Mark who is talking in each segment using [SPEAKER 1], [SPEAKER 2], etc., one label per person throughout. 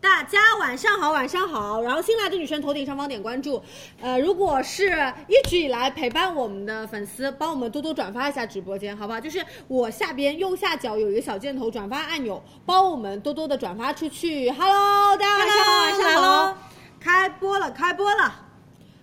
[SPEAKER 1] 大家晚上好，晚上好。然后新来的女生头顶上方点关注，呃，如果是一直以来陪伴我们的粉丝，帮我们多多转发一下直播间，好不好？就是我下边右下角有一个小箭头转发按钮，帮我们多多的转发出去。Hello，大家晚上好，
[SPEAKER 2] 晚上好晚上好，
[SPEAKER 1] 开播了，开播了。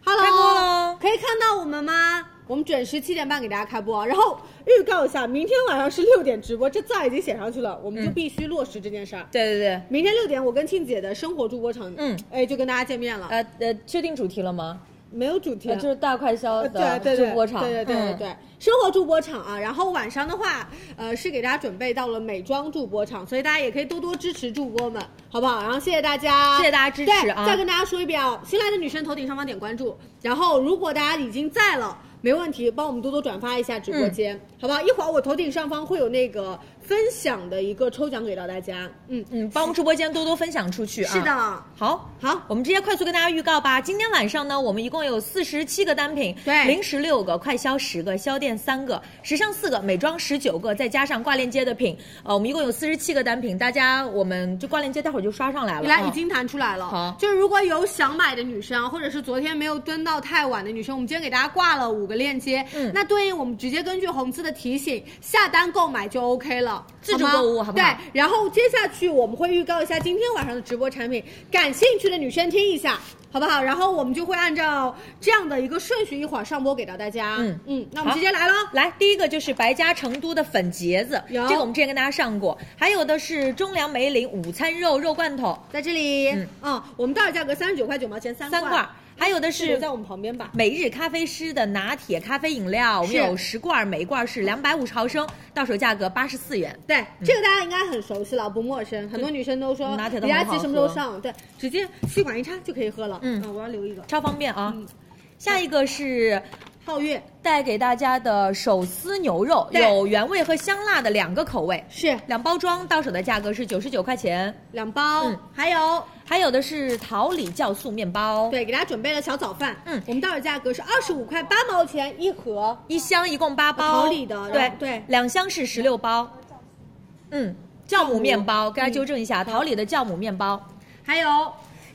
[SPEAKER 1] Hello，
[SPEAKER 2] 开播喽
[SPEAKER 1] 可以看到我们吗？我们准时七点半给大家开播啊，然后预告一下，明天晚上是六点直播，这字儿已经写上去了，我们
[SPEAKER 2] 嗯
[SPEAKER 1] 就必须落实这件事儿。
[SPEAKER 2] 对对对，
[SPEAKER 1] 明天六点，我跟庆姐的生活主播场，
[SPEAKER 2] 嗯
[SPEAKER 1] 哎，就跟大家见面了，
[SPEAKER 2] 呃呃，确定主题了吗？
[SPEAKER 1] 没有主题
[SPEAKER 2] 呃，
[SPEAKER 1] 了，
[SPEAKER 2] 就是大快消
[SPEAKER 1] 呃
[SPEAKER 2] 的
[SPEAKER 1] 对对对
[SPEAKER 2] 直播场，嗯
[SPEAKER 1] 对对对对对，生活助播场啊。然后晚上的话，呃，是给大家准备到了美妆助播场，所以大家也可以多多支持助播们，好不好？然后谢谢大家，
[SPEAKER 2] 谢谢大家支持
[SPEAKER 1] 对
[SPEAKER 2] 啊
[SPEAKER 1] 再跟大家说一遍啊，新来的女生头顶上方点关注，然后如果大家已经在了。没问题，帮我们多多转发一下直播间，
[SPEAKER 2] 嗯
[SPEAKER 1] 好不好？一会儿我头顶上方会有那个分享的一个抽奖给到大家，嗯，
[SPEAKER 2] 嗯，嗯，帮我们直播间多多分享出去啊。
[SPEAKER 1] 是的，，好，
[SPEAKER 2] 好。我们直接快速跟大家预告吧，今天晚上呢，我们一共有四十七个单品，
[SPEAKER 1] 对
[SPEAKER 2] 零食六个，快消十个，销店三个，时尚四个，美妆十九个，再加上挂链接的品，呃，我们一共有四十七个单品，大家我们就挂链接，待会儿就刷上来了。
[SPEAKER 1] 来，
[SPEAKER 2] 啊
[SPEAKER 1] 已经弹出来了。
[SPEAKER 2] 好
[SPEAKER 1] 就是如果有想买的女生，或者是昨天没有蹲到太晚的女生，我们今天给大家挂了五个链接。
[SPEAKER 2] 嗯
[SPEAKER 1] 那对应我们直接根据红字的提醒下单购买就 OK 了，
[SPEAKER 2] 自主
[SPEAKER 1] 吗
[SPEAKER 2] 购物好不好
[SPEAKER 1] 对，然后接下去我们会预告一下今天晚上的直播产品，感兴趣的女生听一下。好不好？然后我们就会按照这样的一个顺序，一会儿上播给到大家。
[SPEAKER 2] 嗯
[SPEAKER 1] 嗯，那我们
[SPEAKER 2] 好
[SPEAKER 1] 直接来喽。
[SPEAKER 2] 来，第一个就是白家成都的粉结子，
[SPEAKER 1] 有
[SPEAKER 2] 这个我们之前跟大家上过，还有的是中粮梅林午餐肉肉罐头
[SPEAKER 1] 在这里，哦
[SPEAKER 2] 嗯
[SPEAKER 1] 我们到手价格三十九块九毛钱三
[SPEAKER 2] 三
[SPEAKER 1] 罐，
[SPEAKER 2] 罐，还有的
[SPEAKER 1] 是
[SPEAKER 2] 是
[SPEAKER 1] 在我们旁边吧？
[SPEAKER 2] 每日咖啡师的拿铁咖啡饮料，我们
[SPEAKER 1] 是嗯
[SPEAKER 2] 有十罐，每一罐是两百五十毫升，到手价格八十四元。
[SPEAKER 1] 对，这个大家应该很熟悉了，不陌生。很多女生都说
[SPEAKER 2] 嗯拿铁都
[SPEAKER 1] 李佳
[SPEAKER 2] 很好
[SPEAKER 1] 琦什么时候上？对，直接吸管一插就可以喝了。
[SPEAKER 2] 嗯
[SPEAKER 1] 啊，我要留一个。
[SPEAKER 2] 超方便啊
[SPEAKER 1] 嗯！
[SPEAKER 2] 下一个是
[SPEAKER 1] 皓月
[SPEAKER 2] 带给大家的手撕牛肉，
[SPEAKER 1] 对
[SPEAKER 2] 有原味和香辣的两个口味，
[SPEAKER 1] 是
[SPEAKER 2] 两包装，到手的价格是九十九块钱。
[SPEAKER 1] 两包，
[SPEAKER 2] 嗯
[SPEAKER 1] 还有
[SPEAKER 2] 还有的是桃李酵素面包，
[SPEAKER 1] 对，给大家准备了小早饭。
[SPEAKER 2] 嗯
[SPEAKER 1] 我们到手价格是二十五块八毛钱一盒。
[SPEAKER 2] 一箱一共八包，
[SPEAKER 1] 桃李的然
[SPEAKER 2] 对
[SPEAKER 1] 后对
[SPEAKER 2] 两箱是十六包，嗯，酵母面包，跟大家
[SPEAKER 1] 嗯
[SPEAKER 2] 纠正一下，桃李的酵母面包，
[SPEAKER 1] 还有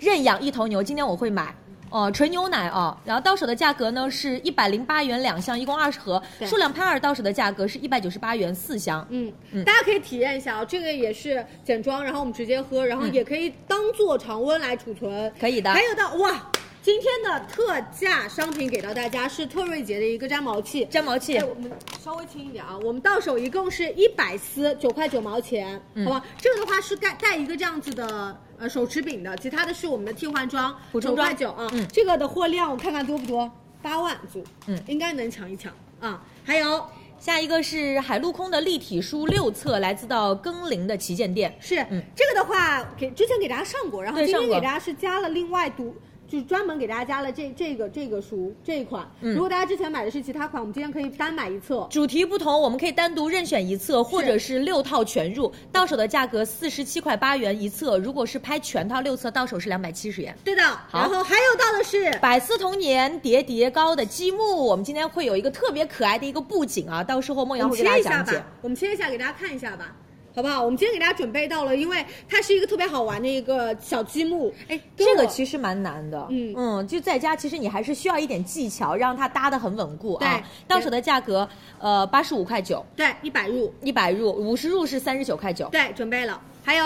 [SPEAKER 2] 认养一头牛，今天我会买。哦，纯牛奶哦，然后到手的价格呢是一百零八元两箱，一共二十盒，
[SPEAKER 1] 对
[SPEAKER 2] 数量拍二，到手的价格是一百九十八元四箱。
[SPEAKER 1] 嗯，
[SPEAKER 2] 嗯
[SPEAKER 1] 大家可以体验一下啊，这个也是简装，然后我们直接喝，然后也可以当做常温来储存，
[SPEAKER 2] 嗯可以的
[SPEAKER 1] 还有到哇，今天的特价商品给到大家是特瑞洁的一个粘毛器，
[SPEAKER 2] 粘毛器
[SPEAKER 1] 哎，，我们稍微轻一点啊，我们到手一共是一百丝，九块九毛钱，
[SPEAKER 2] 嗯
[SPEAKER 1] 好吧？这个的话是带带一个这样子的呃手持柄的，其他的是我们的替换装，
[SPEAKER 2] 补充装
[SPEAKER 1] 9块九啊。
[SPEAKER 2] 嗯
[SPEAKER 1] 这个的货量我看看多不多，八万组，
[SPEAKER 2] 嗯
[SPEAKER 1] 应该能抢一抢啊。还有
[SPEAKER 2] 下一个是海陆空的立体书六册，来自到更林的旗舰店。
[SPEAKER 1] 是、
[SPEAKER 2] 嗯
[SPEAKER 1] 这个的话，给之前给大家上过，然后
[SPEAKER 2] 对
[SPEAKER 1] 今天
[SPEAKER 2] 上过
[SPEAKER 1] 给大家是加了另外独。就是专门给大家加了这这个这个书这一款，
[SPEAKER 2] 嗯
[SPEAKER 1] 如果大家之前买的是其他款，我们今天可以单买一册，
[SPEAKER 2] 主题不同，我们可以单独任选一册，或者是六套全入，到手的价格四十七块八元一册。如果是拍全套六册，到手是两百七十元。
[SPEAKER 1] 对的。然后还有到的是
[SPEAKER 2] 百思童年叠叠高的积木，我们今天会有一个特别可爱的一个布景啊，到时候梦
[SPEAKER 1] 我
[SPEAKER 2] 瑶
[SPEAKER 1] 们
[SPEAKER 2] 会
[SPEAKER 1] 切
[SPEAKER 2] 给大
[SPEAKER 1] 一
[SPEAKER 2] 家
[SPEAKER 1] 下
[SPEAKER 2] 讲解
[SPEAKER 1] 吧。，我们切一下给大家看一下吧，好不好？我们今天给大家准备到了，因为它是一个特别好玩的一个小积木。
[SPEAKER 2] 哎，
[SPEAKER 1] 跟我
[SPEAKER 2] 这个其实蛮难的，
[SPEAKER 1] 嗯
[SPEAKER 2] 嗯，就在家，其实你还是需要一点技巧，让它搭得很稳固啊
[SPEAKER 1] 对。
[SPEAKER 2] 到手的价格，呃，八十五块九，
[SPEAKER 1] 对，一百入，
[SPEAKER 2] 一百入，五十入是三十九块九。
[SPEAKER 1] 对，准备了。还有，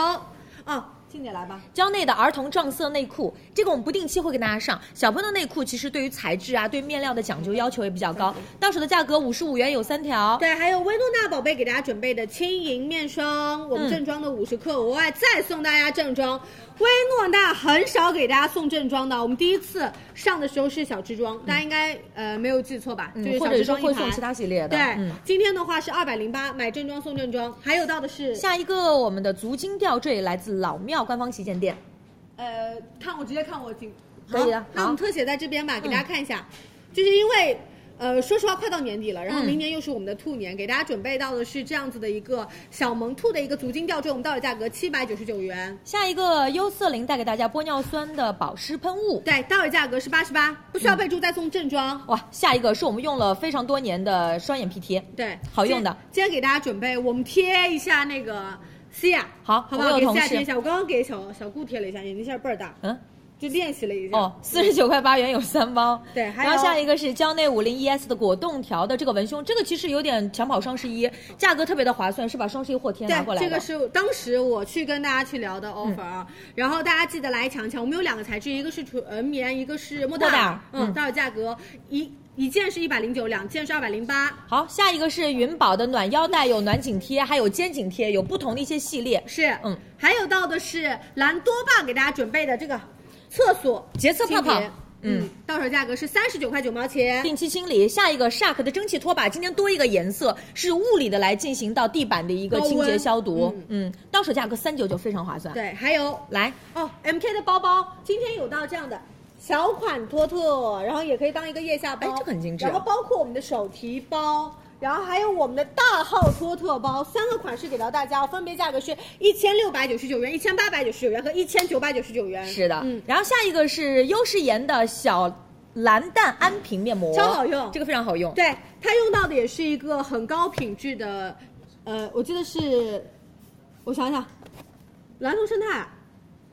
[SPEAKER 1] 哦，静姐来吧。
[SPEAKER 2] 蕉内的儿童撞色内裤，这个我们不定期会给大家上。小朋友的内裤其实对于材质啊、对面料的讲究要求也比较高，到手的价格五十五元有三条。
[SPEAKER 1] 对，还有薇诺娜宝贝给大家准备的轻盈面霜，我们正装的五十克，额外再送大家正装。薇诺娜很少给大家送正装的，我们第一次上的时候是小支装，大家应该呃没有记错吧？就是
[SPEAKER 2] 嗯，或
[SPEAKER 1] 小
[SPEAKER 2] 者
[SPEAKER 1] 支
[SPEAKER 2] 是
[SPEAKER 1] 装一
[SPEAKER 2] 会送
[SPEAKER 1] 盘
[SPEAKER 2] 其他系列的。
[SPEAKER 1] 对，
[SPEAKER 2] 嗯
[SPEAKER 1] 今天的话是二百零八，买正装送正装。还有到的是
[SPEAKER 2] 下一个我们的足金吊坠来自老庙官方旗舰店，
[SPEAKER 1] 呃，看我直接看我颈，
[SPEAKER 2] 可以的啊
[SPEAKER 1] 好那我
[SPEAKER 2] 好
[SPEAKER 1] 们特写在这边吧，给大家看一下，就是因为。呃，说实话，快到年底了，然后
[SPEAKER 2] 嗯
[SPEAKER 1] 明年又是我们的兔年，给大家准备到的是这样子的一个小萌兔的一个足金吊坠，我们到手价格七百九十九元，
[SPEAKER 2] 下一个优色林带给大家玻尿酸的保湿喷雾。
[SPEAKER 1] 对，到手价格是八十八，不需要备注，再送正装，
[SPEAKER 2] 哇，下一个是我们用了非常多年的双眼皮贴，
[SPEAKER 1] 对，
[SPEAKER 2] 嗯好用的
[SPEAKER 1] 今天。今天给大家准备，我们贴一下那个西亚，
[SPEAKER 2] 好
[SPEAKER 1] 好
[SPEAKER 2] 我
[SPEAKER 1] 不好？
[SPEAKER 2] 有
[SPEAKER 1] 给西
[SPEAKER 2] 同
[SPEAKER 1] 亚
[SPEAKER 2] 事
[SPEAKER 1] 贴一下，我刚刚给小小顾贴了一下，眼睛现在倍儿大，
[SPEAKER 2] 嗯，
[SPEAKER 1] 就练习了一下。
[SPEAKER 2] 哦，四十九块八元有三包。
[SPEAKER 1] 对还有
[SPEAKER 2] 然后下一个是蕉内五零 ES 的果冻条的这个文胸，这个其实有点抢跑双十一，价格特别的划算，是把双十一货贴拿过来
[SPEAKER 1] 对，这
[SPEAKER 2] 的。嗯
[SPEAKER 1] 个是当时我去跟大家去聊的 offer 啊，然后大家记得来抢抢。我们有两个材质，一个是纯棉，一个是莫
[SPEAKER 2] 莫代
[SPEAKER 1] 代
[SPEAKER 2] 尔
[SPEAKER 1] 尔，
[SPEAKER 2] 嗯
[SPEAKER 1] 嗯，待会儿价格一一件是一百零九，两件是二百零八。
[SPEAKER 2] 好，下一个是云宝的暖腰带，有暖颈贴，还有肩颈贴，有不同的一些系列。
[SPEAKER 1] 是，
[SPEAKER 2] 嗯，
[SPEAKER 1] 还有到的是兰多爸给大家准备的这个厕所
[SPEAKER 2] 洁厕泡泡
[SPEAKER 1] 清洁
[SPEAKER 2] 嗯
[SPEAKER 1] 嗯，到手价格是三十九块九毛钱。
[SPEAKER 2] 定期清理，下一个 Shark 的蒸汽拖把，今天多一个颜色，是物理的来进行到地板的一个
[SPEAKER 1] 高温
[SPEAKER 2] 清洁消毒。嗯到手价格三九九，非常划算。，
[SPEAKER 1] 对，还有
[SPEAKER 2] 来，
[SPEAKER 1] 哦，MK 的包包今天有到这样的小款托特，然后也可以当一个腋下包，
[SPEAKER 2] 哎这个很精致
[SPEAKER 1] 然后包括我们的手提包。然后还有我们的大号托特包，三个款式给到大家，分别价格是一千六百九十九元、一千八百九十九元和一千九百九十九元。
[SPEAKER 2] 是的，
[SPEAKER 1] 嗯，
[SPEAKER 2] 然后下一个是优诗颜的小蓝淡安瓶面膜，
[SPEAKER 1] 超好用
[SPEAKER 2] 这个非常好用。
[SPEAKER 1] 对，它用到的也是一个很高品质的，呃，我记得是，我想想，蓝图生态，啊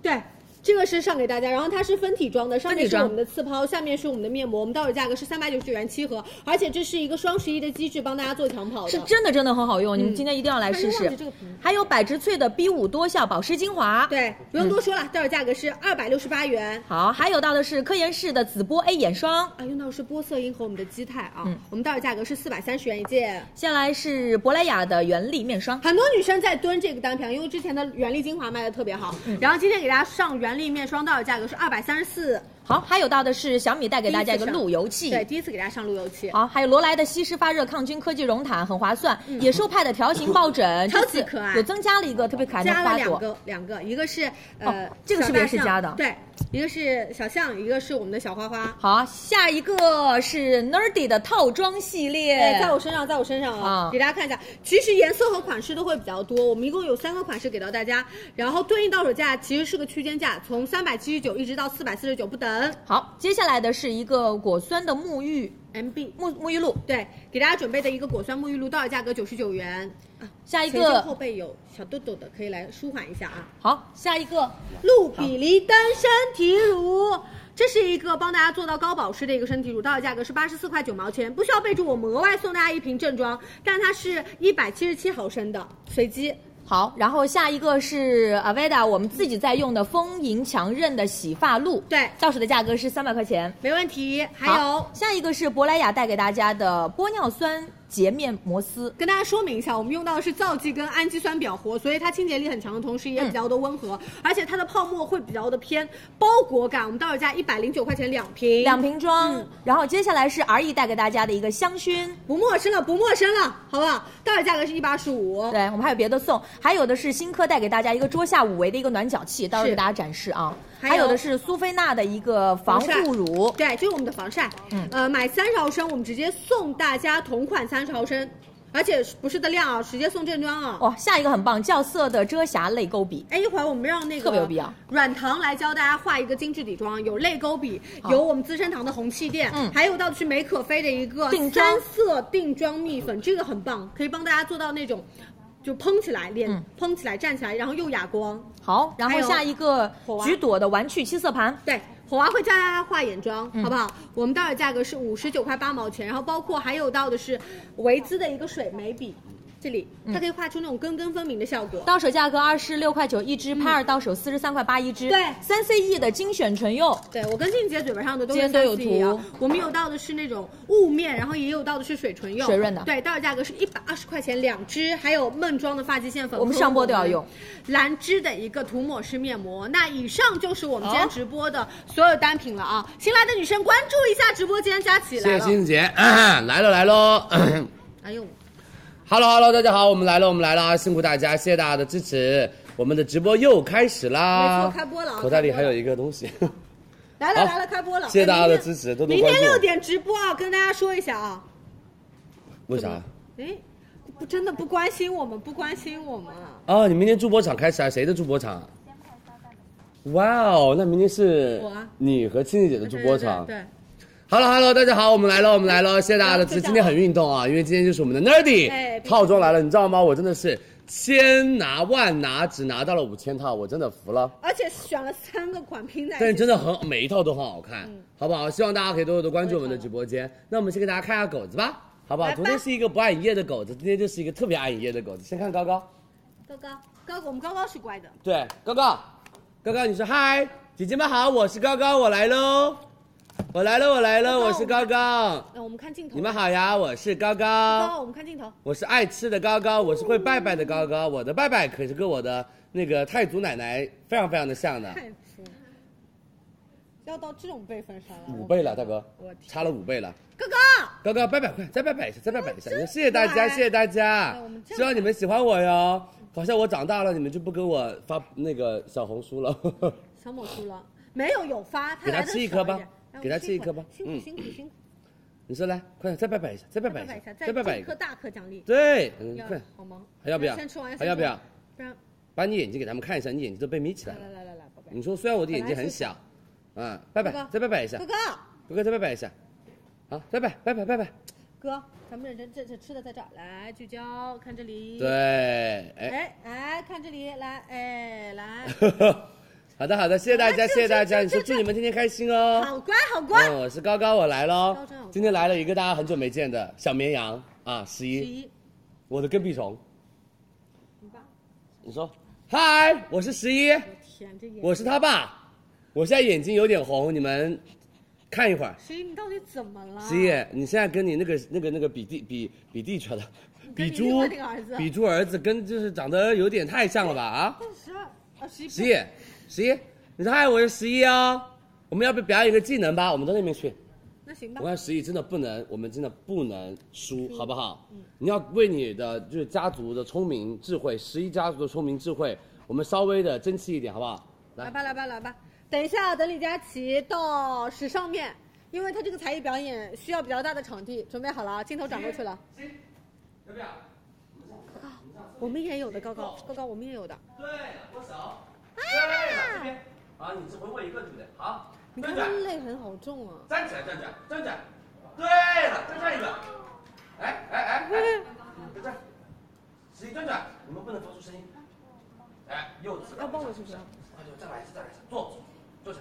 [SPEAKER 1] 对。这个是上给大家，然后它是分体装的，上
[SPEAKER 2] 分
[SPEAKER 1] 面
[SPEAKER 2] 体
[SPEAKER 1] 是
[SPEAKER 2] 装
[SPEAKER 1] 我们的次抛，下面是我们的面膜，我们到手价格是三百九十九元七盒，而且这是一个双十一的机制，帮大家做抢跑的。
[SPEAKER 2] 是真的真的很好用，你们
[SPEAKER 1] 嗯
[SPEAKER 2] 今天一定要来试
[SPEAKER 1] 但是
[SPEAKER 2] 试
[SPEAKER 1] 忘记这个瓶。
[SPEAKER 2] 还有百植萃的 B 五多效保湿精华，，
[SPEAKER 1] 对，不用多说
[SPEAKER 2] 嗯
[SPEAKER 1] 了，到手价格是二百六十八元。
[SPEAKER 2] 好，还有到的是科颜氏的紫波 A 眼霜，
[SPEAKER 1] 啊，用到的是玻色因和我们的肌肽啊，
[SPEAKER 2] 嗯
[SPEAKER 1] 我们到手价格是四百三十元一件。
[SPEAKER 2] 下来是珀莱雅的原力面霜，
[SPEAKER 1] 很多女生在蹲这个单品，因为之前的原力精华卖的特别好，
[SPEAKER 2] 嗯
[SPEAKER 1] 然后今天给大家上原力面霜，到手价格是二百三十四，
[SPEAKER 2] 好，还有到的是小米带给大家一个
[SPEAKER 1] 第一次上
[SPEAKER 2] 路由器，
[SPEAKER 1] 对，第一次给大家上路由器，
[SPEAKER 2] 好，还有罗莱的吸湿发热抗菌科技绒毯，很划算。野兽派的条形抱枕，
[SPEAKER 1] 嗯超
[SPEAKER 2] 这次
[SPEAKER 1] 级可爱
[SPEAKER 2] 有增加了一个特别可爱的
[SPEAKER 1] 加了
[SPEAKER 2] 花
[SPEAKER 1] 两
[SPEAKER 2] 朵。
[SPEAKER 1] 个两个，一个是呃、
[SPEAKER 2] 哦这个是不是也是加的
[SPEAKER 1] 小大象对，一个是小象，一个是我们的小花花。
[SPEAKER 2] 好，下一个是 Nerdy 的套装系列，
[SPEAKER 1] 对，哎在我身上，在我身上啊，
[SPEAKER 2] 啊
[SPEAKER 1] 给大家看一下。其实颜色和款式都会比较多，我们一共有三个款式给到大家，然后对应到手价其实是个区间价，从三百七十九一直到四百四十九不等。
[SPEAKER 2] 好，接下来的是一个果酸的沐浴
[SPEAKER 1] MB
[SPEAKER 2] 沐沐浴露，
[SPEAKER 1] 对，给大家准备的一个果酸沐浴露，到手价格九十九元。啊，
[SPEAKER 2] 下一
[SPEAKER 1] 前胸
[SPEAKER 2] 个
[SPEAKER 1] 后背有小痘痘的，可以来舒缓一下啊。
[SPEAKER 2] 好，下一个
[SPEAKER 1] 露比丽丹身体乳，这是一个帮大家做到高保湿的一个身体乳，到手价格是八十四块九毛钱，不需要备注，我们额外送大家一瓶正装，但它是一百七十七毫升的，随机。
[SPEAKER 2] 好，然后下一个是 Aveda 我们自己在用的丰盈强韧的洗发露，
[SPEAKER 1] 对
[SPEAKER 2] 到手的价格是三百块钱。
[SPEAKER 1] 没问题，还有
[SPEAKER 2] 好，下一个是珀莱雅带给大家的玻尿酸洁面摩丝，
[SPEAKER 1] 跟大家说明一下，我们用到的是皂基跟氨基酸表活，所以它清洁力很强的同时也比较的温和，而且它的泡沫会比较的偏包裹感。我们到手价一百零九块钱两瓶，
[SPEAKER 2] 两瓶装。
[SPEAKER 1] 嗯
[SPEAKER 2] 然后接下来是 RE 带给大家的一个香薰，
[SPEAKER 1] 不陌生了，不陌生了，好不好？到手价格是一百二十五。
[SPEAKER 2] 对我们还有别的送，还有的是新科带给大家一个桌下五维的一个暖脚器，到时候
[SPEAKER 1] 是
[SPEAKER 2] 给大家展示啊。
[SPEAKER 1] 还
[SPEAKER 2] 还有
[SPEAKER 1] 有
[SPEAKER 2] 的是苏菲娜的一个防
[SPEAKER 1] 防晒
[SPEAKER 2] 护乳，
[SPEAKER 1] 对，这是我们的防晒。
[SPEAKER 2] 嗯
[SPEAKER 1] 呃，买三十毫升，我们直接送大家同款三十毫升，而且不是的量啊，直接送正装啊。
[SPEAKER 2] 哇、哦下一个很棒，酵色的遮瑕泪沟笔。
[SPEAKER 1] 哎，一会儿我们让那个
[SPEAKER 2] 特别有必要
[SPEAKER 1] 软糖来教大家画一个精致底妆，有泪沟笔，
[SPEAKER 2] 好
[SPEAKER 1] 有我们资生堂的红气垫，
[SPEAKER 2] 哦嗯
[SPEAKER 1] 还有到的是美可菲的一个
[SPEAKER 2] 定妆
[SPEAKER 1] 三色定妆蜜粉，这个很棒，可以帮大家做到那种就嘭起来，脸
[SPEAKER 2] 嗯
[SPEAKER 1] 嘭起来，站起来，然后又哑光。
[SPEAKER 2] 好，然后
[SPEAKER 1] 还有
[SPEAKER 2] 下一个
[SPEAKER 1] 火娃
[SPEAKER 2] 橘朵的玩具七色盘，
[SPEAKER 1] 对，火娃会教大家画眼妆，
[SPEAKER 2] 嗯
[SPEAKER 1] 好不好？我们到手价格是五十九块八毛钱，然后包括还有到的是维姿的一个水眉笔，这里
[SPEAKER 2] 嗯
[SPEAKER 1] 它可以画出那种根根分明的效果。
[SPEAKER 2] 到手价格二十六块九一支，拍二到手四十三块八一支。
[SPEAKER 1] 嗯对
[SPEAKER 2] 三 CE 的精选唇釉，
[SPEAKER 1] 对我跟静姐嘴巴上的都
[SPEAKER 2] 今
[SPEAKER 1] 是
[SPEAKER 2] 天都有
[SPEAKER 1] 3C 啊
[SPEAKER 2] 涂
[SPEAKER 1] 我们有到的是那种雾面，然后也有到的是水唇釉，
[SPEAKER 2] 水润的
[SPEAKER 1] 对，到手价格是一百二十块钱两支，还有梦妆的发际线粉，
[SPEAKER 2] 我们上播都要用。
[SPEAKER 1] 兰芝的一个涂抹式面膜。那以上就是我们今
[SPEAKER 2] 哦
[SPEAKER 1] 天直播的所有单品了啊！新来的女生关注一下直播间，佳琪
[SPEAKER 3] 谢
[SPEAKER 1] 来
[SPEAKER 3] 谢
[SPEAKER 1] 了，
[SPEAKER 3] 欣姐， 来了来喽
[SPEAKER 1] 哎呦。
[SPEAKER 3] ，Hello Hello，大家好，我们来了我们来了啊，辛苦大家，谢谢大家的支持，我们的直播又开始啦，
[SPEAKER 1] 没错开播了啊
[SPEAKER 3] 口袋里还有一个东西，
[SPEAKER 1] 来了
[SPEAKER 3] 好
[SPEAKER 1] 来了，开播了！
[SPEAKER 3] 谢谢大家的
[SPEAKER 1] 明天
[SPEAKER 3] 支持多多
[SPEAKER 1] 明天
[SPEAKER 3] 关注
[SPEAKER 1] 六点直播啊，跟大家说一下啊。
[SPEAKER 3] 为啥？
[SPEAKER 1] 哎，不真的不关心我们，不关心我们啊。
[SPEAKER 3] 哦，你明天助播场开始啊？谁的助播场？哇哦，那明天是
[SPEAKER 1] 啊我啊
[SPEAKER 3] 你和青青姐的助播场。
[SPEAKER 1] 对对
[SPEAKER 3] Hello Hello，大家好，我们来了，我们来了，谢谢大家的支持。
[SPEAKER 1] 就这样
[SPEAKER 3] 今天很运动啊，因为今天就是我们的 Nerdy
[SPEAKER 1] 哎别
[SPEAKER 3] 套装来了，你知道吗？我真的是
[SPEAKER 4] 千拿万拿，只拿到了五千套，我真的服了。
[SPEAKER 1] 而且选了三个款拼在一起，
[SPEAKER 4] 但是真的很每一套都很好看，
[SPEAKER 1] 嗯
[SPEAKER 4] 好不好？希望大家可以多多的关注我们的
[SPEAKER 1] 太好了
[SPEAKER 4] 直播间。那我们先给大家看一下狗子吧，好不
[SPEAKER 1] 嗯
[SPEAKER 4] 好？
[SPEAKER 1] 来吧
[SPEAKER 4] 昨天是一个不爱营业的狗子，今天就是一个特别爱营业的狗子。先看高高，
[SPEAKER 1] 高高高高，我们高高是乖的，
[SPEAKER 4] 对，高高，高高，你说嗨，姐姐们好，我是高高，我来喽，我来了，我来了，
[SPEAKER 1] 高高
[SPEAKER 4] 我是高高，
[SPEAKER 1] 那、我们看镜头，
[SPEAKER 4] 你们啊好呀，我是高
[SPEAKER 1] 高
[SPEAKER 4] 高
[SPEAKER 1] 高，，我们看镜头，
[SPEAKER 4] 我是爱吃的高高，我是会拜拜的高高，我的拜拜可是跟我的那个太祖奶奶非常非常的像的，
[SPEAKER 1] 太服了，要到这种辈分上了，
[SPEAKER 4] 五倍了，大哥
[SPEAKER 1] 我天，
[SPEAKER 4] 差了五倍了。
[SPEAKER 1] 哥哥。
[SPEAKER 4] 高高拜拜块，再拜拜一下，再拜拜一下，
[SPEAKER 1] 真
[SPEAKER 4] 谢谢大
[SPEAKER 1] 可爱
[SPEAKER 4] 家，谢谢大家
[SPEAKER 1] 哎我们，这样
[SPEAKER 4] 希望你们喜欢我哟。好像我长大了，你们就不给我发那个小红书了。
[SPEAKER 1] 小某输了，没有有发，他
[SPEAKER 4] 给他
[SPEAKER 1] 来的
[SPEAKER 4] 吃一
[SPEAKER 1] 少
[SPEAKER 4] 颗
[SPEAKER 1] 点
[SPEAKER 4] 吧
[SPEAKER 1] 哎我们
[SPEAKER 4] 给他
[SPEAKER 1] 吃
[SPEAKER 4] 吃一
[SPEAKER 1] 颗
[SPEAKER 4] 颗吧
[SPEAKER 1] 辛苦
[SPEAKER 4] 嗯
[SPEAKER 1] 辛苦辛苦，
[SPEAKER 4] 你说来，快点再拜拜一下，再拜拜
[SPEAKER 1] 拜
[SPEAKER 4] 一
[SPEAKER 1] 拜一下，
[SPEAKER 4] 下，
[SPEAKER 1] 再
[SPEAKER 4] 再拜拜
[SPEAKER 1] 一
[SPEAKER 4] 一
[SPEAKER 1] 颗
[SPEAKER 4] 个。
[SPEAKER 1] 大颗奖励，
[SPEAKER 4] 对，嗯，
[SPEAKER 1] 要
[SPEAKER 4] 快，
[SPEAKER 1] 好吗？
[SPEAKER 4] 还要不要
[SPEAKER 1] 先吃完，先
[SPEAKER 4] 还要不
[SPEAKER 1] 吃
[SPEAKER 4] 要
[SPEAKER 1] 完？不然
[SPEAKER 4] 把你眼睛给他们看一下，你眼睛都被眯起来
[SPEAKER 1] 来来
[SPEAKER 4] 了。
[SPEAKER 1] 来来来，宝贝，
[SPEAKER 4] 你说虽然我的眼睛
[SPEAKER 1] 本来
[SPEAKER 4] 很
[SPEAKER 1] 是
[SPEAKER 4] 小，啊，拜拜
[SPEAKER 1] 哥哥，
[SPEAKER 4] 再拜拜一下
[SPEAKER 1] 哥，哥
[SPEAKER 4] 哥哥再拜拜一下，好，拜拜，拜拜，拜拜。
[SPEAKER 1] 哥，咱们认真，这这吃的在这儿，来聚焦，看这里，
[SPEAKER 4] 对，，哎，
[SPEAKER 1] 哎哎，看这里，来哎来，
[SPEAKER 4] 好的好的，谢谢大
[SPEAKER 1] 哎
[SPEAKER 4] 家，
[SPEAKER 1] 这
[SPEAKER 4] 谢谢大家。
[SPEAKER 1] 这
[SPEAKER 4] 你说
[SPEAKER 1] 这这
[SPEAKER 4] 祝你们天天开心哦。
[SPEAKER 1] 好乖好乖，
[SPEAKER 4] 嗯，我是高高，我来喽
[SPEAKER 1] 高真好。
[SPEAKER 4] 今天来了一个大家很久没见的小绵羊啊，十
[SPEAKER 1] 十
[SPEAKER 4] 一，
[SPEAKER 1] 一，
[SPEAKER 4] 我的跟屁虫。
[SPEAKER 1] 你爸，
[SPEAKER 4] 你说，嗨，我是十一，
[SPEAKER 1] 我哎天，这眼，
[SPEAKER 4] 我是他爸，我现在眼睛有点红，你们看一会儿。
[SPEAKER 1] 十一，你到底怎么了？
[SPEAKER 4] 十一，你现在跟你那个那个那个比弟比比弟去了，
[SPEAKER 1] 跟
[SPEAKER 4] 比
[SPEAKER 1] 你
[SPEAKER 4] 猪
[SPEAKER 1] 另外那个儿子
[SPEAKER 4] 比猪儿子跟就是长得有点太像了 吧啊？
[SPEAKER 1] 但是十二，啊十一，
[SPEAKER 4] 十一，十一，你说嗨，我是十一哦。我们要不表演一个技能吧？我们到那边去。
[SPEAKER 1] 那行吧
[SPEAKER 4] 我，看十一真的不能，我们真的不能输，好不好？
[SPEAKER 1] 嗯
[SPEAKER 4] 你要为你的就是家族的聪明智慧，十一家族的聪明智慧，我们稍微的争气一点，好不好？
[SPEAKER 1] 来
[SPEAKER 4] 来，
[SPEAKER 1] 吧，来吧，来吧。等一下，等李佳琦到时尚面，因为他这个才艺表演需要比较大的场地，准备好了啊，镜头转过去了。
[SPEAKER 4] 要不要？
[SPEAKER 1] 我们也有的，高高，高高，我们也有的。
[SPEAKER 4] 对，握手。
[SPEAKER 1] 哎
[SPEAKER 4] 对，这边。啊，你只会握一个，对不对？好，
[SPEAKER 1] 你看他泪痕好重啊！
[SPEAKER 4] 站起来，站起来，站起来。对了，再站一个。哎哎哎哎，站站，十一站站，你们不能发出声音。哎，柚子
[SPEAKER 1] 要抱我是啊不是？
[SPEAKER 4] 那就再来一次，再来一次，坐住，坐下。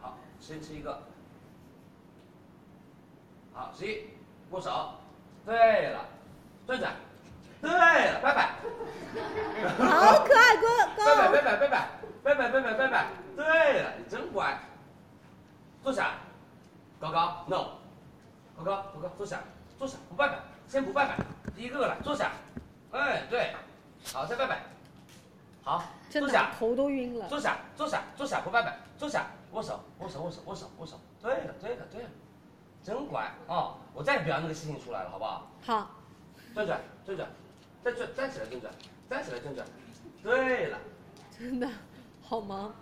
[SPEAKER 4] 好，十一吃一个。好，十一握手。对了，转转。对了，拜拜，
[SPEAKER 1] 好可爱，高
[SPEAKER 4] 拜拜，
[SPEAKER 1] 高。
[SPEAKER 4] 拜拜，拜拜，拜拜，拜拜，拜拜。对了，你真乖。坐下，高高，no，高高，高高，坐下，坐下，不拜拜，先不拜拜，一个个来，坐下。哎，对，好，再拜拜。好，
[SPEAKER 1] 真
[SPEAKER 4] 坐
[SPEAKER 1] 的
[SPEAKER 4] 下。
[SPEAKER 1] 头都晕了。
[SPEAKER 4] 坐下，坐下，坐下，不拜拜，坐下，握手，握手，握手，握手，握手。对了，对了，对了，真乖啊、哦！我再也不要那个事情出来了，好不好？
[SPEAKER 1] 好，
[SPEAKER 4] 转转，转转，再转，站起来，转转，站起来，转转。对了，
[SPEAKER 1] 真的好忙。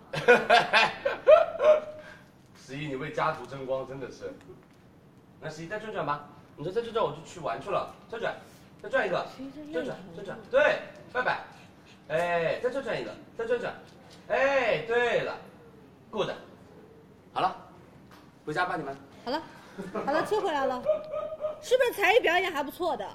[SPEAKER 4] 十一，你为家族争光，真的是。那十一再转转吧，你说再转转我就去玩去了，转转，再转一个
[SPEAKER 1] 十一这，啊累
[SPEAKER 4] 转转
[SPEAKER 1] 了，
[SPEAKER 4] 转转，对，拜拜。哎，再转转一个，再转转，哎，对了，good，好了，回家吧你们。
[SPEAKER 1] 好了，好了，切回来了，是不是才艺表演还不错的，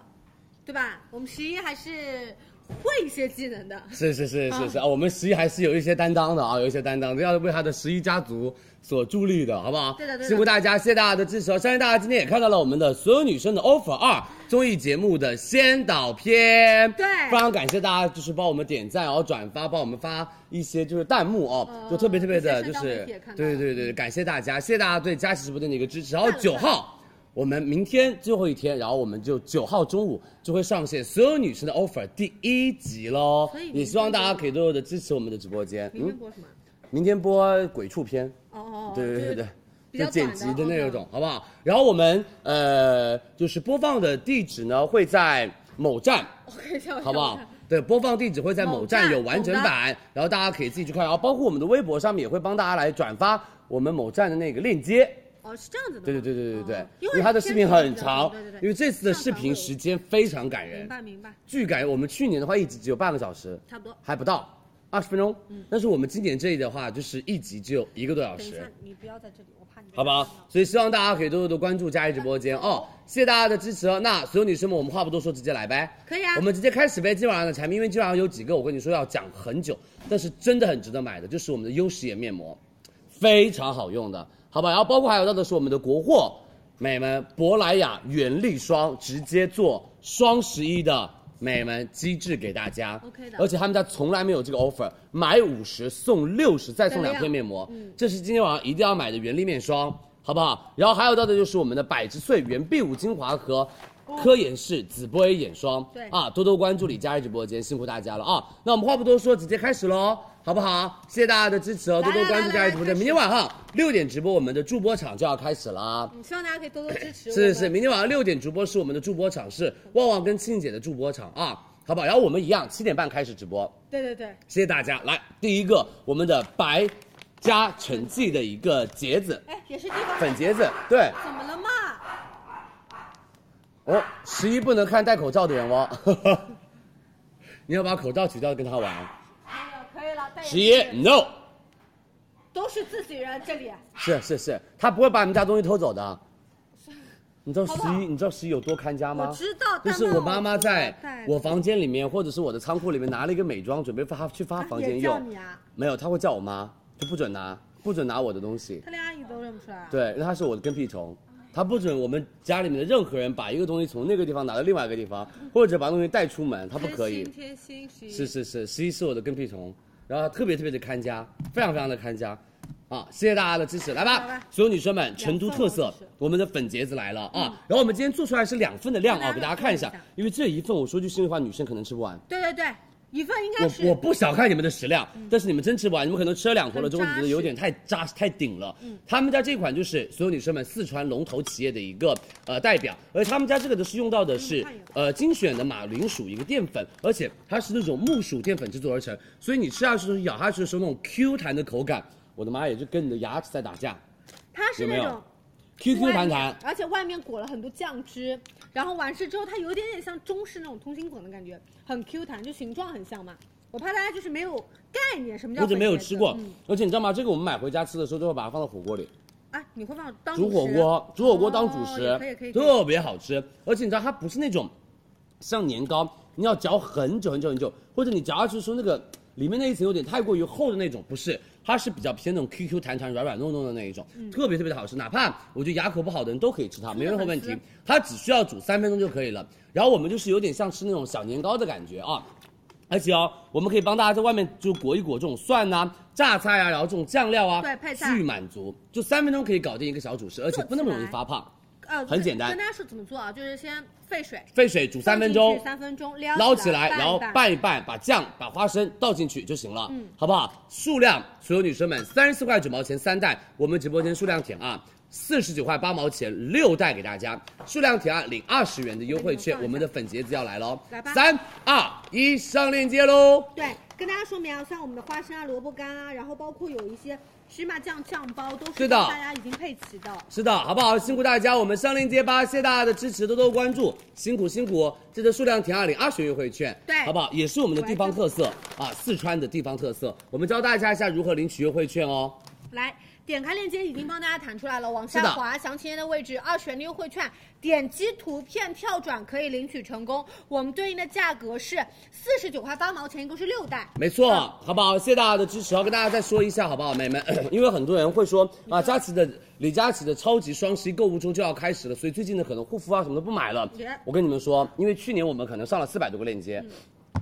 [SPEAKER 1] 对吧？我们十一还是会一些技能的。
[SPEAKER 4] 是是是
[SPEAKER 1] 啊
[SPEAKER 4] 是是啊，我们十一还是有一些担当的啊，有一些担当的，要为他的十一家族所助力的，好不好？
[SPEAKER 1] 对的对的
[SPEAKER 4] 辛苦大家，谢谢大家的支持哦。相信大家今天也看到了我们的所有女生的 offer 二综艺节目的先导片，
[SPEAKER 1] 对
[SPEAKER 4] 非常感谢大家就是帮我们点赞哦、转发，帮我们发一些就是弹幕哦，
[SPEAKER 1] 嗯
[SPEAKER 4] 就特别特别的
[SPEAKER 1] 有些
[SPEAKER 4] 就
[SPEAKER 1] 社交媒
[SPEAKER 4] 是
[SPEAKER 1] 体也看到了
[SPEAKER 4] 对对对对，感谢大家，谢谢大家对佳琦直播间的一个支持。然后
[SPEAKER 1] 看了
[SPEAKER 4] 九
[SPEAKER 1] 看了
[SPEAKER 4] 号。我们明天最后一天，然后我们就九号中午就会上线所有女生的 offer 第一集喽
[SPEAKER 1] 所以明。天
[SPEAKER 4] 也希望大家可以多多的支持我们的直播间。
[SPEAKER 1] 明天
[SPEAKER 4] 嗯，
[SPEAKER 1] 播什么？
[SPEAKER 4] 明天播鬼畜片，
[SPEAKER 1] 哦哦哦，
[SPEAKER 4] 对对对
[SPEAKER 1] 就是
[SPEAKER 4] 对。
[SPEAKER 1] 比较
[SPEAKER 4] 就剪辑的
[SPEAKER 1] 短的哦嗯
[SPEAKER 4] 那种，好不好？然后我们呃，就是播放的地址呢会在某站，
[SPEAKER 1] 我看一下，
[SPEAKER 4] 好不好？对，播放地址会在某站有完整版，然后大家可以自己去看，然后包括我们的微博上面也会帮大家来转发我们某站的那个链接。
[SPEAKER 1] 哦，是这样子的吗。
[SPEAKER 4] 对对对对对对，
[SPEAKER 1] 哦
[SPEAKER 4] 因为它的视频很长
[SPEAKER 1] 对对对，，
[SPEAKER 4] 因为这次的视频时间非常感
[SPEAKER 1] 明
[SPEAKER 4] 人，
[SPEAKER 1] 白明白，
[SPEAKER 4] 巨感人。我们去年的话一直只有半个小时，
[SPEAKER 1] 差不多。
[SPEAKER 4] 还不到，二十分钟。但是我们经典这里的话，就是一集只有一个多小
[SPEAKER 1] 嗯等一
[SPEAKER 4] 时
[SPEAKER 1] 下。，你不要在这里，我怕你被
[SPEAKER 4] 好不
[SPEAKER 1] 看
[SPEAKER 4] 好
[SPEAKER 1] 到？
[SPEAKER 4] 所以希望大家可以多多的关注佳怡直播间哦，谢谢大家的支持哦。那所有女生们，我们话不多说，直接来呗。
[SPEAKER 1] 可以啊
[SPEAKER 4] 我们直接开始呗。今晚上的产品，因为今晚上有几个我跟你说要讲很久，但是真的很值得买的，就是我们的优时颜面膜，非常好用的，好吧？然后包括还有到的是我们的国货美们珀莱雅原力霜，直接做双十一的美们机制给大家。
[SPEAKER 1] OK 的
[SPEAKER 4] 而且他们家从来没有这个 offer，买五十送六十，再送
[SPEAKER 1] 啊
[SPEAKER 4] 两片面膜。
[SPEAKER 1] 嗯
[SPEAKER 4] 这是今天晚上一定要买的原力面霜，好不好？然后还有到的就是我们的百植萃原 B 五精华和科颜氏紫波 A 眼霜。
[SPEAKER 1] 哦对
[SPEAKER 4] 啊，多多关注李佳琦直播间，辛苦大家了啊！那我们话不多说，直接开始喽，好不好？谢谢大家的支持哦，
[SPEAKER 1] 来
[SPEAKER 4] 多多关注
[SPEAKER 1] 来来
[SPEAKER 4] 佳琦直播
[SPEAKER 1] 来开始
[SPEAKER 4] 间。明天晚上六点直播，我们的助播场就要开始了啊。
[SPEAKER 1] 嗯希望大家可以多多支持我
[SPEAKER 4] 是
[SPEAKER 1] 们。
[SPEAKER 4] 是是，明天晚上六点直播是我们的助播场，是旺旺跟庆姐的助播场啊，好不好？然后我们一样，七点半开始直播。
[SPEAKER 1] 对对对，
[SPEAKER 4] 谢谢大家。来，第一个我们的白加陈记的一个茄子，
[SPEAKER 1] 哎，也是地方
[SPEAKER 4] 粉茄子，对，
[SPEAKER 1] 怎么了嘛？
[SPEAKER 4] 哦，十一不能看戴口罩的人哦， 你要把口罩取掉跟他玩。
[SPEAKER 1] 哎呦，可以了，戴眼
[SPEAKER 4] 十一
[SPEAKER 1] 镜
[SPEAKER 4] ，no，
[SPEAKER 1] 都是自己人，这里啊
[SPEAKER 4] 是是是，他不会把你们家东西偷走的。你知道
[SPEAKER 1] 好
[SPEAKER 4] 十
[SPEAKER 1] 不好
[SPEAKER 4] 一，你知道十一有多看家吗？
[SPEAKER 1] 我知道，
[SPEAKER 4] 就
[SPEAKER 1] 但
[SPEAKER 4] 是我妈妈在我
[SPEAKER 1] 我
[SPEAKER 4] 房间里面，或者是我的仓库里面拿了一个美妆，准备发去发
[SPEAKER 1] 啊
[SPEAKER 4] 房
[SPEAKER 1] 也
[SPEAKER 4] 间
[SPEAKER 1] 叫
[SPEAKER 4] 用
[SPEAKER 1] 你啊。
[SPEAKER 4] 没有，她会叫我妈，就不准拿，不准拿我的东西。
[SPEAKER 1] 他连阿姨都认不出来啊。
[SPEAKER 4] 对，因为它是我的跟屁虫，它不准我们家里面的任何人把一个东西从那个地方拿到另外一个地方，或者把东西带出门，它不可以。
[SPEAKER 1] 贴心贴心，
[SPEAKER 4] 是是是，十一是我的跟屁虫，然后它特别特别的看家，非常非常的看家。啊，谢谢大家的支持，来吧，
[SPEAKER 1] 来吧
[SPEAKER 4] 所有女生们，成都特
[SPEAKER 1] 两
[SPEAKER 4] 色
[SPEAKER 1] 份哦这是，
[SPEAKER 4] 我们的粉茄子来了啊！然后我们今天做出来是两份的量啊，
[SPEAKER 1] 嗯来
[SPEAKER 4] 给大家看一下
[SPEAKER 1] 看一下，
[SPEAKER 4] 因为这一份我说句心里话，女生可能吃不完。
[SPEAKER 1] 对对对，一份应该是嗯
[SPEAKER 4] 我我不小看你们的食量，但是你们真吃不完，你们可能吃了两坨了之后
[SPEAKER 1] 很扎嗯
[SPEAKER 4] 觉得有点太扎实太顶了。他们家这款就是所有女生们四川龙头企业的一个呃代表，而他们家这个的是用到的是
[SPEAKER 1] 看一眼
[SPEAKER 4] 呃精选的马铃薯一个淀粉，而且它是那种木薯淀粉制作而成，所以你吃下去的时候咬下去的时候那种 Q 弹的口感，我的妈呀，就跟你的牙齿在打架
[SPEAKER 1] 它是那
[SPEAKER 4] 有没
[SPEAKER 1] 种
[SPEAKER 4] 有。，Q Q
[SPEAKER 1] 外
[SPEAKER 4] 弹弹
[SPEAKER 1] 面，而且外面裹了很多酱汁，然后完事之后，它有一点点像中式那种通心粉的感觉，很 Q 弹，就形状很像嘛。我怕大家就是没有概念什么叫
[SPEAKER 4] 或者没有
[SPEAKER 1] 粉茄子
[SPEAKER 4] 吃过
[SPEAKER 1] 嗯，
[SPEAKER 4] 而且你知道吗？这个我们买回家吃的时候都会把它放到火锅里。
[SPEAKER 1] 哎，你会放当
[SPEAKER 4] 煮火
[SPEAKER 1] 主食
[SPEAKER 4] 锅，煮火锅当主食，
[SPEAKER 1] 哦也可以可以可以
[SPEAKER 4] 特别好吃。而且你知道它不是那种像年糕，你要嚼很久很久很久，或者你嚼下去的时候那个里面那一层有点太过于厚的那种，不是，它是比较偏那种 Q Q 弹弹、软软糯糯的那一种，
[SPEAKER 1] 嗯
[SPEAKER 4] 特别特别的好吃。哪怕我觉得牙口不好的人都可以吃它，没任何问题
[SPEAKER 1] 粉。
[SPEAKER 4] 它只需要煮三分钟就可以了。然后我们就是有点像吃那种小年糕的感觉啊，而且哦，我们可以帮大家在外面就裹一裹这种蒜呐、榨菜啊，然后这种酱料啊，
[SPEAKER 1] 对配菜
[SPEAKER 4] 巨满足，就三分钟可以搞定一个小主食，而且不那么容易发胖。
[SPEAKER 1] 呃，
[SPEAKER 4] 很简单
[SPEAKER 1] 跟大家说怎么做啊，就是先沸水，
[SPEAKER 4] 沸水煮三分
[SPEAKER 1] 放
[SPEAKER 4] 钟
[SPEAKER 1] 进去，三分钟撩
[SPEAKER 4] 捞起来，
[SPEAKER 1] 拌一
[SPEAKER 4] 然后
[SPEAKER 1] 拌
[SPEAKER 4] 拌一拌，把酱、把花生倒进去就行了，嗯，好不好？数量，所有女生们，三十四块九毛钱三袋，我们直播间数量填啊，四十九块八毛钱六袋给大家，数量填啊，领二十元的优惠券，
[SPEAKER 1] 我给你们放一下
[SPEAKER 4] 我们的粉茄子要来喽
[SPEAKER 1] 来吧，
[SPEAKER 4] 三二一，上链接喽！
[SPEAKER 1] 对，跟大家说明啊，像我们的花生啊、萝卜干啊，然后包括有一些芝麻酱酱包，都是
[SPEAKER 4] 是的
[SPEAKER 1] 大家已经配齐的。
[SPEAKER 4] 是的，好不好？辛苦大家，我们上链接吧，谢谢大家的支持，多多关注，辛苦辛苦，记得数量填二领二十元优惠券，
[SPEAKER 1] 对
[SPEAKER 4] 好不好？也是我们的地方特色啊，四川的地方特色，我们教大家一下如何领取优惠券哦。
[SPEAKER 1] 来，点开链接已经帮大家弹出来了，往
[SPEAKER 4] 是
[SPEAKER 1] 下
[SPEAKER 4] 的
[SPEAKER 1] 滑，详情页的位置，二十元的优惠券，点击图片跳转可以领取成功。我们对应的价格是四十九块八毛钱，一共是六袋。
[SPEAKER 4] 没错，好不好？谢谢大家的支持，我跟大家再说一下，好不好，妹妹们？ 因为很多人会说啊，佳琦的李佳琦的超级双十一购物周就要开始了，所以最近呢可能护肤啊什么都不买了
[SPEAKER 1] Yeah。
[SPEAKER 4] 我跟你们说，因为去年我们可能上了四百多个链接。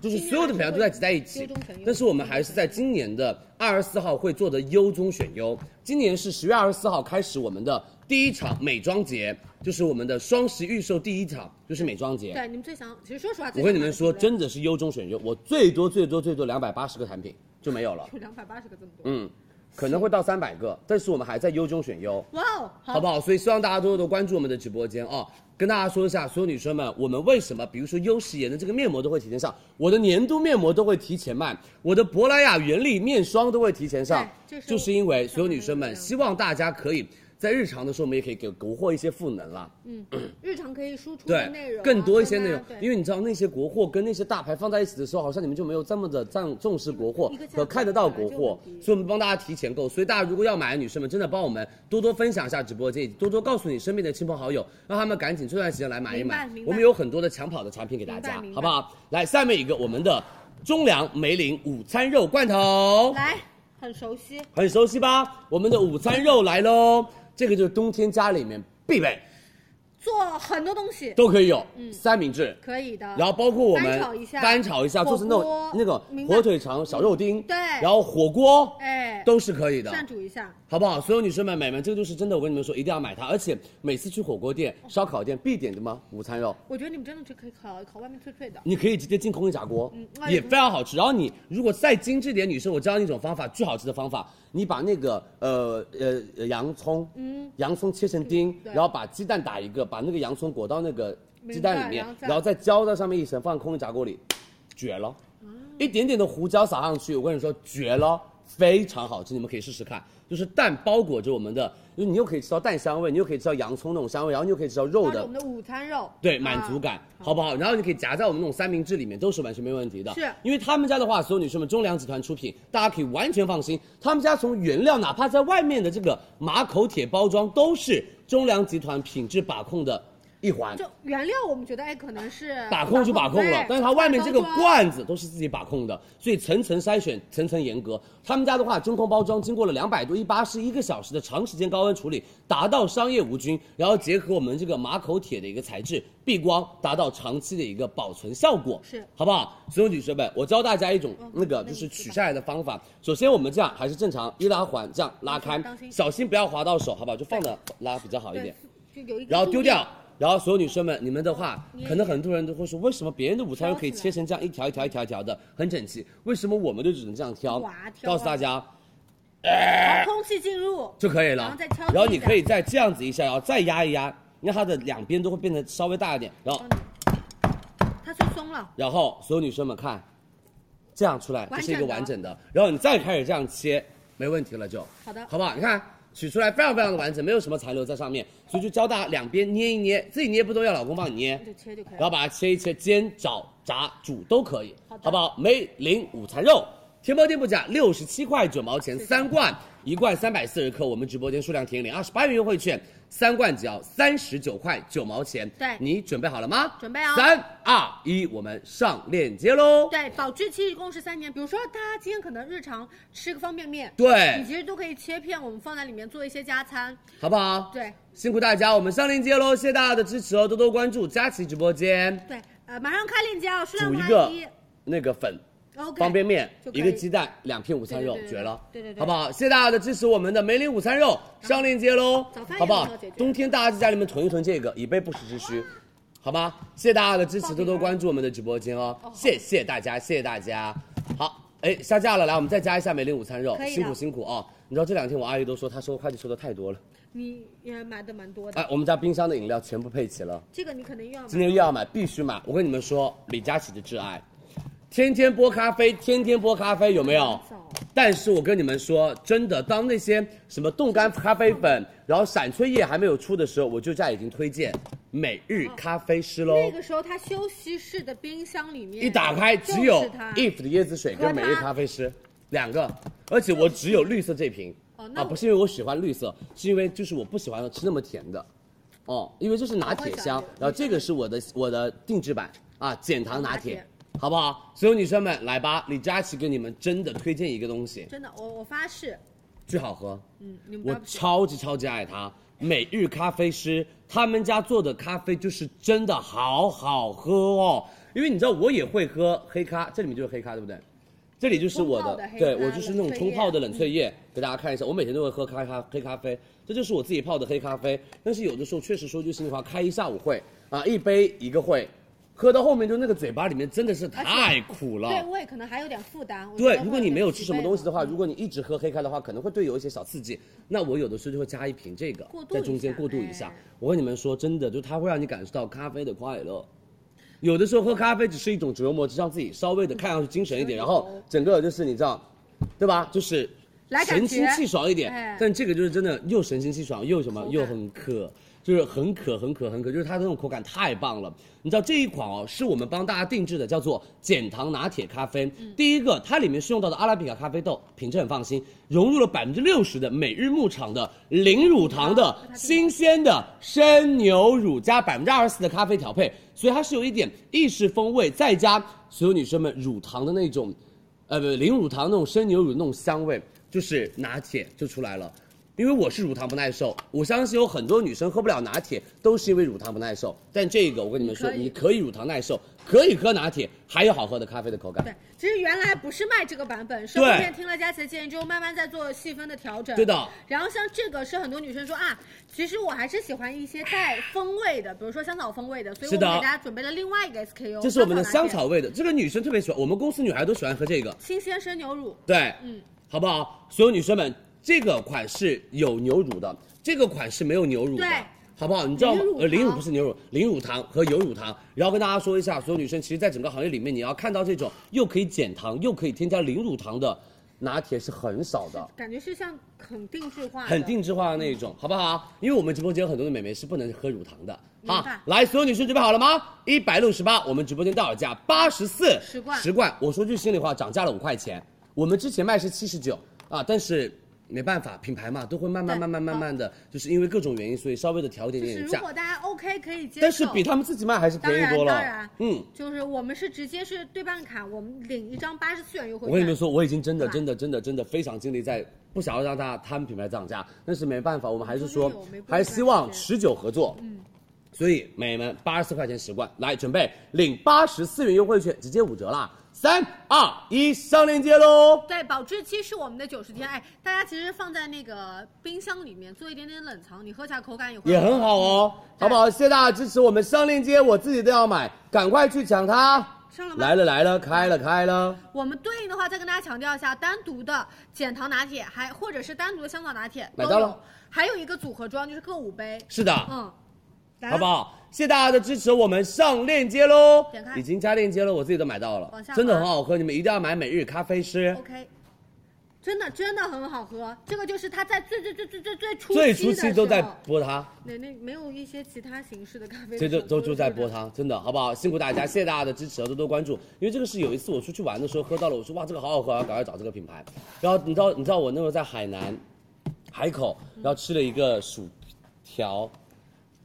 [SPEAKER 4] 就是所有的品牌都在挤在一
[SPEAKER 1] 优
[SPEAKER 4] 起
[SPEAKER 1] 中选优，
[SPEAKER 4] 但是我们还是在今年的二十四号会做的优中选优。今年是十月二十四号开始我们的第一场美妆节，就是我们的双十预售第一场，就是美妆节。
[SPEAKER 1] 对，你们最想，其实说实话，
[SPEAKER 4] 我跟你们说，真的是优中选优，我最多最多最多两百八十个产品就没有了，
[SPEAKER 1] 有两百八十个这么多。
[SPEAKER 4] 嗯，可能会到三百个，但是我们还在优中选优，
[SPEAKER 1] 哇哦，
[SPEAKER 4] 好不
[SPEAKER 1] 好？
[SPEAKER 4] 好？所以希望大家多多关注我们的直播间哦。跟大家说一下，所有女生们，我们为什么，比如说优时颜的这个面膜都会提前上，我的年度面膜都会提前卖，我的珀莱雅原力面霜都会提前上
[SPEAKER 1] 对这，是
[SPEAKER 4] 就是因为所有女生们希望大家可以。在日常的时候，我们也可以给国货一些赋能啦。
[SPEAKER 1] 嗯，日常可以输出的内
[SPEAKER 4] 对，
[SPEAKER 1] 容啊，
[SPEAKER 4] 更多一些内容
[SPEAKER 1] 跟大家，对
[SPEAKER 4] 因为你知道那些国货跟那些大牌放在一起的时候，好像你们就没有这么的重重视国货
[SPEAKER 1] 一个价格
[SPEAKER 4] 和看得到
[SPEAKER 1] 本
[SPEAKER 4] 国
[SPEAKER 1] 来就
[SPEAKER 4] 货
[SPEAKER 1] 很，低
[SPEAKER 4] 所以我们帮大家提前购。所以大家如果要买的女生们，真的帮我们多多分享一下直播间，以及多多告诉你身边的亲朋好友，让他们赶紧这段时间来买一买
[SPEAKER 1] 明白明。白
[SPEAKER 4] 我们有很多的抢跑的产品给大
[SPEAKER 1] 明白
[SPEAKER 4] 家
[SPEAKER 1] 明，白
[SPEAKER 4] 好不好？来，下面一个我们的中粮梅林午餐肉罐头，
[SPEAKER 1] 来很熟悉，
[SPEAKER 4] 很熟悉吧？我们的午餐肉来喽，这个就是冬天家里面必备，
[SPEAKER 1] 做很多东西
[SPEAKER 4] 都可以有，
[SPEAKER 1] 嗯
[SPEAKER 4] 三明治。
[SPEAKER 1] 可以的。
[SPEAKER 4] 然后包括我们
[SPEAKER 1] 翻炒一下
[SPEAKER 4] 翻炒一下，
[SPEAKER 1] 火
[SPEAKER 4] 做成那种
[SPEAKER 1] 锅
[SPEAKER 4] 那种
[SPEAKER 1] 明白
[SPEAKER 4] 火腿肠、小肉丁，
[SPEAKER 1] 对
[SPEAKER 4] 然后火锅，
[SPEAKER 1] 哎，
[SPEAKER 4] 都是可以的，
[SPEAKER 1] 涮煮一下，
[SPEAKER 4] 好不好？所有女生们、美们，这个就是真的，我跟你们说，一定要买它，而且每次去火锅店、烧烤店必点的吗？午餐肉。
[SPEAKER 1] 我觉得你们真的是可以烤烤外面脆脆的。
[SPEAKER 4] 你可以直接进空气炸锅，
[SPEAKER 1] 嗯那也
[SPEAKER 4] 也非常好吃。然后你如果再精致点，女生，我教你一种方法，巨好吃的方法，你把那个呃呃呃洋葱，
[SPEAKER 1] 嗯
[SPEAKER 4] 洋葱切成丁，
[SPEAKER 1] 对
[SPEAKER 4] 然后把鸡蛋打一个，把那个洋葱裹到那个鸡蛋里面
[SPEAKER 1] 明白然后，再
[SPEAKER 4] 然后再浇在上面一层，放空气炸锅里，绝了。
[SPEAKER 1] 啊
[SPEAKER 4] 一点点的胡椒撒上去，我跟你说绝了，非常好吃，你们可以试试看。就是蛋包裹着我们的，就是你又可以吃到蛋香味，你又可以吃到洋葱那种香味，然后你又可以吃到肉
[SPEAKER 1] 包着
[SPEAKER 4] 的
[SPEAKER 1] 我们的午餐肉，
[SPEAKER 4] 对，
[SPEAKER 1] 啊
[SPEAKER 4] 满足感，好不好？然后你可以夹在我们那种三明治里面，都是完全没问题的。
[SPEAKER 1] 是
[SPEAKER 4] 因为他们家的话，所有女生们，中粮集团出品，大家可以完全放心。他们家从原料，哪怕在外面的这个马口铁包装，都是中粮集团品质把控的一环。
[SPEAKER 1] 就原料我们觉得哎，可能是
[SPEAKER 4] 把控就把控了
[SPEAKER 1] 对，
[SPEAKER 4] 但是它外面这个
[SPEAKER 1] 包装
[SPEAKER 4] 罐子都是自己把控的，所以层层筛选，层层严格。他们家的话，真空包装经过了两百度一八十一个小时的长时间高温处理，达到商业无菌，然后结合我们这个马口铁的一个材质避光，达到长期的一个保存效果，
[SPEAKER 1] 是
[SPEAKER 4] 好不好？所有女生们，我教大家一种
[SPEAKER 1] 嗯
[SPEAKER 4] 那个
[SPEAKER 1] 那
[SPEAKER 4] 就
[SPEAKER 1] 你
[SPEAKER 4] 是
[SPEAKER 1] 知
[SPEAKER 4] 取
[SPEAKER 1] 道
[SPEAKER 4] 下来的方法。首先我们这样还是正常一拉环这样拉开
[SPEAKER 1] 当，心
[SPEAKER 4] 小心不要划到手，好不好？就放的拉比较好一点
[SPEAKER 1] 对。，就有一个
[SPEAKER 4] 然后丢
[SPEAKER 1] 度
[SPEAKER 4] 掉。然后所有女生们，你们的话
[SPEAKER 1] 你，也
[SPEAKER 4] 可能很多人都会说，为什么别人的午餐肉
[SPEAKER 1] 挑起来
[SPEAKER 4] 可以切成这样一条一条一条一条的，很整齐，为什么我们就只能这样挑？
[SPEAKER 1] 哇挑啊
[SPEAKER 4] 告诉大家哎
[SPEAKER 1] 然后空气进入，
[SPEAKER 4] 就可以了。
[SPEAKER 1] 然后再敲击一下
[SPEAKER 4] 然后你可以再这样子一下，然后再压一压，你看它的两边都会变得稍微大一点。
[SPEAKER 1] 嗯
[SPEAKER 4] 然后，
[SPEAKER 1] 它最松了，
[SPEAKER 4] 然后所有女生们看，这样出来
[SPEAKER 1] 完整的
[SPEAKER 4] 这是一个完整的。然后你再开始这样切，没问题了就。
[SPEAKER 1] 好的
[SPEAKER 4] 好不好？你看取出来非常非常的完整，没有什么残留在上面，所以就教大家两边捏一捏，自己捏不动要老公帮你捏。
[SPEAKER 1] 那就切就可以
[SPEAKER 4] 然后
[SPEAKER 1] 了。
[SPEAKER 4] 把它切一切，煎、炒、炸、煮都可以，
[SPEAKER 1] 好的
[SPEAKER 4] 不好？梅林午餐肉，天猫店铺价六十七块九毛钱三罐，一罐三百四十克，我们直播间数量填领二十八元优惠券，三罐只要三十九块九毛钱。
[SPEAKER 1] 对
[SPEAKER 4] 你准备好了吗？
[SPEAKER 1] 准备哦
[SPEAKER 4] 三二一，我们上链接喽。
[SPEAKER 1] 对，保质期一共是三年。比如说，大家今天可能日常吃个方便面，你
[SPEAKER 4] 对，
[SPEAKER 1] 其实都可以切片，我们放在里面做一些加餐。
[SPEAKER 4] 好不好？
[SPEAKER 1] 对
[SPEAKER 4] 辛苦大家，我们上链接喽，谢谢大家的支持哦，多多关注佳琪直播间，
[SPEAKER 1] 对，呃，马上开链接啊，数量
[SPEAKER 4] 煮一
[SPEAKER 1] 拍
[SPEAKER 4] 个
[SPEAKER 1] 一
[SPEAKER 4] 那个粉，
[SPEAKER 1] ，OK，
[SPEAKER 4] 方便面
[SPEAKER 1] 就可以
[SPEAKER 4] 一个鸡蛋两片午餐肉，
[SPEAKER 1] 对对对对
[SPEAKER 4] 绝了，
[SPEAKER 1] 对对对
[SPEAKER 4] 好不好？谢谢大家的支持，我们的梅林午餐肉上链接喽
[SPEAKER 1] 早饭，也
[SPEAKER 4] 好不好
[SPEAKER 1] 能够解决？
[SPEAKER 4] 冬天大家在家里面囤一囤这个，以备不时之需，好吗？谢谢大家的支持，多多关注我们的直播间哦，谢谢大家，谢谢大家。好，哎，下架了，来，我们再加一下梅林午餐肉
[SPEAKER 1] 可，以的
[SPEAKER 4] 辛苦辛苦啊！你知道这两天我阿姨都说她收快递收的太多了，
[SPEAKER 1] 你也买的蛮多的，
[SPEAKER 4] 哎，我们家冰箱的饮料全部配齐了。
[SPEAKER 1] 这个你肯定要买。
[SPEAKER 4] 今天又要买，必须买！我跟你们说，李佳琦的挚爱，天天播咖啡，天天播咖啡，有没有
[SPEAKER 1] 早？
[SPEAKER 4] 但是我跟你们说，真的，当那些什么冻干咖啡粉，然后闪萃液还没有出的时候，我就在已经推荐每日咖啡师喽。
[SPEAKER 1] 那个时候，他休息室的冰箱里面
[SPEAKER 4] 一打开
[SPEAKER 1] 就
[SPEAKER 4] 只有
[SPEAKER 1] 是它
[SPEAKER 4] if 的椰子水跟每日咖啡师两个，而且我只有绿色这瓶。
[SPEAKER 1] 哦那
[SPEAKER 4] 啊，
[SPEAKER 1] 我
[SPEAKER 4] 不是因为我喜欢绿色，是因为就是我不喜欢吃那么甜的，哦，因为这是拿铁香
[SPEAKER 1] 我会想，
[SPEAKER 4] 然后这个是我的我的定制版啊，减糖拿
[SPEAKER 1] 拿
[SPEAKER 4] 铁
[SPEAKER 1] 铁，
[SPEAKER 4] 好不好？所有女生们来吧，李佳琦给你们真的推荐一个东西，
[SPEAKER 1] 真的，我我发誓，
[SPEAKER 4] 巨好喝，
[SPEAKER 1] 嗯，你们不
[SPEAKER 4] 我
[SPEAKER 1] 要不信
[SPEAKER 4] 超级超级爱它。每日咖啡师他们家做的咖啡就是真的好好喝哦，因为你知道我也会喝黑咖，这里面就是黑咖对不对？这里就是我
[SPEAKER 1] 冲泡
[SPEAKER 4] 的
[SPEAKER 1] 的黑，咖
[SPEAKER 4] 对我就是那种
[SPEAKER 1] 冷萃液嗯
[SPEAKER 4] 冲泡的冷萃液，给大家看一下。我每天都会喝咖咖黑咖啡，这就是我自己泡的黑咖啡。但是有的时候确实说句心里话，开一下午会啊，一杯一个会，喝到后面就那个嘴巴里面真的是太苦了。
[SPEAKER 1] 对胃可能还有点负担。我觉
[SPEAKER 4] 对
[SPEAKER 1] 得，会
[SPEAKER 4] 如果你没有吃
[SPEAKER 1] 疲
[SPEAKER 4] 什么
[SPEAKER 1] 惫嗯
[SPEAKER 4] 东西的
[SPEAKER 1] 嘛
[SPEAKER 4] 话，如果你一直喝黑咖的话，可能会对有一些小刺激。那我有的时候就会加一瓶这个
[SPEAKER 1] 过，渡
[SPEAKER 4] 在
[SPEAKER 1] 一
[SPEAKER 4] 中间
[SPEAKER 1] 下
[SPEAKER 4] 过渡一下
[SPEAKER 1] 哎。
[SPEAKER 4] 我跟你们说，真的，就它会让你感受到咖啡的快乐。有的时候喝咖啡只是一种
[SPEAKER 1] 嗯
[SPEAKER 4] 折磨，只是让自己稍微的看上去精神一点，然后整个就是你知道，对吧？就是
[SPEAKER 1] 来感
[SPEAKER 4] 神清
[SPEAKER 1] 觉
[SPEAKER 4] 气爽一点。
[SPEAKER 1] 哎
[SPEAKER 4] 但这个就是真的又神清气爽又什么又很可，就是很可很可很可，就是它的那种口感太棒了。你知道这一款哦，是我们帮大家定制的，叫做减糖拿铁咖啡。
[SPEAKER 1] 嗯
[SPEAKER 4] 第一个，它里面是用到的阿拉比卡咖啡豆，品质很放心，融入了百分之六十的每日牧场的零乳糖的新鲜的生牛乳加百分之二十四的咖啡调配，所以它是有一点意式风味，再加所有女生们乳糖的那种。呃，不，零乳糖那种生牛乳那种香味，就是拿铁就出来了。因为我是乳糖不耐受，我相信有很多女生喝不了拿铁，都是因为乳糖不耐受。但这个我跟你们说，
[SPEAKER 1] 你可以
[SPEAKER 4] 你可以乳糖耐受，可以喝拿铁，还有好喝的咖啡的口感。
[SPEAKER 1] 对，其实原来不是卖这个版本，是后
[SPEAKER 4] 对
[SPEAKER 1] 面听了佳琪的建议之后，慢慢在做细分的调整。
[SPEAKER 4] 对的。
[SPEAKER 1] 然后像这个是很多女生说啊，其实我还是喜欢一些带风味的，比如说香草风味的，所以
[SPEAKER 4] 是
[SPEAKER 1] 我
[SPEAKER 4] 的
[SPEAKER 1] 们给大家准备了另外一个 SKU，
[SPEAKER 4] 这是我们的香
[SPEAKER 1] 拿
[SPEAKER 4] 草味的，这个女生特别喜欢，我们公司女孩都喜欢喝这个。
[SPEAKER 1] 铁新鲜生牛乳。
[SPEAKER 4] 对，
[SPEAKER 1] 嗯，
[SPEAKER 4] 好不好？所有女生们，这个款是有牛乳的，这个款是没有牛乳的
[SPEAKER 1] 对。
[SPEAKER 4] 好不好？你知道吗
[SPEAKER 1] 零乳？糖
[SPEAKER 4] 呃，零乳不是牛乳，零乳糖和有乳糖。然后跟大家说一下，所有女生其实，在整个行业里面，你要看到这种又可以减糖又可以添加零乳糖的拿铁是很少的。
[SPEAKER 1] 感觉是像很定制化的，
[SPEAKER 4] 很定制化的那一
[SPEAKER 1] 嗯
[SPEAKER 4] 种，好不好？因为我们直播间有很多的美眉是不能喝乳糖的。
[SPEAKER 1] 明
[SPEAKER 4] 好
[SPEAKER 1] 白，
[SPEAKER 4] 来，所有女生准备好了吗？一百六十八，我们直播间到手价八十四，
[SPEAKER 1] 十罐
[SPEAKER 4] 十罐。我说句心里话，涨价了五块钱。我们之前卖是七十九啊，但是没办法，品牌嘛，都会慢慢
[SPEAKER 1] 对
[SPEAKER 4] 慢慢慢慢的，就是因为各种原因，所以稍微的调一点
[SPEAKER 1] 就是
[SPEAKER 4] 点
[SPEAKER 1] 如
[SPEAKER 4] 价，
[SPEAKER 1] 果大家 OK 可以接受，
[SPEAKER 4] 但是比他们自己卖还是
[SPEAKER 1] 当
[SPEAKER 4] 便宜
[SPEAKER 1] 然
[SPEAKER 4] 多了。
[SPEAKER 1] 当然，
[SPEAKER 4] 嗯，，
[SPEAKER 1] 就是我们是直接是对半卡，我们领一张八十四元优惠券。
[SPEAKER 4] 我跟你们说，我已经真的
[SPEAKER 1] 对吧
[SPEAKER 4] 真的真的真的非常尽力在不想要让大家他们品牌涨价，但是没办法，我们还是说
[SPEAKER 1] 中间有没过
[SPEAKER 4] 还
[SPEAKER 1] 段
[SPEAKER 4] 希望
[SPEAKER 1] 时
[SPEAKER 4] 持久合作。嗯。所以美眉们，八十四块钱十罐，来准备领八十四元优惠券，直接五折啦！三二一，上链接喽！
[SPEAKER 1] 对，保质期是我们的九十天。哎，大家其实放在那个冰箱里面做一点点冷藏，你喝起来口感也会
[SPEAKER 4] 也很好哦，
[SPEAKER 1] 嗯
[SPEAKER 4] 好不好？谢谢大家支持，我们上链接，我自己都要买，赶快去抢它！
[SPEAKER 1] 上了吗
[SPEAKER 4] 来了来了，开了开了，
[SPEAKER 1] 我们对应的话，再跟大家强调一下，单独的减糖拿铁，还或者是单独的香草拿铁
[SPEAKER 4] 买
[SPEAKER 1] 都
[SPEAKER 4] 到
[SPEAKER 1] 有
[SPEAKER 4] 了，
[SPEAKER 1] 还有一个组合装就是各五杯。
[SPEAKER 4] 是的，
[SPEAKER 1] 嗯，来
[SPEAKER 4] 好不
[SPEAKER 1] 吧，
[SPEAKER 4] 好？谢谢大家的支持，我们上链接喽
[SPEAKER 1] 点开，
[SPEAKER 4] 已经加链接了，我自己都买到了
[SPEAKER 1] 往下，滑哦
[SPEAKER 4] 真的很好喝，你们一定要买每日咖啡师。
[SPEAKER 1] OK，真的真的很好喝，这个就是它在最最最最最最初
[SPEAKER 4] 最
[SPEAKER 1] 期
[SPEAKER 4] 初
[SPEAKER 1] 的时
[SPEAKER 4] 期
[SPEAKER 1] 候，
[SPEAKER 4] 都在播它，
[SPEAKER 1] 那那没有一些其他形式的咖啡的
[SPEAKER 4] 这
[SPEAKER 1] 时候，
[SPEAKER 4] 都都都在
[SPEAKER 1] 播
[SPEAKER 4] 播它，真的好不好？辛苦大家，谢谢大家的支持，多多关注。因为这个是有一次我出去玩的时候喝到了，我说哇这个好好喝，啊，赶快找这个品牌。然后你知道你知道我那时候在海南，海口，然后吃了一个薯条，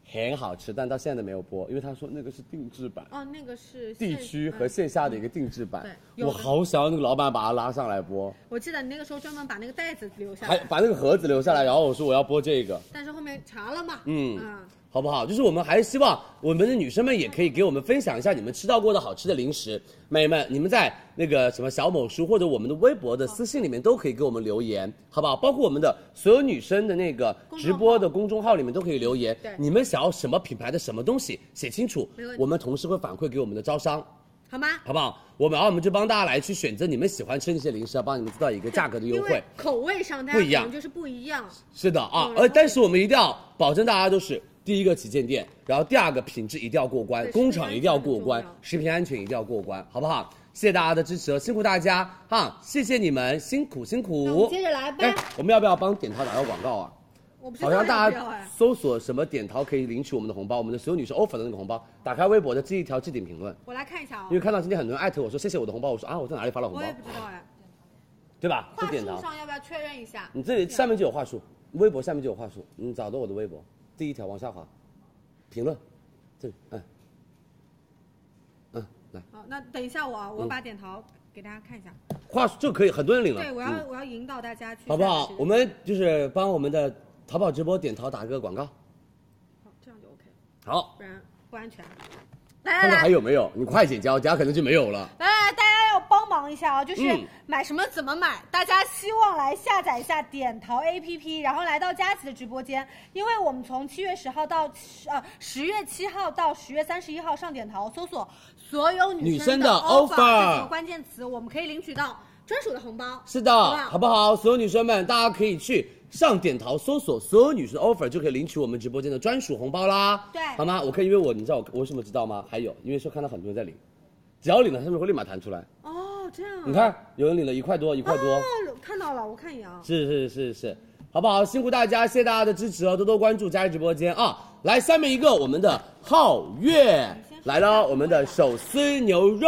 [SPEAKER 4] 很好吃，但到现在都没有播，因为他说那个是定制版。
[SPEAKER 1] 哦，那个是
[SPEAKER 4] 地
[SPEAKER 1] 现
[SPEAKER 4] 区
[SPEAKER 1] 嗯
[SPEAKER 4] 和线下的一个定制版
[SPEAKER 1] 嗯对，有
[SPEAKER 4] 我
[SPEAKER 1] 的
[SPEAKER 4] 好想要那个老板把它拉上来播，
[SPEAKER 1] 我记得你那个时候专门把那个袋子留下
[SPEAKER 4] 还
[SPEAKER 1] 来，
[SPEAKER 4] 把那个盒子留下来，然后我说我要播这个，
[SPEAKER 1] 但是后面查了嘛，
[SPEAKER 4] 嗯
[SPEAKER 1] 啊，
[SPEAKER 4] 好不好？就是我们还是希望我们的女生们也可以给我们分享一下你们吃到过的好吃的零食，美眉们，你们在那个什么小某书或者我们的微博的私信里面都可以给我们留言，好不好？包括我们的所有女生的那个
[SPEAKER 1] 公众
[SPEAKER 4] 直
[SPEAKER 1] 号
[SPEAKER 4] 播的公众号里面都可以留言
[SPEAKER 1] 对，
[SPEAKER 4] 你们想要什么品牌的什么东西写清楚
[SPEAKER 1] 没问，题
[SPEAKER 4] 我们同事会反馈给我们的招商。
[SPEAKER 1] 好吗？
[SPEAKER 4] 好不好？我们啊，我们就帮大家来去选择你们喜欢吃那些零食，帮你们做到一个价格的优
[SPEAKER 1] 因
[SPEAKER 4] 惠
[SPEAKER 1] 为。口味上大
[SPEAKER 4] 不
[SPEAKER 1] 家
[SPEAKER 4] 一样
[SPEAKER 1] 可能就是不一样，
[SPEAKER 4] 是的啊
[SPEAKER 1] 嗯，
[SPEAKER 4] 呃，但是我们一定要保证大家都是第一个旗舰店，然后第二个品质一定要过关，
[SPEAKER 1] 对
[SPEAKER 4] 工厂一定要过关
[SPEAKER 1] 食品安全很重要，
[SPEAKER 4] 食品安全一定要过关，好不好？谢谢大家的支持哦，辛苦大家哈，谢谢你们，辛苦辛
[SPEAKER 1] 那我
[SPEAKER 4] 苦
[SPEAKER 1] 们。接着来吧
[SPEAKER 4] 哎，我们要不要帮点淘打个广告啊？
[SPEAKER 1] 我不知道
[SPEAKER 4] 好像大
[SPEAKER 1] 要不要
[SPEAKER 4] 家
[SPEAKER 1] 哎，
[SPEAKER 4] 搜索什么点淘可以领取我们的红包，我们的所有女生 offer 的那个红包，打开微博的这一条置顶评论，
[SPEAKER 1] 我来看一下啊、
[SPEAKER 4] 因为看到今天很多人艾特我说谢谢我的红包，我说啊我在哪里发了红
[SPEAKER 1] 我
[SPEAKER 4] 包
[SPEAKER 1] 也，不知道哎，
[SPEAKER 4] 对吧？
[SPEAKER 1] 话
[SPEAKER 4] 就点
[SPEAKER 1] 术
[SPEAKER 4] 淘。
[SPEAKER 1] 上要不要确认一下？
[SPEAKER 4] 你这里下面就有话术，微博下面就有话术，你找到我的微博，第一条往下滑，评论，这里，嗯，嗯，来，
[SPEAKER 1] 好，那等一下我啊，我把点淘给大家看一下。
[SPEAKER 4] 话术这个可以，很多人领了，
[SPEAKER 1] 对，我要、
[SPEAKER 4] 嗯
[SPEAKER 1] 我要引导大家去，
[SPEAKER 4] 好不好？我们就是帮我们的淘宝直播点淘打个广告，
[SPEAKER 1] 好这样就 OK，
[SPEAKER 4] 好，
[SPEAKER 1] 不然不安全。来来
[SPEAKER 4] 看
[SPEAKER 1] 来
[SPEAKER 4] 看还，有没有，你快点交，加可能就没有了。
[SPEAKER 1] 来来，大家要帮忙一下啊！就是
[SPEAKER 4] 嗯
[SPEAKER 1] 买什么怎么买，大家希望来下载一下点淘 APP，然后来到佳琦的直播间，因为我们从七月十号到呃十月七号到十月三十一号上点淘搜索所有
[SPEAKER 4] 女生
[SPEAKER 1] 生
[SPEAKER 4] 的
[SPEAKER 1] offer 这几
[SPEAKER 4] offer
[SPEAKER 1] 个关键词，我们可以领取到专属的红包。
[SPEAKER 4] 是的，
[SPEAKER 1] 好不好
[SPEAKER 4] 好不好？所有女生们，大家可以去上点淘搜索所有女生 offer，就可以领取我们直播间的专属红包啦。
[SPEAKER 1] 对
[SPEAKER 4] 好吗？我看，因为我你知道我我为什么知道吗？还有，因为说看到很多人在领，只要领了，他们会立马弹出来。
[SPEAKER 1] 哦，哦，这样啊。
[SPEAKER 4] 你看，有人领了一块多，一块多。
[SPEAKER 1] 哦，看到了，我看一眼啊。
[SPEAKER 4] 是是是是，好不好？辛苦大家，谢谢大家的支持哦，多多关注佳怡直播间啊！来，下面一个我们的皓月来了，我们的手撕牛肉，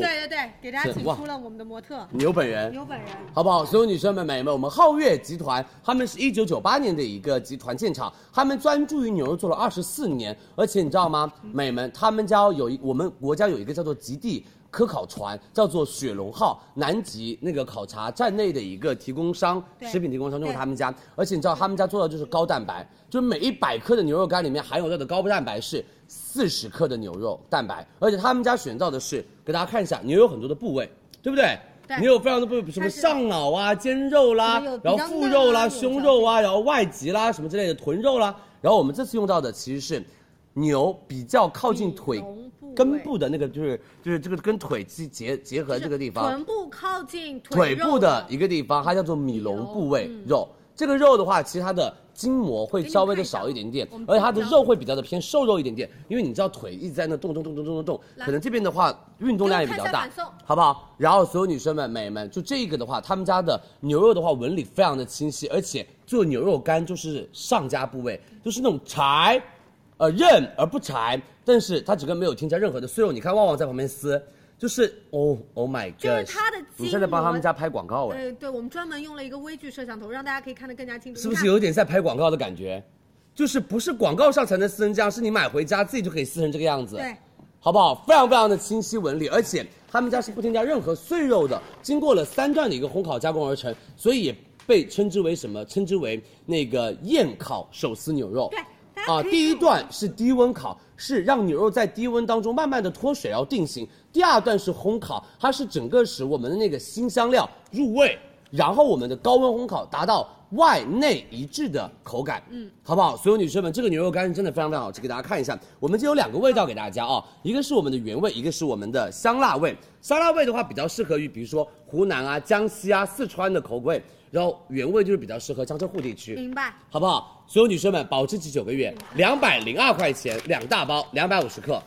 [SPEAKER 1] 对对对，给大家
[SPEAKER 4] 哦是
[SPEAKER 1] 请
[SPEAKER 4] 哇
[SPEAKER 1] 出了我们的模特，
[SPEAKER 4] 你有本人，
[SPEAKER 1] 有本人。
[SPEAKER 4] 好不好？所有女生们、美眉们，我们皓月集团，他们是一九九八年的一个集团建厂，他们专注于牛肉做了二十四年，而且你知道吗？
[SPEAKER 1] 嗯
[SPEAKER 4] 美们，他们家有一我们国家有一个叫做极地。科考船叫做雪龙号，南极那个考察站内的一个提供商，
[SPEAKER 1] 对
[SPEAKER 4] 食品提供商就是
[SPEAKER 1] 对
[SPEAKER 4] 他们家，而且你知道他们家做的就是高蛋白，就是每一百克的牛肉干里面含有到的高蛋白是四十克的牛肉蛋白，而且他们家选到的是，给大家看一下，牛有很多的部位，对不对？
[SPEAKER 1] 对
[SPEAKER 4] 牛有非常多部位，什么
[SPEAKER 1] 它是
[SPEAKER 4] 上脑啊、肩肉啦
[SPEAKER 1] 什么有，比
[SPEAKER 4] 然后
[SPEAKER 1] 较
[SPEAKER 4] 腹肉
[SPEAKER 1] 大
[SPEAKER 4] 啦、
[SPEAKER 1] 的
[SPEAKER 4] 胸肉啊，然后外脊啦什么之类的臀肉啦，然后我们这次用到的其实是牛比较靠近腿
[SPEAKER 1] 比容部位
[SPEAKER 4] 根部的那个，就是就是这个跟腿结结结合这个地方，
[SPEAKER 1] 臀部靠近
[SPEAKER 4] 腿
[SPEAKER 1] 肉
[SPEAKER 4] 部的一个地方，它叫做米龙部位
[SPEAKER 1] 嗯
[SPEAKER 4] 肉。这个肉的话，其实它的筋膜会稍微的少一点点
[SPEAKER 1] 给你，看
[SPEAKER 4] 而
[SPEAKER 1] 一
[SPEAKER 4] 且
[SPEAKER 1] 下
[SPEAKER 4] 它的肉会比较的偏瘦肉一点点，因为你知道腿一直在那动动动动动动动，
[SPEAKER 1] 来
[SPEAKER 4] 可能这边的话运动量也比较大
[SPEAKER 1] 给我看一下反送，
[SPEAKER 4] 好不好？然后所有女生们、美们，就这个的话，他们家的牛肉的话纹理非常的清晰，而且做牛肉干就是上家部位，就是那种柴。呃韧而不柴，但是它整个没有添加任何的碎肉。你看旺旺在旁边撕，就是哦 oh my god，
[SPEAKER 1] 就是它的
[SPEAKER 4] 你现在帮
[SPEAKER 1] 筋膜
[SPEAKER 4] 他们家拍广告哎，
[SPEAKER 1] 呃，对，我们专门用了一个微距摄像头，让大家可以看得更加清楚。
[SPEAKER 4] 是不
[SPEAKER 1] 你
[SPEAKER 4] 是
[SPEAKER 1] 看
[SPEAKER 4] 有点在拍广告的感觉？就是不是广告上才能撕成这样，是你买回家自己就可以撕成这个样子，
[SPEAKER 1] 对，
[SPEAKER 4] 好不好？非常非常的清晰纹理，而且他们家是不添加任何碎肉的，经过了三段的一个烘烤加工而成，所以也被称之为什么？称之为那个燕烤手撕牛肉。
[SPEAKER 1] 对大家
[SPEAKER 4] 啊，
[SPEAKER 1] 可以
[SPEAKER 4] 第
[SPEAKER 1] 看
[SPEAKER 4] 一
[SPEAKER 1] 我
[SPEAKER 4] 段是低温烤，是让牛肉在低温当中慢慢的脱水，然后定型。第二段是烘烤，它是整个使我们的那个新香料入味，然后我们的高温烘烤达到外内一致的口感，嗯，好不好？所有女生们，这个牛肉干是真的非常非常好吃，给大家看一下。我们就有两个味道给大家啊、一个是我们的原味，一个是我们的香辣味。香辣味的话比较适合于比如说湖南啊、江西啊、四川的口味，然后原味就是比较适合江浙沪地区。
[SPEAKER 1] 明白？
[SPEAKER 4] 好不好？所有女生们，保质期九个月，两百零二块钱两大包，两百五十克，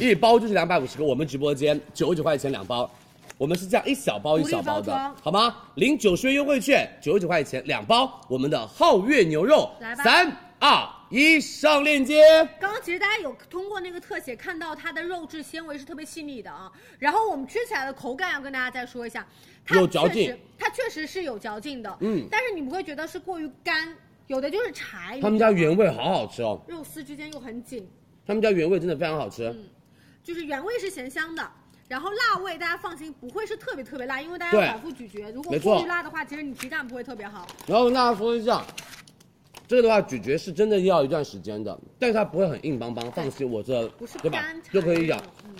[SPEAKER 4] 一包就是两百五十克。我们直播间九十九块钱两包，我们是这样一小包一小包
[SPEAKER 1] 独立包
[SPEAKER 4] 的
[SPEAKER 1] 装，
[SPEAKER 4] 好吗？领九十元优惠券，九十九块钱两包，我们的皓月牛肉
[SPEAKER 1] 来，吧
[SPEAKER 4] 三二一，上链接。
[SPEAKER 1] 刚刚其实大家有通过那个特写看到它的肉质纤维是特别细腻的啊，然后我们吃起来的口感要跟大家再说一下，它
[SPEAKER 4] 有嚼
[SPEAKER 1] 确实
[SPEAKER 4] 劲，
[SPEAKER 1] 它确实是有嚼劲的，
[SPEAKER 4] 嗯
[SPEAKER 1] 但是你不会觉得是过于干，有的就是柴。
[SPEAKER 4] 他们家原味好好吃哦，
[SPEAKER 1] 肉丝之间又很紧，
[SPEAKER 4] 他们家原味真的非常好吃。
[SPEAKER 1] 嗯就是原味是咸香的，然后辣味大家放心，不会是特别特别辣，因为大家
[SPEAKER 4] 对
[SPEAKER 1] 反复咀嚼，如果
[SPEAKER 4] 没错
[SPEAKER 1] 过于辣的话，其实你体感不会特别好。
[SPEAKER 4] 然后跟大家说一下，这个的话咀嚼是真的要一段时间的，但是它不会很硬邦邦，放心，我这
[SPEAKER 1] 不是
[SPEAKER 4] 对吧
[SPEAKER 1] 干柴
[SPEAKER 4] 就可以咬。
[SPEAKER 1] 嗯，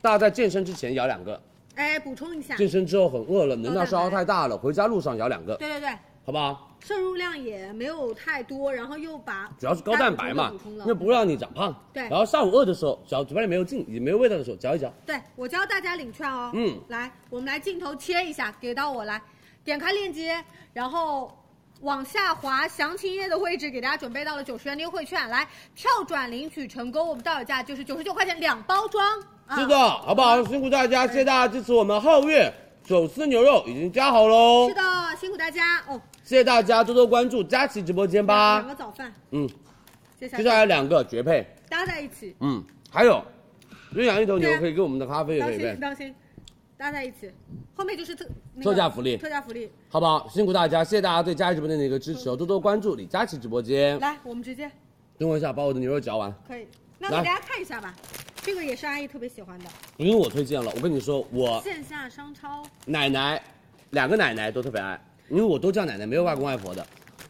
[SPEAKER 4] 大家在健身之前咬两个，
[SPEAKER 1] 哎，补充一下，
[SPEAKER 4] 健身之后很饿了，能量消耗太大了，回家路上咬两个，
[SPEAKER 1] 对对对，
[SPEAKER 4] 好不好？
[SPEAKER 1] 摄入量也没有太多，然后又把
[SPEAKER 4] 主要是高蛋白嘛
[SPEAKER 1] 补充，了
[SPEAKER 4] 那不让你长胖。
[SPEAKER 1] 对
[SPEAKER 4] 然后上午饿的时候，嚼嘴巴里没有劲，也没有味道的时候，嚼一嚼。
[SPEAKER 1] 对我教大家领券哦。
[SPEAKER 4] 嗯
[SPEAKER 1] 来，我们来镜头切一下，给到我来，点开链接，然后往下滑，详情页的位置给大家准备到了九十元的优惠券，来跳转领取成功，我们到手价就是九十九块钱两包装。啊
[SPEAKER 4] 是的，，好不好？辛苦大家，谢谢大家支持我们皓月手撕牛肉已经加好喽
[SPEAKER 1] 是，的，辛苦大家哦。
[SPEAKER 4] 谢谢大家多多关注佳琦直播间
[SPEAKER 1] 两
[SPEAKER 4] 吧
[SPEAKER 1] 个。早饭，
[SPEAKER 4] 嗯，
[SPEAKER 1] 接下
[SPEAKER 4] 接下
[SPEAKER 1] 来
[SPEAKER 4] 来两个绝配。
[SPEAKER 1] 搭在一起，
[SPEAKER 4] 嗯，还有，鸳鸯一头牛
[SPEAKER 1] 对啊
[SPEAKER 4] 可以跟我们的咖啡也
[SPEAKER 1] 当
[SPEAKER 4] 可以配
[SPEAKER 1] 心，当心，搭在一起，后面就是特那个
[SPEAKER 4] 特价福利
[SPEAKER 1] 特价福利。
[SPEAKER 4] 好不好？辛苦大家，谢谢大家对佳琦直播间的一个支持哦，多多关注李佳琦直播间。
[SPEAKER 1] 来，我们直接
[SPEAKER 4] 等我一下，把我的牛肉嚼完。
[SPEAKER 1] 可以，那
[SPEAKER 4] 来
[SPEAKER 1] 给大家看一下吧，这个也是阿姨特别喜欢的
[SPEAKER 4] 不用我推荐了，我跟你说，我
[SPEAKER 1] 线下商超。
[SPEAKER 4] 奶奶，两个奶奶都特别爱，因为我都叫奶奶，没有外公外婆的。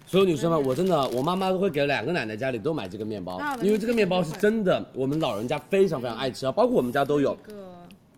[SPEAKER 4] 所有女生们，我真的，我妈妈都会给两个奶奶家里都买这个面包
[SPEAKER 1] 嗯那我，们
[SPEAKER 4] 因为这个面包是真的，我们老人家非常非常爱吃啊，包括我们家都有。
[SPEAKER 1] 这个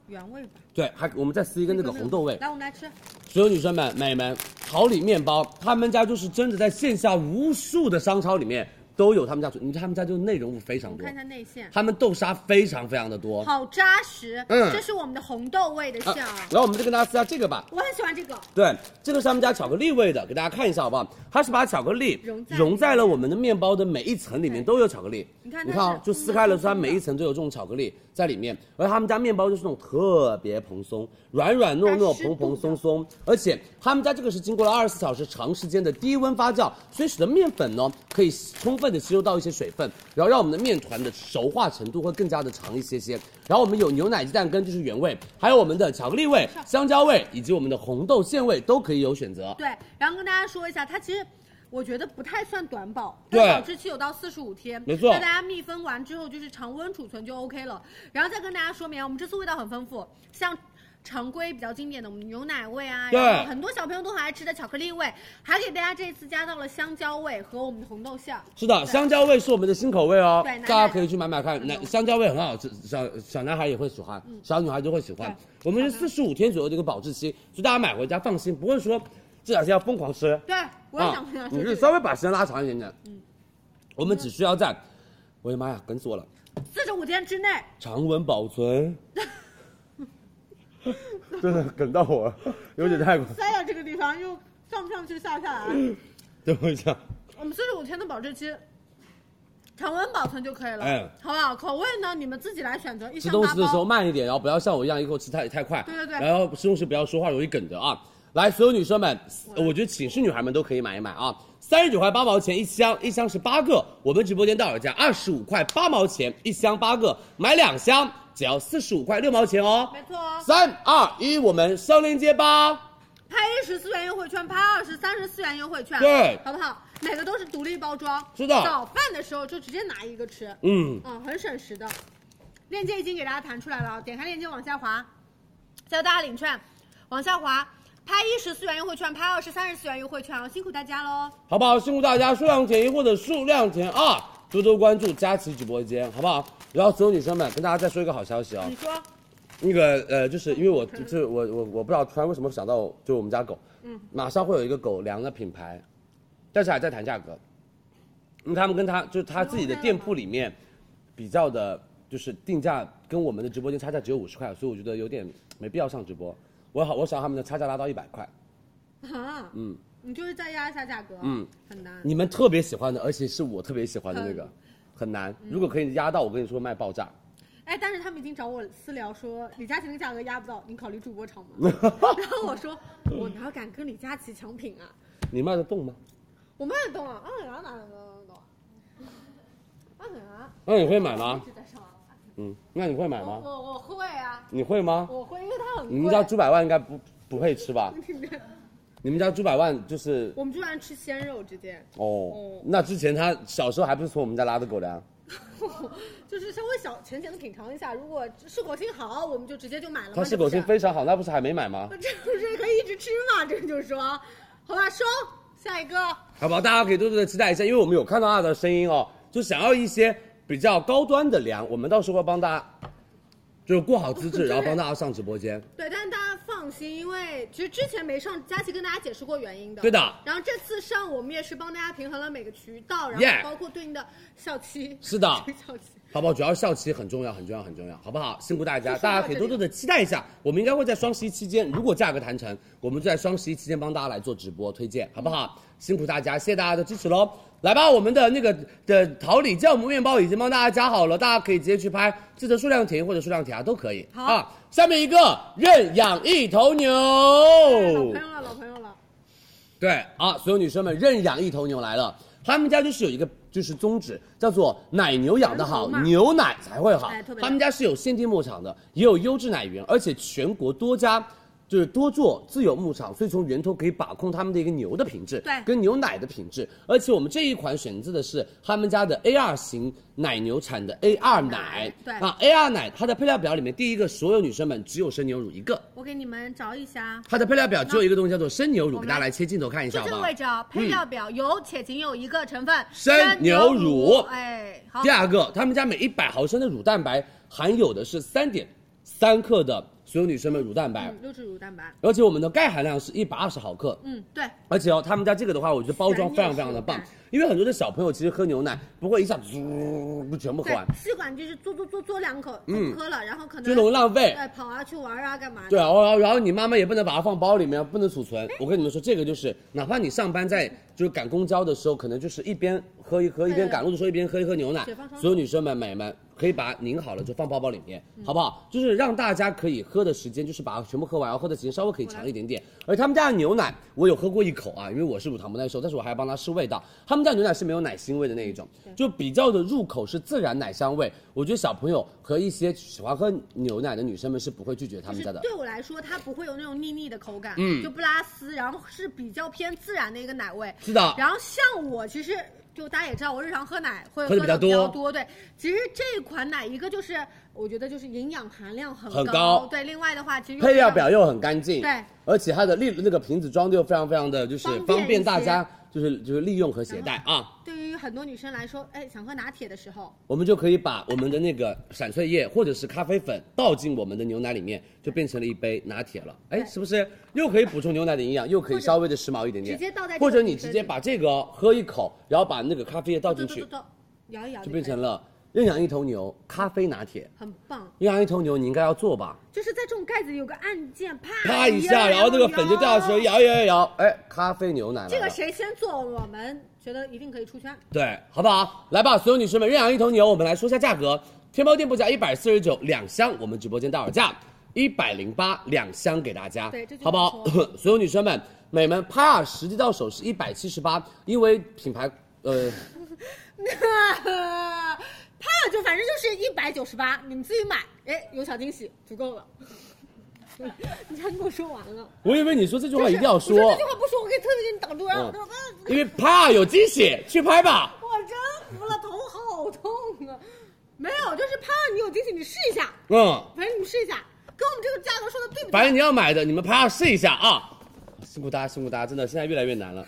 [SPEAKER 1] 原味吧，
[SPEAKER 4] 对，还我们再撕一个那个红豆味。
[SPEAKER 1] 来，我们来吃，
[SPEAKER 4] 所有女生们、美们，桃李面包，他们家就是真的在线下无数的商超里面都有他们家存，你看他们家就内容物非常
[SPEAKER 1] 我
[SPEAKER 4] 多
[SPEAKER 1] 看一，下内馅，
[SPEAKER 4] 他们豆沙非常非常的多。
[SPEAKER 1] 好扎实。
[SPEAKER 4] 嗯
[SPEAKER 1] 这是我们的红豆味的
[SPEAKER 4] 啊
[SPEAKER 1] 馅啊，
[SPEAKER 4] 然后我们就跟大家撕下这个吧，
[SPEAKER 1] 我很喜欢这个。
[SPEAKER 4] 对，这个是他们家巧克力味的，给大家看一下好不好？它是把巧克力
[SPEAKER 1] 融在
[SPEAKER 4] 融在了我们的面包的每一层里面
[SPEAKER 1] 对
[SPEAKER 4] 都有巧克力。
[SPEAKER 1] 你看它
[SPEAKER 4] 你看啊
[SPEAKER 1] 是
[SPEAKER 4] 就撕开了之后，它
[SPEAKER 1] 蓬松的
[SPEAKER 4] 每一层都有这种巧克力在里面。而他们家面包就是那种特别蓬松、软软糯糯、
[SPEAKER 1] 它是
[SPEAKER 4] 蓬蓬松松，而且他们家这个是经过了二十四小时长时间的低温发酵，所以使得面粉呢可以充分的吸收到一些水分，然后让我们的面团的熟化程度会更加的长一些些。然后我们有牛奶鸡蛋羹，就是原味，还有我们的巧克力味、香蕉味以及我们的红豆馅味都可以有选择。
[SPEAKER 1] 对，然后跟大家说一下，它其实。我觉得不太算短保，
[SPEAKER 4] 对
[SPEAKER 1] 短保质期有到四十五天，
[SPEAKER 4] 没错
[SPEAKER 1] 那大家密封完之后就是常温储存就 OK 了。然后再跟大家说明啊，我们这次味道很丰富，像常规比较经典的我们牛奶味啊，
[SPEAKER 4] 对
[SPEAKER 1] 然后很多小朋友都很爱吃的巧克力味，还给大家这次加到了香蕉味和我们的红豆馅儿。
[SPEAKER 4] 是的，
[SPEAKER 1] 对
[SPEAKER 4] 香蕉味是我们的新口味哦
[SPEAKER 1] 对，奶
[SPEAKER 4] 大家
[SPEAKER 1] 奶
[SPEAKER 4] 可以去买买看。奶香蕉味很好吃，小小男孩也会喜欢，小女孩就会喜欢
[SPEAKER 1] 对。
[SPEAKER 4] 我们是四十五天左右的一个保质期，所以大家买回家放心，不会说这两天要疯狂吃。
[SPEAKER 1] 对，我也想分享
[SPEAKER 4] 啊你
[SPEAKER 1] 这
[SPEAKER 4] 是
[SPEAKER 1] 个。
[SPEAKER 4] 稍微把时间拉长一点点。嗯，我们只需要在，我的妈呀，梗死我了！
[SPEAKER 1] 四十五天之内，
[SPEAKER 4] 常温保存，真的梗到我了，有点太过。
[SPEAKER 1] 塞到这个地方又上不上去下不下来。
[SPEAKER 4] 等我一下，
[SPEAKER 1] 我们四十五天的保质期，常温保存就可以了，
[SPEAKER 4] 哎
[SPEAKER 1] 好不好？口味呢，你们自己来选择。一
[SPEAKER 4] 吃
[SPEAKER 1] 箱
[SPEAKER 4] 东
[SPEAKER 1] 大
[SPEAKER 4] 西的时候
[SPEAKER 1] 包，
[SPEAKER 4] 慢一点，然后不要像我一样一口吃太太快。
[SPEAKER 1] 对对对
[SPEAKER 4] 然后吃东西不要说话容易梗着啊。来，所有女生们，呃我觉得寝室女孩们都可以买一买啊。三十九块八毛钱一箱，一箱是八个，我们直播间到手价二十五块八毛钱一箱八个，买两箱只要四十五块六毛钱哦。
[SPEAKER 1] 没错哦。
[SPEAKER 4] 三二一，我们上链接吧。
[SPEAKER 1] 拍一十四元优惠券，拍二十三十四元优惠券，
[SPEAKER 4] 对
[SPEAKER 1] 好不好？每个都是独立包装，
[SPEAKER 4] 是的
[SPEAKER 1] 早饭的时候就直接拿一个吃，
[SPEAKER 4] 嗯，
[SPEAKER 1] 嗯，很省时的。链接已经给大家弹出来了，哦点开链接往下滑，教大家领券，往下滑，拍一十四元优惠券，拍二十三十四元优惠券哦，辛苦大家喽。
[SPEAKER 4] 好不好？辛苦大家，数量填一或者数量填二，多多关注佳琦直播间，好不好？然后所有女生们，跟大家再说一个好消息哦，
[SPEAKER 1] 你说，
[SPEAKER 4] 那个呃，就是因为我就是我我我不知道突然为什么想到就是我们家狗，嗯，马上会有一个狗粮的品牌，但是还在谈价格，因为他们跟他就是他自己的店铺里面比较的，就是定价跟我们的直播间差价只有五十块，所以我觉得有点没必要上直播，我好我想让他们的差价拉到一百块。
[SPEAKER 1] 啊，
[SPEAKER 4] 嗯，
[SPEAKER 1] 你就是再压一下价格，
[SPEAKER 4] 嗯，
[SPEAKER 1] 很难。
[SPEAKER 4] 你们特别喜欢的，而且是我特别喜欢的那个，
[SPEAKER 1] 嗯
[SPEAKER 4] 很难。如果可以压到，我跟你说卖爆炸。
[SPEAKER 1] 哎，但是他们已经找我私聊说李佳琦那个价格压不到，你考虑主播场 吗？然后我说我哪敢跟李佳琦抢品啊，
[SPEAKER 4] 你卖得动吗？
[SPEAKER 1] 我卖得动啊，啊哪哪能动啊，啊哪
[SPEAKER 4] 那你会买吗
[SPEAKER 1] 一？直在上啊，
[SPEAKER 4] 嗯，那你会买
[SPEAKER 1] 我
[SPEAKER 4] 吗？
[SPEAKER 1] 我我会啊，
[SPEAKER 4] 你会吗？
[SPEAKER 1] 我会，因为它很贵。
[SPEAKER 4] 你们 家猪百万应该不不配吃吧？你们家猪百万就是
[SPEAKER 1] 我们居然吃鲜肉，直接嗯
[SPEAKER 4] 哦，那之前他小时候还不是从我们家拉的狗粮？
[SPEAKER 1] 就是稍微小浅浅的品尝一下，如果适口性好，我们就直接就买了嘛。
[SPEAKER 4] 他是
[SPEAKER 1] 这不嗯
[SPEAKER 4] 狗性非常好，那不是还没买吗？
[SPEAKER 1] 这不是可以一直吃嘛？这就是说，好吧，收下一个。
[SPEAKER 4] 好不好？大家可以多多的期待一下，因为我们有看到他的声音哦，就想要一些比较高端的粮，我们到时候会帮大家就是过好 资质，然后帮大家上直播间。
[SPEAKER 1] 对，但是大家放心，因为其实之前没上，佳琪跟大家解释过原因的。
[SPEAKER 4] 对的
[SPEAKER 1] 然后这次上，我们也是帮大家平衡了每个渠道，然
[SPEAKER 4] Yeah
[SPEAKER 1] 后包括对应的校期。
[SPEAKER 4] 是 的
[SPEAKER 1] 校期。
[SPEAKER 4] 好不好？主要校期很重要，很重要，很重要，好不好？辛苦大家，
[SPEAKER 1] 就说到
[SPEAKER 4] 大家可以多多的期待一下。我们应该会在双十一期间，如果价格谈成，我们就在双十一期间帮大家来做直播推荐，好不好？辛苦大家，谢谢大家的支持喽！来吧，我们的那个的桃李酵母面包已经帮大家加好了，大家可以直接去拍，记得数量填或者数量填啊都可以。
[SPEAKER 1] 好
[SPEAKER 4] 啊，下面一个认养一头牛。哦
[SPEAKER 1] 哎老朋友了，老朋友了。
[SPEAKER 4] 对啊，所有女生们认养一头牛来了。他们家就是有一个就是宗旨，叫做奶牛养得好
[SPEAKER 1] 牛嘛，
[SPEAKER 4] 牛奶才会好
[SPEAKER 1] 哎特。别
[SPEAKER 4] 他们家是有限定牧场的，也有优质奶源，而且全国多家。就是多做自有牧场，所以从源头可以把控他们的一个牛的品质，
[SPEAKER 1] 对
[SPEAKER 4] 跟牛奶的品质。而且我们这一款选自的是他们家的 A 2型奶牛产的 A 2奶，
[SPEAKER 1] 对
[SPEAKER 4] 啊 A 2奶它的配料表里面第一个，所有女生们只有生牛乳一个，
[SPEAKER 1] 我给你们找一下，
[SPEAKER 4] 它的配料表只有一个东西叫做生牛乳，
[SPEAKER 1] 我
[SPEAKER 4] 给
[SPEAKER 1] 们
[SPEAKER 4] 大家来切镜头看一下
[SPEAKER 1] 就这
[SPEAKER 4] 好不
[SPEAKER 1] 个
[SPEAKER 4] 好？
[SPEAKER 1] 位置啊，配料表有且仅有一个成分
[SPEAKER 4] 生嗯牛乳
[SPEAKER 1] 哎，好
[SPEAKER 4] 第，二个，他们家每一百毫升的乳蛋白含有的是三点三克的所有女生们乳蛋白，
[SPEAKER 1] 嗯，优质乳蛋白，
[SPEAKER 4] 而且我们的钙含量是一百二十毫克，
[SPEAKER 1] 嗯，对，
[SPEAKER 4] 而且哦，他们家这个的话，我觉得包装非常非常的棒
[SPEAKER 1] 全牛，
[SPEAKER 4] 因为很多的小朋友其实喝牛奶不会一下子就全部喝
[SPEAKER 1] 对
[SPEAKER 4] 完，，
[SPEAKER 1] 吸管就是嘬嘬嘬嘬两口，
[SPEAKER 4] 嗯
[SPEAKER 1] 喝了，然后可能
[SPEAKER 4] 就容易浪费。
[SPEAKER 1] 对跑啊去玩啊干嘛的？
[SPEAKER 4] 对啊，然后然后你妈妈也不能把它放包里面，不能储存。我跟你们说，这个就是，哪怕你上班在就是赶公交的时候，可能就是一边喝一喝，一边赶路的时候一边喝一喝牛奶
[SPEAKER 1] 解放。双手
[SPEAKER 4] 所有女生们、美们，可以把拧好了就放包包里面，
[SPEAKER 1] 嗯
[SPEAKER 4] 好不好？就是让大家可以喝的时间，就是把它全部喝完，然后喝的时间稍微可以长一点点。而他们家的牛奶，我有喝过一口啊，因为我是乳糖不耐受，但是我还帮它试味道。他们家牛奶是没有奶腥味的那一种，就比较的入口是自然奶香味。我觉得小朋友和一些喜欢喝牛奶的女生们是不会拒绝他
[SPEAKER 1] 就
[SPEAKER 4] 们
[SPEAKER 1] 是
[SPEAKER 4] 家的。
[SPEAKER 1] 对我来说，它不会有那种腻腻的口感，
[SPEAKER 4] 嗯
[SPEAKER 1] 就不拉丝，然后是比较偏自然的一个奶味。
[SPEAKER 4] 是的，
[SPEAKER 1] 然后像我其实就大家也知道，我日常喝奶会
[SPEAKER 4] 喝
[SPEAKER 1] 喝
[SPEAKER 4] 得比较
[SPEAKER 1] 的
[SPEAKER 4] 多
[SPEAKER 1] 比较多。对，其实这款奶一个就是我觉得就是营养含量很
[SPEAKER 4] 很高
[SPEAKER 1] 高对，另外的话其实又
[SPEAKER 4] 配料
[SPEAKER 1] 非常
[SPEAKER 4] 表又很干净，
[SPEAKER 1] 对，
[SPEAKER 4] 而且它的利那个瓶子装的又非常非常的就是
[SPEAKER 1] 方便
[SPEAKER 4] 方便
[SPEAKER 1] 一些嗯
[SPEAKER 4] 大家就是就是利用和携带啊。
[SPEAKER 1] 对于很多女生来说，哎，想喝拿铁的时候，
[SPEAKER 4] 我们就可以把我们的那个闪萃液或者是咖啡粉倒进我们的牛奶里面，就变成了一杯拿铁了。哎，
[SPEAKER 1] 对
[SPEAKER 4] 是不是又可以补充牛奶的营养，又可以稍微的时髦一点点？
[SPEAKER 1] 直接倒在这个
[SPEAKER 4] 或者你
[SPEAKER 1] 瓶子
[SPEAKER 4] 直接
[SPEAKER 1] 里
[SPEAKER 4] 把这个哦喝一口，然后把那个咖啡液倒
[SPEAKER 1] 走
[SPEAKER 4] 进
[SPEAKER 1] 走
[SPEAKER 4] 去
[SPEAKER 1] 走，走，摇一摇
[SPEAKER 4] 就
[SPEAKER 1] 可以
[SPEAKER 4] 变成了认养一头牛咖啡拿铁。
[SPEAKER 1] 很棒，
[SPEAKER 4] 认养一头牛，你应该要做吧？
[SPEAKER 1] 就是在这种盖子有个按键，啪
[SPEAKER 4] 啪一下，
[SPEAKER 1] 哎
[SPEAKER 4] 然后那个粉就掉下去，了，。
[SPEAKER 1] 摇
[SPEAKER 4] 摇摇摇摇，哎，咖啡牛奶来了。
[SPEAKER 1] 这个谁先做，我们觉得一定可以出圈。
[SPEAKER 4] 对，好不好？来吧，所有女生们，认养一头牛，我们来说一下价格。天猫店铺价一百四十九两箱，我们直播间到手价一百零八两箱给大家，
[SPEAKER 1] 对这就是
[SPEAKER 4] 好不好？ 所有女生们，美们，拍啊，实际到手是一百七十八，因为品牌呃，
[SPEAKER 1] 那它就反正就是一百九十八，你们自己买，哎，有小惊喜，足够了。 你看跟我说完了，
[SPEAKER 4] 我以为你说这句话一定要
[SPEAKER 1] 我说这句话不说，我可以特别给你挡住，然后我
[SPEAKER 4] 嗯
[SPEAKER 1] 就说，呃
[SPEAKER 4] 因为拍啊有惊喜，去拍吧。
[SPEAKER 1] 我真服了，头好痛啊！没有，就是怕你有惊喜，你试一下，
[SPEAKER 4] 嗯，
[SPEAKER 1] 反正你们试一下，跟我们这个价格说的对不对？
[SPEAKER 4] 反正你要买的，你们拍啊试一下啊，辛苦大家，辛苦大家，真的现在越来越难了。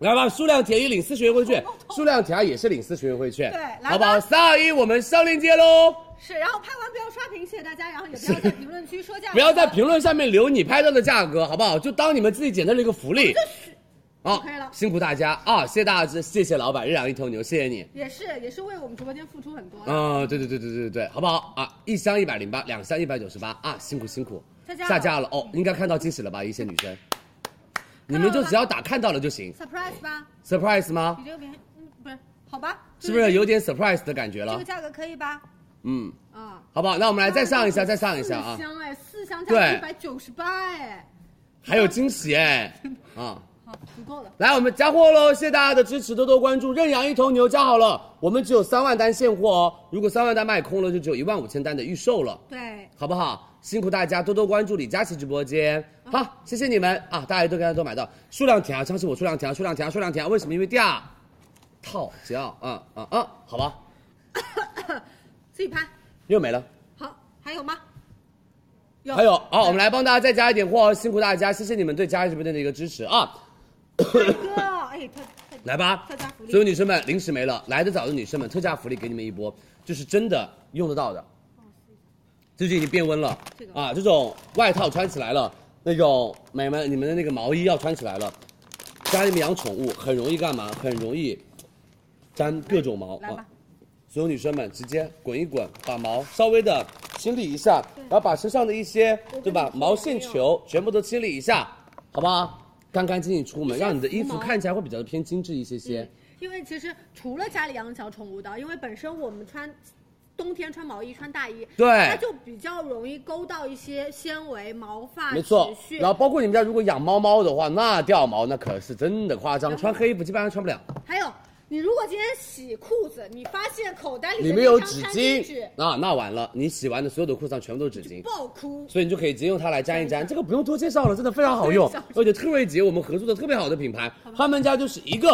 [SPEAKER 4] 来吧，数量填一领四十元优惠券，数量填二也是领四十元优惠券，
[SPEAKER 1] 哦对来吧
[SPEAKER 4] 好不好？三二一，我们上链接喽！
[SPEAKER 1] 是，然后拍完不要刷屏，谢谢大家，然后也不要在评论区说价格，
[SPEAKER 4] 不要在评论上面留你拍到的价格，好不好？就当你们自己捡到了一个福
[SPEAKER 1] 哦
[SPEAKER 4] 利。啊
[SPEAKER 1] 可以了
[SPEAKER 4] 辛苦大家啊！谢谢大家，谢谢老板，日养一头牛，谢谢你。
[SPEAKER 1] 也是也是为我们直播间付出很多的。
[SPEAKER 4] 嗯，对对对对对对对，好不好啊？一箱一百零八，两箱一百九十八啊，辛苦辛苦，
[SPEAKER 1] 下架了
[SPEAKER 4] 下架了哦，应该看到惊喜了吧？一些女生，你们就只要打看到了就行
[SPEAKER 1] surprise 吧，
[SPEAKER 4] ，surprise 吗
[SPEAKER 1] 比？这个便宜，嗯，不是，好吧？
[SPEAKER 4] 是不是有点 surprise 的感觉
[SPEAKER 1] 这
[SPEAKER 4] 了
[SPEAKER 1] 个？价格可以吧？
[SPEAKER 4] 嗯，
[SPEAKER 1] 啊，
[SPEAKER 4] 好不好？那我们来再上一下，再上一下啊
[SPEAKER 1] 四！箱哎，四箱
[SPEAKER 4] 对
[SPEAKER 1] 价一百九十八哎，
[SPEAKER 4] 还有惊喜哎，啊！
[SPEAKER 1] 好，足够了。
[SPEAKER 4] 来，我们加货喽！谢谢大家的支持，多多关注。认养一头牛加好了，我们只有三万单现货哦。如果三万单卖空了，就只有一万五千单的预售了，
[SPEAKER 1] 对，
[SPEAKER 4] 好不好？辛苦大家多多关注李佳琦直播间。好，谢谢你们啊！大家都刚才都买到，数量填啊，相信我，数量填啊，数量填啊，数量填啊。为什么？因为第二套只要啊啊啊，好吧，
[SPEAKER 1] 自己拍。
[SPEAKER 4] 又没了。
[SPEAKER 1] 好，还有吗？有，
[SPEAKER 4] 还有啊，我们来帮大家再加一点货哦，辛苦大家，谢谢你们对佳琦直播间的一个支持啊！
[SPEAKER 1] 帅哥，哎，特特
[SPEAKER 4] 来吧
[SPEAKER 1] 特价福，利
[SPEAKER 4] 所有女生们零食没了，来得早的女生们特价福利给你们一波，就是真的用得到的。最近已经变温了
[SPEAKER 1] 这个
[SPEAKER 4] 啊，这种外套穿起来了，那种美们你们的那个毛衣要穿起来了，家里面养宠物很容易干嘛？很容易粘各种毛
[SPEAKER 1] 来吧
[SPEAKER 4] 啊。所有女生们直接滚一滚，把毛稍微的清理一下，然后把身上的一些
[SPEAKER 1] 跟
[SPEAKER 4] 对吧
[SPEAKER 1] 你说
[SPEAKER 4] 毛线球全部都清理一下，好不好？干干净净出门，
[SPEAKER 1] 一些
[SPEAKER 4] 让你的衣服
[SPEAKER 1] 浮毛
[SPEAKER 4] 看起来会比较的偏精致一些些。
[SPEAKER 1] 因为其实除了家里养小宠物的，因为本身我们穿冬天穿毛衣、穿大衣，
[SPEAKER 4] 对
[SPEAKER 1] 它就比较容易勾到一些纤维、毛发、
[SPEAKER 4] 没错
[SPEAKER 1] 齿，序
[SPEAKER 4] 然，后包括你们家如果养猫猫的话，那掉毛那可是真的夸张，
[SPEAKER 1] 然后
[SPEAKER 4] 穿黑衣服基本上穿不了，
[SPEAKER 1] 还有。你如果今天洗裤子，你发现口袋里
[SPEAKER 4] 里
[SPEAKER 1] 的
[SPEAKER 4] 面有
[SPEAKER 1] 那张
[SPEAKER 4] 纸
[SPEAKER 1] 餐
[SPEAKER 4] 巾
[SPEAKER 1] 纸
[SPEAKER 4] 啊，那完了，你洗完的所有的裤子上全部都是纸巾，
[SPEAKER 1] 爆哭，
[SPEAKER 4] 所以你就可以直接用它来粘一粘，这个不用多介绍了，真的非常好用
[SPEAKER 1] 非常，
[SPEAKER 4] 而且特瑞洁我们合作的特别好的品牌，他们家就是一个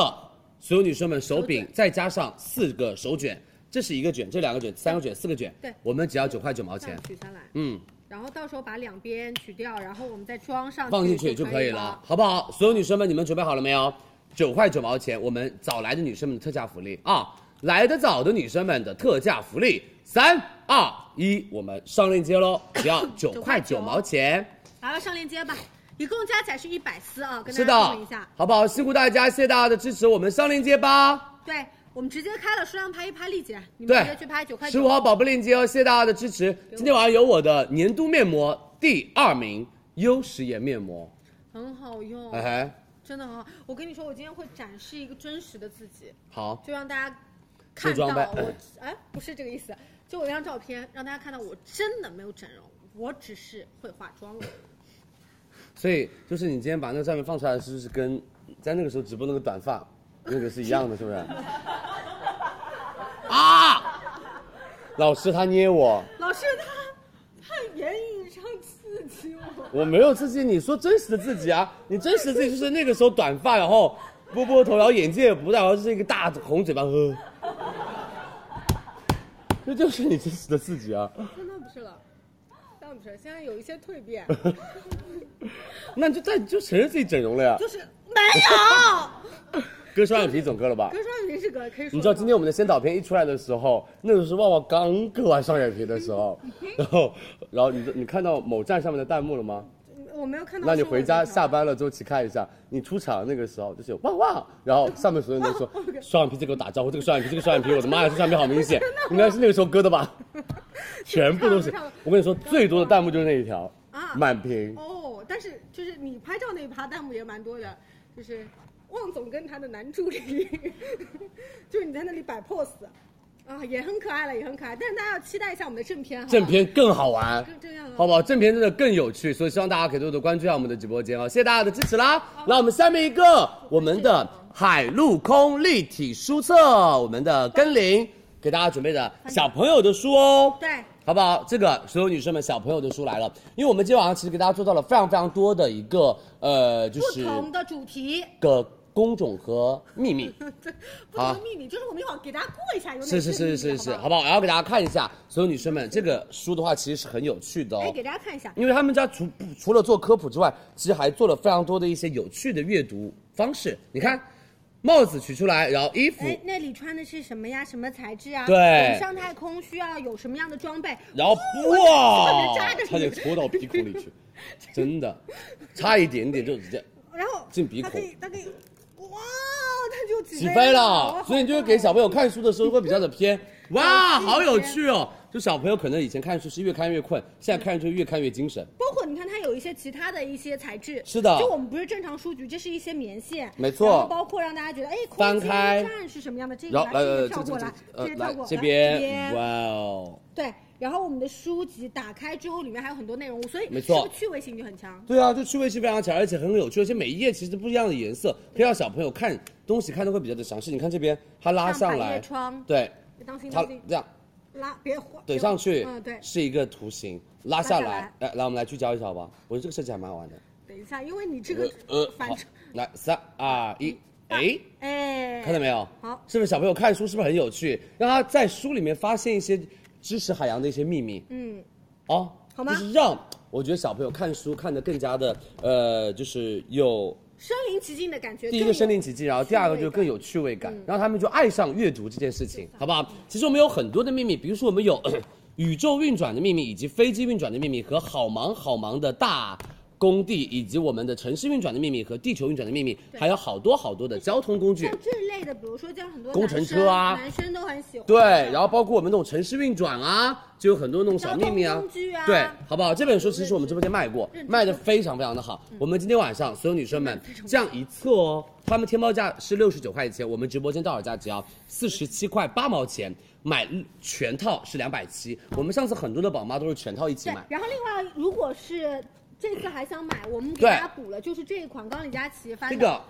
[SPEAKER 4] 所有女生们手柄
[SPEAKER 1] 手
[SPEAKER 4] 再加上四个手卷，这是一个卷，这两个卷，三个卷，四个卷，
[SPEAKER 1] 对
[SPEAKER 4] 我们只要九块九毛
[SPEAKER 1] 这
[SPEAKER 4] 钱
[SPEAKER 1] 样，取下来，
[SPEAKER 4] 嗯。
[SPEAKER 1] 然后到时候把两边取掉，然后我们再装上
[SPEAKER 4] 放进去
[SPEAKER 1] 就
[SPEAKER 4] 就可以了
[SPEAKER 1] 了，。
[SPEAKER 4] 好不好？所有女生们，你们准备好了没有？九块九毛钱，我们早来的女生们的特价福利啊！来得早的女生们的特价福利，三二一，我们上链接喽，只要九块九毛钱。
[SPEAKER 1] 来吧，上链接吧，一共加起来是一百四啊，跟
[SPEAKER 4] 是
[SPEAKER 1] 大
[SPEAKER 4] 的
[SPEAKER 1] 家说明一下。，
[SPEAKER 4] 好不好？辛苦大家，谢谢大家的支持，我们上链接吧。
[SPEAKER 1] 对，我们直接开了数量拍一拍立减，你们
[SPEAKER 4] 对
[SPEAKER 1] 直接去拍九块，
[SPEAKER 4] 十五
[SPEAKER 1] 九，
[SPEAKER 4] 号宝贝链接哦，谢谢大家的支持。今天晚上有我的年度面膜第二名优时颜面膜，
[SPEAKER 1] 很好用，
[SPEAKER 4] 哎，
[SPEAKER 1] 真的很好。我跟你说，我今天会展示一个真实的自己，
[SPEAKER 4] 好，
[SPEAKER 1] 就让大家看
[SPEAKER 4] 卸
[SPEAKER 1] 到
[SPEAKER 4] 妆呗
[SPEAKER 1] 我，哎，不是这个意思，就我一张照片，让大家看到我真的没有整容，我只是会化妆了。
[SPEAKER 4] 所以就是你今天把那个照片放出来，是不是跟在那个时候直播那个短发那个是一样的？是不是？ 啊！老师他捏我，
[SPEAKER 1] 老师他他言语上刺激我，
[SPEAKER 4] 我没有刺激你，说真实的自己啊！你真实的自己就是那个时候短发，然后波波头，然后眼镜也不戴，然后就是一个大红嘴巴，呵，这就是你真实的自己啊！
[SPEAKER 1] 真的不是了，当然不是，现在有一些蜕 变，
[SPEAKER 4] 那你就再你就承认自己整容了呀！
[SPEAKER 1] 就是没有。
[SPEAKER 4] 哥说让皮总哥了吧？
[SPEAKER 1] 跟双眼皮是个可以说的吗，
[SPEAKER 4] 你知道今天我们的先导片一出来的时候，那个是旺旺刚割完双眼皮的时候，然后，然后你你看到某站上面的弹幕了吗？
[SPEAKER 1] 我没有看到。
[SPEAKER 4] 那你回家下。班了之后去看一下，你出场那个时候就是有旺旺，然后上面所有人 都说双眼皮在给我打招呼，这个双眼皮，这个双眼皮，我的妈呀，这双眼皮好 明显，应该是那个时候割的吧？全部都是
[SPEAKER 1] 这个看了，
[SPEAKER 4] 我跟你说，最多的弹幕就是那一条
[SPEAKER 1] 啊，
[SPEAKER 4] 满屏。
[SPEAKER 1] 哦，但是就是你拍照那一趴弹幕也蛮多的，就是旺总跟他的男助理， 就是你在那里摆 pose，啊，也很可爱了，也很可爱。但是大家要期待一下我们的正片，好吧
[SPEAKER 4] 正片更好玩，
[SPEAKER 1] 更这样了
[SPEAKER 4] 好不好？正片真的更有趣，所以希望大家可以多多关注一下我们的直播间哦，谢谢大家的支持啦。那我们下面一个，我们的海陆空立体书册，我们的根林给大家准备的小朋友的书哦。
[SPEAKER 1] 对。
[SPEAKER 4] 好不好？这个所有女生们、小朋友的书来了，因为我们今天晚上其实给大家做到了非常非常多的一个呃，就
[SPEAKER 1] 不
[SPEAKER 4] 是
[SPEAKER 1] 同的主题，
[SPEAKER 4] 个工种和秘密。
[SPEAKER 1] 对，不同的秘密，就是我们一会儿给大家过一下有哪些
[SPEAKER 4] 是是是是是，
[SPEAKER 1] 好
[SPEAKER 4] 好
[SPEAKER 1] 吧？
[SPEAKER 4] 不好？然后给大家看一下，所有女生们，这个书的话其实是很有趣的哦。
[SPEAKER 1] 哎，给大家看一下，
[SPEAKER 4] 因为他们家除除了做科普之外，其实还做了非常多的一些有趣的阅读方式。你看，帽子取出来，然后衣服，
[SPEAKER 1] 哎，那里穿的是什么呀？什么材质啊？
[SPEAKER 4] 对
[SPEAKER 1] 我们上太空需要有什么样的装备？
[SPEAKER 4] 然后
[SPEAKER 1] 哇
[SPEAKER 4] 哇，
[SPEAKER 1] 差
[SPEAKER 4] 差
[SPEAKER 1] 点
[SPEAKER 4] 点
[SPEAKER 1] 戳
[SPEAKER 4] 戳到鼻孔里 去，真的，差一点点就直接
[SPEAKER 1] 然后
[SPEAKER 4] 进鼻孔
[SPEAKER 1] 它可以，它可以，哇，它就起
[SPEAKER 4] 起
[SPEAKER 1] 哇
[SPEAKER 4] 飞了。所以你就会给小朋友看书的时候会比较的偏，哇，
[SPEAKER 1] 哦好
[SPEAKER 4] 好
[SPEAKER 1] 有
[SPEAKER 4] 有
[SPEAKER 1] 趣
[SPEAKER 4] 趣哦。就小朋友可能以前看书是越看越困，现在看就越看越精神。
[SPEAKER 1] 包括你看它有一些其他的一些材质，
[SPEAKER 4] 是的
[SPEAKER 1] 就我们不是正常书局，这是一些棉线，
[SPEAKER 4] 没错
[SPEAKER 1] 然后包括让大家觉得，哎，
[SPEAKER 4] 翻
[SPEAKER 1] 空间
[SPEAKER 4] 开
[SPEAKER 1] 站是什么样的？这个
[SPEAKER 4] 然后
[SPEAKER 1] 来，
[SPEAKER 4] 来
[SPEAKER 1] 这个
[SPEAKER 4] 来来，
[SPEAKER 1] 跳
[SPEAKER 4] 这
[SPEAKER 1] 过
[SPEAKER 4] 这
[SPEAKER 1] 来，
[SPEAKER 4] 呃
[SPEAKER 1] 个跳
[SPEAKER 4] 来
[SPEAKER 1] 过
[SPEAKER 4] 这
[SPEAKER 1] 来
[SPEAKER 4] 边，哇哦。
[SPEAKER 1] 对。然后我们的书籍打开之后，里面还有很多内容物，所以
[SPEAKER 4] 没错
[SPEAKER 1] 是不是趣味性就很强。
[SPEAKER 4] 对啊，就趣味性非常强，而且很有趣，而且每一页其实不一样的颜色，可以让小朋友看东西看的会比较的详细。你看这边，它拉
[SPEAKER 1] 像
[SPEAKER 4] 上
[SPEAKER 1] 百叶
[SPEAKER 4] 来，
[SPEAKER 1] 窗，
[SPEAKER 4] 对，
[SPEAKER 1] 当心
[SPEAKER 4] 它
[SPEAKER 1] 当心，
[SPEAKER 4] 这样
[SPEAKER 1] 拉别晃，
[SPEAKER 4] 怼上去，
[SPEAKER 1] 嗯，对。
[SPEAKER 4] 是一个图形，拉下
[SPEAKER 1] 拉下
[SPEAKER 4] 来，来，来，我们来聚焦一下，好不好？我觉得这个设计还蛮好玩 的。
[SPEAKER 1] 等一下，因为你这
[SPEAKER 4] 呃
[SPEAKER 1] 个
[SPEAKER 4] 呃，
[SPEAKER 1] 反
[SPEAKER 4] 好
[SPEAKER 1] 正，
[SPEAKER 4] 来三二一，哎，
[SPEAKER 1] 哎，
[SPEAKER 4] 看到没有？
[SPEAKER 1] 好
[SPEAKER 4] 是不是小朋友看书是不是很有趣？让他在书里面发现一些知识海洋的一些秘密。
[SPEAKER 1] 嗯，
[SPEAKER 4] 哦，
[SPEAKER 1] 好吗
[SPEAKER 4] 就是让我觉得小朋友看书看得更加的呃，就是有
[SPEAKER 1] 身临其境的感觉更有。
[SPEAKER 4] 第一个身临其境，然后第二个
[SPEAKER 1] 趣味
[SPEAKER 4] 就
[SPEAKER 1] 感
[SPEAKER 4] 更有趣嗯味感，然后他们就爱上阅读这件事情，好不好？其实我们有很多的秘密，比如说我们有咳咳宇宙运转的秘密，以及飞机运转的秘密，和好忙好忙的大。工地以及我们的城市运转的秘密和地球运转的秘密，还有好多好多的交通工具。
[SPEAKER 1] 像这类的，比如说像很多
[SPEAKER 4] 工程车啊
[SPEAKER 1] 男生男生都很喜欢。
[SPEAKER 4] 对，然后包括我们那种城市运转啊，就有很多那种小秘密
[SPEAKER 1] 交
[SPEAKER 4] 啊
[SPEAKER 1] 通工具啊，
[SPEAKER 4] 对，好不好？这本书其实我们直播间卖过
[SPEAKER 1] 认，知嗯
[SPEAKER 4] 卖的非常非常的好。我们今天晚上所有女生们这样一册哦，他们天猫价是六十九块钱，我们直播间到手价只要四十七块八毛钱，买全套是两百七。我们上次很多的宝妈都是全套一起
[SPEAKER 1] 对
[SPEAKER 4] 买，，
[SPEAKER 1] 然后另外如果是这次还想买，我们给
[SPEAKER 4] 对
[SPEAKER 1] 大家补了，就是这一款刚李佳琦翻
[SPEAKER 4] 这
[SPEAKER 1] 的。
[SPEAKER 4] 个。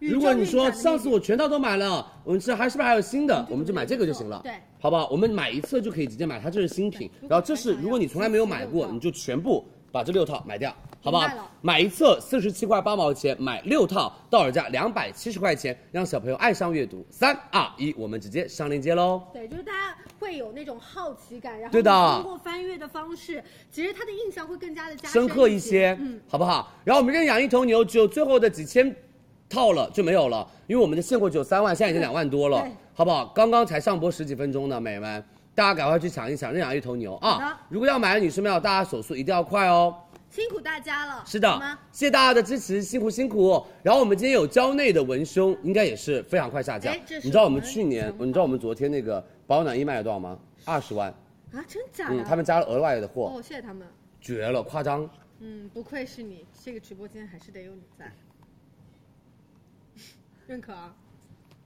[SPEAKER 1] 宇宙
[SPEAKER 4] 如果你
[SPEAKER 1] 运
[SPEAKER 4] 说
[SPEAKER 1] 转的秘密
[SPEAKER 4] 上次我全套都买了，我们这还是不是还有新的？我们就买这个就行了，
[SPEAKER 1] 对
[SPEAKER 4] 好不好？我们买一册就可以直接买，它这是新品。
[SPEAKER 1] 对
[SPEAKER 4] 然后这是
[SPEAKER 1] 如
[SPEAKER 4] 如
[SPEAKER 1] 果
[SPEAKER 4] 果
[SPEAKER 1] 你
[SPEAKER 4] 你
[SPEAKER 1] 从
[SPEAKER 4] 从
[SPEAKER 1] 来没
[SPEAKER 4] 来没
[SPEAKER 1] 有
[SPEAKER 4] 有
[SPEAKER 1] 买
[SPEAKER 4] 买
[SPEAKER 1] 过
[SPEAKER 4] 过，你就全部把这六套买掉，好不好
[SPEAKER 1] 明白了？
[SPEAKER 4] 买一册四十七块八毛钱，买六套到手价两百七十块钱，让小朋友爱上阅读。三二一，我们直接上链接喽。
[SPEAKER 1] 对，就是大家会有那种好奇感，然后
[SPEAKER 4] 对的
[SPEAKER 1] 通过翻阅的方式，其实他的印象会更加的加
[SPEAKER 4] 深刻
[SPEAKER 1] 一
[SPEAKER 4] 一些，
[SPEAKER 1] 嗯，
[SPEAKER 4] 好不好？然后我们认养一头牛，只有最后的几千套了就没有了，因为我们的现货只有三万，现在已经两万多了
[SPEAKER 1] 对，
[SPEAKER 4] 好不好？刚刚才上播十几分钟呢，美们。大家赶快去抢一抢，认养一头牛
[SPEAKER 1] 好的
[SPEAKER 4] 啊！如果要买的女生们，要大家手速一定要快哦。
[SPEAKER 1] 辛苦大家了，
[SPEAKER 4] 是
[SPEAKER 1] 好
[SPEAKER 4] 的
[SPEAKER 1] 吗？，
[SPEAKER 4] 谢谢大家的支持，辛苦辛苦。然后我们今天有蕉内的文胸，应该也是非常快下架
[SPEAKER 1] 哎这。是
[SPEAKER 4] 你知
[SPEAKER 1] 我
[SPEAKER 4] 道我
[SPEAKER 1] 们
[SPEAKER 4] 们去年
[SPEAKER 1] 想，法
[SPEAKER 4] 你知道我们昨天那个保暖衣卖了多少吗？二十万。
[SPEAKER 1] 啊，真假的？
[SPEAKER 4] 嗯，他们加了额外的货，
[SPEAKER 1] 哦，谢谢他们。
[SPEAKER 4] 绝了，夸张。
[SPEAKER 1] 嗯，不愧是你，这个直播间还是得有你在，认可啊。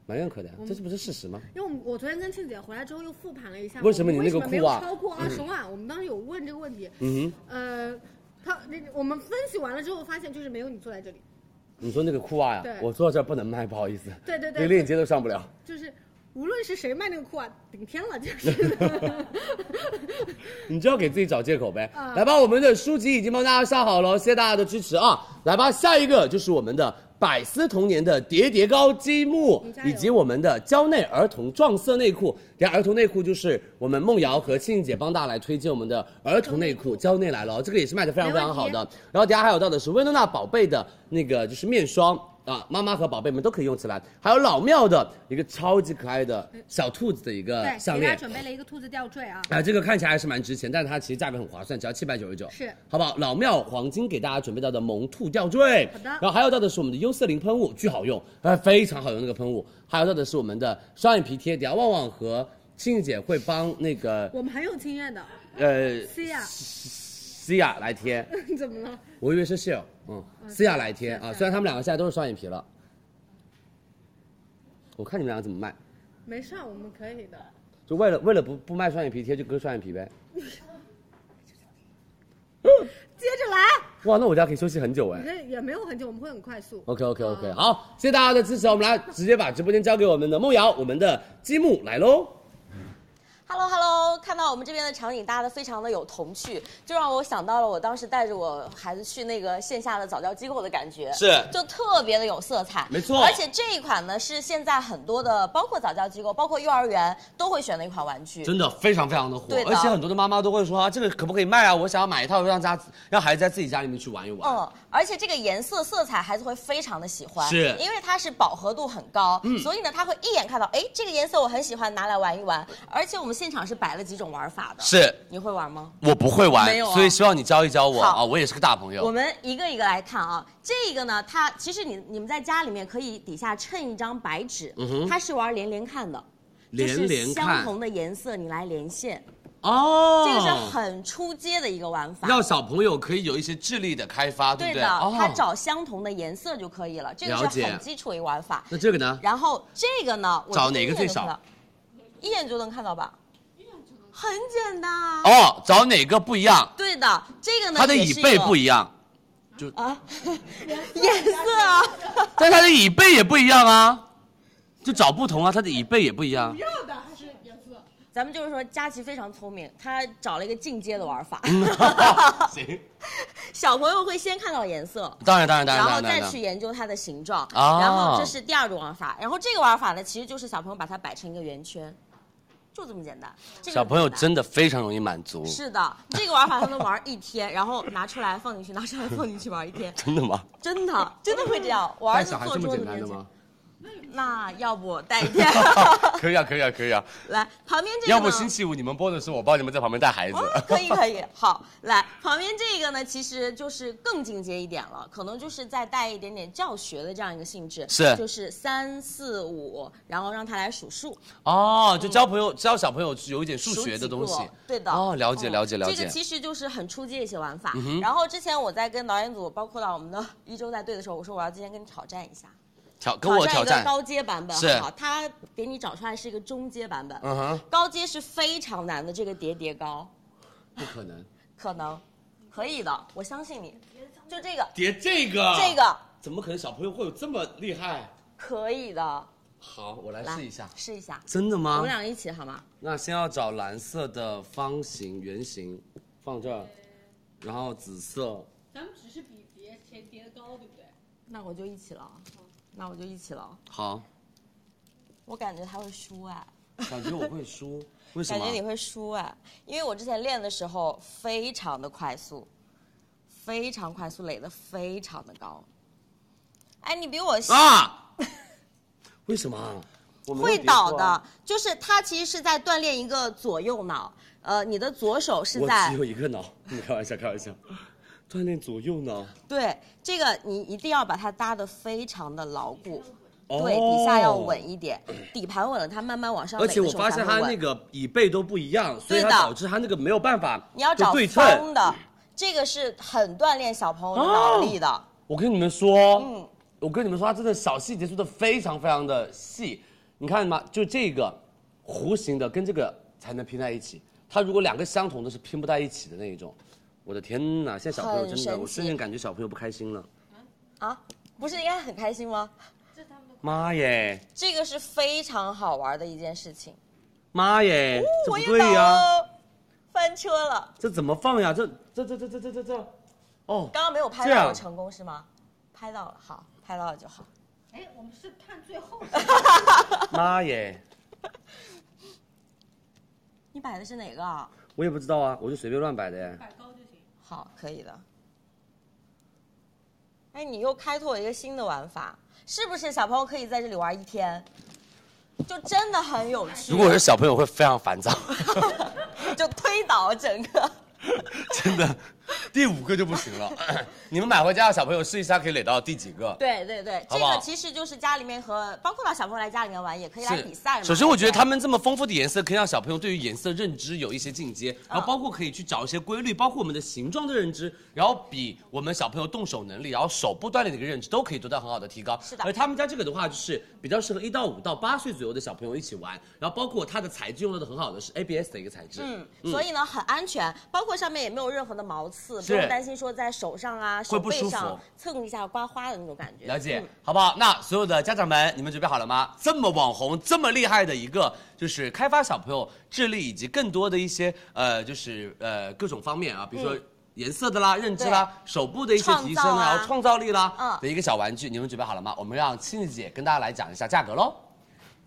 [SPEAKER 4] 蛮认可的呀
[SPEAKER 1] 我，们
[SPEAKER 4] 这是不是事实吗？
[SPEAKER 1] 因为我们我昨天跟庆姐回来之后又复盘了一下，
[SPEAKER 4] 为什么
[SPEAKER 1] 我们
[SPEAKER 4] 你那个
[SPEAKER 1] 为什么没有
[SPEAKER 4] 裤袜
[SPEAKER 1] 超过二十万？我们当时有问这个问题，
[SPEAKER 4] 嗯哼，
[SPEAKER 1] 呃，他那我们分析完了之后发现就是没有你坐在这里，
[SPEAKER 4] 你说那个裤袜呀
[SPEAKER 1] 对，
[SPEAKER 4] 我坐到这儿不能卖，不好意思，
[SPEAKER 1] 对对对
[SPEAKER 4] 连链接都上不了。
[SPEAKER 1] 就是无论是谁卖那个裤袜顶天了，就是。
[SPEAKER 4] 你就要给自己找借口呗。
[SPEAKER 1] 嗯
[SPEAKER 4] 来吧，我们的书籍已经帮大家上好了，谢谢大家的支持啊！来吧，下一个就是我们的百思童年的叠叠高积木
[SPEAKER 1] 你加，油
[SPEAKER 4] 以及我们的蕉内儿童撞色内裤。等下儿童内裤就是我们梦瑶和庆姐帮大家来推荐我们的儿童内裤，蕉内来了哦，这个也是卖的非常非常好
[SPEAKER 1] 嗯没
[SPEAKER 4] 的。然后等下还有到的是薇诺娜宝贝的那个就是面霜。啊，妈妈和宝贝们都可以用起来，还有老庙的一个超级可爱的小兔子的一个
[SPEAKER 1] 对，
[SPEAKER 4] 呃项
[SPEAKER 1] 给大
[SPEAKER 4] 链
[SPEAKER 1] 家，准备了一个兔子吊坠啊，
[SPEAKER 4] 啊，这个看起来还是蛮值钱，但是它其实价格很划算，只要七百九十九，
[SPEAKER 1] 是
[SPEAKER 4] 好不好？老庙黄金给大家准备到的萌兔吊坠，
[SPEAKER 1] 好的
[SPEAKER 4] 然后还有到的是我们的优色林喷雾，巨好用，呃，非常好用那个喷雾，还有到的是我们的双眼皮贴，等下旺旺和庆姐会帮那个
[SPEAKER 1] 我们很有经验的。
[SPEAKER 4] 呃
[SPEAKER 1] 思雅，
[SPEAKER 4] 思雅来贴，
[SPEAKER 1] 怎么了？
[SPEAKER 4] 我以为是 Shell，嗯，思雅来贴啊，虽然他们两个现在都是双眼皮了，我看你们两个怎么卖，
[SPEAKER 1] 没事儿，我们可以的。
[SPEAKER 4] 就为了为了不不卖双眼皮贴就割双眼皮呗，
[SPEAKER 1] 接着来，
[SPEAKER 4] 哇，那我家可以休息很久哎
[SPEAKER 1] 你。这也没有很久，我们会很快速。啊
[SPEAKER 4] OK OK
[SPEAKER 5] 嗯
[SPEAKER 4] OK，好，谢谢大家的支持，我们来直接把直播间交给我们的梦瑶，我们的积木来喽。
[SPEAKER 5] Hello Hello，看到我们这边的场景搭的非常的有童趣，就让我想到了我当时带着我孩子去那个线下的早教机构的感觉，
[SPEAKER 4] 是
[SPEAKER 5] 就特别的有色彩，
[SPEAKER 4] 没错
[SPEAKER 5] 而且这一款呢是现在很多的，包括早教机构，包括幼儿园都会选的一款玩具，
[SPEAKER 4] 真的非常非常的火
[SPEAKER 5] 对，的
[SPEAKER 4] 而且很多的妈妈都会说啊，这个可不可以卖啊？我想要买一套，让家让孩子在自己家里面去玩一玩。
[SPEAKER 5] 嗯，而且这个颜色色彩孩子会非常的喜欢，
[SPEAKER 4] 是嗯
[SPEAKER 5] 因为它是饱和度很高，所以呢他会一眼看到，哎，这个颜色我很喜欢，拿来玩一玩。而且我们现场是摆了几种玩法的，
[SPEAKER 4] 是
[SPEAKER 5] 你会玩吗？
[SPEAKER 4] 我不会玩
[SPEAKER 5] 没有啊
[SPEAKER 4] 所以希望你教一教我
[SPEAKER 5] 好
[SPEAKER 4] 啊，我也是个大朋
[SPEAKER 5] 我
[SPEAKER 4] 友。
[SPEAKER 5] 们一个一个来看啊，这个呢，它其实你你们在家里面可以底下衬一张白纸，
[SPEAKER 4] 嗯哼
[SPEAKER 5] 它是玩连连看的，
[SPEAKER 4] 连
[SPEAKER 5] 就
[SPEAKER 4] 连
[SPEAKER 5] 是
[SPEAKER 4] 看
[SPEAKER 5] 相同的颜色你来连线，
[SPEAKER 4] 哦，
[SPEAKER 5] 这个是很出街的一个玩法。
[SPEAKER 4] 让小朋友可以有一些智力的开发，对
[SPEAKER 5] 对
[SPEAKER 4] 不
[SPEAKER 5] 的，
[SPEAKER 4] 对？哦
[SPEAKER 5] 它找相同的颜色就可以了，这个
[SPEAKER 4] 了
[SPEAKER 5] 是
[SPEAKER 4] 解
[SPEAKER 5] 很基础一个玩法。
[SPEAKER 4] 那这个呢？
[SPEAKER 5] 然后这个呢，我
[SPEAKER 4] 找哪个最少
[SPEAKER 5] 一眼就看到？一眼就能看到吧？很简单啊。
[SPEAKER 4] 哦，找哪个不一样？
[SPEAKER 5] 对的，这个呢，
[SPEAKER 4] 它的
[SPEAKER 5] 也
[SPEAKER 4] 椅
[SPEAKER 5] 是
[SPEAKER 4] 背
[SPEAKER 5] 一个
[SPEAKER 4] 不一样，
[SPEAKER 5] 啊， 颜色啊。
[SPEAKER 4] 但它的椅背也不一样啊，就找不同啊，它的椅背也不一 样。
[SPEAKER 1] 要的还是颜色。
[SPEAKER 5] 咱们就是说，佳琪非常聪明，她找了一个进阶的玩法。
[SPEAKER 4] 嗯行，
[SPEAKER 5] 小朋友会先看到颜色，
[SPEAKER 4] 当然当然当然
[SPEAKER 5] 然
[SPEAKER 4] 当
[SPEAKER 5] 后
[SPEAKER 4] 然当
[SPEAKER 5] 再
[SPEAKER 4] 然
[SPEAKER 5] 去。研究它的形状。
[SPEAKER 4] 哦
[SPEAKER 5] 然后这是第二种玩法，然后这个玩法呢，其实就是小朋友把它摆成一个圆圈，就这么简单。这个
[SPEAKER 4] 小朋友
[SPEAKER 5] 很简单
[SPEAKER 4] 真的非常容易满足，
[SPEAKER 5] 是的，这个玩法他们玩一天，然后拿出来放进去，拿出来放进去玩一天，
[SPEAKER 4] 真的吗？
[SPEAKER 5] 真的真的会这样。我儿子坐桌子面前，？那要不我带一天
[SPEAKER 4] 可以啊，可以啊，可以啊！
[SPEAKER 5] 来旁边这个呢？
[SPEAKER 4] 要不星期五你们播的时候，我帮你们在旁边带孩子。
[SPEAKER 5] 啊，可以可以，好，来旁边这个呢，其实就是更进阶一点了，可能就是再带一点点教学的这样一个性质，
[SPEAKER 4] 是
[SPEAKER 5] 就是三四五，然后让他来数数，
[SPEAKER 4] 哦，就教朋友教小朋友有一点数学的东西
[SPEAKER 5] 数几个。对的，
[SPEAKER 4] 哦，了解
[SPEAKER 5] 嗯
[SPEAKER 4] 了解嗯了
[SPEAKER 5] 这
[SPEAKER 4] 解
[SPEAKER 5] 个。其实就是很出街一些玩法。然后之前我在跟导演组，包括到我们的一周带队的时候，我说我要今天跟你挑战一下，
[SPEAKER 4] 挑跟我挑
[SPEAKER 5] 战
[SPEAKER 4] 战
[SPEAKER 5] 一个。高阶版本，
[SPEAKER 4] 是
[SPEAKER 5] 好不好，他给你找出来是一个中阶版本，
[SPEAKER 4] 嗯哼，
[SPEAKER 5] 高阶是非常难的，这个叠叠高。
[SPEAKER 4] 不可能。
[SPEAKER 5] 可能，可以的，我相信你。就这个，
[SPEAKER 4] 叠这
[SPEAKER 6] 啊
[SPEAKER 4] 个，
[SPEAKER 5] 这个
[SPEAKER 4] 怎么可能小朋友会有这么厉害？
[SPEAKER 5] 可以的，
[SPEAKER 4] 好，我来
[SPEAKER 5] 来
[SPEAKER 4] 试一下。
[SPEAKER 5] 试一下。
[SPEAKER 4] 真的
[SPEAKER 6] 啊
[SPEAKER 5] 我
[SPEAKER 4] 吗
[SPEAKER 5] 们？俩一起好吗？
[SPEAKER 4] 那先要找蓝色的方形圆形，放这儿，然后紫色。
[SPEAKER 1] 咱们只是比别谁叠的高，对不对？
[SPEAKER 5] 那我就一起了啊，那我就一起了。
[SPEAKER 4] 好，
[SPEAKER 5] 我感觉他会输哎，
[SPEAKER 4] 感觉我会 输，为什
[SPEAKER 5] 感
[SPEAKER 4] 么？
[SPEAKER 5] 觉你会输哎，因为我之前练的时候非常的快速，非常快速，垒的非常的高。哎，你比我细，
[SPEAKER 4] 啊？为什么啊？
[SPEAKER 6] 我没有
[SPEAKER 5] 会
[SPEAKER 6] 叠
[SPEAKER 5] 倒
[SPEAKER 6] 过
[SPEAKER 5] 的
[SPEAKER 6] 啊，
[SPEAKER 5] 就是它其实是在锻炼一个左右脑。呃，你的左手是
[SPEAKER 4] 我
[SPEAKER 5] 在
[SPEAKER 4] 只有一个脑， 你开玩笑，开玩笑，锻炼左右 脑。
[SPEAKER 5] 对这个，你一定要把它搭的非常的牢固，
[SPEAKER 4] 哦
[SPEAKER 5] 对底下要稳一点，底盘稳了，它慢慢往上
[SPEAKER 4] 而
[SPEAKER 5] 垒
[SPEAKER 4] 且
[SPEAKER 5] 的
[SPEAKER 4] 我
[SPEAKER 5] 时候
[SPEAKER 4] 发
[SPEAKER 5] 才
[SPEAKER 4] 现
[SPEAKER 5] 会
[SPEAKER 4] 它
[SPEAKER 5] 稳
[SPEAKER 4] 那。个椅背都不一样，所以它
[SPEAKER 5] 对的
[SPEAKER 4] 导致它那个没有办法
[SPEAKER 5] 你要找
[SPEAKER 4] 就对
[SPEAKER 5] 方
[SPEAKER 4] 称。
[SPEAKER 5] 的，这个是很锻炼小朋友的脑力的。
[SPEAKER 4] 我跟你们说，
[SPEAKER 5] 嗯
[SPEAKER 4] 我跟你们说，它真的小细节做的非常非常的细。你看嘛，就这个弧形的跟这个才能拼在一起，它如果两个相同的是拼不在一起的那一种。我的天呐，现在小朋友
[SPEAKER 5] 很
[SPEAKER 4] 真的，
[SPEAKER 5] 神
[SPEAKER 4] 我
[SPEAKER 5] 奇
[SPEAKER 4] 瞬间感觉小朋友不开心了。哦
[SPEAKER 5] 啊，不是应该很开心吗？
[SPEAKER 4] 妈耶，
[SPEAKER 5] 这个是非常好玩的一件事情。
[SPEAKER 4] 妈耶，这
[SPEAKER 5] 我
[SPEAKER 4] 不
[SPEAKER 5] 也
[SPEAKER 4] 对
[SPEAKER 5] 倒
[SPEAKER 4] 呀、
[SPEAKER 5] 了，翻车了。
[SPEAKER 4] 这怎么放呀？这这这这这这这这，哦，
[SPEAKER 5] 刚刚没有拍
[SPEAKER 4] 这
[SPEAKER 5] 到
[SPEAKER 4] 样
[SPEAKER 5] 我成功是吗？拍到了，好，拍到了就好。
[SPEAKER 1] 哎，我们是看最后。
[SPEAKER 4] 妈耶！
[SPEAKER 5] 你摆的是哪个啊？
[SPEAKER 4] 我也不知道啊，我就随便乱摆的耶。
[SPEAKER 5] 好，可以的。哎，你又开拓了一个新的玩法，是不是？小朋友可以在这里玩一天，就真的很有趣。
[SPEAKER 4] 如果是小朋友会非常烦 躁，
[SPEAKER 5] 就推倒整个。
[SPEAKER 4] 真的。第五个就不行了， 你们买回家让小朋友试一下，可以垒到第几个？
[SPEAKER 5] 对对对，
[SPEAKER 4] 好
[SPEAKER 5] 这
[SPEAKER 4] 不好
[SPEAKER 5] 个其实就是家里面和包括到小朋友来家里面玩，也可以来
[SPEAKER 4] 是
[SPEAKER 5] 比赛嘛。
[SPEAKER 4] 首先，我觉得
[SPEAKER 5] 对
[SPEAKER 4] 他们这么丰富的颜色，可以让小朋友对于颜色认知有一些进
[SPEAKER 5] 嗯
[SPEAKER 4] 阶，然后包括可以去找一些规律，包括我们的形状的认知，然后比我们小朋友动手能力，然后手部锻炼的一个认知，都可以得到很好的提高。
[SPEAKER 5] 是的
[SPEAKER 4] 而他们家这个的话，就是比较适合一到五到八岁左右的小朋友一起玩，然后包括它的材质用的很好的是 ABS 的一个材质，
[SPEAKER 5] 嗯，所以呢很安全，包括上面也没有任何的毛刺，不
[SPEAKER 4] 是
[SPEAKER 5] 用担心说在手上啊、手
[SPEAKER 4] 会不
[SPEAKER 5] 背
[SPEAKER 4] 舒服
[SPEAKER 5] 上蹭一下刮花的那种感觉。
[SPEAKER 4] 了解
[SPEAKER 5] 嗯，
[SPEAKER 4] 好不好？那所有的家长们，你们准备好了吗？这么网红，这么厉害的一个，就是开发小朋友智力以及更多的一些呃，就是呃各种方面啊，比如说。颜色的啦，认知啦，手部的一些提升
[SPEAKER 5] 嗯创造
[SPEAKER 4] 啊，
[SPEAKER 5] 啊
[SPEAKER 4] 然后创造力啦、
[SPEAKER 5] 嗯
[SPEAKER 4] 的一个小玩具，你们准备好了吗？我们让青子姐跟大家来讲一下价格喽。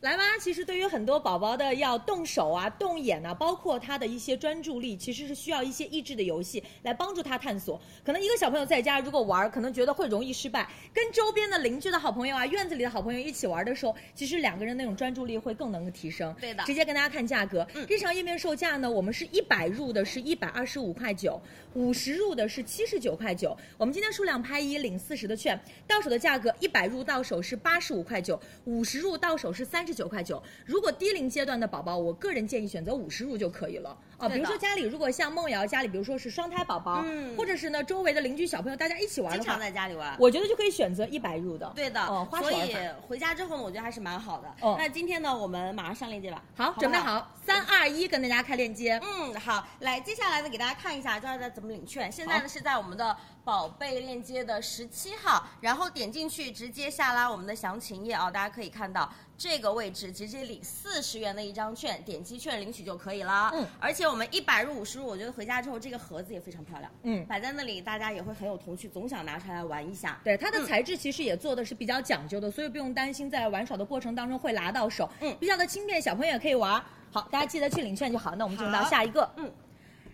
[SPEAKER 2] 来吧，其实对于很多宝宝的要动手啊、动眼啊，包括他的一些专注力，其实是需要一些益智的游戏来帮助他探索。可能一个小朋友在家如果玩，可能觉得会容易失败，跟周边的邻居的好朋友啊、院子里的好朋友一起玩的时候，其实两个人那种专注力会更能够提升。
[SPEAKER 5] 对的
[SPEAKER 2] 直接跟大家看价格，
[SPEAKER 5] 嗯
[SPEAKER 2] 日常页面售价呢，我们是一百入的是一百二十五块九，五十入的是七十九块九。我们今天数量拍一领四十的券，到手的价格一百入到手是八十五块九，五十入到手是三十九块九。如果低龄阶段的宝宝，我个人建议选择五十入就可以了啊。比如说家里如果像梦瑶家里，比如说是双胎宝宝，
[SPEAKER 5] 嗯
[SPEAKER 2] 或者是呢周围的邻居小朋友大家一起玩
[SPEAKER 5] 经
[SPEAKER 2] 的话
[SPEAKER 5] 常，在家里玩。
[SPEAKER 2] 我觉得就可以选择一百入的。
[SPEAKER 5] 对的，
[SPEAKER 2] 哦，花式
[SPEAKER 5] 所
[SPEAKER 2] 玩
[SPEAKER 5] 以
[SPEAKER 2] 法。
[SPEAKER 5] 回家之后呢，我觉得还是蛮好的。
[SPEAKER 2] 哦
[SPEAKER 5] 那今天呢，我们马上上链接吧。
[SPEAKER 2] 好，
[SPEAKER 5] 不
[SPEAKER 2] 准备。好，三二一，跟大家开链接。
[SPEAKER 5] 嗯，好，来，接下来呢，给大家看一下，教大家怎么领券。现在呢是在我们的宝贝链接的十七号，然后点进去直接下拉我们的详情页啊，大家可以看到这个位置直接领四十元的一张券，点击券领取就可以了。
[SPEAKER 2] 嗯，
[SPEAKER 5] 而且我们一百入、五十入，我觉得回家之后这个盒子也非常漂亮，
[SPEAKER 2] 嗯
[SPEAKER 5] 摆在那里大家也会很有童趣，总想拿出来玩一下。
[SPEAKER 2] 对它的材质其实也做的是比较讲究的，所以不用担心在玩耍的过程当中会拿到手，
[SPEAKER 5] 嗯
[SPEAKER 2] 比较的轻便，小朋友也可以玩儿。好，大家记得去领券就好。那我们进入到
[SPEAKER 5] 好
[SPEAKER 2] 下一个，
[SPEAKER 5] 嗯，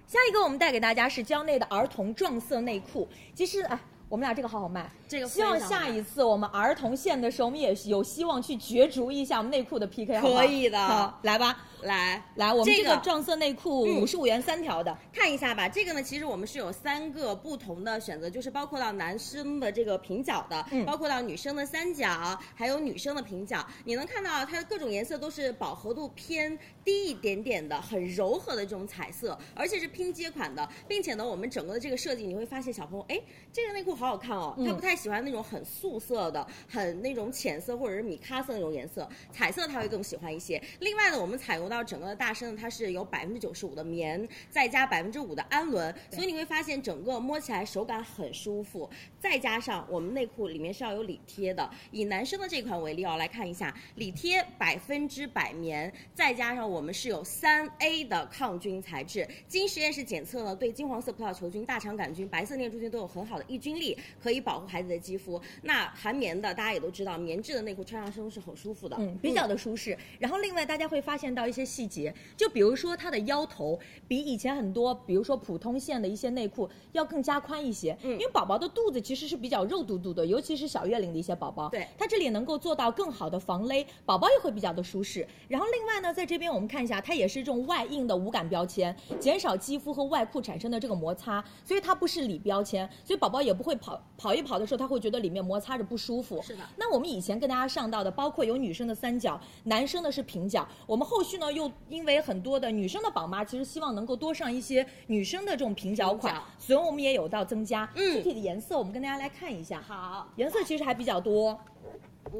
[SPEAKER 2] 下一个我们带给大家是蕉内的儿童撞色内裤。其实，哎，我们俩这个好好卖，
[SPEAKER 5] 这个非
[SPEAKER 2] 希
[SPEAKER 5] 常好
[SPEAKER 2] 望
[SPEAKER 5] 卖
[SPEAKER 2] 下一次我们儿童线的时候，我们也有希望去角逐一下我们内裤的 PK，好不好
[SPEAKER 5] 可以的
[SPEAKER 2] 好，来吧，
[SPEAKER 5] 来
[SPEAKER 2] 来，我们这
[SPEAKER 5] 这个
[SPEAKER 2] 个撞色内裤
[SPEAKER 5] 嗯
[SPEAKER 2] 五十五元三条的，
[SPEAKER 5] 看一下吧，这个呢，其实我们是有三个不同的选择，就是包括到男生的这个平角的，
[SPEAKER 2] 嗯
[SPEAKER 5] 包括到女生的三角，还有女生的平角。你能看到它的各种颜色都是饱和度偏低一点点的，很柔和的这种彩色，而且是拼接款的，并且呢，我们整个的这个设计你会发现小朋友，哎，这个内裤好好看哦，
[SPEAKER 2] 嗯
[SPEAKER 5] 他不太喜欢那种很素色的、很那种浅色或者是米咖色那种颜色，彩色他会更喜欢一些。另外呢，我们采用到整个的大身呢，它是有百分之九十五的棉，再加百分之五的氨纶，所以你会发现整个摸起来手感很舒服。再加上我们内裤里面是要有里贴的，以男生的这款为例哦，来看一下里贴百分之百棉，再加上我们是有三 A 的抗菌材质，经实验室检测呢，对金黄色葡萄球菌、大肠杆菌、白色念珠菌都有很好的抑菌力。力可以保护孩子的肌肤。那含棉的大家也都知道，棉质的内裤穿上身是很舒服的。
[SPEAKER 2] 嗯，比较的舒适。然后另外大家会发现到一些细节，就比如说它的腰头比以前很多，比如说普通线的一些内裤要更加宽一些，
[SPEAKER 5] 嗯
[SPEAKER 2] 因为宝宝的肚子其实是比较肉嘟嘟的，尤其是小月龄的一些宝宝，
[SPEAKER 5] 对
[SPEAKER 2] 它这里能够做到更好的防勒，宝宝也会比较的舒适。然后另外呢，在这边我们看一下，它也是这种外印的无感标签，减少肌肤和外裤产生的这个摩擦，所以它不是里标签，所以宝宝也不会跑跑一跑的时候，他会觉得里面摩擦着不舒服。
[SPEAKER 5] 是的
[SPEAKER 2] 那我们以前跟大家上到的，包括有女生的三角，男生的是平角。我们后续呢，又因为很多的女生的宝妈其实希望能够多上一些女生的这种平角款
[SPEAKER 5] 平角，
[SPEAKER 2] 所以我们也有到增加。
[SPEAKER 5] 嗯
[SPEAKER 2] 具体的颜色我们跟大家来看一下，
[SPEAKER 5] 好，
[SPEAKER 2] 颜色其实还比较多。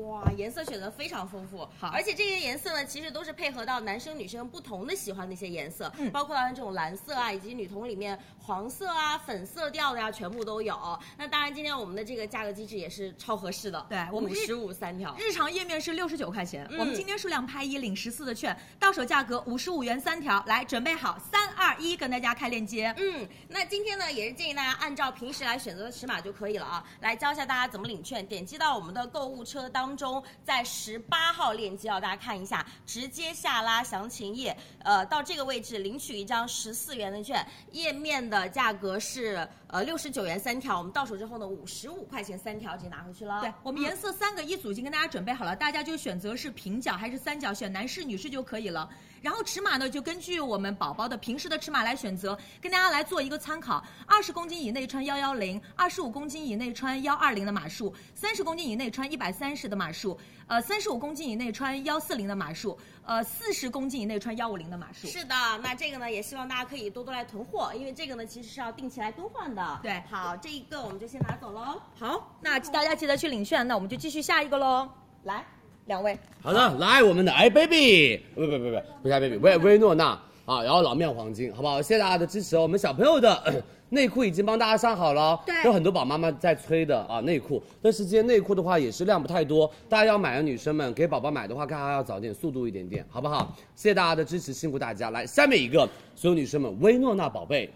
[SPEAKER 5] 哇，颜色选择非常丰富，
[SPEAKER 2] 好
[SPEAKER 5] 而且这些颜色呢，其实都是配合到男生女生不同的喜欢的一些颜色，
[SPEAKER 2] 嗯
[SPEAKER 5] 包括到像这种蓝色啊，以及女童里面黄色啊、粉色调的呀、全部都有。那当然，今天我们的这个价格机制也是超合适的，
[SPEAKER 2] 对我们
[SPEAKER 5] 五
[SPEAKER 2] 是
[SPEAKER 5] 十五三条，
[SPEAKER 2] 日常页面是六十九块钱，
[SPEAKER 5] 嗯
[SPEAKER 2] 我们今天数量拍一领十四的券，到手价格五十五元三条。来，准备好，三二一，跟大家开链接。
[SPEAKER 5] 嗯，那今天呢，也是建议大家按照平时来选择的尺码就可以了啊。来教一下大家怎么领券，点击到我们的购物车当中，在十八号链接啊，大家看一下，直接下拉详情页，呃，到这个位置领取一张十四元的券，页面的价格是呃六十九元三条，我们到手之后呢，五十五块钱三条直接拿回去了。
[SPEAKER 2] 对我们颜色三个一组已经跟大家准备好了，大家就选择是平角还是三角，选男士、女士就可以了。然后尺码呢，就根据我们宝宝的平时的尺码来选择，跟大家来做一个参考。二十公斤以内穿幺幺零，二十五公斤以内穿幺二零的码数，三十公斤以内穿一百三十的码数，呃，三十五公斤以内穿幺四零的码数，呃，四十公斤以内穿幺五零的码数。
[SPEAKER 5] 是的，那这个呢，也希望大家可以多多来囤货，因为这个呢，其实是要定期来更换的。
[SPEAKER 2] 对
[SPEAKER 5] 好，这一个我们就先拿走喽。
[SPEAKER 2] 好，那大家记得去领券，那我们就继续下一个喽。来，两位，
[SPEAKER 4] 好的，来我们的哎 baby，不不不不不是哎 baby，薇薇诺娜啊，然后老面黄金，好不好？谢谢大家的支持哦。我们小朋友的 咳内裤已经帮大家上好了，哦
[SPEAKER 1] 对
[SPEAKER 4] 有很多宝妈妈在催的啊内裤，但是今天内裤的话也是量不太多，大家要买的女生们给宝宝买的话，看还要早点，速度一点点，好不好？谢谢大家的支持，辛苦大家。来，下面一个，所有女生们，薇诺娜宝贝，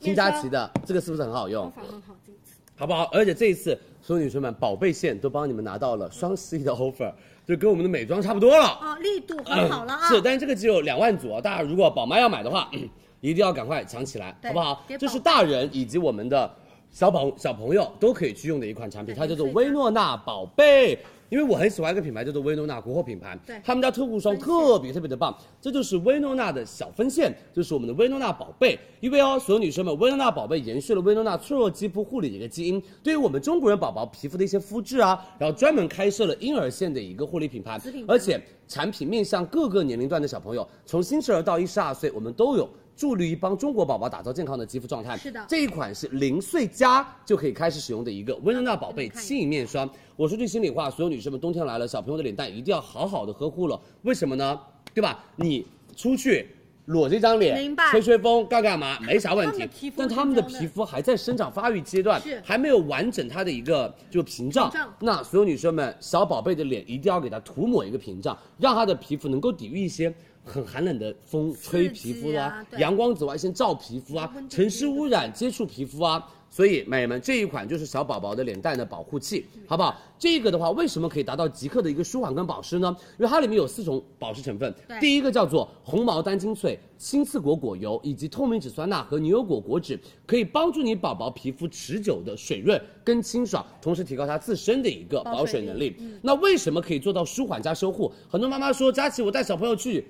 [SPEAKER 4] 金佳琪的这个是不是很好用？
[SPEAKER 1] 反很好，这一次
[SPEAKER 4] 好不好？而且这一次，所有女生们，宝贝线都帮你们拿到了双十一的 offer，就跟我们的美妆差不多了。
[SPEAKER 1] 哦，力度很好了啊，
[SPEAKER 4] 是，但是这个只有两万组啊，大家如果宝妈要买的话，嗯一定要赶快抢起来，
[SPEAKER 1] 对
[SPEAKER 4] 好不好
[SPEAKER 1] 别？
[SPEAKER 4] 这
[SPEAKER 1] 保
[SPEAKER 4] 是大人以及我们的小朋小朋友都可以去用的一款产品，它叫做薇诺娜宝贝。因为我很喜欢一个品牌叫做薇诺娜国货品牌，
[SPEAKER 1] 对
[SPEAKER 4] 他们家特护霜特别特别的棒，这就是薇诺娜的小分线，就是我们的薇诺娜宝贝。因为哦，所有女生们，薇诺娜宝贝延续了薇诺娜脆弱肌肤护理的一个基因，对于我们中国人宝宝皮肤的一些肤质啊，然后专门开设了婴儿线的一个护理品牌
[SPEAKER 1] 子品，牌
[SPEAKER 4] 而且产品面向各个年龄段的小朋友，从新生儿到一十二岁，我们都有。助力于帮中国宝宝打造健康的肌肤状态。
[SPEAKER 1] 是的
[SPEAKER 4] 这一款是零岁加就可以开始使用的一个薇诺娜宝贝
[SPEAKER 1] 看一下
[SPEAKER 4] 气面霜。我说句心里话，所有女生们，冬天来了，小朋友的脸蛋一定要好好的呵护了。为什么呢？对吧？你出去裸着一张脸，
[SPEAKER 1] 明白
[SPEAKER 4] 吹吹风，干干嘛没啥问
[SPEAKER 1] 他们
[SPEAKER 4] 题
[SPEAKER 1] 的皮肤。
[SPEAKER 4] 但他们的
[SPEAKER 1] 是这样的
[SPEAKER 4] 皮肤还在生长发育阶段，
[SPEAKER 1] 是
[SPEAKER 4] 还没有完整它的一个就屏障。
[SPEAKER 1] 屏障
[SPEAKER 4] 那所有女生们，小宝贝的脸一定要给它涂抹一个屏障，让她的皮肤能够抵御一些很寒冷的风吹皮肤啦、
[SPEAKER 1] 啊对
[SPEAKER 4] 阳光紫外线照皮肤啊、尘湿污染接触皮肤啊。所以，美们，这一款就是小宝宝的脸蛋的保护器，好不好？这个的话，为什么可以达到即刻的一个舒缓跟保湿呢？因为它里面有四种保湿成分，第一个叫做红毛丹精粹、青刺果果油以及透明质酸钠和牛油果果脂，可以帮助你宝宝皮肤持久的水润跟清爽，同时提高它自身的一个保水能力。那为什么可以做到舒缓加修护？很多妈妈说，佳琪，我带小朋友去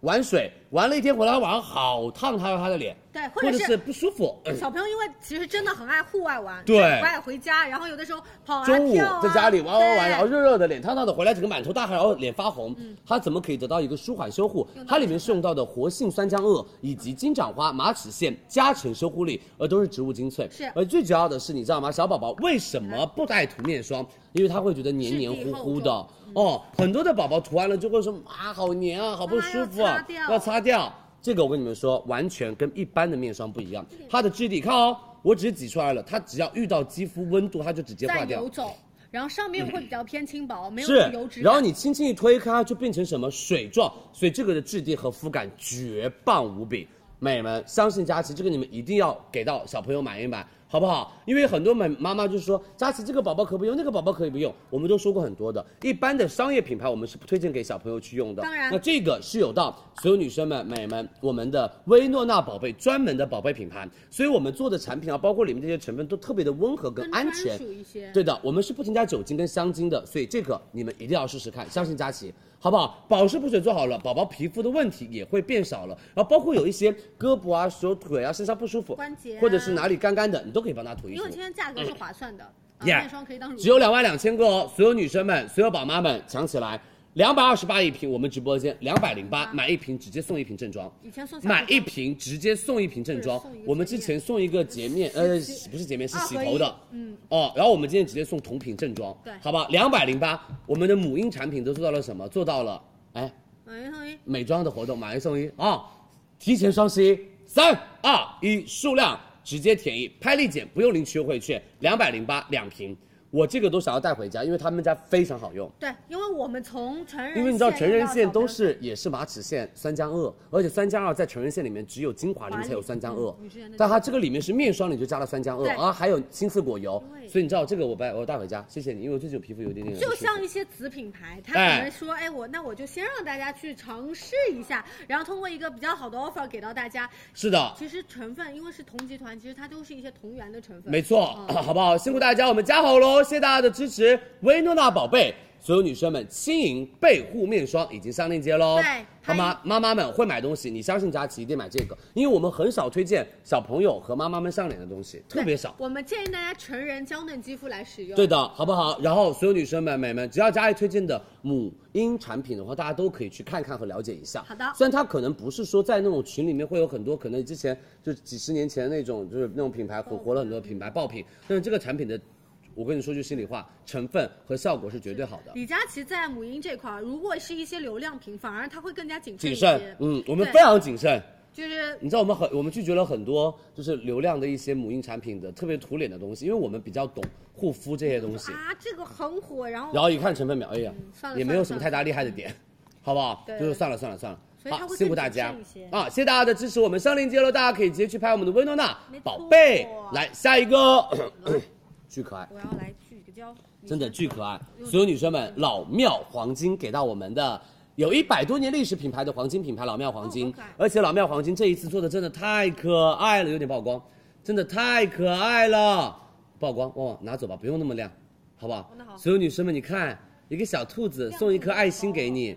[SPEAKER 4] 玩水，玩了一天回来晚上好烫他他的脸，
[SPEAKER 1] 对或
[SPEAKER 4] 或
[SPEAKER 1] 者是
[SPEAKER 4] 是不舒服。嗯
[SPEAKER 1] 小朋友因为其实真的很爱户外玩，
[SPEAKER 4] 对
[SPEAKER 1] 就不爱回家，然后有的时候跑啊
[SPEAKER 4] 中午
[SPEAKER 1] 跳啊，
[SPEAKER 4] 在家里玩玩玩，然后
[SPEAKER 1] 对
[SPEAKER 4] 热热的，脸烫烫的，回来整个满头大汗，然后脸发红，
[SPEAKER 1] 嗯
[SPEAKER 4] 它怎么可以得到一个舒缓修护？它里面是用到的活性酸浆鳄以及金盏花、马齿苋加成修护力，而都是植物精粹。
[SPEAKER 1] 是
[SPEAKER 4] 而最主要的是，你知道吗？小宝宝为什么不爱涂面霜？因为他会觉得黏黏糊糊
[SPEAKER 1] 质地
[SPEAKER 4] 的。哦，很多的宝宝涂完了就会说啊，好黏啊，好不舒服啊
[SPEAKER 1] 妈呀，嗯
[SPEAKER 4] 要
[SPEAKER 1] 要擦掉
[SPEAKER 4] 擦掉。这个我跟你们说，完全跟一般的面霜不一样，它的质地，看哦，我只是挤出来了，它只要遇到肌肤温度，它就直接化
[SPEAKER 1] 在
[SPEAKER 4] 掉
[SPEAKER 1] 游。走，然后上面会比较偏轻薄，没有
[SPEAKER 4] 是
[SPEAKER 1] 油脂感。
[SPEAKER 4] 然后你轻轻一推开，它就变成什么水状，所以这个的质地和肤感绝棒无比。美们，相信佳琪，这个你们一定要给到小朋友买一买，好不好？因为很多妈妈妈就说，佳琪这个宝宝可不用，那个宝宝可以不用，我们都说过很多的。一般的商业品牌我们是不推荐给小朋友去用的。
[SPEAKER 1] 当然
[SPEAKER 4] 那这个是有到所有女生们、美们，我们的薇诺娜宝贝专门的宝贝品牌，所以我们做的产品啊，包括里面这些成分都特别的温和
[SPEAKER 1] 更
[SPEAKER 4] 跟安
[SPEAKER 1] 专
[SPEAKER 4] 全。
[SPEAKER 1] 属一些。
[SPEAKER 4] 对的，我们是不添加酒精跟香精的，所以这个你们一定要试试看，相信佳琪，好不好？保湿补水做好了，宝宝皮肤的问题也会变少了。然后包括有一些胳膊啊、手腿啊、身上不舒服，
[SPEAKER 1] 关节啊
[SPEAKER 4] 或者是哪里干干的，你都可以帮他涂一
[SPEAKER 1] 因
[SPEAKER 4] 涂
[SPEAKER 1] 为。今天价格是划算的，啊，
[SPEAKER 4] 嗯 Yeah
[SPEAKER 1] 面霜可以当乳
[SPEAKER 4] 只有两万两千个哦，所有女生们、所有宝妈们抢起来，两百二十八一瓶，我们直播间两百零八，买一瓶直接送一瓶正装。
[SPEAKER 1] 以前送小
[SPEAKER 4] 买
[SPEAKER 1] 礼
[SPEAKER 4] 一
[SPEAKER 1] 包
[SPEAKER 4] 瓶直接送一瓶正装
[SPEAKER 1] 不是送一个洁面，
[SPEAKER 4] 我们之前送一个洁面，呃，不是洁面是洗头的
[SPEAKER 1] 二合，嗯，
[SPEAKER 4] 哦，然后我们今天直接送同品正装，
[SPEAKER 1] 对
[SPEAKER 4] 好吧，两百零八，我们的母婴产品都做到了什么？做到了，哎，
[SPEAKER 1] 买一送一，
[SPEAKER 4] 美妆的活动买一送一啊、提前双十一，三二一，数量直接填一，拍立减不用领取优惠券，两百零八两瓶，我这个都想要带回家，因为他们家非常好用。
[SPEAKER 1] 对，因为我们从成人
[SPEAKER 4] 因为你知道
[SPEAKER 1] 线
[SPEAKER 4] 成人
[SPEAKER 1] 到
[SPEAKER 4] 线
[SPEAKER 1] 小
[SPEAKER 4] 都
[SPEAKER 1] 朋友
[SPEAKER 4] 是也是马齿苋、酸浆二，而且酸浆二在成人线里面只有精华里面才有酸浆二
[SPEAKER 1] 嗯女士的那，
[SPEAKER 4] 但它这个里面是面霜里就加了酸浆二
[SPEAKER 1] 对
[SPEAKER 4] 啊，还有青刺果油
[SPEAKER 1] 对，
[SPEAKER 4] 所以你知道这个我带我带回家，谢谢你，因为我最近皮肤有一点点
[SPEAKER 1] 就
[SPEAKER 4] 不舒服
[SPEAKER 1] 像一些子品牌，他
[SPEAKER 4] 哎
[SPEAKER 1] 可能说，哎，我那我就先让大家去尝试一下，然后通过一个比较好的 offer 给到大家。
[SPEAKER 4] 是的，
[SPEAKER 1] 其实成分因为是同集团，其实它都是一些同源的成分。
[SPEAKER 4] 没错，啊
[SPEAKER 1] 嗯
[SPEAKER 4] 好不好？辛苦大家，我们加好喽，谢谢大家的支持，薇诺娜宝贝。所有女生们，轻盈倍护面霜已经上链接喽，
[SPEAKER 1] 对
[SPEAKER 4] 好
[SPEAKER 1] 欢迎
[SPEAKER 4] 吗？妈妈们会买东西，你相信佳琪一定买这个，因为我们很少推荐小朋友和妈妈们上脸的东西， 特别少。
[SPEAKER 1] 我们建议大家成人娇嫩肌肤来使用。
[SPEAKER 4] 对的，好不好？然后所有女生们、美们，只要佳怡推荐的母婴产品的话，大家都可以去看看和了解一下。
[SPEAKER 1] 好的
[SPEAKER 4] 虽然它可能不是说在那种群里面会有很多，可能之前就几十年前那种，就是那种品牌混合了很多品牌爆品，但是这个产品的，我跟你说句心里话，成分和效果是绝对好的。
[SPEAKER 1] 李佳琦在母婴这块儿，如果是一些流量品，反而它会更加谨慎
[SPEAKER 4] 谨
[SPEAKER 1] 一
[SPEAKER 4] 慎
[SPEAKER 1] 些，。
[SPEAKER 4] 嗯，我们
[SPEAKER 1] 对
[SPEAKER 4] 非常谨慎。
[SPEAKER 1] 就是
[SPEAKER 4] 你知道我们很，我们拒绝了很多就是流量的一些母婴产品的特别涂脸的东西，因为我们比较懂护肤这些东西。
[SPEAKER 1] 啊，这个很火，然后
[SPEAKER 4] 然后一看成分表，哎呀
[SPEAKER 1] 嗯算，了
[SPEAKER 4] 也没有什么太大
[SPEAKER 1] 算了嗯
[SPEAKER 4] 厉害的点，好不好？
[SPEAKER 1] 对
[SPEAKER 4] 就是算了算了算了。
[SPEAKER 1] 所以它
[SPEAKER 4] 好，
[SPEAKER 1] 会
[SPEAKER 4] 辛苦
[SPEAKER 1] 更
[SPEAKER 4] 大
[SPEAKER 1] 谨
[SPEAKER 4] 家
[SPEAKER 1] 慎一些
[SPEAKER 4] 啊！谢谢大家的支持，我们上链接了，大家可以直接去拍我们的薇诺娜
[SPEAKER 1] 没错
[SPEAKER 4] 宝贝。来下一 个，巨可爱，
[SPEAKER 1] 我要来聚个焦，
[SPEAKER 4] 真的巨可爱！所有女生们，老庙黄金给到我们的。有一百多年历史品牌的黄金品牌老庙黄
[SPEAKER 1] 哦
[SPEAKER 4] 金
[SPEAKER 1] 好可爱，
[SPEAKER 4] 而且老庙黄金这一次做的真的太可爱了，有点曝光，真的太可爱了，曝光，旺旺拿走吧，不用那么亮，好不好
[SPEAKER 1] 哦那？好
[SPEAKER 4] 所有女生们，你看一个小兔子送一颗爱心给你，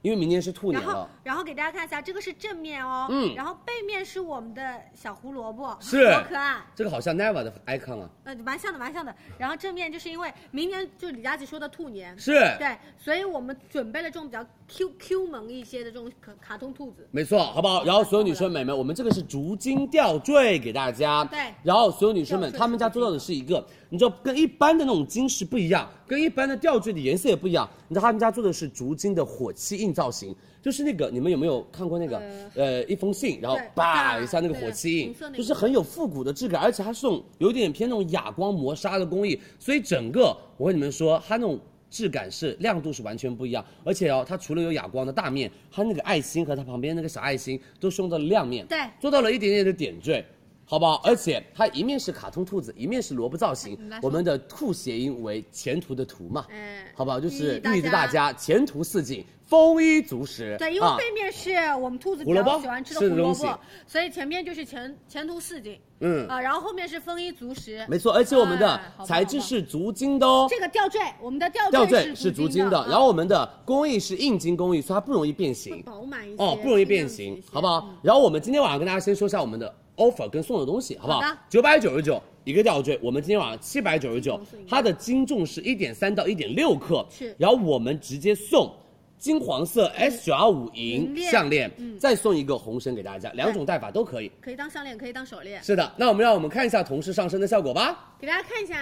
[SPEAKER 4] 因为明年是兔年
[SPEAKER 1] 然后
[SPEAKER 4] 了，，
[SPEAKER 1] 然后给大家看一下，这个是正面哦，
[SPEAKER 4] 嗯
[SPEAKER 1] 然后背面是我们的小胡萝卜，
[SPEAKER 4] 是
[SPEAKER 1] 好可爱，
[SPEAKER 4] 这个好像 Neva 的 icon 啊，
[SPEAKER 1] 呃，蛮像的，蛮像的。然后正面就是因为明年就是李佳琦说的兔年，
[SPEAKER 4] 是，
[SPEAKER 1] 对，所以我们准备了这种比较 Q Q 萌一些的这种卡卡通兔子，
[SPEAKER 4] 没错，好不好？然后所有女生美们，我们这个是竹金吊坠给大家。
[SPEAKER 1] 对
[SPEAKER 4] 然后所有女生们，
[SPEAKER 1] 吊坠
[SPEAKER 4] 他们家做到的是一个，你知道跟一般的那种金饰不一样，跟一般的吊坠的颜色也不一样。你知道他们家做的是竹金的火漆印造型，就是那个你们有没有看过那个
[SPEAKER 1] 呃
[SPEAKER 4] 呃一封信，然后
[SPEAKER 1] 对
[SPEAKER 4] 叭
[SPEAKER 1] 对
[SPEAKER 4] 一下那个
[SPEAKER 1] 对
[SPEAKER 4] 火漆印
[SPEAKER 1] 红色那，个
[SPEAKER 4] 就是很有复古的质感，而且它是那种有点偏那种哑光磨砂的工艺，所以整个我跟你们说，它那种质感是亮度是完全不一样。而且哦，它除了有哑光的大面，它那个爱心和它旁边那个小爱心都是用到了亮面，
[SPEAKER 1] 对
[SPEAKER 4] 做到了一点点的点缀。好不好？而且它一面是卡通兔子，一面是萝卜造型
[SPEAKER 1] 哎你来。说
[SPEAKER 4] 我们的兔谐音为前途的途嘛，
[SPEAKER 1] 哎
[SPEAKER 4] 好不好？就是
[SPEAKER 1] 寓
[SPEAKER 4] 寓
[SPEAKER 1] 意大
[SPEAKER 4] 意着
[SPEAKER 1] 家
[SPEAKER 4] 大家前途似锦，丰衣足食。
[SPEAKER 1] 对，因
[SPEAKER 4] 啊
[SPEAKER 1] 为背面是我们兔子比
[SPEAKER 4] 胡萝
[SPEAKER 1] 较
[SPEAKER 4] 卜
[SPEAKER 1] 喜欢吃
[SPEAKER 4] 吃
[SPEAKER 1] 的
[SPEAKER 4] 的
[SPEAKER 1] 胡萝
[SPEAKER 4] 东
[SPEAKER 1] 卜
[SPEAKER 4] 西，
[SPEAKER 1] 所以前面就是前前途似锦，
[SPEAKER 4] 嗯
[SPEAKER 1] 啊，然后后面是丰衣足食，
[SPEAKER 4] 没错，而且我们的
[SPEAKER 1] 哎好棒
[SPEAKER 4] 材质是足金的哦。
[SPEAKER 1] 这个吊坠，我们的 吊
[SPEAKER 4] 吊
[SPEAKER 1] 坠
[SPEAKER 4] 坠是
[SPEAKER 1] 足
[SPEAKER 4] 足金的，
[SPEAKER 1] 啊
[SPEAKER 4] 然后我们的工艺是硬金工艺，所以它不容易变
[SPEAKER 1] 会
[SPEAKER 4] 形
[SPEAKER 1] 饱满一些，
[SPEAKER 4] 哦，不容易
[SPEAKER 1] 尽量
[SPEAKER 4] 变形
[SPEAKER 1] 取一，些
[SPEAKER 4] 好不好？然后我们今天晚上跟大家先说一下我们的 offer 跟送的东西，好不好
[SPEAKER 1] 好的？
[SPEAKER 4] 九百九十九一个吊坠，我们今天晚上七百九十九
[SPEAKER 1] 金黄色，
[SPEAKER 4] 它的斤重是一点三到一点六克，
[SPEAKER 1] 是
[SPEAKER 4] 然后我们直接送。金黄色 S 九二五嗯银
[SPEAKER 1] 银链
[SPEAKER 4] 项链，
[SPEAKER 1] 嗯
[SPEAKER 4] 再送一个红绳给大家，两种戴法都可以。
[SPEAKER 1] 可以当项链，可以当手链。
[SPEAKER 4] 是的，那我们让我们看一下同事上身的效果吧。
[SPEAKER 1] 给大家看一下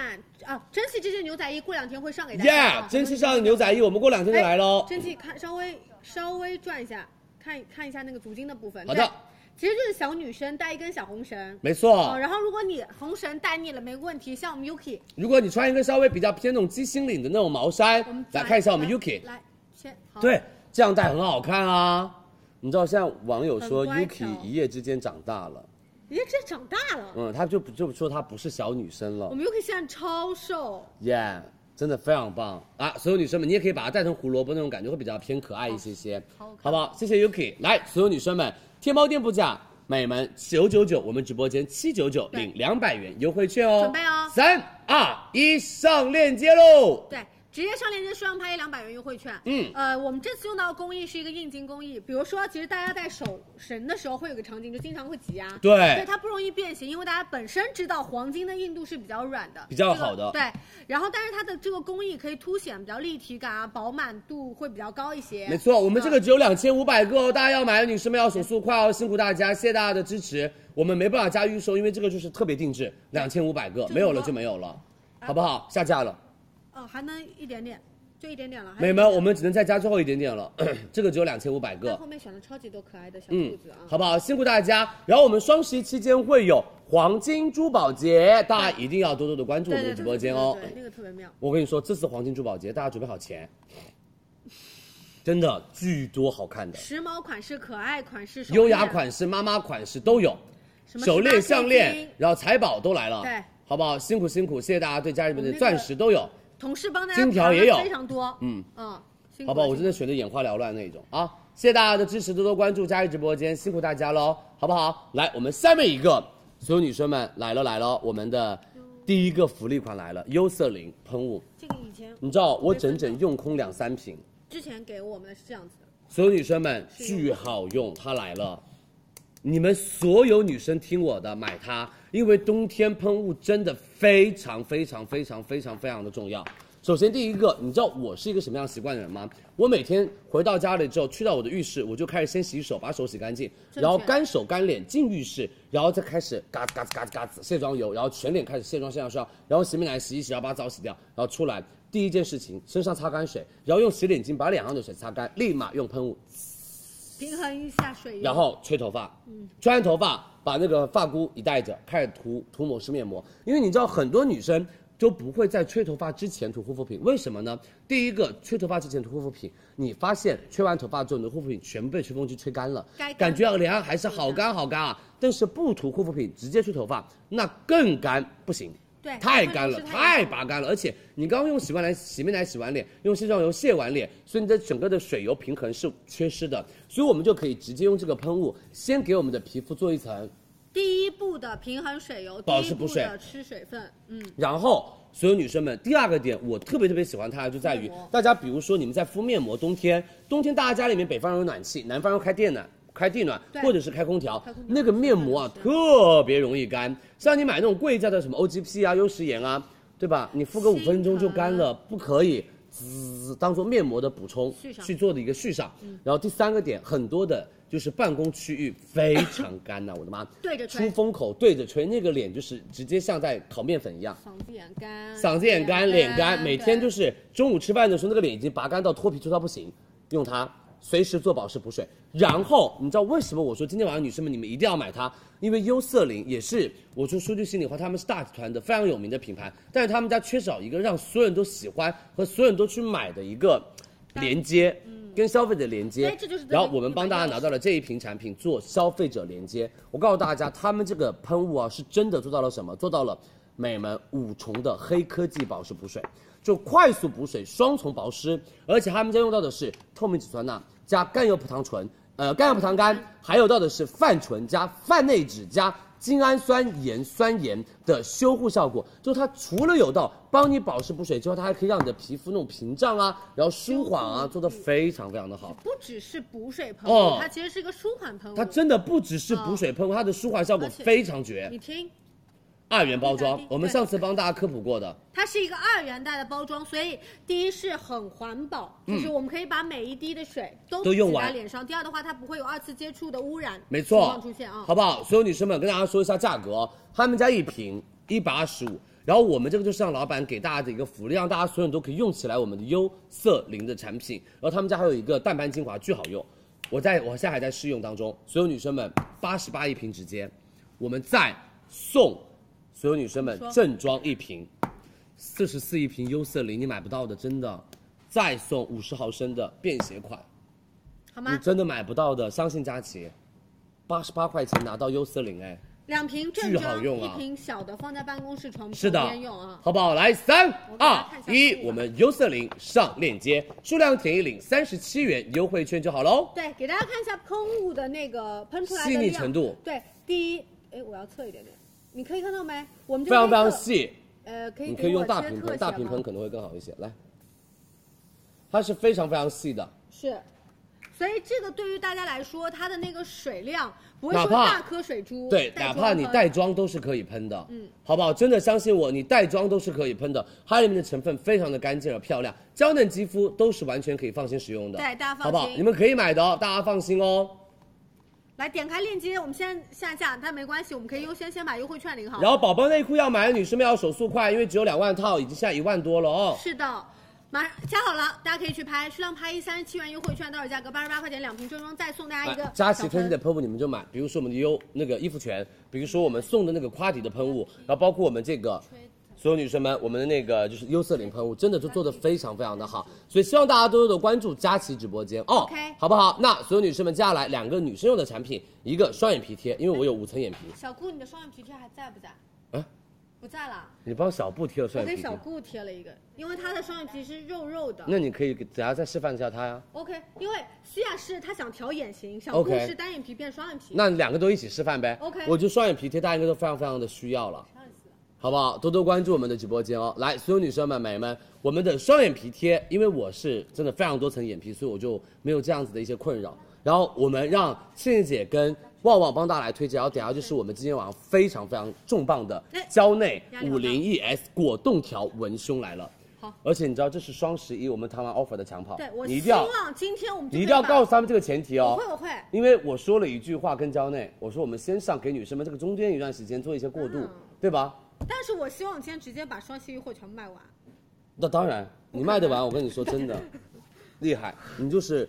[SPEAKER 1] 啊，珍惜这件牛仔衣，过两天会上给大家啊。
[SPEAKER 4] 耶！蒸汽上的牛仔衣，我们过两天就来喽。
[SPEAKER 1] 蒸汽看稍微稍微转一下，看看一下那个足筋的部分。
[SPEAKER 4] 好的
[SPEAKER 1] 对，其实就是小女生带一根小红绳。
[SPEAKER 4] 没错。
[SPEAKER 1] 哦，然后如果你红绳带腻了没问题，像我们 Yuki，
[SPEAKER 4] 如果你穿一个稍微比较偏那种鸡心领的那种毛衫
[SPEAKER 1] 我们，
[SPEAKER 4] 来看一下我们 Yuki，
[SPEAKER 1] 来先好
[SPEAKER 4] 对，这样戴很好看啊。你知道现在网友说
[SPEAKER 1] 很乖巧
[SPEAKER 4] Yuki 一夜之间长大了，
[SPEAKER 1] 人家真长大了，
[SPEAKER 4] 嗯，她就不就说她不是小女生了
[SPEAKER 1] 我，们 Yuki 现在超瘦，
[SPEAKER 4] 耶、真的非常棒啊！所有女生们，你也可以把它带成胡萝卜那种感觉，会比较偏可爱一些些，
[SPEAKER 1] 好好看
[SPEAKER 4] 好不好？谢谢 Yuki，来，所有女生们，天猫店铺价。美们九九九，我们直播间七九九领两百元优惠券哦！
[SPEAKER 1] 准备哦
[SPEAKER 4] 三二一，上链接喽！
[SPEAKER 1] 对，直接上链接数量拍一两百元优惠券。
[SPEAKER 4] 嗯
[SPEAKER 1] 呃，我们这次用到的工艺是一个硬筋工艺，比如说，其实大家戴手绳的时候会有个场景，就经常会挤压。
[SPEAKER 4] 对
[SPEAKER 1] 对，它不容易变形，因为大家本身知道黄金的硬度是比较软的，
[SPEAKER 4] 比较
[SPEAKER 1] 这个
[SPEAKER 4] 好的
[SPEAKER 1] 对，然后但是它的这个工艺可以凸显比较立体感啊，饱满度会比较高一些。
[SPEAKER 4] 没错，我们这个
[SPEAKER 1] 嗯
[SPEAKER 4] 只有两千五百个哦，大家要买的女生们要手速快哦，辛苦大家，谢谢大家的支持。我们没办法加预售，因为这个就是特别定制，两千五百个，
[SPEAKER 1] 多
[SPEAKER 4] 没有了就没有了，好不好？下架了，
[SPEAKER 1] 哦，还能一点点，就一点点了。还有
[SPEAKER 4] 美
[SPEAKER 1] 一点
[SPEAKER 4] 们，
[SPEAKER 1] 点
[SPEAKER 4] 我们只能再加最后一点点了，这个只有两千五百个
[SPEAKER 1] 但。后面选了超级多可爱的小
[SPEAKER 4] 嗯
[SPEAKER 1] 兔子啊，，
[SPEAKER 4] 好不好？辛苦大家。然后我们双十一期间会有黄金珠宝节，大家一定要多多的关注我
[SPEAKER 1] 对
[SPEAKER 4] 们
[SPEAKER 1] 对
[SPEAKER 4] 的
[SPEAKER 1] 对，
[SPEAKER 4] 直播间哦。
[SPEAKER 1] 对对对那个特别妙。
[SPEAKER 4] 我跟你说，这次黄金珠宝节，大家准备好钱，真的巨多好看的。
[SPEAKER 1] 时髦款式、可爱款式、手
[SPEAKER 4] 优雅
[SPEAKER 1] 链
[SPEAKER 4] 款式、妈妈款式都有，
[SPEAKER 1] 什么
[SPEAKER 4] 手链、
[SPEAKER 1] 18K
[SPEAKER 4] 项链
[SPEAKER 1] 金，
[SPEAKER 4] 然后财宝都来了，
[SPEAKER 1] 对，
[SPEAKER 4] 好不好？辛苦辛苦，谢谢大家对家人们
[SPEAKER 1] 我
[SPEAKER 4] 的
[SPEAKER 1] 们那个
[SPEAKER 4] 钻石都有，
[SPEAKER 1] 同事帮大家
[SPEAKER 4] 金条
[SPEAKER 1] 盘了
[SPEAKER 4] 也有
[SPEAKER 1] 非常多，
[SPEAKER 4] 嗯
[SPEAKER 1] 嗯，辛苦
[SPEAKER 4] 好不好？
[SPEAKER 1] 了
[SPEAKER 4] 我真的
[SPEAKER 1] 辛
[SPEAKER 4] 选的眼花缭乱那一种啊！谢谢大家的支持，多多关注佳怡直播间，辛苦大家喽，好不好？来，我们下面一个，所有女生们来了来了，我们的第一个福利款来了，优色林喷雾，
[SPEAKER 1] 苦这个以前
[SPEAKER 4] 你知道我整整用空两三瓶，
[SPEAKER 1] 之前给我们的是这样子的，
[SPEAKER 4] 所有女生们巨好用，它来了。你们所有女生听我的，买它，因为冬天喷雾真的非常非常非常非常非常的重要。首先第一个，你知道我是一个什么样习惯的人吗？我每天回到家里之后，去到我的浴室，我就开始先洗手，把手洗干净，
[SPEAKER 1] 正确
[SPEAKER 4] 然后干手干脸进浴室，然后再开始嘎吱嘎吱嘎吱嘎吱卸妆油，然后全脸开始卸妆卸妆卸妆，然后洗面奶洗一洗，然后把澡洗掉，然后出来第一件事情身上擦干水，然后用洗脸巾把脸上的水擦干，立马用喷雾
[SPEAKER 1] 平衡一下水，
[SPEAKER 4] 然后吹头发，
[SPEAKER 1] 嗯
[SPEAKER 4] 吹完头发把那个发箍一带着，开始涂涂抹式面膜。因为你知道很多女生就不会在吹头发之前涂护肤品，为什么呢？第一个，吹头发之前涂护肤品，你发现吹完头发之后，你的护肤品全部被吹风机吹干了，
[SPEAKER 1] 该干
[SPEAKER 4] 感觉啊脸上还是好干好干啊。但是不涂护肤品直接吹头发，那更干不行。
[SPEAKER 1] 对
[SPEAKER 4] 太干了，
[SPEAKER 1] 它会流失太
[SPEAKER 4] 太
[SPEAKER 1] 多
[SPEAKER 4] 拔干了，而且你刚刚用洗面奶洗面奶洗完脸，用卸妆油卸完脸，所以你的整个的水油平衡是缺失的，所以我们就可以直接用这个喷雾，先给我们的皮肤做一层，
[SPEAKER 1] 第一步的平衡水油，
[SPEAKER 4] 保
[SPEAKER 1] 第
[SPEAKER 4] 湿
[SPEAKER 1] 一步
[SPEAKER 4] 补水
[SPEAKER 1] 的吃水分，嗯，
[SPEAKER 4] 然后所有女生们，第二个点我特别特别喜欢它就在于
[SPEAKER 1] 面膜，
[SPEAKER 4] 大家比如说你们在敷面膜，冬天冬天大家家里面北方人有暖气，南方人开电暖。开地暖
[SPEAKER 1] 对
[SPEAKER 4] 或者是开空调
[SPEAKER 1] 开空，调
[SPEAKER 4] 那个面膜啊
[SPEAKER 1] 是
[SPEAKER 4] 特别容易干。像你买那种贵价的什么 OGP 啊、优时颜啊，对吧？你敷个五
[SPEAKER 1] 心
[SPEAKER 4] 分钟就干
[SPEAKER 1] 疼
[SPEAKER 4] 了，不可以滋当做面膜的补充
[SPEAKER 1] 续上嗯
[SPEAKER 4] 去做的一个续上。然后第三个点，很多的就是办公区域非常干呐、我的妈！
[SPEAKER 1] 对着吹
[SPEAKER 4] 出风口对着吹，那个脸就是直接像在烤面粉一样。
[SPEAKER 1] 嗓子眼干，
[SPEAKER 4] 嗓子眼干、脸干，每天就是是中午吃饭的时候，那个脸已经拔干到脱皮脱到不行，用它随时做保湿补水。然后你知道为什么我说今天晚上女生们你们一定要买它？因为优色林也是，我说说句心里话，他们是大集团的非常有名的品牌，但是他们家缺少一个让所有人都喜欢和所有人都去买的一个连接，跟消费者连接。
[SPEAKER 1] 哎嗯这就是
[SPEAKER 4] 然后我们帮大家拿到了这一瓶产品做消费者连接。我告诉大家，他们这个喷雾啊，是真的做到了什么？做到了美们五重的黑科技保湿补水，就快速补水、双重保湿，而且他们家用到的是透明质酸钠加甘油葡萄醇，呃，甘油葡萄苷，还有到的是泛醇加泛内酯加。精氨酸盐酸盐的修护效果，就是它除了有到帮你保湿补水之后，它还可以让你的皮肤那种屏障啊，然后舒缓啊，做的非常非常的好。
[SPEAKER 1] 不只是补水喷雾，
[SPEAKER 4] 哦
[SPEAKER 1] 它其实是一个舒缓喷雾，
[SPEAKER 4] 它真的不只是补水喷雾，它的舒缓效果非常绝
[SPEAKER 1] 你。听。
[SPEAKER 4] 二元包装
[SPEAKER 1] 对，
[SPEAKER 4] 我们上次帮大家科普过的，
[SPEAKER 1] 它是一个二元袋的包装，所以第一是很环保，就是我们可以把每一滴的水都
[SPEAKER 4] 嗯都用
[SPEAKER 1] 挤在
[SPEAKER 4] 完
[SPEAKER 1] 脸上。第二的话，它不会有二次接触的污染
[SPEAKER 4] 没
[SPEAKER 1] 情
[SPEAKER 4] 错
[SPEAKER 1] 况出现啊，。
[SPEAKER 4] 好不好？所有女生们，跟大家说一下价格哦，他们家一瓶一百二十五，然后我们这个就是让老板给大家的一个福利，让大家所有人都可以用起来我们的优色林的产品，然后他们家还有一个淡斑精华巨好用，我在我现在还在试用当中，所有女生们八十八一瓶直接，我们再送所有女生们
[SPEAKER 1] 你说
[SPEAKER 4] 正装一瓶。四十四一瓶优色林，你买不到的，真的，再送五十毫升的便携款，
[SPEAKER 1] 好
[SPEAKER 4] 你
[SPEAKER 1] 吗？
[SPEAKER 4] 真的买不到的，相信佳琪，八十八块钱拿到优色林哎，
[SPEAKER 1] 两瓶正
[SPEAKER 4] 巨好
[SPEAKER 1] 装，
[SPEAKER 4] 用
[SPEAKER 1] 一
[SPEAKER 4] 啊
[SPEAKER 1] 瓶小的放在办公室床
[SPEAKER 4] 是的
[SPEAKER 1] 旁边用啊。
[SPEAKER 4] 好不好？来三
[SPEAKER 1] 我给大
[SPEAKER 4] 二
[SPEAKER 1] 家看一下
[SPEAKER 4] 一
[SPEAKER 1] 数，
[SPEAKER 4] 我们优色林上链接，数量填一领三十七元优惠券就好喽。
[SPEAKER 1] 对，给大家看一下喷雾的那个喷出来的
[SPEAKER 4] 细
[SPEAKER 1] 量
[SPEAKER 4] 腻程度
[SPEAKER 1] 对，第一，哎，我要测一点点，你可以看到没？我们这
[SPEAKER 4] 非常
[SPEAKER 1] 边
[SPEAKER 4] 非常
[SPEAKER 1] 测，
[SPEAKER 4] 细，
[SPEAKER 1] 呃，可以
[SPEAKER 4] 你
[SPEAKER 1] 给
[SPEAKER 4] 可以
[SPEAKER 1] 我
[SPEAKER 4] 用大
[SPEAKER 1] 切
[SPEAKER 4] 平
[SPEAKER 1] 特
[SPEAKER 4] 喷，
[SPEAKER 1] 写
[SPEAKER 4] 大平
[SPEAKER 1] 吗
[SPEAKER 4] 喷可能会更好一些。来，它是非常非常细的，
[SPEAKER 1] 是。所以这个对于大家来说，它的那个水量不会
[SPEAKER 4] 哪
[SPEAKER 1] 说
[SPEAKER 4] 怕
[SPEAKER 1] 大颗水珠，
[SPEAKER 4] 对，
[SPEAKER 1] 带
[SPEAKER 4] 哪
[SPEAKER 1] 妆
[SPEAKER 4] 怕你
[SPEAKER 1] 喷
[SPEAKER 4] 带妆都是可以喷的，
[SPEAKER 1] 嗯
[SPEAKER 4] 嗯，好不好？真的相信我，你带妆都是可以喷的，它里面的成分非常的干净而漂亮，娇嫩肌肤都是完全可以放心使用的，
[SPEAKER 1] 对大家放心
[SPEAKER 4] 好不好？你们可以买的哦，大家放心哦。
[SPEAKER 1] 来点开链接，我们先下架，但没关系，我们可以优先先把优惠券领好。
[SPEAKER 4] 然后宝宝内裤要买的女生们要手速快，因为只有两万套，已经现在一万多了哦。
[SPEAKER 1] 是的，马上加好了，大家可以去拍，数量拍一三十七元优惠券，到手价格八十八块钱，两瓶正装再送大家一个
[SPEAKER 4] 来佳琦
[SPEAKER 1] 小
[SPEAKER 4] 推荐的喷雾你们就买，比如说我们的优那个伊肤泉，比如说我们送的那个夸迪的喷雾，然后包括我们这个。所有女生们，我们的那个就是优色林喷雾，真的都做的非常非常的好，所以希望大家多多的关注佳琦直播间哦
[SPEAKER 1] OK
[SPEAKER 4] 好不好？那所有女生们，接下来两个女生用的产品，一个双眼皮贴，因为我有五层眼皮，
[SPEAKER 1] 小顾，你的双眼皮贴还在不在？
[SPEAKER 4] 啊，
[SPEAKER 1] 不在了，
[SPEAKER 4] 你帮小布贴了
[SPEAKER 1] 我
[SPEAKER 4] 双眼
[SPEAKER 1] 给
[SPEAKER 4] 皮贴
[SPEAKER 1] 小，顾贴了一个，因为她的双眼皮是肉肉的。
[SPEAKER 4] 那你可以给大家再示范一下它呀，
[SPEAKER 1] OK，因为西亚是她想调眼型，小顾
[SPEAKER 4] OK
[SPEAKER 1] 是单眼皮变双眼皮。
[SPEAKER 4] 那两个都一起示范呗。
[SPEAKER 1] OK
[SPEAKER 4] 我觉得双眼皮贴大家应该都非常非常的需要了。
[SPEAKER 1] 上一次
[SPEAKER 4] 好不好？多多关注我们的直播间哦。来，所有女生们、美们，我们的双眼皮贴，因为我是真的非常多层眼皮，所以我就没有这样子的一些困扰。然后我们让倩倩姐跟旺旺帮大家来推荐，然后等下就是我们今天晚上非常非常重磅的
[SPEAKER 1] 哎
[SPEAKER 4] 娇内
[SPEAKER 1] 压力好
[SPEAKER 4] 五
[SPEAKER 1] 大
[SPEAKER 4] 零 ES 果冻条文胸来了。
[SPEAKER 1] 好，
[SPEAKER 4] 而且你知道这是双十一我们谈完 offer 的抢跑，
[SPEAKER 1] 对我
[SPEAKER 4] 你一
[SPEAKER 1] 希
[SPEAKER 4] 定要
[SPEAKER 1] 望今天我们就
[SPEAKER 4] 你一定要
[SPEAKER 1] 可以把
[SPEAKER 4] 告诉他们这个前提哦。
[SPEAKER 1] 我会我会
[SPEAKER 4] 因为我说了一句话跟娇内，我说我们先上给女生们这个中间一段时间做一些过渡，
[SPEAKER 1] 嗯
[SPEAKER 4] 对吧？
[SPEAKER 1] 但是我希望我今天直接把双十一货全部卖完。
[SPEAKER 4] 那当然，你卖得完，我跟你说真的，厉害，你就是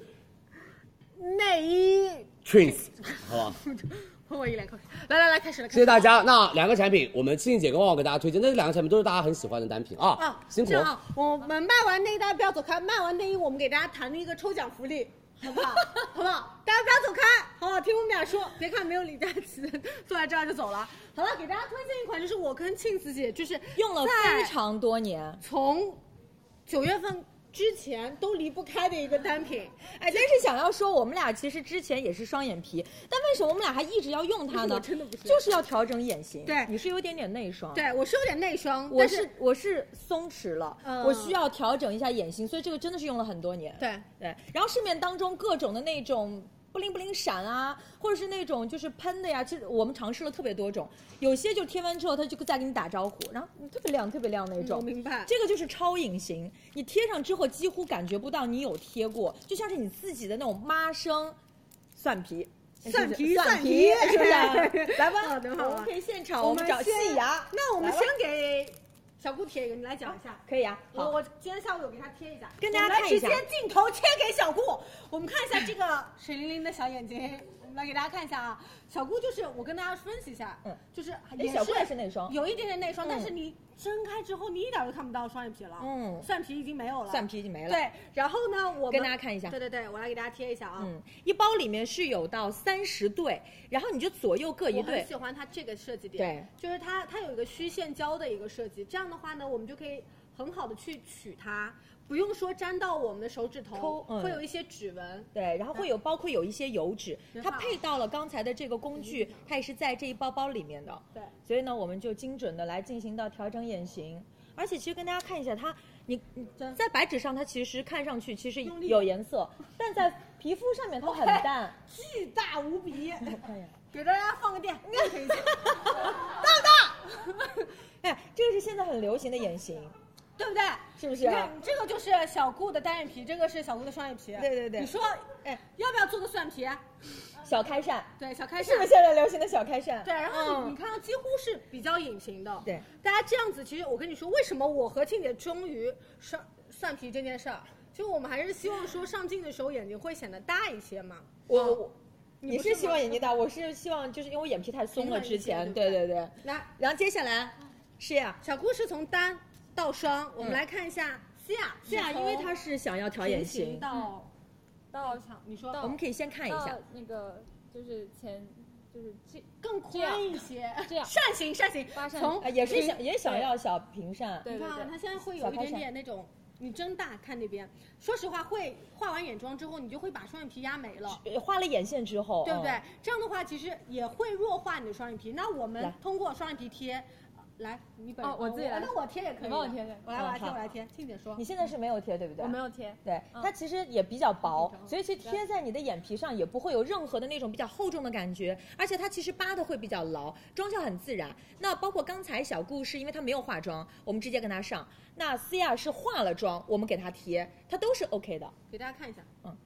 [SPEAKER 1] 内衣，
[SPEAKER 4] twins，好吧？
[SPEAKER 1] 喷我一脸口水。来来来，开始了，开
[SPEAKER 4] 谢
[SPEAKER 1] 始了
[SPEAKER 4] 谢大家。那两个产品，我们庆姐跟旺旺给大家推荐，那两个产品都是大家很喜欢的单品啊。
[SPEAKER 1] 啊，
[SPEAKER 4] 辛苦
[SPEAKER 1] 这。样啊，我们卖完内衣，大家不要走开。卖完内衣，我们给大家谈一个抽奖福利，好不好？ 好不好？大家不要走开，好不好？听我们俩说，别看没有李佳琦的坐在这儿就走了。好了，给大家推荐一款，就是我跟庆子姐就是
[SPEAKER 2] 用了
[SPEAKER 1] 在
[SPEAKER 2] 非常多年。
[SPEAKER 1] 从九月份之前都离不开的一个单品，
[SPEAKER 2] 哎，但是想要说，我们俩其实之前也是双眼皮，但为什么我们俩还一直要用它呢？
[SPEAKER 1] 我 真的不是
[SPEAKER 2] 就是要调整眼型。
[SPEAKER 1] 对
[SPEAKER 2] 你是有点点内双。。
[SPEAKER 1] 对我是有点内双，
[SPEAKER 2] 我
[SPEAKER 1] 但
[SPEAKER 2] 是我是松弛了，
[SPEAKER 1] 嗯
[SPEAKER 2] 我需要调整一下眼型，所以这个真的是用了很多年。
[SPEAKER 1] 对
[SPEAKER 2] 对，然后市面当中各种的那种不灵不灵闪啊，或者是那种就是喷的呀，其实我们尝试了特别多种，有些就贴完之后它就再给你打招呼，然后嗯特别亮特别亮那
[SPEAKER 1] 我
[SPEAKER 2] 种。
[SPEAKER 1] 明白。
[SPEAKER 2] 这个就是超隐形，你贴上之后几乎感觉不到你有贴过，就像是你自己的那种妈生蒜皮。
[SPEAKER 1] 哎蒜皮
[SPEAKER 2] 蒜皮，
[SPEAKER 1] 蒜皮
[SPEAKER 2] 是不是？啊 来
[SPEAKER 1] 好
[SPEAKER 2] 吧，
[SPEAKER 1] 的好的
[SPEAKER 2] 我们可以现场，我们找
[SPEAKER 1] 先
[SPEAKER 2] 细牙。
[SPEAKER 1] 那我们
[SPEAKER 2] 来吧
[SPEAKER 1] 先给小顾贴一个，你来讲一下。
[SPEAKER 2] 可以啊，
[SPEAKER 1] 我
[SPEAKER 2] 好，
[SPEAKER 1] 我今天下午有给他贴一下，
[SPEAKER 2] 跟大家
[SPEAKER 1] 我们来
[SPEAKER 2] 看一下
[SPEAKER 1] 直接镜头切给小顾，我们看一下 这个水灵灵的小眼睛，我们来给大家看一下啊。小顾就是我跟大家分析一下，
[SPEAKER 2] 嗯
[SPEAKER 1] 就是
[SPEAKER 2] 哎
[SPEAKER 1] 也
[SPEAKER 2] 小顾也是内双
[SPEAKER 1] 有一点点内双，
[SPEAKER 2] 嗯
[SPEAKER 1] 但是你睁开之后，你一点都看不到双眼皮了，
[SPEAKER 2] 嗯
[SPEAKER 1] 蒜皮已经没有了，
[SPEAKER 2] 蒜皮就没了。
[SPEAKER 1] 对。然后呢，我们
[SPEAKER 2] 跟大家看一下
[SPEAKER 1] 对对对，我来给大家贴一下啊。
[SPEAKER 2] 嗯，一包里面是有到三十对，然后你就左右各一
[SPEAKER 1] 我很
[SPEAKER 2] 对
[SPEAKER 1] 喜，欢它这个设计点，对，就是它它有一个虚线胶的一个设计，这样的话呢，我们就可以很好的去取它，不用说粘到我们的手指头
[SPEAKER 2] 抠，嗯
[SPEAKER 1] 会有一些指纹。
[SPEAKER 2] 对，然后会有
[SPEAKER 1] 嗯
[SPEAKER 2] 包括有一些油脂，
[SPEAKER 1] 挺好
[SPEAKER 2] 它配到了刚才的这个工具，它也是在这一包包里面的。
[SPEAKER 1] 嗯对，
[SPEAKER 2] 所以呢，我们就精准的来进行到调整眼型，而且其实跟大家看一下它，你你
[SPEAKER 1] 对
[SPEAKER 2] 在白纸上它其实看上去其实
[SPEAKER 1] 嗯用力
[SPEAKER 2] 有颜 色，但在皮肤上面它很淡。
[SPEAKER 1] 巨大无比，
[SPEAKER 2] 哎呀，
[SPEAKER 1] 给大家放个电，大 不大？
[SPEAKER 2] 哎，这个是现在很流行的眼型，
[SPEAKER 1] 对不对？
[SPEAKER 2] 是不是
[SPEAKER 1] 你看这个就是小顾的单眼皮，这个是小顾的双眼皮。
[SPEAKER 2] 对对对
[SPEAKER 1] 你说，
[SPEAKER 2] 哎
[SPEAKER 1] 要不要做个蒜皮？啊
[SPEAKER 2] 小开扇，
[SPEAKER 1] 对，小开
[SPEAKER 2] 是不
[SPEAKER 1] 扇
[SPEAKER 2] 是。现在流行的小开扇？
[SPEAKER 1] 嗯对，然后你
[SPEAKER 2] 嗯
[SPEAKER 1] 你看，几乎是比较隐形的。
[SPEAKER 2] 对，
[SPEAKER 1] 大家这样子，其实我跟你说，为什么我和庆姐终于上蒜皮这件事儿，就我们还是希望说上镜的时候眼睛会显得大一些嘛。
[SPEAKER 2] 我我
[SPEAKER 1] 嗯你
[SPEAKER 2] 你
[SPEAKER 1] 不
[SPEAKER 2] 是
[SPEAKER 1] 是
[SPEAKER 2] 希
[SPEAKER 1] 吗
[SPEAKER 2] 望眼睛大，我是希望就是因为我眼皮太松了，
[SPEAKER 1] 平衡一
[SPEAKER 2] 之
[SPEAKER 1] 些
[SPEAKER 2] 前
[SPEAKER 1] 对
[SPEAKER 2] 对
[SPEAKER 1] 不对嗯
[SPEAKER 2] 对对。
[SPEAKER 1] 来，
[SPEAKER 2] 然后接下来是呀，
[SPEAKER 1] 小顾是从单到双，我
[SPEAKER 2] 嗯
[SPEAKER 1] 们来看一下西亚，
[SPEAKER 2] 是呀，啊因为它
[SPEAKER 1] 是
[SPEAKER 2] 是想要调
[SPEAKER 1] 从
[SPEAKER 2] 眼
[SPEAKER 1] 平行
[SPEAKER 2] 型，嗯
[SPEAKER 1] 到到你说
[SPEAKER 2] 我们可以先看一下
[SPEAKER 6] 到，那个就是前就就是这
[SPEAKER 1] 更宽一些，
[SPEAKER 6] 这样
[SPEAKER 1] 扇形扇形
[SPEAKER 6] 八，扇
[SPEAKER 1] 从
[SPEAKER 2] 啊也是想也想要小平扇，
[SPEAKER 6] 对
[SPEAKER 1] 你
[SPEAKER 6] 对
[SPEAKER 1] 看啊，
[SPEAKER 6] 对
[SPEAKER 1] 它现在会有一点点那种，你睁大看那边。说实话，会画完眼妆之后，你就会把双眼皮压没了。
[SPEAKER 2] 呃画了眼线之后，
[SPEAKER 1] 对不对
[SPEAKER 6] 哦
[SPEAKER 2] 嗯？
[SPEAKER 1] 这样的话，其实也会弱化你的双眼皮。那我们
[SPEAKER 2] 来
[SPEAKER 1] 通过双眼皮贴，呃来，你本人
[SPEAKER 6] 哦我自己来
[SPEAKER 1] 那我贴也可以的，啊
[SPEAKER 6] 你帮我贴贴
[SPEAKER 1] 我来，我来贴，
[SPEAKER 2] 好
[SPEAKER 1] 我来贴，听姐说
[SPEAKER 2] 嗯你。现在是哦没有贴，对不对？
[SPEAKER 6] 我没有贴，
[SPEAKER 2] 对，
[SPEAKER 6] 嗯
[SPEAKER 2] 它其实也比较薄，
[SPEAKER 1] 嗯
[SPEAKER 2] 所以其实贴在你的眼皮上也不会有任何的那种比较厚重的感觉，而且它其实扒的会比较牢，妆效很自然。那包括刚才小顾是因为她没有化妆，我们直接跟她上。那思雅是化了妆，我们给她贴，她都是 OK 的，
[SPEAKER 1] 给大家看一下，
[SPEAKER 2] 嗯，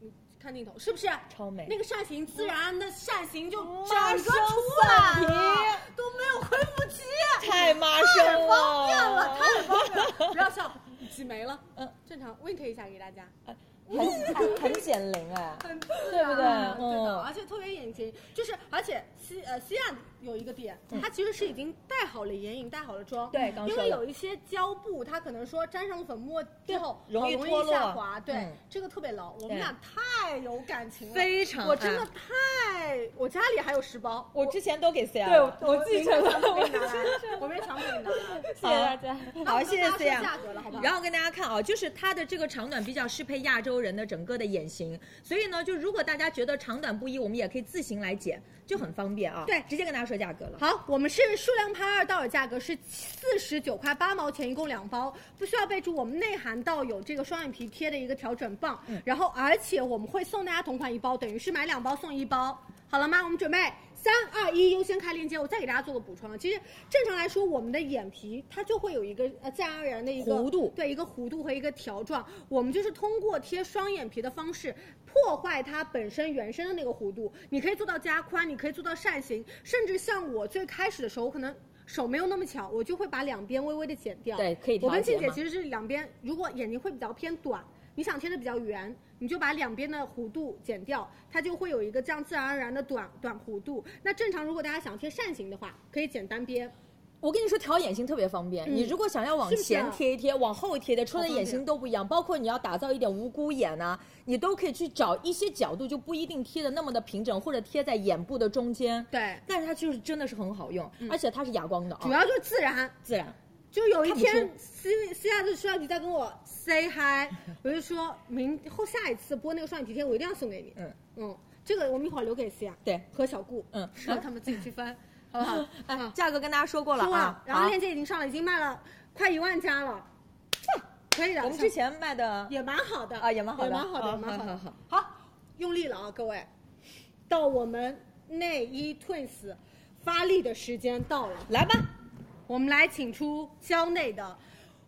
[SPEAKER 1] 你看镜头是不是？
[SPEAKER 2] 超美。
[SPEAKER 1] 那个扇形自然而然的扇形就
[SPEAKER 6] 哦
[SPEAKER 1] 整
[SPEAKER 2] 马
[SPEAKER 1] 个
[SPEAKER 2] 上
[SPEAKER 1] 出来了
[SPEAKER 2] 散，
[SPEAKER 1] 都没有恢复 期，
[SPEAKER 2] 太妈生
[SPEAKER 1] 方便
[SPEAKER 2] 了，
[SPEAKER 1] 了，太方便了，不要笑，挤眉了，
[SPEAKER 2] 嗯
[SPEAKER 1] 嗯，正常 wink 一下给大家，
[SPEAKER 2] 很很很减龄哎，
[SPEAKER 1] 很自然
[SPEAKER 2] 对不对
[SPEAKER 1] 对的，啊
[SPEAKER 2] 嗯
[SPEAKER 1] 而且特别眼睛，就是而且西呃西亚有一个点，它其实是已经带好了眼影，带好了
[SPEAKER 2] 嗯
[SPEAKER 1] 妆，
[SPEAKER 2] 对刚说了
[SPEAKER 1] 因为有一些胶布，它可能说沾上了粉末之后
[SPEAKER 2] 对容易
[SPEAKER 1] 易
[SPEAKER 2] 脱落
[SPEAKER 1] 下滑，对
[SPEAKER 2] 嗯，
[SPEAKER 1] 这个特别牢，我
[SPEAKER 2] 对
[SPEAKER 1] 们俩太有感情了，
[SPEAKER 2] 非常
[SPEAKER 1] 我真的
[SPEAKER 2] 爱
[SPEAKER 1] 太，我家里还有十包，
[SPEAKER 2] 我之前都给思雅
[SPEAKER 6] 对
[SPEAKER 2] 了，
[SPEAKER 6] 我我自己承认，
[SPEAKER 1] 我
[SPEAKER 6] 我
[SPEAKER 1] 给你拿来，我没强迫你拿来。
[SPEAKER 6] 谢谢大家。
[SPEAKER 2] 好，谢谢思雅。
[SPEAKER 1] 价格了，好不好？
[SPEAKER 2] 然后跟大家看啊，就是它的这个长短比较适配亚洲人的整个的眼型，所以呢，就如果大家觉得长短不一，我们也可以自行来剪，就很方便啊。
[SPEAKER 1] 对
[SPEAKER 2] 直接跟大家说价格了。
[SPEAKER 1] 好，我们是数量拍二到手价格是四十九块八毛钱，一共两包，不需要备注，我们内含到有这个双眼皮贴的一个调整棒，
[SPEAKER 2] 嗯
[SPEAKER 1] 然后而且我们会送大家同款一包，等于是买两包送一包，好了吗？我们准备三二一，优先开链接，我再给大家做个补充啊。其实正常来说，我们的眼皮它就会有一个呃自然而然的一个
[SPEAKER 2] 弧度
[SPEAKER 1] 对一个弧度和一个条状，我们就是通过贴双眼皮的方式破坏它本身原生的那个弧度。你可以做到加宽，你可以做到扇形，甚至像我最开始的时候，我可能手没有那么巧，我就会把两边微微的剪掉。
[SPEAKER 2] 对可以调
[SPEAKER 1] 我跟
[SPEAKER 2] 节
[SPEAKER 1] 静姐
[SPEAKER 2] 嘛
[SPEAKER 1] 其实是两边，如果眼睛会比较偏短。你想贴的比较圆，你就把两边的弧度剪掉，它就会有一个这样自然而然的短短弧度。那正常，如果大家想贴扇形的话，可以剪单边。
[SPEAKER 2] 我跟你说，调眼型特别方便。
[SPEAKER 1] 嗯
[SPEAKER 2] 你如果想要往
[SPEAKER 1] 是不是啊
[SPEAKER 2] 前贴一贴，往后贴的，出来
[SPEAKER 1] 好方
[SPEAKER 2] 眼
[SPEAKER 1] 便
[SPEAKER 2] 型都不一样。包括你要打造一点无辜眼呐、你都可以去找一些角度，就不一定贴的那么的平整，或者贴在眼部的中间。
[SPEAKER 1] 对
[SPEAKER 2] 但是它就是真的是很好用，而且它是哑光的啊，
[SPEAKER 1] 嗯主要就是自然，
[SPEAKER 2] 自然。
[SPEAKER 1] 就有一
[SPEAKER 2] 看
[SPEAKER 1] 天，西西亚的双眼皮在跟我 say hi，我就说明后下一次播那个双眼皮贴，我一定要送给你。
[SPEAKER 2] 嗯
[SPEAKER 1] 这个我们一会儿留给西亚，
[SPEAKER 2] 对
[SPEAKER 1] 和小顾，
[SPEAKER 2] 嗯
[SPEAKER 1] 让他们自己去 翻，好不好？
[SPEAKER 2] 哎
[SPEAKER 1] 啊，
[SPEAKER 2] 价格跟大家说过了
[SPEAKER 1] 说
[SPEAKER 2] 啊
[SPEAKER 1] 了，，然后
[SPEAKER 2] 好
[SPEAKER 1] 链接已经上了，已经卖了快一万家了，可以的。
[SPEAKER 2] 我们之前卖的
[SPEAKER 1] 也蛮好的
[SPEAKER 2] 啊也蛮好的
[SPEAKER 1] 也蛮好的，
[SPEAKER 2] 好
[SPEAKER 1] 也蛮好的
[SPEAKER 2] 好好。
[SPEAKER 1] 好，用力了啊，各位，到我们内衣 Twins 发力的时间到了。
[SPEAKER 2] 来吧，
[SPEAKER 1] 我们来请出蕉内的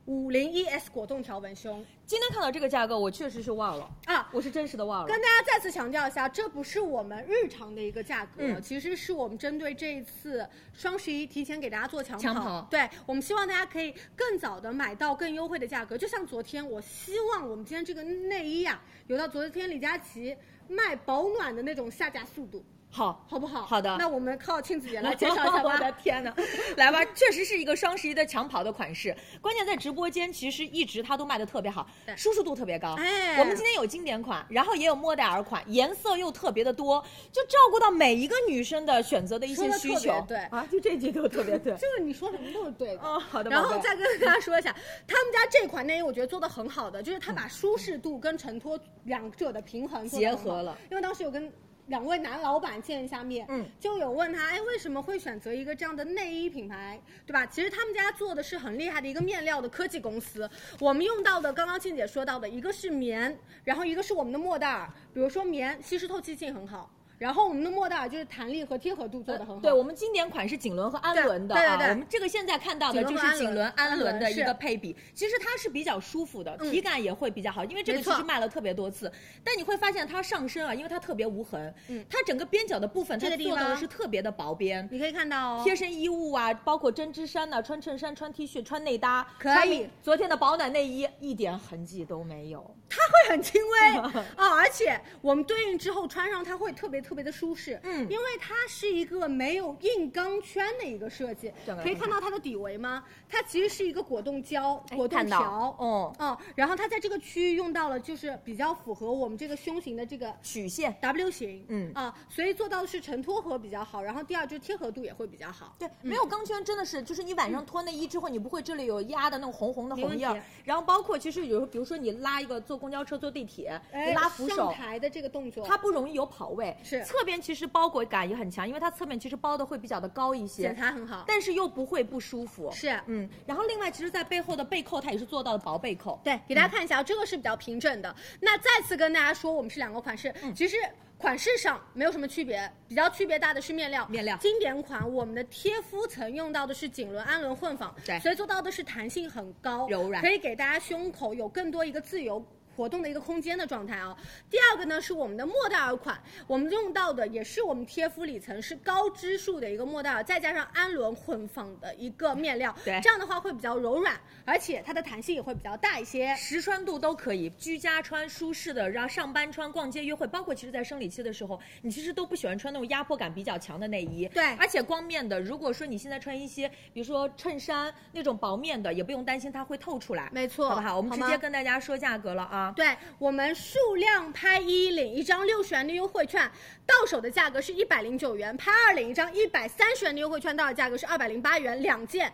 [SPEAKER 1] 五零一 S 果冻条纹胸
[SPEAKER 2] 今天看到这个价格，我确实是哇了，
[SPEAKER 1] 啊。
[SPEAKER 2] 我是真实的哇了
[SPEAKER 1] 跟。大家再次强调一下，这不是我们日常的一个价格，
[SPEAKER 2] 嗯
[SPEAKER 1] 其实是我们针对这一次双十一提前给大家做强
[SPEAKER 2] 抢跑
[SPEAKER 1] 对，我们希望大家可以更早的买到更优惠的价格。就像昨天，我希望我们今天这个内衣啊，有到昨天李佳琦卖保暖的那种下架速度，
[SPEAKER 2] 好，
[SPEAKER 1] 好不好？
[SPEAKER 2] 好的
[SPEAKER 1] 那我们靠庆 子姐来介绍一下吧。
[SPEAKER 2] 我的天哪，来吧，确实是一个双十一的抢跑的款式。关键在直播间，其实一直它都卖的特别好，
[SPEAKER 1] 对
[SPEAKER 2] 舒适度特别高。
[SPEAKER 1] 哎
[SPEAKER 2] 我们今天有经典款，然后也有莫代尔款，颜色又特别的多，就照顾到每一个女生的选择的一些
[SPEAKER 1] 说得
[SPEAKER 2] 需
[SPEAKER 1] 特别
[SPEAKER 2] 求。
[SPEAKER 1] 对
[SPEAKER 2] 啊，就这句都特别对
[SPEAKER 1] 就是你说什么都是对的。
[SPEAKER 2] 哦好的
[SPEAKER 1] 然
[SPEAKER 2] 宝
[SPEAKER 1] 后
[SPEAKER 2] 贝
[SPEAKER 1] 再跟大家说一下，他们家这款内衣我觉得做的很好的，就是它把舒适度跟承托两者的平衡做得很
[SPEAKER 2] 嗯
[SPEAKER 1] 好
[SPEAKER 2] 结合了。
[SPEAKER 1] 因为当时有跟。两位男老板见一下面，
[SPEAKER 2] 嗯，
[SPEAKER 1] 就有问他，哎，为什么会选择一个这样的内衣品牌，对吧？其实他们家做的是很厉害的一个面料的科技公司，我们用到的，刚刚静姐说到的，一个是棉，然后一个是我们的莫代尔，比如说棉吸湿透气性很好，然后我们的莫代尔就是弹力和贴合度做的很好，
[SPEAKER 2] 呃对我们经典款是锦纶和氨纶的
[SPEAKER 1] 对对
[SPEAKER 2] 啊，
[SPEAKER 1] 对对
[SPEAKER 2] 我们这个现在看到的就是锦
[SPEAKER 1] 锦
[SPEAKER 2] 纶
[SPEAKER 1] 纶
[SPEAKER 2] 氨纶的一个
[SPEAKER 1] 是
[SPEAKER 2] 配比，其实它是比较舒服的，
[SPEAKER 1] 嗯
[SPEAKER 2] 体感也会比较好，因为这个
[SPEAKER 1] 没
[SPEAKER 2] 其
[SPEAKER 1] 错
[SPEAKER 2] 实卖了特别多次，但你会发现它上身啊，因为它特别无痕，
[SPEAKER 1] 嗯
[SPEAKER 2] 它整个边角的部分它
[SPEAKER 1] 这个地
[SPEAKER 2] 做到的
[SPEAKER 1] 方
[SPEAKER 2] 是特别的薄边，
[SPEAKER 1] 你可以看到哦，
[SPEAKER 2] 贴身衣物啊，包括针织衫呐、穿衬衫、穿 T 恤、穿内搭，
[SPEAKER 1] 可以
[SPEAKER 2] 穿昨天的保暖内衣一点痕迹都没有，
[SPEAKER 1] 它会很轻微啊、而而且我们对应之后穿上它会特别特别的舒适，
[SPEAKER 2] 嗯
[SPEAKER 1] 因为它是一个没有硬钢圈的一个设计
[SPEAKER 2] 整个，来
[SPEAKER 1] 可以
[SPEAKER 2] 看
[SPEAKER 1] 看到它的底围吗？它其实是一个果冻胶、
[SPEAKER 2] 哎
[SPEAKER 1] 果冻
[SPEAKER 2] 看到
[SPEAKER 1] 条，
[SPEAKER 2] 嗯
[SPEAKER 1] 嗯，然后它在这个区域用到了就是比较符合我们这个胸型的这个
[SPEAKER 2] 曲线。
[SPEAKER 1] W 型，
[SPEAKER 2] 嗯
[SPEAKER 1] 啊，所以做到的是承托合比较好，然后第二就是贴合度也会比较好。
[SPEAKER 2] 对，没有钢圈真的是，就是你晚上脱内衣之后，你不会这里有压的那种红红的
[SPEAKER 1] 嗯没问
[SPEAKER 2] 红印儿
[SPEAKER 1] 题。
[SPEAKER 2] 然后包括其实有时候，比如说你拉一个坐公交车、坐地铁，
[SPEAKER 1] 哎
[SPEAKER 2] 你拉扶手
[SPEAKER 1] 上，台的这个动作，
[SPEAKER 2] 它不容易有跑位。
[SPEAKER 1] 是
[SPEAKER 2] 侧边其实包裹感也很强，因为它侧面其实包的会比较的高一些
[SPEAKER 1] 剪，裁很好，
[SPEAKER 2] 但是又不会不舒服。
[SPEAKER 1] 是
[SPEAKER 2] 嗯。然后另外，其实，在背后的背扣它也是做到了薄背扣。
[SPEAKER 1] 对，给大家看一下，啊这个是比较平整的。那再次跟大家说，我们是两个款式，
[SPEAKER 2] 嗯
[SPEAKER 1] 其实款式上没有什么区别，比较区别大的是面料。
[SPEAKER 2] 面料
[SPEAKER 1] 经典款，我们的贴肤层用到的是锦纶、氨纶混纺，
[SPEAKER 2] 对
[SPEAKER 1] 所以做到的是弹性很高，
[SPEAKER 2] 柔软
[SPEAKER 1] 可以给大家胸口有更多一个自由。活动的一个空间的状态啊、第二个呢是我们的莫代尔款，我们用到的也是我们贴肤里层是高支数的一个莫代尔，再加上氨纶混纺的一个面料，
[SPEAKER 2] 对
[SPEAKER 1] 这样的话会比较柔软，而且它的弹性也会比较大一些。
[SPEAKER 2] 实穿度都可以，居家穿舒适的，然后上班穿、逛街约会，包括其实，在生理期的时候，你其实都不喜欢穿那种压迫感比较强的内衣。
[SPEAKER 1] 对
[SPEAKER 2] 而且光面的，如果说你现在穿一些，比如说衬衫那种薄面的，也不用担心它会透出来。
[SPEAKER 1] 没错
[SPEAKER 2] 好不好？我们
[SPEAKER 1] 好
[SPEAKER 2] 直
[SPEAKER 1] 吗
[SPEAKER 2] 接跟大家说价格了啊。
[SPEAKER 1] 对我们数量拍一领一张六十元的优惠券，到手的价格是一百零九元；拍二领一张一百三十元的优惠券，到手价格是二百零八元，两件。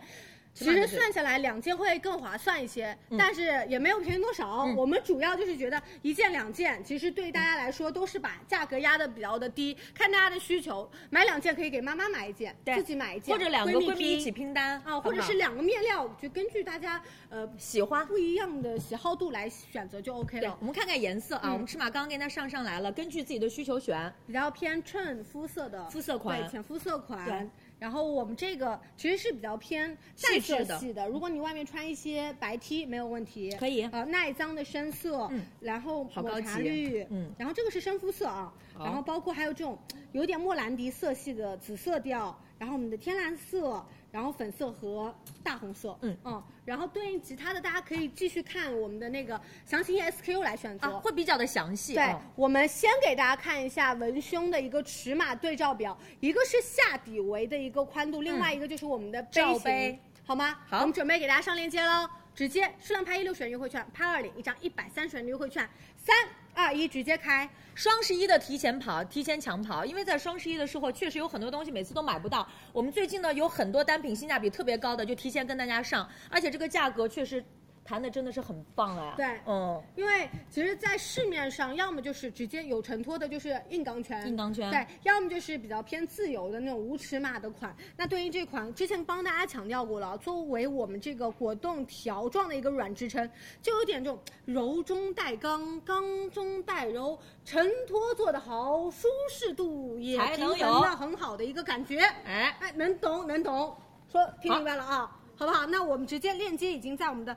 [SPEAKER 1] 其实算下来两件会更划算一些，
[SPEAKER 2] 嗯
[SPEAKER 1] 但是也没有便宜多少。我们主要就是觉得一件两件，其实对大家来说都是把价格压的比较的低，看大家的需求，买两件可以给妈妈买一件，
[SPEAKER 2] 对
[SPEAKER 1] 自己买一件，
[SPEAKER 2] 或者两个闺蜜一起
[SPEAKER 1] 拼
[SPEAKER 2] 拼单
[SPEAKER 1] 啊，或者是两个面料，就根据大家呃
[SPEAKER 2] 喜欢。
[SPEAKER 1] 不一样的喜好度来选择就 OK
[SPEAKER 2] 对
[SPEAKER 1] 了，
[SPEAKER 2] 我。们看看颜
[SPEAKER 1] 嗯
[SPEAKER 2] 色啊，我们尺码刚刚给大家上上来了，根据自己的需求选。
[SPEAKER 1] 比较偏衬肤色的
[SPEAKER 2] 肤色款
[SPEAKER 1] 对浅肤色款
[SPEAKER 2] 对。
[SPEAKER 1] 然后我们这个其实是比较偏淡
[SPEAKER 2] 气质
[SPEAKER 1] 色
[SPEAKER 2] 的
[SPEAKER 1] 系的，如果你外面穿一些白 T 没有问题，
[SPEAKER 2] 可以
[SPEAKER 1] 呃，耐脏的深色，
[SPEAKER 2] 嗯
[SPEAKER 1] 然后
[SPEAKER 2] 好
[SPEAKER 1] 抹
[SPEAKER 2] 高
[SPEAKER 1] 茶
[SPEAKER 2] 级
[SPEAKER 1] 绿，
[SPEAKER 2] 嗯
[SPEAKER 1] 然后这个是深肤色啊，
[SPEAKER 2] 好
[SPEAKER 1] 然后包括还有这种有点莫兰迪色系的紫色调，然后我们的天蓝色，然后粉色和大红色，
[SPEAKER 2] 嗯
[SPEAKER 1] 然后对应其他的大家可以继续看我们的那个详情页 SKU 来选择，
[SPEAKER 2] 啊，会比较的详细。
[SPEAKER 1] 对
[SPEAKER 2] 嗯，
[SPEAKER 1] 我们先给大家看一下文胸的一个尺码对照表，一个是下底围的一个宽度，另外一个就是我们的
[SPEAKER 2] 嗯
[SPEAKER 1] 杯
[SPEAKER 2] 罩
[SPEAKER 1] 型，
[SPEAKER 2] 杯
[SPEAKER 1] 好吗？
[SPEAKER 2] 好
[SPEAKER 1] 我们准备给大家上链接喽，直接数量拍一六十元优惠券，拍二领一张一百三十元的优惠券，三二一直接开，
[SPEAKER 2] 双十一的提前跑、提前抢跑，因为在双十一的时候，确实有很多东西每次都买不到。我们最近呢有很多单品性价比特别高的，就提前跟大家上，而且这个价格确实谈的真的是很棒哎。
[SPEAKER 1] 对
[SPEAKER 2] 嗯，
[SPEAKER 1] 因为其实，在市面上，要么就是直接有承托的，就是硬钢圈，
[SPEAKER 2] 硬钢圈
[SPEAKER 1] 对，要么就是比较偏自由的那种无尺码的款。那对于这款，之前帮大家强调过了，啊作为我们这个果冻条状的一个软支撑，就有点这种柔中带刚，刚中带柔，承托做得好，舒适度也
[SPEAKER 2] 才
[SPEAKER 1] 平
[SPEAKER 2] 能
[SPEAKER 1] 衡
[SPEAKER 2] 有
[SPEAKER 1] 的很好的一个感觉。
[SPEAKER 2] 哎，
[SPEAKER 1] 哎，能懂能懂，说听明白了啊，好不好？那我们直接链接已经在我们的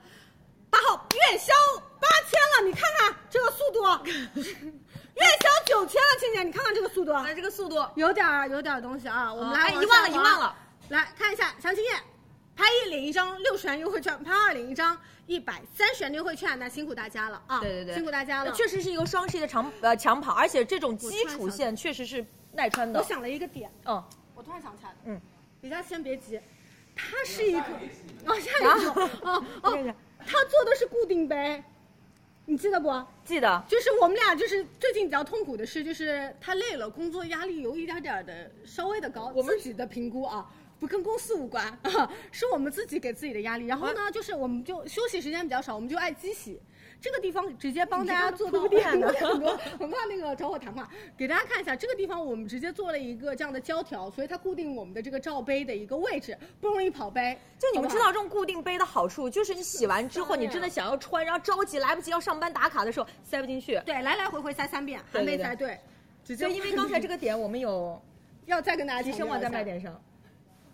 [SPEAKER 1] 八号月销八千了，你看看这个速度，啊月销九千了，倩倩，你看看这个速度，啊
[SPEAKER 2] 哎那这个速度，
[SPEAKER 1] 有点儿有点儿东西啊，我们来
[SPEAKER 2] 哎
[SPEAKER 1] 往
[SPEAKER 2] 一万了
[SPEAKER 1] 下
[SPEAKER 2] 一
[SPEAKER 1] 滑
[SPEAKER 2] 万了，
[SPEAKER 1] 来看一下详情页。拍一领一张六十元优惠券，拍二领一张一百三十元的优惠券，那辛苦大家了啊！
[SPEAKER 2] 对对对，
[SPEAKER 1] 辛苦大家了。
[SPEAKER 2] 确实是一个双十一的长呃抢跑，而且这种基础线确实是耐穿
[SPEAKER 1] 我
[SPEAKER 2] 的。
[SPEAKER 1] 想了一个点，
[SPEAKER 2] 嗯，
[SPEAKER 1] 我突然想起来了，
[SPEAKER 2] 嗯，
[SPEAKER 1] 大家先别急，它是一个哦，下
[SPEAKER 2] 然
[SPEAKER 1] 一个
[SPEAKER 2] 后
[SPEAKER 1] 哦
[SPEAKER 2] 我看一
[SPEAKER 1] 哦
[SPEAKER 2] 下，
[SPEAKER 1] 它做的是固定杯，你记得不？
[SPEAKER 2] 记得
[SPEAKER 1] 就是我们俩就是最近比较痛苦的事，就是他累了，工作压力有一点点的稍微的高，我们自己的评估啊。不跟公司无关、 啊，是我们自己给自己的压力。然后呢，就是我们就休息时间比较少，我们就爱机洗。这个地方直接帮大家 做到很多 很多，很怕那个找我谈话。给大家看一下，这个地方我们直接做了一个这样的胶条，所以它固定我们的这个罩杯的一个位置，不容易跑杯。
[SPEAKER 2] 就你们
[SPEAKER 1] 好
[SPEAKER 2] 知
[SPEAKER 1] 不好
[SPEAKER 2] 道这种固定杯的好处，就是你洗完之后，你真的想要穿，然后着急来不及要上班打卡的时候塞不进去。
[SPEAKER 1] 对，来来回回塞三遍，还
[SPEAKER 2] 对
[SPEAKER 1] 没
[SPEAKER 2] 对
[SPEAKER 1] 塞对。直接
[SPEAKER 2] 所以因为刚才这
[SPEAKER 1] 个
[SPEAKER 2] 个点，我们有
[SPEAKER 1] 要再跟大家
[SPEAKER 2] 提
[SPEAKER 1] 强
[SPEAKER 2] 升了
[SPEAKER 1] 调一
[SPEAKER 2] 在
[SPEAKER 1] 下
[SPEAKER 2] 卖点上，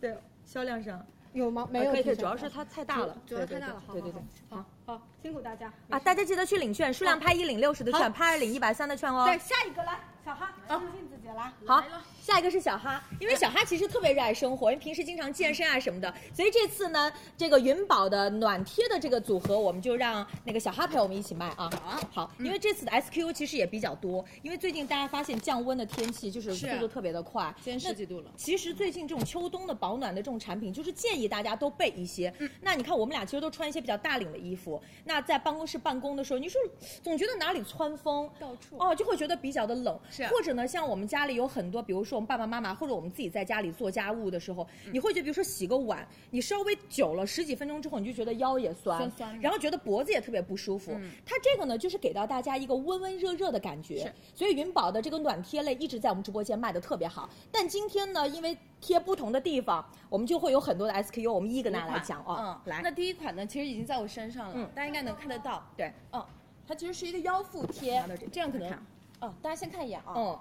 [SPEAKER 2] 对销量上
[SPEAKER 1] 有吗？没有
[SPEAKER 2] 啊可
[SPEAKER 1] 提
[SPEAKER 2] 以可以，
[SPEAKER 1] 升，
[SPEAKER 2] 主要是它太大了，
[SPEAKER 1] 主要
[SPEAKER 2] 对对
[SPEAKER 1] 太大了，
[SPEAKER 2] 对
[SPEAKER 1] 好
[SPEAKER 2] 对对对。
[SPEAKER 1] 好好好，好辛苦大家
[SPEAKER 2] 啊，大家记得去领券，数量拍一领六十的
[SPEAKER 1] 好
[SPEAKER 2] 券，拍二领一百三的券哦。
[SPEAKER 1] 对，下一个来，
[SPEAKER 7] 小哈，相信自己啦。
[SPEAKER 2] 好，下一个是小哈，因为小哈其实特别热爱生活，因为平时经常健身啊什么的，所以这次呢，这个云宝的暖贴的这个组合，我们就让那个小哈陪我们一起卖啊。好，因为这次的 SKU 其实也比较多，因为最近大家发现降温的天气就是啊速度特别的快，
[SPEAKER 1] 今天十几度了
[SPEAKER 2] 那其实最近这种秋冬的保暖的这种产品，就是建议大家都备一些。
[SPEAKER 7] 嗯
[SPEAKER 2] 那你看我们俩其实都穿一些比较大领的衣服，那在办公室办公的时候，你说总觉得哪里窜风，
[SPEAKER 7] 到处
[SPEAKER 2] 哦，就会觉得比较的冷。
[SPEAKER 7] 是
[SPEAKER 2] 或者呢，像我们家里有很多，比如说我们爸爸妈妈，或者我们自己在家里做家务的时候，你会觉得，比如说洗个碗，你稍微久了十几分钟之后，你就觉得腰也酸，
[SPEAKER 7] 酸酸的
[SPEAKER 2] 然后觉得脖子也特别不舒服。它这个呢，就是给到大家一个温温热热的感觉。所以云宝的这个暖贴类一直在我们直播间卖的特别好，但今天呢，因为贴不同的地方，我们就会有很多的 SKU，我们一一跟大家来讲哦。
[SPEAKER 7] 嗯，
[SPEAKER 2] 来，
[SPEAKER 7] 那第一款呢，其实已经在我身上了，
[SPEAKER 2] 嗯
[SPEAKER 7] 大家应该能看得到。
[SPEAKER 2] 对，
[SPEAKER 7] 嗯，它其实是一个腰腹贴
[SPEAKER 2] 拿到这，个
[SPEAKER 7] 这样可能
[SPEAKER 2] 看看。
[SPEAKER 7] 哦，大家先看一眼啊。
[SPEAKER 2] 嗯，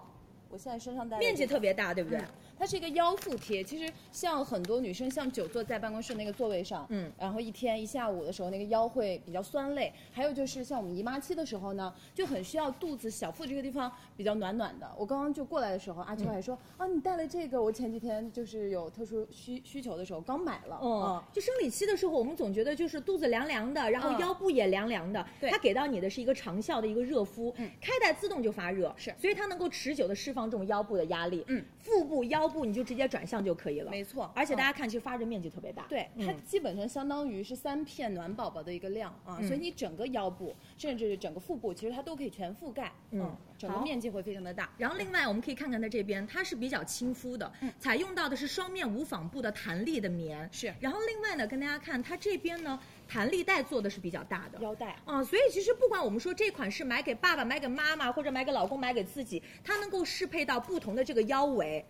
[SPEAKER 7] 我现在身上带的
[SPEAKER 2] 面积
[SPEAKER 7] 这个
[SPEAKER 2] 特别大，对不对？
[SPEAKER 7] 嗯它是一个腰腹贴，其实像很多女生，像久坐在办公室那个座位上，
[SPEAKER 2] 嗯
[SPEAKER 7] 然后一天一下午的时候，那个腰会比较酸累。还有就是像我们姨妈期的时候呢，就很需要肚子、小腹这个地方比较暖暖的。我刚刚就过来的时候，阿秋还说、
[SPEAKER 2] 嗯
[SPEAKER 7] 啊，你带了这个，我前几天就是有特殊需需求的时候刚买了，
[SPEAKER 2] 嗯，就生理期的时候，我们总觉得就是肚子凉凉的，然后
[SPEAKER 7] 哦嗯
[SPEAKER 2] 腰部也凉凉的。
[SPEAKER 7] 对嗯
[SPEAKER 2] 它给到你的是一个长效的一个热敷，开袋自动就发热，
[SPEAKER 7] 是
[SPEAKER 2] 所以它能够持久的释放这种腰部的压力。
[SPEAKER 7] 嗯，
[SPEAKER 2] 腹部、腰部你就直接转向就可以了。
[SPEAKER 7] 没错
[SPEAKER 2] 而且
[SPEAKER 7] 嗯
[SPEAKER 2] 大家看，其实发热面积特别大。
[SPEAKER 7] 对，它
[SPEAKER 2] 嗯
[SPEAKER 7] 基本上相当于是三片暖宝宝的一个量啊，所以你整个腰部，甚至整个腹部，其实它都可以全覆盖，
[SPEAKER 2] 嗯
[SPEAKER 7] 整个
[SPEAKER 2] 好
[SPEAKER 7] 面积会非常的大。
[SPEAKER 2] 然后另外我们可以看看它这边，它是比较亲肤的，
[SPEAKER 7] 嗯
[SPEAKER 2] 采用到的是双面无纺布的弹力的棉。
[SPEAKER 7] 是
[SPEAKER 2] 然后另外呢，跟大家看它这边呢，弹力带做的是比较大的，
[SPEAKER 7] 腰带
[SPEAKER 2] 啊，所以其实不管我们说这款是买给爸爸、买给妈妈，或者买给老公、买给自己，它能够适配到不同的这个腰围，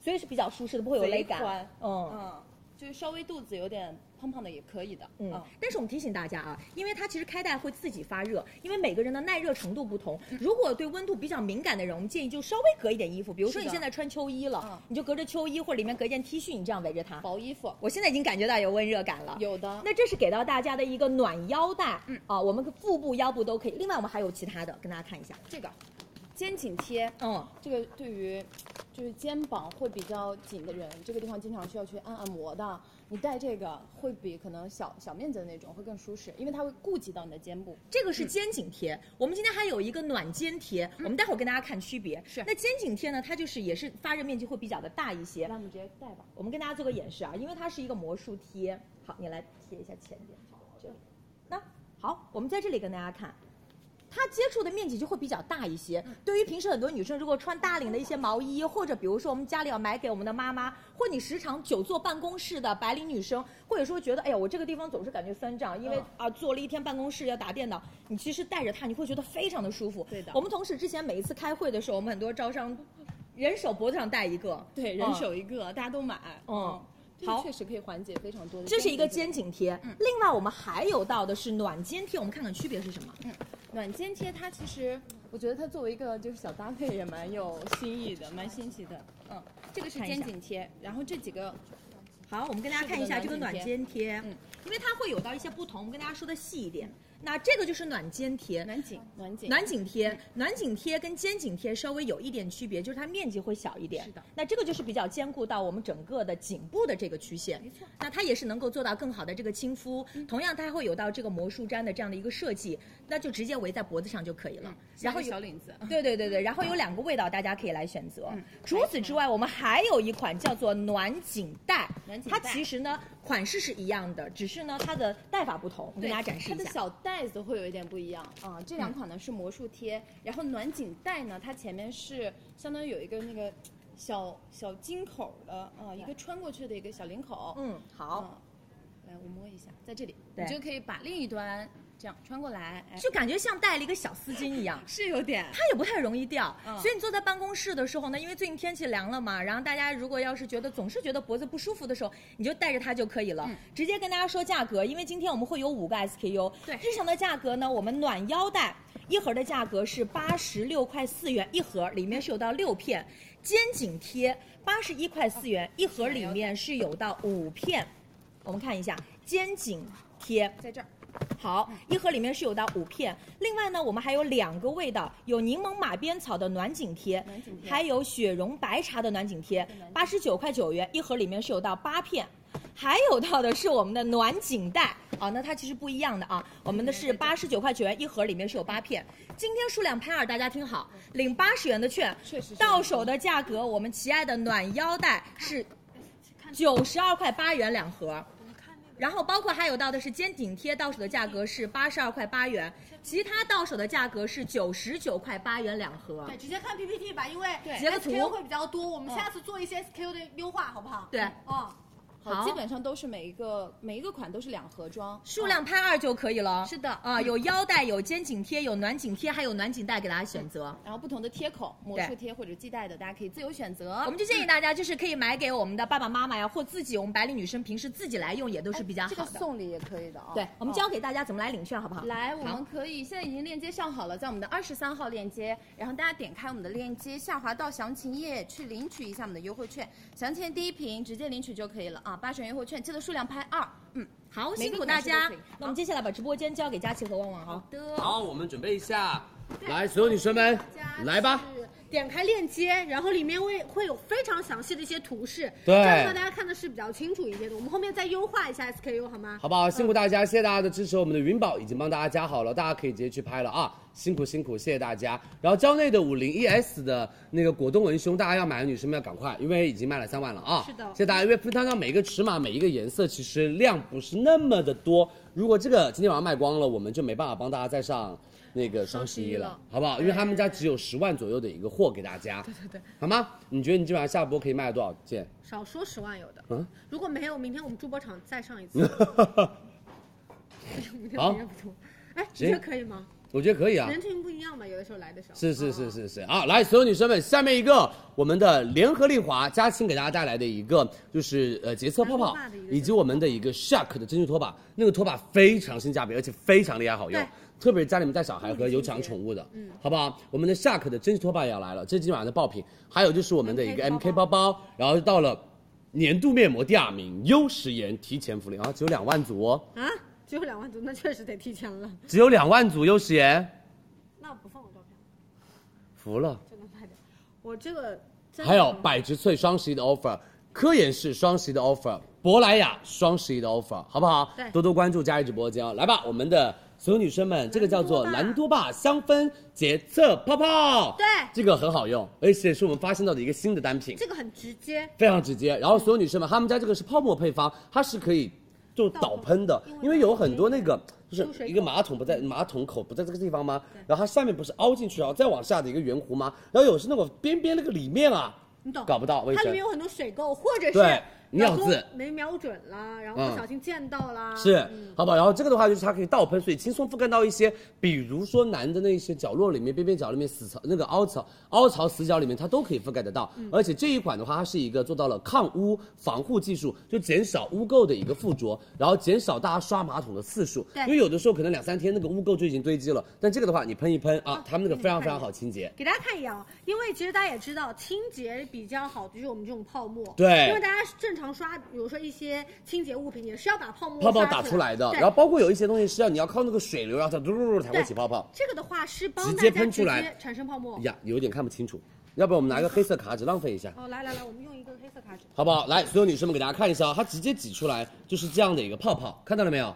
[SPEAKER 2] 所以是比较舒适的，不会有勒
[SPEAKER 7] 贼宽
[SPEAKER 2] 感。嗯。
[SPEAKER 7] 嗯，就是稍微肚子有点胖胖的也可以的，啊
[SPEAKER 2] 嗯，但是我们提醒大家啊，因为它其实开袋会自己发热，因为每个人的耐热程度不同。
[SPEAKER 7] 嗯
[SPEAKER 2] 如果对温度比较敏感的人，我们建议就稍微隔一点衣服，比如说
[SPEAKER 7] 是
[SPEAKER 2] 你
[SPEAKER 7] 的
[SPEAKER 2] 现在穿秋衣了，
[SPEAKER 7] 嗯
[SPEAKER 2] 你就隔着秋衣或者里面隔一件 T 恤，你这样围着它。
[SPEAKER 7] 薄衣服
[SPEAKER 2] 我现在已经感觉到有温热感了。
[SPEAKER 7] 有的。
[SPEAKER 2] 那这是给到大家的一个暖腰带，嗯啊，我们腹部、腰部都可以。另外，我们还有其他的，跟大家看一下。
[SPEAKER 7] 这个肩颈贴，
[SPEAKER 2] 嗯，
[SPEAKER 7] 这个对于就是肩膀会比较紧的人，这个地方经常需要去按按摩的，你戴这个会比可能小小面积的那种会更舒适，因为它会顾及到你的肩部。
[SPEAKER 2] 这个是肩颈贴，我们今天还有一个暖肩贴，我们待会儿跟大家看区别。
[SPEAKER 7] 是
[SPEAKER 2] 那肩颈贴呢，它就是也是发热面积会比较的大一些
[SPEAKER 7] 来，。我们直接戴吧。
[SPEAKER 2] 我们跟大家做个演示啊，因为它是一个魔术贴。好，你来贴一下前边，这样。那好，我们在这里跟大家看。它接触的面积就会比较大一些。
[SPEAKER 7] 嗯
[SPEAKER 2] 对于平时很多女生，如果穿大领的一些毛衣，或者比如说我们家里要买给我们的妈妈，或你时常久坐办公室的白领女生，或者说觉得哎呀我这个地方总是感觉酸胀，因为
[SPEAKER 7] 嗯
[SPEAKER 2] 啊坐了一天办公室要打电脑，你其实带着它你会觉得非常的舒服。
[SPEAKER 7] 对的
[SPEAKER 2] 我们同事之前每一次开会的时候，我们很多招商，人手脖子上戴一个，嗯
[SPEAKER 7] 对，人手一个，大家都买。
[SPEAKER 2] 嗯，
[SPEAKER 7] 这
[SPEAKER 2] 好
[SPEAKER 7] 个确实嗯可以缓解非常多的。
[SPEAKER 2] 这是一个肩颈贴，另外我们还有到的是暖肩贴，我们看看区别是什么。
[SPEAKER 7] 嗯暖肩贴，它其实我觉得它作为一个就是小搭配也蛮有新意的，蛮新奇的。嗯，这个是
[SPEAKER 2] 看一下
[SPEAKER 7] 肩颈贴，然后这几个
[SPEAKER 2] 好，我们跟大家看一下这
[SPEAKER 7] 这
[SPEAKER 2] 个
[SPEAKER 7] 个
[SPEAKER 2] 暖
[SPEAKER 7] 暖
[SPEAKER 2] 肩
[SPEAKER 7] 肩
[SPEAKER 2] 贴，
[SPEAKER 7] 嗯
[SPEAKER 2] 因为它会有到一些不同，我们跟大家说的细一点。那这个就是暖肩贴，
[SPEAKER 7] 暖颈、暖颈、
[SPEAKER 2] 暖颈贴，暖颈贴跟肩颈贴稍微有一点区别，就是它面积会小一点。
[SPEAKER 7] 是的。
[SPEAKER 2] 那这个就是比较兼顾到我们整个的颈部的这个曲线。没错。那它也是能够做到更好的这个亲肤，
[SPEAKER 7] 嗯
[SPEAKER 2] 同样它还会有到这个魔术毡的这样的一个设计，那就直接围在脖子上就可以了。然
[SPEAKER 7] 然
[SPEAKER 2] 后
[SPEAKER 7] 后
[SPEAKER 2] 有嗯
[SPEAKER 7] 小领子。
[SPEAKER 2] 对对对对，然后有两个味道，大家可以来选择。
[SPEAKER 7] 嗯
[SPEAKER 2] 除此之外，我们还有一款叫做暖颈带，
[SPEAKER 7] 暖颈
[SPEAKER 2] 它
[SPEAKER 7] 带
[SPEAKER 2] 其实呢款式是一样的，只是呢它的戴法不同。我们跟大家展示
[SPEAKER 7] 它
[SPEAKER 2] 一
[SPEAKER 7] 的
[SPEAKER 2] 下。
[SPEAKER 7] 小袋子会有一点不一样啊。这两款呢是魔术贴，然后暖颈带呢，它前面是相当于有一个那个小小金口的啊，一个穿过去的一个小领口。
[SPEAKER 2] 嗯，好，
[SPEAKER 7] 啊，来我摸一下，在这里，
[SPEAKER 2] 对
[SPEAKER 7] 你就可以把另一端这样穿过来，哎，
[SPEAKER 2] 就感觉像戴了一个小丝巾一样。
[SPEAKER 7] 是有点
[SPEAKER 2] 它也不太容易掉，
[SPEAKER 7] 嗯
[SPEAKER 2] 所以你坐在办公室的时候呢，因为最近天气凉了嘛，然后大家如果要是觉得总是觉得脖子不舒服的时候，你就带着它就可以了。
[SPEAKER 7] 嗯
[SPEAKER 2] 直接跟大家说价格，因为今天我们会有五个 SKU，
[SPEAKER 7] 对
[SPEAKER 2] 日常的价格呢，我们暖腰带一盒的价格是八十六块四元一盒，里面是有到六片，
[SPEAKER 7] 嗯
[SPEAKER 2] 肩颈贴八十一块四元一盒，里面是有到五片，我们看一下肩颈贴，
[SPEAKER 7] 在这儿。
[SPEAKER 2] 好，一盒里面是有到五片。另外呢，我们还有两个味道，有柠檬马鞭草的暖颈贴，
[SPEAKER 6] 暖颈贴
[SPEAKER 2] 还有雪绒白茶的暖颈贴，八十九块九元一盒，里面是有到八片。还有到的是我们的暖颈带啊，那它其实不一样的啊。我们的是八十九块九元一盒，里面是有八片。今天数量拍二，大家听好，领八十元的券，
[SPEAKER 6] 确实是
[SPEAKER 2] 到手的价格，我们奇爱的暖腰带是九十二块八元两盒。然后包括还有到的是肩颈贴，到手的价格是八十二块八元，其他到手的价格是九十九块八元两盒。
[SPEAKER 1] 对，直接看 PPT 吧，因为
[SPEAKER 2] 截个图
[SPEAKER 1] SKU 会比较多，我们下次做一些 SKU 的优化，好不好？
[SPEAKER 2] 对
[SPEAKER 7] 嗯
[SPEAKER 1] 哦，
[SPEAKER 2] 好
[SPEAKER 6] 好，基本上都是每一个每一个款都是两盒装，啊
[SPEAKER 2] 数量拍二就可以了。
[SPEAKER 6] 是的
[SPEAKER 2] 啊，有腰带，有肩颈贴，有暖颈贴，还有暖颈带，给大家选择。
[SPEAKER 6] 然后不同的贴口，魔
[SPEAKER 2] 对
[SPEAKER 6] 术贴或者系带的，大家可以自由选择。
[SPEAKER 2] 我们就建议大家，就是可以买给我们的爸爸妈妈呀，或自己，我们白领女生平时自己来用也都是比较
[SPEAKER 6] 哎这个
[SPEAKER 2] 好的。
[SPEAKER 6] 送礼也可以的啊。
[SPEAKER 2] 对，我们
[SPEAKER 6] 嗯
[SPEAKER 2] 教给大家怎么来领券，好不好？
[SPEAKER 6] 来，我
[SPEAKER 2] 好
[SPEAKER 6] 们可以现在已经链接上好了，在我们的二十三号链接，然后大家点开我们的链接，下滑到详情页去领取一下我们的优惠券，详情页第一屏直接领取就可以了啊，八十元优惠券，记得数量拍二，嗯，
[SPEAKER 2] 好，
[SPEAKER 6] 每
[SPEAKER 2] 辛
[SPEAKER 6] 个
[SPEAKER 2] 苦
[SPEAKER 6] 款
[SPEAKER 2] 大
[SPEAKER 6] 式都
[SPEAKER 2] 家
[SPEAKER 6] 可以。
[SPEAKER 2] 那我们接下来把直播间交给佳琪和旺旺哈。
[SPEAKER 6] 的
[SPEAKER 4] 好，我们准备一下，来，所有女生们，来吧。，
[SPEAKER 1] 呃点开链接，然后里面会会有非常详细的一些图示，
[SPEAKER 4] 对
[SPEAKER 1] 这样让大家看的是比较清楚一些的。我们后面再优化一下 SKU 好吗？
[SPEAKER 4] 好不好？辛苦大家，谢谢大家的支持。我们的云宝已经帮大家加好了，大家可以直接去拍了啊！辛苦辛苦，谢谢大家。然后蕉内的五零 ES 的那个果冻文胸，大家要买的女生们要赶快，因为已经卖了三万了啊！
[SPEAKER 1] 是的
[SPEAKER 4] 谢谢大家。因为它到每一个尺码、每一个颜色，其实量不是那么的多。如果这个今天晚上卖光了，我们就没办法帮大家再上那个双十一了，好不好？因为他们家只有十万左右的一个货给大家，对对对，好吗？你觉得你今晚上下播可以卖到多少件？
[SPEAKER 1] 少说十万有的，
[SPEAKER 4] 嗯
[SPEAKER 1] 如果没有，明天我们助播场再上一次，明天我们也不多。哎，你觉得可以吗？
[SPEAKER 4] 我觉得可以啊，
[SPEAKER 1] 人群不一样嘛，有的时候来的少。
[SPEAKER 4] 是是是是是啊！来，所有女生们，下面一个我们的联合利华嘉庆给大家带来的一个就是呃洁厕泡泡
[SPEAKER 1] 蓝头发的一，个
[SPEAKER 4] 以及我们的一个 Shark 的真菌拖把，那个拖把非常性价比，而且非常厉害好用
[SPEAKER 1] 对。
[SPEAKER 4] 特别是家里面带小孩和有养宠物的，嗯，好不好？我们的 Shark 的真菌拖把也要来了，这是今晚的爆品。还有就是我们的一个 MK
[SPEAKER 1] MK
[SPEAKER 4] 包
[SPEAKER 1] 包
[SPEAKER 4] 包，然后到了年度面膜第二名，优时颜提前福利啊，只有两万组哦，
[SPEAKER 1] 啊，只有两万多，那确实得提前了。
[SPEAKER 4] 只有两万组优时颜，
[SPEAKER 1] 那我不放我照片，
[SPEAKER 4] 服了。
[SPEAKER 1] 真的卖掉。我这个真的
[SPEAKER 4] 还有百植萃双十一的 offer，科颜氏双十一的 offer，珀莱雅双十一的 offer，好不好？
[SPEAKER 1] 对
[SPEAKER 4] 多多关注佳怡直播间哦。来吧，我们的所有女生们，这个叫做蓝多霸香氛洁厕泡泡，
[SPEAKER 1] 对
[SPEAKER 4] 这个很好用，而且是我们发现到的一个新的单品，
[SPEAKER 1] 这个很直接，
[SPEAKER 4] 非常直接。然后所有女生们，他们家这个是泡沫配方，它是可以就倒喷的，因
[SPEAKER 1] 因
[SPEAKER 4] 为
[SPEAKER 1] 为
[SPEAKER 4] 有很多那个就
[SPEAKER 1] 出
[SPEAKER 4] 是
[SPEAKER 1] 水
[SPEAKER 4] 一个
[SPEAKER 1] 口嗯
[SPEAKER 4] 马桶不在马桶口不在这个地方吗？然后它下面不是凹进去，然后再往下的一个圆弧吗？然后有时那个边边那个里面啊，
[SPEAKER 1] 你懂？
[SPEAKER 4] 搞不到卫
[SPEAKER 1] 它里
[SPEAKER 4] 生
[SPEAKER 1] 面。有很多水垢，或者
[SPEAKER 4] 对
[SPEAKER 1] 是
[SPEAKER 4] 尿渍
[SPEAKER 1] 老公没瞄准啦，然后
[SPEAKER 4] 嗯
[SPEAKER 1] 不小心溅到啦。嗯
[SPEAKER 4] 是，好吧，然后这个的话就是它可以倒喷，所以轻松覆盖到一些，比如说男的那些角落里面、边边角里面、死槽那个凹槽、凹槽、死角里面，它都可以覆盖得到。
[SPEAKER 1] 嗯
[SPEAKER 4] 而且这一款的话，它是一个做到了抗污防护技术，就减少污垢的一个附着，然后减少大家刷马桶的次数。
[SPEAKER 1] 对
[SPEAKER 4] 因为有的时候可能两三天那个污垢就已经堆积了，但这个的话你喷一喷啊，他们那个非常非常好清洁。
[SPEAKER 1] 给大家看一眼啊，因为其实大家也知道，清洁比较好的就是我们这种泡沫。
[SPEAKER 4] 对
[SPEAKER 1] 因为大家正常刷，比如说一些清洁物品，也是要把泡沫
[SPEAKER 4] 泡泡
[SPEAKER 1] 刷
[SPEAKER 4] 打出来的，
[SPEAKER 1] 对
[SPEAKER 4] 然后包括有一些东西是要你要靠那个水流，然后它嘟嘟嘟才会
[SPEAKER 1] 对
[SPEAKER 4] 起泡泡。
[SPEAKER 1] 这个的话是帮
[SPEAKER 4] 直
[SPEAKER 1] 大
[SPEAKER 4] 接
[SPEAKER 1] 家
[SPEAKER 4] 喷出来
[SPEAKER 1] 直接产生泡沫。
[SPEAKER 4] 呀，有点看不清楚，要不然我们拿一个黑色卡纸浪费一下，
[SPEAKER 1] 哦，来来来，我们用一个黑色卡纸。
[SPEAKER 4] 好不好？来，所有女生们给大家看一下啊，它直接挤出来就是这样的一个泡泡，看到了没有？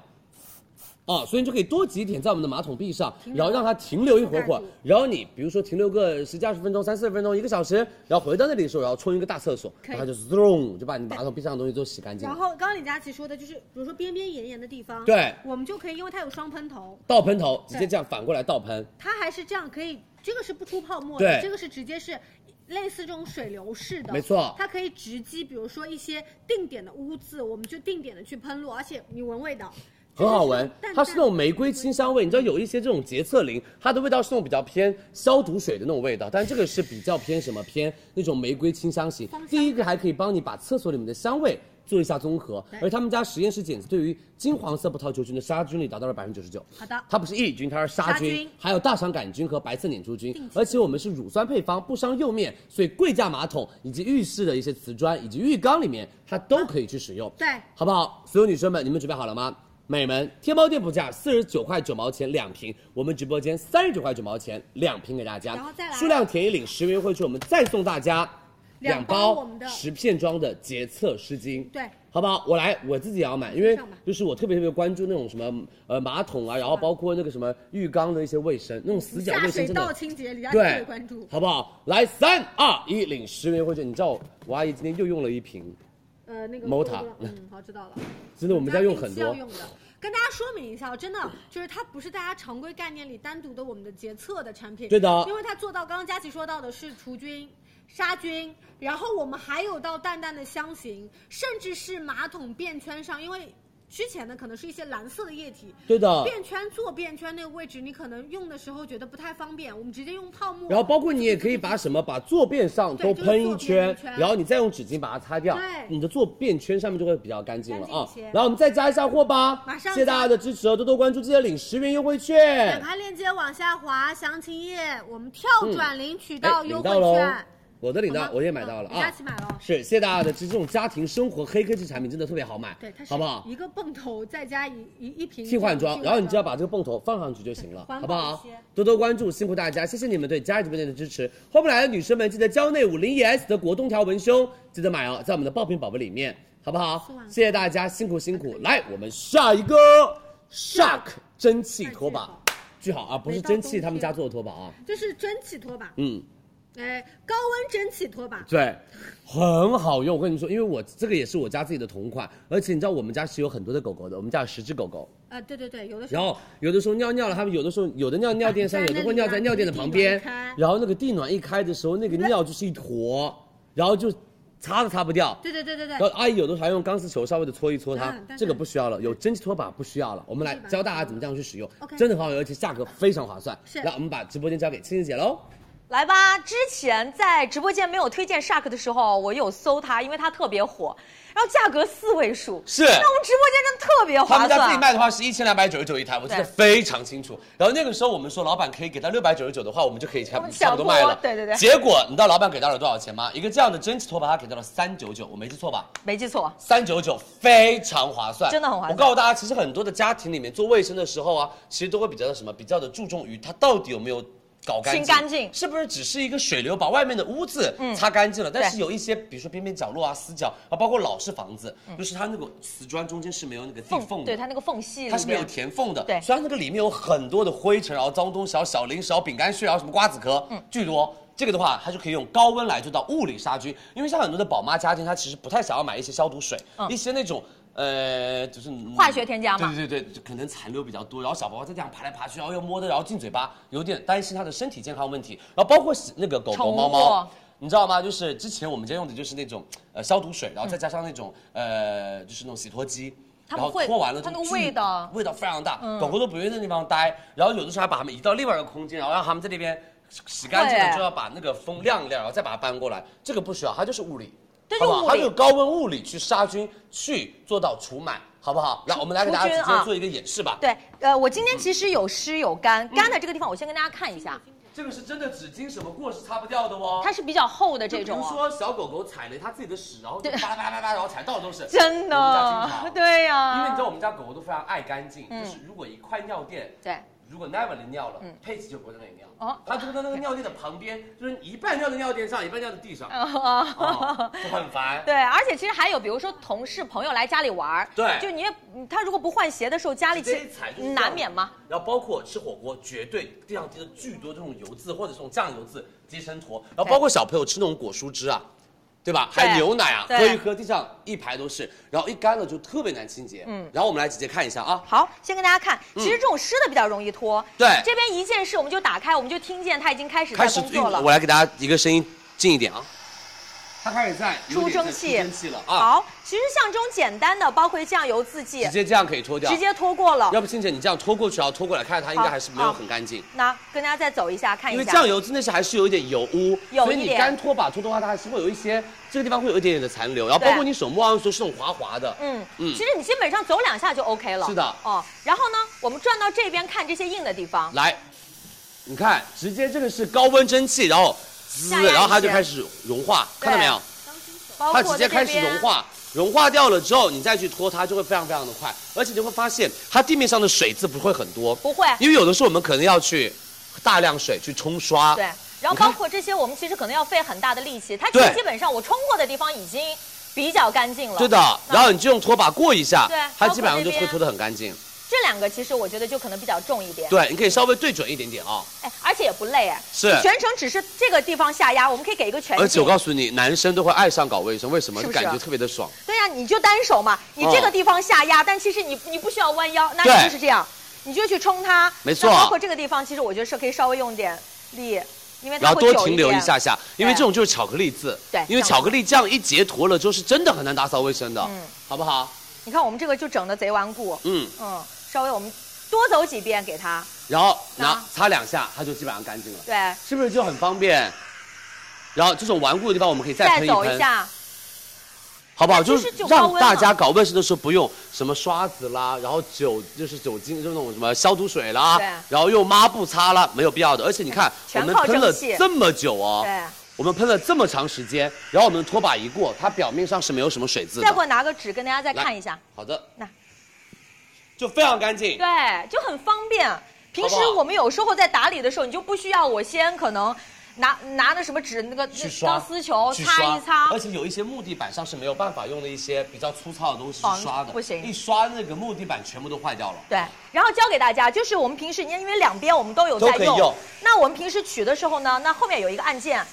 [SPEAKER 4] 啊，所以你就可以多挤一点在我们的马桶壁上，然后让它停留一会儿会儿
[SPEAKER 1] 停留，
[SPEAKER 4] 然后你比如说停留个十几二十分钟、三四十分钟、一个小时，然后回到那里的时候，然后冲一个大厕所，
[SPEAKER 1] 可以
[SPEAKER 4] 然后就是咚就把你马桶壁上的东西都洗干净
[SPEAKER 1] 然
[SPEAKER 4] 了。
[SPEAKER 1] 后刚刚李佳琦说的就是，比如说边边沿沿的地方，
[SPEAKER 4] 对
[SPEAKER 1] 我们就可以，因为它有双喷头，
[SPEAKER 4] 倒喷头直接
[SPEAKER 1] 对
[SPEAKER 4] 这样反过来倒喷，
[SPEAKER 1] 它还是这样可以，这个是不出泡沫的
[SPEAKER 4] 对，
[SPEAKER 1] 这个是直接是类似这种水流式的，
[SPEAKER 4] 没错
[SPEAKER 1] 它可以直击，比如说一些定点的污渍，我们就定点的去喷落，而且你闻味道。
[SPEAKER 4] 很好闻
[SPEAKER 1] 就是，
[SPEAKER 4] 它是
[SPEAKER 1] 淡淡
[SPEAKER 4] 那种玫瑰清香味。你知道有一些这种洁厕灵，它的味道是那种比较偏消毒水的那种味道，但这个是比较偏什么偏那种玫瑰清香型
[SPEAKER 1] 芳。香
[SPEAKER 4] 第一个还可以帮你把厕所里面的香味做一下综合，而他们家实验室检测对于金黄色葡萄球菌的杀菌率达到了百分之九十九。
[SPEAKER 1] 好的
[SPEAKER 4] 它不是抑菌，它是杀
[SPEAKER 1] 杀
[SPEAKER 4] 菌，
[SPEAKER 1] 菌
[SPEAKER 4] 还有大肠杆菌和白色捻珠菌
[SPEAKER 1] 定期，
[SPEAKER 4] 而且我们是乳酸配方，不伤釉面，所以贵价马桶以及浴室的一些瓷砖以及浴缸里面，它都可以去使用。
[SPEAKER 1] 对
[SPEAKER 4] 好不好？所有女生们，你们准备好了吗？美们，天猫店铺价四十九块九毛钱两瓶，我们直播间三十九块九毛钱两瓶给大家，
[SPEAKER 1] 然后再来
[SPEAKER 4] 数量填一领十元优惠券，我们再送大家
[SPEAKER 1] 两包
[SPEAKER 4] 包
[SPEAKER 1] 我们的
[SPEAKER 4] 十片装的洁厕湿巾，
[SPEAKER 1] 对，
[SPEAKER 4] 好不好？我来，我自己也要买，因为
[SPEAKER 1] 上吧
[SPEAKER 4] 就是我特别特别关注那种什么呃马桶啊，然后包括那个什么浴缸的一些卫生，那种死角
[SPEAKER 1] 下
[SPEAKER 4] 卫生
[SPEAKER 1] 水
[SPEAKER 4] 真
[SPEAKER 1] 道
[SPEAKER 4] 的。
[SPEAKER 1] 清洁，李佳琦特别
[SPEAKER 4] 对，
[SPEAKER 1] 关注。
[SPEAKER 4] 好不好？来，三二一，领十元优惠券。你知道我我阿姨今天又用了一瓶，
[SPEAKER 1] 呃，那个
[SPEAKER 4] Mota
[SPEAKER 1] 嗯，好知道了。
[SPEAKER 4] 真的我们家用很
[SPEAKER 1] 我
[SPEAKER 4] 多
[SPEAKER 1] 们家定期要。用的。跟大家说明一下哦，真的就是它不是大家常规概念里单独的我们的洁厕的产品，
[SPEAKER 4] 对的
[SPEAKER 1] 因为它做到刚刚佳琪说到的是除菌、杀菌，然后我们还有到淡淡的香型，甚至是马桶便圈上，因为之前的可能是一些蓝色的液体，
[SPEAKER 4] 对的，
[SPEAKER 1] 便圈坐便圈那个位置，你可能用的时候觉得不太方便，我们直接用泡沫，
[SPEAKER 4] 然后包括你也可以把什么把坐便上
[SPEAKER 1] 对
[SPEAKER 4] 都
[SPEAKER 1] 就是
[SPEAKER 4] 喷一
[SPEAKER 1] 坐便
[SPEAKER 4] 圈
[SPEAKER 1] 一圈，
[SPEAKER 4] 然后你再用纸巾把它擦掉
[SPEAKER 1] 对，
[SPEAKER 4] 你的坐便圈上面就会比较干净了
[SPEAKER 1] 干净一
[SPEAKER 4] 啊
[SPEAKER 1] 些。
[SPEAKER 4] 然后我们再加一下货吧，
[SPEAKER 1] 马上
[SPEAKER 4] 谢谢大
[SPEAKER 1] 加
[SPEAKER 4] 家的支持哦，多多关注，记得领十元优惠
[SPEAKER 1] 点
[SPEAKER 4] 券。
[SPEAKER 1] 开链接往下滑，详情页我们跳转领取
[SPEAKER 4] 哎，
[SPEAKER 1] 到优
[SPEAKER 4] 领
[SPEAKER 1] 惠
[SPEAKER 4] 到喽
[SPEAKER 1] 券。，
[SPEAKER 4] 我的领
[SPEAKER 1] 好
[SPEAKER 4] 到
[SPEAKER 1] 吗，
[SPEAKER 4] 我也买到了
[SPEAKER 1] 嗯李佳
[SPEAKER 4] 啊。
[SPEAKER 1] 琦买了。
[SPEAKER 4] 是，谢谢大家的支持。这种家庭生活黑科技产品真的特别好买，
[SPEAKER 1] 对，它是
[SPEAKER 4] 好不好？
[SPEAKER 1] 一个泵头再加一一一瓶
[SPEAKER 4] 替换装，然后你只要
[SPEAKER 1] 把
[SPEAKER 4] 把这个泵头放上去就行了，
[SPEAKER 1] 环
[SPEAKER 4] 好
[SPEAKER 1] 保
[SPEAKER 4] 不好
[SPEAKER 1] 一些？
[SPEAKER 4] 多多关注，辛苦大家，谢谢你们对佳怡直播间的支持。后面来的女生们，记得蕉内五零 ES 的果冻条文胸，记得买哦，在我们的爆品宝宝里面，好不好
[SPEAKER 1] 送完？了
[SPEAKER 4] 谢谢大家，辛苦
[SPEAKER 1] 啊
[SPEAKER 4] 辛苦。来，我们下一个 Shark 蒸汽拖把，巨好啊，不是蒸汽他们家做的拖把啊，
[SPEAKER 1] 就是蒸汽拖把，
[SPEAKER 4] 嗯，
[SPEAKER 1] 哎，高温蒸汽拖把，
[SPEAKER 4] 对，很好用。我跟你说，因为我这个也是我家自己的同款，而且你知道我们家是有很多的狗狗的，我们家有十只狗狗。
[SPEAKER 1] 呃，对对对，有的时
[SPEAKER 4] 然
[SPEAKER 1] 候
[SPEAKER 4] 后有的时候尿尿了，他们有的时候有的尿尿垫上，
[SPEAKER 1] 在
[SPEAKER 4] 有
[SPEAKER 1] 那
[SPEAKER 4] 的
[SPEAKER 1] 里
[SPEAKER 4] 会尿在
[SPEAKER 1] 啊
[SPEAKER 4] 尿垫的
[SPEAKER 1] 地
[SPEAKER 4] 旁
[SPEAKER 1] 暖
[SPEAKER 4] 边
[SPEAKER 1] 一开，
[SPEAKER 4] 然后那个地暖一开的时候，那个尿就是一坨，然后就擦都擦不掉。
[SPEAKER 1] 对对对对
[SPEAKER 4] 然
[SPEAKER 1] 对
[SPEAKER 4] 后，阿姨有的时候还用钢丝球稍微的搓一搓它
[SPEAKER 1] 嗯，但是
[SPEAKER 4] 这个不需要了，有蒸汽拖把不需要了。我们来
[SPEAKER 1] 是吧
[SPEAKER 4] 教大家怎么这样去使用
[SPEAKER 1] OK，
[SPEAKER 4] 真的很好用，而且价格非常划算。
[SPEAKER 1] 是
[SPEAKER 4] 来，我们把直播间交给青青姐喽。
[SPEAKER 2] 来吧，之前在直播间没有推荐 Shark 的时候，我有搜它，因为它特别火，然后价格四位数，
[SPEAKER 4] 是
[SPEAKER 2] 那我们直播间真的特别
[SPEAKER 4] 他
[SPEAKER 2] 划
[SPEAKER 4] 们家自己
[SPEAKER 2] 算。
[SPEAKER 4] 卖的话是一千两百九十九一台，我记得
[SPEAKER 2] 对
[SPEAKER 4] 非常清楚。然后那个时候我们说，老板可以给到六百九十九的话，我们就可以差
[SPEAKER 2] 我们
[SPEAKER 4] 差不多卖了
[SPEAKER 2] 想。多对对对
[SPEAKER 4] 结果你知道老板给到了多少钱吗？一个这样的蒸汽拖把，他给到了三九九，我没记错吧？
[SPEAKER 2] 没记错，
[SPEAKER 4] 三九九非常划算，
[SPEAKER 2] 真的很划算
[SPEAKER 4] 我告诉大家，其实很多的家庭里面做卫生的时候啊，其实都会比较的什么，比较的注重于它到底有没有搞干净，
[SPEAKER 2] 清干净嗯
[SPEAKER 4] 是不是只是一个水流把外面的污渍擦干净了？但是有一些，比如说边边角落啊、死角啊，包括老式房子，就是它那个瓷砖中间是没有那个地缝
[SPEAKER 2] 嗯
[SPEAKER 4] 的，
[SPEAKER 2] 对它那个嗯缝隙
[SPEAKER 4] 它
[SPEAKER 2] 里
[SPEAKER 4] 是没有
[SPEAKER 2] 面，
[SPEAKER 4] 填缝的，
[SPEAKER 2] 对
[SPEAKER 4] 虽然那个里面有很多的灰尘，然后脏东西，然后小零食，然后饼干屑，然后什么瓜子壳，嗯，巨多。这个的话，它就可以用高温来做到物理杀菌，因为像很多的宝妈家庭，她其实不太想要买一些消毒水，一些那种呃，就是
[SPEAKER 2] 嗯化学添加嘛
[SPEAKER 4] 对对对，就可能残留比较多，然后小宝宝再这样爬来爬去，然后又摸的，然后进嘴巴，有点担心他的身体健康问题，然后包括那个狗狗、
[SPEAKER 2] 宠物
[SPEAKER 4] 猫猫。你知道吗？就是之前我们家用的就是那种呃消毒水，然后再加上那种、呃就是那种洗脱机，
[SPEAKER 2] 他
[SPEAKER 4] 然
[SPEAKER 2] 们
[SPEAKER 4] 后
[SPEAKER 2] 会
[SPEAKER 4] 拖完了
[SPEAKER 2] 它
[SPEAKER 4] 之后
[SPEAKER 2] 那个味道嗯
[SPEAKER 4] 味道非常大，狗狗都不愿意在那地方待，然后有的时候还把它们移到另外一个空间，然后让它们在那边洗干净
[SPEAKER 2] 会
[SPEAKER 4] 了，就要把那个风晾一晾，然后再把它搬过来，这个不需要，它就是物理，
[SPEAKER 2] 这就
[SPEAKER 4] 好
[SPEAKER 2] 是
[SPEAKER 4] 不
[SPEAKER 2] 物理
[SPEAKER 4] 好？它就是高温物理去杀菌，去做到除螨，好不好？来，我们来给大
[SPEAKER 2] 除
[SPEAKER 4] 家
[SPEAKER 2] 菌
[SPEAKER 4] 直
[SPEAKER 2] 啊
[SPEAKER 4] 接做一个演示吧。
[SPEAKER 2] 对，呃，我今天其实有湿有干，
[SPEAKER 4] 嗯
[SPEAKER 2] 干的这个地方我先跟大家看一下，
[SPEAKER 4] 这个是真的纸巾，什么过是擦不掉的哦。
[SPEAKER 2] 它是比较厚的
[SPEAKER 4] 就
[SPEAKER 2] 这种
[SPEAKER 4] 比如
[SPEAKER 2] 哦，
[SPEAKER 4] 说小狗狗踩了它自己的屎，然后就啪啦啪啦啪啦，然后踩到的都是。
[SPEAKER 2] 真
[SPEAKER 4] 我们
[SPEAKER 2] 的
[SPEAKER 4] 家经，常
[SPEAKER 2] 对呀、
[SPEAKER 4] 因为你知道我们家狗狗都非常爱干净，
[SPEAKER 2] 嗯
[SPEAKER 4] 就是如果一块尿垫，
[SPEAKER 2] 对，
[SPEAKER 4] 如果 Never 淋尿了，
[SPEAKER 2] 嗯
[SPEAKER 4] 佩奇就不会在那里尿。
[SPEAKER 2] 哦
[SPEAKER 4] 哦，他就会在那个尿垫的旁边，就是一半尿在尿垫上，一半尿在地上，
[SPEAKER 2] 哦
[SPEAKER 4] 哦、就很烦。
[SPEAKER 2] 对，而且其实还有，比如说同事朋友来家里玩儿，
[SPEAKER 4] 对
[SPEAKER 2] 就你也他如果不换鞋的时候，家里其
[SPEAKER 4] 直接
[SPEAKER 2] 实
[SPEAKER 4] 一踩就是
[SPEAKER 2] 难免嘛。。
[SPEAKER 4] 然后包括吃火锅，绝对地上滴的巨多这种油渍或者这种酱油渍、接生坨。然后包括小朋友吃那种果蔬汁啊，对吧？
[SPEAKER 2] 对
[SPEAKER 4] 还有牛奶啊，
[SPEAKER 2] 对
[SPEAKER 4] 喝一喝地上一排都是，然后一干了就特别难清洁。嗯，然后我们来直接看一下啊。
[SPEAKER 2] 好，先跟大家看，其实这种湿的比较容易脱。
[SPEAKER 4] 嗯对
[SPEAKER 2] 这边一件事我们就打开，我们就听见它已经开始在
[SPEAKER 4] 开始哎嗯
[SPEAKER 2] 工作了。
[SPEAKER 4] 我来给大家一个声音近一点啊。它开始在
[SPEAKER 2] 出
[SPEAKER 4] 有点
[SPEAKER 2] 蒸
[SPEAKER 4] 在
[SPEAKER 2] 汽，
[SPEAKER 4] 出蒸汽了啊，
[SPEAKER 2] 好，其实像这种简单的，包括酱油渍剂
[SPEAKER 4] 直，接这样可以脱掉。
[SPEAKER 2] 直接脱过了。
[SPEAKER 4] 要不，倩倩，你这样拖过去，然后拖过来，看它应该还是没有
[SPEAKER 2] 好
[SPEAKER 4] 很干净。
[SPEAKER 2] 那跟大家再走一下，看一
[SPEAKER 4] 因
[SPEAKER 2] 下。
[SPEAKER 4] 为酱油真的是还是有一点油污，
[SPEAKER 2] 有
[SPEAKER 4] 所以
[SPEAKER 2] 一
[SPEAKER 4] 你
[SPEAKER 2] 点
[SPEAKER 4] 干拖把拖的话，它还是会有一些这个地方会有一点点的残留，然后
[SPEAKER 2] 对
[SPEAKER 4] 包括你手摸上去是那种滑滑的。
[SPEAKER 2] 嗯
[SPEAKER 4] 嗯
[SPEAKER 2] 其实你基本上走两下就 OK 了。
[SPEAKER 4] 是的
[SPEAKER 2] 哦，然后呢，我们转到这边看这些硬的地方。
[SPEAKER 4] 来，你看，直接这个是高温蒸汽，然后滋，
[SPEAKER 2] 下压一些
[SPEAKER 4] 然后它就开始融化，看到没有？
[SPEAKER 2] 包
[SPEAKER 4] 它
[SPEAKER 2] 括
[SPEAKER 4] 直
[SPEAKER 2] 在
[SPEAKER 4] 接
[SPEAKER 2] 这
[SPEAKER 4] 开始
[SPEAKER 2] 边
[SPEAKER 4] 融化，融化掉了之后，你再去脱它就会非常非常的快，而且你会发现它地面上的水渍不会很多，
[SPEAKER 2] 不会
[SPEAKER 4] 因为有的时候我们可能要去大量水去冲刷，
[SPEAKER 2] 对，然后
[SPEAKER 4] 啊你看
[SPEAKER 2] 包括这些，我们其实可能要费很大的力气。它其
[SPEAKER 4] 对
[SPEAKER 2] 实基本上我冲过的地方已经比较干净了。嗯
[SPEAKER 4] 对的，然后你就用拖把过一下，
[SPEAKER 2] 对
[SPEAKER 4] 它基本上
[SPEAKER 2] 包括这
[SPEAKER 4] 就会
[SPEAKER 2] 边
[SPEAKER 4] 拖得很干净。
[SPEAKER 2] 这两个其实我觉得就可能比较重一点。，
[SPEAKER 4] 对，你可以稍微对准一点点啊、
[SPEAKER 2] 哎，而且也不累哎，
[SPEAKER 4] 是呃
[SPEAKER 2] 你全程只是这个地方下压，我们可以给一个全景。
[SPEAKER 4] 而且我告诉你，男生都会爱上搞卫生，为什么？
[SPEAKER 2] 是不啊
[SPEAKER 4] 就是感觉特别的爽。
[SPEAKER 2] 对呀、你就单手嘛，你这个地方下压，但其实你你不需要弯腰，那
[SPEAKER 4] 嗯对
[SPEAKER 2] 你就是这样，你就去冲它。
[SPEAKER 4] 没错
[SPEAKER 2] 那包括这个地方，其实我觉得是可以稍微用点力，因为
[SPEAKER 4] 然
[SPEAKER 2] 它
[SPEAKER 4] 后
[SPEAKER 2] 会
[SPEAKER 4] 多
[SPEAKER 2] 久
[SPEAKER 4] 停
[SPEAKER 2] 点
[SPEAKER 4] 留一下。下，因为
[SPEAKER 2] 对
[SPEAKER 4] 这种就是巧克力渍。
[SPEAKER 2] 对
[SPEAKER 4] 因为巧克力酱一结坨了之后，是真的很难打扫卫生的，
[SPEAKER 2] 嗯
[SPEAKER 4] 好不好？
[SPEAKER 2] 你看我们这个就整的贼顽固，
[SPEAKER 4] 嗯，
[SPEAKER 2] 嗯，稍微我们多走几遍给它，
[SPEAKER 4] 然后拿
[SPEAKER 2] 啊
[SPEAKER 4] 擦两下，它就基本上干净了，
[SPEAKER 2] 对，
[SPEAKER 4] 是不是就很方便？然后这种顽固的地方，我们可以再
[SPEAKER 2] 再
[SPEAKER 4] 喷
[SPEAKER 2] 走
[SPEAKER 4] 喷
[SPEAKER 2] 一，下。
[SPEAKER 4] 好不好？
[SPEAKER 2] 那其
[SPEAKER 4] 就
[SPEAKER 2] 实
[SPEAKER 4] 是
[SPEAKER 2] 就高
[SPEAKER 4] 让
[SPEAKER 2] 温
[SPEAKER 4] 大
[SPEAKER 2] 了
[SPEAKER 4] 家搞卫生的时候不用什么刷子啦，然后酒就是酒精，就那种什么消毒水啦
[SPEAKER 2] 对，
[SPEAKER 4] 然后用抹布擦啦，没有必要的。而且你看，我
[SPEAKER 2] 全
[SPEAKER 4] 们
[SPEAKER 2] 靠
[SPEAKER 4] 喷了
[SPEAKER 2] 蒸汽
[SPEAKER 4] 这么久哦，
[SPEAKER 2] 对，
[SPEAKER 4] 我们喷了这么长时间，然后我们的拖把一过，它表面上是没有什么水渍
[SPEAKER 2] 再给我
[SPEAKER 4] 的。
[SPEAKER 2] 拿个纸跟大家再看一下，
[SPEAKER 4] 好的，
[SPEAKER 2] 那
[SPEAKER 4] 就非常干净。
[SPEAKER 2] 对，就很方便。平时
[SPEAKER 4] 好不好
[SPEAKER 2] 我们有时候在打理的时候，你就不需要我先可能拿拿那什么纸那个
[SPEAKER 4] 去刷
[SPEAKER 2] 钢丝球
[SPEAKER 4] 去
[SPEAKER 2] 擦一擦
[SPEAKER 4] 而，且有一些木地板上是没有办法用的一些比较粗糙的东西
[SPEAKER 2] 哦
[SPEAKER 4] 去刷的，
[SPEAKER 2] 不行
[SPEAKER 4] 一刷那个木地板全部都坏掉了。
[SPEAKER 2] 对，然后教给大家，就是我们平时因为因为两边我们都有
[SPEAKER 4] 都
[SPEAKER 2] 在
[SPEAKER 4] 可以用
[SPEAKER 2] 那我们平时取的时候呢，那后面有一个按键，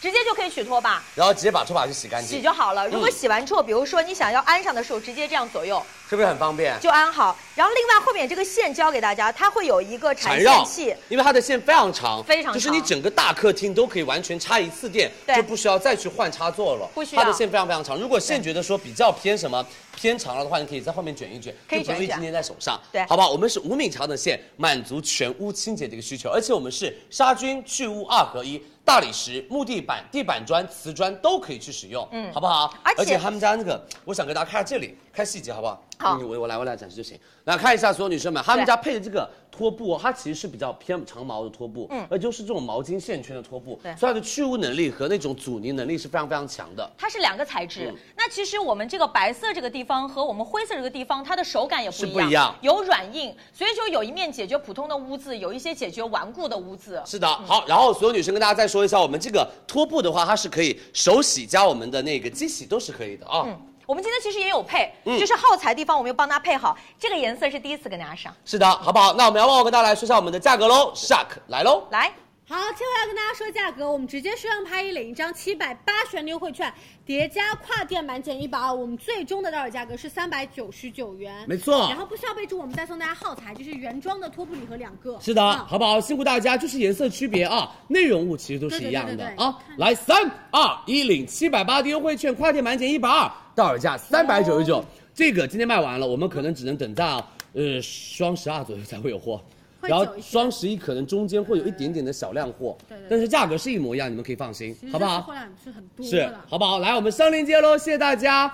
[SPEAKER 2] 直接就可以取拖把
[SPEAKER 4] 然后直接把拖把去洗干
[SPEAKER 2] 洗
[SPEAKER 4] 净，
[SPEAKER 2] 就好了。如果
[SPEAKER 4] 嗯
[SPEAKER 2] 洗完之后，比如说你想要安上的时候，直接这样左右
[SPEAKER 4] 是不是很方便？
[SPEAKER 2] 就安好。然后另外后面这个线教给大家，它会有一个
[SPEAKER 4] 缠
[SPEAKER 2] 缠线
[SPEAKER 4] 绕
[SPEAKER 2] 器，，
[SPEAKER 4] 因为它的线非常长，
[SPEAKER 2] 非常长
[SPEAKER 4] 就是你整个大客厅都可以完全插一次电，
[SPEAKER 2] 对
[SPEAKER 4] 就不需要再去换插座了。
[SPEAKER 2] 不需要
[SPEAKER 4] 它的线非常非常长。如果线觉得说比较偏什么偏长了的话，你可以在后面卷一卷，
[SPEAKER 2] 可以
[SPEAKER 4] 就不用
[SPEAKER 2] 卷一
[SPEAKER 4] 一
[SPEAKER 2] 卷
[SPEAKER 4] 直捏在手上，
[SPEAKER 2] 对
[SPEAKER 4] 好不好？我们是五米长的线，满足全屋清洁的一个需求，而且我们是杀菌去污二合一。大理石、木地板、地板砖、瓷砖都可以去使用，嗯，好不好？
[SPEAKER 2] 而且
[SPEAKER 4] 他们家那个，我想给大家看这里，看细节好不好？
[SPEAKER 2] 好
[SPEAKER 4] 嗯我我来我来展示就行。来看一下所有女生们，他们
[SPEAKER 2] 对
[SPEAKER 4] 家配的这个拖布、哦，它其实是比较偏长毛的拖布，嗯，而就是这种毛巾线圈的拖布，
[SPEAKER 2] 对
[SPEAKER 4] 所以它的去污能力和那种阻尼能力是非常非常强的，
[SPEAKER 2] 它是两个材质。
[SPEAKER 4] 嗯
[SPEAKER 2] 那其实我们这个白色这个地方和我们灰色这个地方，它的手感也不一样，
[SPEAKER 4] 是不一样
[SPEAKER 2] 有软硬，所以说有一面解决普通的污渍，有一些解决顽固的污渍。
[SPEAKER 4] 是的。好，然后所有女生跟大家再说一下，我们这个拖布的话，它是可以手洗加我们的那个机洗都是可以的啊。
[SPEAKER 2] 嗯，我们今天其实也有配，
[SPEAKER 4] 嗯
[SPEAKER 2] 就是耗材地方我们又帮它配好。这个颜色是第一次跟大家上，
[SPEAKER 4] 是的，好不好？那我们要不要跟大家来说一下我们的价格喽？Shark 来喽。
[SPEAKER 2] 来，
[SPEAKER 1] 好，千万要跟大家说价格，我们直接数量拍一领一张七百八十元的优惠券，叠加跨店满减一百二，我们最终的到手价格是三百九十九元，
[SPEAKER 4] 没错
[SPEAKER 1] 然后不需要备注，我们再送大家耗材，就是原装的拖布礼盒两个。
[SPEAKER 4] 是的，
[SPEAKER 1] 啊
[SPEAKER 4] 好不好？辛苦大家，就是颜色区别啊，内容物其实都是一样的
[SPEAKER 1] 对对对对对
[SPEAKER 4] 啊。来，三二一，领七百八的优惠券，跨店满减一百二，到手价三百九十
[SPEAKER 1] 哦
[SPEAKER 4] 九。这个今天卖完了，我们可能只能等到呃双十二左右才会有货。
[SPEAKER 1] 会久
[SPEAKER 4] 然后
[SPEAKER 1] 一些
[SPEAKER 4] 双十一可能中间会有一点点的小量货，
[SPEAKER 1] 对对对
[SPEAKER 4] 但是价格是一模一样，你们可以放心
[SPEAKER 1] 其，实
[SPEAKER 4] 好不
[SPEAKER 1] 货
[SPEAKER 4] 好？
[SPEAKER 1] 量是很多
[SPEAKER 4] 是
[SPEAKER 1] 的了，。
[SPEAKER 4] 好不好？来，我们上链接喽，谢谢大家。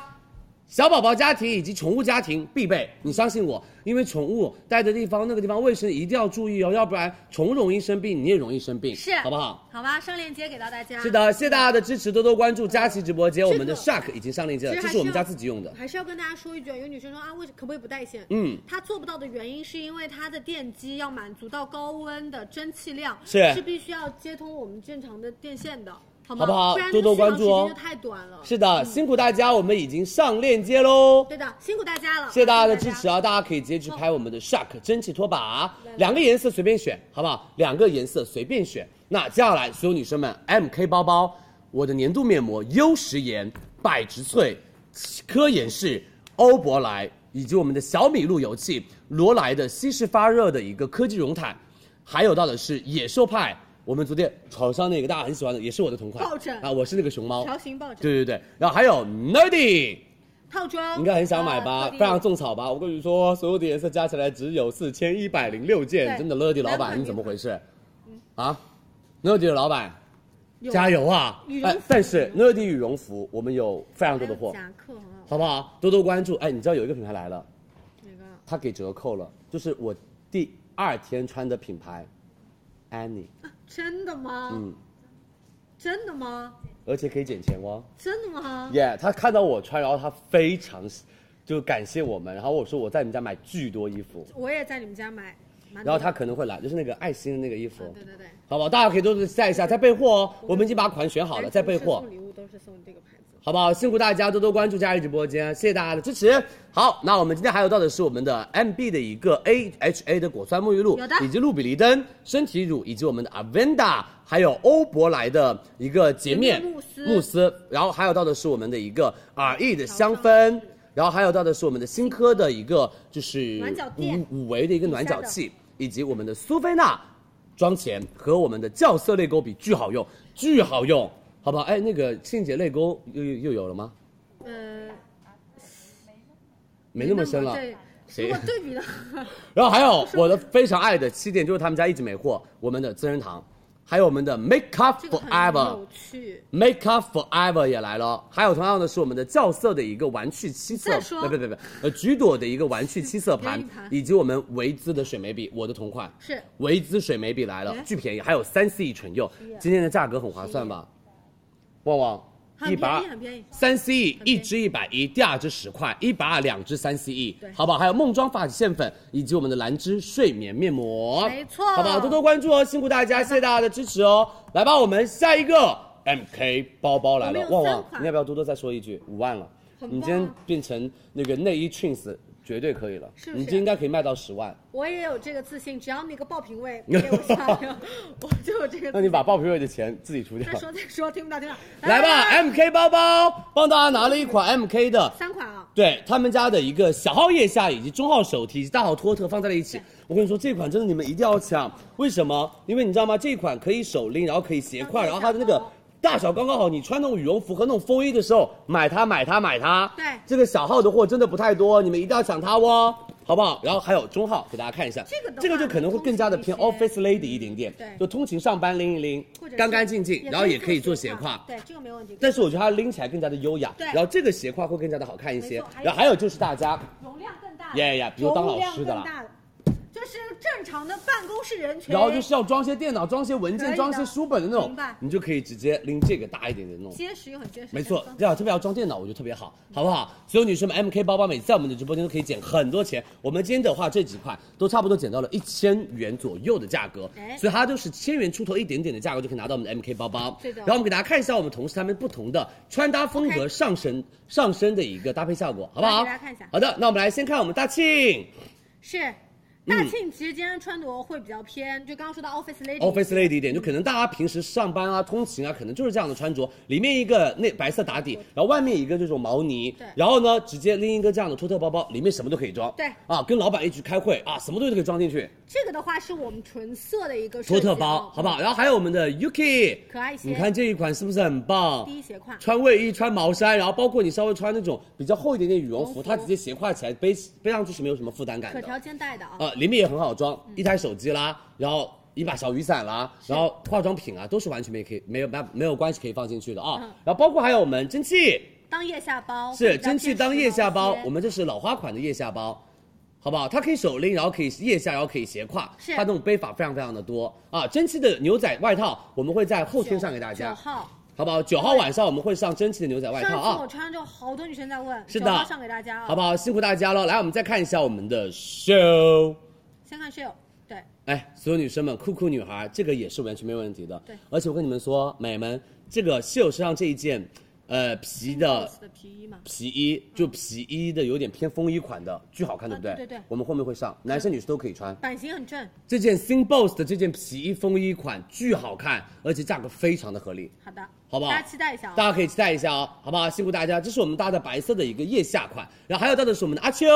[SPEAKER 4] 小宝宝家庭以及宠物家庭必备，你相信我，因为宠物待的地方那个地方卫生一定要注意哦，要不然宠物容易生病，你也容易生病，
[SPEAKER 1] 是
[SPEAKER 4] 好不好？？
[SPEAKER 1] 好吧，上链接给到大家。
[SPEAKER 4] 是的，谢谢大家的支持，多多关注佳琪直播间，
[SPEAKER 1] 个
[SPEAKER 4] 我们的 Shark 已经上链接了，
[SPEAKER 1] 其实
[SPEAKER 4] 啊这
[SPEAKER 1] 还
[SPEAKER 4] 是我们
[SPEAKER 1] 是要
[SPEAKER 4] 家自己用的，
[SPEAKER 1] 还是要跟大家说一句啊，有女生说啊，为什可不可以不带线？
[SPEAKER 4] 嗯，
[SPEAKER 1] 它做不到的原因是因为它的电机要满足到高温的蒸汽量，
[SPEAKER 4] 是
[SPEAKER 1] 必须要接通我们正常的电线的，好吗？
[SPEAKER 4] 好不好
[SPEAKER 1] 不然
[SPEAKER 4] 多多关注哦
[SPEAKER 1] 这个续航时间就太短了。
[SPEAKER 4] 是的，辛苦大家，我们已经上链接喽。
[SPEAKER 1] 对的，辛苦大家了，
[SPEAKER 4] 谢谢大家的支持啊！大家可以直接去拍我们的 Shark 蒸汽拖把啊，两个颜色随便选，好不好？两个颜色随便选。那接下来，所有女生们，MK 包包，我的年度面膜优时颜、百植萃、科颜氏、欧珀莱以及我们的小米路由器、罗莱的吸湿发热的一个科技绒毯，还有到的是野兽派。我们昨天床上那个大家很喜欢的，也是我的同款
[SPEAKER 1] 抱枕
[SPEAKER 4] 啊，我是那个熊猫
[SPEAKER 1] 条形抱枕
[SPEAKER 4] 对对对，然后还有 Nerdy，
[SPEAKER 1] 套装，
[SPEAKER 4] 你应该很想买
[SPEAKER 1] 呃
[SPEAKER 4] 吧？
[SPEAKER 1] 到底
[SPEAKER 4] 非常种草吧？我跟你说，所有的颜色加起来只有四千一百零六件，
[SPEAKER 1] 对
[SPEAKER 4] 真的乐迪老
[SPEAKER 1] 男
[SPEAKER 4] 板
[SPEAKER 1] 款
[SPEAKER 4] 你怎么回事？啊，乐迪的老板
[SPEAKER 1] 有
[SPEAKER 4] 加油啊
[SPEAKER 1] 羽！绒
[SPEAKER 4] 哎
[SPEAKER 1] 服，
[SPEAKER 4] 但是乐迪羽绒服我们有非常多的货，
[SPEAKER 1] 还有夹克很好，
[SPEAKER 4] 好不好？多多关注。哎，你知道有一个品牌来了，
[SPEAKER 1] 那个
[SPEAKER 4] 它给折扣了，就是我第二天穿的品牌，安妮。
[SPEAKER 1] 真的吗？
[SPEAKER 4] 嗯，
[SPEAKER 1] 真的吗？
[SPEAKER 4] 而且可以捡钱哦。
[SPEAKER 1] 真的吗？
[SPEAKER 4] 耶、他看到我穿，然后他非常就感谢我们，然后我说我在你们家买巨多衣服，
[SPEAKER 1] 我也在你们家买，蛮多
[SPEAKER 4] 然后他可能会来，就是那个爱心的那个衣服，
[SPEAKER 1] 啊对对对，
[SPEAKER 4] 好不好？大家可以多多晒一下，在备货哦，我们已经把款选好了，在备货。
[SPEAKER 1] 礼物都是送这个牌子。
[SPEAKER 4] 好不好？辛苦大家多多关注佳怡直播间，谢谢大家的支持。好，那我们今天还有到的是我们的 MB 的一个 AHA 的果酸沐浴露，
[SPEAKER 1] 有的
[SPEAKER 4] 以及露比丽登身体乳，以及我们的 Avenda，还有欧珀莱的一个洁面
[SPEAKER 1] 洁面慕斯
[SPEAKER 4] 慕斯，然后还有到的是我们的一个 RE 的香氛，然后还有到的是我们的新科的一个就是
[SPEAKER 1] 暖脚垫
[SPEAKER 4] 五五维的一个暖脚器，以及我们的苏菲娜妆前和我们的酵色泪沟比巨好用，巨好用，好不好？哎，那个清洁泪沟又又又有了吗？
[SPEAKER 1] 呃，
[SPEAKER 4] 没那么深了。
[SPEAKER 1] 对
[SPEAKER 4] 谁
[SPEAKER 1] 如果对比的话，
[SPEAKER 4] 然后还有我的非常爱的气垫，就是他们家一直没货，我们的资生堂，还有我们的 Make Up
[SPEAKER 1] 这个很
[SPEAKER 4] Forever
[SPEAKER 1] 有。趣。
[SPEAKER 4] Make Up Forever 也来了，还有同样的是我们的酵色的一个玩具七色
[SPEAKER 1] 再，说
[SPEAKER 4] 不不不不，呃，橘朵的一个玩具七色盘
[SPEAKER 1] 圆盘，
[SPEAKER 4] 以及我们维姿的水眉笔，我的同款
[SPEAKER 1] 是
[SPEAKER 4] 维姿水眉笔来了
[SPEAKER 1] 哎，啊
[SPEAKER 4] 巨便宜，还有三 C 唇釉，今天的价格很划算吧？旺旺，
[SPEAKER 1] 很
[SPEAKER 4] 一百
[SPEAKER 1] 便
[SPEAKER 4] 二
[SPEAKER 1] 宜，很啊便宜。
[SPEAKER 4] 三 C E
[SPEAKER 1] 便宜
[SPEAKER 4] 一支一百一，第二支十块，一百二两支三 C E，
[SPEAKER 1] 对
[SPEAKER 4] 好不好？还有梦妆发际线粉以及我们的兰芝睡眠面膜，
[SPEAKER 1] 没错
[SPEAKER 4] 好不好？多多关注哦，辛苦大家，谢谢大家的支持哦。来吧，我们下一个 M K 包包来了，
[SPEAKER 1] 我
[SPEAKER 4] 旺
[SPEAKER 1] 们有三
[SPEAKER 4] 旺
[SPEAKER 1] 款，
[SPEAKER 4] 你要不要多多再说一句？五万了，
[SPEAKER 1] 很棒啊
[SPEAKER 4] 你今天变成那个内衣 Twins 绝对可以了，
[SPEAKER 1] 是不是啊
[SPEAKER 4] 你今天应该可以卖到十万。
[SPEAKER 1] 我也有这个自信，只要那个爆品位给我下 来，我就有这个自信。
[SPEAKER 4] 那你把鲍皮瑞的钱自己出掉
[SPEAKER 1] 再。说再哎说，听不到听不到。
[SPEAKER 4] 来吧，M 哎 K 包包帮大家拿了一款 M K 的
[SPEAKER 1] 三款啊，
[SPEAKER 4] 对他们家的一个小号腋下以及中号手提以及大号托特放在了一起。我跟你说，这款真的你们一定要抢，为什么？因为你知道吗？这款可以手拎，然后可以斜挎，
[SPEAKER 1] 然
[SPEAKER 4] 然
[SPEAKER 1] 后
[SPEAKER 4] 后
[SPEAKER 1] 可以
[SPEAKER 4] 它的那个
[SPEAKER 1] 打包
[SPEAKER 4] 大小刚刚好。你穿那种羽绒服和那种风衣的时候，买它，买它，买它。
[SPEAKER 1] 对
[SPEAKER 4] 这个小号的货真的不太多，你们一定要抢它哦。好不好？然后还有中号，给大家看一下，
[SPEAKER 1] 这个的话
[SPEAKER 4] 这个就可能会更加的偏
[SPEAKER 1] 通勤一
[SPEAKER 4] office lady 一点点，
[SPEAKER 1] 对
[SPEAKER 4] 就通勤上班拎一拎
[SPEAKER 1] 或者，是
[SPEAKER 4] 干干净净，然后也可以做斜
[SPEAKER 1] 斜
[SPEAKER 4] 挎，
[SPEAKER 1] 对，这个没问题。
[SPEAKER 4] 但是我觉得它拎起来更加的优雅，
[SPEAKER 1] 对
[SPEAKER 4] 然后这个斜挎会更加的好看一
[SPEAKER 1] 没
[SPEAKER 4] 些
[SPEAKER 1] 错。还有
[SPEAKER 4] 然后还有就是大家，
[SPEAKER 1] 容量更大，
[SPEAKER 4] 呀呀呀，比如当老师的
[SPEAKER 1] 容量更
[SPEAKER 4] 啦，
[SPEAKER 1] 大，就是正常的办公室人群。
[SPEAKER 4] 然后就是要装些电脑、装些文
[SPEAKER 1] 可以的
[SPEAKER 4] 件、装些书本的那种
[SPEAKER 1] 明白，
[SPEAKER 4] 你就可以直接拎这个大一点的那种。
[SPEAKER 1] 结实又很结实。
[SPEAKER 4] 没错，这样特别要装电脑，我觉得特别好，好不好？所有女生们，MK 包包每次在我们的直播间都可以减很多钱。我们今天的话，这几款都差不多减到了一千元左右的价格
[SPEAKER 1] 哎，
[SPEAKER 4] 所以它就是千元出头一点点的价格就可以拿到我们的 MK 包包。
[SPEAKER 1] 对的
[SPEAKER 4] 然后我们给大家看一下我们同事他们不同的穿搭风格
[SPEAKER 1] OK
[SPEAKER 4] 上身上身的一个搭配效果，好不好？
[SPEAKER 1] 来给大家看一下
[SPEAKER 4] 好的，那我们来先看我们大庆
[SPEAKER 1] 是。
[SPEAKER 4] 嗯
[SPEAKER 1] 大庆其实今天穿着会比较偏，就刚刚说到 office lady。
[SPEAKER 4] office lady 一点，就可能大家平时上班啊、通勤啊，可能就是这样的穿着，里面一个那白色打底，然后外面一个这种毛呢
[SPEAKER 1] 对，
[SPEAKER 4] 然后呢直接拎一个这样的托特包包，里面什么都可以装。
[SPEAKER 1] 对
[SPEAKER 4] 啊，跟老板一起开会啊，什么东西都可以装进去，
[SPEAKER 1] 这个的话是我们纯色的一个设
[SPEAKER 4] 托
[SPEAKER 1] 计
[SPEAKER 4] 特
[SPEAKER 1] 啊
[SPEAKER 4] 包，好不好？然后还有我们的 Yuki，
[SPEAKER 1] 可爱一些
[SPEAKER 4] 你看这一款是不是很棒？
[SPEAKER 1] 低斜挎
[SPEAKER 4] 穿卫衣、穿毛衫，然后包括你稍微穿那种比较厚一点点羽绒
[SPEAKER 1] 羽绒服
[SPEAKER 4] 服，它直接斜挎起来背背上去是没有什么负担感的。
[SPEAKER 1] 可调肩带的啊，
[SPEAKER 4] 呃，里面也很好装，一台手机啦，然后一把小雨伞啦，然后化妆品啊，都是完全没可以没有没没有关系可以放进去的啊。
[SPEAKER 1] 嗯哦
[SPEAKER 4] 然后包括还有我们蒸汽，
[SPEAKER 1] 当腋下包
[SPEAKER 4] 是
[SPEAKER 1] 比较
[SPEAKER 4] 蒸汽
[SPEAKER 1] 偏
[SPEAKER 4] 当
[SPEAKER 1] 时
[SPEAKER 4] 腋
[SPEAKER 1] 髦
[SPEAKER 4] 下
[SPEAKER 1] 一
[SPEAKER 4] 包
[SPEAKER 1] 些，
[SPEAKER 4] 我们这是老花款的腋下包。好不好？它可以手拎，然后可以腋下，然后可以斜挎，
[SPEAKER 1] 是
[SPEAKER 4] 它这种背法非常非常的多啊。蒸汽的牛仔外套我们会在后天上给大家
[SPEAKER 1] 九，号，
[SPEAKER 4] 好不好？九号晚上我们会上蒸汽的牛仔外
[SPEAKER 1] 上
[SPEAKER 4] 套
[SPEAKER 1] 次我
[SPEAKER 4] 啊，
[SPEAKER 1] 穿之后，好多女生在问，
[SPEAKER 4] 是
[SPEAKER 1] 九
[SPEAKER 4] 的
[SPEAKER 1] 号上给大家啊，
[SPEAKER 4] 好不好？辛苦大家了。来，我们再看一下我们的 show。
[SPEAKER 1] 先看 show，对，
[SPEAKER 4] 哎，所有女生们，酷酷女孩这个也是完全没问题的。
[SPEAKER 1] 对
[SPEAKER 4] 而且我跟你们说，美们，这个秀身上这一件，呃，皮的
[SPEAKER 1] Boss 的皮衣嘛，
[SPEAKER 4] 皮衣，就皮衣的有点偏风衣款的，巨好看，对不对？
[SPEAKER 1] 啊对对对
[SPEAKER 4] 我们后面会上，男生女生都可以穿。
[SPEAKER 1] 版型很正。
[SPEAKER 4] 这件 Sing Boss 的这件皮衣风衣款巨好看，而且价格非常的合理。
[SPEAKER 1] 好的，
[SPEAKER 4] 好不好
[SPEAKER 1] 大家期待一下啊。
[SPEAKER 4] 大家可以期待一下哦，好不好？辛苦大家，这是我们搭的白色的一个腋下款，然后还有搭的是我们的阿秋，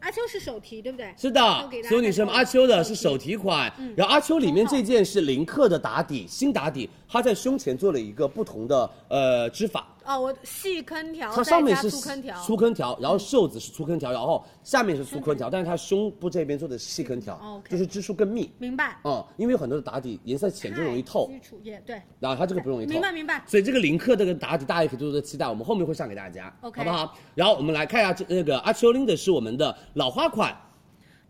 [SPEAKER 1] 阿啊秋是手提，对不对？
[SPEAKER 4] 是的
[SPEAKER 1] 都给，大家
[SPEAKER 4] 所有女生们，
[SPEAKER 1] 看
[SPEAKER 4] 阿秋的是手提款，
[SPEAKER 1] 嗯
[SPEAKER 4] 然后阿秋里面这件是林克的打底，新打底，它在胸前做了一个不同的呃织法，
[SPEAKER 1] 哦，我细坑条，
[SPEAKER 4] 它上面
[SPEAKER 1] 再
[SPEAKER 4] 是
[SPEAKER 1] 加粗坑条，嗯
[SPEAKER 4] 粗坑条，然后袖子是粗坑条，然后下面是粗坑条，但是它胸部这边做的是细坑
[SPEAKER 1] 哦
[SPEAKER 4] 条，
[SPEAKER 1] ，OK
[SPEAKER 4] 就是支出更密。
[SPEAKER 1] 明白？
[SPEAKER 4] 嗯，因为有很多的打底颜色浅就容易透
[SPEAKER 1] 太，基础也对，
[SPEAKER 4] 然后它这个不容易透。
[SPEAKER 1] 明白明白
[SPEAKER 4] 所以这个林克这个打底，大家也可以多多期待，我们后面会上给大家
[SPEAKER 1] OK
[SPEAKER 4] 好不好？然后我们来看一下这那个阿秋拎的是我们的老花款，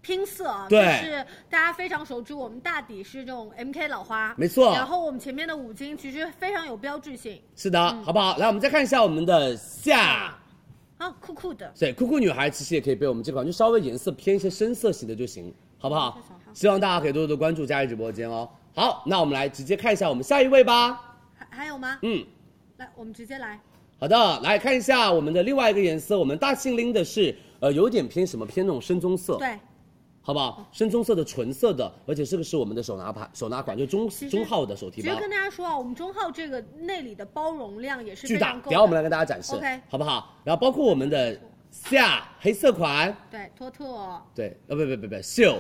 [SPEAKER 1] 拼色啊，
[SPEAKER 4] 对
[SPEAKER 1] 就是大家非常熟知，我们大底是这种 MK 老花，
[SPEAKER 4] 没错
[SPEAKER 1] 然后我们前面的五金其实非常有标志性，
[SPEAKER 4] 是的，
[SPEAKER 1] 嗯
[SPEAKER 4] 好不好？来，我们再看一下我们的下。
[SPEAKER 1] 啊，酷酷的。
[SPEAKER 4] 对，酷酷女孩其实也可以背我们这款，就稍微颜色偏一些深色系的就行，好不好？希望大家可以多多关注佳怡直播间哦。好，那我们来直接看一下我们下一位吧。
[SPEAKER 1] 还还有吗？
[SPEAKER 4] 嗯，
[SPEAKER 1] 来，我们直接来。
[SPEAKER 4] 好的，来看一下我们的另外一个颜色，我们大庆拎的是呃有点偏什么偏那种深棕色，，
[SPEAKER 1] 对，
[SPEAKER 4] 好不好？深棕色的纯色的，而且这个是我们的手拿牌手拿款，就中
[SPEAKER 1] 其实
[SPEAKER 4] 中号的手提
[SPEAKER 1] 其
[SPEAKER 4] 包
[SPEAKER 1] 实，跟大家说啊，我们中号这个内里的包容量也是
[SPEAKER 4] 巨
[SPEAKER 1] 非
[SPEAKER 4] 大
[SPEAKER 1] 常。够
[SPEAKER 4] 等
[SPEAKER 1] 的。
[SPEAKER 4] 下我们来跟大家展示
[SPEAKER 1] OK
[SPEAKER 4] 好不好？然后包括我们的夏黑色款，
[SPEAKER 1] 对托特，
[SPEAKER 4] 对，呃不不不不秀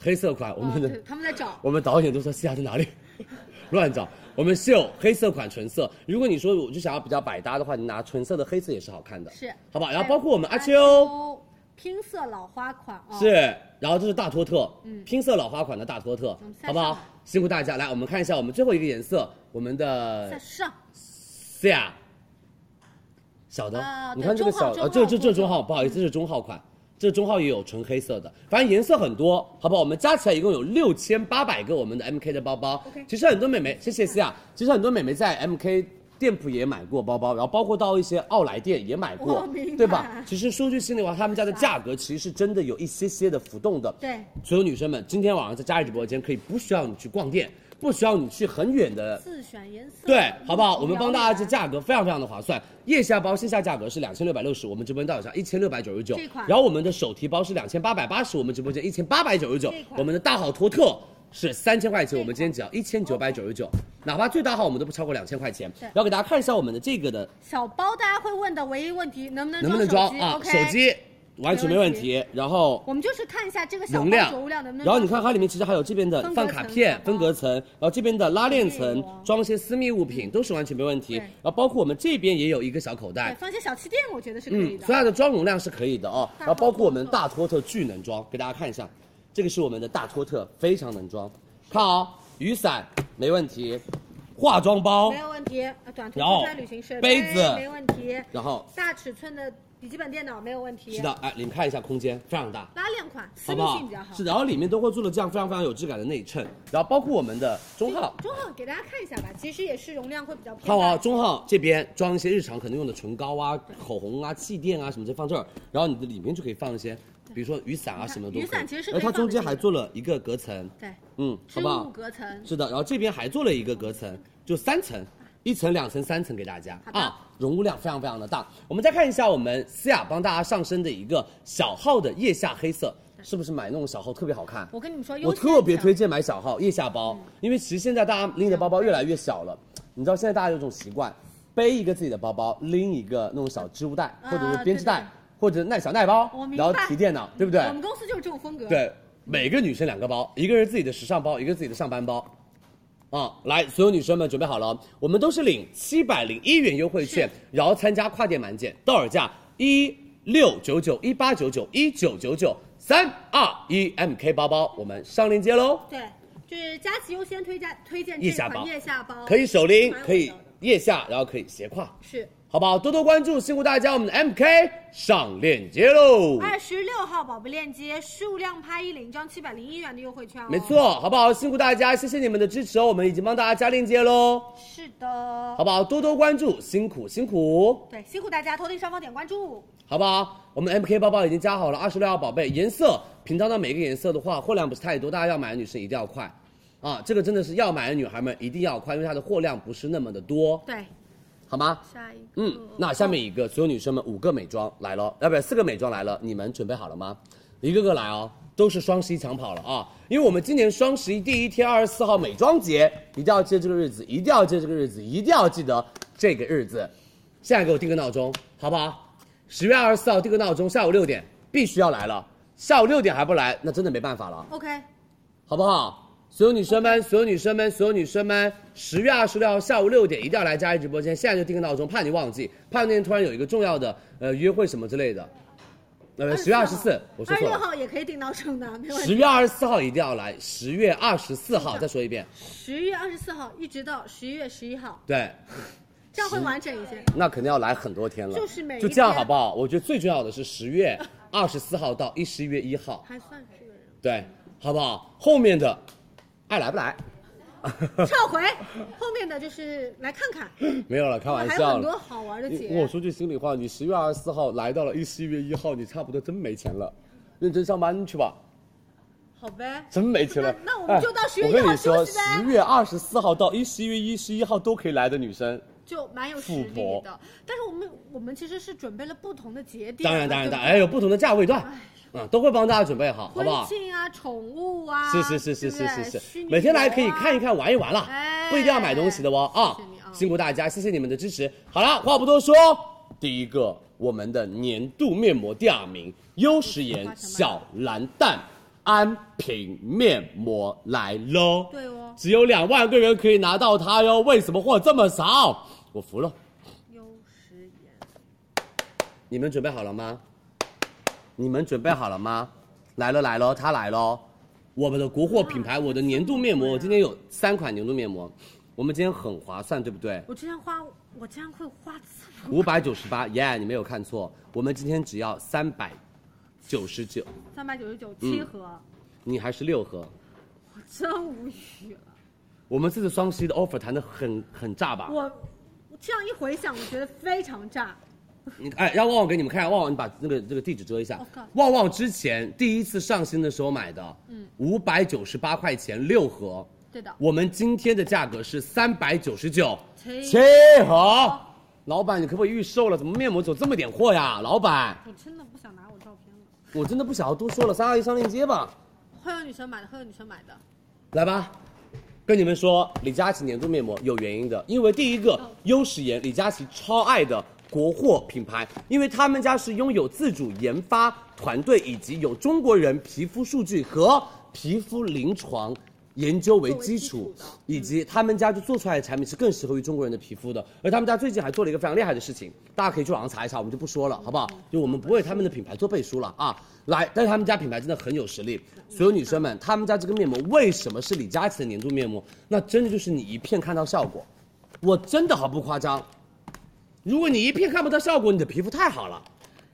[SPEAKER 4] 黑色款，我
[SPEAKER 1] 啊
[SPEAKER 4] 们的、
[SPEAKER 1] 对他们在找。
[SPEAKER 4] 我们导演都说西亚在哪里， 乱找。我们秀黑色款纯色，如果你说我就想要比较百搭的话，你拿纯色的黑色也是好看的，
[SPEAKER 1] 是
[SPEAKER 4] 好不好？
[SPEAKER 1] 还
[SPEAKER 4] 然后
[SPEAKER 1] 有
[SPEAKER 4] 包括我们阿秋
[SPEAKER 1] 秋拼色老花款啊，
[SPEAKER 4] 是，然后这是大托特，拼色老花款的大托特
[SPEAKER 1] 嗯们，下
[SPEAKER 4] 好不好
[SPEAKER 1] 上？
[SPEAKER 4] 辛苦大家，来我们看一下我们最后一个颜色，我们的
[SPEAKER 1] 在上
[SPEAKER 4] 西亚，小的，
[SPEAKER 1] 啊
[SPEAKER 4] 你
[SPEAKER 1] 对
[SPEAKER 4] 看这个
[SPEAKER 1] 中号
[SPEAKER 4] 小，
[SPEAKER 1] 中
[SPEAKER 4] 啊，这
[SPEAKER 1] 号
[SPEAKER 4] 这
[SPEAKER 1] 中
[SPEAKER 4] 这
[SPEAKER 1] 号
[SPEAKER 4] 中号，不好意思，这是中号款，这中号也有纯黑色的，反正颜色很多，好不好？我们加起来一共有六千八百个我们的 MK 的包包。其实很多美眉，谢谢西亚，其实很多美眉在 MK。店铺也买过包包，然后包括到一些奥莱店也买过
[SPEAKER 1] 我明白，
[SPEAKER 4] 对吧？其实说句心里话，他们家的价格其实是真的有一些些的浮动的。
[SPEAKER 1] 对，
[SPEAKER 4] 所有女生们，今天晚上在佳怡直播间可以不需要你去逛店，不需要你去很远的
[SPEAKER 1] 自选颜色，
[SPEAKER 4] 对，好不
[SPEAKER 1] 嗯
[SPEAKER 4] 好？我们帮大家
[SPEAKER 1] 遥
[SPEAKER 4] 这
[SPEAKER 1] 远
[SPEAKER 4] 价格非常非常的划算，腋下包线下价格是两千六百六十，我们直播间到手价一千六百九十九
[SPEAKER 1] 这款。
[SPEAKER 4] 然后我们的手提包是两千八百八十，我们直播间一千八百九十九
[SPEAKER 1] 这。款
[SPEAKER 4] 我们的大号托特是三千块钱，我们今天只要一千九百九十九，哪怕最大号我们都不超过两千块钱。然后给大家看一下我们的这个的
[SPEAKER 1] 小包，大家会问的唯一问题，能不能
[SPEAKER 4] 能不能装
[SPEAKER 1] 手机
[SPEAKER 4] 啊？
[SPEAKER 1] ？OK
[SPEAKER 4] 手机完全没问题。然后
[SPEAKER 1] 我们就是看一下这个小
[SPEAKER 4] 容
[SPEAKER 1] 包
[SPEAKER 4] 量
[SPEAKER 1] 轴量能不能装手机。
[SPEAKER 4] 然后你看它里面其实还有这边的
[SPEAKER 1] 分隔
[SPEAKER 4] 放
[SPEAKER 1] 层
[SPEAKER 4] 卡片、
[SPEAKER 1] 分
[SPEAKER 4] 分
[SPEAKER 1] 隔
[SPEAKER 4] 隔层，然后这边的拉链层
[SPEAKER 1] 啊
[SPEAKER 4] 装一些私密物品都是完全没问题。
[SPEAKER 1] 嗯对
[SPEAKER 4] 然后包括我们这边也有一个小口
[SPEAKER 1] 对，
[SPEAKER 4] 袋，
[SPEAKER 1] 放一些小气垫，我觉得是可以
[SPEAKER 4] 嗯，
[SPEAKER 1] 的。
[SPEAKER 4] 所以它的装容量是可以的哦。
[SPEAKER 1] 大
[SPEAKER 4] 然后包
[SPEAKER 1] 托特
[SPEAKER 4] 括我们的大托特巨能装，给大家看一下，这个是我们的大托特，非常能装。看哦，雨伞没问题，化妆包
[SPEAKER 1] 没，有问题，呃短途
[SPEAKER 4] 然后
[SPEAKER 1] 出差旅行社
[SPEAKER 4] 杯子
[SPEAKER 1] 没问题，
[SPEAKER 4] 然后
[SPEAKER 1] 大尺寸的笔记本电脑没有问题，
[SPEAKER 4] 是的，，哎，你们看一下空间非常大。
[SPEAKER 1] 拉链款，私
[SPEAKER 4] 好
[SPEAKER 1] 密
[SPEAKER 4] 不好
[SPEAKER 1] 性比较？好。
[SPEAKER 4] 是的，然后里面都会做了这样非常非常有质感的内衬，然后包括我们的中号，
[SPEAKER 1] 中号给大家看一下吧，其实也是容量会比较偏大。
[SPEAKER 4] 看我啊，中号这边装一些日常可能用的唇膏啊、口红啊、气垫啊什么，就放这儿。然后你的里面就可以放一些，比如说雨伞啊什么的都可以。
[SPEAKER 1] 雨伞其实是可以
[SPEAKER 4] 而它中间
[SPEAKER 1] 放
[SPEAKER 4] 还
[SPEAKER 1] 得进去
[SPEAKER 4] 做了一个隔层，
[SPEAKER 1] 对，
[SPEAKER 4] 嗯，好
[SPEAKER 1] 织
[SPEAKER 4] 不
[SPEAKER 1] 物
[SPEAKER 4] 好？
[SPEAKER 1] 隔层，
[SPEAKER 4] 是的，然后这边还做了一个隔层，就三层，一层、两层、三层给大家
[SPEAKER 1] 好的
[SPEAKER 4] 啊，容量非常非常的大。我们再看一下我们思雅帮大家上身的一个小号的腋下黑色，是不是买那种小号特别好看？
[SPEAKER 1] 我跟你们说，
[SPEAKER 4] 我
[SPEAKER 1] 优先嗯
[SPEAKER 4] 特别
[SPEAKER 1] 抢
[SPEAKER 4] 推荐买小号腋下包，因为其实现在大家拎的包包越来越小了，你知道现在大家有一种习惯，背一个自己的包包，拎一个那种小织物袋
[SPEAKER 1] 啊
[SPEAKER 4] 或者是编织袋
[SPEAKER 1] 对对对
[SPEAKER 4] 或者耐小耐包
[SPEAKER 1] 我，明白
[SPEAKER 4] 然后提电脑，对不对？
[SPEAKER 1] 我们公司就是这种风格。，
[SPEAKER 4] 对，每个女生两个包，一个是自己的时尚包，一个自己的上班包。啊、来，所有女生们准备好了哦，我们都是领七百零一元优惠券，然后参加跨店满减，到手价一六九九、一八九九、一九九九，三二一，MK 包包，我们上链接喽。
[SPEAKER 1] 对，就是佳琦优先推荐推荐
[SPEAKER 4] 腋
[SPEAKER 1] 这
[SPEAKER 4] 下
[SPEAKER 1] 款
[SPEAKER 4] 包
[SPEAKER 1] 腋下包，
[SPEAKER 4] 可以手拎
[SPEAKER 1] 蛮，有
[SPEAKER 4] 可以
[SPEAKER 1] 效的
[SPEAKER 4] 腋下，然后可以斜挎，
[SPEAKER 1] 是
[SPEAKER 4] 好不好？多多关注，辛苦大家，我们的 MK 上链接喽。
[SPEAKER 1] 二十六号宝贝链接，数量拍一领一张七百零一元的优惠券哦。
[SPEAKER 4] 没，错，好不好？辛苦大家，谢谢你们的支持哦，我们已经帮大家加链接喽，
[SPEAKER 1] 是的
[SPEAKER 4] 好。不好？多多关注，辛苦辛苦，
[SPEAKER 1] 对，辛苦大家，头顶上方点关注。
[SPEAKER 4] 好不好？我们 MK 包包已经加好了，二十六号宝贝颜色，平常的每个颜色的话，货量不是太多，大家要买的女生一定要快，啊，这个真的是要买的女孩们一定要快，因为它的货量不是那么的多，
[SPEAKER 1] 对，
[SPEAKER 4] 好吗？
[SPEAKER 1] 下一个，
[SPEAKER 4] 嗯，那下面一个，所有女生们五个美妆来了，啊，不是四个美妆来了，你们准备好了吗？一个个来哦，都是双十一抢跑了啊！因为我们今年双十一第一天，二十四号美妆节，一定要记得这个日子，一定要记得这个日子，一定要记得这个日子。现在给我定个闹钟，好不好？十月二十四号定个闹钟，下午六点必须要来了。下午六点还不来，那真的没办法了，
[SPEAKER 1] OK，
[SPEAKER 4] 好不好？所有女生们，所有女生们，所有女生们，十月二十六号下午六点一定要来佳怡直播间，现在就定个闹钟，怕你忘记，怕那天突然有一个重要的呃约会什么之类的。呃，十月二十四，我说
[SPEAKER 1] 二十六
[SPEAKER 4] 错了。
[SPEAKER 1] 号也可以订到手的，没问
[SPEAKER 4] 十
[SPEAKER 1] 题。
[SPEAKER 4] 月二十四号一定要来，十月二十四号再说一遍，
[SPEAKER 1] 十月二十四号一直到十一月十一号，
[SPEAKER 4] 对，
[SPEAKER 1] 这样会完整一些。
[SPEAKER 4] 那肯定要来很多天了。
[SPEAKER 1] 就是每一
[SPEAKER 4] 就这样
[SPEAKER 1] 天
[SPEAKER 4] 好不好？我觉得最重要的是十月二十四号到一十一月一号，
[SPEAKER 1] 还算是个人。
[SPEAKER 4] 对，好不好？后面的爱来不来？
[SPEAKER 1] 撤回，后面的就是来看看，
[SPEAKER 4] 没有了，开
[SPEAKER 1] 我
[SPEAKER 4] 玩
[SPEAKER 1] 们还有
[SPEAKER 4] 笑
[SPEAKER 1] 很多
[SPEAKER 4] 了。
[SPEAKER 1] 好玩的
[SPEAKER 4] 你
[SPEAKER 1] 节。
[SPEAKER 4] 我说句心里话，你十月二十四号来到了，一十一月一号，你差不多真没钱了，认真上班去吧。
[SPEAKER 1] 好呗，
[SPEAKER 4] 真没钱了。
[SPEAKER 1] 那那我们就到
[SPEAKER 4] 哎
[SPEAKER 1] 10月
[SPEAKER 4] 我跟
[SPEAKER 1] 一号
[SPEAKER 4] 你说，
[SPEAKER 1] 休息呗
[SPEAKER 4] 十月二十四号到一十一月一十一号都可以来的女生，
[SPEAKER 1] 就蛮有实
[SPEAKER 4] 富
[SPEAKER 1] 力
[SPEAKER 4] 婆
[SPEAKER 1] 的。但是我们我们其实是准备了不同的节点，
[SPEAKER 4] 当然当然
[SPEAKER 1] 对不
[SPEAKER 4] 当
[SPEAKER 1] 对
[SPEAKER 4] 然，哎，有不同的价位段，
[SPEAKER 1] 哎
[SPEAKER 4] 嗯，都会帮大家准备好，好
[SPEAKER 1] 婚
[SPEAKER 4] 不好？
[SPEAKER 1] 庆啊，宠物啊，
[SPEAKER 4] 是是是
[SPEAKER 1] 对
[SPEAKER 4] 是是
[SPEAKER 1] 不对
[SPEAKER 4] 是
[SPEAKER 1] 虚
[SPEAKER 4] 是，
[SPEAKER 1] 拟
[SPEAKER 4] 每天来
[SPEAKER 1] 游
[SPEAKER 4] 可以
[SPEAKER 1] 啊
[SPEAKER 4] 看一看玩一玩啦，
[SPEAKER 1] 哎
[SPEAKER 4] 不一定要买东西的哦啊
[SPEAKER 1] 谢谢你啊！
[SPEAKER 4] 辛苦大家，谢谢你们的支持。好了，话不多说，第一个我们的年度面膜第二名，优时颜小蓝蛋安瓶面膜来喽！
[SPEAKER 1] 对哦
[SPEAKER 4] 只有两万个人可以拿到它哟，为什么货这么少？我服了。
[SPEAKER 1] 啊优时颜，
[SPEAKER 4] 你们准备好了吗？你们准备好了吗？来了来了，它来了！我们的国货品牌，我的年度面膜，我今天有三款年度面膜，我们今天很划算，对不对？
[SPEAKER 1] 我之前花，我竟然会花这么
[SPEAKER 4] 五百九十八，耶，你没有看错，我们今天只要三百九十九，
[SPEAKER 1] 三百九十九七
[SPEAKER 4] 嗯
[SPEAKER 1] 盒，
[SPEAKER 4] 你还是六盒。
[SPEAKER 1] 我真无语了。
[SPEAKER 4] 我们这次双十一的 offer 谈的很很炸吧？
[SPEAKER 1] 我我这样一回想，我觉得非常炸。
[SPEAKER 4] 你哎，让旺旺给你们看，旺旺，你把那个这个地址遮一下
[SPEAKER 1] Oh God。
[SPEAKER 4] 旺旺之前第一次上新的时候买的，嗯，五百九十八块钱六盒，
[SPEAKER 1] 对的，
[SPEAKER 4] 我们今天的价格是三百九十九，
[SPEAKER 1] 七
[SPEAKER 4] 七盒。老板，你可不可以预售了？怎么面膜走这么点货呀？老板，
[SPEAKER 1] 我真的不想拿我照片了。
[SPEAKER 4] 我真的不想要多说了，三二一上链接吧，
[SPEAKER 1] 会有女生买的，会有女生买的。
[SPEAKER 4] 来吧。跟你们说，李佳琦年度面膜有原因的，因为第一个优时颜，李佳琦超爱的国货品牌，因为他们家是拥有自主研发团队以及有中国人皮肤数据和皮肤临床研究为基础，以及他们家就做出来的产品是更适合于中国人的皮肤的。而他们家最近还做了一个非常厉害的事情，大家可以去网上查一查，我们就不说了，好不好？就我们不为他们的品牌做背书了啊。来，但是他们家品牌真的很有实力，所有女生们，他们家这个面膜为什么是李佳琦的年度面膜？那真的就是你一片看到效果，我真的毫不夸张。如果你一片看不到效果，你的皮肤太好了，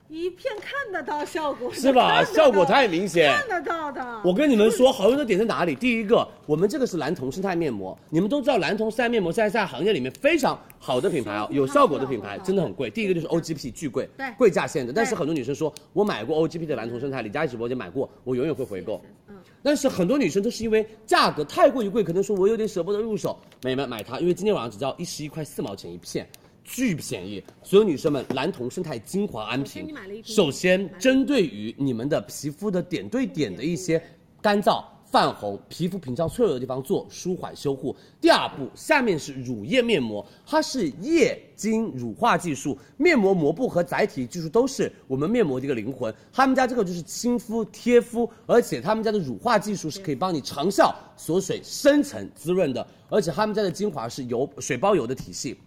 [SPEAKER 1] 一片看得到效果
[SPEAKER 4] 是 吧？效果太明显。
[SPEAKER 1] 看得到的。
[SPEAKER 4] 我跟你们说，好用的点在哪里？第一个，我们这个是蓝铜生态面膜，你们都知道蓝铜生态面膜现在在行业里面非常好的品牌啊，有效果的品牌真的很贵。第一个就是 OGP 巨贵，
[SPEAKER 1] 对
[SPEAKER 4] 贵价限的。但是
[SPEAKER 1] 对
[SPEAKER 4] 很多女生说，我买过 OGP 的蓝铜生态，李佳琦直播间买过，我永远会回购。
[SPEAKER 1] 嗯
[SPEAKER 4] 但是很多女生都是因为价格太过于贵，可能说我有点舍不得入手，美们买它，因为今天晚上只要一十一块四毛钱一片。巨便宜，所有女生们，蓝铜生态精华安
[SPEAKER 1] 首先你
[SPEAKER 4] 瓶
[SPEAKER 1] 买了一，瓶
[SPEAKER 4] 首先针对于你们的皮肤的点对点的一些干燥、泛红、皮肤屏障脆弱的地方做舒缓修护。第二步，下面是乳液面膜，它是液晶乳化技术，面膜膜布和载体技术都是我们面膜的一个灵魂。他们家这个就是亲肤贴肤，而且他们家的乳化技术是可以帮你长效锁水、深层滋润的，而且他们家的精华是油水包油的体系。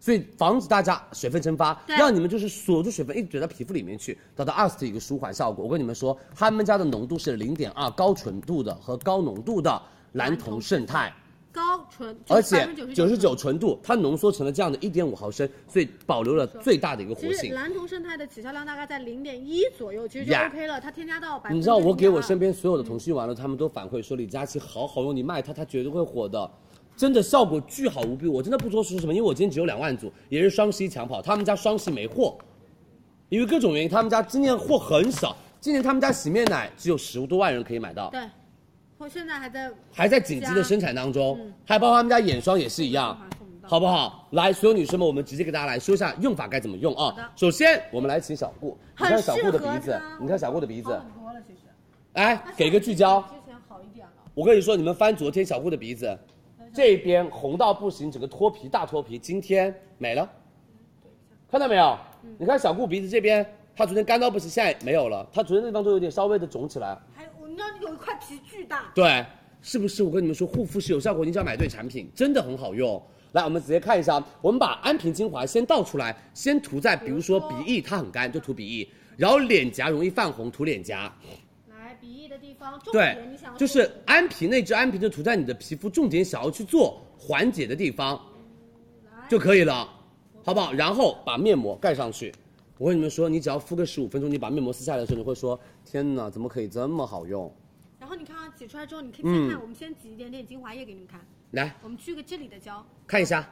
[SPEAKER 4] 所以防止大家水分蒸发，
[SPEAKER 1] 对
[SPEAKER 4] 让你们就是锁住水分，一直怼到皮肤里面去，达到二十的一个舒缓效果。我跟你们说，他们家的浓度是零点二高纯度的和高浓度的蓝铜胜肽，
[SPEAKER 1] 高纯，
[SPEAKER 4] 而且九十
[SPEAKER 1] 99%
[SPEAKER 4] 九纯度，它浓缩成了这样的一点五毫升，所以保留了最大的一个活
[SPEAKER 1] 其实
[SPEAKER 4] 性。
[SPEAKER 1] 蓝铜生态的起效量大概在零点一左右，其实就
[SPEAKER 4] Yeah
[SPEAKER 1] OK 了。它添加到百分之
[SPEAKER 4] 你知道我给我身边所
[SPEAKER 1] 嗯
[SPEAKER 4] 有的同事用完了，他们都反馈说李佳琦好好用，你卖它，它绝对会火的。真的效果巨好无比，我真的不说是什么，因为我今天只有两万组，也是双十一抢跑，他们家双十一没货，因为各种原因，他们家今年货很少，今年他们家洗面奶只有十多万人可以买到，
[SPEAKER 1] 对，我现在还在
[SPEAKER 4] 还在紧急的生产当中，还包括他们家眼霜也是一样
[SPEAKER 1] 嗯，
[SPEAKER 4] 好不好？来，所有女生们，我们直接给大家来说一下用法该怎么用
[SPEAKER 1] 的
[SPEAKER 4] 啊。首先，我们来请小顾，你
[SPEAKER 1] 很
[SPEAKER 4] 看小顾
[SPEAKER 1] 适
[SPEAKER 4] 的
[SPEAKER 1] 合哦
[SPEAKER 4] 鼻子
[SPEAKER 1] 她，
[SPEAKER 4] 你看小顾的鼻子
[SPEAKER 1] 好，很多了，其实。
[SPEAKER 4] 来给个聚焦。
[SPEAKER 1] 之前好一点了，
[SPEAKER 4] 我跟你说，你们翻昨天小顾的鼻子，这边红到不行，整个脱皮大脱皮，今天没了，看到没有？你看小顾鼻子这边，它昨天干到不行，现在没有了，它昨天那地方都有点稍微的肿起来。
[SPEAKER 1] 还有我你知道有一块皮巨大，
[SPEAKER 4] 对，是不是？我跟你们说，护肤是有效果，你只要买对产品，真的很好用。来，我们直接看一下，我们把安瓶精华先倒出来，先涂在，比如说鼻翼，它很干，就涂鼻翼，然后脸颊容易泛红，涂脸颊。
[SPEAKER 1] 来鼻翼的地方，重
[SPEAKER 4] 对
[SPEAKER 1] 点你想，要
[SPEAKER 4] 就是安瓶那支安瓶就涂在你的皮肤重点想要去做缓解的地方就可以了，好不好？然后把面膜盖上去。我跟你们说，你只要敷个十五分钟，你把面膜撕下来的时候，你会说：天哪，怎么可以这么好用？
[SPEAKER 1] 然后你看啊，挤出来之后，你可以先
[SPEAKER 4] 嗯
[SPEAKER 1] 看，我们先挤一点点精华液给你们看。
[SPEAKER 4] 来
[SPEAKER 1] 我们聚个这里的焦，
[SPEAKER 4] 看一下，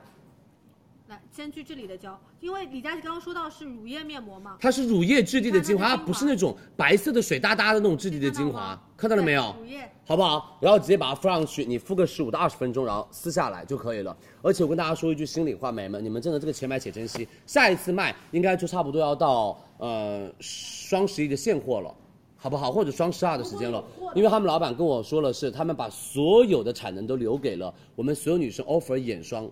[SPEAKER 1] 来先聚这里的焦，因为李佳琦刚刚说到是乳液面膜嘛，
[SPEAKER 4] 它是乳液质地的精华，
[SPEAKER 1] 看它的精华
[SPEAKER 4] 它不是那种白色的水哒哒的那种质地的精华，看到了没有
[SPEAKER 1] 对乳液？
[SPEAKER 4] 好不好？然后直接把它敷上去，你敷个十五到二十分钟，然后撕下来就可以了。而且我跟大家说一句心里话，美们，你们真的这个钱买且珍惜，下一次卖应该就差不多要到呃双十一的现货了。好不好？或者双十二的时间了，因为他们老板跟我说了是，他们把所有的产能都留给了我们所有女生 offer 眼霜，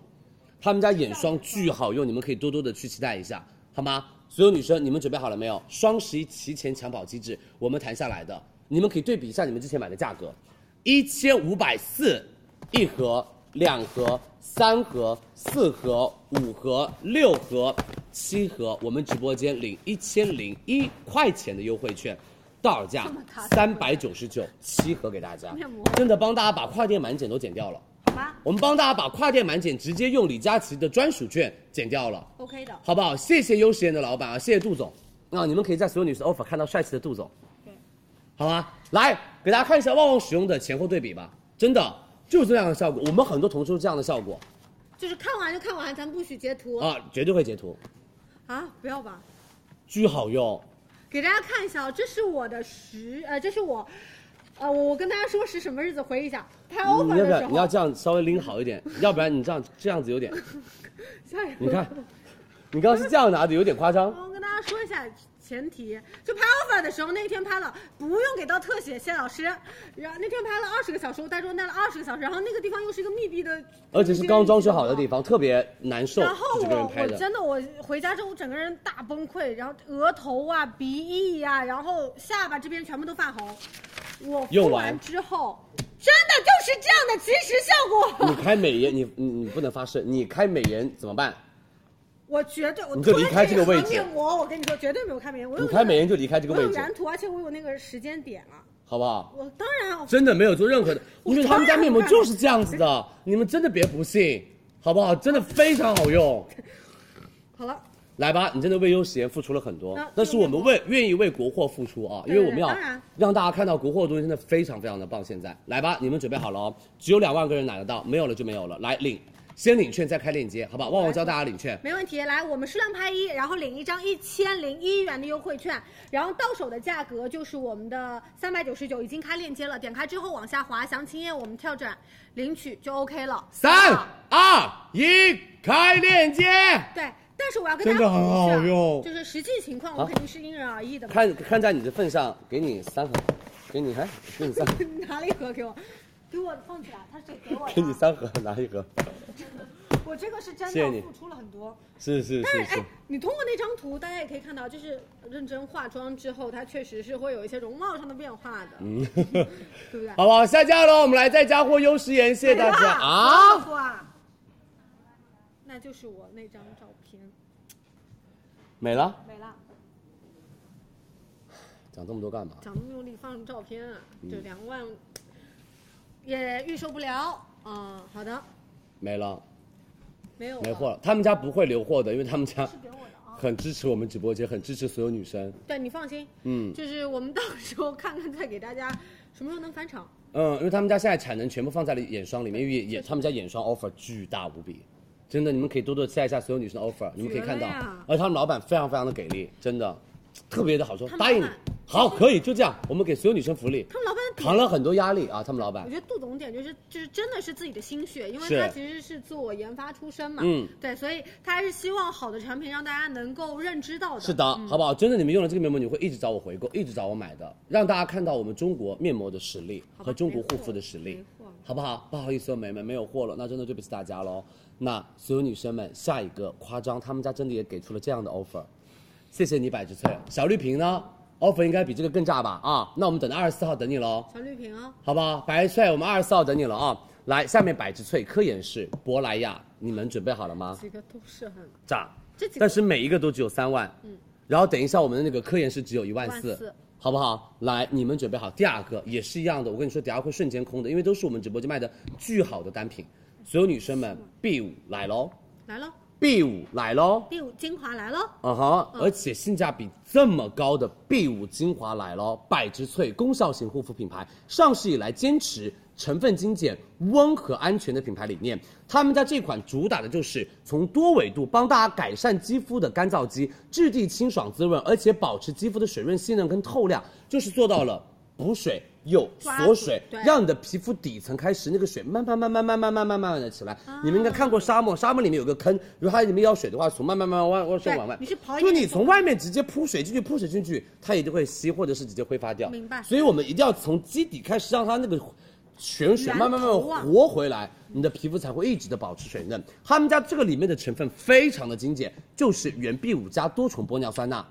[SPEAKER 4] 他们家眼霜巨好用，你们可以多多的去期待一下，好吗？所有女生，你们准备好了没有？双十一提前抢跑机制，我们谈下来的，你们可以对比一下你们之前买的价格，一千五百四一盒、两盒、三盒、四盒、五盒、六盒、七盒，我们直播间领一千零一块钱的优惠券，到手价三百九十九，七盒给大家
[SPEAKER 1] 面膜，
[SPEAKER 4] 真的帮大家把跨店满减都减掉了。
[SPEAKER 1] 好吧
[SPEAKER 4] 我们帮大家把跨店满减直接用李佳琦的专属券减掉了，
[SPEAKER 1] ？OK 的。
[SPEAKER 4] 好不好？谢谢优时颜的老板啊，谢谢杜总啊，你们可以在所有女生 offer 看到帅气的杜总，
[SPEAKER 1] 对，
[SPEAKER 4] 好吧？来给大家看一下旺旺使用的前后对比吧，真的就是这样的效果，我们很多同事都是这样的效果
[SPEAKER 1] 就是看完就看完，咱不许截图啊
[SPEAKER 4] 啊，绝对会截图，
[SPEAKER 1] 不要吧，
[SPEAKER 4] 巨好用，
[SPEAKER 1] 给大家看一下啊，这是我的十，呃，这是我，呃，我我跟大家说是什么日子，回忆一下，拍
[SPEAKER 4] 你
[SPEAKER 1] offer
[SPEAKER 4] 要不
[SPEAKER 1] 的
[SPEAKER 4] 要
[SPEAKER 1] 时
[SPEAKER 4] 你要
[SPEAKER 1] 候，
[SPEAKER 4] 这样稍微拎好一点，要不然你这样这样子有点，
[SPEAKER 1] 吓人
[SPEAKER 4] 你看，你刚刚是这样拿的，有点夸张。
[SPEAKER 1] 哎我跟大家说一下前提，就拍 offer 的时候，那天拍了，不用给到特写，谢老师。然后那天拍了二十个小时，我带妆带了二十个小时，然后那个地方又是一个密闭的，
[SPEAKER 4] 而且是刚装修好的地。方，特别难受，
[SPEAKER 1] 然后
[SPEAKER 4] 就这个人
[SPEAKER 1] 我
[SPEAKER 4] 拍
[SPEAKER 1] 我
[SPEAKER 4] 的。
[SPEAKER 1] 真的我回家之后，我整个人大崩溃，然后额头啊、鼻翼呀、然后下巴这边全部都泛红。我敷
[SPEAKER 4] 用
[SPEAKER 1] 完
[SPEAKER 4] 完
[SPEAKER 1] 之后，真的就是这样的即时效果。
[SPEAKER 4] 你开美颜，你你你不能发誓，你开美颜怎么办？
[SPEAKER 1] 我绝对，我
[SPEAKER 4] 你就离开这个位置
[SPEAKER 1] 推荐面膜，我跟你说，绝对没有开美颜。我有
[SPEAKER 4] 你
[SPEAKER 1] 那个
[SPEAKER 4] 开美颜就离开这个
[SPEAKER 1] 我
[SPEAKER 4] 位
[SPEAKER 1] 有
[SPEAKER 4] 置，
[SPEAKER 1] 原图，而且我有那个时间点了。
[SPEAKER 4] 好不好？
[SPEAKER 1] 我当然啊
[SPEAKER 4] 真的没有做任何的，
[SPEAKER 1] 我
[SPEAKER 4] 因为他们家面膜
[SPEAKER 1] 当然
[SPEAKER 4] 就是这样子的，你们真的别不信，好不好？真的非常好用。
[SPEAKER 1] 好了，
[SPEAKER 4] 来吧，你真的为优时颜付出了很多
[SPEAKER 1] 那，
[SPEAKER 4] 但是我们为愿意为国货付出啊，因
[SPEAKER 1] 对
[SPEAKER 4] 为我们要
[SPEAKER 1] 当然
[SPEAKER 4] 让大家看到国货的东西真的非常非常的棒。现在来吧，你们准备好了哦，只有两万个人拿得到，没有了就没有了。来领，先领券再开链接，好不好？旺旺教大家领券，
[SPEAKER 1] 没问题。来，我们数量拍一，然后领一张一千零一元的优惠券，然后到手的价格就是我们的三百九十九，已经开链接了，点开之后往下滑，详情页我们跳转领取就 OK 了。
[SPEAKER 4] 三
[SPEAKER 1] 好
[SPEAKER 4] 二一，开链接。
[SPEAKER 1] 对，但是我要跟大家
[SPEAKER 4] 真的很
[SPEAKER 1] 补一下
[SPEAKER 4] 好用
[SPEAKER 1] 就是实际情况我们
[SPEAKER 4] 啊
[SPEAKER 1] 肯定是因人而异的嘛。
[SPEAKER 4] 看看在你的份上，给你三盒，给你看，给你三，
[SPEAKER 1] 拿了一盒给我，给我放起来，他是给我
[SPEAKER 4] 给你
[SPEAKER 1] 的，
[SPEAKER 4] 三盒，拿一盒。
[SPEAKER 1] 我这个是真
[SPEAKER 4] 谢谢你
[SPEAKER 1] 的付出了很多。
[SPEAKER 4] 是是
[SPEAKER 1] 但
[SPEAKER 4] 是
[SPEAKER 1] 是
[SPEAKER 4] 是
[SPEAKER 1] 哎，，你通过那张图，大家也可以看到，就是认真化妆之后，它确实是会有一些容貌上的变化的，嗯、对不对？
[SPEAKER 4] 好不好？下架喽，我们来再加货优时颜，谢谢大家
[SPEAKER 1] 啊！
[SPEAKER 4] 啊！
[SPEAKER 1] 不啊那就是我那张照片
[SPEAKER 4] 没了，
[SPEAKER 1] 没了，
[SPEAKER 4] 讲这么多干嘛？
[SPEAKER 1] 讲那么用力放照片啊，这
[SPEAKER 4] 嗯
[SPEAKER 1] 两万也预售不了。嗯，好的，
[SPEAKER 4] 没了，
[SPEAKER 1] 没有
[SPEAKER 4] 没货了。他们家不会留货的，因为他们家
[SPEAKER 1] 是给我的啊。
[SPEAKER 4] 很支持我们直播间，很支持所有女生。
[SPEAKER 1] 对你放心，
[SPEAKER 4] 嗯
[SPEAKER 1] 就是我们到时候看看再给大家什么时候能返场。
[SPEAKER 4] 嗯，因为他们家现在产能全部放在了眼霜里面，因为眼他们家眼霜 offer 巨大无比，真的，你们可以多多期待一下所有女生的 offer，你们可以看到
[SPEAKER 1] 绝了呀，
[SPEAKER 4] 而且他们老板非常非常的给力，真的，特别的好说，
[SPEAKER 1] 他们老
[SPEAKER 4] 答
[SPEAKER 1] 板
[SPEAKER 4] 应你，好，可以，就这样，我们给所有女生福利，
[SPEAKER 1] 他们老板点
[SPEAKER 4] 扛了很多压力啊，他们老
[SPEAKER 1] 我
[SPEAKER 4] 板
[SPEAKER 1] 觉得杜总点就是就是真的是自己的心血，因为
[SPEAKER 4] 是
[SPEAKER 1] 他其实是做研发出身嘛，
[SPEAKER 4] 嗯，
[SPEAKER 1] 对，所以他还是希望好的产品让大家能够认知到的。
[SPEAKER 4] 是的，好不好？真的，你们用了这个面膜，你会一直找我回购，一直找我买的，让大家看到我们中国面膜的实力
[SPEAKER 1] 好吧
[SPEAKER 4] 和中国护肤的实力
[SPEAKER 1] 没货没货，
[SPEAKER 4] 好不好？不好意思哦，美们没有货了，那真的对不起大家喽。那所有女生们，下一个夸张，他们家真的也给出了这样的 offer，谢谢你百之翠，小绿瓶呢？offer 应该比这个更炸吧？啊，那我们等到二十四号等你喽。
[SPEAKER 1] 小绿瓶啊，
[SPEAKER 4] 好不好？百日翠，我们二十四号等你了啊！来，下面百日翠、科颜氏、珀莱雅，你们准备好了吗？
[SPEAKER 1] 几个都是很
[SPEAKER 4] 炸，
[SPEAKER 1] 这几个
[SPEAKER 4] 但是每一个都只有三万，嗯，然后等一下我们的那个科研是只有一万
[SPEAKER 1] 万四
[SPEAKER 4] 四，好不好？来，你们准备好，第二个也是一样的，我跟你说，等一下会瞬间空的，因
[SPEAKER 1] 嗯
[SPEAKER 4] 为都是我们直播间卖的巨好的单品，所有女生们 B 五来喽，
[SPEAKER 1] 来了，
[SPEAKER 4] B 五来喽，
[SPEAKER 1] 第五精华来了，
[SPEAKER 4] 啊哈，而且性价比这么高的 B 五精华来了，百植萃功效型护肤品牌上市以来坚持成分精简、温和安全的品牌理念。他们家这款主打的就是从多维度帮大家改善肌肤的干燥肌，质地清爽滋润，而且保持肌肤的水润细嫩跟透亮，就是做到了补水。又锁水
[SPEAKER 1] 抓住对，
[SPEAKER 4] 让你的皮肤底层开始那个水慢慢慢慢慢慢慢慢慢慢的起来。你们应该看过沙漠，沙漠里面有个坑，如果它里面要水的话，从慢慢慢慢往往
[SPEAKER 1] 对
[SPEAKER 4] 往外，
[SPEAKER 1] 你是刨一个
[SPEAKER 4] 就是你
[SPEAKER 1] 那种
[SPEAKER 4] 从外面直接铺水进去，铺水进去，它也就会吸，或者是直接挥发掉。
[SPEAKER 1] 明白
[SPEAKER 4] 所以我们一定要从基底开始，让它那个泉水
[SPEAKER 1] 源
[SPEAKER 4] 慢慢慢
[SPEAKER 1] 头啊
[SPEAKER 4] 慢活回来，你的皮肤才会一直的保持水嫩。他们家这个里面的成分非常的精简，就是原 B 五加多重玻尿酸钠。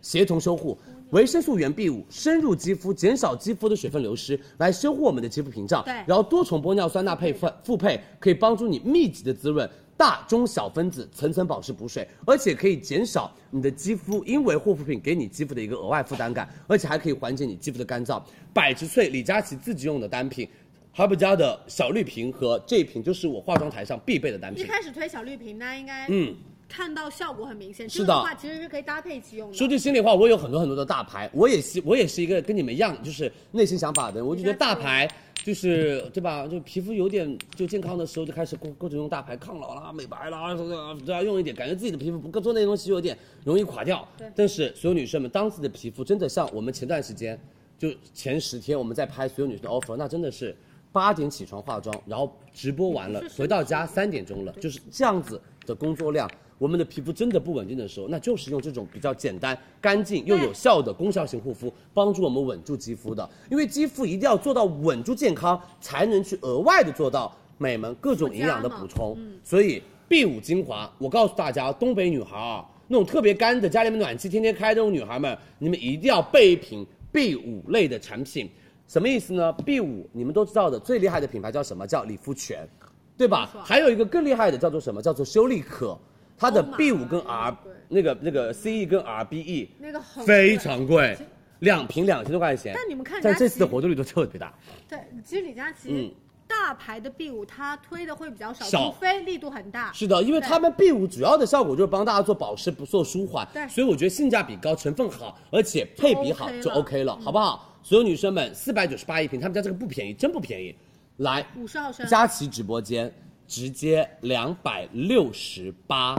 [SPEAKER 4] 协同修护。维生素原 B 五深入肌肤，减少肌肤的水分流失，来修护我们的肌肤屏障。
[SPEAKER 1] 对
[SPEAKER 4] 然后多重玻尿酸钠配分复配，可以帮助你密集的滋润大中小分子层层保湿补水，而且可以减少你的肌肤因为护肤品给你肌肤的一个额外负担感，而且还可以缓解你肌肤的干燥。百植萃李佳琦自己用的单品，哈布家的小绿瓶和这一瓶就是我化妆台上必备的单
[SPEAKER 1] 一
[SPEAKER 4] 品。
[SPEAKER 1] 开始推小绿瓶，大家应该
[SPEAKER 4] 嗯，
[SPEAKER 1] 看到效果很明显。
[SPEAKER 4] 是
[SPEAKER 1] 这
[SPEAKER 4] 的
[SPEAKER 1] 个的话其实是可以搭配一起用的。
[SPEAKER 4] 说句心里话，我有很多很多的大牌，我也是我也是一个跟你们一样，就是内心想法的人。我就觉得大牌就是对吧？就皮肤有点就健康的时候，就开始各各种用大牌抗老啦、美白啊啦，这个这样用一点，感觉自己的皮肤不够做那些东西有点容易垮掉。
[SPEAKER 1] 对
[SPEAKER 4] 但是所有女生们，当自己的皮肤真的像我们前段时间，就前十天我们在拍所有女生的 offer，那真的是。八点起床化妆，然后直播完了，回到家三点钟了，就是这样子的工作量。我们的皮肤真的不稳定的时候，那就是用这种比较简单、干净又有效的功效型护肤，帮助我们稳住肌肤的。因为肌肤一定要做到稳住健康，才能去额外的做到美们各种营养的补充。
[SPEAKER 1] 嗯
[SPEAKER 4] 所以 B 五精华，我告诉大家，东北女孩啊，那种特别干的，家里面暖气天天开的那种女孩们，你们一定要备一瓶 B 五类的产品。什么意思呢？B 五你们都知道的，最厉害的品牌叫什么？叫理肤泉，对吧？还有一个更厉害的叫做什么？叫做修丽可，它的 B 五跟
[SPEAKER 1] Oh
[SPEAKER 4] R 那个那个 CE 跟 RBE
[SPEAKER 1] 那个很
[SPEAKER 4] 非
[SPEAKER 1] 贵
[SPEAKER 4] 常贵，两瓶两千多块钱。
[SPEAKER 1] Oh 但你们看人家
[SPEAKER 4] 但这次的活动力度特别大，
[SPEAKER 1] 对，其实李佳
[SPEAKER 4] 嗯
[SPEAKER 1] 琦大牌的 B 五，它推的会比较少，
[SPEAKER 4] 少
[SPEAKER 1] 除非力度很大。
[SPEAKER 4] 是的，因为他们 B 五主要的效果就是帮大家做保湿，不做舒缓，
[SPEAKER 1] 对
[SPEAKER 4] 所以我觉得性价比高，成分好，而且配比好
[SPEAKER 1] 就
[SPEAKER 4] 就
[SPEAKER 1] OK 嗯
[SPEAKER 4] OK 了，好不好？所有女生们，四百九十八一瓶，他们家这个不便宜，真不便宜。来，
[SPEAKER 1] 五十毫升，
[SPEAKER 4] 佳琦直播间直接两百六十八，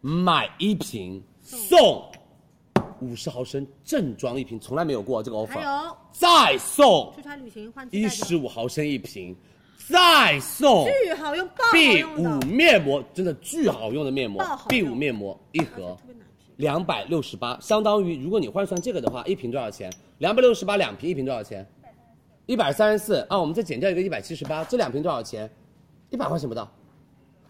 [SPEAKER 4] 买一瓶送五十毫升正装一瓶，从来没有过这个
[SPEAKER 1] 还
[SPEAKER 4] offer，
[SPEAKER 1] 有
[SPEAKER 4] 再送
[SPEAKER 1] 出差旅行换气
[SPEAKER 4] 一
[SPEAKER 1] 带的
[SPEAKER 4] 十五毫升一瓶，再送
[SPEAKER 1] 巨好用，爆好
[SPEAKER 4] B
[SPEAKER 1] 用
[SPEAKER 4] 五
[SPEAKER 1] 的，
[SPEAKER 4] 面膜，真的巨好用的面膜
[SPEAKER 1] 爆好
[SPEAKER 4] ，B
[SPEAKER 1] 用
[SPEAKER 4] 五面膜一盒
[SPEAKER 1] 特别难评。
[SPEAKER 4] 两百六十八，相当于如果你换算这个的话，一瓶多少钱？两百六十八两瓶，一瓶多少钱？一百三十四啊，我们再减掉一个一百七十八，这两瓶多少钱？一百块钱不到，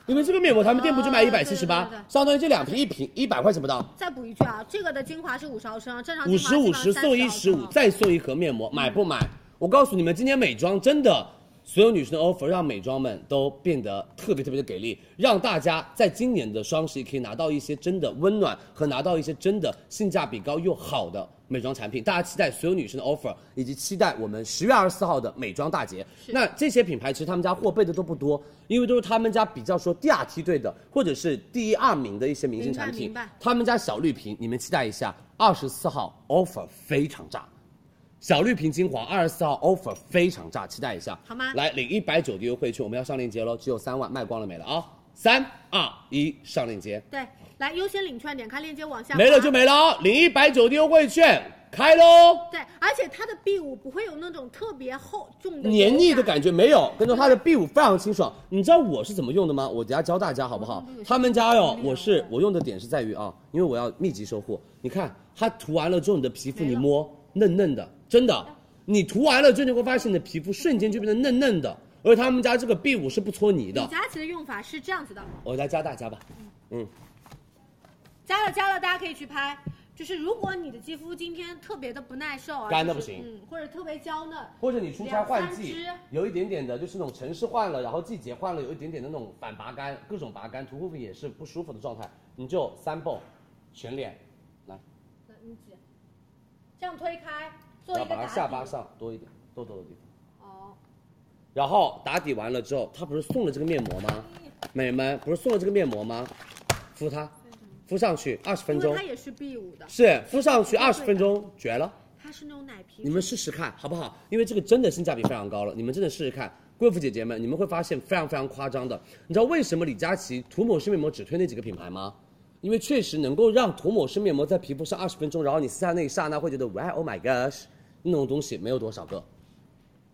[SPEAKER 4] 因为这个面膜他们店铺就卖
[SPEAKER 1] 哦
[SPEAKER 4] 一百七
[SPEAKER 1] 对对
[SPEAKER 4] 十
[SPEAKER 1] 对
[SPEAKER 4] 八
[SPEAKER 1] 对，
[SPEAKER 4] 相当于这两瓶一瓶一百块钱不到。
[SPEAKER 1] 再补一句啊，这个的精华是五十毫升啊，正常
[SPEAKER 4] 五
[SPEAKER 1] 精华
[SPEAKER 4] 十
[SPEAKER 1] 基
[SPEAKER 4] 五
[SPEAKER 1] 本上
[SPEAKER 4] 十送一十
[SPEAKER 1] 30毫
[SPEAKER 4] 五，
[SPEAKER 1] 升啊
[SPEAKER 4] 再送一盒面膜，买不买？我告诉你们，今天美妆真的，所有女生的 offer 让美妆们都变得特别特别的给力，让大家在今年的双十一可以拿到一些真的温暖和拿到一些真的性价比高又好的美妆产品。大家期待所有女生的 offer，以及期待我们十月二十四号的美妆大节。那这些品牌其实他们家货备的都不多，因为都是他们家比较说第二梯队的或者是第一二名的一些明星
[SPEAKER 1] 明白
[SPEAKER 4] 产品。
[SPEAKER 1] 明白
[SPEAKER 4] 他们家小绿瓶，你们期待一下，二十四号 offer 非常炸，小绿瓶精华二十四号 offer 非常炸，期待一下，
[SPEAKER 1] 好吗
[SPEAKER 4] 来领一百九的优惠券，我们要上链接喽，只有三万，卖光了没了啊！三二一，上链接，
[SPEAKER 1] 对，来优先领券，点开链接往下
[SPEAKER 4] 没了
[SPEAKER 1] 滑
[SPEAKER 4] 就没了啊！领一百九的优惠券，开喽！
[SPEAKER 1] 对，而且它的 B 五不会有那种特别厚重的啊
[SPEAKER 4] 黏腻的
[SPEAKER 1] 觉。
[SPEAKER 4] 感觉没有，跟着它的 B 五非常清爽。你知道我是怎么用的吗？我等下教大家好不好？他们家哟，我是我用的点是在于啊，因为我要密集收获。你看它涂完了之后，你的皮肤你摸嫩嫩的，真的，你涂完了之后你会发现你的皮肤瞬间就变得嫩嫩的。而他们家这个 B 五是不搓泥
[SPEAKER 1] 李
[SPEAKER 4] 的，
[SPEAKER 1] 佳琦的用法是这样子的，
[SPEAKER 4] 我来教大家吧。
[SPEAKER 1] 加了加了，大家可以去拍。就是如果你的肌肤今天特别的不耐受啊，
[SPEAKER 4] 干得
[SPEAKER 1] 就是
[SPEAKER 4] 不行
[SPEAKER 1] 嗯，或者特别娇嫩，
[SPEAKER 4] 或者你出差换
[SPEAKER 1] 两
[SPEAKER 4] 季
[SPEAKER 1] 三支，
[SPEAKER 4] 有一点点的，就是那种城市换了，然后季节换了，有一点点的那种反拔干，各种拔干，涂护肤品也是不舒服的状态，你就三泵，全脸，来，
[SPEAKER 1] 那你挤，这样推开，做
[SPEAKER 4] 然
[SPEAKER 1] 一个
[SPEAKER 4] 后
[SPEAKER 1] 打
[SPEAKER 4] 把它
[SPEAKER 1] 底
[SPEAKER 4] 下巴上多一点痘痘的地方，
[SPEAKER 1] 哦，哎
[SPEAKER 4] 然后打底完了之后，它不是送了这个面膜吗？美们不是送了这个面膜吗？敷它，敷上去二十分
[SPEAKER 1] 因为
[SPEAKER 4] 钟
[SPEAKER 1] 它，也是 B 五的，
[SPEAKER 4] 是敷上去二十分钟，绝了。
[SPEAKER 1] 它是那种奶皮
[SPEAKER 4] 你们试试看好不好？因为这个真的性价比非常高了，你们真的试试看。贵妇姐姐们，你们会发现非常非常夸张的。你知道为什么李佳琦涂抹式面膜只推那几个品牌吗？因为确实能够让涂抹式面膜在皮肤上二十分钟，然后你撕下那一刹那会觉得哇 oh my gosh，那种东西没有多少个。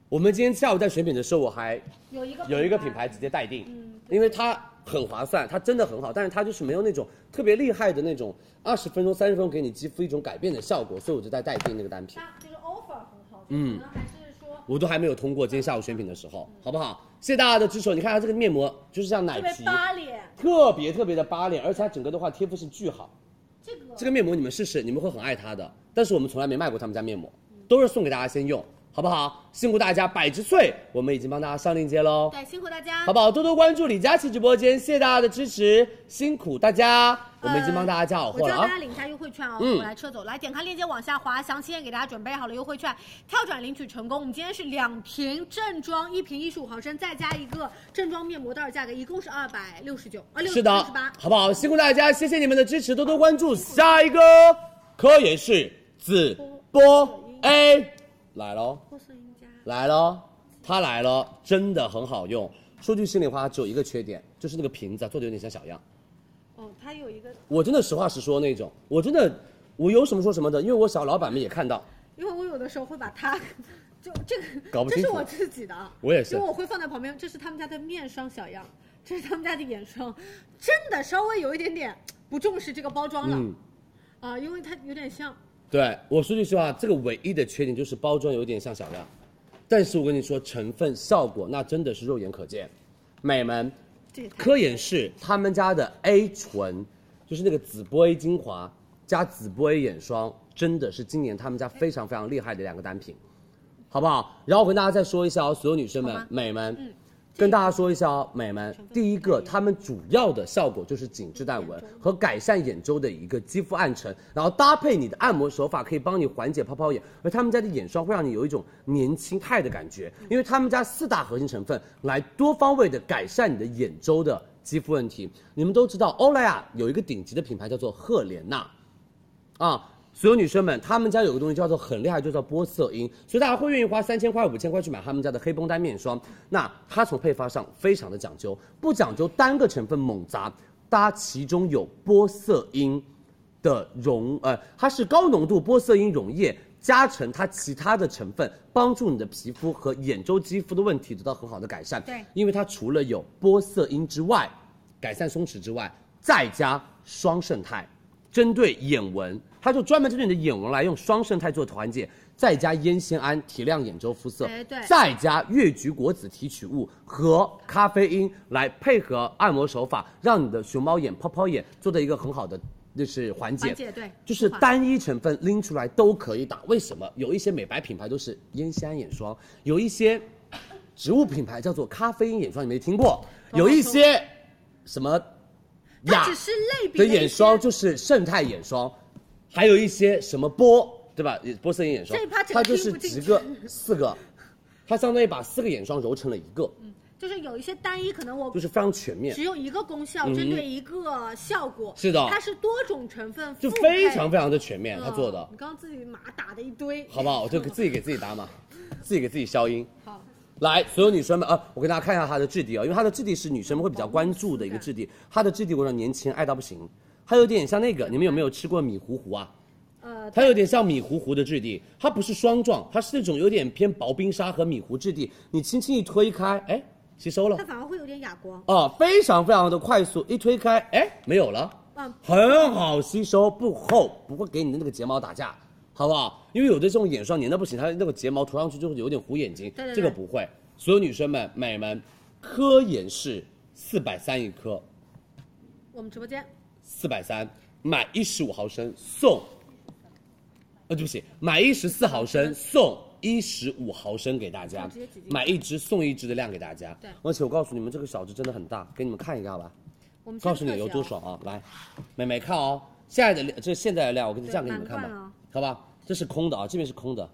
[SPEAKER 4] 我们今天下午在选品的时候，我还
[SPEAKER 1] 有一个
[SPEAKER 4] 有一个品牌直接待定，因为它很划算，它真的很好，但是它就是没有那种特别厉害的那种二十分钟、三十分钟给你肌肤一种改变的效果，所以我就在待定那个单品。
[SPEAKER 1] 它就是 offer 很好，
[SPEAKER 4] 嗯
[SPEAKER 1] 可能还是说
[SPEAKER 4] 我都还没有通过今天下午选品的时候，好不好？谢谢大家的支持。你看啊它这个面膜就是像奶
[SPEAKER 1] 特别
[SPEAKER 4] 皮，
[SPEAKER 1] 扒脸，
[SPEAKER 4] 特别特别的扒脸，而且它整个的话贴肤是巨好。
[SPEAKER 1] 这个
[SPEAKER 4] 这个面膜你们试试，你们会很爱它的。但是我们从来没卖过他们家面膜，都是送给大家先用，好不好？辛苦大家，百之萃我们已经帮大家上链接喽，
[SPEAKER 1] 对，辛苦大家
[SPEAKER 4] 好。不好？多多关注李佳琦直播间，谢谢大家的支持，辛苦大家，我们已经帮大家加好
[SPEAKER 1] 我
[SPEAKER 4] 货了
[SPEAKER 1] 教大
[SPEAKER 4] 啊
[SPEAKER 1] 家！领一下优惠券哦，
[SPEAKER 4] 嗯
[SPEAKER 1] 我来撤走，来点开链接往下滑，详情页给大家准备好了优惠券，跳转领取成功。我们今天是两瓶正装，一瓶一十五毫升，再加一个正装面膜袋，价格一共是二百六十九啊，六
[SPEAKER 4] 是的
[SPEAKER 1] 十八，。
[SPEAKER 4] 好不好？辛苦大家，谢谢你们的支持，多多关注。下一个科研是子
[SPEAKER 1] 哦
[SPEAKER 4] 波 A 来喽，
[SPEAKER 1] 波斯赢家
[SPEAKER 4] 来喽，它来了，真的很好用。说句心里话，只有一个缺点，就是那个瓶子啊做的有点像小样。
[SPEAKER 1] 哦，它有一个，
[SPEAKER 4] 我真的实话实说那种，我真的我有什么说什么的，因为我小老板们也看到，
[SPEAKER 1] 因为我有的时候会把它，就这个，
[SPEAKER 4] 搞不
[SPEAKER 1] 这
[SPEAKER 4] 清楚
[SPEAKER 1] 是我自己的啊，
[SPEAKER 4] 我也是
[SPEAKER 1] 因为我会放在旁边，这是他们家的面霜小样，这是他们家的眼霜，真的稍微有一点点不重视这个包装了、
[SPEAKER 4] 嗯，
[SPEAKER 1] 啊，因为它有点像。
[SPEAKER 4] 对我说句实话，这个唯一的缺点就是包装有点像小样，但是我跟你说，成分效果那真的是肉眼可见，美们。
[SPEAKER 1] 这也太
[SPEAKER 4] 科颜氏他们家的 A 醇，就是那个紫波 A 精华加紫波 A 眼霜，真的是今年他们家非常非常厉害的两个单品，好不好？然后我跟大家再说一下哦，所有女生
[SPEAKER 1] 好
[SPEAKER 4] 们
[SPEAKER 1] 吗、嗯
[SPEAKER 4] 美们，跟大家说一下哦，美们，第一个他们主要的效果就是紧致淡纹和改善眼周的一个肌肤暗沉，然后搭配你的按摩手法，可以帮你缓解泡泡眼。而他们家的眼霜会让你有一种年轻态的感觉，因为他们家四大核心成分来多方位的改善你的眼周的肌肤问题。你们都知道，欧莱雅有一个顶级的品牌叫做赫莲娜，啊，所有女生们，他们家有个东西叫做很厉害，就叫玻色因，所以大家会愿意花三千块、五千块去买他们家的黑绷带面霜。那它从配方上非常的讲究，不讲究单个成分猛砸，它其中有玻色因的溶，呃，它是高浓度玻色因溶液。加成它其他的成分，帮助你的皮肤和眼周肌肤的问题得到很好的改善。
[SPEAKER 1] 对
[SPEAKER 4] 因为它除了有玻色因之外，改善松弛之外，再加双胜肽，针对眼纹，它就专门针对你的眼纹来用双胜肽做缓解，再加烟酰胺提亮眼周肤色，
[SPEAKER 1] 哎对
[SPEAKER 4] 再加越橘果籽提取物和咖啡因来配合按摩手法，让你的熊猫眼、泡泡眼做的一个很好的就是缓解。
[SPEAKER 1] 缓解对
[SPEAKER 4] 就是单一成分拎出来都可以打。为什么？有一些美白品牌都是烟酰胺眼霜，有一些植物品牌叫做咖啡因眼霜，你没听过？有一些什么
[SPEAKER 1] 它
[SPEAKER 4] 雅
[SPEAKER 1] 只是类比
[SPEAKER 4] 的
[SPEAKER 1] 了一些
[SPEAKER 4] 眼霜就是胜肽眼霜，还有一些什么波，对吧？波色因眼霜
[SPEAKER 1] 这一趴，整个
[SPEAKER 4] 它就
[SPEAKER 1] 听
[SPEAKER 4] 是
[SPEAKER 1] 不进
[SPEAKER 4] 几
[SPEAKER 1] 去
[SPEAKER 4] 个四个，它相当于把四个眼霜揉成了一个，
[SPEAKER 1] 就是有一些单一，可能我
[SPEAKER 4] 就是非常全面
[SPEAKER 1] 只。有一个功效，针对一个效果。
[SPEAKER 4] 是的
[SPEAKER 1] 它是多种成分
[SPEAKER 4] 就
[SPEAKER 1] 复配
[SPEAKER 4] 非常非常的全面，
[SPEAKER 1] 嗯
[SPEAKER 4] 它做的
[SPEAKER 1] 你刚刚自己码打的一堆，
[SPEAKER 4] 好不好？我就自己给自己打码，自己给自己消音。
[SPEAKER 1] 好，
[SPEAKER 4] 来，所有女生们啊，我给大家看一下它的质地啊，因为它的质地是女生们会比较关注的一个质地。它的质地我让年轻人爱到不行，它有点像那个，你们有没有吃过米糊糊啊？
[SPEAKER 1] 呃，
[SPEAKER 4] 它有点像米糊糊的质地，它不是霜状，它是那种有点偏薄冰沙和米糊质地，你轻轻一推开，哎，吸收了
[SPEAKER 1] 它反而会有点哑光。
[SPEAKER 4] 啊，非常非常的快速，一推开，哎，没有了。
[SPEAKER 1] 嗯，
[SPEAKER 4] 很好吸收，不厚，不会给你的那个睫毛打架，好不好？因为有的这种眼霜粘的不行，它那个睫毛涂上去就会有点糊眼睛，
[SPEAKER 1] 对对对
[SPEAKER 4] 这个不会。所有女生们、美们，科颜氏四百三一颗，
[SPEAKER 1] 我们直播间
[SPEAKER 4] 四百三买一十五毫升送，呃，对不起，买一十四毫升送。一十五毫升给大家
[SPEAKER 1] 嗯直接挤进，去
[SPEAKER 4] 买一支送一支的量给大家。
[SPEAKER 1] 对
[SPEAKER 4] 而且我告诉你们，这个小支真的很大，给你们看一下吧。
[SPEAKER 1] 我们先
[SPEAKER 4] 告诉你有多
[SPEAKER 1] 客气啊，
[SPEAKER 4] 爽啊！来，美美看哦，现在的量，这是现在的量，我给你
[SPEAKER 1] 对
[SPEAKER 4] 这样给你们看吧，
[SPEAKER 1] 满贯啊
[SPEAKER 4] 好吧？这是空的啊，这边是空的，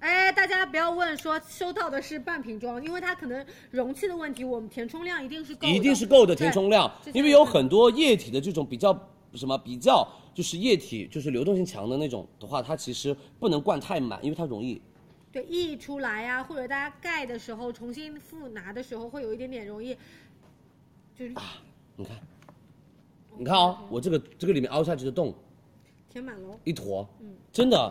[SPEAKER 1] 哎，大家不要问说收到的是半瓶装，因为它可能容器的问题，我们填充量一定是够的，
[SPEAKER 4] 一定是够的
[SPEAKER 1] 对
[SPEAKER 4] 填充量，
[SPEAKER 1] 这些
[SPEAKER 4] 因为有很多液体的这种比较什么比较就是液体就是流动性强的那种的话，它其实不能灌太满，因为它容易
[SPEAKER 1] 对溢出来呀、或者大家盖的时候重新复拿的时候会有一点点容易，就是
[SPEAKER 4] 啊你看，你看哦，我这个这个里面凹下去的洞
[SPEAKER 1] 填满喽。
[SPEAKER 4] 一坨，
[SPEAKER 1] 嗯
[SPEAKER 4] 真的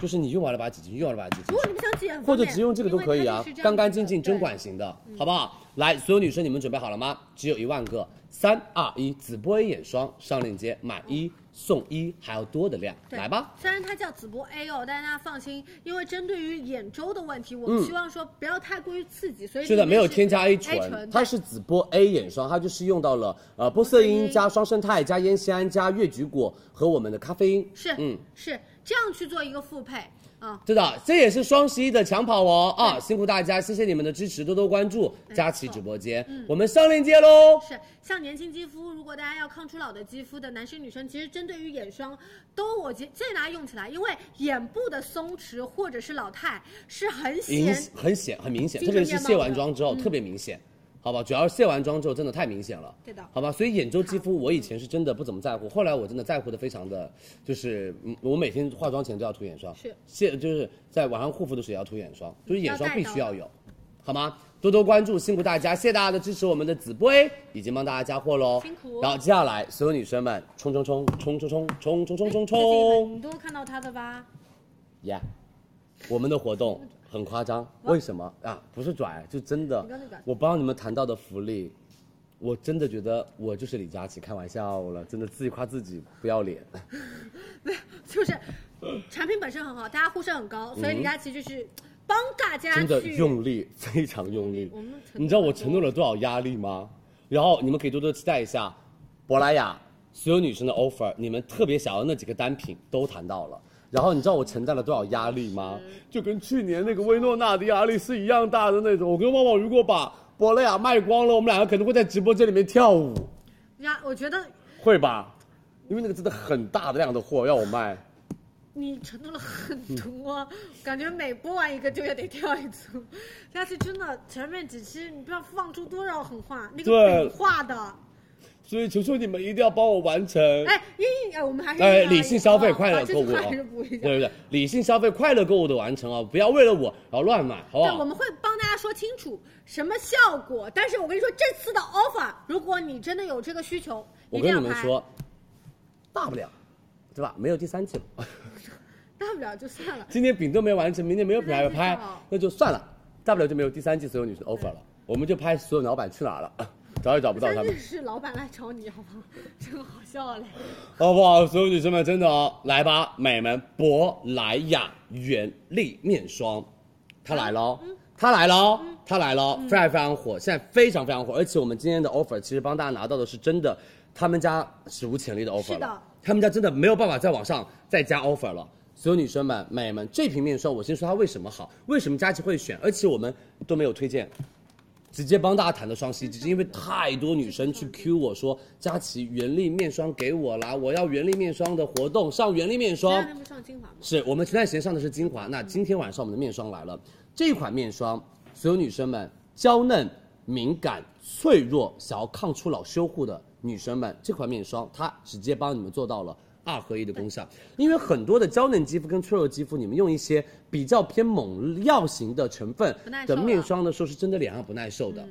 [SPEAKER 4] 就是你用完了把它挤进去，用完了把它挤进
[SPEAKER 1] 如
[SPEAKER 4] 去
[SPEAKER 1] 果。你们想减，
[SPEAKER 4] 或者只用这个都可
[SPEAKER 1] 因
[SPEAKER 4] 以
[SPEAKER 1] 为它
[SPEAKER 4] 啊
[SPEAKER 1] 就是这样子，的
[SPEAKER 4] 干干净净针。
[SPEAKER 1] 对
[SPEAKER 4] 管型的，好不好？来，所有女生你们准备好了吗？只有一万个，三二一，紫波 A 眼霜上链接，买一送一，还要多的量，
[SPEAKER 1] 对
[SPEAKER 4] 来吧。
[SPEAKER 1] 虽然它叫紫波 A 哦，但是大家放心，因为针对于眼周的问题，我们希望说不要太过于刺激，所以
[SPEAKER 4] 嗯是的，
[SPEAKER 1] 里面
[SPEAKER 4] 没有添加 A
[SPEAKER 1] 醇，
[SPEAKER 4] 醇，它是紫波 A 眼霜，它就是用到了呃玻色因加双生肽加烟酰胺加越橘果和我们的咖啡因，
[SPEAKER 1] 是
[SPEAKER 4] 嗯，
[SPEAKER 1] 是这样去做一个复配啊。
[SPEAKER 4] 是的，这也是双十一的抢跑哦啊！辛苦大家，谢谢你们的支持，多多关注佳琦直播间，
[SPEAKER 1] 嗯
[SPEAKER 4] 我们上链接喽。
[SPEAKER 1] 是像年轻肌肤，如果大家要抗初老的肌肤的男生女生，其实针对于眼霜，都我建建议大家用起来，因为眼部的松弛或者是老态是很
[SPEAKER 4] 明
[SPEAKER 1] 显
[SPEAKER 4] 很显很明显，
[SPEAKER 1] 精
[SPEAKER 4] 特别
[SPEAKER 1] 神
[SPEAKER 4] 是
[SPEAKER 1] 面貌
[SPEAKER 4] 卸完
[SPEAKER 1] 的嗯
[SPEAKER 4] 妆之后、特别明显，好吧？主要是卸完妆之后真的太明显了，
[SPEAKER 1] 对的
[SPEAKER 4] 好吧？所以眼周肌肤我以前是真的不怎么在乎，后来我真的在乎的非常的，就是嗯我每天化妆前都要涂眼霜，
[SPEAKER 1] 是
[SPEAKER 4] 卸就是在晚上护肤的时候也要涂眼霜，就是眼霜
[SPEAKER 1] 要带
[SPEAKER 4] 必
[SPEAKER 1] 到
[SPEAKER 4] 须要有，好吗？多多关注，辛苦大家，谢谢大家的支持，我们的紫波 A 已经帮大家加货喽，
[SPEAKER 1] 辛苦
[SPEAKER 4] 然后接下来所有女生们冲冲冲冲冲冲冲冲冲冲
[SPEAKER 1] 最近
[SPEAKER 4] 冲，
[SPEAKER 1] 很多看到它的吧？
[SPEAKER 4] 呀、我们的活动很夸张，为什么啊？不是拽，就真的
[SPEAKER 1] 你刚才拽。
[SPEAKER 4] 我帮你们谈到的福利，我真的觉得我就是李佳琦，开玩笑了，真的自己夸自己不要脸。
[SPEAKER 1] 就是产品本身很好，大家呼声很高，所以李佳琦就是帮大家
[SPEAKER 4] 嗯真的
[SPEAKER 1] 去
[SPEAKER 4] 用力， 非常用力
[SPEAKER 1] 我们承诺。
[SPEAKER 4] 你知道我承诺了多少压力吗？然后你们可以多多期待一下，珀莱雅所有女生的 offer，你们特别想要那几个单品都谈到了。然后你知道我承担了多少压力吗？就跟去年那个薇诺娜的压力是一样大的那种。我跟旺旺如果把珀莱雅卖光了，我们两个可能会在直播间里面跳舞，
[SPEAKER 1] 呀，我觉得
[SPEAKER 4] 会吧？因为那个真的很大的量的货要我卖。
[SPEAKER 1] 你承诺了很多，
[SPEAKER 4] 嗯
[SPEAKER 1] 感觉每播完一个就也得跳一组。 佳琦真的前面几期你不知道放出多少狠话，那个
[SPEAKER 4] 对
[SPEAKER 1] 狠话的。
[SPEAKER 4] 所以求求你们一定要帮我完成。
[SPEAKER 1] 哎，因为哎，我们还是
[SPEAKER 4] 呃，
[SPEAKER 1] 要
[SPEAKER 4] 理性消费，快乐
[SPEAKER 1] 哦把这
[SPEAKER 4] 购
[SPEAKER 1] 句
[SPEAKER 4] 物
[SPEAKER 1] 话
[SPEAKER 4] 啊！
[SPEAKER 1] 还是
[SPEAKER 4] 对
[SPEAKER 1] 补
[SPEAKER 4] 对
[SPEAKER 1] 一下。
[SPEAKER 4] 对，理性消费，快乐购物的完成啊！不要为了我然后乱买，好不
[SPEAKER 1] 对，我
[SPEAKER 4] 好？
[SPEAKER 1] 们会帮大家说清楚什么效果，但是我跟你说，这次的 offer，如果你真的有这个需求，
[SPEAKER 4] 我
[SPEAKER 1] 一定
[SPEAKER 4] 跟
[SPEAKER 1] 要
[SPEAKER 4] 你们
[SPEAKER 1] 拍，
[SPEAKER 4] 说，大不了，对吧？没有第三期了，
[SPEAKER 1] 大不了就算了。
[SPEAKER 4] 今天饼都没完成，明天没有品牌
[SPEAKER 1] 第三季
[SPEAKER 4] 拍
[SPEAKER 1] 了，
[SPEAKER 4] 那就算了，大不了就没有第三季所有女生 offer 了，我们就拍所有老板去哪儿了， 找也找不到他
[SPEAKER 1] 但
[SPEAKER 4] 们
[SPEAKER 1] 是。是老板来找你，好 不好？真好笑嘞！
[SPEAKER 4] 好不好？所有女生们，真的哦，来吧，美们，珀莱雅原力面霜，它来喽，
[SPEAKER 1] 嗯
[SPEAKER 4] 它来喽，它来喽，非常非常火，现在非常非常火，而且我们今天的 offer 其实帮大家拿到的是真的，他们家史无前例的 offer
[SPEAKER 1] 是的
[SPEAKER 4] 了他们家真的没有办法再往上再加 offer 了。所有女生们、美们，这瓶面霜我先说它为什么好，为什么佳琦会选，而且我们都没有推荐，直接帮大家谈的双十一，只是因为太多女生去 Q 我说，佳琦原力面霜给我啦，我要原力面霜的活动，上原力面
[SPEAKER 1] 前
[SPEAKER 4] 霜
[SPEAKER 1] 两。天不上精华吗？
[SPEAKER 4] 是我们前段时间上的是精华，那
[SPEAKER 1] 嗯
[SPEAKER 4] 今天晚上我们的面霜来了。这款面霜，所有女生们，娇嫩、敏感、脆弱，想要抗初老修护的女生们，这款面霜它直接帮你们做到了。二合一的功效，因为很多的娇嫩肌肤跟脆弱肌肤，你们用一些比较偏猛药型的成分
[SPEAKER 1] 不耐受啊
[SPEAKER 4] 的
[SPEAKER 1] 了
[SPEAKER 4] 面霜的时候，是真的脸上不耐受的。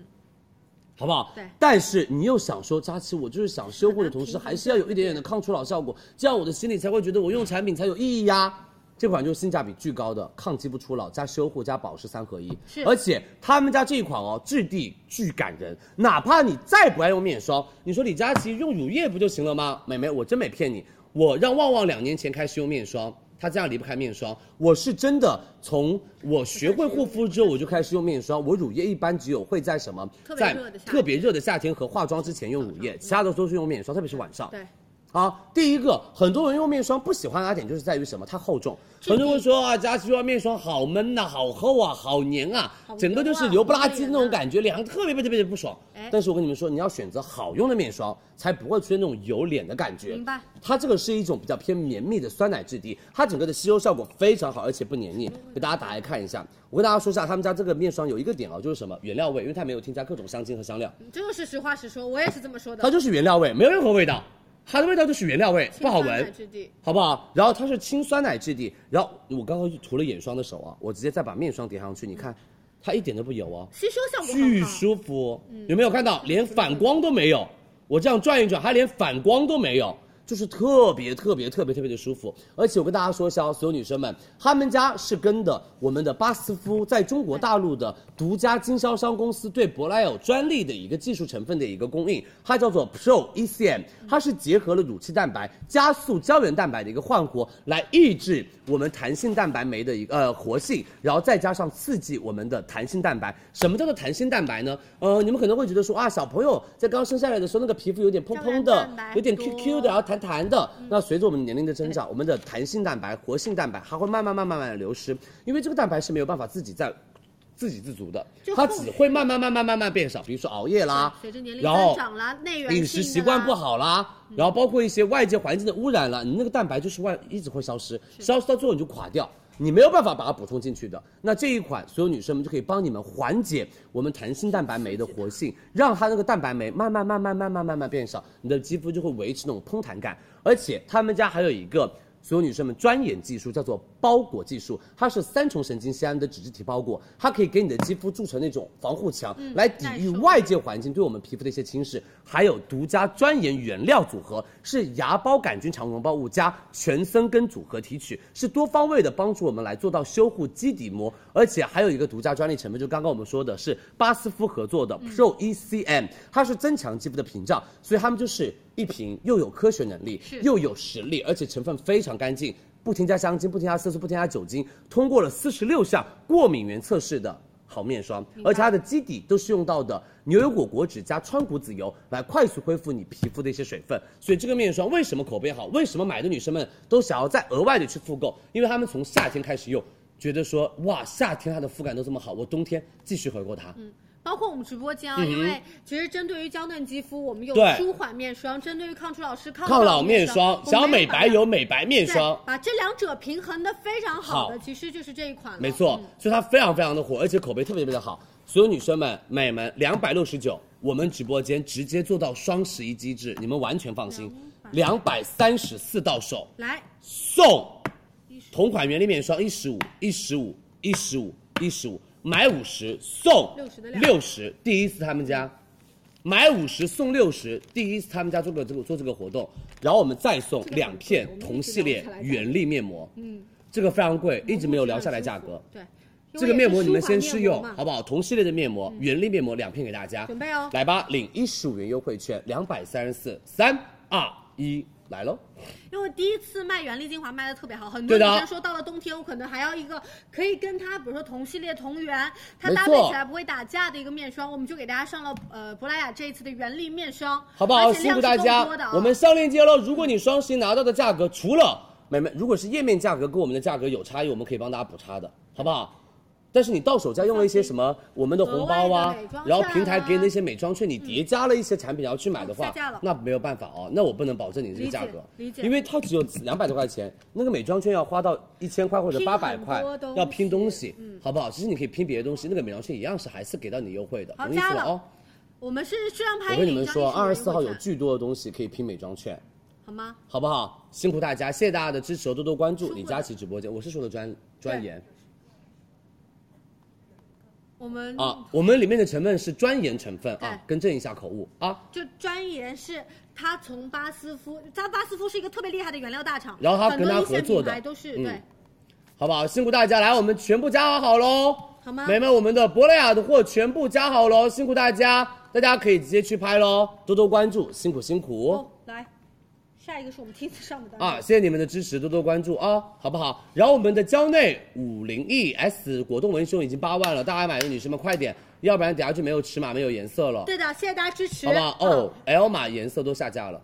[SPEAKER 4] 好不好？
[SPEAKER 1] 对
[SPEAKER 4] 但是你又想说，佳琪，我就是想修护的同时，
[SPEAKER 1] 很难平衡
[SPEAKER 4] 还是要有一点点的抗初老效果，这样我的心里才会觉得我用产品才有意义呀、这款就是性价比巨高的抗肌肤初老加修护加保湿三合一，
[SPEAKER 1] 是
[SPEAKER 4] 而且他们家这一款哦，质地巨感人，哪怕你再不爱用面霜，你说李佳琦用乳液不就行了吗？美眉，我真没骗你，我让旺旺两年前开始用面霜。她这样离不开面霜，我是真的从我学会护肤之后，我就开始用面霜。我乳液一般只有会在什么，
[SPEAKER 1] 特别
[SPEAKER 4] 在
[SPEAKER 1] 热的夏天嗯
[SPEAKER 4] 特别热的夏天和化妆之前用乳液，其他的都是用面霜，特别是晚上。
[SPEAKER 1] 对，
[SPEAKER 4] 啊，第一个，很多人用面霜不喜欢它点就是在于什么？它厚重。很多人会说啊，佳琦说面霜好闷呐、好厚啊，好黏啊，整个就是油不拉几的那种感觉，脸特别特别特别不爽。但是我跟你们说，你要选择好用的面霜，才不会出现那种油脸的感觉。
[SPEAKER 1] 明白。
[SPEAKER 4] 它这个是一种比较偏绵密的酸奶质地，它整个的吸收效果非常好，而且不黏腻。给大家打开看一下，我跟大家说一下，他们家这个面霜有一个点哦，就是什么原料味，因为它没有添加各种香精和香料，
[SPEAKER 1] 嗯这个是实话实说，我也是这么说的
[SPEAKER 4] 它。就是原料味，没有任何味道，它的味道就是原料味，不好
[SPEAKER 1] 清酸奶
[SPEAKER 4] 闻。
[SPEAKER 1] 质地
[SPEAKER 4] 好不好？然后它是轻酸奶质地，然后我刚刚就涂了眼霜的手啊，我直接再把面霜叠上去，你看，它一点都不油哦，
[SPEAKER 1] 吸收效果
[SPEAKER 4] 巨
[SPEAKER 1] 很好。
[SPEAKER 4] 舒服，有没有看到？连反光都没有，我这样转一转，它连反光都没有，就是特别特别特别特别的舒服。而且我跟大家说一下哦，所有女生们，他们家是跟的我们的巴斯夫在中国大陆的独家经销商公司对珀莱雅有专利的一个技术成分的一个供应，它叫做 Pro ECM，它是结合了乳清蛋白、加速胶原蛋白的一个焕活，来抑制我们弹性蛋白酶的一个呃活性，然后再加上刺激我们的弹性蛋白。什么叫做弹性蛋白呢？呃，你们可能会觉得说啊，小朋友在刚生下来的时候，那个皮肤有点蓬蓬
[SPEAKER 1] 胶
[SPEAKER 4] 的
[SPEAKER 1] 原蛋白，
[SPEAKER 4] 有点
[SPEAKER 1] 多嗯
[SPEAKER 4] QQ 的，然后弹弹的。那随着我们年龄的增长，我们的弹性蛋白、活性蛋白它会慢慢慢慢慢慢地流失，因为这个蛋白是没有办法自己在。自给自足的，它只会慢慢慢慢慢慢变少，比如说熬夜啦，
[SPEAKER 1] 随着年龄
[SPEAKER 4] 啊然后
[SPEAKER 1] 增长啦，内源
[SPEAKER 4] 饮
[SPEAKER 1] 性
[SPEAKER 4] 食
[SPEAKER 1] 的
[SPEAKER 4] 习惯
[SPEAKER 1] 啦
[SPEAKER 4] 不好啦，
[SPEAKER 1] 嗯
[SPEAKER 4] 然后包括一些外界环境的污染啦，你那个蛋白就是外一直会消失，消失到最后你就垮掉，你没有办法把它补充进去的。那这一款所有女生们就可以帮你们缓解我们弹性蛋白酶的活性，让它那个蛋白酶慢慢慢慢慢慢慢慢变少，你的肌肤就会维持那种嘭弹感。而且他们家还有一个。所有女生们专研技术叫做包裹技术，它是三重神经酰胺的脂质体包裹，它可以给你的肌肤筑成那种防护墙，来抵
[SPEAKER 1] 嗯耐
[SPEAKER 4] 御
[SPEAKER 1] 受
[SPEAKER 4] 外界环境对我们皮肤的一些侵蚀。还有独家专研原料组合，是芽孢杆菌长绒孢物加全生根组合提取，是多方位的帮助我们来做到修护基底膜，而且还有一个独家专利成分，就刚刚我们说的是巴斯夫合作的 Pro ECM，、它是增强肌肤的屏障，所以它们就是一瓶又有科学能力，又有实力，而且成分非常干净，不添加香精，不添加色素，不添加酒精，通过了四十六项过敏原测试的好面霜，而且它的基底都是用到的牛油果果脂加川谷籽油来快速恢复你皮肤的一些水分。所以这个面霜为什么口碑好？为什么买的女生们都想要再额外的去复购？因为她们从夏天开始用。觉得说哇，夏天它的肤感都这么好，我冬天继续回购它。
[SPEAKER 1] 包括我们直播间啊，因为其实针对于娇嫩肌肤，我们有
[SPEAKER 4] 嗯对
[SPEAKER 1] 舒缓面霜；针对于抗初老师，抗
[SPEAKER 4] 抗
[SPEAKER 1] 老
[SPEAKER 4] 老面
[SPEAKER 1] 霜
[SPEAKER 4] 霜，，想要美白有
[SPEAKER 1] 油
[SPEAKER 4] 美白面霜，
[SPEAKER 1] 把这两者平衡的非常好的，
[SPEAKER 4] 好
[SPEAKER 1] 其实就是这一款了。
[SPEAKER 4] 没错，所以它非常非常的火，而且口碑特别特别的好。所有女生们、美们，两百六十九，我们直播间直接做到双十一机制，你们完嗯全放心。两百三十四到手，
[SPEAKER 1] 来，
[SPEAKER 4] 送同款原力面霜一十五、一十五、一十五、一十五，买五十送
[SPEAKER 1] 60的量
[SPEAKER 4] 六十，第一次他们家。买五十送六十，第一次他们家做个这个做这个活动，然后我们再送两片同系列原力面膜，嗯，这个非常贵，一直没有聊下来价格，
[SPEAKER 1] 对，
[SPEAKER 4] 这个面膜你们先试
[SPEAKER 1] 试
[SPEAKER 4] 用，好不好？同系列的面膜，原力面膜两片给大家，
[SPEAKER 1] 嗯准备哦
[SPEAKER 4] 来吧，领一十五元优惠券，两百三十四，三二一，来喽！
[SPEAKER 1] 因为第一次卖原力精华卖的特别好，很多
[SPEAKER 4] 对
[SPEAKER 1] 女
[SPEAKER 4] 的
[SPEAKER 1] 生说到了冬天，我可能还要一个可以跟它，比如说同系列同源，它
[SPEAKER 4] 没
[SPEAKER 1] 搭配
[SPEAKER 4] 错
[SPEAKER 1] 起来不会打架的一个面霜，我们就给大家上了呃珀莱雅这一次的原力面霜，
[SPEAKER 4] 好不好？
[SPEAKER 1] 而且
[SPEAKER 4] 辛
[SPEAKER 1] 量
[SPEAKER 4] 苦
[SPEAKER 1] 是
[SPEAKER 4] 大
[SPEAKER 1] 够
[SPEAKER 4] 家
[SPEAKER 1] 多的啊。，
[SPEAKER 4] 我们上链接喽。如果你双十一拿到的价格，除了美们，如果是页面价格跟我们的价格有差异，我们可以帮大家补差的，好不好？但是你到手价用了一些什么我们的红包
[SPEAKER 1] 额外
[SPEAKER 4] 啊
[SPEAKER 1] 的美妆券啊，
[SPEAKER 4] 然后平台给你的一些美妆券，你叠加了一些产品，然后去买的
[SPEAKER 1] 下
[SPEAKER 4] 话
[SPEAKER 1] 架嗯了，
[SPEAKER 4] 那没有办法哦，那我不能保证你这
[SPEAKER 1] 理解
[SPEAKER 4] 个价格，
[SPEAKER 1] 理解
[SPEAKER 4] 因为它只有两百多块钱，那个美妆券要花到一千块或者
[SPEAKER 1] 拼
[SPEAKER 4] 八百
[SPEAKER 1] 很
[SPEAKER 4] 块
[SPEAKER 1] 多东，
[SPEAKER 4] 要拼
[SPEAKER 1] 西嗯
[SPEAKER 4] 东西，好不好？其实你可以拼别的东西，那个美妆券一样是还是给到你优惠的，
[SPEAKER 1] 好
[SPEAKER 4] 懂意思
[SPEAKER 1] 加
[SPEAKER 4] 了
[SPEAKER 1] 了
[SPEAKER 4] 哦。
[SPEAKER 1] 我们是质量拍
[SPEAKER 4] 我
[SPEAKER 1] 一
[SPEAKER 4] 跟你
[SPEAKER 1] 领
[SPEAKER 4] 们
[SPEAKER 1] 张
[SPEAKER 4] 说，
[SPEAKER 1] 一
[SPEAKER 4] 二十四
[SPEAKER 1] 元
[SPEAKER 4] 号
[SPEAKER 1] 优惠
[SPEAKER 4] 有
[SPEAKER 1] 券
[SPEAKER 4] 巨多的东西可以拼美妆券，
[SPEAKER 1] 好吗？
[SPEAKER 4] 好不好？辛苦大家，谢谢大家的支持哦，多多关注
[SPEAKER 1] 的
[SPEAKER 4] 李佳琦直播间。我是说的专专研
[SPEAKER 1] 我们
[SPEAKER 4] 啊，我们里面的成分是专研成分
[SPEAKER 1] 对
[SPEAKER 4] 啊，更正一下口误啊。
[SPEAKER 1] 就专研是它从巴斯夫，它巴斯夫是一个特别厉害的原料大厂，
[SPEAKER 4] 然后它
[SPEAKER 1] 很多
[SPEAKER 4] 跟它
[SPEAKER 1] 一线
[SPEAKER 4] 合作
[SPEAKER 1] 品
[SPEAKER 4] 的
[SPEAKER 1] 牌都是
[SPEAKER 4] 嗯
[SPEAKER 1] 对。
[SPEAKER 4] 好不好？辛苦大家，来，我们全部加好喽，
[SPEAKER 1] 好吗
[SPEAKER 4] 美们，我们的珀莱雅的货全部加好喽，辛苦大家，大家可以直接去拍喽，多多关注，辛苦辛苦。
[SPEAKER 1] 哦，来，下一个是我们第一次上的单
[SPEAKER 4] 啊，谢谢你们的支持，多多关注啊，好不好？然后我们的娇内五零 E S 果冻文胸已经八万了，大家买的女生们快点，要不然等下就没有尺码、没有颜色了，
[SPEAKER 1] 对的，谢谢大家支持。嗯
[SPEAKER 4] 好不好？哦，L 哦码颜色都下架了，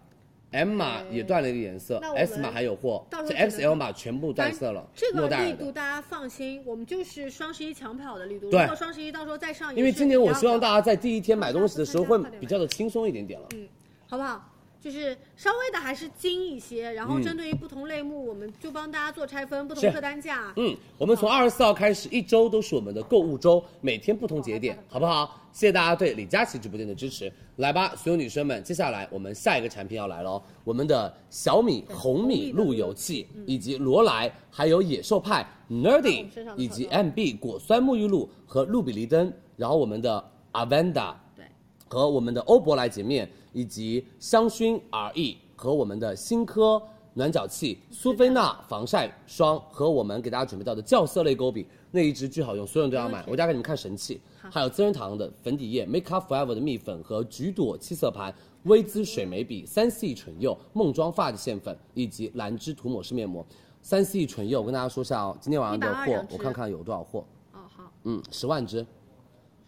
[SPEAKER 4] M 码也断了一个颜色
[SPEAKER 1] 嗯那我们
[SPEAKER 4] ，S 码还有货
[SPEAKER 1] 到时，候
[SPEAKER 4] 这
[SPEAKER 1] 记得
[SPEAKER 4] XL 码全部断色了，
[SPEAKER 1] 这个
[SPEAKER 4] 莫代
[SPEAKER 1] 力
[SPEAKER 4] 尔
[SPEAKER 1] 度
[SPEAKER 4] 的。
[SPEAKER 1] 大家放心，我们就是双十一抢跑的力度。
[SPEAKER 4] 对
[SPEAKER 1] 如果双十一到时候再上，
[SPEAKER 4] 因为今年我希望
[SPEAKER 1] 到。
[SPEAKER 4] 大家在第一天买东西的时候
[SPEAKER 1] 大家
[SPEAKER 4] 会
[SPEAKER 1] 都参加
[SPEAKER 4] 比较的轻松一点点了。
[SPEAKER 1] 嗯，好不好？就是稍微的还是精一些，然后
[SPEAKER 4] 嗯
[SPEAKER 1] 针对于不同类目，我们就帮大家做拆分，不同
[SPEAKER 4] 是
[SPEAKER 1] 客单价。
[SPEAKER 4] 嗯，我们
[SPEAKER 1] 啊
[SPEAKER 4] 从二十四号开始，一周都是我们的购物周，每天不同节点，
[SPEAKER 1] 啊
[SPEAKER 4] 好不好？谢谢大家对李佳琦直播间的支持。来吧，所有女生们，接下来我们下一个产品要来了哦，我们的小米红米路由器，
[SPEAKER 1] 嗯
[SPEAKER 4] 以及罗莱，还有野兽派、Nerdy，
[SPEAKER 1] 身上的
[SPEAKER 4] 以及
[SPEAKER 1] 好
[SPEAKER 4] MB 果酸沐浴露和露比丽登，然后我们的 Avenda，
[SPEAKER 1] 对，
[SPEAKER 4] 和我们的欧珀莱洁面，以及香薰 RE 和我们的新科暖脚器、苏菲娜防晒霜和我们给大家准备到的酵色类钩笔，那一支巨好用，所有人都要买。我待会给你们看神器，还有资生堂的粉底液 Make Up Forever 的蜜粉和橘朵七色盘。薇姿水眉笔、三 C 唇釉、梦妆发际线粉以及兰芝涂抹式面膜。三 C 唇釉，我跟大家说一下哦，今天晚上的
[SPEAKER 1] 122
[SPEAKER 4] 货
[SPEAKER 1] 两，支
[SPEAKER 4] 我看看有多少货。
[SPEAKER 1] 哦，好，
[SPEAKER 4] 嗯，十万支。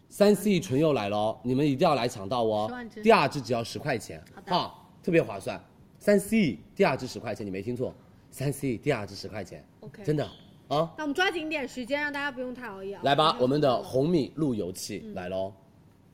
[SPEAKER 4] 三 C 唇釉来了哦，你们一定要来抢到哦
[SPEAKER 1] 10万支！
[SPEAKER 4] 第二支只要十块钱，啊，特别划算。三 C 第二支十块钱，你没听错，三 C 第二支十块钱
[SPEAKER 1] OK
[SPEAKER 4] 真的啊！
[SPEAKER 1] 那我们抓紧一点时间，让大家不用太熬夜啊。
[SPEAKER 4] 来吧，我们的红米路由器
[SPEAKER 1] 嗯
[SPEAKER 4] 来喽！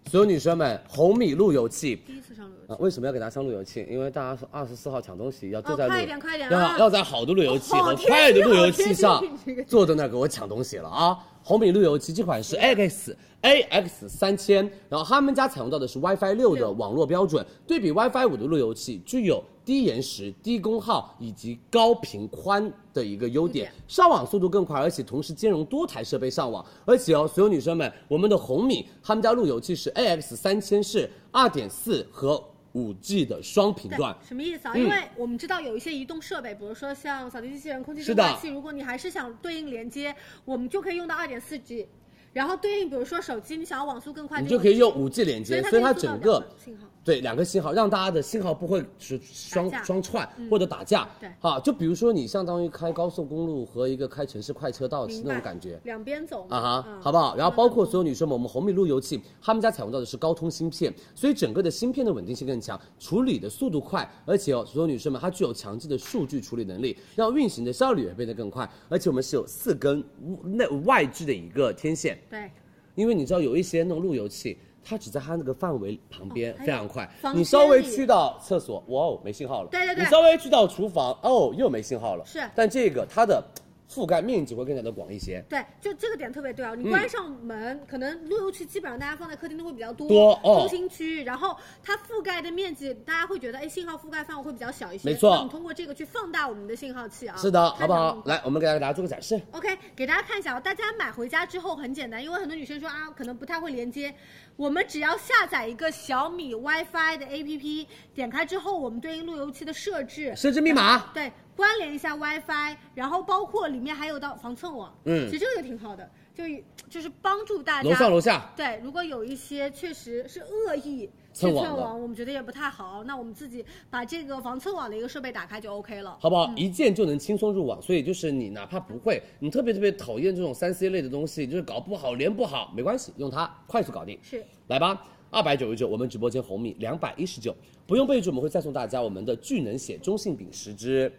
[SPEAKER 4] 所有女生们，红米路由器
[SPEAKER 1] 第一次上路由
[SPEAKER 4] 啊，为什么要给大家上路由器？因为大家说二十四号抢东西要坐在
[SPEAKER 1] 哦
[SPEAKER 4] 路，
[SPEAKER 1] 快一点快一点啊
[SPEAKER 4] 要要在好的路由器和
[SPEAKER 1] 好贴心
[SPEAKER 4] 快的路由器
[SPEAKER 1] 好
[SPEAKER 4] 上
[SPEAKER 1] 贴心这个
[SPEAKER 4] 坐在那儿给我抢东西了啊！红米路由器这款是 X AX 三千，然后他们家采用到的是 WiFi 六的网络标准，对比 WiFi 五的路由器具有低延时、低功耗以及高频宽的一个优点
[SPEAKER 1] 优点，
[SPEAKER 4] 上网速度更快，而且同时兼容多台设备上网。而且哦，所有女生们，我们的红米他们家路由器是 AX 三千是二点四和五 G 的双频段
[SPEAKER 1] 对，，什么意思啊？
[SPEAKER 4] 嗯
[SPEAKER 1] 因为我们知道有一些移动设备，比如说像扫地机器人、空气
[SPEAKER 4] 是
[SPEAKER 1] 净
[SPEAKER 4] 的
[SPEAKER 1] 化器，如果你还是想对应连接，我们就可以用到二点四 G，然后对应比如说手机，你想要网速更快，
[SPEAKER 4] 你就可以用五 G 连
[SPEAKER 1] 所
[SPEAKER 4] 接
[SPEAKER 1] 以，它
[SPEAKER 4] 所
[SPEAKER 1] 可
[SPEAKER 4] 以它
[SPEAKER 1] 以做到
[SPEAKER 4] 整个
[SPEAKER 1] 两信号。
[SPEAKER 4] 对两个信号，让大家的信号不会是双
[SPEAKER 1] 打架嗯
[SPEAKER 4] 双串或者打架。
[SPEAKER 1] 对
[SPEAKER 4] 啊，就比如说你相当于开高速公路和一个开城市快车道哦是
[SPEAKER 1] 明
[SPEAKER 4] 那
[SPEAKER 1] 白
[SPEAKER 4] 种感觉。
[SPEAKER 1] 两边走嘛
[SPEAKER 4] 啊哈，
[SPEAKER 1] 嗯
[SPEAKER 4] 好不好？然后包括所有女生们，我们红米路由器，他们家采用到的是高通芯片，所以整个的芯片的稳定性更强，处理的速度快，而且哦，所有女生们它具有强劲的数据处理能力，让运行的效率也变得更快。而且我们是有四根内外置的一个天线，
[SPEAKER 1] 对，
[SPEAKER 4] 因为你知道有一些那种路由器，它只在它那个范围旁边
[SPEAKER 1] 哦，还有
[SPEAKER 4] 非常快
[SPEAKER 1] 房。间
[SPEAKER 4] 你稍微去到厕所，哇哦，没信号了。
[SPEAKER 1] 对对对
[SPEAKER 4] 你稍微去到厨房，哦，又没信号了。
[SPEAKER 1] 是
[SPEAKER 4] 但这个它的覆盖面积会更加的广一些。
[SPEAKER 1] 对，就这个点特别对啊！你
[SPEAKER 4] 嗯
[SPEAKER 1] 关上门，可能路由器基本上大家放在客厅都会比较多，
[SPEAKER 4] 多哦
[SPEAKER 1] 中心区，然后它覆盖的面积，大家会觉得哎，信号覆盖范围会比较小一些。
[SPEAKER 4] 没错
[SPEAKER 1] 那我们通过这个去放大我们的信号器啊。
[SPEAKER 4] 是的，好
[SPEAKER 1] 看
[SPEAKER 4] 不
[SPEAKER 1] 到
[SPEAKER 4] 好
[SPEAKER 1] 吗？
[SPEAKER 4] 来，我们给大家做个展示。
[SPEAKER 1] OK，给大家看一下啊，大家买回家之后很简单，因为很多女生说啊，可能不太会连接。我们只要下载一个小米 WiFi 的 APP，点开之后，我们对应路由器的设置，
[SPEAKER 4] 设置密码，
[SPEAKER 1] 对，关联一下 WiFi，然后包括里面还有到防蹭网，
[SPEAKER 4] 嗯
[SPEAKER 1] 其实这个挺好的，就就是帮助大家
[SPEAKER 4] 楼上楼下，
[SPEAKER 1] 对，如果有一些确实是恶意去
[SPEAKER 4] 蹭
[SPEAKER 1] 蹭
[SPEAKER 4] 网的
[SPEAKER 1] 网，我们觉得也不太好，那我们自己把这个防蹭网的一个设备打开就 OK 了。
[SPEAKER 4] 好不好？一键就能轻松入网，所以就是你哪怕不会，你特别特别讨厌这种三 C 类的东西，就是搞不好连不好，没关系，用它快速搞定。
[SPEAKER 1] 是，
[SPEAKER 4] 来吧，二百九十九，我们直播间红米两百一十九，不用备注，我们会再送大家我们的聚能血中性饼十支，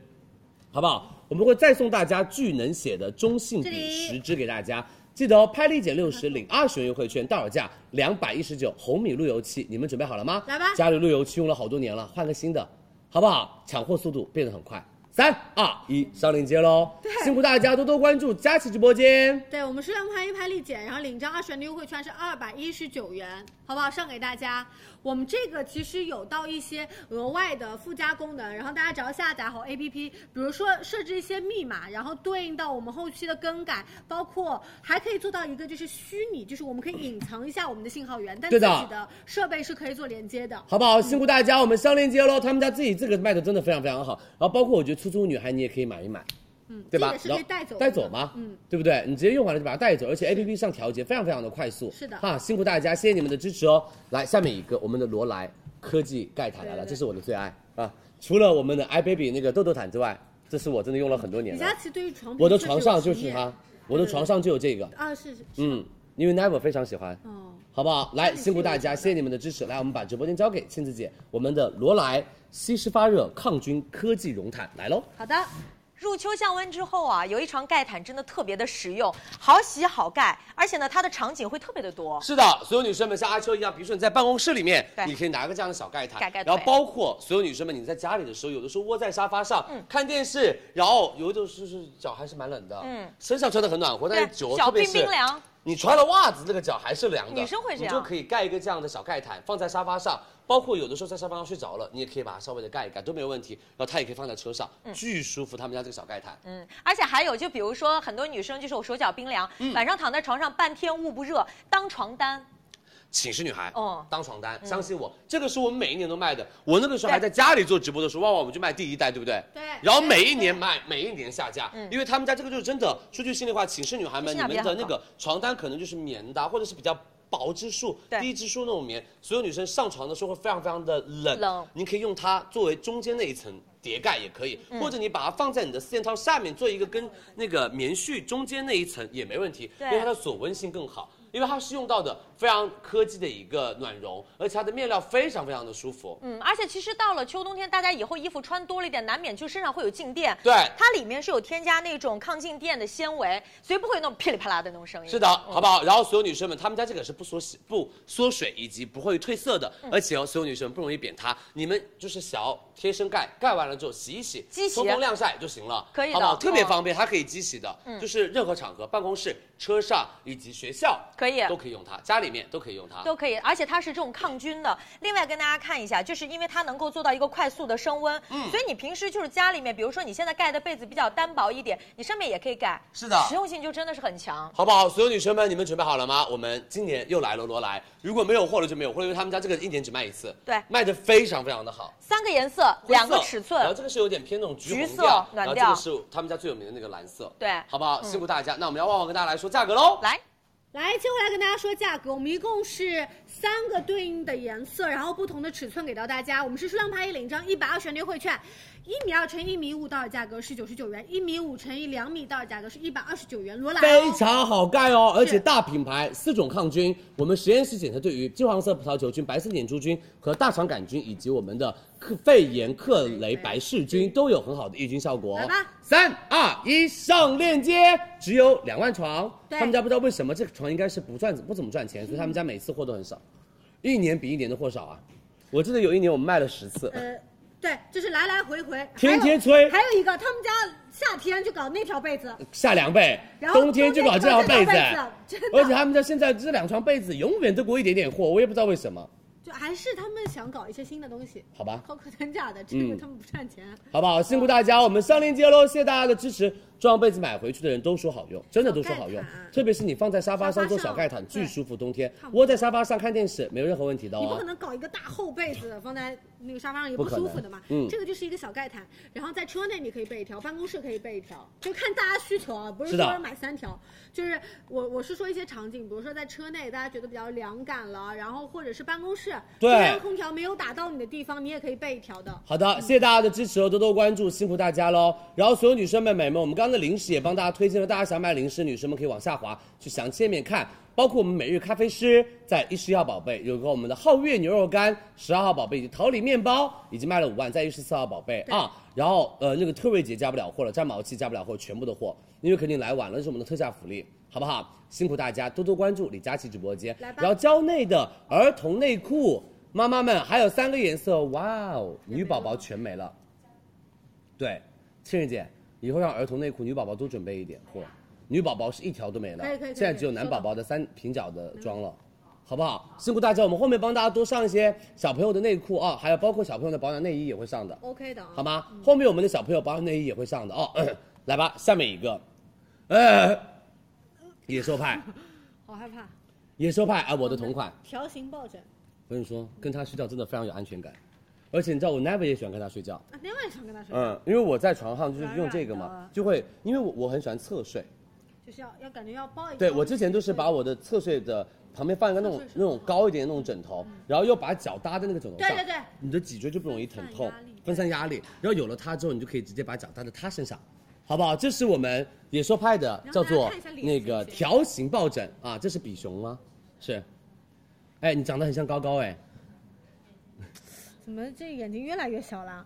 [SPEAKER 4] 好不好？我们会再送大家聚能血的中性饼
[SPEAKER 1] 这里
[SPEAKER 4] 十支给大家。记得哦，拍立减六十领二十元优惠券，到手价两百一十九。红米路由器，你们准备好了吗？
[SPEAKER 1] 来吧
[SPEAKER 4] 家里路由器用了好多年了，换个新的，好不好？抢货速度变得很快。三二一，上链接喽！辛苦大家多多关注佳琦直播间。
[SPEAKER 1] 对我们数量拍一拍立减，然后领一张二十元的优惠券是二百一十九元，好不好？上给大家。我们这个其实有到一些额外的附加功能，然后大家只要下载好 APP，比如说设置一些密码，然后对应到我们后期的更改，包括还可以做到一个就是虚拟，就是我们可以隐藏一下我们的信号源，但自
[SPEAKER 4] 对
[SPEAKER 1] 己
[SPEAKER 4] 的
[SPEAKER 1] 的设备是可以做连接的。
[SPEAKER 4] 好不好？辛苦大家，我们上链接喽。他们家自己这个卖的真的非常非常好，然后包括我觉得出租女孩你也可以买一买，
[SPEAKER 1] 嗯，
[SPEAKER 4] 对吧
[SPEAKER 1] 这？个是可
[SPEAKER 4] 然后
[SPEAKER 1] 以带走的
[SPEAKER 4] 带走吗？
[SPEAKER 1] 嗯，
[SPEAKER 4] 对不对？你直接用完了就把它带走，而且 A P P 上调节非常非常的快速。
[SPEAKER 1] 是的
[SPEAKER 4] 哈，辛苦大家，谢谢你们的支持哦。来，下面一个我们的罗莱科技盖毯来了，
[SPEAKER 1] 对对对
[SPEAKER 4] 这是我的最爱啊！除了我们的 i baby 那个痘痘毯之外，这是我真的用了很多年
[SPEAKER 1] 李
[SPEAKER 4] 了
[SPEAKER 1] 佳，琦对于床品
[SPEAKER 4] 我的
[SPEAKER 1] 确实
[SPEAKER 4] 床
[SPEAKER 1] 有
[SPEAKER 4] 上就
[SPEAKER 1] 执
[SPEAKER 4] 是
[SPEAKER 1] 念
[SPEAKER 4] 它，我的床上就有这个，
[SPEAKER 1] 啊，是是，是
[SPEAKER 4] 嗯，因为 Never 非常喜欢，
[SPEAKER 1] 嗯，
[SPEAKER 4] 好不好？来，辛苦大家，谢谢你们的支持。来，我们把直播间交给倩子姐，我们的罗莱吸湿发热抗菌科技绒毯来喽。
[SPEAKER 1] 好的，
[SPEAKER 8] 入秋降温之后啊，有一床盖毯真的特别的实用，好洗好盖，而且呢，它的场景会特别的多。
[SPEAKER 4] 是的，所有女生们像阿秋一样，比如说你在办公室里面，
[SPEAKER 8] 对
[SPEAKER 4] 你可以拿个这样的小盖毯，
[SPEAKER 8] 盖盖腿
[SPEAKER 4] 然后包括所有女生们，你在家里的时候，有的时候窝在沙发上、看电视，然后有的时候是脚还是蛮冷的，
[SPEAKER 8] 嗯
[SPEAKER 4] 身上穿的很暖和，但
[SPEAKER 8] 对
[SPEAKER 4] 是，脚
[SPEAKER 8] 脚
[SPEAKER 4] 特别
[SPEAKER 8] 冰
[SPEAKER 4] 是
[SPEAKER 8] 冰凉。
[SPEAKER 4] 你穿了袜子，那个脚还是凉的。
[SPEAKER 8] 女生会这样
[SPEAKER 4] 你就可以盖一个这样的小盖毯，放在沙发上。包括有的时候在沙发上睡着了，你也可以把它稍微的盖一盖，都没有问题。然后它也可以放在车上，巨舒服。他们家这个小盖毯，
[SPEAKER 8] 嗯，而且还有，就比如说很多女生就是我手脚冰凉，
[SPEAKER 4] 嗯
[SPEAKER 8] 晚上躺在床上半天捂不热，当床单。
[SPEAKER 4] 寝室女孩，
[SPEAKER 8] 哦
[SPEAKER 4] 当床单，相信我，这个是我们每一年都卖的。我那个时候还在家里做直播的时候，旺旺我们就卖第一代，对不对？
[SPEAKER 1] 对
[SPEAKER 4] 然后每一年卖，每一年下架，因为他们家这个就是真的。说句心里话，寝室女孩们，
[SPEAKER 8] 嗯性
[SPEAKER 4] 你
[SPEAKER 8] 价
[SPEAKER 4] 们
[SPEAKER 8] 比
[SPEAKER 4] 的
[SPEAKER 8] 很
[SPEAKER 4] 那个床单可能就是棉的啊，或者是比较。薄支数、
[SPEAKER 8] 对
[SPEAKER 4] 低支数那种棉，所有女生上床的时候会非常非常的冷，
[SPEAKER 8] 冷
[SPEAKER 4] 你可以用它作为中间那一层叠盖也可以，或者你把它放在你的四件套下面做一个跟那个棉絮中间那一层也没问题，
[SPEAKER 8] 对
[SPEAKER 4] 因为它的锁温性更好，因为它是用到的非常科技的一个暖绒，而且它的面料非常非常的舒服。
[SPEAKER 8] 嗯，而且其实到了秋冬天，大家以后衣服穿多了一点，难免就身上会有静电。
[SPEAKER 4] 对
[SPEAKER 8] 它里面是有添加那种抗静电的纤维，所以不会有那种噼里啪啦的那种声音。
[SPEAKER 4] 是的，好不
[SPEAKER 8] 嗯
[SPEAKER 4] 好？然后所有女生们，她们家这个是不缩洗、不缩水以及不会褪色的，
[SPEAKER 8] 嗯
[SPEAKER 4] 而且哦，所有女生不容易扁塌。你们就是小贴身盖，盖完了之后洗一洗，
[SPEAKER 8] 机洗啊
[SPEAKER 4] 通风晾晒就行了，
[SPEAKER 8] 可以的
[SPEAKER 4] 好不好？特别
[SPEAKER 8] 嗯
[SPEAKER 4] 方便，它可以机洗的，就是任何场合，办公室、车上以及学校
[SPEAKER 8] 可以
[SPEAKER 4] 都可以用它，家里面都可以用它。
[SPEAKER 8] 都可以，而且它是这种抗菌的。另外跟大家看一下，就是因为它能够做到一个快速的升温，
[SPEAKER 4] 嗯
[SPEAKER 8] 所以你平时就是家里面，比如说你现在盖的被子比较单薄一点，你上面也可以盖，
[SPEAKER 4] 是的
[SPEAKER 8] 实用性就真的是很强。
[SPEAKER 4] 好不好？所有女生们，你们准备好了吗？我们今年又来了罗莱，如果没有货了就没有货了，因为他们家这个一年只卖一次，
[SPEAKER 8] 对
[SPEAKER 4] 卖的非常非常的好。
[SPEAKER 8] 三个颜色，
[SPEAKER 4] 灰色
[SPEAKER 8] 两个尺寸
[SPEAKER 4] 然，后这个是有点偏那种橘红
[SPEAKER 8] 橘色
[SPEAKER 4] 调
[SPEAKER 8] 暖
[SPEAKER 4] 然后这
[SPEAKER 8] 调
[SPEAKER 4] 个是他们家最有名的那个蓝色，
[SPEAKER 8] 对嗯
[SPEAKER 4] 好不好？辛苦大家，那我们要旺旺跟大家来说价格喽。
[SPEAKER 8] 来。
[SPEAKER 1] 来接回来跟大家说价格，我们一共是三个对应的颜色，然后不同的尺寸给到大家。我们是数量拍一领一张一百二元优惠券，一米二乘一米五到手价格是九十九元，一米五乘以两米到手价格是一百二十九元。罗兰、
[SPEAKER 4] 非
[SPEAKER 1] 哦、
[SPEAKER 4] 常好盖哦，而且大品牌四种抗菌，我们实验室检测对于金黄色葡萄球菌、白色念珠菌和大肠杆菌以及我们的克肺炎克雷白氏菌都有很好的抑菌效果。哦
[SPEAKER 1] 来吧，
[SPEAKER 4] 三二一，上链接，只有两万床。
[SPEAKER 1] 对嗯
[SPEAKER 4] 他们家不知道为什么这个床应该是不赚不怎么赚钱，所以他们家每次货都很少，一年比一年的货少啊。我记得有一年我们卖了十次，
[SPEAKER 1] 呃，对，就是来来回回，
[SPEAKER 4] 天天
[SPEAKER 1] 还有
[SPEAKER 4] 吹
[SPEAKER 1] 还有一个，他们家夏天就搞那条被子，
[SPEAKER 4] 下凉被，
[SPEAKER 1] 然后
[SPEAKER 4] 冬天就搞这条被
[SPEAKER 1] 冬天搞这条被子真的
[SPEAKER 4] 而且他们家现在这两床被子永远都给我一点点货，我也不知道为什么。
[SPEAKER 1] 就还是他们想搞一些新的东西。
[SPEAKER 4] 好吧
[SPEAKER 1] 好可能假的，这个
[SPEAKER 4] 嗯
[SPEAKER 1] 他们不赚钱。
[SPEAKER 4] 好不好？辛苦大家，我们上链接喽，谢谢大家的支持。装被子买回去的人都说好用，真的都说好用
[SPEAKER 1] 小盖毯啊，
[SPEAKER 4] 特别是你放在沙发
[SPEAKER 1] 沙发上
[SPEAKER 4] 上做小盖毯，
[SPEAKER 1] 对
[SPEAKER 4] 巨舒服。冬天
[SPEAKER 1] 看不到
[SPEAKER 4] 窝在沙发上看电视，没有任何问题的
[SPEAKER 1] 你不可
[SPEAKER 4] 哦。
[SPEAKER 1] 能搞一个大厚被子放在那个沙发上也
[SPEAKER 4] 不
[SPEAKER 1] 不
[SPEAKER 4] 可能
[SPEAKER 1] 舒服的嘛。
[SPEAKER 4] 嗯
[SPEAKER 1] 这个就是一个小盖毯，然后在车内你可以备一条，办公室可以备一条，就看大家需求啊，不
[SPEAKER 4] 是
[SPEAKER 1] 是
[SPEAKER 4] 的
[SPEAKER 1] 说买三条。就是我我是说一些场景，比如说在车内大家觉得比较凉感了，然后或者是办公室
[SPEAKER 4] 对
[SPEAKER 1] 中央空调没有打到你的地方，你也可以备一条的。
[SPEAKER 4] 好的，谢谢大家的支持哦，多多关注，辛苦大家喽。然后所有女生们、美们，我们刚刚的零食也帮大家推荐了，大家想买零食，女生们可以往下滑去详切面看。包括我们每日咖啡师在一十一号宝贝有个我们的皓月牛肉干，十二号宝贝以及桃李面包已经卖了五万，在一十四号宝贝啊。然后呃，那个特瑞节加不了货了，战毛器加不了货，全部的货，因为肯定来晚了，这是我们的特价福利，好不好？辛苦大家多多关注李佳琦直播间，
[SPEAKER 1] 来吧
[SPEAKER 4] 然后蕉内的儿童内裤，妈妈们还有三个颜色，哇哦，女宝宝全没了。对，倩倩姐，以后让儿童内裤女宝宝多准备一点货，女宝宝是一条都没了，
[SPEAKER 1] 可以可以可以
[SPEAKER 4] 现在只有男宝宝的三平角的装了。好不好？辛苦大家，我们后面帮大家多上一些小朋友的内裤啊，还有包括小朋友的保暖内衣也会上的。
[SPEAKER 1] OK 的啊，
[SPEAKER 4] 好吗？后面我们的小朋友保暖内衣也会上的哦。 来吧，下面一个，呃，野 兽派，
[SPEAKER 1] 好害怕，
[SPEAKER 4] 野兽派啊，我的同款。
[SPEAKER 1] 条形抱枕。
[SPEAKER 4] 我跟你说，跟他睡觉真的非常有安全感，而且你知道我 never 也喜欢跟他睡觉。
[SPEAKER 1] 啊，另外想跟他说，
[SPEAKER 4] 嗯，因为我在床上就是用这个
[SPEAKER 1] 软软
[SPEAKER 4] 嘛
[SPEAKER 1] 的，
[SPEAKER 4] 就会因为我我很喜欢侧睡，
[SPEAKER 1] 就是要要感觉要抱一个。
[SPEAKER 4] 对我之前都是把我的侧睡的旁边放一个那种
[SPEAKER 1] 侧睡是嗯
[SPEAKER 4] 那种高一点的那种枕头，然后又把脚搭在那个枕头上，
[SPEAKER 1] 对对对，
[SPEAKER 4] 你的脊椎就不容易疼痛
[SPEAKER 1] 分散压力，
[SPEAKER 4] 分散压力。然后有了它之后，你就可以直接把脚搭在它身上，好不好？这是我们野兽派的
[SPEAKER 1] 让大
[SPEAKER 4] 叫
[SPEAKER 1] 家
[SPEAKER 4] 做
[SPEAKER 1] 看一下脸
[SPEAKER 4] 那
[SPEAKER 1] 谢
[SPEAKER 4] 个
[SPEAKER 1] 谢
[SPEAKER 4] 条形抱枕啊，这是比熊吗？是，哎，你长得很像高高哎、
[SPEAKER 1] 怎么这眼睛越来越小了？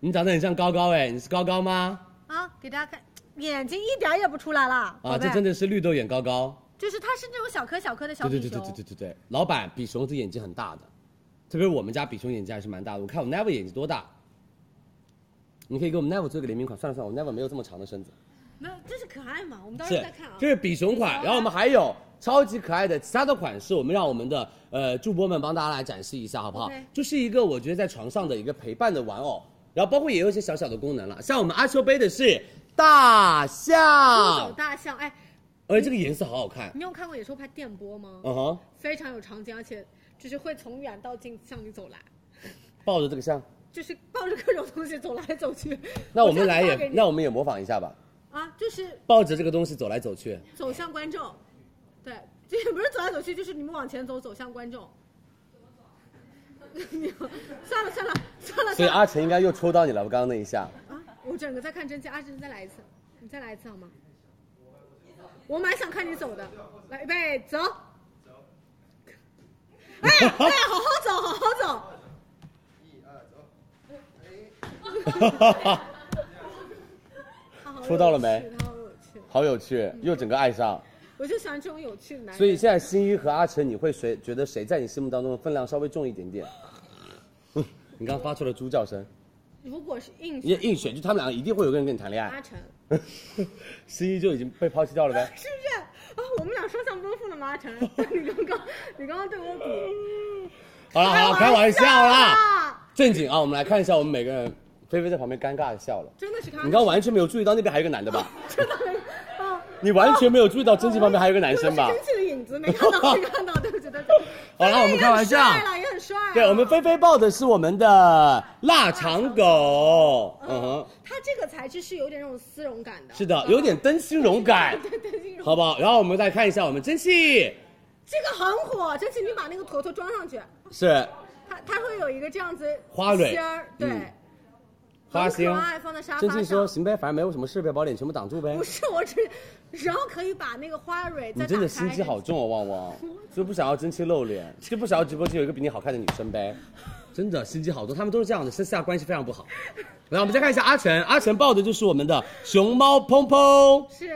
[SPEAKER 4] 你长得很像高高哎、你是高高吗？
[SPEAKER 1] 啊，给大家看，眼睛一点儿也不出来了，
[SPEAKER 4] 啊，
[SPEAKER 1] 宝
[SPEAKER 4] 这
[SPEAKER 1] 贝
[SPEAKER 4] 真的是绿豆眼高高。
[SPEAKER 1] 就是它是那种小颗小颗的小
[SPEAKER 4] 对
[SPEAKER 1] 比
[SPEAKER 4] 对对对对
[SPEAKER 1] 熊，
[SPEAKER 4] 对对对，老板比熊这眼睛很大的，特别是我们家比熊眼睛还是蛮大的。我看我 Never 眼睛多大，你可以给我们 Never 做一个联名款。算了算了，我 Never 没有这么长的身子。
[SPEAKER 1] 没有，这是可爱嘛？我们到时候
[SPEAKER 4] 是
[SPEAKER 1] 再看啊，。
[SPEAKER 4] 这是比熊款，然后我们还有超级可爱的其他的款式，我们让我们的呃助播们帮大家来展示一下，好不好
[SPEAKER 1] OK
[SPEAKER 4] 就是一个我觉得在床上的一个陪伴的玩偶，然后包括也有一些小小的功能了，像我们阿秋背的是大
[SPEAKER 1] 出走
[SPEAKER 4] 象，
[SPEAKER 1] 大象，哎，
[SPEAKER 4] 而且这个颜色好好看，
[SPEAKER 1] 你有看过野兽派电波吗？
[SPEAKER 4] 嗯哼，
[SPEAKER 1] 非常有场景，而且就是会从远到近向你走来，
[SPEAKER 4] 抱着这个象，
[SPEAKER 1] 就是抱着各种东西走来走去。
[SPEAKER 4] 那我
[SPEAKER 1] 下
[SPEAKER 4] 们
[SPEAKER 1] 次
[SPEAKER 4] 来
[SPEAKER 1] 发给
[SPEAKER 4] 也，
[SPEAKER 1] 你
[SPEAKER 4] 那我们也模仿一下吧，
[SPEAKER 1] 啊，就是
[SPEAKER 4] 抱着这个东西走来走去，
[SPEAKER 1] 走向观众，对，就也不是走来走去，就是你们往前走，走向观众。 你算了算了算了
[SPEAKER 4] 所
[SPEAKER 1] 算
[SPEAKER 4] 以
[SPEAKER 1] 了
[SPEAKER 4] 阿晨应该又戳到你了，我刚刚那一 下，
[SPEAKER 1] 啊！我整个在看真迹，阿珍再来一次，你再来一次好吗？我蛮想看你走的，来预备走。哎呀，哎呀，好好走，好好走。好有
[SPEAKER 4] 戳到了没
[SPEAKER 1] 趣？好有趣，
[SPEAKER 4] 好有趣，又整个爱上。
[SPEAKER 1] 我就喜欢这种有趣的男人。
[SPEAKER 4] 所以现在新一和阿晨，你会谁觉得谁在你心目当中的分量稍微重一点点？ 你刚刚发出了猪叫声，
[SPEAKER 1] 如果是硬
[SPEAKER 4] 你也
[SPEAKER 1] 选
[SPEAKER 4] 硬选，就他们两个一定会有个人跟你谈恋
[SPEAKER 1] 阿
[SPEAKER 4] 爱。
[SPEAKER 1] 成，
[SPEAKER 4] 新一就已经被抛弃掉了 呗？
[SPEAKER 1] 是不是啊？我们俩双向奔赴了吗？阿成， 你刚刚你刚刚对我比，
[SPEAKER 4] 好了好了，开玩笑 啦，
[SPEAKER 1] 啊，
[SPEAKER 4] 正经啊，我们来看一下我们每个人。菲菲在旁边尴尬的笑了，
[SPEAKER 1] 真的是开
[SPEAKER 4] 你
[SPEAKER 1] 玩
[SPEAKER 4] 刚
[SPEAKER 1] 笑，
[SPEAKER 4] 完全没有注意到那边还有一个男的吧？
[SPEAKER 1] 真的没啊。
[SPEAKER 4] 你完全没有注意到真气旁边还有一个男生吧
[SPEAKER 1] 那？是蒸汽的影子没看到，没看到，对不起，对不起。
[SPEAKER 4] 好了，我们开玩笑。
[SPEAKER 1] 帅了，也很帅啊。
[SPEAKER 4] 对我们菲菲抱的是我们的腊肠狗，嗯哼，
[SPEAKER 1] 他这个材质是有点那种丝绒感的。
[SPEAKER 4] 是的，有点灯芯绒感。
[SPEAKER 1] 对对对，
[SPEAKER 4] 好不好？然后我们再看一下我们蒸汽，
[SPEAKER 1] 这个很火，蒸汽，你把那个坨坨装上去，
[SPEAKER 4] 是
[SPEAKER 1] 它它会有一个这样子
[SPEAKER 4] 花蕊
[SPEAKER 1] 芯儿，对，
[SPEAKER 4] 嗯花
[SPEAKER 1] 很
[SPEAKER 4] 心
[SPEAKER 1] 可。爱，放在沙发
[SPEAKER 4] 蒸
[SPEAKER 1] 上。
[SPEAKER 4] 汽说行呗，反正没有什么事呗，把脸全部挡住呗
[SPEAKER 1] 不。是，我只，然后可以把那个花蕊再
[SPEAKER 4] 你真的
[SPEAKER 1] 打开
[SPEAKER 4] 心机好重哦，旺旺，就不想要蒸汽露脸，就不想要直播间有一个比你好看的女生呗。真的心机好重，他们都是这样的，私下关系非常不好。来，我们再看一下阿晨，阿晨抱的就是我们的熊猫砰砰
[SPEAKER 1] 是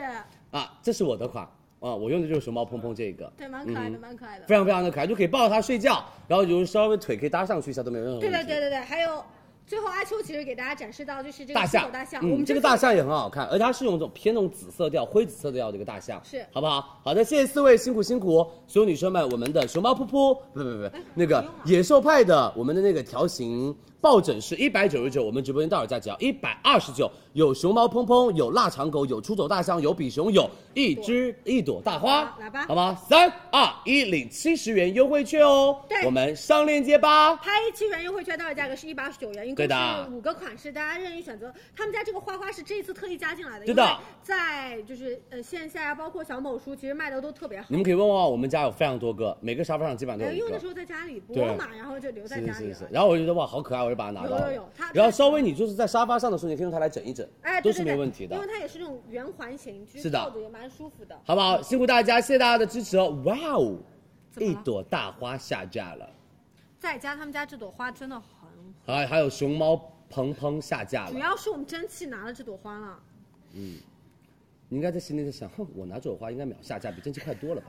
[SPEAKER 4] 啊，这是我的款啊，我用的就是熊猫砰砰这个，
[SPEAKER 1] 对，蛮可爱的，
[SPEAKER 4] 嗯
[SPEAKER 1] 蛮可爱的。
[SPEAKER 4] 非常非常的可爱，就可以抱着它睡觉，然后有时候稍微腿可以搭上去一下都没有任何问
[SPEAKER 1] 对
[SPEAKER 4] 题。
[SPEAKER 1] 对对对对，还有最后阿秋其实给大家展示到就是这个
[SPEAKER 4] 大
[SPEAKER 1] 出
[SPEAKER 4] 象
[SPEAKER 1] 口，大象，我
[SPEAKER 4] 嗯，
[SPEAKER 1] 们
[SPEAKER 4] 这个
[SPEAKER 1] 真
[SPEAKER 4] 大
[SPEAKER 1] 的
[SPEAKER 4] 象也很好看，而且它是用这种偏那种紫色调、灰紫色调的一个大象，
[SPEAKER 1] 是
[SPEAKER 4] 好不好？好的，谢谢四位辛苦辛苦，所有女生们，我们的熊猫噗噗，不不不，
[SPEAKER 1] 哎
[SPEAKER 4] 那个野兽派的我们的那个条形抱枕是一百九十九，我们直播间到手价只要一百二十九，有熊猫砰砰，有腊肠狗，有出走大象，有比熊，有一只一朵大花，
[SPEAKER 1] 来吧
[SPEAKER 4] 好吗？三二一，领七十元优惠券哦，
[SPEAKER 1] 对
[SPEAKER 4] 我们上链接吧。
[SPEAKER 1] 拍一期元优惠券到手价格是一百二十九元，一
[SPEAKER 4] 对
[SPEAKER 1] 共
[SPEAKER 4] 的
[SPEAKER 1] 是五个款式，大家任意选择。他们家这个花花是这一次特意加进来的，
[SPEAKER 4] 对的，
[SPEAKER 1] 在就是呃线下呀，包括小某书，其实卖的都特别好。
[SPEAKER 4] 你们可以问问我们家有非常多个，每个沙发上基本上都
[SPEAKER 1] 哎
[SPEAKER 4] 有一个。
[SPEAKER 1] 因为那时候在家里播
[SPEAKER 4] 对
[SPEAKER 1] 嘛，然后就留在
[SPEAKER 4] 是
[SPEAKER 1] 家
[SPEAKER 4] 是
[SPEAKER 1] 里
[SPEAKER 4] 是是
[SPEAKER 1] 了，。
[SPEAKER 4] 然后我就觉得哇，好可爱，我就把它拿到了。
[SPEAKER 1] 有有有它
[SPEAKER 4] 然后稍微你就是在沙发上的时候，你可以用它来整一整，
[SPEAKER 1] 哎，
[SPEAKER 4] 都
[SPEAKER 1] 对
[SPEAKER 4] 是
[SPEAKER 1] 对
[SPEAKER 4] 没
[SPEAKER 1] 对，
[SPEAKER 4] 问题的
[SPEAKER 1] 因为，它也是那种圆环型，就是是
[SPEAKER 4] 的
[SPEAKER 1] 抱着也蛮舒服的。
[SPEAKER 4] 好不好？辛苦大家，谢谢大家的支持哦！哇哦，
[SPEAKER 1] 怎么
[SPEAKER 4] 一
[SPEAKER 1] 了
[SPEAKER 4] 朵大花下架了，
[SPEAKER 1] 再加他们家这朵花真的很火
[SPEAKER 4] 还还有熊猫蓬蓬下架
[SPEAKER 1] 主
[SPEAKER 4] 了。
[SPEAKER 1] 要是我们蒸汽拿了这朵花了，
[SPEAKER 4] 你应该在心里在想，哼，我拿这朵花应该秒下架，比蒸汽快多了吧？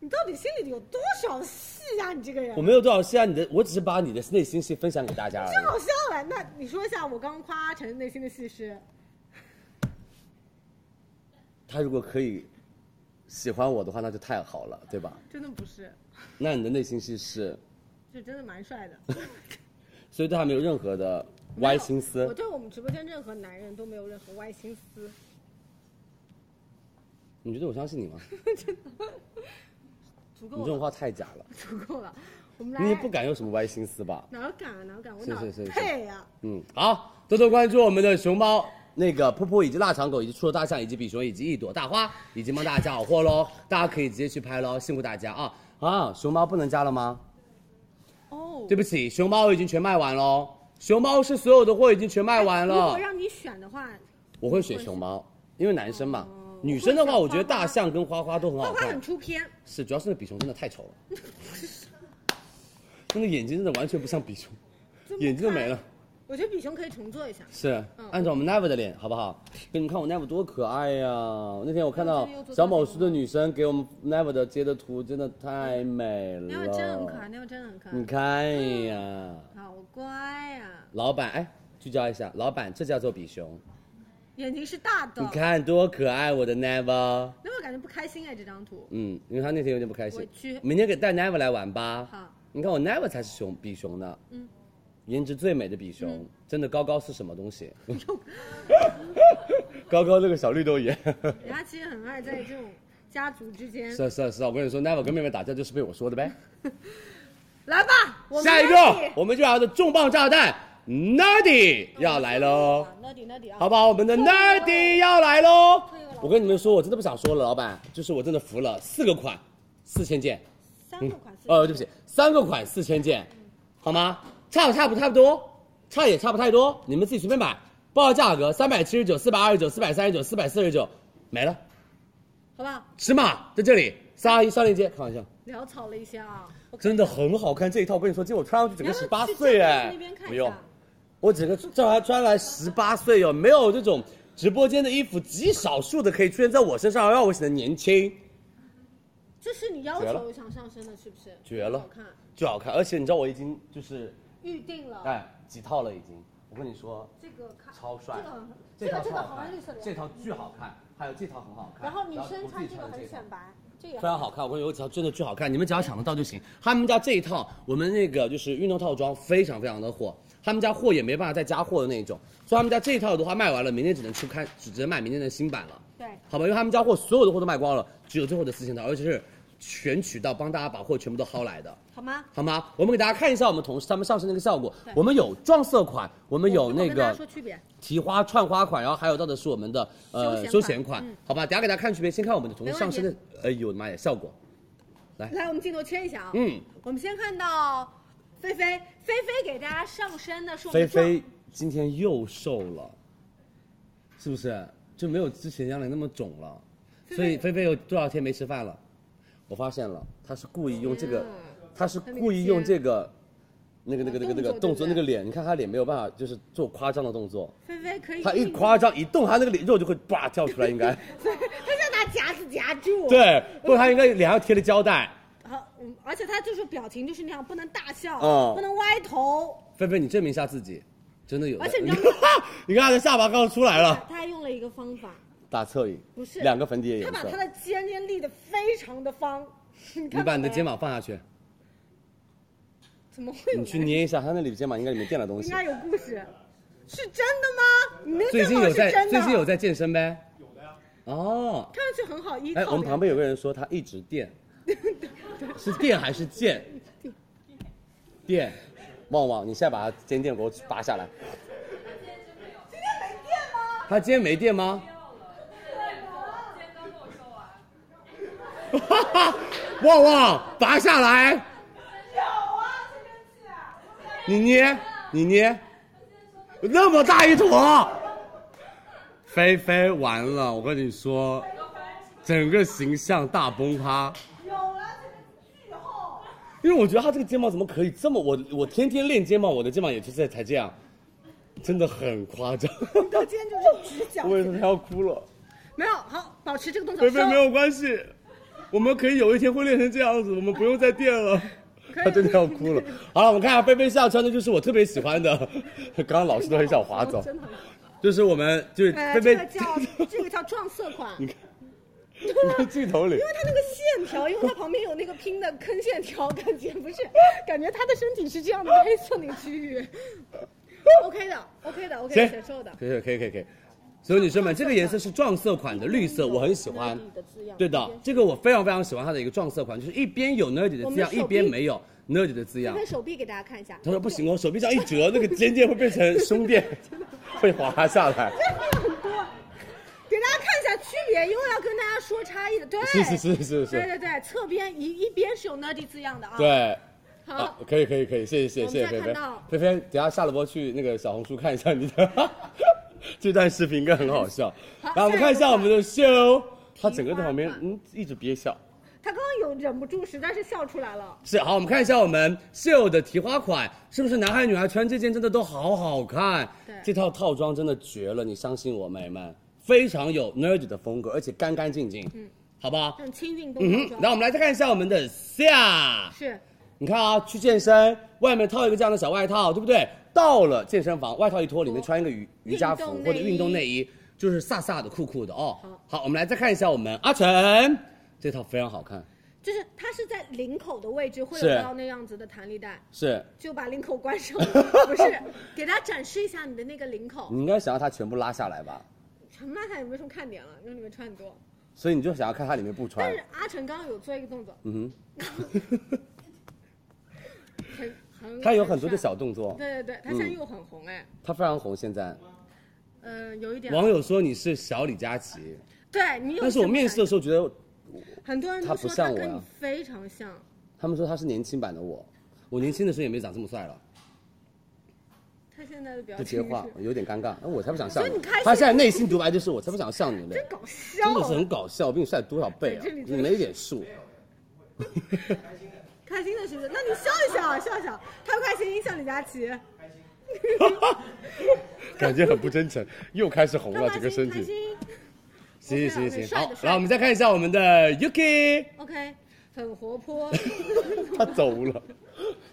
[SPEAKER 1] 你到底心里有多少戏呀、你这个人
[SPEAKER 4] 我，没有多少戏啊，你的，我只是把你的内心戏分享给大家而
[SPEAKER 1] 真
[SPEAKER 4] 已。
[SPEAKER 1] 好笑哎！那你说一下，我刚夸阿晨内心的戏是，
[SPEAKER 4] 他如果可以喜欢我的话，那就太好了，对吧？
[SPEAKER 1] 真的不是，
[SPEAKER 4] 那你的内心戏是，
[SPEAKER 1] 就真的蛮帅的，
[SPEAKER 4] 所以对他没有任何的歪心思。
[SPEAKER 1] 我对我们直播间任何男人都没有任何歪心思，
[SPEAKER 4] 你觉得我相信你吗？
[SPEAKER 1] 足
[SPEAKER 4] 你
[SPEAKER 1] 够
[SPEAKER 4] 这种
[SPEAKER 1] 了，
[SPEAKER 4] 话太假了，
[SPEAKER 1] 足够了。我们来，
[SPEAKER 4] 你也不敢有什么歪心思吧？
[SPEAKER 1] 哪儿敢啊哪儿敢，我
[SPEAKER 4] 是
[SPEAKER 1] 哪
[SPEAKER 4] 是是是
[SPEAKER 1] 配啊呀、
[SPEAKER 4] 嗯，好，多多关注我们的熊猫。那个噗噗以及腊肠狗以及出头大象以及比熊以及一朵大花已经帮大家加好货喽，大家可以直接去拍喽，辛苦大家啊啊！熊猫不能加了吗？
[SPEAKER 1] 哦，
[SPEAKER 4] 对不起，熊猫已经全卖完喽，熊猫是所有的货已经全卖完
[SPEAKER 1] 哎如果
[SPEAKER 4] 了。
[SPEAKER 1] 让你选的话，
[SPEAKER 4] 我会选熊猫，因为男生嘛。
[SPEAKER 1] 哦
[SPEAKER 4] 女生的话，我觉得大象跟花花都哦很好
[SPEAKER 1] 花
[SPEAKER 4] 看。
[SPEAKER 1] 花很出片，
[SPEAKER 4] 是，主要是那个比熊真的太丑 了，那个眼睛真的完全不像比熊，眼睛都没了。
[SPEAKER 1] 我觉得比熊可以重做一下。
[SPEAKER 4] 是，
[SPEAKER 1] 嗯
[SPEAKER 4] 按照我们 Never 的脸，好不好？给你们看我 Never 多可爱呀、那天我看到小某书的女生给我们 Never 的截的图，真的
[SPEAKER 1] 嗯
[SPEAKER 4] 太美了。
[SPEAKER 1] 那会真的很可爱，那会嗯真的很可
[SPEAKER 4] 你
[SPEAKER 1] 爱，
[SPEAKER 4] 看呀，
[SPEAKER 1] 好乖啊呀、
[SPEAKER 4] 老板，哎，聚焦一下，老板，这叫做比熊。
[SPEAKER 1] 眼睛是大的
[SPEAKER 4] 你。看多可爱，我的 Never。
[SPEAKER 1] 那我感觉不开心哎，这张图。
[SPEAKER 4] 嗯，因为他那天有点不开心
[SPEAKER 1] 委屈。
[SPEAKER 4] 明天给带 Never 来玩吧。
[SPEAKER 1] 好，
[SPEAKER 4] 你看我 Never 才是熊比熊呢。嗯。颜值最美的比
[SPEAKER 1] 嗯
[SPEAKER 4] 熊，真的高高是什么 东西？高高那个小绿豆眼。
[SPEAKER 1] 人家其实很爱在这种家族之间。
[SPEAKER 4] 是啊是啊是啊，我跟你说，Never 跟妹妹打架就是被我说的呗。
[SPEAKER 1] 来吧，我们
[SPEAKER 4] 下一个
[SPEAKER 1] Nerdy，
[SPEAKER 4] 我们就要的重磅炸弹 Nerdy 要来喽。
[SPEAKER 1] ，Nerdy Nerdy 啊，
[SPEAKER 4] 好不好？我们的 Nerdy 要来喽！我跟你们说，我真的不想说了，老板，就是我真的服了，四个款，四千件，
[SPEAKER 1] 三个款式。
[SPEAKER 4] 呃，对不起，三个款四千件，好吗？差不差不差不多，差也差不太多，你们自己随便买，报价格三百七十九、四百二十九、四百三十九、四百四十九，没了，
[SPEAKER 1] 好不好？
[SPEAKER 4] 尺码在这里，三二一上链接，开玩笑，
[SPEAKER 1] 潦草了一些啊，
[SPEAKER 4] 真的很好看这一套，我跟你说，今天我穿上去整
[SPEAKER 1] 你要不
[SPEAKER 4] 个哎十
[SPEAKER 1] 要
[SPEAKER 4] 八
[SPEAKER 1] 去
[SPEAKER 4] 岁
[SPEAKER 1] 教室
[SPEAKER 4] 哎
[SPEAKER 1] 那边看，一
[SPEAKER 4] 不用
[SPEAKER 1] 下。
[SPEAKER 4] 我整个照他穿来十八岁哦，没有这种直播间的衣服，极少数的可以出现在我身上，让我显得年轻，
[SPEAKER 1] 这是你要
[SPEAKER 4] 绝
[SPEAKER 1] 求
[SPEAKER 4] 了
[SPEAKER 1] 想上身的，是不是？
[SPEAKER 4] 绝了
[SPEAKER 1] 好看，
[SPEAKER 4] 就好看。而且你知道我已经就是
[SPEAKER 1] 预定了。
[SPEAKER 4] 哎几套了已经，我跟你说
[SPEAKER 1] 这个看
[SPEAKER 4] 超帅
[SPEAKER 1] 这个很
[SPEAKER 4] 这
[SPEAKER 1] 这个
[SPEAKER 4] 套
[SPEAKER 1] 这个
[SPEAKER 4] 超好
[SPEAKER 1] 好像
[SPEAKER 4] 看
[SPEAKER 1] 绿色的，嗯
[SPEAKER 4] 这套巨好看，还有这套很好看。
[SPEAKER 1] 然后女
[SPEAKER 4] 我自
[SPEAKER 1] 生穿这
[SPEAKER 4] 己这啊
[SPEAKER 1] 个很
[SPEAKER 4] 套
[SPEAKER 1] 显白，这个
[SPEAKER 4] 非常好看，我跟你说，这套真的巨好看，你们只要抢得到就行。他们家这一套，我们那个就是运动套装非常非常的火，他们家货也没办法再加货的那种，所以他们家这一套的话卖完了，明天只能出刊，只只能买明天的新版了。
[SPEAKER 1] 对，
[SPEAKER 4] 好吧，因为他们家货所有的货都卖光了，只有最后的四千套，而且是全渠道帮大家把货全部都薅来的。
[SPEAKER 1] 好吗？
[SPEAKER 4] 好吗？我们给大家看一下我们同事他们上身那个效果。我们有撞色款，我们有那
[SPEAKER 1] 我跟大
[SPEAKER 4] 个
[SPEAKER 1] 家说区别，
[SPEAKER 4] 提花串花款，然后还有到的是我们的呃
[SPEAKER 1] 休
[SPEAKER 4] 休
[SPEAKER 1] 闲
[SPEAKER 4] 闲
[SPEAKER 1] 款嗯
[SPEAKER 4] 款，好吧？等下给大家看区别，先看我们的同事
[SPEAKER 1] 没问
[SPEAKER 4] 上
[SPEAKER 1] 题
[SPEAKER 4] 身的，哎呦我的妈呀，效果！
[SPEAKER 1] 来，我们镜头切一下啊。
[SPEAKER 4] 嗯，
[SPEAKER 1] 我们先看到菲菲，菲菲给大家上身的是我们的
[SPEAKER 4] 菲
[SPEAKER 1] 壮
[SPEAKER 4] 菲今天又瘦了，是不是？就没有之前杨澜那么肿了，所以菲菲有多少天没吃饭了？我发现了，她是故意用这
[SPEAKER 1] 哦
[SPEAKER 4] 个，她是故意用这个，那个那个那个那个
[SPEAKER 1] 动
[SPEAKER 4] 动
[SPEAKER 1] 作对不对
[SPEAKER 4] 作那个脸，你看她脸没有办法，就是做夸张的动作，
[SPEAKER 1] 菲菲可以，
[SPEAKER 4] 她一，夸张一动，她那个脸肉就会叭跳出来，应该
[SPEAKER 1] 她想拿夹子夹住。，
[SPEAKER 4] 对，不然她应该脸上贴了胶带。
[SPEAKER 1] 好，嗯，而且她就是表情就是那样，不能大笑，
[SPEAKER 4] 嗯
[SPEAKER 1] 不能歪头，
[SPEAKER 4] 菲菲，你证明一下自己，真的有的，
[SPEAKER 1] 而且你
[SPEAKER 4] 你
[SPEAKER 1] 知
[SPEAKER 4] 看
[SPEAKER 1] 道吗
[SPEAKER 4] 你看她的下巴刚出来了，
[SPEAKER 1] 她还用了一个方法，
[SPEAKER 4] 打侧影，
[SPEAKER 1] 不是
[SPEAKER 4] 两个粉底液
[SPEAKER 1] 她
[SPEAKER 4] 颜
[SPEAKER 1] 把
[SPEAKER 4] 色
[SPEAKER 1] 她，的尖尖立的非常的方，你
[SPEAKER 4] 你
[SPEAKER 1] 看到
[SPEAKER 4] 把你的
[SPEAKER 1] 没
[SPEAKER 4] 肩膀嗯放下去。
[SPEAKER 1] 怎么会有人？
[SPEAKER 4] 你去捏一下，他那里肩膀应该里面垫了 东
[SPEAKER 1] 应
[SPEAKER 4] 西。
[SPEAKER 1] 该有故事，是真的吗？你那个
[SPEAKER 4] 最近有
[SPEAKER 1] 肩膀是
[SPEAKER 4] 在
[SPEAKER 1] 真的啊
[SPEAKER 4] 最近有在健身呗？有的呀。哦，
[SPEAKER 1] 看上去很好依靠
[SPEAKER 4] 哎，
[SPEAKER 1] 的。
[SPEAKER 4] 我们旁边有个人说他一直垫，是垫还是健？垫，旺旺，你现在把他肩垫给我拔下来。他今天没垫吗？ 哈哈，旺旺，拔下来。有啊，你捏，你捏，那么大一坨。菲菲完了，我跟你说，整个形象大崩塌。有了这个巨厚。因为我觉得他这个肩膀怎么可以这么我我天天练肩膀，我的肩膀也就是才这样，真的很夸张。
[SPEAKER 1] 到今天就是直角
[SPEAKER 4] 我，跟你说他要哭了。
[SPEAKER 1] 没有好保持这个动作。
[SPEAKER 4] 菲菲
[SPEAKER 1] 收
[SPEAKER 4] 没有关系，我们可以有一天会练成这样子，我们不用再垫了。他真的要哭了。好了，我们看一下菲菲下穿的就是我特别喜欢的， 刚刚老师都很想划 走，
[SPEAKER 1] 真的 很。
[SPEAKER 4] 就是我们就是
[SPEAKER 1] 呃，这
[SPEAKER 4] 菲菲
[SPEAKER 1] 个叫 这个叫撞色款，因为
[SPEAKER 4] 镜头里。
[SPEAKER 1] 它那个线条，因为它旁边有那个拼的坑线条，感觉不是，感觉它的身体是这样的黑色那个区域。OK 的，OK 的，OK 的，
[SPEAKER 4] 行
[SPEAKER 1] 显瘦的。
[SPEAKER 4] 可以可以可以可以。所有女生们，这个颜色是撞色款的绿色，我很喜欢。对的，这个我非常非常喜欢它的一个撞色款，就是一边有 nerdy 的
[SPEAKER 1] 我
[SPEAKER 4] 字
[SPEAKER 1] 们
[SPEAKER 4] 样，
[SPEAKER 1] 手臂
[SPEAKER 4] 一边没有 nerdy 的字样
[SPEAKER 1] 看。手臂给大家看一下，
[SPEAKER 4] 他说不行哦，手臂这样一折，那个肩垫会变成 胸垫，会滑下来。
[SPEAKER 1] 很多，给大家看一下区别，因为要跟大家说差异的。对，
[SPEAKER 4] 是是是是
[SPEAKER 1] 对
[SPEAKER 4] 是，
[SPEAKER 1] 对对，侧边一一边是有 nerdy 字样的啊。，
[SPEAKER 4] 对。啊
[SPEAKER 1] 好，，
[SPEAKER 4] 可以可以可以，谢谢谢谢谢谢
[SPEAKER 1] 我们再看
[SPEAKER 4] 菲菲
[SPEAKER 1] 到，
[SPEAKER 4] 菲菲，等一下下了播去那个小红书看一下你的， 这段视频应该很好笑。来，我们看一下我们的秀，他整个在旁边嗯一直憋笑。
[SPEAKER 1] 他刚刚有忍不住，实在是笑出来了。
[SPEAKER 4] 是好，我们看一下我们秀的提花款，是不是男孩女孩穿这件真的都好好看？
[SPEAKER 1] 对
[SPEAKER 4] 这套套装真的绝了，你相信我，美们，非常有 nerd 的风格，而且干干净净，嗯，好不好
[SPEAKER 1] 这？种亲近
[SPEAKER 4] 嗯
[SPEAKER 1] 东方
[SPEAKER 4] 哼，
[SPEAKER 1] 妆、
[SPEAKER 4] 来我们来再看一下我们的夏，
[SPEAKER 1] 是
[SPEAKER 4] 你看啊，去健身，外面套一个这样的小外套，对不对？到了健身房，外套一脱，里面穿一个瑜瑜伽服
[SPEAKER 1] 哦运动内衣
[SPEAKER 4] 或者运动内衣，就是飒飒的、酷酷的哦
[SPEAKER 1] 好。
[SPEAKER 4] 好，我们来再看一下我们阿晨，这套非常好看，
[SPEAKER 1] 就是它是在领口的位置会
[SPEAKER 4] 是
[SPEAKER 1] 有到那样子的弹力带，
[SPEAKER 4] 是
[SPEAKER 1] 就把领口关 上。不是，给大家展示一下你的那个领口。
[SPEAKER 4] 你应该想要它全部拉下来吧？
[SPEAKER 1] 陈娜看有没有什么看点了？因为你们穿很多。
[SPEAKER 4] 所以你就想要看它里面不穿
[SPEAKER 1] 但是，阿成刚刚有做一个动作，
[SPEAKER 4] 嗯
[SPEAKER 1] 很很
[SPEAKER 4] 哼，它有很多的
[SPEAKER 1] 帅
[SPEAKER 4] 小嗯动作，
[SPEAKER 1] 对对对，他现在又很红哎，
[SPEAKER 4] 它非常红。现在
[SPEAKER 1] 嗯、有一点。
[SPEAKER 4] 网友说你是小李佳琦，
[SPEAKER 1] 对你有什么感觉，
[SPEAKER 4] 但是我面试的时候觉得，
[SPEAKER 1] 很多人都
[SPEAKER 4] 他不
[SPEAKER 1] 说
[SPEAKER 4] 像
[SPEAKER 1] 他
[SPEAKER 4] 我
[SPEAKER 1] 跟
[SPEAKER 4] 呀
[SPEAKER 1] 你非常像，
[SPEAKER 4] 他们说他是年轻版的我，我年轻的时候也没长这么帅了。
[SPEAKER 1] 他现在的表
[SPEAKER 4] 不
[SPEAKER 1] 情
[SPEAKER 4] 接话
[SPEAKER 1] 啊是，
[SPEAKER 4] 有点尴尬。那我才不想像
[SPEAKER 1] 所以你开始
[SPEAKER 4] 他现在内心独白就是我才不想像你嘞，
[SPEAKER 1] 真搞笑啊
[SPEAKER 4] 真的是很搞笑，比你帅多少倍啊
[SPEAKER 1] 对这里！真
[SPEAKER 4] 你
[SPEAKER 1] 的
[SPEAKER 4] 没点数，
[SPEAKER 1] 开心的是不是？那你笑一笑，笑一笑，开不开心？像李佳 琦，
[SPEAKER 4] 感觉很不真诚，又开始红
[SPEAKER 1] 开不开心？开。心 OK
[SPEAKER 4] 行行行
[SPEAKER 1] 很
[SPEAKER 4] 行，
[SPEAKER 1] 帅的
[SPEAKER 4] 好，
[SPEAKER 1] 帅的
[SPEAKER 4] 来我们再看一下我们的 Yuki，
[SPEAKER 1] ，OK，很活泼。
[SPEAKER 4] 他走了。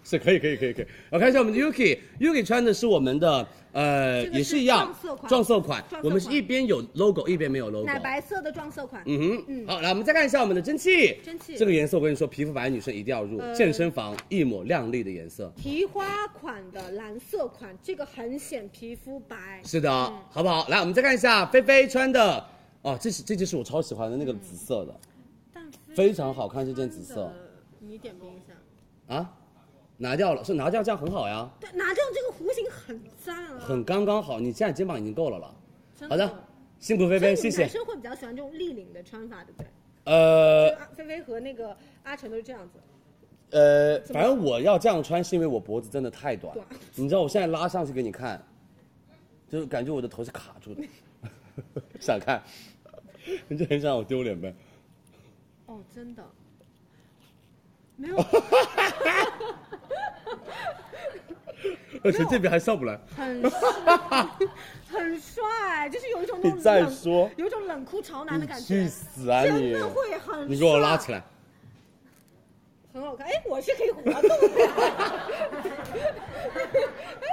[SPEAKER 4] 是可以可以可以可以，我看一下我们的 Yuki，Yuki 穿的是我们的呃
[SPEAKER 1] 这个是
[SPEAKER 4] 也是一样
[SPEAKER 1] 撞色款
[SPEAKER 4] 撞色款
[SPEAKER 1] 撞色，款
[SPEAKER 4] 我们是一边有 logo 一边没有 logo，
[SPEAKER 1] 奶白色的撞色款，
[SPEAKER 4] 嗯哼，
[SPEAKER 1] 嗯
[SPEAKER 4] 好，来我们再看一下我们的蒸汽，
[SPEAKER 1] 蒸汽
[SPEAKER 4] 这个颜色我跟你说，皮肤白的女生一定要入，
[SPEAKER 1] 呃
[SPEAKER 4] 健身房一抹亮丽的颜色。
[SPEAKER 1] 提花款的蓝色款，这个很显皮肤白，
[SPEAKER 4] 是的，好不好？来，我们再看一下菲菲穿的，哦，这是这就是我超喜欢的那个紫色的、
[SPEAKER 1] 但非
[SPEAKER 4] 非常好看这件紫色。
[SPEAKER 1] 你点评一下，
[SPEAKER 4] 啊，拿掉了，是拿掉这样很好呀，
[SPEAKER 1] 对，拿掉这个弧形很赞啊，
[SPEAKER 4] 很刚刚好，你现在肩膀已经够了了。
[SPEAKER 1] 真
[SPEAKER 4] 好的，辛苦菲菲，
[SPEAKER 1] 所
[SPEAKER 4] 谢
[SPEAKER 1] 以你们男
[SPEAKER 4] 谢。
[SPEAKER 1] 生会比较喜欢这种立领的穿法，对不对？
[SPEAKER 4] 呃
[SPEAKER 1] 就阿菲菲和那个阿成都是这样子，
[SPEAKER 4] 呃，反正我要这样穿是因为我脖子真的太短
[SPEAKER 1] 短，
[SPEAKER 4] 你知道我现在拉上去给你看，就是感觉我的头是卡 住的，想看，你就很想让我丢脸呗。
[SPEAKER 1] 哦，真的，没 有，
[SPEAKER 4] 神经病还笑不来。
[SPEAKER 1] 很很帅，就是有一种那种
[SPEAKER 4] 你再
[SPEAKER 1] 冷
[SPEAKER 4] 说
[SPEAKER 1] 有一种冷酷潮男的感
[SPEAKER 4] 你
[SPEAKER 1] 觉
[SPEAKER 4] 去，死啊
[SPEAKER 1] 真
[SPEAKER 4] 你！
[SPEAKER 1] 的会很帅，
[SPEAKER 4] 你给我拉起来，
[SPEAKER 1] 很好看。哎，我是可以活动的。哎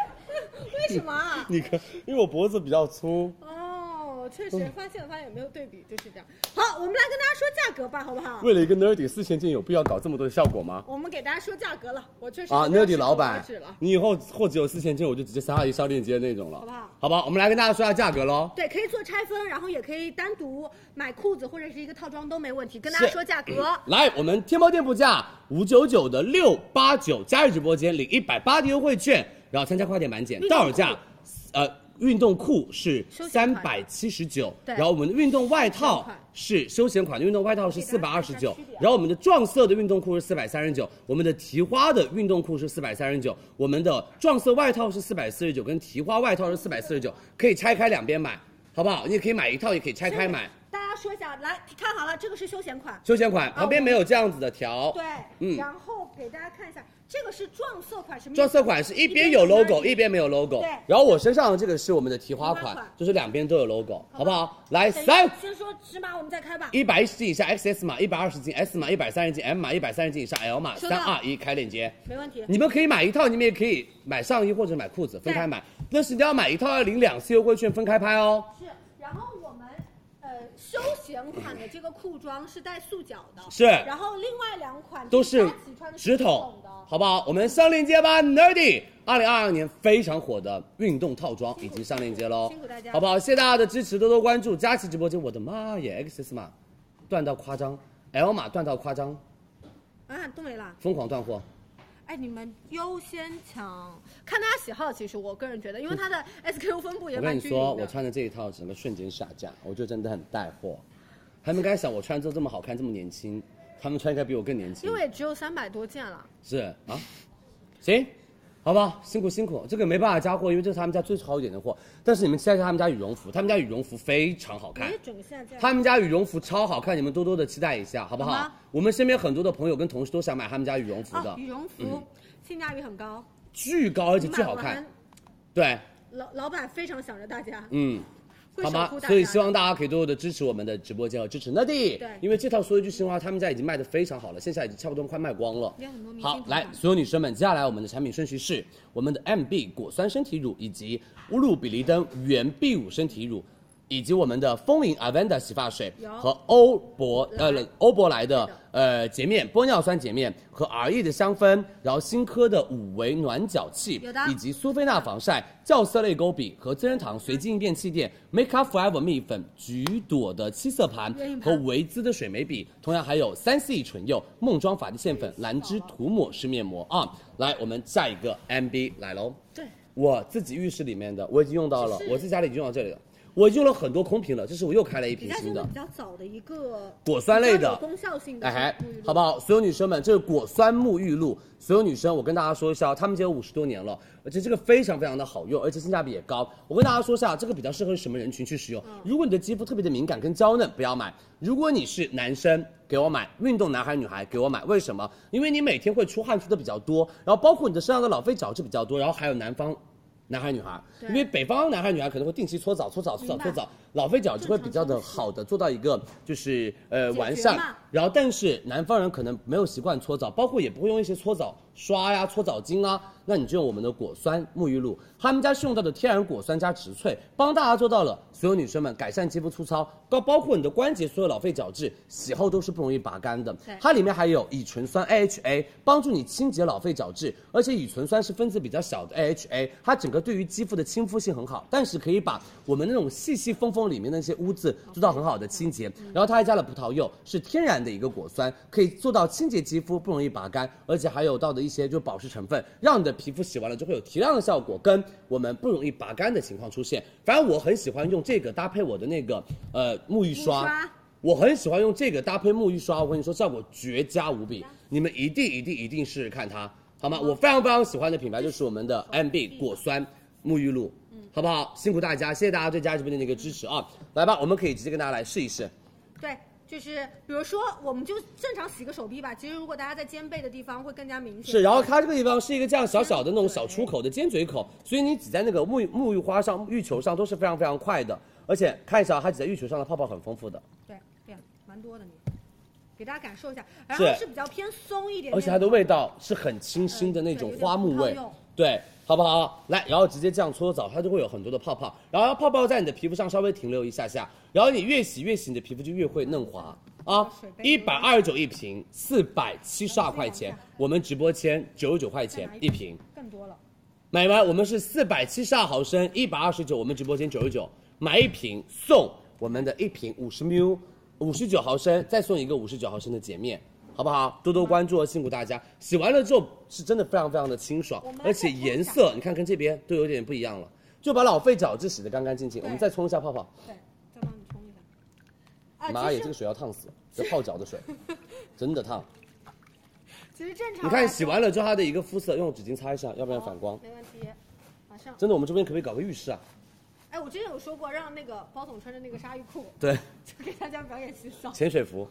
[SPEAKER 1] 为什么啊？
[SPEAKER 4] 你看，因为我脖子比较粗。
[SPEAKER 1] 哦，确实发现了，发现有没有对比，就是这样。好，我们来跟大家说价格吧，好不好？
[SPEAKER 4] 为了一个 nerdy 四千件，有必要搞这么多的效果吗？
[SPEAKER 1] 我们给大家说价格了，我确实
[SPEAKER 4] 啊
[SPEAKER 1] 没有
[SPEAKER 4] ，nerdy 老板
[SPEAKER 1] 手指了，
[SPEAKER 4] 你以后或者有四千件，我就直接三二一上链接那种了，
[SPEAKER 1] 好不好
[SPEAKER 4] 好吧，我们来跟大家说一下价格喽。
[SPEAKER 1] 对，可以做拆分，然后也可以单独买裤子或者是一个套装都没问题。跟大家
[SPEAKER 4] 是
[SPEAKER 1] 说价格，
[SPEAKER 4] 来，我们天猫店铺价五九九的六八九，加入直播间领一百八的优惠券，然后参加快点满减，到手价，呃，运动裤是
[SPEAKER 1] 休
[SPEAKER 4] 三
[SPEAKER 1] 闲
[SPEAKER 4] 百
[SPEAKER 1] 款
[SPEAKER 4] 七十九，
[SPEAKER 1] 对
[SPEAKER 4] 然后我们的运动外
[SPEAKER 1] 休闲
[SPEAKER 4] 套
[SPEAKER 1] 款
[SPEAKER 4] 是休闲款的运动外套是四
[SPEAKER 1] 给
[SPEAKER 4] 百
[SPEAKER 1] 大家
[SPEAKER 4] 二
[SPEAKER 1] 看
[SPEAKER 4] 十
[SPEAKER 1] 一下
[SPEAKER 4] 九
[SPEAKER 1] 区别，啊
[SPEAKER 4] 然后我们的撞色的运动裤是四百三十九，我们的提花的运动裤是四百三十九，我们的撞色外套是四百四十九，跟提花外套是四百四十九，可以拆开两边买，好不好？你也可以买一套，也可以拆开买。
[SPEAKER 1] 大家说一下，来看好了，这个是休闲款，
[SPEAKER 4] 休闲款旁边没有这样子的条，
[SPEAKER 1] 对，
[SPEAKER 4] 嗯
[SPEAKER 1] 然后给大家看一下，这个是撞色款，什么意思？
[SPEAKER 4] 撞色款是一边有 logo，一边没有 logo。
[SPEAKER 1] 对
[SPEAKER 4] 然后我身上的这个是我们的提花
[SPEAKER 1] 提花
[SPEAKER 4] 款
[SPEAKER 1] 款，
[SPEAKER 4] 就是两边都有 logo，好不好？来，
[SPEAKER 1] 等一
[SPEAKER 4] 三
[SPEAKER 1] 下，先说尺码，我们再开吧。
[SPEAKER 4] 一百一十斤以下 XS 码，一百二十斤 S 码，一百三十斤 M 码，一百三十斤以上 L 码。
[SPEAKER 1] 收
[SPEAKER 4] 三
[SPEAKER 1] 到
[SPEAKER 4] 二一，开链接。
[SPEAKER 1] 没问题。
[SPEAKER 4] 你们可以买一套，你们也可以买上衣或者买裤子，分开买。但是你要买一套要领两次优惠券，分开拍哦。
[SPEAKER 1] 是，然后我们呃休闲款的这个裤装是带束脚的，
[SPEAKER 4] 是
[SPEAKER 1] 然后另外两款
[SPEAKER 4] 都
[SPEAKER 1] 是
[SPEAKER 4] 是
[SPEAKER 1] 佳琦穿的
[SPEAKER 4] 直筒
[SPEAKER 1] 筒的，，
[SPEAKER 4] 好不好？我们上链接吧，Nerdy。二零二二年非常火的运动套装已经上链接喽，
[SPEAKER 1] 辛苦大家
[SPEAKER 4] 好不好？谢谢大家的支持，多多关注佳琦直播间。我的妈耶，XS 码断到夸张，L 码断到夸张，
[SPEAKER 1] 啊，都没啦。
[SPEAKER 4] 疯狂断货。
[SPEAKER 1] 哎，你们优先抢，看大家喜好。其实我个人觉得，因为它的 SKU 分布也
[SPEAKER 4] 嗯我跟
[SPEAKER 1] 蛮
[SPEAKER 4] 你
[SPEAKER 1] 均匀的。
[SPEAKER 4] 说，我穿的这一套整个瞬间下架，我觉得真的很带货。他们该想我穿着这么好看，这么年轻，他们穿应该比我更年轻。
[SPEAKER 1] 因为也只有三百多件了。
[SPEAKER 4] 是啊，行，好吧，辛苦辛苦，这个没办法加货，因为这是他们家最好一点的货。但是你们期待一下他们家羽绒服，他们家羽绒服非常好看。
[SPEAKER 1] 准个下架
[SPEAKER 4] 他们家羽绒服超好看，你们多多的期待一下，好不好？
[SPEAKER 1] 好吗
[SPEAKER 4] 我们身边很多的朋友跟同事都想买他们家羽绒服的，
[SPEAKER 1] 啊，羽绒服性价比很高，
[SPEAKER 4] 巨高而且
[SPEAKER 1] 你
[SPEAKER 4] 巨
[SPEAKER 1] 买
[SPEAKER 4] 好
[SPEAKER 1] 完
[SPEAKER 4] 看。对，
[SPEAKER 1] 老老板非常想着大家，
[SPEAKER 4] 嗯，
[SPEAKER 1] 会
[SPEAKER 4] 好
[SPEAKER 1] 守
[SPEAKER 4] 吗
[SPEAKER 1] 护？大家。
[SPEAKER 4] 所以希望大家可以多多的支持我们的直播间和支持 n a d
[SPEAKER 1] 对
[SPEAKER 4] 因为这套说一句实话，他们家已经卖的非常好了，线下已经差不多快卖光了
[SPEAKER 1] 也很多。明星
[SPEAKER 4] 好，
[SPEAKER 1] 捧
[SPEAKER 4] 来
[SPEAKER 1] 场，
[SPEAKER 4] 所有女生们，接下来我们的产品顺序是我们的 MB 果酸身体乳以及乌鲁比利登原 B 五身体乳。以及我们的丰盈 Avenda 洗发水
[SPEAKER 1] 有
[SPEAKER 4] 和欧珀呃欧珀莱的呃洁面玻尿酸洁面和 RE 的香氛，然后新科的五维暖脚器
[SPEAKER 1] 有的
[SPEAKER 4] 以及苏菲娜防晒、酵色类沟笔和资生堂随机应变气垫、Make Up Forever 蜜粉、橘朵的七色盘
[SPEAKER 1] 愿意盘
[SPEAKER 4] 和维姿的水眉笔，同样还有三 C 唇釉、梦妆法蒂线粉、兰芝涂抹式面膜啊。来，我们下一个 MB 来喽。
[SPEAKER 1] 对，
[SPEAKER 4] 我自己浴室里面的我已经用到了，我自己家里已经用到这里了。我用了很多空瓶了，这是我又开了一
[SPEAKER 1] 你
[SPEAKER 4] 瓶
[SPEAKER 1] 家
[SPEAKER 4] 新
[SPEAKER 1] 就是
[SPEAKER 4] 的
[SPEAKER 1] 比较早的一个
[SPEAKER 4] 果酸类
[SPEAKER 1] 比较
[SPEAKER 4] 的
[SPEAKER 1] 有功效性的
[SPEAKER 4] 哎
[SPEAKER 1] 沐浴，露
[SPEAKER 4] 好不好？所有女生们，这是果酸沐浴露。所有女生，我跟大家说一下哦，他们家有五十多年了，而且这个非常非常的好用，而且性价比也高。我跟大家说一下，这个比较适合什么人群去使
[SPEAKER 1] 嗯
[SPEAKER 4] 用？如果你的肌肤特别的敏感跟娇嫩，不要买；如果你是男生，给我买；运动男孩女孩给我买。为什么？因为你每天会出汗出的比较多，然后包括你的身上的老废角质比较多，然后还有南方。男孩女孩，因为北方男孩女孩可能会定期搓澡，搓澡，搓澡，搓澡，老废角质会比较的好的做到一个就是呃完善
[SPEAKER 1] 嘛，
[SPEAKER 4] 然后，但是南方人可能没有习惯搓澡，包括也不会用一些搓澡刷呀、搓澡巾啊，那你就用我们的果酸沐浴露，他们家是用到的天然果酸加植萃，帮大家做到了所有女生们改善肌肤粗糙，高包括你的关节所有老废角质，洗后都是不容易拔干的。它里面还有乙醇酸 AHA，帮助你清洁老废角质，而且乙醇酸是分子比较小的 AHA，它整个对于肌肤的亲肤性很好，但是可以把我们那种细细缝缝里面的那些污渍做到很好的清洁。然后它还加了葡萄柚，是天然的一个果酸，可以做到清洁肌肤，不容易拔干，而且还有到的一些就保湿成分，让你的皮肤洗完了就会有提亮的效果，跟我们不容易拔干的情况出现。反正我很喜欢用这个搭配我的那个呃沐浴
[SPEAKER 1] 沐浴刷
[SPEAKER 4] 我很喜欢用这个搭配沐浴刷，我跟你说效果绝佳无比，你们一定一定一定试试看它，好啊吗？我非常非常喜欢的品牌就是我们的 MB 果酸沐浴露，好不好？辛苦大家，谢谢大家对佳琦直播间的一个支持啊！来吧，我们可以直接跟大家来试一试。
[SPEAKER 1] 对，就是比如说，我们就正常洗个手臂吧。其实如果大家在肩背的地方会更加明显。
[SPEAKER 4] 是，然后它这个地方是一个这样
[SPEAKER 1] 嗯
[SPEAKER 4] 小小的那种小出口的尖嘴口，所以你挤在那个沐浴沐浴花上、浴球上都是非常非常快的，而且看一下啊它挤在浴球上的泡泡很丰富的，
[SPEAKER 1] 对，这样蛮多的你，给大家感受一下。然后是比较偏松一点，
[SPEAKER 4] 而且它的味道是很清新的那种花木
[SPEAKER 1] 嗯对有
[SPEAKER 4] 味
[SPEAKER 1] 点泡泡，
[SPEAKER 4] 对，好不好？来，然后直接这样搓澡，它就会有很多的泡泡，然后泡泡在你的皮肤上稍微停留一下下，然后你越洗越洗，你的皮肤就越会嫩滑啊！一百二十九一瓶，四百七十二块钱，我们直播间九十九块钱一瓶。
[SPEAKER 1] 更多了。
[SPEAKER 4] 买完我们是四百七十二毫升，一百二十九，我们直播间九十九，买一瓶送我们的一瓶五十 ml，五十九毫升，再送一个五十九毫升的洁面，好不好？多多关注哦，辛苦大家。洗完了之后是真的非常非常的清爽，而且颜色你看跟这边都有点不一样了，就把老废角质洗得干干净净。我们再冲一下泡泡，
[SPEAKER 1] 对，再帮你冲一下。啊，
[SPEAKER 4] 妈
[SPEAKER 1] 其
[SPEAKER 4] 耶，
[SPEAKER 1] 实
[SPEAKER 4] 这个水要烫死，这泡脚的水真的烫。
[SPEAKER 1] 其实正常来说。
[SPEAKER 4] 你看洗完了之后它的一个肤色，用纸巾擦一下，要不然反光。
[SPEAKER 1] 没问题，马上。
[SPEAKER 4] 真的，我们这边可不可以搞个浴室啊？
[SPEAKER 1] 哎，我之前有说过，让那个包总穿着那个鲨鱼裤，
[SPEAKER 4] 对，
[SPEAKER 1] 就给大家表演洗澡，
[SPEAKER 4] 潜水服。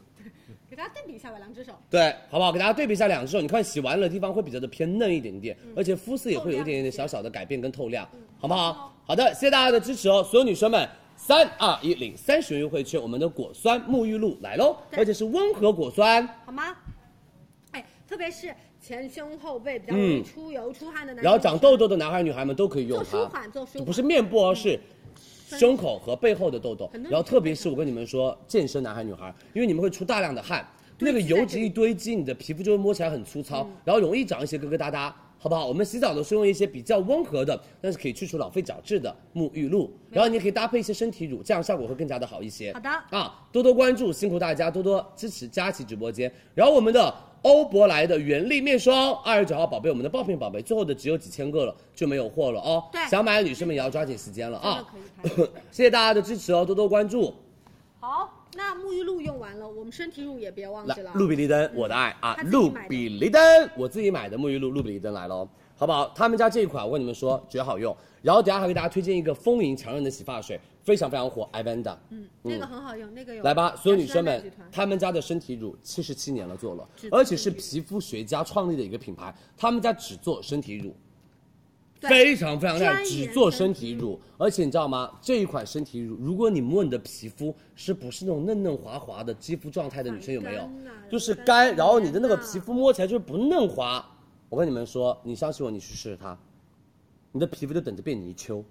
[SPEAKER 1] 给大家对比一下吧，两只手。
[SPEAKER 4] 对，好不好？给大家对比一下两只手，你看洗完了地方会比较的偏嫩一点点，
[SPEAKER 1] 嗯
[SPEAKER 4] 而且肤色也会有一点点小小的改变跟透亮，好不好？好的，谢谢大家的支持哦，所有女生们。三二一领三十元优惠券，我们的果酸沐浴露来喽，而且是温和果酸，
[SPEAKER 1] 好吗？哎，特别是前胸后背比较容易
[SPEAKER 4] 嗯
[SPEAKER 1] 出油、出汗的男生，
[SPEAKER 4] 然后长痘痘的男孩女孩们都可以用
[SPEAKER 1] 做
[SPEAKER 4] 它，
[SPEAKER 1] 舒缓，做舒缓，嗯
[SPEAKER 4] 不是面部哦，是胸口和背后的痘痘
[SPEAKER 1] 很多。人
[SPEAKER 4] 然后特别是我跟你们说，健身男孩女孩，因为你们会出大量的汗，
[SPEAKER 1] 堆
[SPEAKER 4] 那
[SPEAKER 1] 积
[SPEAKER 4] 个
[SPEAKER 1] 在
[SPEAKER 4] 油脂
[SPEAKER 1] 这里
[SPEAKER 4] 一堆积，你的皮肤就会摸起来很粗
[SPEAKER 1] 嗯
[SPEAKER 4] 糙，然后容易长一些疙疙瘩瘩。好不好？我们洗澡的时候用一些比较温和的，但是可以去除老废角质的沐浴露，然后你也可以搭配一些身体乳，这样效果会更加的好一些。
[SPEAKER 1] 好的
[SPEAKER 4] 啊，多多关注，辛苦大家多多支持佳琦直播间。然后我们的欧珀莱的原力面霜，二十九号宝贝，我们的爆品宝贝，最后的只有几千个了，就没有货了哦。
[SPEAKER 1] 对
[SPEAKER 4] 想买的女生们也要抓紧时间了啊
[SPEAKER 1] 真的！
[SPEAKER 4] 谢谢大家的支持哦，多多关注。
[SPEAKER 1] 好，那沐浴露用完了，我们身体乳也别忘
[SPEAKER 4] 来
[SPEAKER 1] 记了啊。，
[SPEAKER 4] 露比丽登，我的爱啊
[SPEAKER 1] 他，自己
[SPEAKER 4] 露
[SPEAKER 1] 买的
[SPEAKER 4] 比丽登，我自己买的沐浴露，露比丽登来喽。好不好？他们家这一款我跟你们说绝好用，然后等一下还给大家推荐一个丰盈强韧的洗发水，非常非常火，Ivanda。
[SPEAKER 1] 嗯，那个很好用，那个有
[SPEAKER 4] 来吧，所有女生
[SPEAKER 1] 雅诗兰黛
[SPEAKER 4] 们
[SPEAKER 1] 集团，
[SPEAKER 4] 他们家的身体乳七十七年了做了
[SPEAKER 1] 只，做
[SPEAKER 4] 而且是皮肤学家创立的一个品牌，他们家只做身体乳，
[SPEAKER 1] 对
[SPEAKER 4] 非常非常厉害，
[SPEAKER 1] 专
[SPEAKER 4] 只
[SPEAKER 1] 研
[SPEAKER 4] 做身
[SPEAKER 1] 身
[SPEAKER 4] 体乳。而且你知道吗？这一款身体乳，如果你摸你的皮肤，是不是那种嫩嫩滑滑的肌肤状态的女生有没有
[SPEAKER 1] 很干呐？
[SPEAKER 4] 就是
[SPEAKER 1] 很
[SPEAKER 4] 干，
[SPEAKER 1] 干
[SPEAKER 4] 然后你的那个
[SPEAKER 1] 呐
[SPEAKER 4] 皮肤摸起来就是不嫩滑。我跟你们说，你相信我，你去试试它，你的皮肤就等着变泥鳅。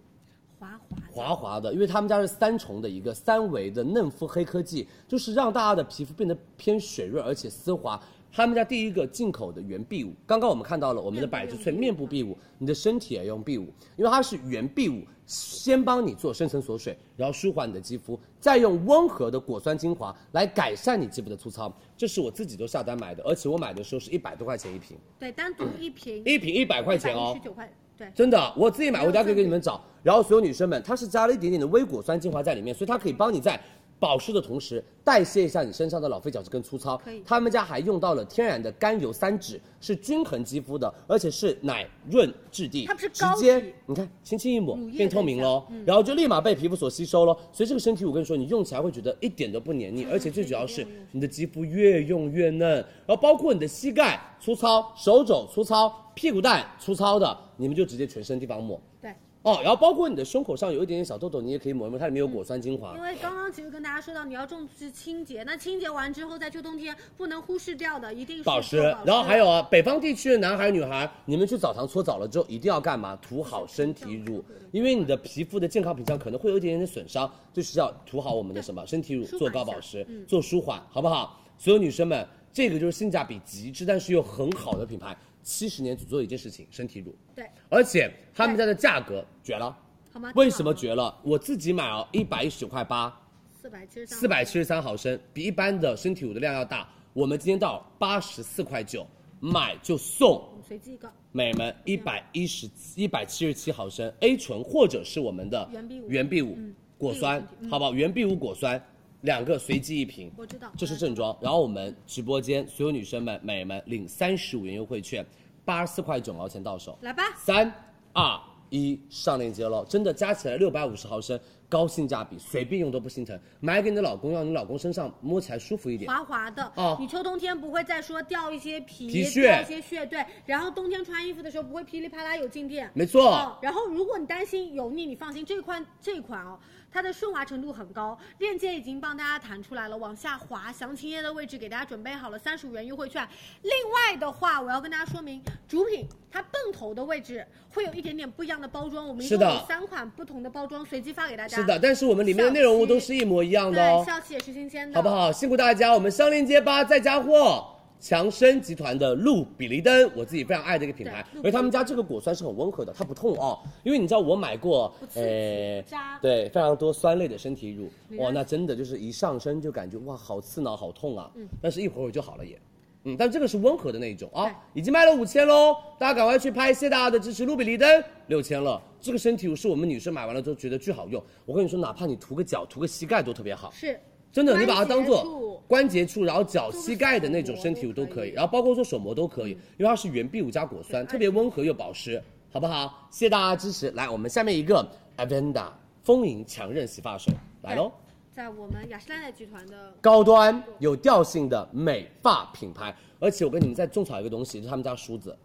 [SPEAKER 1] 滑滑的。
[SPEAKER 4] 滑滑的，因为他们家是三重的一个三维的嫩肤黑科技，就是让大家的皮肤变得偏水润而且丝滑。他们家第一个进口的原 B 五，刚刚我们看到了我们的百植萃面部 B 五，你的身体也用 B 五，因为它是原 B 五，先帮你做深层锁水，然后舒缓你的肌肤，再用温和的果酸精华来改善你肌肤的粗糙。这是我自己都下单买的，而且我买的时候是一百多块钱一瓶，
[SPEAKER 1] 对，单独一瓶
[SPEAKER 4] 一瓶一百块 钱哦
[SPEAKER 1] 十，九块，对，
[SPEAKER 4] 真的，我自己买，我家可以给你们找。然后所有女生们，它是加了一点点的微果酸精华在里面，所以它可以帮你在保湿的同时代谢一下你身上的老废角质跟粗糙。
[SPEAKER 1] 可以
[SPEAKER 4] 他们家还用到了天然的甘油三酯，是均衡肌肤的，而且是奶润质地，
[SPEAKER 1] 它不是
[SPEAKER 4] 直
[SPEAKER 1] 膏
[SPEAKER 4] 接
[SPEAKER 1] 体
[SPEAKER 4] 你看轻轻一抹
[SPEAKER 1] 乳液
[SPEAKER 4] 变透明喽，
[SPEAKER 1] 嗯
[SPEAKER 4] 然后就立马被皮肤所吸收喽。所以这个身体我跟你说，你用起来会觉得一点都不黏腻，而且最主要是你的肌肤越用越嫩，然后包括你的膝盖粗糙、手肘粗糙、屁股蛋粗糙的，你们就直接全身地方抹。
[SPEAKER 1] 对。
[SPEAKER 4] 哦，然后包括你的胸口上有一点点小痘痘，你也可以抹一抹，它里面有果酸精华。
[SPEAKER 1] 因为刚刚其实跟大家说到，你要重视清洁，那清洁完之后，在秋冬天不能忽视掉的，一定是
[SPEAKER 4] 保湿
[SPEAKER 1] 做，
[SPEAKER 4] 然后还有啊，北方地区的男孩女孩，你们去澡堂搓澡了之后，一定要干嘛？涂好身体乳，因为你的皮肤的健康屏障可能会有一点点的损伤，就是要涂好我们的 什么身体乳，
[SPEAKER 1] 舒缓
[SPEAKER 4] 做
[SPEAKER 1] 一
[SPEAKER 4] 高
[SPEAKER 1] 下
[SPEAKER 4] 保湿，
[SPEAKER 1] 嗯
[SPEAKER 4] 做舒缓，好不好？所有女生们，这个就是性价比极致，但是又很好的品牌，七十年只做一件事情，身体乳，
[SPEAKER 1] 对，
[SPEAKER 4] 而且他们家的价格绝了，
[SPEAKER 1] 好吗？
[SPEAKER 4] 为什么绝了？我自己买了一百一十九块八，
[SPEAKER 1] 四百七十三，
[SPEAKER 4] 四百七十三毫升，比一般的身体乳的量要大。我们今天到八十四块九，买就送
[SPEAKER 1] 嗯随机一个，
[SPEAKER 4] 美们一百一十一百七十七毫升 A 醇，或者是我们的
[SPEAKER 1] 原 B 五
[SPEAKER 4] 原 B 五
[SPEAKER 1] 嗯
[SPEAKER 4] 果酸
[SPEAKER 1] B 五，嗯
[SPEAKER 4] 好不好？原 B 五果酸两个随机一瓶，
[SPEAKER 1] 我知道
[SPEAKER 4] 这是正装。然后我们直播间所有女生们、美们领三十五元优惠券，八十四块九毛钱到手。
[SPEAKER 1] 来吧，
[SPEAKER 4] 三二一，上链接喽！真的加起来六百五十毫升，高性价比，随便用都不心疼。买给你的老公，让你老公身上摸起来舒服一点。
[SPEAKER 1] 滑滑的。
[SPEAKER 4] 哦
[SPEAKER 1] 你秋冬天不会再说掉一些皮、
[SPEAKER 4] 皮屑
[SPEAKER 1] 掉一些屑，对。然后冬天穿衣服的时候不会噼里啪啦有静电。
[SPEAKER 4] 没错
[SPEAKER 1] 哦然后如果你担心油腻，你放心，这款这款哦，它的顺滑程度很高，链接已经帮大家弹出来了，往下滑，详情页的位置给大家准备好了三十五元优惠券。另外的话，我要跟大家说明，主品它泵头的位置会有一点点不一样的包装，我们一
[SPEAKER 4] 是
[SPEAKER 1] 共
[SPEAKER 4] 的
[SPEAKER 1] 有三款不同的包装，随机发给大家。
[SPEAKER 4] 是的，，但是我们里面的内容物都是一模一样的哦
[SPEAKER 1] 对，，效期也是新鲜的，
[SPEAKER 4] 好不？好？辛苦大家，我们上链接吧，再加货。强生集团的露比丽登，我自己非常爱的一个品牌
[SPEAKER 1] 对，
[SPEAKER 4] 而他们家这个果酸是很温和的，它不痛哦。因为你知道我买过
[SPEAKER 1] 不，刺激
[SPEAKER 4] 呃
[SPEAKER 1] 扎，
[SPEAKER 4] 对，非常多酸类的身体乳，
[SPEAKER 1] 看
[SPEAKER 4] 哇，那真的就是一上身就感觉哇，好刺挠，好痛啊。
[SPEAKER 1] 嗯
[SPEAKER 4] 但是一会儿就好了也。嗯，但这个是温和的那一种啊
[SPEAKER 1] 对，
[SPEAKER 4] 已经卖了五千喽，大家赶快去拍，谢谢大家的支持。露比丽登六千了，这个身体乳是我们女生买完了之后觉得巨好用。我跟你说，哪怕你涂个脚、涂个膝盖都特别好。
[SPEAKER 1] 是。
[SPEAKER 4] 真的，你把它当
[SPEAKER 1] 关节处
[SPEAKER 4] 做关节处，然后脚、
[SPEAKER 1] 做个
[SPEAKER 4] 膝盖的那种身体乳都
[SPEAKER 1] 手
[SPEAKER 4] 可
[SPEAKER 1] 膜
[SPEAKER 4] 以，
[SPEAKER 1] 都可以
[SPEAKER 4] 然后包括做手膜都可
[SPEAKER 1] 嗯
[SPEAKER 4] 以，因为它是原 B 五加果酸，特别温和又保湿，好不好？谢谢大家支持。来，我们下面一个 Avenda 丰盈强韧洗发水来喽。
[SPEAKER 1] 在我们雅诗兰黛集团的
[SPEAKER 4] 高端有调性的美发品牌，而且我跟你们再种草一个东西，就是他们家梳子，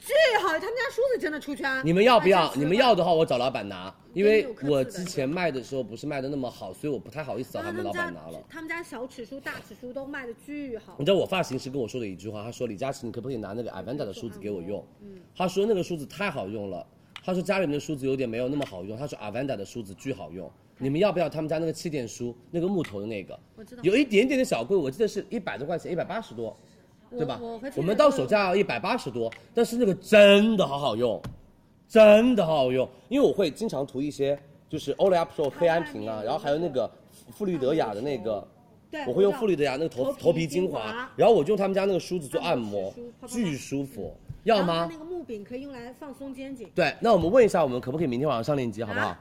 [SPEAKER 1] 巨好，他们家梳子真的出圈。
[SPEAKER 4] 你们要不
[SPEAKER 1] 哎
[SPEAKER 4] 要？
[SPEAKER 1] 真是
[SPEAKER 4] 你们要的话，我找老板拿，因为我之
[SPEAKER 1] 真是
[SPEAKER 4] 前卖的时候不是卖的那么好，所以我不太好意思找
[SPEAKER 1] 然后他
[SPEAKER 4] 他
[SPEAKER 1] 们
[SPEAKER 4] 们老
[SPEAKER 1] 家
[SPEAKER 4] 板拿了。嗯
[SPEAKER 1] 他们家小齿梳、大齿梳都卖的巨好
[SPEAKER 4] 你。知道我发型师跟我说的一句话，他说李佳琦，你可不可以拿那个 Avenda 的梳子给我
[SPEAKER 1] 啊
[SPEAKER 4] 用？
[SPEAKER 1] 嗯
[SPEAKER 4] 他说那个梳子太好用了，他说家里面的梳子有点没有那么好用，他说 Avenda 的梳子巨好用。你们要不要他们家那个气垫梳，那个木头的那个？
[SPEAKER 1] 我知道
[SPEAKER 4] 有一点点的小贵，我记得是一百多块钱，一百八十多，
[SPEAKER 1] 我
[SPEAKER 4] 对吧？
[SPEAKER 1] 我和
[SPEAKER 4] 我
[SPEAKER 1] 这
[SPEAKER 4] 们
[SPEAKER 1] 个
[SPEAKER 4] 到
[SPEAKER 1] 都
[SPEAKER 4] 手
[SPEAKER 1] 有
[SPEAKER 4] 价要一百八十多，但是那个真的好好用，真的好好用，因为我会经常涂一些就是 Olay Pro 黑安瓶啊，然后还有那个
[SPEAKER 1] 啊
[SPEAKER 4] 馥绿德雅的那个。
[SPEAKER 1] 对，
[SPEAKER 4] 我会用馥绿
[SPEAKER 1] 的。
[SPEAKER 4] 德雅那个头
[SPEAKER 1] 头
[SPEAKER 4] 头
[SPEAKER 1] 皮
[SPEAKER 4] 皮精
[SPEAKER 1] 精
[SPEAKER 4] 华
[SPEAKER 1] 华，
[SPEAKER 4] 然后我就用他们家那个梳子做按摩
[SPEAKER 1] 按摩指梳啪啪，啪
[SPEAKER 4] 巨舒服，要
[SPEAKER 1] 然后它
[SPEAKER 4] 吗
[SPEAKER 1] 那？个木柄可以用来放松肩 颈。
[SPEAKER 4] 对，那我们问一下，我们可不可以明天晚上上链接，好不好
[SPEAKER 1] 啊？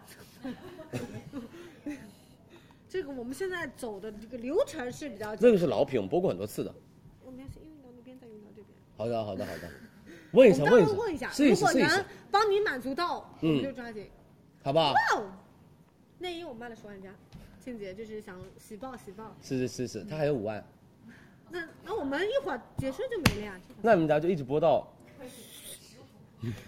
[SPEAKER 1] 这个我们现在走的这个流程是比较紧，
[SPEAKER 4] 这个是老品，我们播过很多次的。
[SPEAKER 1] 我们要先用到那边再用到这边。
[SPEAKER 4] 好的，好的，好的。问一
[SPEAKER 1] 我
[SPEAKER 4] 下，
[SPEAKER 1] 们到时
[SPEAKER 4] 问
[SPEAKER 1] 候问
[SPEAKER 4] 一下，
[SPEAKER 1] 一下，
[SPEAKER 4] 试一
[SPEAKER 1] 如
[SPEAKER 4] 试，
[SPEAKER 1] 果
[SPEAKER 4] 试一试
[SPEAKER 1] 能，帮你满足到，我们
[SPEAKER 4] 嗯
[SPEAKER 1] 就抓紧。
[SPEAKER 4] 好不好？
[SPEAKER 1] 哦，内衣我们卖了十万加，倩姐就是想喜报喜报。
[SPEAKER 4] 是是是是，他还有五万，
[SPEAKER 1] 那那我们一会儿结束就没了呀，
[SPEAKER 4] 那你们俩就一直播到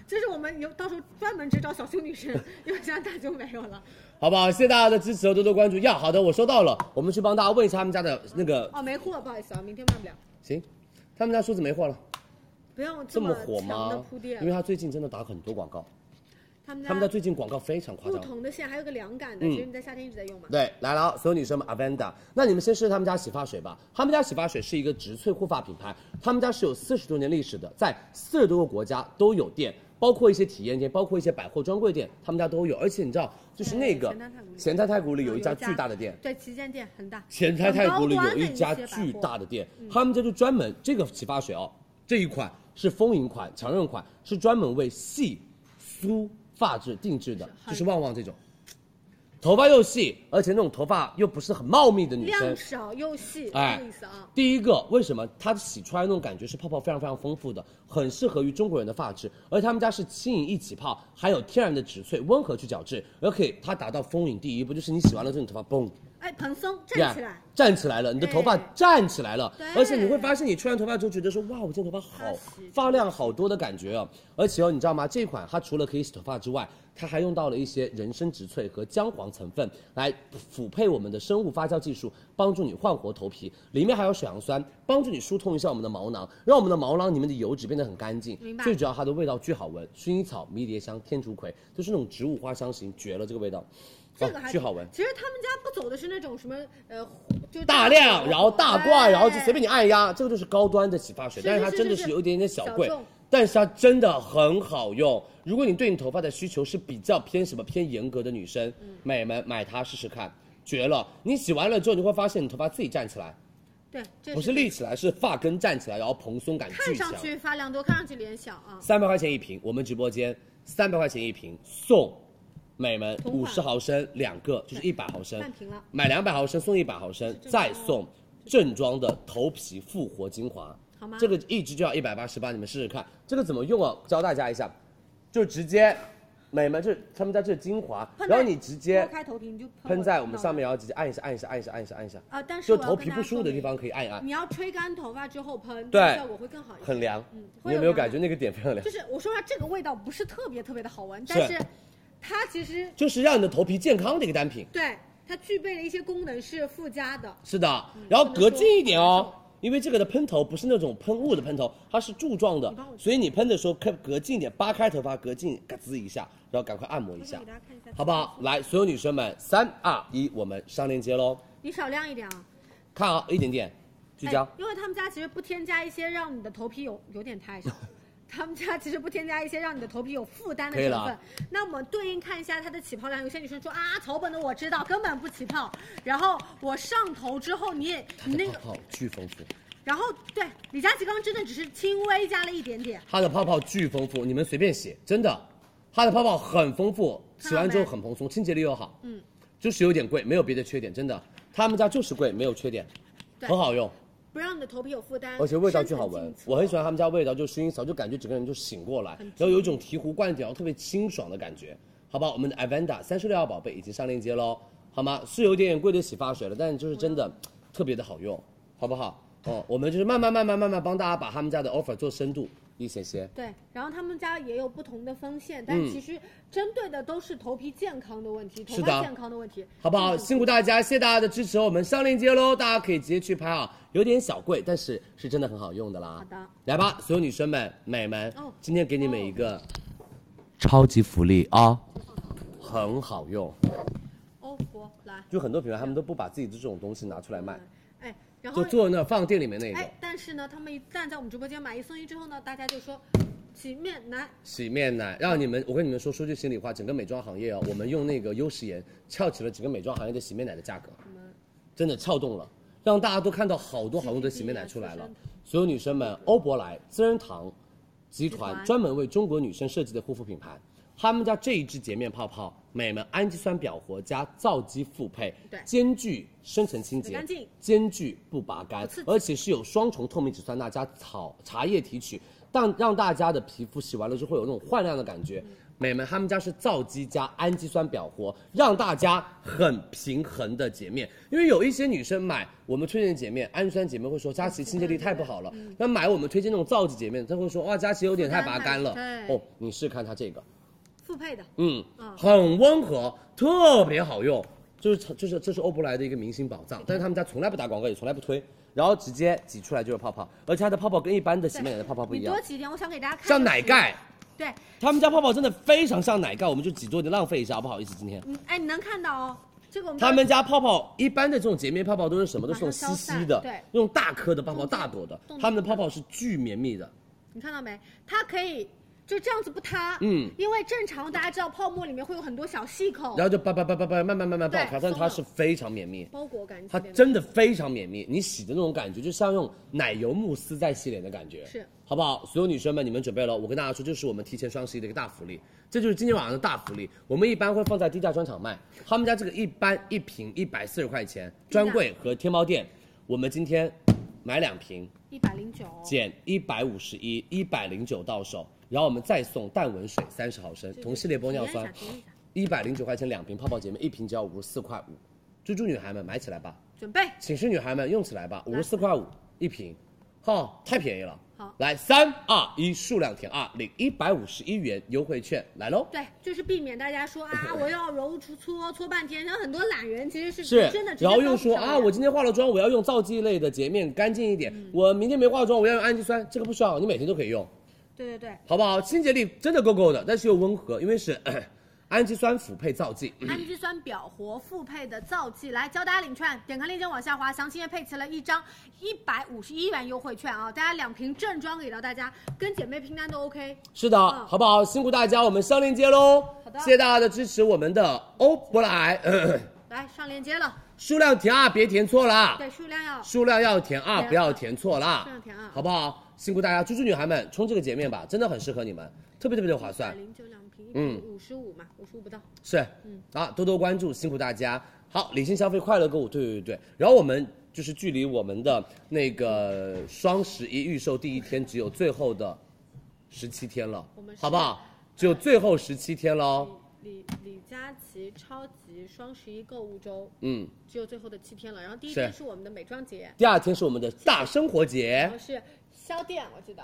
[SPEAKER 1] 这是我们有到时候专门只找小熊女生，因为现在大熊没有了。
[SPEAKER 4] 好不好？谢谢大家的支持，多多关注。呀，好的，我收到了，我们去帮大家问一下他们家的那个，
[SPEAKER 1] 哦，没货，不好意思啊，明天卖不了。
[SPEAKER 4] 行，他们家梳子没货了，
[SPEAKER 1] 不用
[SPEAKER 4] 这么
[SPEAKER 1] 么
[SPEAKER 4] 火
[SPEAKER 1] 强的
[SPEAKER 4] 吗
[SPEAKER 1] 铺？
[SPEAKER 4] 因为
[SPEAKER 1] 垫，
[SPEAKER 4] 他最近真的打很多广告，
[SPEAKER 1] 他
[SPEAKER 4] 他
[SPEAKER 1] 们
[SPEAKER 4] 们家
[SPEAKER 1] 家
[SPEAKER 4] 最近广告非常夸
[SPEAKER 1] 不
[SPEAKER 4] 张。
[SPEAKER 1] 同的线还有个凉感的，
[SPEAKER 4] 嗯
[SPEAKER 1] 其实你在夏天一直在用嘛。
[SPEAKER 4] 对，来了啊，所有女生们，Avenda，那你们先试试他们家洗发水吧。他们家洗发水是一个植萃护发品牌，他们家是有四十多年历史的，在四十多个国家都有店，包括一些体验店，包括一些百货专柜店，他们家都有。而且你知道，就是那个
[SPEAKER 1] 前滩太古里
[SPEAKER 4] 前滩太古里有一家
[SPEAKER 1] 有一家
[SPEAKER 4] 巨大的店，
[SPEAKER 1] 对，旗舰店很大，
[SPEAKER 4] 前台太古里有一
[SPEAKER 1] 很高
[SPEAKER 4] 家
[SPEAKER 1] 端的一些百货嗯
[SPEAKER 4] 巨大的店，他们家就专门这个洗发水哦，这一款是丰盈款、强韧款，是专门为细梳发质定制的，就是旺旺这种，头发又细，而且那种头发又不是很茂密的女生
[SPEAKER 1] 量，少又细，
[SPEAKER 4] 哎
[SPEAKER 1] 这个意思啊。
[SPEAKER 4] 第一个，为什么它洗出来那种感觉是泡泡非常非常丰富的，很适合于中国人的发质，而他们家是轻盈一起泡，还有天然的植萃，温和去角质，而可以它达到丰盈第一步，就是你洗完了之后你头发嘣
[SPEAKER 1] 哎，蓬松，站起来，
[SPEAKER 4] 站起来了，你的头发站起来了，
[SPEAKER 1] 对
[SPEAKER 4] 而且你会发现你吹完头发之后觉得说，哇，我今天头发好
[SPEAKER 1] 踏实
[SPEAKER 4] 发量好多的感觉哦。而且哦，你知道吗？这款它除了可以洗头发之外，它还用到了一些人参植萃和姜黄成分来辅配我们的生物发酵技术，帮助你焕活头皮。里面还有水杨酸，帮助你疏通一下我们的毛囊，让我们的毛囊里面的油脂变得很干净。
[SPEAKER 1] 明白
[SPEAKER 4] 最主要它的味道巨好闻，薰衣草、迷迭香、天竺葵，就是那种植物花香型，绝了这个味道，
[SPEAKER 1] 这个
[SPEAKER 4] 哦
[SPEAKER 1] 还
[SPEAKER 4] 巨好闻。
[SPEAKER 1] 其实他们家不走的是那种什么呃，就
[SPEAKER 4] 大量，然后大罐，
[SPEAKER 1] 哎
[SPEAKER 4] 然后就随便你按压，这个就是高端的洗发水，
[SPEAKER 1] 是
[SPEAKER 4] 但是它
[SPEAKER 1] 是是
[SPEAKER 4] 真的
[SPEAKER 1] 是
[SPEAKER 4] 是有一点点小贵
[SPEAKER 1] 小众，
[SPEAKER 4] 但是它真的很好用。如果你对你头发的需求是比较偏什么偏严格的女生，美
[SPEAKER 1] 嗯
[SPEAKER 4] 们买它试试看，绝了！你洗完了之后，你会发现你头发自己站起来，
[SPEAKER 1] 对，这
[SPEAKER 4] 不是立起来，是发根站起来，然后蓬松感
[SPEAKER 1] 看
[SPEAKER 4] 巨强
[SPEAKER 1] 上。去发量多，看上去脸小啊。
[SPEAKER 4] 三百块钱一瓶，我们直播间三百块钱一瓶送美们
[SPEAKER 1] 同
[SPEAKER 4] 五
[SPEAKER 1] 款
[SPEAKER 4] 十毫升两个，就是一百毫升
[SPEAKER 1] 半瓶了，
[SPEAKER 4] 买两百毫升送一百毫升，再送正装的头皮复活精华，
[SPEAKER 1] 好吗
[SPEAKER 4] 这个一支就要一百八十八，你们试试看，这个怎么用啊？教大家一下，就直接美们这他们家这是精华，
[SPEAKER 1] 喷在
[SPEAKER 4] 然后你直接
[SPEAKER 1] 拨开头皮你就喷
[SPEAKER 4] 喷在我们
[SPEAKER 1] 脑
[SPEAKER 4] 上面，然后直接按一下，按一下，按一下，按一下，按一下，
[SPEAKER 1] 啊，但是
[SPEAKER 4] 就
[SPEAKER 1] 我要
[SPEAKER 4] 头
[SPEAKER 1] 跟
[SPEAKER 4] 皮
[SPEAKER 1] 大
[SPEAKER 4] 不
[SPEAKER 1] 家
[SPEAKER 4] 舒服
[SPEAKER 1] 说
[SPEAKER 4] 的地
[SPEAKER 1] 明嗯
[SPEAKER 4] 方可以按一按，
[SPEAKER 1] 你要吹干头发之后喷，
[SPEAKER 4] 对
[SPEAKER 1] 这个效果会更好一点。
[SPEAKER 4] 很凉，
[SPEAKER 1] 嗯会
[SPEAKER 4] 你有
[SPEAKER 1] 有
[SPEAKER 4] 没有
[SPEAKER 1] 凉
[SPEAKER 4] 感觉那个点非常凉？
[SPEAKER 1] 就是我说实话，这个味道不是特别特别的好闻，但
[SPEAKER 4] 是
[SPEAKER 1] 是它其实
[SPEAKER 4] 就是让你的头皮健康的一个单品。
[SPEAKER 1] 对它具备了一些功能是附加的。
[SPEAKER 4] 是的，
[SPEAKER 1] 嗯
[SPEAKER 4] 然后隔近一点哦，因为这个的喷头不是那种喷雾的喷头，它是柱状的，所以你喷的时候可隔近一点，扒开头发隔近，嘎吱一下，然后赶快按摩一下，好
[SPEAKER 1] 嗯
[SPEAKER 4] 不好？来，所有女生们，三二一，我们上链接喽，
[SPEAKER 1] 你少量一点啊，
[SPEAKER 4] 看啊，一点点，聚
[SPEAKER 1] 哎
[SPEAKER 4] 焦，
[SPEAKER 1] 因为他们家其实不添加一些让你的头皮有有点太 少。他们家其实不添加一些让你的头皮有负担的
[SPEAKER 4] 可以了
[SPEAKER 1] 成
[SPEAKER 4] 啊
[SPEAKER 1] 分。那我们对应看一下它的起泡量，有些女生说啊，草本的我知道根本不起泡，然后我上头之后你也你那个，
[SPEAKER 4] 泡泡巨丰富，
[SPEAKER 1] 然后对李佳琦刚刚真的只是轻微加了一点点，
[SPEAKER 4] 它的泡泡巨丰富，你们随便洗，真的，它的泡泡很丰富，
[SPEAKER 1] 看到
[SPEAKER 4] 洗完之后
[SPEAKER 1] 没
[SPEAKER 4] 很蓬松，清洁力又好，
[SPEAKER 1] 嗯，
[SPEAKER 4] 就是有点贵，没有别的缺点，真的，他们家就是贵，没有缺点，
[SPEAKER 1] 对
[SPEAKER 4] 很好用。
[SPEAKER 1] 不让你的头皮有负担，
[SPEAKER 4] 而且味道巨
[SPEAKER 1] 深层
[SPEAKER 4] 好闻
[SPEAKER 1] 进，去
[SPEAKER 4] 我很喜欢他们家味道，就薰衣草，就感觉整个人就醒过来，然后有一种醍醐灌顶，然后特别清爽的感觉，好吧？我们的 Avenda 三十六号宝贝已经上链接喽，好吗？是有点贵的洗发水了，但是就是真的特别的好用，好不好？哦，我们就是慢慢慢慢慢慢帮大家把他们家的 offer 做深度一些些，
[SPEAKER 1] 对，然后他们家也有不同的分线，但其实针对的都是头皮健康的问题，头
[SPEAKER 4] 嗯是的
[SPEAKER 1] 发健康的问题，嗯
[SPEAKER 4] 好不好？辛苦大家，谢谢大家的支持，我们上链接喽，大家可以直接去拍啊，有点小贵，但是是真的很好用的啦。
[SPEAKER 1] 好的，
[SPEAKER 4] 来吧，所有女生们、美们，
[SPEAKER 1] 哦
[SPEAKER 4] 今天给你们一个超级福利啊、很好用，
[SPEAKER 1] 欧服哦来，
[SPEAKER 4] 就很多品牌他们都不把自己的这种东西拿出来卖，
[SPEAKER 1] 哎，然后
[SPEAKER 4] 就坐在那儿放店里面那个
[SPEAKER 1] 哎，但是呢，他们一旦在我们直播间买一送一之后呢，大家就说洗面奶
[SPEAKER 4] 洗面奶，让你们，我跟你们说，说句心里话，整个美妆行业哦，我们用那个优时颜翘起了整个美妆行业的洗面奶的价格，真的撬动了，让大家都看到好多好用的洗面奶出
[SPEAKER 1] 嗯
[SPEAKER 4] 来了。所有女生们，欧珀莱、资生堂集
[SPEAKER 1] 集
[SPEAKER 4] 团
[SPEAKER 1] 团
[SPEAKER 4] 专门为中国女生设计的护肤品牌，他们家这一支洁面泡泡，美们氨基酸表活加皂基复配
[SPEAKER 1] 对，
[SPEAKER 4] 兼具深层清洁，
[SPEAKER 1] 干净
[SPEAKER 4] 兼具不拔干
[SPEAKER 1] 不刺激，
[SPEAKER 4] 而且是有双重透明质酸钠加草茶叶提取。让让大家的皮肤洗完了之后会有那种焕亮的感觉。美们，他们家是皂基加氨基酸表活，让大家很平衡的洁面。因为有一些女生买我们推荐的洁面，氨基酸洁面会说佳琪清洁力太不好了，那买我们推荐那种皂基洁面，她会说哇佳琪有点太拔干了
[SPEAKER 1] 对。
[SPEAKER 4] 哦，你试看它这个，
[SPEAKER 1] 复配的，
[SPEAKER 4] 嗯
[SPEAKER 1] 嗯，
[SPEAKER 4] 很温和，特别好用，就是就是这是欧珀莱的一个明星宝藏，但是他们家从来不打广告，也从来不推，然后直接挤出来就是泡泡，而且它的泡泡跟一般的洗面奶的泡泡不一
[SPEAKER 1] 你
[SPEAKER 4] 样
[SPEAKER 1] 多，挤一点，我想给大家看，
[SPEAKER 4] 像奶盖，。
[SPEAKER 1] 对，
[SPEAKER 4] 他们家泡泡真的非常像奶盖，我们就挤多点浪费一下，好不好意思今天。
[SPEAKER 1] 嗯，哎，你能看到哦，这个我们
[SPEAKER 4] 他们家泡泡一般的这种洁面泡泡都是什么？都是那种稀稀的
[SPEAKER 1] 马上消散对，
[SPEAKER 4] 那种大颗的泡泡、大朵的
[SPEAKER 1] 动，
[SPEAKER 4] 他们的泡泡是巨绵密的。
[SPEAKER 1] 你看到没？它可以就这样子不塌，
[SPEAKER 4] 嗯
[SPEAKER 1] 因为正常大家知道泡沫里面会有很多小细孔，
[SPEAKER 4] 然后就叭叭叭叭叭，慢慢慢慢爆
[SPEAKER 1] 对
[SPEAKER 4] 出来，但
[SPEAKER 1] 松
[SPEAKER 4] 它
[SPEAKER 1] 了
[SPEAKER 4] 是非常绵密，
[SPEAKER 1] 包裹感
[SPEAKER 4] 它
[SPEAKER 1] 觉变
[SPEAKER 4] 真的非常绵密，你洗的那种感觉就像用奶油慕斯在洗脸的感觉，
[SPEAKER 1] 是，
[SPEAKER 4] 好不好？所有女生们，你们准备了，我跟大家说，这是我们提前双十一的一个大福利，这就是今天晚上的大福利。我们一般会放在低价专场卖，他们家这个一般一瓶一百四十块钱，
[SPEAKER 1] 价
[SPEAKER 4] 专柜和天猫店，我们今天买两瓶，
[SPEAKER 1] 一百零九，
[SPEAKER 4] 减一百五十一，一百零九到手，然后我们再送淡纹水三十毫升，同系列玻尿酸，
[SPEAKER 1] 体验一下体验一下
[SPEAKER 4] 一百零九块钱两瓶，泡泡洁面一瓶只要五十四块五，追逐女孩们买起来吧，
[SPEAKER 1] 准备
[SPEAKER 4] 寝室女孩们用起来吧，五十四块五一瓶，哈、太便宜了。
[SPEAKER 1] 好
[SPEAKER 4] 来三二一，数量填二，领一百五十一元优惠券，来喽。
[SPEAKER 1] 对，就是避免大家说 啊，我要揉搓搓搓半天，然后很多懒人其实是
[SPEAKER 4] 是
[SPEAKER 1] 真的直接
[SPEAKER 4] 然后
[SPEAKER 1] 包
[SPEAKER 4] 又
[SPEAKER 1] 不
[SPEAKER 4] 说
[SPEAKER 1] 上嗯
[SPEAKER 4] 啊，
[SPEAKER 1] 的
[SPEAKER 4] 我今天化了妆，我要用皂基类的洁面，干净一点。我明天没化妆，我要用氨基酸，这个不需要，你每天都可以用。
[SPEAKER 1] 对对对，
[SPEAKER 4] 好不好？清洁力真的够够的，但是又温和，因为是咳氨基酸辅配皂剂。
[SPEAKER 1] 氨基酸表活复配的皂剂，来教大家领券，点开链接往下滑，详情页配齐了一张一百五十一元优惠券啊，大家两瓶正装给到大家，跟姐妹拼单都 OK。
[SPEAKER 4] 是的，
[SPEAKER 1] 嗯
[SPEAKER 4] 好不好？辛苦大家，我们上链接喽。
[SPEAKER 1] 好的
[SPEAKER 4] 谢谢大家的支持，我们的欧珀莱咳咳
[SPEAKER 1] 来上链接了，
[SPEAKER 4] 数量填二，别填错了。啊
[SPEAKER 1] 对，数量要
[SPEAKER 4] 数量要填二，
[SPEAKER 1] 对啊
[SPEAKER 4] 不要填错啦，
[SPEAKER 1] 数量填啊二
[SPEAKER 4] 好不好？辛苦大家，猪猪女孩们冲这个洁面吧，真的很适合你们，特别特别的划算。
[SPEAKER 1] 零九两瓶，
[SPEAKER 4] 嗯
[SPEAKER 1] 五十五嘛，五十五不到。
[SPEAKER 4] 是，嗯，啊，多多关注，辛苦大家。好，理性消费，快乐购物，对对对。然后我们就是距离我们的那个双十一预售第一天只有最后的十七天了
[SPEAKER 1] 我们，是
[SPEAKER 4] 好不好？只有最后十七天哦喽。
[SPEAKER 1] 李李佳琦超级双十一购物周，
[SPEAKER 4] 嗯，
[SPEAKER 1] 只有最后的七天了。然后第一
[SPEAKER 4] 是
[SPEAKER 1] 天是我们的美妆节，
[SPEAKER 4] 第二天是我们的大生活节
[SPEAKER 1] 然后，是销店，我记得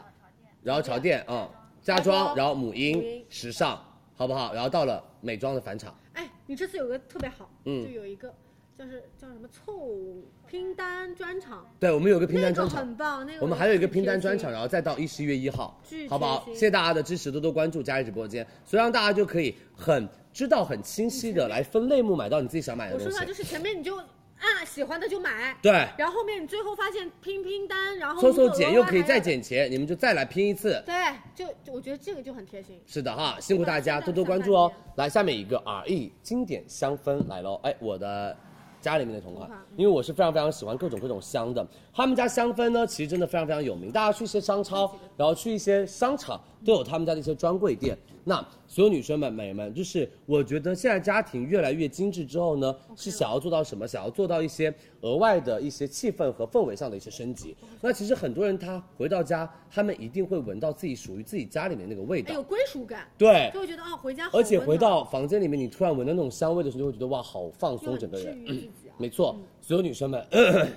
[SPEAKER 4] 然后潮店啊，家
[SPEAKER 1] 家装
[SPEAKER 4] 装，然后母
[SPEAKER 1] 母
[SPEAKER 4] 婴
[SPEAKER 1] 婴，
[SPEAKER 4] 时尚，好不好？然后到了美妆的返场，
[SPEAKER 1] 哎，你这次有个特别好，
[SPEAKER 4] 嗯
[SPEAKER 1] 就有一个叫是叫什么凑拼单专场，
[SPEAKER 4] 对我们有一个拼单专
[SPEAKER 1] 那个
[SPEAKER 4] 场
[SPEAKER 1] 很。棒，那个
[SPEAKER 4] 我们还有一个拼单
[SPEAKER 1] 巨
[SPEAKER 4] 专
[SPEAKER 1] 贴心
[SPEAKER 4] 场，然后再到一十一月一号
[SPEAKER 1] 巨，
[SPEAKER 4] 好不好？
[SPEAKER 1] 贴心
[SPEAKER 4] 谢谢大家的支持，多多关注佳怡直播间，所以让大家就可以很知道、很清晰的来分类目买到你自己想买的
[SPEAKER 1] 我
[SPEAKER 4] 东
[SPEAKER 1] 说
[SPEAKER 4] 西
[SPEAKER 1] 啥。就是前面你就啊喜欢的就买，
[SPEAKER 4] 对
[SPEAKER 1] 然后后面你最后发现拼拼单，然后
[SPEAKER 4] 凑凑
[SPEAKER 1] 如果
[SPEAKER 4] 减
[SPEAKER 1] 额
[SPEAKER 4] 又
[SPEAKER 1] 外
[SPEAKER 4] 可以
[SPEAKER 1] 还
[SPEAKER 4] 再
[SPEAKER 1] 有，
[SPEAKER 4] 减钱，你们就再来拼一次。
[SPEAKER 1] 对，就就我觉得这个就很贴心。
[SPEAKER 4] 是的哈，辛苦大家
[SPEAKER 1] 真的
[SPEAKER 4] 多多关注
[SPEAKER 1] 上
[SPEAKER 4] 哦
[SPEAKER 1] 半。
[SPEAKER 4] 来，下面一个 RE 经典香氛来喽，哎，我的。家里面的同款
[SPEAKER 1] 同款，
[SPEAKER 4] 因为我是非常非常喜欢各种各种香的。他们家香氛呢，其实真的非常非常有名，大家去一些商超，
[SPEAKER 1] 嗯
[SPEAKER 4] 然后去一些商场，都有他们家的一些专柜店。那所有女生们、美们，就是我觉得现在家庭越来越精致之后呢，是想要做到什么？想要做到一些额外的一些气氛和氛围上的一些升级。那其实很多人他回到家，他们一定会闻到自己属于自己家里面那个味
[SPEAKER 1] 哎，
[SPEAKER 4] 道
[SPEAKER 1] 有。归属感，
[SPEAKER 4] 对，
[SPEAKER 1] 就会觉得啊，回家好
[SPEAKER 4] 而且回
[SPEAKER 1] 温暖
[SPEAKER 4] 到房间里面，你突然闻到那种香味的时候，就会觉得哇，好放
[SPEAKER 1] 就
[SPEAKER 4] 松，
[SPEAKER 1] 很
[SPEAKER 4] 整个
[SPEAKER 1] 治
[SPEAKER 4] 人。
[SPEAKER 1] 愈自己啊。
[SPEAKER 4] 没错，所有女生们，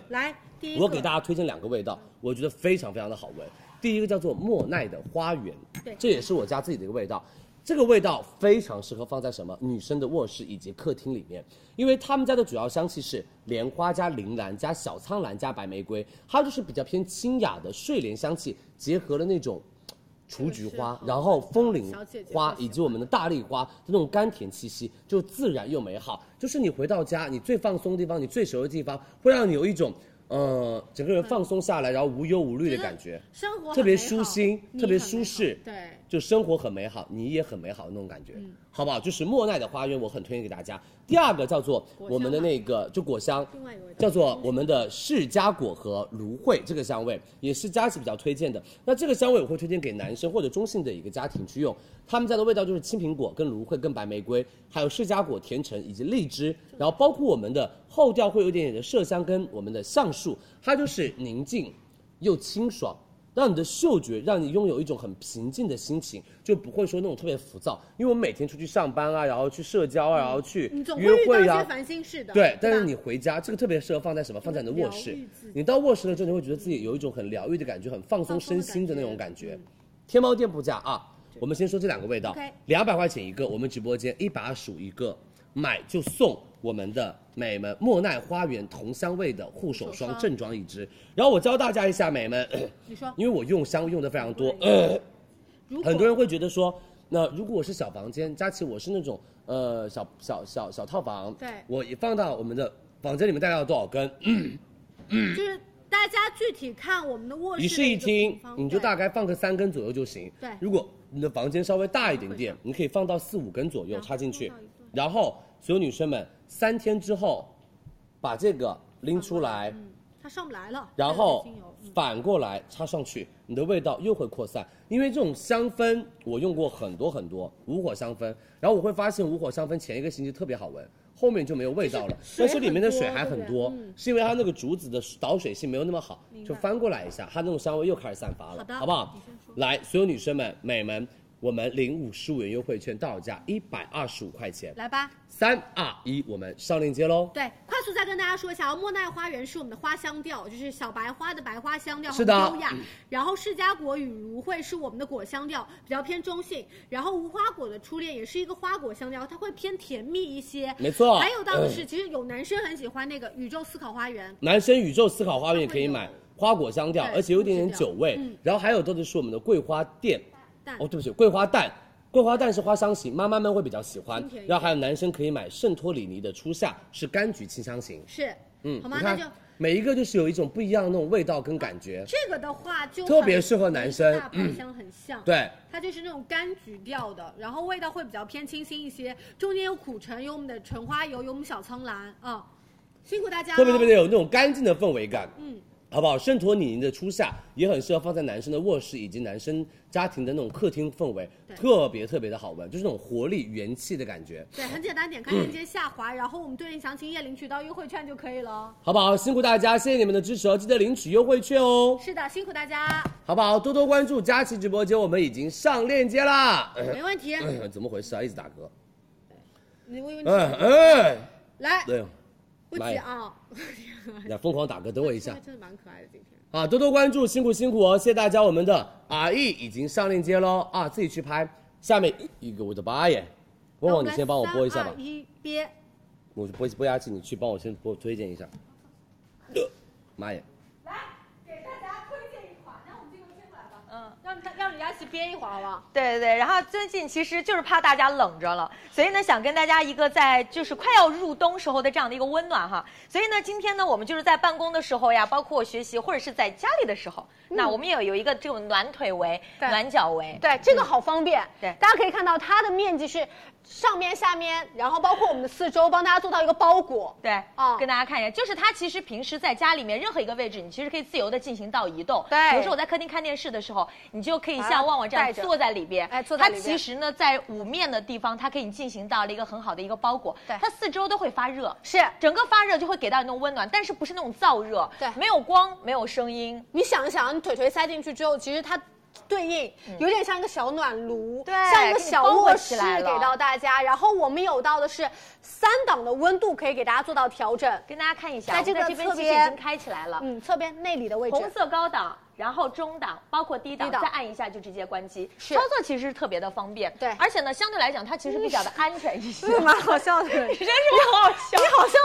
[SPEAKER 1] 来，第一个，
[SPEAKER 4] 我给大家推荐两个味道，我觉得非常非常的好闻。第一个叫做莫奈的花园，
[SPEAKER 1] 对
[SPEAKER 4] 这也是我家自己的一个味道。这个味道非常适合放在什么女生的卧室以及客厅里面，因为他们家的主要香气是莲花加铃兰加小苍兰加白玫瑰，它就是比较偏清雅的睡莲香气，结合了那种雏菊花，然后风铃
[SPEAKER 1] 小姐姐
[SPEAKER 4] 花
[SPEAKER 1] 会喜
[SPEAKER 4] 以及我们的大丽花这种甘甜气息，就自然又美好。就是你回到家，你最放松的地方，你最熟的地方，会让你有一种呃整个人放松下来，然后无忧无虑的感觉，
[SPEAKER 1] 生活很
[SPEAKER 4] 特别
[SPEAKER 1] 美好
[SPEAKER 4] 舒心
[SPEAKER 1] 你，
[SPEAKER 4] 特别
[SPEAKER 1] 很美
[SPEAKER 4] 舒
[SPEAKER 1] 好
[SPEAKER 4] 适。
[SPEAKER 1] 对，
[SPEAKER 4] 就生活很美好，你也很美好那种感觉，
[SPEAKER 1] 嗯
[SPEAKER 4] 好不好？就是莫奈的花园，我很推荐给大家。第二个叫做
[SPEAKER 1] 果香
[SPEAKER 4] 我们的那个就果香，
[SPEAKER 1] 另外一个味道
[SPEAKER 4] 叫做我们的释迦果和芦荟这个香味，也是佳琪比较推荐的。那这个香味我会推荐给男生或者中性的一个家庭去用，他们家的味道就是青苹果、跟芦荟、跟白玫瑰，还有释迦果、甜橙以及荔枝，然后包括我们的后调会有一点点的麝香跟我们的橡树，它就是宁静又清爽。让你的嗅觉让你拥有一种很平静的心情，就不会说那种特别浮躁。因为我每天出去上班啊，然后去社交啊，然后去
[SPEAKER 1] 嗯你总会
[SPEAKER 4] 约
[SPEAKER 1] 遇到一
[SPEAKER 4] 会
[SPEAKER 1] 些
[SPEAKER 4] 啊，
[SPEAKER 1] 烦心事的。
[SPEAKER 4] 对，但
[SPEAKER 1] 吧
[SPEAKER 4] 是你回家，这个特别适合放在什么？放在你的卧室
[SPEAKER 1] 疗愈自己。
[SPEAKER 4] 你到卧室了之后，你会觉得自己有一种很疗愈的感觉，很放松
[SPEAKER 1] 放松的
[SPEAKER 4] 身心的
[SPEAKER 1] 感
[SPEAKER 4] 那
[SPEAKER 1] 觉嗯
[SPEAKER 4] 种感觉。天猫店铺价啊，我们先说这两个味道
[SPEAKER 1] OK，
[SPEAKER 4] 两百块钱一个，我们直播间一百二十五一个，买就送我们的美们莫奈花园同香味的护手
[SPEAKER 1] 护手
[SPEAKER 4] 霜
[SPEAKER 1] 霜
[SPEAKER 4] 正装一支。然后我教大家一下，美们，
[SPEAKER 1] 你说
[SPEAKER 4] 因为我用香用的非常多，
[SPEAKER 1] 如果
[SPEAKER 4] 很多人会觉得说，那如果我是小房间，佳琪我是那种呃小小小小套房，
[SPEAKER 1] 对
[SPEAKER 4] 我一放到我们的呃房间里面大概要多少根？
[SPEAKER 1] 就是大家具体看我们的卧室
[SPEAKER 4] 一室一厅，你就大
[SPEAKER 1] 概
[SPEAKER 4] 概放个三根左右就行。
[SPEAKER 1] 对
[SPEAKER 4] 如果你的房间稍微大一点点，你可以放到四五根左右
[SPEAKER 1] 然后
[SPEAKER 4] 插进去
[SPEAKER 1] 放到一段。
[SPEAKER 4] 然后所有女生们，三天之后把这个拎出来，
[SPEAKER 1] 嗯，它上不来了。
[SPEAKER 4] 然后
[SPEAKER 1] 这个精油嗯
[SPEAKER 4] 反过来插上去，你的味道又会扩散。因为这种香氛我用过很多很多无火香氛，然后我会发现无火香氛前一个星期特别好闻，后面就没有味道了。
[SPEAKER 1] 水
[SPEAKER 4] 但是里面的
[SPEAKER 1] 很多
[SPEAKER 4] 水还很
[SPEAKER 1] 对
[SPEAKER 4] 多
[SPEAKER 1] 不对嗯，
[SPEAKER 4] 是因为它那个竹子的导水性没有那么好
[SPEAKER 1] 明，白
[SPEAKER 4] 就翻过来一下，它那种香味又开始散发
[SPEAKER 1] 好
[SPEAKER 4] 了
[SPEAKER 1] 的，
[SPEAKER 4] 好不好
[SPEAKER 1] 你先说？
[SPEAKER 4] 来，所有女生们、美们，我们领五十五元优惠券，到手价一百二十五块钱。
[SPEAKER 1] 来吧，
[SPEAKER 4] 三二一，我们上链接喽。
[SPEAKER 1] 对，快速再跟大家说一下，啊，莫奈花园是我们的花香调，就是小白花的白花香调，
[SPEAKER 4] 是的
[SPEAKER 1] 很优雅。然后释迦果与芦荟是我们的果香调，比较偏中性。然后无花果的初恋也是一个花果香调，它会偏甜蜜一些。
[SPEAKER 4] 没错
[SPEAKER 1] 还有到的是，其实有男生很喜欢那个宇宙思考花园，
[SPEAKER 4] 男生宇宙思考花园也可以买花果香调，
[SPEAKER 1] 对
[SPEAKER 4] 而且有一点点酒味。
[SPEAKER 1] 嗯
[SPEAKER 4] 然后还有到的是我们的桂花钿，
[SPEAKER 1] 但
[SPEAKER 4] 哦，对不起，桂花蛋。桂花蛋是花香型，妈妈们会比较喜欢
[SPEAKER 1] 清甜一。点
[SPEAKER 4] 然后还有男生可以买圣托里尼的初夏，是柑橘清香型。
[SPEAKER 1] 是，
[SPEAKER 4] 嗯，
[SPEAKER 1] 好吗？
[SPEAKER 4] 你
[SPEAKER 1] 那
[SPEAKER 4] 看
[SPEAKER 1] 就嗯
[SPEAKER 4] 每一个就是有一种不一样的那种味道跟感觉。
[SPEAKER 1] 这个的话就
[SPEAKER 4] 特别
[SPEAKER 1] 很
[SPEAKER 4] 适合男生
[SPEAKER 1] 跟大牌香很像。
[SPEAKER 4] 对，
[SPEAKER 1] 它就是那种柑橘调的，然后味道会比较偏清新一些，中间有苦橙，有我们的橙花油，有我们小苍兰啊、辛苦大家了，
[SPEAKER 4] 特别特别的有那种干净的氛围感。
[SPEAKER 1] 嗯，
[SPEAKER 4] 好不好？圣托里尼的初夏也很适合放在男生的卧室以及男生家庭的那种客厅氛围
[SPEAKER 1] 对，
[SPEAKER 4] 特别特别的好闻，就是那种活力元气的感觉。
[SPEAKER 1] 对，很简单，点开链接下滑，然后我们对应详情页领取到优惠券就可以了。
[SPEAKER 4] 好不好？辛苦大家，谢谢你们的支持哦，记得领取优惠券哦，
[SPEAKER 1] 是的，辛苦大家，
[SPEAKER 4] 好不好？多多关注佳琦直播间，我们已经上链接啦。
[SPEAKER 1] 没问题。
[SPEAKER 4] 怎么回事啊？一直打嗝。
[SPEAKER 1] 你问问题，
[SPEAKER 4] 嗯嗯，
[SPEAKER 1] 来，
[SPEAKER 4] 对，
[SPEAKER 1] 不急啊。
[SPEAKER 4] 你俩疯狂打嗝，等我一下
[SPEAKER 1] 真的蛮可爱的，今天
[SPEAKER 4] 啊！多多关注，辛苦辛苦哦，谢谢大家。我们的 R E 已经上链接喽啊，自己去拍。下面一个我的妈耶！旺旺，你先帮我播一下
[SPEAKER 1] 那
[SPEAKER 4] 吧
[SPEAKER 1] 我们三二，一憋，
[SPEAKER 4] 我播播下去，你去帮我先播推荐一下。呃妈耶！
[SPEAKER 1] 让他让李佳琦憋一会儿好不好？
[SPEAKER 2] 对对对，然后最近其实就是怕大家冷着了，所以呢想跟大家一个在就是快要入冬时候的这样的一个温暖哈。所以呢，今天呢我们就是在办公的时候呀，包括学习或者是在家里的时候，那我们也有一个这种暖腿围、
[SPEAKER 9] 对
[SPEAKER 2] 暖脚围。
[SPEAKER 9] 对，这个好方便。
[SPEAKER 2] 嗯对
[SPEAKER 9] 大家可以看到它的面积是上面、下面，然后包括我们的四周，帮大家做到一个包裹。
[SPEAKER 2] 对，
[SPEAKER 9] 哦
[SPEAKER 2] 跟大家看一下，就是它其实平时在家里面任何一个位置，你其实可以自由的进行到移动。
[SPEAKER 9] 对
[SPEAKER 2] 比如说我在客厅看电视的时候，你就可以
[SPEAKER 9] 把它
[SPEAKER 2] 像旺旺这样
[SPEAKER 9] 带着
[SPEAKER 2] 坐在里边。
[SPEAKER 9] 哎坐在里
[SPEAKER 2] 它
[SPEAKER 9] 边
[SPEAKER 2] 其实呢，在五面的地方，它可以进行到了一个很好的一个包裹。
[SPEAKER 9] 对
[SPEAKER 2] 它四周都会发热，
[SPEAKER 9] 是
[SPEAKER 2] 整个发热就会给到你那种温暖，但是不是那种燥热。
[SPEAKER 9] 对
[SPEAKER 2] 没有光，没有声音。
[SPEAKER 9] 你想一想，你腿腿塞进去之后，其实它。对应有点像一个小暖炉，
[SPEAKER 2] 嗯对
[SPEAKER 9] 像一个
[SPEAKER 2] 给你
[SPEAKER 9] 小
[SPEAKER 2] 包裹
[SPEAKER 9] 卧
[SPEAKER 2] 起
[SPEAKER 9] 室
[SPEAKER 2] 来了
[SPEAKER 9] 给到大家。然后我们有到的是三档的温度可以给大家做到调整，
[SPEAKER 2] 跟大家看一下，
[SPEAKER 9] 在这个
[SPEAKER 2] 我们在这
[SPEAKER 9] 侧
[SPEAKER 2] 边其
[SPEAKER 9] 边
[SPEAKER 2] 实已经开起来了。
[SPEAKER 9] 嗯，侧边内里的位置
[SPEAKER 2] 红色高档，然后中档，包括低档，
[SPEAKER 9] 低档
[SPEAKER 2] 再按一下就直接关机。
[SPEAKER 9] 是
[SPEAKER 2] 操作其实特别的方便，
[SPEAKER 9] 对嗯
[SPEAKER 2] 而且呢，相对来讲它其实比较的安全一些。
[SPEAKER 9] 蛮好笑的。
[SPEAKER 2] 你真是好好笑
[SPEAKER 9] 你。好像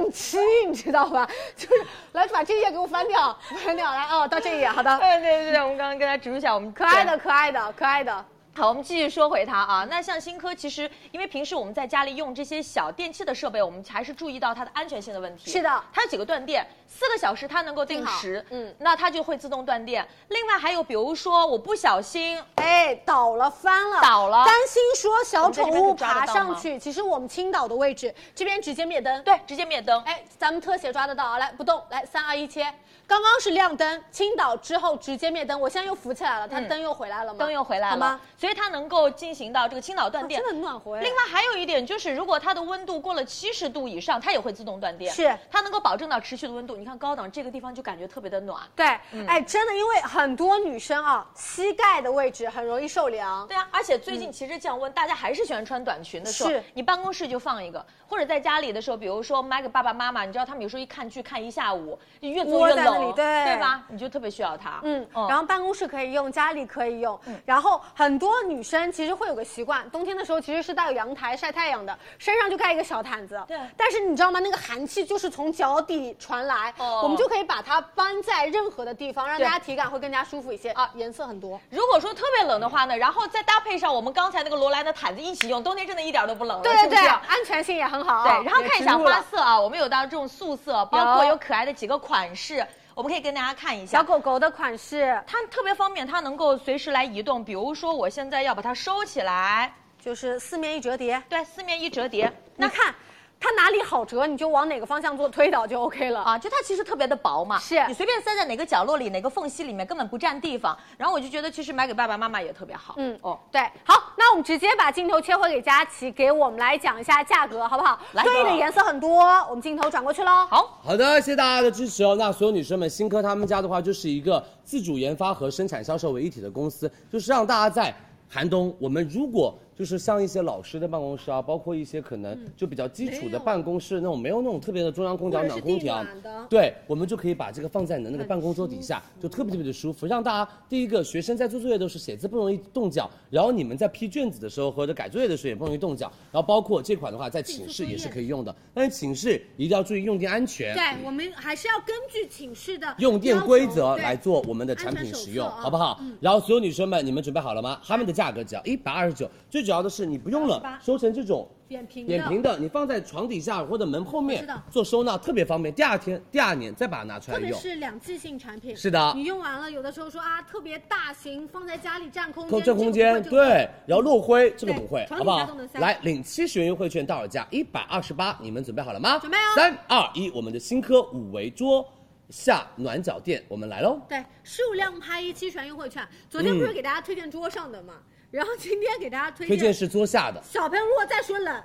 [SPEAKER 9] 运气，你知道吧？ 就是来把这一页给我翻掉，翻掉来哦，到这一页，好的，
[SPEAKER 2] 对对对，我们刚刚跟他植入一下，我们
[SPEAKER 9] 可爱的，可爱的可爱的，
[SPEAKER 2] 好，我们继续说回它啊。那像新科，其实因为平时我们在家里用这些小电器的设备，我们还是注意到它的安全性的问题。
[SPEAKER 9] 是的
[SPEAKER 2] 它有几个断电，四个小时它能够定时，
[SPEAKER 9] 定好嗯
[SPEAKER 2] 那它就会自动断电。另外还有，比如说我不小心
[SPEAKER 9] 哎，倒了翻了，
[SPEAKER 2] 倒了
[SPEAKER 9] 担心说小宠物爬
[SPEAKER 2] 我
[SPEAKER 9] 上
[SPEAKER 2] 们在这边可以抓得到
[SPEAKER 9] 去，其实我们倾倒的位置这边直接灭灯，
[SPEAKER 2] 对直接灭灯，
[SPEAKER 9] 哎，咱们特写抓得到啊！来，不动，来，三二一，切。刚刚是亮灯，倾倒之后直接灭灯，我现在又浮起来了，它
[SPEAKER 2] 嗯
[SPEAKER 9] 灯又回来了吗？
[SPEAKER 2] 灯又回来
[SPEAKER 9] 好
[SPEAKER 2] 了
[SPEAKER 9] 吗？，哦
[SPEAKER 2] 所以所以它能够进行到这个倾倒断电。
[SPEAKER 10] 真的很暖和哎
[SPEAKER 2] 另外还有一点就是，如果它的温度过了七十度以上，它也会自动断电。
[SPEAKER 10] 是
[SPEAKER 2] 它能够保证到持续的温度。你看高档这个地方就感觉特别的暖。
[SPEAKER 10] 对，
[SPEAKER 2] 嗯
[SPEAKER 10] 哎，真的，因为很多女生啊，膝盖的位置很容易受凉。
[SPEAKER 2] 对啊，而且最近其实降温，大家还是喜欢穿短裙的时候
[SPEAKER 10] 嗯是，
[SPEAKER 2] 你办公室就放一个，或者在家里的时候，比如说买给爸爸妈妈，你知道他们有时候一看剧看一下午，就越坐
[SPEAKER 10] 窝
[SPEAKER 2] 越
[SPEAKER 10] 在那里
[SPEAKER 2] 冷，
[SPEAKER 10] 对
[SPEAKER 2] 吧？你就特别需要它。
[SPEAKER 10] 嗯，然后办公室可以用，家里可以用。然后很多女生其实会有个习惯，冬天的时候其实是到阳台晒太阳的，身上就盖一个小毯子。
[SPEAKER 2] 对
[SPEAKER 10] 但是你知道吗？那个寒气就是从脚底传来，
[SPEAKER 2] 哦
[SPEAKER 10] 我们就可以把它搬在任何的地方，让
[SPEAKER 2] 对
[SPEAKER 10] 大家体感会更加舒服一些啊。颜色很多，
[SPEAKER 2] 如果说特别冷的话呢，然后再搭配上我们刚才那个罗兰的毯子一起用，冬天真的一点都不冷了，
[SPEAKER 10] 对
[SPEAKER 2] 是
[SPEAKER 10] 对
[SPEAKER 2] 不
[SPEAKER 10] 对，
[SPEAKER 2] 是？
[SPEAKER 10] 安全性也很好。
[SPEAKER 2] 啊
[SPEAKER 10] 啊
[SPEAKER 2] 对，然后
[SPEAKER 10] 也
[SPEAKER 2] 看一
[SPEAKER 10] 植
[SPEAKER 2] 下
[SPEAKER 10] 入
[SPEAKER 2] 花
[SPEAKER 10] 了
[SPEAKER 2] 色啊，我们有到这种素色，包括
[SPEAKER 10] 有
[SPEAKER 2] 有可爱的几个款式，我们可以跟大家看一下
[SPEAKER 10] 小。狗狗的款式，
[SPEAKER 2] 它特别方便，它能够随时来移动。比如说，我现在要把它收起来，
[SPEAKER 10] 就是四面一折叠。
[SPEAKER 2] 对，四面一折叠，
[SPEAKER 10] 你
[SPEAKER 2] 那
[SPEAKER 10] 看它哪里好折，你就往哪个方向做推导就 OK 了。
[SPEAKER 2] 啊，就它其实特别的薄嘛，
[SPEAKER 10] 是
[SPEAKER 2] 你随便塞在哪个角落里、哪个缝隙里面，根本不占地方。然后我就觉得，其实买给爸爸妈妈也特别好。
[SPEAKER 10] 嗯
[SPEAKER 2] 哦，
[SPEAKER 10] 对，好，那我们直接把镜头切回给佳琪，给我们来讲一下价格，好不好？
[SPEAKER 2] 来
[SPEAKER 10] 对应
[SPEAKER 2] 吧
[SPEAKER 10] 的颜色很多，我们镜头转过去喽。
[SPEAKER 2] 好，
[SPEAKER 4] 好的，谢谢大家的支持哦。那所有女生们，新科他们家的话就是一个自主研发和生产销售为一体的公司，就是让大家在寒冬，我们如果就是像一些老师的办公室啊，包括一些可能就比较基础的办公室那种没有那种特别的中央空调、
[SPEAKER 10] 或者
[SPEAKER 4] 暖
[SPEAKER 10] 是
[SPEAKER 4] 空调
[SPEAKER 10] 地暖的，
[SPEAKER 4] 对，我们就可以把这个放在你的那个办公桌底下，就特别特别的舒服，让大家第一个学生在做作业的时候写字不容易冻脚，然后你们在批卷子的时候或者改作业的时候也不容易冻脚，然后包括这款的话在寝室也是可以用的，但是寝室一定要注意用电安全。
[SPEAKER 10] 对，我们还是要根据寝室的
[SPEAKER 4] 用电规则
[SPEAKER 10] 要求
[SPEAKER 4] 来。做我们的产品使用，
[SPEAKER 10] 安全手册啊
[SPEAKER 4] 好不好？然后所有女生们，你们准备好了吗？他们的价格只
[SPEAKER 10] 嗯
[SPEAKER 4] 要一百二十九，最主要的是你不用了
[SPEAKER 10] 128
[SPEAKER 4] 收成这种
[SPEAKER 10] 扁平的
[SPEAKER 4] 扁平的，你放在床底下或者门后
[SPEAKER 10] 我知
[SPEAKER 4] 面
[SPEAKER 10] 道
[SPEAKER 4] 做收纳，特别方便。第二天、第二年再把它拿出
[SPEAKER 10] 对特
[SPEAKER 4] 来
[SPEAKER 10] 别
[SPEAKER 4] 用。
[SPEAKER 10] 是两季性产品，
[SPEAKER 4] 是的
[SPEAKER 10] 你用完了，有的时候说啊，特别大型，放在家里占空
[SPEAKER 4] 空
[SPEAKER 10] 间，
[SPEAKER 4] 正空间，
[SPEAKER 10] 这个不会
[SPEAKER 4] 对，然后落灰这个
[SPEAKER 10] 对
[SPEAKER 4] 不会，
[SPEAKER 10] 床
[SPEAKER 4] 好
[SPEAKER 10] 底
[SPEAKER 4] 不
[SPEAKER 10] 下
[SPEAKER 4] 好
[SPEAKER 10] 都能？塞
[SPEAKER 4] 来领七十元优惠券到手价一百二十八，你们准备好了吗？
[SPEAKER 10] 准备哦
[SPEAKER 4] 三二一，我们的新科五维桌下暖脚垫，我们来喽。
[SPEAKER 10] 对，数量拍一期全优惠券。昨天不是给大家推荐桌上的嘛，然后今天给大家推
[SPEAKER 4] 嗯推荐是桌下的，
[SPEAKER 10] 小朋友如果再说冷，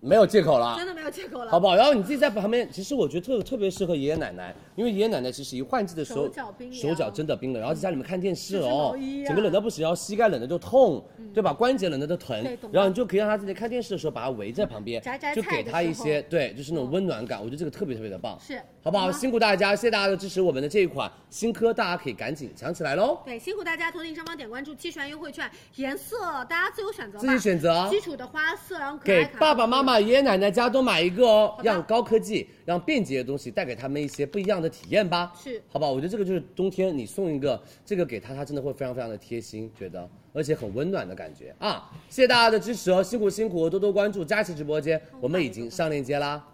[SPEAKER 4] 没有借口了。
[SPEAKER 10] 真的没有借口了，
[SPEAKER 4] 好不好？然后你自己在旁边，其实我觉得特特别适合爷爷奶奶，因为爷爷奶奶其实一换季的时候，
[SPEAKER 10] 手脚冰凉
[SPEAKER 4] 手脚真的冰冷，然后在家里面看电视哦
[SPEAKER 10] 这是毛衣，啊嗯
[SPEAKER 4] 整个冷到不行，然后膝盖冷的就痛，对吧？关节冷的都疼
[SPEAKER 10] 对懂，
[SPEAKER 4] 然后你就可以让他自己看电视的时候把他围在旁边
[SPEAKER 10] 嗯摘摘菜，
[SPEAKER 4] 就给他一
[SPEAKER 10] 的时嗯
[SPEAKER 4] 些对，就是那种温暖感，我觉得这个特别特别的棒，
[SPEAKER 10] 是
[SPEAKER 4] 好不
[SPEAKER 10] 好
[SPEAKER 4] 好？
[SPEAKER 10] 吗
[SPEAKER 4] 辛苦大家，谢谢大家的支持，我们的这一款新科大家可以赶紧抢起来喽。
[SPEAKER 10] 对，辛苦大家头顶上方点关注，期权优惠券，颜色大家自由选择吧，
[SPEAKER 4] 自己选择
[SPEAKER 10] 基础的花色，然后可爱
[SPEAKER 4] 给
[SPEAKER 10] 卡
[SPEAKER 4] 爸爸妈妈、爷爷奶奶家都买一个哦，
[SPEAKER 10] 的
[SPEAKER 4] 让高科技、让便捷的东西带给他们一些不一样的体验吧。
[SPEAKER 10] 是
[SPEAKER 4] 好吧？我觉得这个就是冬天你送一个这个给他，他真的会非常非常的贴心，觉得而且很温暖的感觉啊！谢谢大家的支持哦，辛苦辛苦，多多关注佳琦直播间，我们已经上链接啦，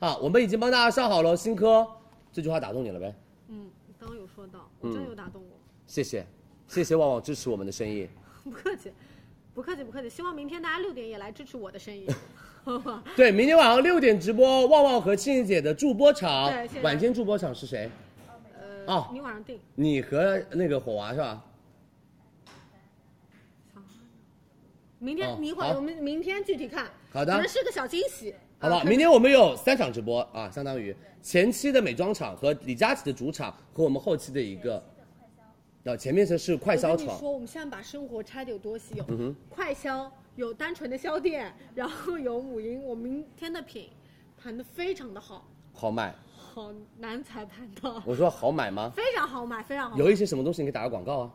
[SPEAKER 4] 啊，我们已经帮大家上好了，新科，这句话打动你了呗？
[SPEAKER 10] 嗯，刚刚有说到，我
[SPEAKER 4] 嗯
[SPEAKER 10] 真有打动我，
[SPEAKER 4] 谢谢，谢谢旺旺支持我们的生意。
[SPEAKER 10] 不客气，不客气，不客气，希望明天大家六点也来支持我的生意，好吧？
[SPEAKER 4] 对，明天晚上六点直播，旺旺和庆姐的助播场
[SPEAKER 10] 对谢谢大，家
[SPEAKER 4] 晚间助播场是谁？
[SPEAKER 10] 呃，
[SPEAKER 4] 哦
[SPEAKER 10] 你晚上定，
[SPEAKER 4] 你和那个火娃是
[SPEAKER 10] 啊
[SPEAKER 4] 吧？
[SPEAKER 10] 明天、
[SPEAKER 4] 哦
[SPEAKER 10] 你一会儿
[SPEAKER 4] 好
[SPEAKER 10] 我们明天具体看，
[SPEAKER 4] 好的
[SPEAKER 10] 可能是个小惊喜，
[SPEAKER 4] 好不
[SPEAKER 10] 啊
[SPEAKER 4] 好？明天我们有三场直播啊，相当于前期的美妆场和李佳琦的主场和我们后期的一个，啊，前面是是快
[SPEAKER 10] 我
[SPEAKER 4] 销
[SPEAKER 10] 跟
[SPEAKER 4] 场嗯
[SPEAKER 10] 你，说，我们现在把生活拆的有多稀有。快销有单纯的销店，然后有母婴。我明天的品盘的非常的好，
[SPEAKER 4] 好买。
[SPEAKER 10] 好难才盘到，
[SPEAKER 4] 我说好买吗？
[SPEAKER 10] 非常好买，非 常好买。
[SPEAKER 4] 有一些什么东西你可以打个广告啊。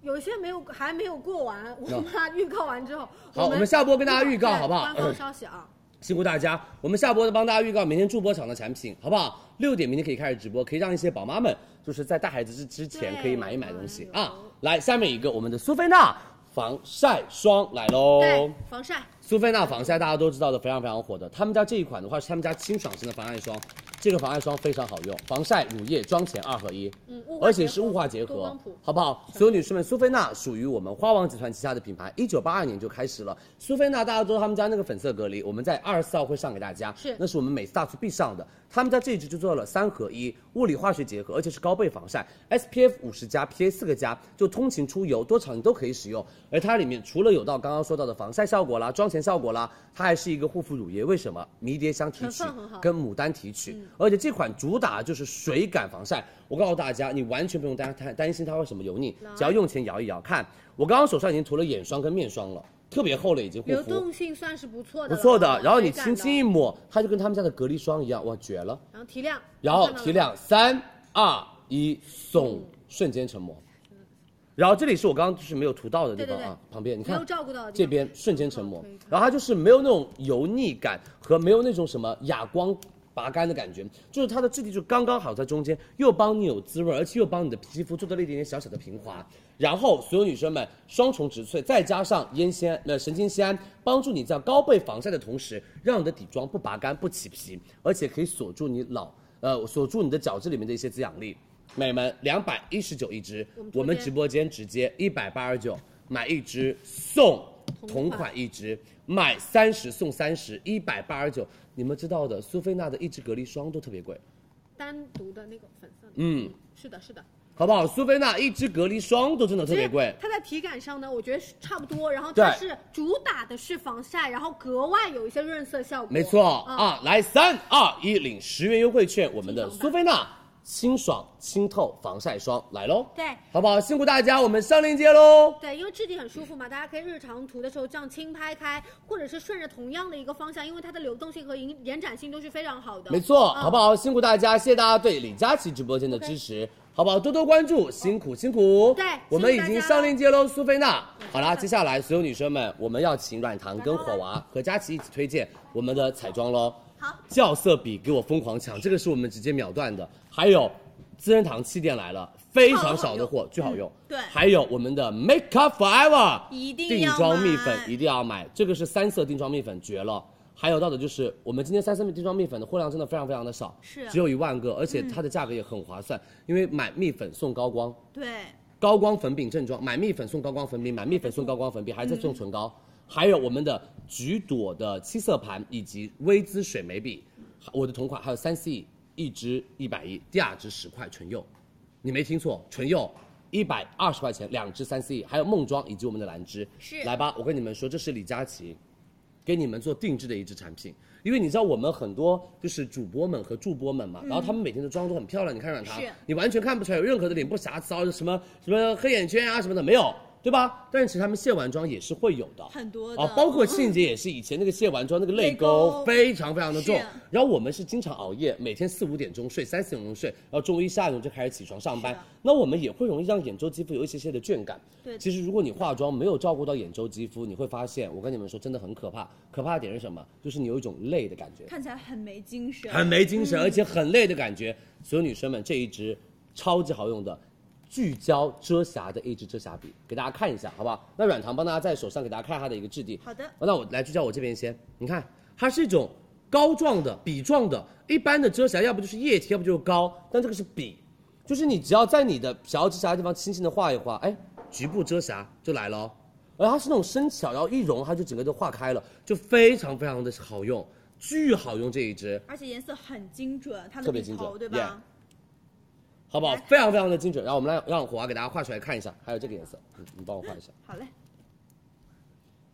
[SPEAKER 10] 有一些没有还没有过完，我
[SPEAKER 4] No
[SPEAKER 10] 妈预告完之后，
[SPEAKER 4] 好我们下播跟大家预告好不好
[SPEAKER 10] 对官方消息啊，
[SPEAKER 4] 辛苦大家，我们下播呢帮大家预告明天助播场的产品，好不好？六点明天可以开始直播，可以让一些宝妈们就是在带孩子之之前
[SPEAKER 10] 对
[SPEAKER 4] 可以买一买东西
[SPEAKER 10] 哎呦
[SPEAKER 4] 啊。来，下面一个我们的苏菲娜防晒霜来喽。
[SPEAKER 10] 对，哎防晒
[SPEAKER 4] 苏菲娜防晒大家都知道的非常非常火的，他们家这一款的话是他们家清爽型的防晒霜，这个防晒霜非常好用，防晒、乳液、妆前二合一，
[SPEAKER 1] 嗯雾化
[SPEAKER 4] 而且
[SPEAKER 1] 结
[SPEAKER 4] 是
[SPEAKER 1] 合
[SPEAKER 4] 雾化结
[SPEAKER 1] 多
[SPEAKER 4] 合
[SPEAKER 1] 光谱，
[SPEAKER 4] 好不好？所有女士们，苏菲娜属于我们花王集团旗下的品牌，一九八二年就开始了。苏菲娜大家都知道他们家那个粉色隔离，我们在二十四号会上给大家，
[SPEAKER 1] 是
[SPEAKER 4] 那是我们每次大促必上的。他们家这一支就做了三合一，物理化学结合，而且是高倍防晒，SPF 五十加，PA 四个加，就通勤出游多长你都可以使用。而它里面除了有到刚刚说到的防晒效果啦、妆前效果啦，它还是一个护肤乳液。为什么？迷迭香提
[SPEAKER 1] 成
[SPEAKER 4] 取
[SPEAKER 1] 分很好
[SPEAKER 4] 跟牡丹提取，
[SPEAKER 1] 嗯
[SPEAKER 4] 而且这款主打就是水感防晒。我告诉大家，你完全不用担担担心它会什么油腻，只要用前摇一摇。看，我刚刚手上已经涂了眼霜跟面霜了，特别厚了，已经护肤。
[SPEAKER 1] 流动性算是不错的
[SPEAKER 4] 不
[SPEAKER 1] 了，哦
[SPEAKER 4] 错的，然后你
[SPEAKER 1] 美感的
[SPEAKER 4] 轻轻一，抹，它就跟他们家的隔离霜一样，哇，绝了！
[SPEAKER 1] 然后提亮，
[SPEAKER 4] 然后
[SPEAKER 1] 看到了
[SPEAKER 4] 提
[SPEAKER 1] 吗，嗯
[SPEAKER 4] 亮，三二一，送，瞬间成膜。然后这里是我刚刚就是没有涂到的地方
[SPEAKER 1] 对对
[SPEAKER 4] 啊，旁边你
[SPEAKER 1] 没
[SPEAKER 4] 看
[SPEAKER 1] 有照顾到的地方哦
[SPEAKER 4] 这边瞬间成膜
[SPEAKER 1] 可以看，
[SPEAKER 4] 然后它就是没有那种油腻感和没有那种什么哑光拔干的感觉，就是它的质地就刚刚好在中间，又帮你有滋味，而且又帮你的皮肤做到了一点点小小的平滑。然后所有女生们双重植萃，再加上烟酰呃神经酰胺，帮助你在高倍防晒的同时，让你的底妆不拔干不起皮，而且可以锁住你老呃锁住你的角质里面的一些滋养力。美们，两百一十九一支，我们直播间直接一百八十九买一支送同款一支，买三十送三十，一百八十九。你们知道的，苏菲娜的一支隔离霜都特别贵，
[SPEAKER 1] 单独的那个粉色的，
[SPEAKER 4] 嗯，
[SPEAKER 1] 是的，是的，
[SPEAKER 4] 好不好？苏菲娜一支隔离霜都真的特
[SPEAKER 1] 特
[SPEAKER 4] 别贵。
[SPEAKER 1] 它在体感上呢，我觉得是差不多，然后它
[SPEAKER 4] 对
[SPEAKER 1] 是主打的是防晒，然后格外有一些润色效果，
[SPEAKER 4] 没错、
[SPEAKER 1] 嗯，
[SPEAKER 4] 啊，来三二一，领十元优惠券，我们的苏菲娜清爽清透防晒霜来喽，
[SPEAKER 1] 对
[SPEAKER 4] 好不好？辛苦大家，我们上链接喽。
[SPEAKER 1] 对，因为质地很舒服嘛，大家可以日常涂的时候这样轻拍开，或者是顺着同样的一个方向，因为它的流动性和延延展性都是非常好的。
[SPEAKER 4] 没错，
[SPEAKER 1] 嗯
[SPEAKER 4] 好不好？辛苦大家，谢谢大家对李佳琦直播间的支持，好不好？多多关注，辛苦辛苦。
[SPEAKER 1] 对
[SPEAKER 4] 我们
[SPEAKER 1] 辛
[SPEAKER 4] 已
[SPEAKER 1] 苦大家
[SPEAKER 4] 经上链接喽，苏菲娜。好啦，接下来所有女生们，我们要请软糖跟火娃和佳琦一起推荐我们的彩妆喽。
[SPEAKER 1] 好，
[SPEAKER 4] 校色笔给我疯狂抢，这个是我们直接秒断的。还有，资生堂气垫来了，非常少的货，巨好用。
[SPEAKER 2] 对
[SPEAKER 4] 还有我们的 Make Up Forever，
[SPEAKER 2] 一定
[SPEAKER 4] 定
[SPEAKER 2] 要
[SPEAKER 4] 妆蜜粉
[SPEAKER 2] 买
[SPEAKER 4] 一定要买，这个是三色定妆蜜粉，绝了。还有到的就是我们今天三色定妆蜜粉的货量真的非常非常的少，
[SPEAKER 2] 是
[SPEAKER 4] 只有一万个，而且它的价格也很划算，因为买蜜粉送高光，
[SPEAKER 2] 对，
[SPEAKER 4] 高光粉饼正装，买蜜粉送高光粉饼，买蜜粉送高光粉饼，还在送唇膏，还有我们的橘朵的七色盘以及薇姿水眉笔，我的同款，还有三 C 一支一百一，第二支十块唇釉，你没听错，唇釉。一百二十块钱两支三 C，还有梦妆以及我们的兰芝，
[SPEAKER 2] 是
[SPEAKER 4] 来吧，我跟你们说，这是李佳琦，给你们做定制的一支产品，因为你知道我们很多就是主播们和助播们嘛，然后他们每天的妆都很漂亮，你看软糖
[SPEAKER 2] 嗯是，
[SPEAKER 4] 你完全看不出来有任何的脸部瑕疵啊，什么什么黑眼圈啊什么的没有，对吧？但是其实他们卸完妆也是会有的，
[SPEAKER 2] 很多的
[SPEAKER 4] 啊，包括信姐也是以前那个卸完妆那个泪
[SPEAKER 2] 泪
[SPEAKER 4] 沟
[SPEAKER 2] 沟
[SPEAKER 4] 非常非常的重
[SPEAKER 2] 是，啊
[SPEAKER 4] 然后我们是经常熬夜，每天四五点钟睡，三四点钟睡，然后中午一下午就开始起床上班，那我们也会容易让眼周肌肤有一些些的倦感。
[SPEAKER 2] 啊对
[SPEAKER 4] 其实如果你化妆没有照顾到眼周肌肤，你会发现，我跟你们说，真的很可怕。可怕的点是什么？就是你有一种累的感觉，
[SPEAKER 2] 看起来很没精神，
[SPEAKER 4] 很没精神，而且很累的感觉。所有女生们，这一支超级好用的聚焦遮瑕的一支遮瑕笔，给大家看一下，好不好？那软糖帮大家在手上给大家看它的一个质地。
[SPEAKER 2] 好的
[SPEAKER 4] 那我来聚焦我这边先，你看，它是一种膏状的、笔状的，一般的遮瑕要不就是液体，要不就是膏，但这个是笔，就是你只要在你的想要遮瑕的地方轻轻的画一画，哎，局部遮瑕就来了哦。而它是那种生巧，然后一融它就整个就化开了，就非常非常的好用，巨好用这一支。
[SPEAKER 2] 而且颜色很精准，它
[SPEAKER 4] 特
[SPEAKER 2] 的
[SPEAKER 4] 别
[SPEAKER 2] 笔
[SPEAKER 4] 精
[SPEAKER 2] 头
[SPEAKER 4] 准
[SPEAKER 2] 对吧？
[SPEAKER 4] 好不好？非常非常的精准。然后我们来让火娃给大家画出来看一下，还有这个颜色，嗯，你帮我画一下。
[SPEAKER 2] 好嘞，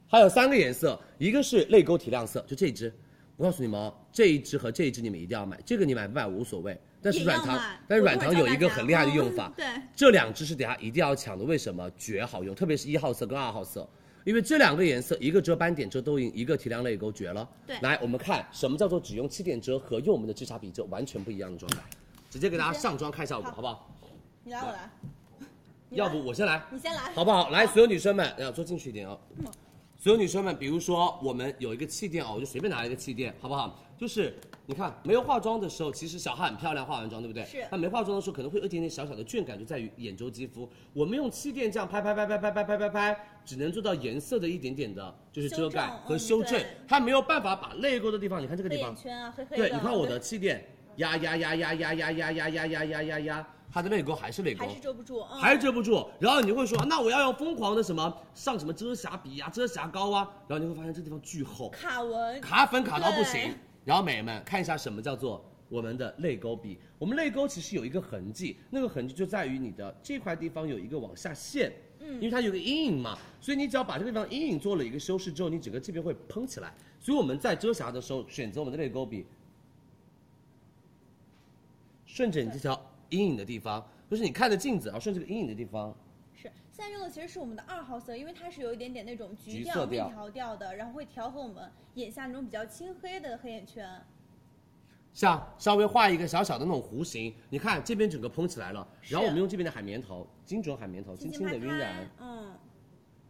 [SPEAKER 4] 还有三个颜色，一个是泪沟提亮色，就这一支。我告诉你们哦，这一支和这一支你们一定要买，这个你买不买无所谓。但是
[SPEAKER 2] 也要
[SPEAKER 4] 软糖
[SPEAKER 2] 买，
[SPEAKER 4] 但是软
[SPEAKER 2] 我
[SPEAKER 4] 糖
[SPEAKER 2] 会
[SPEAKER 4] 有
[SPEAKER 2] 教
[SPEAKER 4] 一个
[SPEAKER 2] 大家
[SPEAKER 4] 很厉害的用法
[SPEAKER 2] 嗯，对
[SPEAKER 4] 这两支是等下一定要抢的，为什么？绝好用，特别是一号色跟二号色，因为这两个颜色，一个遮斑点、遮痘印，一个提亮泪沟，绝了。
[SPEAKER 2] 对
[SPEAKER 4] 来我们看什么叫做只用气垫遮和用我们的遮瑕笔遮完全不一样的妆感，直接给大家上妆看效果，好不好？
[SPEAKER 2] 你来我来，
[SPEAKER 4] 要不我先来，
[SPEAKER 2] 你先来，嗯
[SPEAKER 4] 好不好？来，所有女生们，要坐进去一点哦。所有女生们，比如说我们有一个气垫哦，我就随便拿了一个气垫，好不好？就是你看没有化妆的时候，其实小哈很漂亮，化完妆对不对？
[SPEAKER 2] 是
[SPEAKER 4] 那没化妆的时候可能会有一点点小小的倦感，就在于眼周肌肤。我们用气垫这样拍拍拍拍拍拍拍拍拍，只能做到颜色的一点点的，就是遮
[SPEAKER 2] 修
[SPEAKER 4] 盖
[SPEAKER 2] 正
[SPEAKER 4] 和
[SPEAKER 2] 嗯
[SPEAKER 4] 修正
[SPEAKER 2] 对，
[SPEAKER 4] 它没有办法把泪沟的地方，你看这个
[SPEAKER 2] 黑
[SPEAKER 4] 地方
[SPEAKER 2] 眼，圈啊，黑黑的。
[SPEAKER 4] 对，你看我的气垫，压压压压压压压压压压压压压，它的泪沟还是泪沟
[SPEAKER 10] 还，是遮不住，嗯，
[SPEAKER 4] 还是遮不住。然后你会说，那我要用疯狂的什么上什么遮瑕笔呀、遮瑕膏啊，然后你会发现这地方巨厚，
[SPEAKER 10] 卡纹，
[SPEAKER 4] 卡粉卡到不行
[SPEAKER 10] 对。
[SPEAKER 4] 然后美们看一下什么叫做我们的泪沟笔，我们泪沟其实有一个痕迹，那个痕迹就在于你的这块地方有一个往下陷。因为它有个阴影嘛，所以你只要把这个地方阴影做了一个修饰之后，你整个这边会蓬起来。所以我们在遮瑕的时候，选择我们的泪沟笔，顺着你这条阴影的地方，就是你看着镜子，然后顺着这个阴影的地方，
[SPEAKER 10] 是散热的，其实是我们的二号色，因为它是有一点点那种
[SPEAKER 4] 橘
[SPEAKER 10] 橘
[SPEAKER 4] 色
[SPEAKER 10] 调、蜜
[SPEAKER 4] 调
[SPEAKER 10] 桃调的，然后会调和我们眼下那种比较青黑的黑眼圈。
[SPEAKER 4] 像稍微画一个小小的那种弧形，你看这边整个蓬起来了，然后我们用这边的海绵头，精准海绵头，轻
[SPEAKER 10] 轻
[SPEAKER 4] 轻
[SPEAKER 10] 拍
[SPEAKER 4] 的晕染，
[SPEAKER 10] 开，嗯，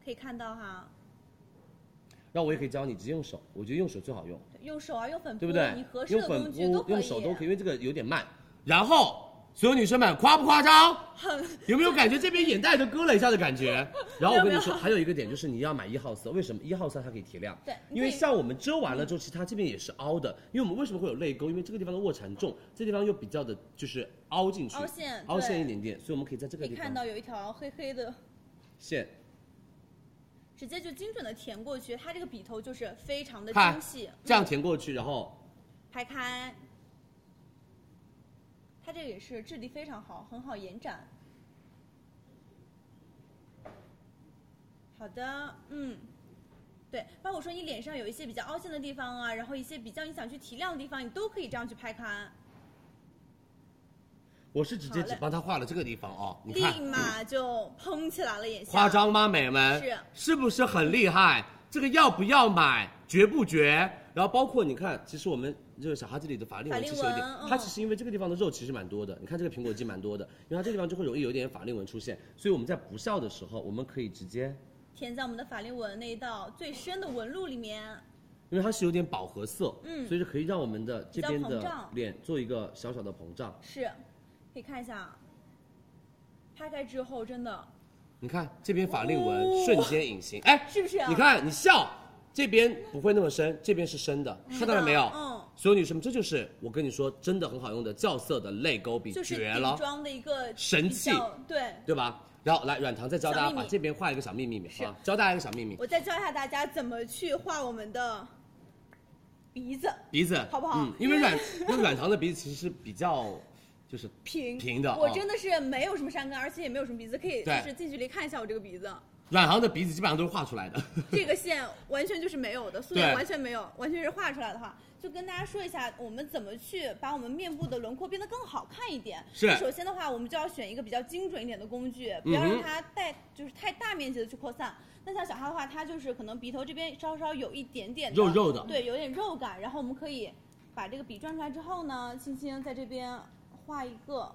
[SPEAKER 10] 可以看到哈，
[SPEAKER 4] 然后我也可以教你直接用手，我觉得用手最好用，
[SPEAKER 10] 对用手啊，用粉扑，
[SPEAKER 4] 对不对
[SPEAKER 10] 你合？适
[SPEAKER 4] 用
[SPEAKER 10] 的
[SPEAKER 4] 粉
[SPEAKER 10] 工具都
[SPEAKER 4] 扑、
[SPEAKER 10] 可以，
[SPEAKER 4] 用手都可以，因为这个有点慢。然后所有女生们夸不夸 张？有没有感觉这边眼袋都割了一下的感觉？然后我跟 你说，还有一个点就是你要买一号色，为什么一号色它可以提亮？
[SPEAKER 10] 对嗯你
[SPEAKER 4] 因为
[SPEAKER 10] 可以
[SPEAKER 4] 像我们遮完了之后，其实它这边也是凹的，因为我们为什么会有泪沟？因为这个地方的卧蚕重，这地方又比较的就是凹进去，
[SPEAKER 10] 凹陷
[SPEAKER 4] 凹陷
[SPEAKER 10] 对
[SPEAKER 4] 一点点，所以我们可以在这
[SPEAKER 10] 可
[SPEAKER 4] 个
[SPEAKER 10] 以
[SPEAKER 4] 地
[SPEAKER 10] 看
[SPEAKER 4] 方
[SPEAKER 10] 到有一条黑黑的，
[SPEAKER 4] 线。
[SPEAKER 10] 直接就精准的填过去，它这个笔头就是非常的
[SPEAKER 4] 看
[SPEAKER 10] 精细，
[SPEAKER 4] 这样填过去，然后
[SPEAKER 10] 拍开。它这个也是质地非常好，很好延展。好的，嗯，对，包括说你脸上有一些比较凹陷的地方啊，然后一些比较你想去提亮的地方，你都可以这样去拍开，
[SPEAKER 4] 我是直接
[SPEAKER 10] 好
[SPEAKER 4] 只
[SPEAKER 10] 嘞
[SPEAKER 4] 帮他画了这个地方哦，你看
[SPEAKER 10] 立马就嘭起来了眼下。
[SPEAKER 4] 夸张吗，美们？
[SPEAKER 10] 是
[SPEAKER 4] 不是很厉害？这个要不要买？绝不绝？然后包括你看，其实我们这个小哈这里的法令纹
[SPEAKER 10] 法令
[SPEAKER 4] 其
[SPEAKER 10] 纹
[SPEAKER 4] 实有一点，
[SPEAKER 10] 嗯
[SPEAKER 4] 它其实因为这个地方的肉其实蛮多的，你看这个苹果肌蛮多的，因为它这个地方就会容易有一点法令纹出现，所以我们在不笑的时候，我们可以直接，
[SPEAKER 10] 填在我们的法令纹那一道最深的纹路里面。
[SPEAKER 4] 因为它是有点饱和色，
[SPEAKER 10] 嗯
[SPEAKER 4] 所以是可以让我们的这边
[SPEAKER 10] 比较膨
[SPEAKER 4] 的
[SPEAKER 10] 胀
[SPEAKER 4] 脸做一个小小的膨胀。
[SPEAKER 10] 是，可以看一下，啊拍开之后哦真的
[SPEAKER 4] 你看这边法令纹瞬间隐形，哎，
[SPEAKER 10] 是不是啊
[SPEAKER 4] 你看你笑，这边不会那么深，这边是深的，看到了没有？
[SPEAKER 10] 嗯
[SPEAKER 4] 所有女生们，这就是我跟你说，真的很好用的校色的泪沟笔，
[SPEAKER 10] 就是
[SPEAKER 4] 绝
[SPEAKER 10] 底
[SPEAKER 4] 了，
[SPEAKER 10] 妆的一个
[SPEAKER 4] 神
[SPEAKER 10] 比
[SPEAKER 4] 器
[SPEAKER 10] 较对，
[SPEAKER 4] 对吧？然后来软糖再教大
[SPEAKER 10] 小
[SPEAKER 4] 家
[SPEAKER 10] 秘密
[SPEAKER 4] 把这边画一个小秘密，啊，教大家一个小秘密，
[SPEAKER 10] 我再教一下大家怎么去画我们的鼻子。
[SPEAKER 4] 鼻子
[SPEAKER 10] 好不好
[SPEAKER 4] 嗯，因为软因为软糖的鼻子其实是比较就是
[SPEAKER 10] 平
[SPEAKER 4] 平的，
[SPEAKER 10] 我
[SPEAKER 4] 啊
[SPEAKER 10] 真的是没有什么山根，而且也没有什么鼻子，可以就
[SPEAKER 4] 对
[SPEAKER 10] 是近距离看一下我这个鼻子，
[SPEAKER 4] 软糖的鼻子基本上都是画出来的，
[SPEAKER 10] 这个线完全就是没有的，素颜
[SPEAKER 4] 对
[SPEAKER 10] 完全没有，完全是画出来的哈。就跟大家说一下，我们怎么去把我们面部的轮廓变得更好看一点。
[SPEAKER 4] 是嗯
[SPEAKER 10] 首先的话，我们就要选一个比较精准一点的工具，不要让它带就是太大面积的去扩散。那像小哈的话，它就是可能鼻头这边稍稍有一点点的
[SPEAKER 4] 肉肉的
[SPEAKER 10] 对，有点肉感。然后我们可以把这个笔转出来之后呢，轻轻在这边画一个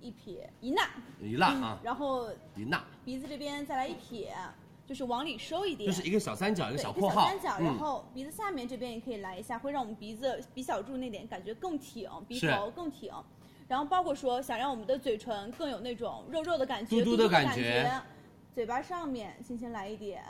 [SPEAKER 10] 一撇一捺，嗯
[SPEAKER 4] 一捺啊，
[SPEAKER 10] 然后
[SPEAKER 4] 一捺，
[SPEAKER 10] 鼻子这边再来一撇，就是往里收一点，
[SPEAKER 4] 就是一个小三角，一个
[SPEAKER 10] 对
[SPEAKER 4] 小
[SPEAKER 10] 一个
[SPEAKER 4] 括号，
[SPEAKER 10] 三角，
[SPEAKER 4] 嗯
[SPEAKER 10] 然后鼻子下面这边也可以来一下，会让我们鼻子鼻小柱那点感觉更挺，鼻
[SPEAKER 4] 是
[SPEAKER 10] 头更挺。然后包括说想让我们的嘴唇更有那种肉肉的感觉，
[SPEAKER 4] 嘟
[SPEAKER 10] 嘟
[SPEAKER 4] 嘟的
[SPEAKER 10] 感
[SPEAKER 4] 感觉
[SPEAKER 10] 嘴巴上面轻轻来一点，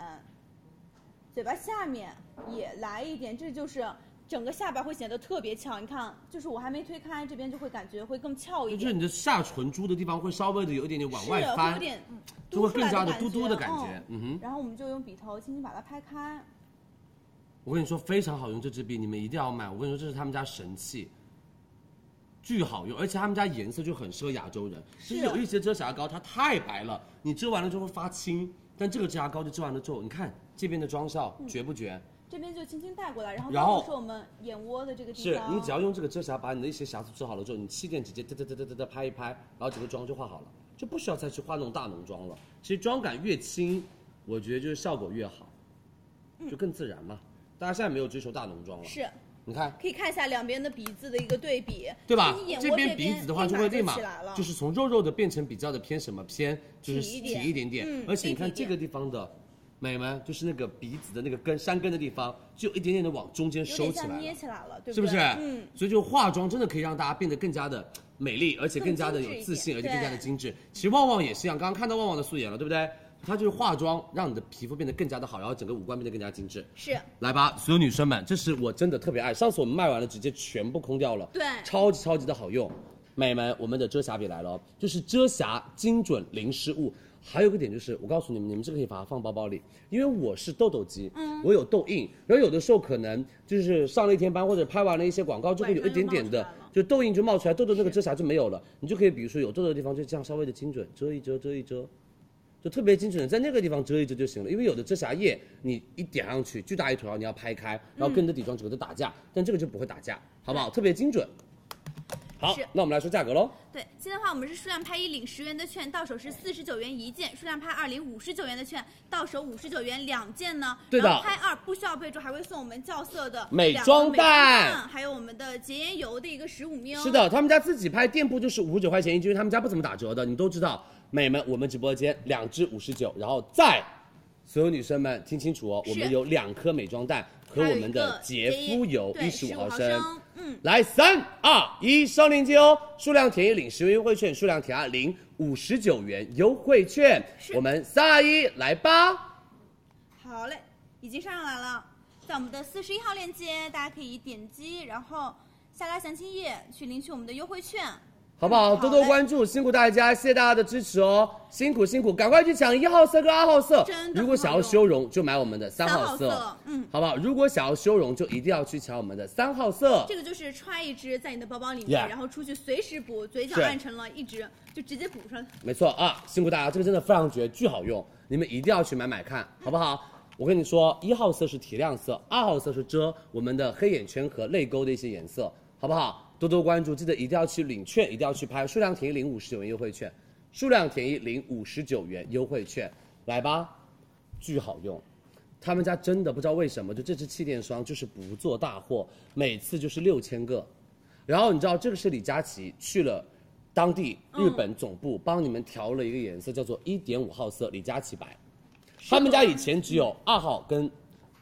[SPEAKER 10] 嘴巴下面也来一点，这就是。整个下巴会显得特别翘，你看，就是我还没推开，这边就会感觉会更翘
[SPEAKER 4] 嗯就
[SPEAKER 10] 一点。
[SPEAKER 4] 是你的下唇珠的地方会稍微的有一点点往外
[SPEAKER 10] 是会有
[SPEAKER 4] 翻，
[SPEAKER 10] 点嗯
[SPEAKER 4] 就会
[SPEAKER 10] 凸出来
[SPEAKER 4] 更加的
[SPEAKER 10] 感
[SPEAKER 4] 嘟嘟的感觉
[SPEAKER 10] 觉。
[SPEAKER 4] 嗯哼
[SPEAKER 10] 然后我们就用笔头轻轻把它拍开，
[SPEAKER 4] 我跟你说非常好用这支笔，你们一定要买。我跟你说这是他们家神器，巨好用，而且他们家颜色就很适合亚洲人。其实有一些遮瑕膏它太白了，你遮完了之后会发青，但这个遮瑕膏就遮完了之后，你看这边的妆效绝不绝？
[SPEAKER 10] 这边就轻轻带过来，然后
[SPEAKER 4] 然
[SPEAKER 10] 包括
[SPEAKER 4] 后
[SPEAKER 10] 说我们眼窝的这个地
[SPEAKER 4] 是
[SPEAKER 10] 方，
[SPEAKER 4] 你只要用这个遮瑕把你的一些瑕疵遮好了之后，你气垫直接哒哒哒哒哒哒拍一拍，然后整个妆就画好了，就不需要再去画那种大浓妆了。其实妆感越轻，我觉得就是效果越好，就更自然嘛。大家现在没有追求大浓妆了，
[SPEAKER 10] 是
[SPEAKER 4] 你看。
[SPEAKER 10] 可以看一下两边的鼻子的一个对比，
[SPEAKER 4] 对吧
[SPEAKER 10] 就是你？眼
[SPEAKER 4] 这
[SPEAKER 10] 窝边
[SPEAKER 4] 鼻子的话就会立
[SPEAKER 10] 立
[SPEAKER 4] 马
[SPEAKER 10] 起来了，
[SPEAKER 4] 就是从肉肉的变成比较的偏什么偏，就是
[SPEAKER 10] 挺一
[SPEAKER 4] 挺
[SPEAKER 10] 点
[SPEAKER 4] 一点点
[SPEAKER 10] 嗯。
[SPEAKER 4] 而且你
[SPEAKER 10] 立体一
[SPEAKER 4] 看
[SPEAKER 10] 点
[SPEAKER 4] 这个地方的，美们就是那个鼻子的那个根山根的地方，就有一点点的往中间
[SPEAKER 10] 有
[SPEAKER 4] 收
[SPEAKER 10] 点
[SPEAKER 4] 起
[SPEAKER 10] 像
[SPEAKER 4] 来
[SPEAKER 10] 捏
[SPEAKER 4] 了，
[SPEAKER 10] 起来了，对
[SPEAKER 4] 是不
[SPEAKER 10] 对？
[SPEAKER 4] 是？
[SPEAKER 10] 嗯，。
[SPEAKER 4] 所以就化妆真的可以让大家变得更加的美丽，而且更加的
[SPEAKER 10] 更
[SPEAKER 4] 有
[SPEAKER 10] 精致
[SPEAKER 4] 自
[SPEAKER 10] 一
[SPEAKER 4] 信，而
[SPEAKER 10] 点
[SPEAKER 4] 且更加的
[SPEAKER 10] 对
[SPEAKER 4] 精致。其实旺旺也是一样，刚刚看到旺旺的素颜了，对不对？它就是化妆，让你的皮肤变得更加的好，然后整个五官变得更加精致。
[SPEAKER 2] 是
[SPEAKER 4] 来吧，所有女生们，这是我真的特别爱。上次我们卖完了，直接全部空掉了，
[SPEAKER 2] 对
[SPEAKER 4] 超级超级的好用。美们，我们的遮瑕笔来了哦，就是遮瑕精准零失误。还有一个点就是，我告诉你们，你们这个可以把它放包包里，因为我是痘痘肌，
[SPEAKER 2] 嗯
[SPEAKER 4] 我有痘印，然后有的时候可能就是上了一天班或者拍完了一些广告，就会有一点点的，就痘印就冒出来，痘痘那个遮瑕就没有了，你就可以比如说有痘痘的地方就这样稍微的精准遮一遮，遮一遮。就特别精准的在那个地方遮一遮就行了，因为有的遮瑕液你一点上去，巨大一坨，然后你要拍开，然后跟你的底妆整个都打架，但这个就不会打架，好不好？特别精准。好
[SPEAKER 10] 是，
[SPEAKER 4] 那我们来说价格喽。
[SPEAKER 10] 对，现在的话我们是数量拍一领十元的券，到手是四十九元一件；数量拍二领五十九元的券，到手五十九元两件呢。
[SPEAKER 4] 对的
[SPEAKER 10] 然后拍二不需要备注，还会送我们校色的
[SPEAKER 4] 美
[SPEAKER 10] 两个
[SPEAKER 4] 妆
[SPEAKER 10] 美妆
[SPEAKER 4] 蛋
[SPEAKER 10] 蛋，还有我们的洁颜油的一个十五 ml。
[SPEAKER 4] 是，的，他们家自己拍店铺就是五十九块钱一支，因为他们家不怎么打折的，你们都知道。美们，我们直播间两支五十九，然后再，所有女生们听清楚哦，
[SPEAKER 10] 是
[SPEAKER 4] 我们有两颗美妆蛋和我们的洁肤油
[SPEAKER 10] 还有
[SPEAKER 4] 一
[SPEAKER 10] 一个
[SPEAKER 4] 十
[SPEAKER 10] 对
[SPEAKER 4] 五毫
[SPEAKER 10] 毫
[SPEAKER 4] 升。
[SPEAKER 10] 升嗯
[SPEAKER 4] 来三二一，上链接哦！数量填一领十元优惠券，数量填二领五十九元优惠券。我们三二一，来吧！
[SPEAKER 10] 好嘞，已经上来了，在我们的四十一号链接，大家可以点击，然后下拉详情页去领取我们的优惠券。
[SPEAKER 4] 好不好？
[SPEAKER 10] 嘞
[SPEAKER 4] 多多关注，辛苦大家，谢谢大家的支持哦！辛苦辛苦，赶快去抢一号色跟二号色
[SPEAKER 10] 真的。很好
[SPEAKER 4] 如果想要修容，就买我们的三号
[SPEAKER 10] 三号色嗯
[SPEAKER 4] 好不好？如果想要修容，就一定要去抢我们的三号色。
[SPEAKER 10] 这个就是揣一支在你的包包里
[SPEAKER 4] Yeah
[SPEAKER 10] 面，然后出去随时补，嘴角
[SPEAKER 4] 是
[SPEAKER 10] 暗沉了，一支就直接补上。
[SPEAKER 4] 没错啊，辛苦大家，这个真的非常绝，巨好用，你们一定要去买买看，好不好？我跟你说，一号色是提亮色，二号色是遮我们的黑眼圈和泪沟的一些颜色，好不好？多多关注，记得一定要去领券，一定要去拍，数量填一领五十九元优惠券，数量填一领五十九元优惠券，来吧，巨好用。他们家真的不知道为什么，就这支气垫霜就是不做大货，每次就是六千个。然后你知道这个是李佳琦去了当地
[SPEAKER 10] 嗯
[SPEAKER 4] 日本总部、帮你们调了一个颜色，叫做一点五号色李佳琦白。他们家以前只有二号跟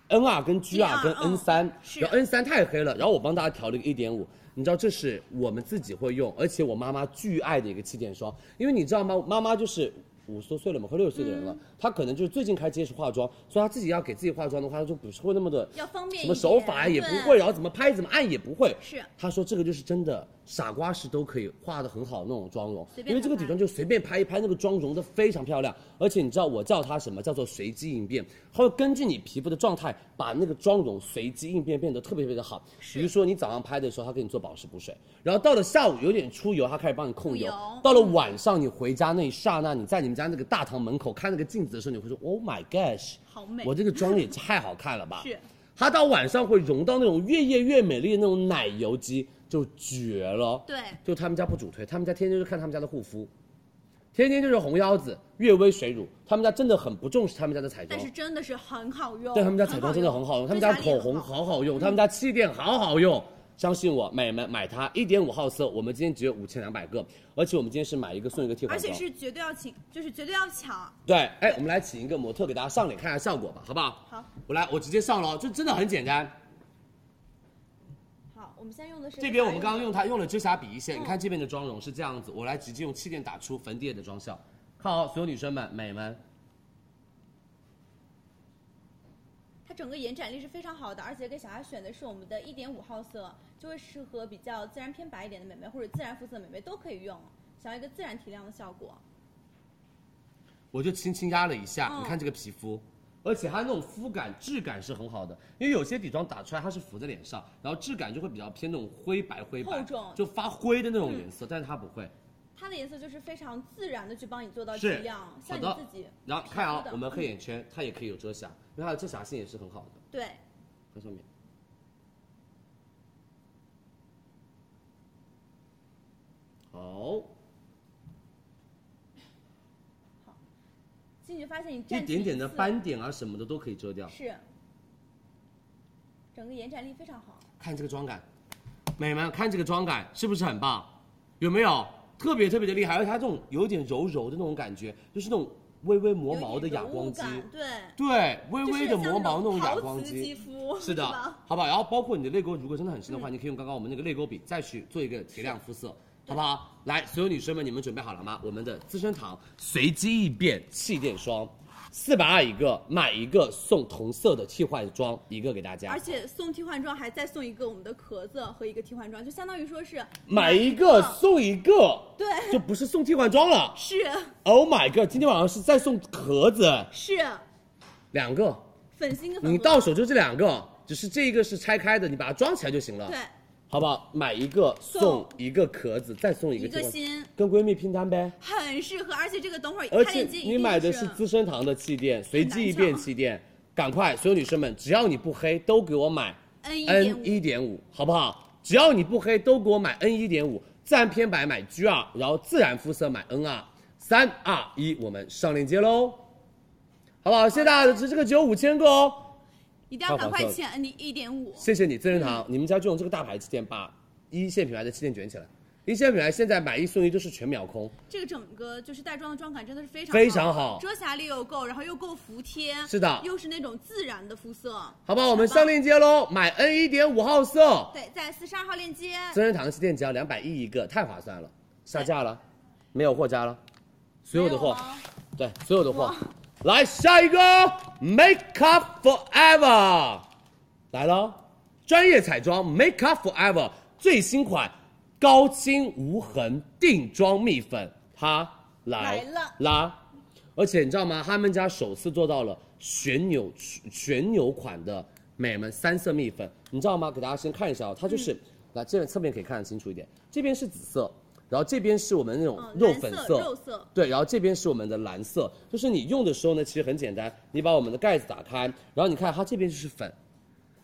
[SPEAKER 4] N 二跟 G 二
[SPEAKER 10] G2
[SPEAKER 4] 跟 N 三，
[SPEAKER 10] 嗯是
[SPEAKER 4] 然后 N 三太黑了，然后我帮大家调了一个一点五。你知道这是我们自己会用，而且我妈妈巨爱的一个气垫霜，因为你知道吗？妈妈就是五十多岁了嘛，快六十岁的人
[SPEAKER 10] 嗯
[SPEAKER 4] 了，她可能就是最近开始接触化妆，所以她自己要给自己化妆的话，她就不是会那么的
[SPEAKER 10] 要方便一点
[SPEAKER 4] 什么手法也不会，
[SPEAKER 10] 对
[SPEAKER 4] 然后怎么拍怎么按也不会。
[SPEAKER 10] 是
[SPEAKER 4] 她说这个就是真的傻瓜式都可以化的很好那种妆容，
[SPEAKER 10] 随便
[SPEAKER 4] 因为这个底
[SPEAKER 10] 拍
[SPEAKER 4] 妆就随便拍一拍，那个妆容的非常漂亮。而且你知道我叫它什么叫做随机应变，它会根据你皮肤的状态，把那个妆容随机应变变得特别特别的好。比如说你早上拍的时候，它给你做保湿补水，然后到了下午有点出油，它开始帮你控油
[SPEAKER 10] 控油。嗯
[SPEAKER 4] 到了晚上你回家那一刹那，你在你们家那个大堂门口看那个镜子的时候，你会说 Oh my gosh，
[SPEAKER 10] 好美
[SPEAKER 4] 我这个妆也太好看了吧！
[SPEAKER 10] 是。
[SPEAKER 4] 它到晚上会融到那种越夜越美丽的那种奶油肌，就绝了。
[SPEAKER 10] 对
[SPEAKER 4] 就他们家不主推，他们家天天就看他们家的护肤，天天就是红腰子、悦薇水乳，他们家真的很不重视他们家的彩妆
[SPEAKER 10] 但是。哦真的是很好用。
[SPEAKER 4] 对他们家彩妆真的很好用，他们家口红好好
[SPEAKER 10] 嗯
[SPEAKER 4] 用，他们家气垫好好用。相信我，美们买它一点五号色，我们今天只有五千两百个，而且我们今天是买一个送一个替换
[SPEAKER 10] 而
[SPEAKER 4] 装
[SPEAKER 10] 且。是绝对要请，就是绝对要抢。
[SPEAKER 4] 对，哎，我们来请一个模特给大家上脸看一下效果吧，好不好？
[SPEAKER 10] 好，
[SPEAKER 4] 我来，我直接上了哦，就真的很简单。
[SPEAKER 10] 好，我们现在用的是
[SPEAKER 4] 这边我们刚刚用它用了遮瑕笔一
[SPEAKER 10] 嗯
[SPEAKER 4] 线，你看这边的妆容是这样子，我来直接用气垫打出粉底液的妆效。看好，所有女生们、美们，
[SPEAKER 10] 它整个延展力是非常好的，而且给小孩选的是我们的一点五号色，就会适合比较自然偏白一点的美眉或者自然肤色的美眉都可以用，想要一个自然提亮的效果。
[SPEAKER 4] 我就轻轻压了一下，
[SPEAKER 10] 嗯
[SPEAKER 4] 你看这个皮肤，而且它那种肤感质感是很好的，因为有些底妆打出来它是浮在脸上，然后质感就会比较偏那种灰白灰白
[SPEAKER 10] 厚重，嗯
[SPEAKER 4] 就发灰的那种颜色，但是它不会。
[SPEAKER 10] 它的颜色就是非常自然的去帮你做到提
[SPEAKER 4] 是
[SPEAKER 10] 亮，
[SPEAKER 4] 好
[SPEAKER 10] 像你
[SPEAKER 4] 的
[SPEAKER 10] 自己。
[SPEAKER 4] 然后看
[SPEAKER 10] 皮
[SPEAKER 4] 啊
[SPEAKER 10] 肤，的
[SPEAKER 4] 我们黑眼圈它也可以有遮瑕，因为它的遮瑕性也是很好的。
[SPEAKER 10] 对，
[SPEAKER 4] 看上面。好，
[SPEAKER 10] 进去发现你
[SPEAKER 4] 一
[SPEAKER 10] 站起
[SPEAKER 4] 点点的
[SPEAKER 10] 次
[SPEAKER 4] 斑点啊什么的都可以遮掉。
[SPEAKER 10] 是，整个延展力非常好。
[SPEAKER 4] 看这个妆感，美们看这个妆感是不是很棒？有没有特别特别的厉害？而且它这种有一点柔柔的那种感觉，就是那种微微磨毛的哑光肌，
[SPEAKER 10] 有一点柔雾感
[SPEAKER 4] 对，微
[SPEAKER 10] 对，
[SPEAKER 4] 微的磨毛那种哑光
[SPEAKER 10] 就是像那种陶瓷嗯肌
[SPEAKER 4] 肌。
[SPEAKER 10] 肤，
[SPEAKER 4] 是的
[SPEAKER 10] 吧，
[SPEAKER 4] 好不好？然后包括你的泪沟，如果真的很深的话，你可以用刚刚我们那个泪沟笔再去做一个提亮肤色，好不好？来，所有女生们，你们准备好了吗？我们的资生堂随机易变气垫霜，四百二一个，买一个送同色的替换装一个给大家
[SPEAKER 10] 而，且送替换装还再送一个我们的壳子和一个替换装，就相当于说是
[SPEAKER 4] 买一个送一个，
[SPEAKER 10] 对
[SPEAKER 4] 就不是送替换装了。
[SPEAKER 10] 是
[SPEAKER 4] Oh my god！今天晚上是再送壳子
[SPEAKER 10] 是
[SPEAKER 4] 两个，
[SPEAKER 10] 粉心跟粉
[SPEAKER 4] 你
[SPEAKER 10] 红
[SPEAKER 4] 到手就这两个，只是这一个是拆开的，你把它装起来就行了，
[SPEAKER 10] 对
[SPEAKER 4] 好不好？买一个送一个壳子，再送一个
[SPEAKER 10] 一
[SPEAKER 4] 替
[SPEAKER 10] 个
[SPEAKER 4] 换，
[SPEAKER 10] 心
[SPEAKER 4] 跟闺蜜拼单呗。
[SPEAKER 10] 很适合，而且这个等会儿
[SPEAKER 4] 而
[SPEAKER 10] 开
[SPEAKER 4] 且
[SPEAKER 10] 链接一
[SPEAKER 4] 你
[SPEAKER 10] 定
[SPEAKER 4] 买的
[SPEAKER 10] 是
[SPEAKER 4] 是资生堂的气垫，随
[SPEAKER 10] 难
[SPEAKER 4] 机一变
[SPEAKER 10] 抢
[SPEAKER 4] 气垫，赶快，所有女生们，只要你不黑，都给我买
[SPEAKER 10] N 一点
[SPEAKER 4] N
[SPEAKER 10] 五
[SPEAKER 4] 一点五，好不好？只要你不黑，都给我买 N 一点五，自然偏白买 G 二，然后自然肤色买 N 二。三二一，我们上链接喽，好不好？谢谢大家的支持，这个只有五千个哦，
[SPEAKER 10] 一定要赶快
[SPEAKER 4] 太划算了
[SPEAKER 10] 签 N 一点五，
[SPEAKER 4] 谢谢你，资
[SPEAKER 10] 嗯
[SPEAKER 4] 生堂，你们家就用这个大牌气垫把一线品牌的气垫卷起来。一线品牌现在买一送一都是全秒空，
[SPEAKER 10] 这个整个就是带妆的妆感真的是非常
[SPEAKER 4] 非常好
[SPEAKER 10] 遮瑕力又够，然后又够服帖，
[SPEAKER 4] 是的
[SPEAKER 10] 又是那种自然的肤色，
[SPEAKER 4] 好不好？我们上链接喽，买 N 一点五号色。
[SPEAKER 10] 对，在四十二号链接，
[SPEAKER 4] 资生堂的气垫只要两百一一个，太划算了，下架了，没有货加了，所有的货，对，所有的货，来下一个 Make Up Forever，来喽，专业彩妆 Make Up Forever 最新款高清无痕定妆蜜粉，它来
[SPEAKER 10] 了
[SPEAKER 4] 啦！而且你知道吗？他们家首次做到了旋钮旋钮款的美们三色蜜粉，你知道吗？给大家先看一下啊，它就是、
[SPEAKER 10] 嗯
[SPEAKER 4] 来这边侧面可以看得清楚一点，这边是紫色，然后这边是我们那种
[SPEAKER 10] 嗯，
[SPEAKER 4] 肉
[SPEAKER 10] 蓝
[SPEAKER 4] 粉
[SPEAKER 10] 色、肉色，
[SPEAKER 4] 对，然后这边是我们的蓝色，就是你用的时候呢，其实很简单，你把我们的盖子打开，然后你看它这边就是粉，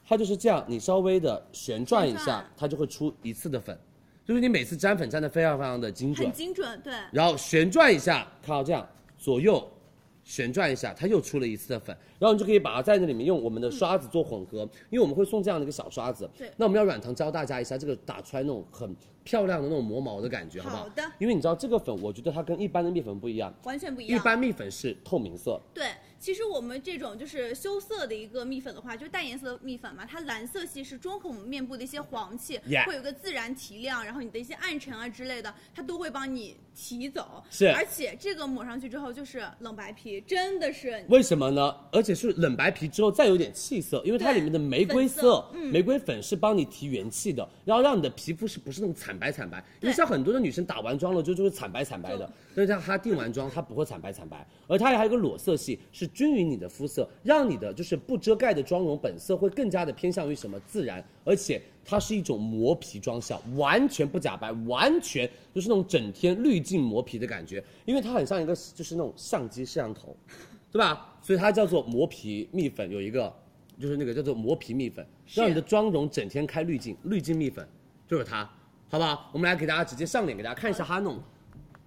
[SPEAKER 4] 它就是这样，你稍微的旋转一
[SPEAKER 10] 旋
[SPEAKER 4] 下
[SPEAKER 10] 转，
[SPEAKER 4] 它就会出一次的粉，就是你每次沾粉沾的非常非常的精准
[SPEAKER 10] 很，精准，对，
[SPEAKER 4] 然后旋转一下，看到这样左右旋转一下，它又出了一次的粉，然后你就可以把它在那里面用我们的刷子做混合，因为我们会送这样的一个小刷子。
[SPEAKER 10] 对
[SPEAKER 4] 那我们要软糖教大家一下这个打出来那种很漂亮的那种磨毛的感觉，好不好？
[SPEAKER 10] 好的
[SPEAKER 4] 因为你知道这个粉，我觉得它跟一般的蜜粉不一样，
[SPEAKER 10] 完全不一
[SPEAKER 4] 一
[SPEAKER 10] 样。
[SPEAKER 4] 般蜜粉是透明色，
[SPEAKER 10] 对，其实我们这种就是羞涩的一个蜜粉的话，就是淡颜色的蜜粉嘛，它蓝色系是中和我们面部的一些黄气
[SPEAKER 4] Yeah
[SPEAKER 10] 会有一个自然提亮，然后你的一些暗沉啊之类的，它都会帮你提走。
[SPEAKER 4] 是
[SPEAKER 10] 而且这个抹上去之后就是冷白皮，真的是
[SPEAKER 4] 为什么呢？而且是冷白皮之后再有点气色，因为它
[SPEAKER 10] 对
[SPEAKER 4] 里面的玫瑰色、
[SPEAKER 10] 粉色嗯
[SPEAKER 4] 玫瑰粉是帮你提元气的，然后让你的皮肤是不是那种惨白惨白？因为像很多的女生打完妆了之后就会惨白惨白的
[SPEAKER 10] 就，
[SPEAKER 4] 但是像它定完妆它不会惨白惨白，而它还有一个裸色系，是均匀你的肤色，让你的就是不遮盖的妆容本色会更加的偏向于什么自然，而且。它是一种磨皮妆效，完全不假白，完全就是那种整天滤镜磨皮的感觉，因为它很像一个就是那种相机摄像头，对吧？所以它叫做磨皮蜜粉，有一个就是那个叫做磨皮蜜粉，让你的妆容整天开滤镜，滤镜蜜粉就是它，好不好？我们来给大家直接上脸，给大家看一下它那种。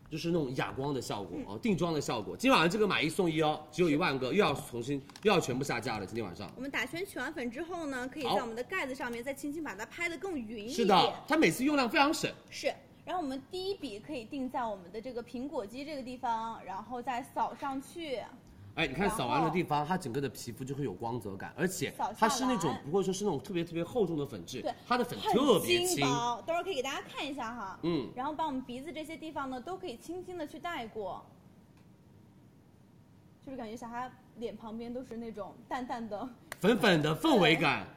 [SPEAKER 4] 就是那种哑光的效果哦，定妆的效果。今晚上这个买一送一哦，只有一万个，又要重新又要全部下架了。今天晚上
[SPEAKER 10] 我们打圈取完粉之后呢，可以在
[SPEAKER 4] 好
[SPEAKER 10] 我们的盖子上面再轻轻把它拍的更匀一点。
[SPEAKER 4] 是的，它每次用量非常省，
[SPEAKER 10] 是。然后我们第一笔可以定在我们的这个苹果肌这个地方，然后再扫上去。
[SPEAKER 4] 哎，你看扫完的地方，它整个的皮肤就会有光泽感，而且
[SPEAKER 10] 扫下
[SPEAKER 4] 它是那
[SPEAKER 10] 来
[SPEAKER 4] 种不会说是那种特别特别厚重的粉质
[SPEAKER 10] 对，
[SPEAKER 4] 它的粉
[SPEAKER 10] 很
[SPEAKER 4] 特别轻，
[SPEAKER 10] 薄，等会儿可以给大家看一下哈。
[SPEAKER 4] 嗯
[SPEAKER 10] 然后把我们鼻子这些地方呢，都可以轻轻的去带过，是不是感觉小哈脸旁边都是那种淡淡的？
[SPEAKER 4] 粉粉的氛围感，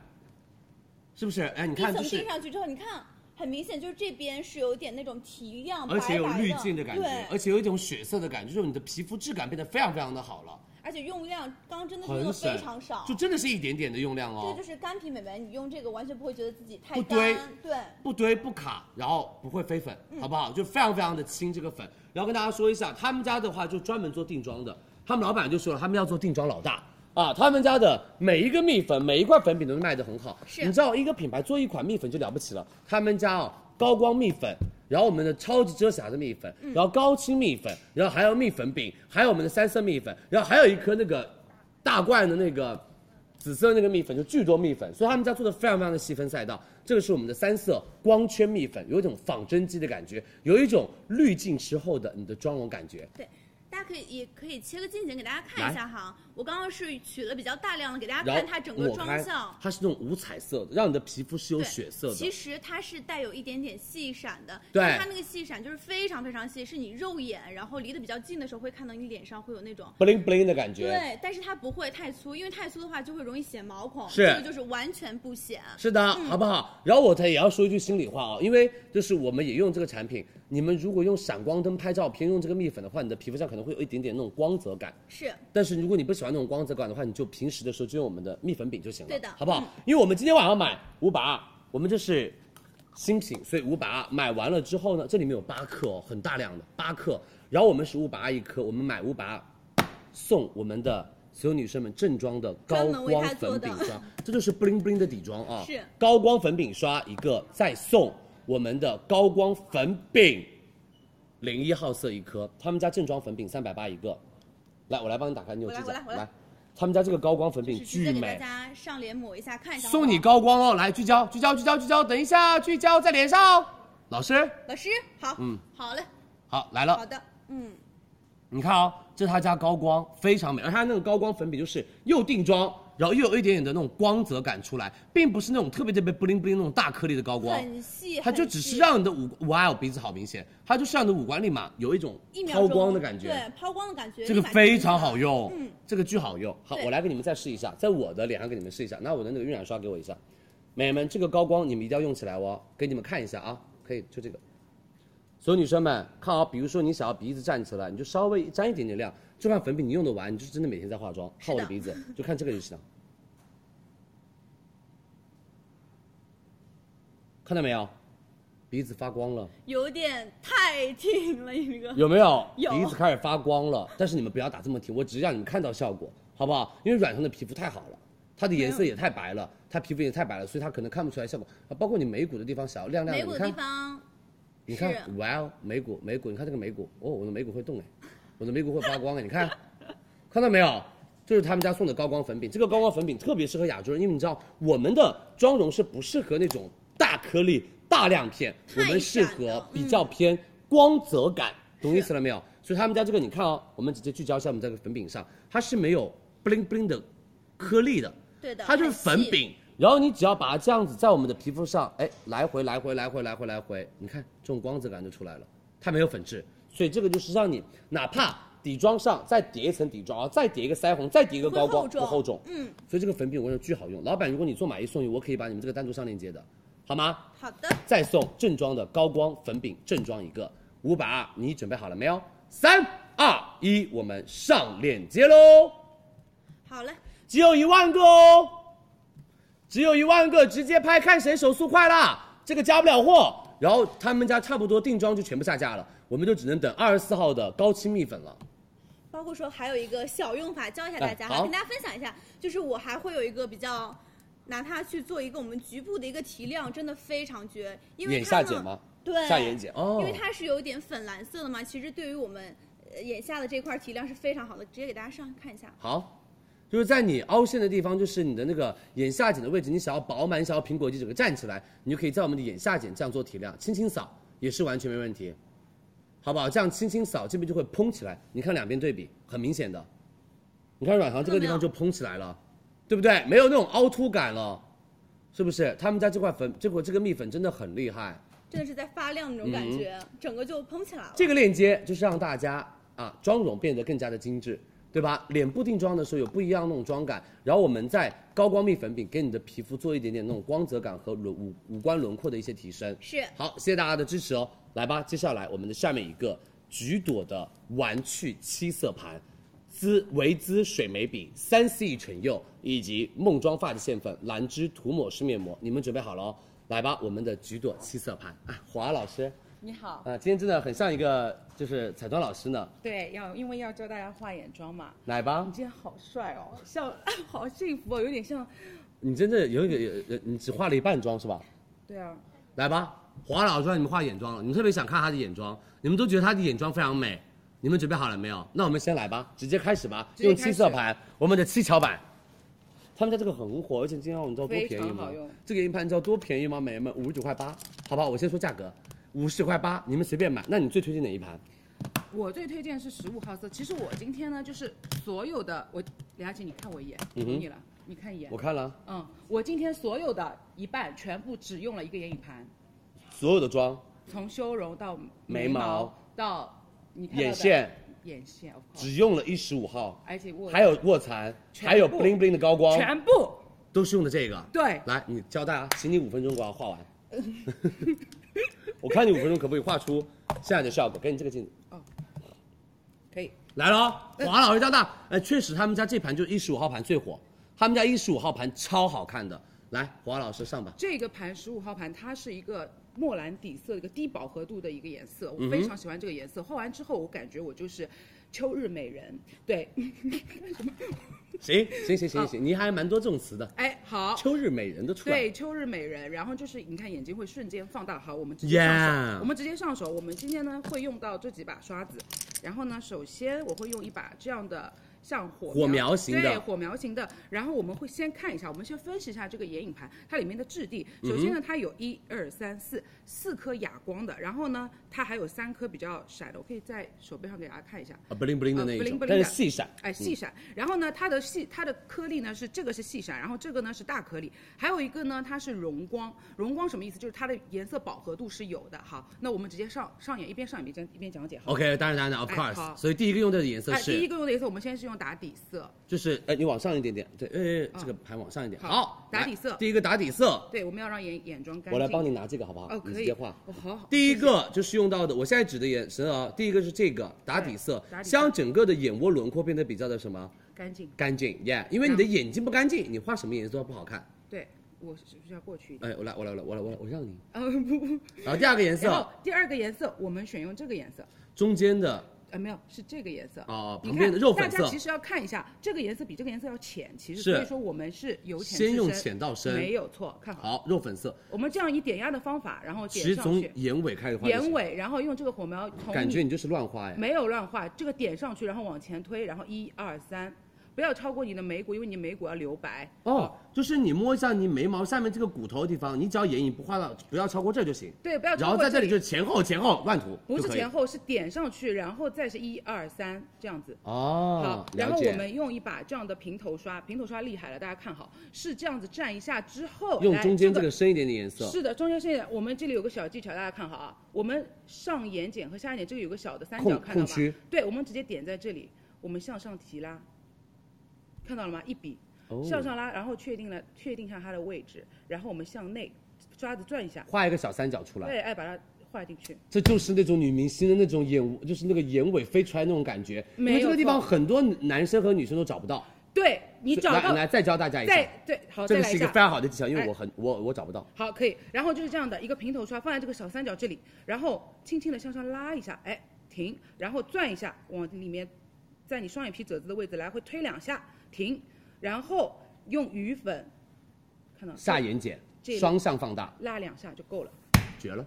[SPEAKER 4] 是不是？哎，你
[SPEAKER 10] 一
[SPEAKER 4] 看
[SPEAKER 10] 层
[SPEAKER 4] 就
[SPEAKER 10] 定
[SPEAKER 4] 是，
[SPEAKER 10] 上去之后，你看很明显就是这边是有点那种提亮，
[SPEAKER 4] 而且有
[SPEAKER 10] 白白
[SPEAKER 4] 滤镜的感觉，而
[SPEAKER 10] 对，
[SPEAKER 4] 且有一种血色的感觉，就是你的皮肤质感变得非常非常的好了，
[SPEAKER 10] 而且用量刚刚真的是用
[SPEAKER 4] 很
[SPEAKER 10] 的
[SPEAKER 4] 省
[SPEAKER 10] 非常少，
[SPEAKER 4] 就真的是一点点的用量
[SPEAKER 10] 这个
[SPEAKER 4] 哦
[SPEAKER 10] 就，是干皮美眉，你用这个完全不会觉得自己太
[SPEAKER 4] 不堆
[SPEAKER 10] 干，对，
[SPEAKER 4] 不堆不卡，然后不会飞粉，好不好？就非常非常的轻这个粉。然后跟大家说一下，他们家的话就专门做定妆的，他们老板就说了，他们要做定妆老大。啊，他们家的每一个蜜粉，每一块粉饼都卖的很好。
[SPEAKER 10] 是
[SPEAKER 4] 你知道一个品牌做一款蜜粉就了不起了，他们家哦，高光蜜粉，然后我们的超级遮瑕的蜜粉，然后高清蜜粉，然后还有蜜粉饼，还有我们的三色蜜粉，然后还有一颗那个大罐的那个紫色那个蜜粉就巨多蜜粉，所以他们家做的非常非常的细分赛道。这个是我们的三色光圈蜜粉，有一种仿真机的感觉，有一种滤镜之后的你的妆容感觉。
[SPEAKER 10] 对，大家可以也可以切个近景给大家看一下哈。我刚刚是取了比较大量的，给大家
[SPEAKER 4] 然后
[SPEAKER 10] 看它整个
[SPEAKER 4] 抹
[SPEAKER 10] 妆
[SPEAKER 4] 开
[SPEAKER 10] 效，。
[SPEAKER 4] 它是那种五彩色的，让你的皮肤是有
[SPEAKER 10] 对，
[SPEAKER 4] 血色
[SPEAKER 10] 其
[SPEAKER 4] 的。
[SPEAKER 10] 实它是带有一点点细闪的，
[SPEAKER 4] 对
[SPEAKER 10] 但它那个细闪就是非常非常细，是你肉眼然后离得比较近的时候会看到你脸上会有那种。
[SPEAKER 4] bling bling 的感觉，
[SPEAKER 10] 对，但是它不会太粗，因为太粗的话就会容易显毛孔，
[SPEAKER 4] 是
[SPEAKER 10] 这个就是完全不显。
[SPEAKER 4] 是的，
[SPEAKER 10] 嗯
[SPEAKER 4] 好不好？然后我才也要说一句心里话啊、因为就是我们也用这个产品，你们如果用闪光灯拍照片，用这个蜜粉的话，你的皮肤上可能会有一点点那种光泽感，
[SPEAKER 10] 是，
[SPEAKER 4] 但是如果你不喜欢那种光泽感的话，你就平时的时候就用我们的蜜粉饼就行了，
[SPEAKER 10] 对的嗯
[SPEAKER 4] 好不好？因为我们今天晚上买五百二，我们这是新品，所以五百二买完了之后呢，这里面有八克哦，很大量的八克，然后我们是五百二一颗，我们买五百二送我们的。所有女生们正装的高
[SPEAKER 10] 专门为
[SPEAKER 4] 光
[SPEAKER 10] 她做
[SPEAKER 4] 粉
[SPEAKER 10] 的
[SPEAKER 4] 饼刷，这就是 bling bling 的底妆啊！
[SPEAKER 10] 是
[SPEAKER 4] 高光粉饼刷一个，再送我们的高光粉饼零一号色一颗，他们家正装粉饼三百八一个。来，我来帮你打开，你有指
[SPEAKER 10] 我
[SPEAKER 4] 甲
[SPEAKER 10] 来我来我来
[SPEAKER 4] 他们家这个高光粉
[SPEAKER 10] 就
[SPEAKER 4] 饼
[SPEAKER 10] 是直接
[SPEAKER 4] 巨
[SPEAKER 10] 给大
[SPEAKER 4] 美，
[SPEAKER 10] 家上脸抹一下，看一下好不好。
[SPEAKER 4] 送你高光哦！来，聚焦，聚焦，聚焦，聚焦，等一下，聚焦在脸上哦。老师，
[SPEAKER 10] 老师，好，
[SPEAKER 4] 嗯，
[SPEAKER 10] 好嘞，
[SPEAKER 4] 好来
[SPEAKER 10] 好
[SPEAKER 4] 了，
[SPEAKER 10] 的，嗯，
[SPEAKER 4] 你看哦，这是他家高光，非常美，而它那个高光粉饼就是又定妆，然后又有一点点的那种光泽感出来，并不是那种特别特别 bling bling 那种大颗粒的高光，
[SPEAKER 10] 很细，
[SPEAKER 4] 它就
[SPEAKER 10] 很
[SPEAKER 4] 只是
[SPEAKER 10] 细
[SPEAKER 4] 让你的五哇哦鼻子好明显，它就是让你的五官立马有一种
[SPEAKER 10] 一秒
[SPEAKER 4] 抛
[SPEAKER 10] 钟
[SPEAKER 4] 光的感觉，
[SPEAKER 10] 对，抛光的感觉，
[SPEAKER 4] 这个
[SPEAKER 10] 立马就
[SPEAKER 4] 非
[SPEAKER 10] 出来
[SPEAKER 4] 常
[SPEAKER 10] 了
[SPEAKER 4] 好用，
[SPEAKER 10] 嗯，
[SPEAKER 4] 这个巨好用。好，
[SPEAKER 10] 对
[SPEAKER 4] 我来给你们再试一下，在我的脸上给你们试一下，拿我的那个晕染刷给我一下，美人们，这个高光你们一定要用起来哦，给你们看一下啊，可以，就这个。所有女生们看啊好，比如说你想要鼻子站起来，你就稍微沾一点点亮，这款粉饼你用得完，你就是真的每天在化妆，看我的鼻子，就看这个就行了。看到没有，鼻子发光了。
[SPEAKER 10] 有点太挺了，一个
[SPEAKER 4] 有没有？
[SPEAKER 10] 有
[SPEAKER 4] 鼻子开始发光了，但是你们不要打这么挺，我只是让你们看到效果，好不好？因为软糖的皮肤太好了，它的颜色也太白了，它皮肤也太白了，所以它可能看不出来效果。啊包括你眉骨的地方想要亮亮
[SPEAKER 10] 眉
[SPEAKER 4] 的，
[SPEAKER 10] 骨
[SPEAKER 4] 你
[SPEAKER 10] 的地
[SPEAKER 4] 看，
[SPEAKER 10] 方
[SPEAKER 4] 你看
[SPEAKER 10] 是，
[SPEAKER 4] 哇哦，眉骨眉骨，你看这个眉骨，哦，我的眉骨会动哎，我的眉骨会发光哎，你看， 看到没有？这是他们家送的高光粉饼，这个高光粉饼特别适合亚洲人，因为你知道我们的妆容是不适合那种大颗粒、大亮片，我
[SPEAKER 10] 太
[SPEAKER 4] 们适
[SPEAKER 10] 闪
[SPEAKER 4] 合
[SPEAKER 10] 了
[SPEAKER 4] 比较偏光泽感，懂意思了没有？所以他们家这个你看哦，我们直接聚焦一下我们这个粉饼上，它是没有 bling bling 的颗粒的，
[SPEAKER 10] 对的
[SPEAKER 4] 它就是
[SPEAKER 10] 很细
[SPEAKER 4] 粉饼。然后你只要把它这样子在我们的皮肤上，哎，来回来回来回来回来回，你看这种光泽感就出来了，它没有粉质，所以这个就是让你哪怕底妆上再叠一层底妆啊，再叠一个腮红，再叠一个高光，
[SPEAKER 10] 不
[SPEAKER 4] 不
[SPEAKER 10] 厚重
[SPEAKER 4] 厚重，
[SPEAKER 10] 嗯，
[SPEAKER 4] 所以这个粉饼我跟你说巨好用。老板，如果你做买一送一，我可以把你们这个单独上链接的，好吗？
[SPEAKER 10] 好的，
[SPEAKER 4] 再送正装的高光粉饼正装一个，五百二，你准备好了没有？三二一，我们上链接喽！
[SPEAKER 10] 好嘞，
[SPEAKER 4] 只有一万个哦，只有一万个，直接拍看谁手速快啦！这个加不了货，然后他们家差不多定妆就全部下架了，我们就只能等二十四号的高清蜜粉了。
[SPEAKER 10] 包括说还有一个小用法，教一下大家
[SPEAKER 4] 哎
[SPEAKER 10] 哈，
[SPEAKER 4] 好
[SPEAKER 10] 跟大家分享一下，就是我还会有一个比较。拿它去做一个我们局部的一个提亮，真的非常绝，因为
[SPEAKER 4] 眼
[SPEAKER 10] 它
[SPEAKER 4] 下
[SPEAKER 10] 呢
[SPEAKER 4] 睑吗？
[SPEAKER 10] 对，
[SPEAKER 4] 下眼睑哦
[SPEAKER 10] 因为它是有点粉蓝色的嘛，其实对于我们呃眼下的这块提亮是非常好的，直接给大家上看一下。
[SPEAKER 4] 好，就是在你凹陷的地方，就是你的那个眼下睑的位置，你想要饱满，你想要苹果肌整个站起来，你就可以在我们的眼下睑这样做提亮，轻轻扫也是完全没问题，好不好？这样轻轻扫，这边就会嘭起来，你看两边对比，很明显的，你看软糖这个地方就嘭起来了，对不对？没有那种凹凸感了，是不是？他们家这块粉，这块这个蜜粉真的很厉害。
[SPEAKER 10] 真的是在发亮的那种感觉，
[SPEAKER 4] 嗯
[SPEAKER 10] 整个就蓬起来了。
[SPEAKER 4] 这个链接就是让大家啊妆容变得更加的精致，对吧？脸部定妆的时候有不一样那种妆感，然后我们在高光蜜粉饼给你的皮肤做一点点那种光泽感和轮五五官轮廓的一些提升。
[SPEAKER 10] 是
[SPEAKER 4] 好，谢谢大家的支持哦。来吧，接下来我们的下面一个橘朵的玩趣七色盘。滋维姿水眉笔、三 C 唇釉以及梦妆发际线粉、兰芝涂抹式面膜，你们准备好了哦？来吧，我们的橘朵七色盘啊，华老师，
[SPEAKER 6] 你好，
[SPEAKER 4] 啊，今天真的很像一个就是彩妆老师呢。
[SPEAKER 6] 对，要因为要教大家化眼妆嘛。
[SPEAKER 4] 来吧
[SPEAKER 6] 你，今天好帅哦，像 好幸福哦，有点像，
[SPEAKER 4] 你真的有一个有有，你只化了一半妆是吧？
[SPEAKER 6] 对啊，
[SPEAKER 4] 来吧，华老师让你们画眼妆了，你们特别想看她的眼妆，你们都觉得她的眼妆非常美，你们准备好了没有？那我们先来吧，直接开始吧，
[SPEAKER 6] 直接
[SPEAKER 4] 用
[SPEAKER 6] 开始
[SPEAKER 4] 七色盘，我们的七巧板。他们家这个很火，而且今天你知道多
[SPEAKER 6] 非
[SPEAKER 4] 便宜
[SPEAKER 6] 常
[SPEAKER 4] 吗
[SPEAKER 6] 好用？
[SPEAKER 4] 这个一盘你知道多便宜吗？美人们，五十九块八，好吧，我先说价格，五十九块八，你们随便买。那你最推荐哪一盘？
[SPEAKER 11] 我最推荐是十五号色。其实我今天呢，就是所有的我，李佳琦，你看我一眼，
[SPEAKER 4] 嗯
[SPEAKER 11] 给
[SPEAKER 4] 哼
[SPEAKER 11] 你了，你看一眼
[SPEAKER 4] 我。看了
[SPEAKER 11] 嗯，我今天所有的一半全部只用了一个眼影盘，
[SPEAKER 4] 所有的妆、
[SPEAKER 11] 从修容到
[SPEAKER 4] 眉
[SPEAKER 11] 眉
[SPEAKER 4] 毛
[SPEAKER 11] 到你看到的
[SPEAKER 4] 眼线，
[SPEAKER 11] 眼线，of course，
[SPEAKER 4] 只用了一十五号，
[SPEAKER 11] 而且我
[SPEAKER 4] 还有卧蚕，
[SPEAKER 11] 全部
[SPEAKER 4] 还有 bling bling 的高光，
[SPEAKER 11] 全部
[SPEAKER 4] 都是用的这个。
[SPEAKER 11] 对
[SPEAKER 4] 来，你教大家，请你五分钟给我 画完。我看你五分钟可不可以画出现在的效果？给你这个镜子。
[SPEAKER 11] 哦可以。嗯
[SPEAKER 4] 来喽，华老师加大，哎，确实他们家这盘就一十五号盘最火，他们家一十五号盘超好看的。来，华老师上吧。
[SPEAKER 11] 这个盘十五号盘，它是一个莫兰底色，一个低饱和度的一个颜色，
[SPEAKER 4] 嗯
[SPEAKER 11] 我
[SPEAKER 4] 哼
[SPEAKER 11] 非常喜欢这个颜色。画完之后，我感觉我就是秋日美人。对，
[SPEAKER 4] 行行行行行，你还蛮多这种词的，
[SPEAKER 11] 哎，好，
[SPEAKER 4] 秋日美人都出来了。
[SPEAKER 11] 对，秋日美人。然后就是你看眼睛会瞬间放大。好，我们直接上
[SPEAKER 4] Yeah
[SPEAKER 11] 手。我们直接上手。我们今天呢会用到这几把刷子。然后呢，首先我会用一把这样的。像火
[SPEAKER 4] 火苗型的
[SPEAKER 11] 对火苗型的，然后我们会先看一下，我们先分析一下这个眼影盘它里面的质地。首先呢，
[SPEAKER 4] 嗯
[SPEAKER 11] 它有一二三四四颗哑光的，然后呢，它还有三颗比较闪的，我可以在手背上给大家看一下。
[SPEAKER 4] 啊，bling bling 的
[SPEAKER 11] 啊
[SPEAKER 4] 那一种，
[SPEAKER 11] ，bling bling
[SPEAKER 4] 但是
[SPEAKER 11] 的
[SPEAKER 4] 细闪，
[SPEAKER 11] 哎，细闪。然后呢，它的细它的颗粒呢是这个是细闪，然后这个呢是大颗粒，还有一个呢它是荣光。荣光什么意思？就是它的颜色饱和度是有的。好，那我们直接上上眼，一边上眼一边一边讲解。好
[SPEAKER 4] OK，当然当然，of
[SPEAKER 11] 哎
[SPEAKER 4] course。
[SPEAKER 11] 好
[SPEAKER 4] 所以第一个用到的颜色
[SPEAKER 11] 哎，
[SPEAKER 4] 哦是，
[SPEAKER 11] 第一个用的颜色，我们先是用打底色，
[SPEAKER 4] 就是哎，你往上一点点，对，哎，哎
[SPEAKER 11] 嗯
[SPEAKER 4] 这个盘往上一点，
[SPEAKER 11] 好
[SPEAKER 4] 好，
[SPEAKER 11] 打
[SPEAKER 4] 来
[SPEAKER 11] 底色
[SPEAKER 4] 第一个打底色，
[SPEAKER 11] 对，我们要让眼眼妆干净。
[SPEAKER 4] 我来帮你。拿这个好不好？
[SPEAKER 11] 哦，
[SPEAKER 4] 你
[SPEAKER 11] 可
[SPEAKER 4] 直
[SPEAKER 11] 以。
[SPEAKER 4] 接画。
[SPEAKER 11] 哦，好好。
[SPEAKER 4] 第一个就是用到的，我现在指的眼神啊，第一个是这个打底色，
[SPEAKER 11] 嗯打底色
[SPEAKER 4] 将整个的眼窝轮廓变得比较的什么
[SPEAKER 11] 干净。
[SPEAKER 4] 干净耶因为你的
[SPEAKER 11] 嗯
[SPEAKER 4] 眼睛不干净，你画什么颜色都不好看。
[SPEAKER 11] 对，我是不是要过去 一点？
[SPEAKER 4] 哎，我来，我来，我来，我来，我来，我让你。
[SPEAKER 11] 呃，不不。
[SPEAKER 4] 然后第二个颜
[SPEAKER 11] 然
[SPEAKER 4] 色
[SPEAKER 11] 后，第二个颜色，我们选用这个颜色。
[SPEAKER 4] 中间的
[SPEAKER 11] 呃，没有，是这个颜色。
[SPEAKER 4] 哦
[SPEAKER 11] 你
[SPEAKER 4] 旁
[SPEAKER 11] 看
[SPEAKER 4] 边的肉粉
[SPEAKER 11] 大
[SPEAKER 4] 色
[SPEAKER 11] 家其实要看一下，这个颜色比这个颜色要浅，其实
[SPEAKER 4] 是
[SPEAKER 11] 所以说我们是由浅
[SPEAKER 4] 先
[SPEAKER 11] 至
[SPEAKER 4] 用
[SPEAKER 11] 深
[SPEAKER 4] 浅到深
[SPEAKER 11] 没有错。看好，
[SPEAKER 4] 好肉粉色，
[SPEAKER 11] 我们这样以点压的方法，然后
[SPEAKER 4] 其
[SPEAKER 11] 点
[SPEAKER 4] 实
[SPEAKER 11] 上
[SPEAKER 4] 从
[SPEAKER 11] 去，
[SPEAKER 4] 眼尾开始画就行。
[SPEAKER 11] 眼尾，然后用这个火苗从
[SPEAKER 4] 感觉
[SPEAKER 11] 你
[SPEAKER 4] 你就是乱画哎。
[SPEAKER 11] 没有乱画，这个点上去，然后往前推，然后一二三，不要超过你的眉骨，因为你眉骨要留白。
[SPEAKER 4] 哦，就是你摸一下你眉毛下面这个骨头的地方，你只要眼影不画到不要超过这就行。
[SPEAKER 11] 对，不要
[SPEAKER 4] 然
[SPEAKER 11] 超
[SPEAKER 4] 后
[SPEAKER 11] 过
[SPEAKER 4] 啊在这里就是前后前后乱涂，
[SPEAKER 11] 不是
[SPEAKER 4] 就可以
[SPEAKER 11] 前后，是点上去，然后再是一二三这样子。
[SPEAKER 4] 哦
[SPEAKER 11] 好，，然
[SPEAKER 4] 了
[SPEAKER 11] 后
[SPEAKER 4] 解。
[SPEAKER 11] 我们用一把这样的平头刷，平头刷厉害了，大家看好，是这样子蘸一下之后，
[SPEAKER 4] 用
[SPEAKER 11] 来
[SPEAKER 4] 中间
[SPEAKER 11] 这
[SPEAKER 4] 这个深一点的颜色，
[SPEAKER 11] 是的，中间线我们这里有个小技巧，大家看好啊，我们上眼睑和下眼睑这个有个小的三角，
[SPEAKER 4] 空
[SPEAKER 11] 看到
[SPEAKER 4] 空
[SPEAKER 11] 吗
[SPEAKER 4] 区？
[SPEAKER 11] 对，我们直接点在这里，我们向上提拉，看到了吗？一笔
[SPEAKER 4] 哦
[SPEAKER 11] 向上拉，然后确定了，确定一下它的位置，然后我们向内刷子转一下，
[SPEAKER 4] 画一个小三角出来，
[SPEAKER 11] 对，哎，把它画进去。
[SPEAKER 4] 这就是那种女明星的那种眼，就是那个眼尾飞出来那种感觉。因
[SPEAKER 11] 没有
[SPEAKER 4] 为这个地方
[SPEAKER 11] 错
[SPEAKER 4] 很多男生和女生都找不到。
[SPEAKER 11] 对你
[SPEAKER 4] 所以
[SPEAKER 11] 找
[SPEAKER 4] 来
[SPEAKER 11] 到
[SPEAKER 4] 来再教大家一下
[SPEAKER 11] 再，对好，
[SPEAKER 4] 这
[SPEAKER 11] 再
[SPEAKER 4] 个
[SPEAKER 11] 来
[SPEAKER 4] 是一
[SPEAKER 11] 一
[SPEAKER 4] 个
[SPEAKER 11] 下
[SPEAKER 4] 非。常好的技巧，因为
[SPEAKER 11] 哎
[SPEAKER 4] 我很我我找不到。
[SPEAKER 11] 好，可以。然后就是这样的一个平头刷放在这个小三角这里，然后轻轻的向上拉一下，哎，停，然后转一下，往里面，在你双眼皮褶子的位置来回推两下，停，然后用余粉，看到
[SPEAKER 4] 下眼睑
[SPEAKER 11] 这里
[SPEAKER 4] 双向放大，
[SPEAKER 11] 拉两下就够了。
[SPEAKER 4] 绝了，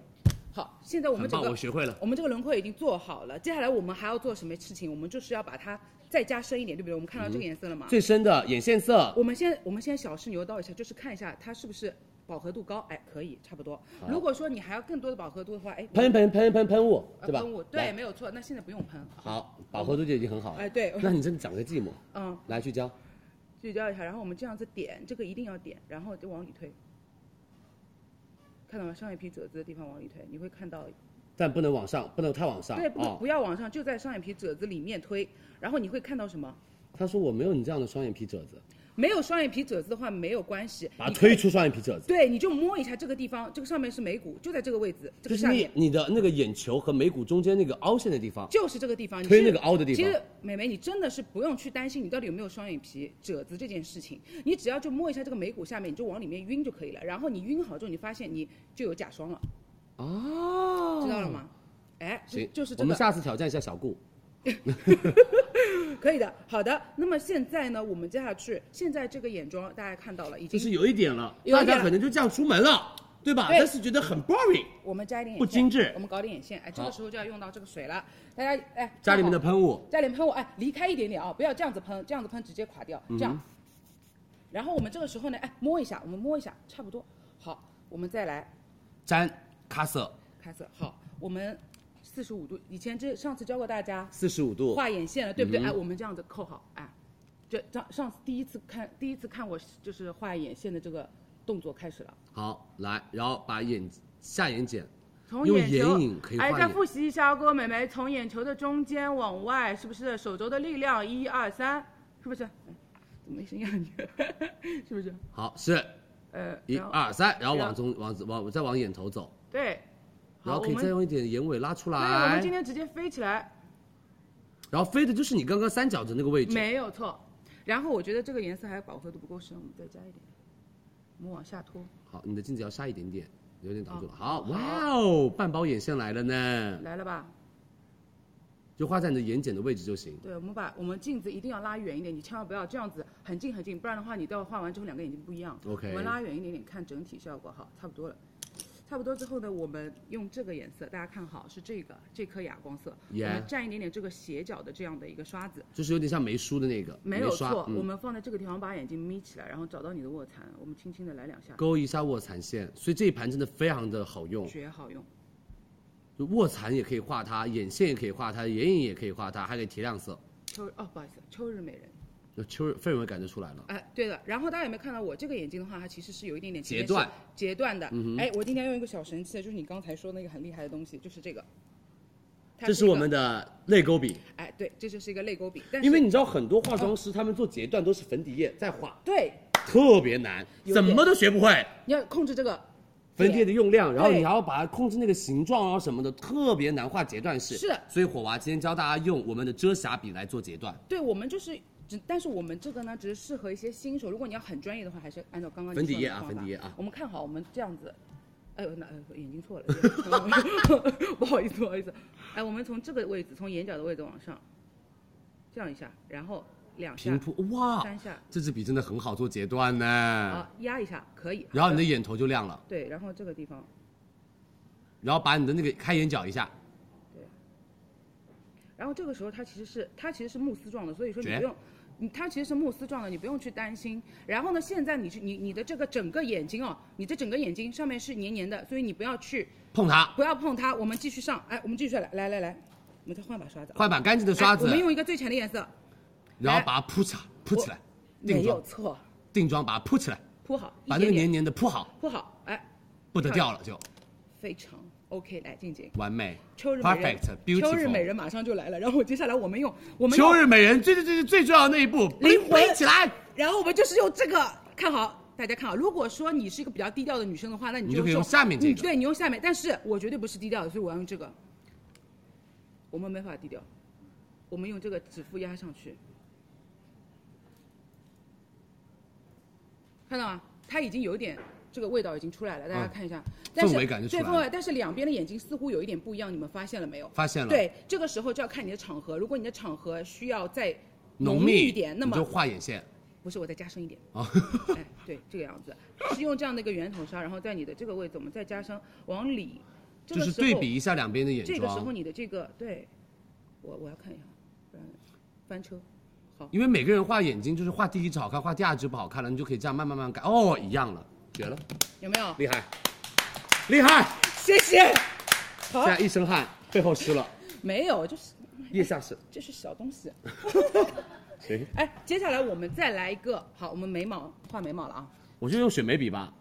[SPEAKER 11] 好，现在我们
[SPEAKER 4] 很
[SPEAKER 11] 整
[SPEAKER 4] 棒，
[SPEAKER 11] 个
[SPEAKER 4] 我学会了。
[SPEAKER 11] 我们这个轮廓已经做好了，接下来我们还要做什么事情？我们就是要把它再加深一点，对不对？我们看到这个颜色了吗？
[SPEAKER 4] 嗯最深的眼线色，
[SPEAKER 11] 我们先我们先小试牛刀一下，就是看一下它是不是饱和度高，哎，可以，差不多。如果说你还要更多的饱和度的话，哎，
[SPEAKER 4] 喷喷喷喷喷雾，
[SPEAKER 11] 呃
[SPEAKER 4] 对吧？
[SPEAKER 11] 喷雾，
[SPEAKER 4] 来
[SPEAKER 11] 对，没有错。那现在不用喷，
[SPEAKER 4] 好，饱和度就已经很好了。
[SPEAKER 11] 哎，对，
[SPEAKER 4] 那你真的长个寂寞。
[SPEAKER 11] 嗯，
[SPEAKER 4] 来去教，
[SPEAKER 11] 聚焦一下，然后我们这样子点，这个一定要点，然后就往里推，看到吗？上眼皮褶子的地方往里推，你会看到，
[SPEAKER 4] 但不能往上，不能太往上。
[SPEAKER 11] 对，不、
[SPEAKER 4] 啊哦
[SPEAKER 11] 不要往上，就在上眼皮褶子里面推，然后你会看到什么？
[SPEAKER 4] 他说我没有你这样的双眼皮褶子，
[SPEAKER 11] 没有双眼皮褶子的话没有关系，
[SPEAKER 4] 把它
[SPEAKER 11] 你
[SPEAKER 4] 推
[SPEAKER 11] 可以。
[SPEAKER 4] 出双眼皮褶子，
[SPEAKER 11] 对，你就摸一下这个地方，这个上面是眉骨，就在这个位置，这
[SPEAKER 4] 就
[SPEAKER 11] 个
[SPEAKER 4] 是
[SPEAKER 11] 下
[SPEAKER 4] 你
[SPEAKER 11] 面。
[SPEAKER 4] 你的那个眼球和眉骨中间那个凹陷的地方。
[SPEAKER 11] 就是这个地方，你
[SPEAKER 4] 推
[SPEAKER 11] 是
[SPEAKER 4] 那个凹的地方
[SPEAKER 11] 其实美眉，你真的是不用去担心你到底有没有双眼皮褶子这件事情，你只要就摸一下这个眉骨下面，你就往里面晕就可以了。然后你晕好之后，你发现你就有假双了，
[SPEAKER 4] 哦，
[SPEAKER 11] 知道了？吗？哎，就
[SPEAKER 4] 行，
[SPEAKER 11] 就是
[SPEAKER 4] 我
[SPEAKER 11] 这
[SPEAKER 4] 们
[SPEAKER 11] 个，
[SPEAKER 4] 下次挑战一下小顾。
[SPEAKER 11] 可以的，好的。那么现在呢，我们接下去，现在这个眼妆大家看到了，已
[SPEAKER 4] 就
[SPEAKER 11] 经
[SPEAKER 4] 是有一点了，
[SPEAKER 11] 嗯有
[SPEAKER 4] 大
[SPEAKER 11] 一点
[SPEAKER 4] 家
[SPEAKER 11] 了
[SPEAKER 4] 可能就这样出门了，对吧？
[SPEAKER 11] 对
[SPEAKER 4] 但是觉得很 boring。
[SPEAKER 11] 我们加一点眼线
[SPEAKER 4] 不精致
[SPEAKER 11] 我们搞点眼线，哎，这
[SPEAKER 4] 好
[SPEAKER 11] 个时候就要用到这个水了。大家哎，
[SPEAKER 4] 家里面的
[SPEAKER 11] 看好
[SPEAKER 4] 喷雾，
[SPEAKER 11] 家里面喷雾，哎，离开一点点啊，不要这样子喷，这样子喷直接垮掉，
[SPEAKER 4] 嗯
[SPEAKER 11] 这样。然后我们这个时候呢，哎，摸一下，我们摸一下，差不多。好，我们再来
[SPEAKER 4] 沾咖色，
[SPEAKER 11] 开色。好，我们四十五度，以前这上次教过大家
[SPEAKER 4] 四十五度，
[SPEAKER 11] 画眼线了，对不对？
[SPEAKER 4] 嗯哼
[SPEAKER 11] 哎，我们这样子扣好，哎，这上上次第一次看第一次看我就是画眼线的这个动作开始了，
[SPEAKER 4] 好来，然后把眼下眼睑
[SPEAKER 11] 从
[SPEAKER 4] 用
[SPEAKER 11] 眼球
[SPEAKER 4] 眼影可以画
[SPEAKER 11] 哎，
[SPEAKER 4] 眼，
[SPEAKER 11] 再复习一下，各位美眉，从眼球的中间往外，是不是手肘的力量？一二三，是不是？哎怎么没声音啊？你 是不是？
[SPEAKER 4] 好是
[SPEAKER 11] 呃，
[SPEAKER 4] 一
[SPEAKER 11] 然后
[SPEAKER 4] 二三，然后
[SPEAKER 11] 然
[SPEAKER 4] 往中往往再往眼头走，
[SPEAKER 11] 对，
[SPEAKER 4] 然
[SPEAKER 11] 好，
[SPEAKER 4] 后
[SPEAKER 11] 我
[SPEAKER 4] 可以
[SPEAKER 11] 们
[SPEAKER 4] 再用一点眼尾拉出
[SPEAKER 11] 对，我们今
[SPEAKER 4] 来，
[SPEAKER 11] 天直接飞起来，
[SPEAKER 4] 然后飞的就是你刚刚三角的那个位置，
[SPEAKER 11] 没有错。然后我觉得这个颜色还饱和度不够深，我们再加一点，我们往下拖。
[SPEAKER 4] 好，你的镜子要下一点点，有点挡住了，好，哇哦，半包眼线来了呢，
[SPEAKER 11] 来了吧？
[SPEAKER 4] 就画在你的眼睑的位置就行，
[SPEAKER 11] 对，我们把我们镜子一定要拉远一点，你千万不要这样子很近很近，不然的话你待会画完之后两个眼睛不一样。
[SPEAKER 4] OK
[SPEAKER 11] 我们拉远一点点看整体效果，好，差不多了。差不多之后呢，我们用这个颜色，大家看好是这个这颗哑光色
[SPEAKER 4] Yeah
[SPEAKER 11] 我们蘸一点点这个斜角的这样的一个刷子，
[SPEAKER 4] 就是有点像眉梳的那个，
[SPEAKER 11] 没有
[SPEAKER 4] 眉刷
[SPEAKER 11] 错，
[SPEAKER 4] 嗯
[SPEAKER 11] 我们放在这个地方把眼睛眯起来，然后找到你的卧蚕，我们轻轻的来两下，
[SPEAKER 4] 勾一下卧蚕线，所以这一盘真的非常的好用，
[SPEAKER 11] 绝好用。
[SPEAKER 4] 就卧蚕也可以画它，眼线也可以画它，眼影也可以画它，还可以提亮色。
[SPEAKER 11] 秋哦，不好意思，秋日美人。
[SPEAKER 4] 那秋日氛围感就出来了。
[SPEAKER 11] 哎，对的。然后大家有没有看到我这个眼睛的话，它其实是有一点点
[SPEAKER 4] 截断
[SPEAKER 11] 截断的
[SPEAKER 4] 嗯哼。
[SPEAKER 11] 哎，我今天用一个小神器，就是你刚才说那个很厉害的东西，就是这个。它
[SPEAKER 4] 这是
[SPEAKER 11] 一
[SPEAKER 4] 我
[SPEAKER 11] 个
[SPEAKER 4] 们。的泪沟笔，
[SPEAKER 11] 哎，对，这就是一个泪沟笔，但是
[SPEAKER 4] 因为你知道很多化妆师他们做截断都是粉底液在画，
[SPEAKER 11] 对，
[SPEAKER 4] 特别难，
[SPEAKER 11] 有点
[SPEAKER 4] 怎么都学不会。
[SPEAKER 11] 你要控制这个。
[SPEAKER 4] 粉底液的用量，然后
[SPEAKER 11] 对
[SPEAKER 4] 你还要把它控制那个形状啊什么的，特别难画截断式。
[SPEAKER 11] 是
[SPEAKER 4] 所以火娃今天教大家用我们的遮瑕笔来做截断，
[SPEAKER 11] 对，我们就是只，但是我们这个呢，只是适合一些新手。如果你要很专业的话，还是按照刚刚你
[SPEAKER 4] 粉底
[SPEAKER 11] 说的
[SPEAKER 4] 液啊
[SPEAKER 11] 方法
[SPEAKER 4] 粉底液啊
[SPEAKER 11] 我们看好，我们这样子。哎呦，那、哎呦、眼睛错了，眼睛错了 不好意思，不好意思。哎，我们从这个位置，从眼角的位置往上，这样一下，然后两下
[SPEAKER 4] 平，铺哇，
[SPEAKER 11] 三下，
[SPEAKER 4] 这支笔真的很好做截断呢。
[SPEAKER 11] 好，压一下可以。
[SPEAKER 4] 嗯然后你的
[SPEAKER 11] 好
[SPEAKER 4] 眼头就亮了，
[SPEAKER 11] 对，然后这个地方，
[SPEAKER 4] 然后把你的那个开眼角一下，
[SPEAKER 11] 然后这个时候它其实是它其实是慕斯状的，所以说你
[SPEAKER 4] 绝
[SPEAKER 11] 不用，你它其实是慕斯状的，你不用去担心。然后呢，现在你去你你的这个整个眼睛哦，你的整个眼睛上面是黏黏的，所以你不要去
[SPEAKER 4] 碰它，
[SPEAKER 11] 不要碰它。我们继续上，哎，我们继续来来来来，我们再换把刷子啊，
[SPEAKER 4] 换把干净的刷
[SPEAKER 11] 哎我
[SPEAKER 4] 子，
[SPEAKER 11] 们用哎一个最浅的颜色，
[SPEAKER 4] 然后把它铺起来，铺起来，定
[SPEAKER 11] 没有
[SPEAKER 4] 妆，
[SPEAKER 11] 错，
[SPEAKER 4] 定妆把它铺起来，
[SPEAKER 11] 铺好，一
[SPEAKER 4] 把那个
[SPEAKER 11] 点
[SPEAKER 4] 黏
[SPEAKER 11] 点
[SPEAKER 4] 黏的铺好，
[SPEAKER 11] 铺好，哎，
[SPEAKER 4] 不得掉了就
[SPEAKER 11] 非常 OK，来静静。
[SPEAKER 4] 完美。
[SPEAKER 11] 秋日美人
[SPEAKER 4] Perfect,
[SPEAKER 11] 秋日
[SPEAKER 4] beautiful
[SPEAKER 11] 美人马上就来了，然后接下来我们用我们用
[SPEAKER 4] 秋日美人最最最最最重要的那一步，
[SPEAKER 11] 灵魂
[SPEAKER 4] 背起来，
[SPEAKER 11] 然后我们就是用这个看好。大家看好，如果说你是一个比较低调的女生的话，那你
[SPEAKER 4] 你就
[SPEAKER 11] 就
[SPEAKER 4] 可以用下面这个
[SPEAKER 11] 你对你用下面，但是我绝对不是低调的，所以我要用这个。我们没法低调，我们用这个指腹压上去，看到吗？它已经有一点这个味道已经出来了，大家
[SPEAKER 4] 嗯
[SPEAKER 11] 看一下。但是
[SPEAKER 4] 氛围感就出来了
[SPEAKER 11] 对氛围，但是两边的眼睛似乎有一点不一样，你们发现了没有？
[SPEAKER 4] 发现了，，
[SPEAKER 11] 对，这个时候就要看你的场合，如果你的场合需要再
[SPEAKER 4] 浓
[SPEAKER 11] 密
[SPEAKER 4] 密
[SPEAKER 11] 一点，那
[SPEAKER 4] 你
[SPEAKER 11] 么
[SPEAKER 4] 就画眼线
[SPEAKER 11] 不是，我再加深一点。
[SPEAKER 4] 啊，
[SPEAKER 11] 哎，对，这个样子，是用这样的一个圆筒砂，然后在你的这个位置，我们再加上往里，这
[SPEAKER 4] 就
[SPEAKER 11] 个
[SPEAKER 4] 是
[SPEAKER 11] 时
[SPEAKER 4] 对
[SPEAKER 11] 候
[SPEAKER 4] 比一下两边的眼
[SPEAKER 11] 这个时候
[SPEAKER 4] 妆，
[SPEAKER 11] 你的这个对，我我要看一下，不然翻车。
[SPEAKER 4] 因为每个人画眼睛就是画第一只好看，画第二只不好看了，你就可以这样慢慢慢慢改，哦，一样了，绝了，
[SPEAKER 11] 有没有？
[SPEAKER 4] 厉害，厉害，
[SPEAKER 11] 谢谢。
[SPEAKER 4] 现
[SPEAKER 11] 好，
[SPEAKER 4] 在一身汗，背后湿了，
[SPEAKER 11] 没有，就是
[SPEAKER 4] 腋下湿，
[SPEAKER 11] 这是小东西。
[SPEAKER 4] 行，
[SPEAKER 11] 哎，接下来我们再来一个，好，我们眉毛画眉毛了啊。
[SPEAKER 4] 我就用水眉笔吧，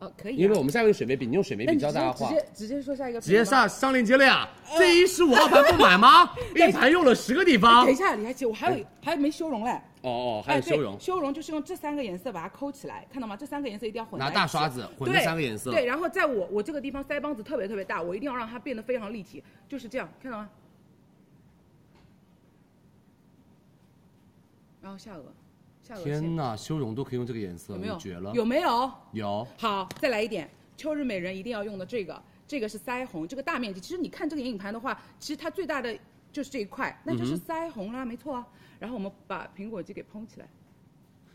[SPEAKER 11] 哦，可以、啊。
[SPEAKER 4] 因为我们下面有水眉笔，你用水眉笔
[SPEAKER 11] 那哎你
[SPEAKER 4] 教大家画
[SPEAKER 11] 直。接哎直接直接说下一个。
[SPEAKER 4] 直接上。上链接了呀！这一十五号盘不买吗？ 一盘用了十个地方
[SPEAKER 11] 等一。下，李佳琦，我还有、还没修容嘞。
[SPEAKER 4] 哦哦，还
[SPEAKER 11] 哎，
[SPEAKER 4] 有
[SPEAKER 11] 对，
[SPEAKER 4] 修容，
[SPEAKER 11] 修容就是用这三个颜色把它抠起来，看到吗？这三个颜色一定要混在
[SPEAKER 4] 拿
[SPEAKER 11] 一起
[SPEAKER 4] 大刷子混这
[SPEAKER 11] 对
[SPEAKER 4] 三个颜色
[SPEAKER 11] 对，然后在我我这个地方腮帮子特别特别大，我一定要让它变得非常立体，就是这样，看到吗？然后下颚，下颚线
[SPEAKER 4] 天哪，修容都可以用这个颜色，
[SPEAKER 11] 有没有
[SPEAKER 4] 你绝了！
[SPEAKER 11] 有没有？
[SPEAKER 4] 有
[SPEAKER 11] 好，再来一点，秋日美人一定要用的这个，这个是腮红，这个大面积。其实你看这个眼影盘的话，其实它最大的就是这一块，那
[SPEAKER 4] 嗯
[SPEAKER 11] 就是腮红啦，没错啊。然后我们把苹果肌给蓬起来，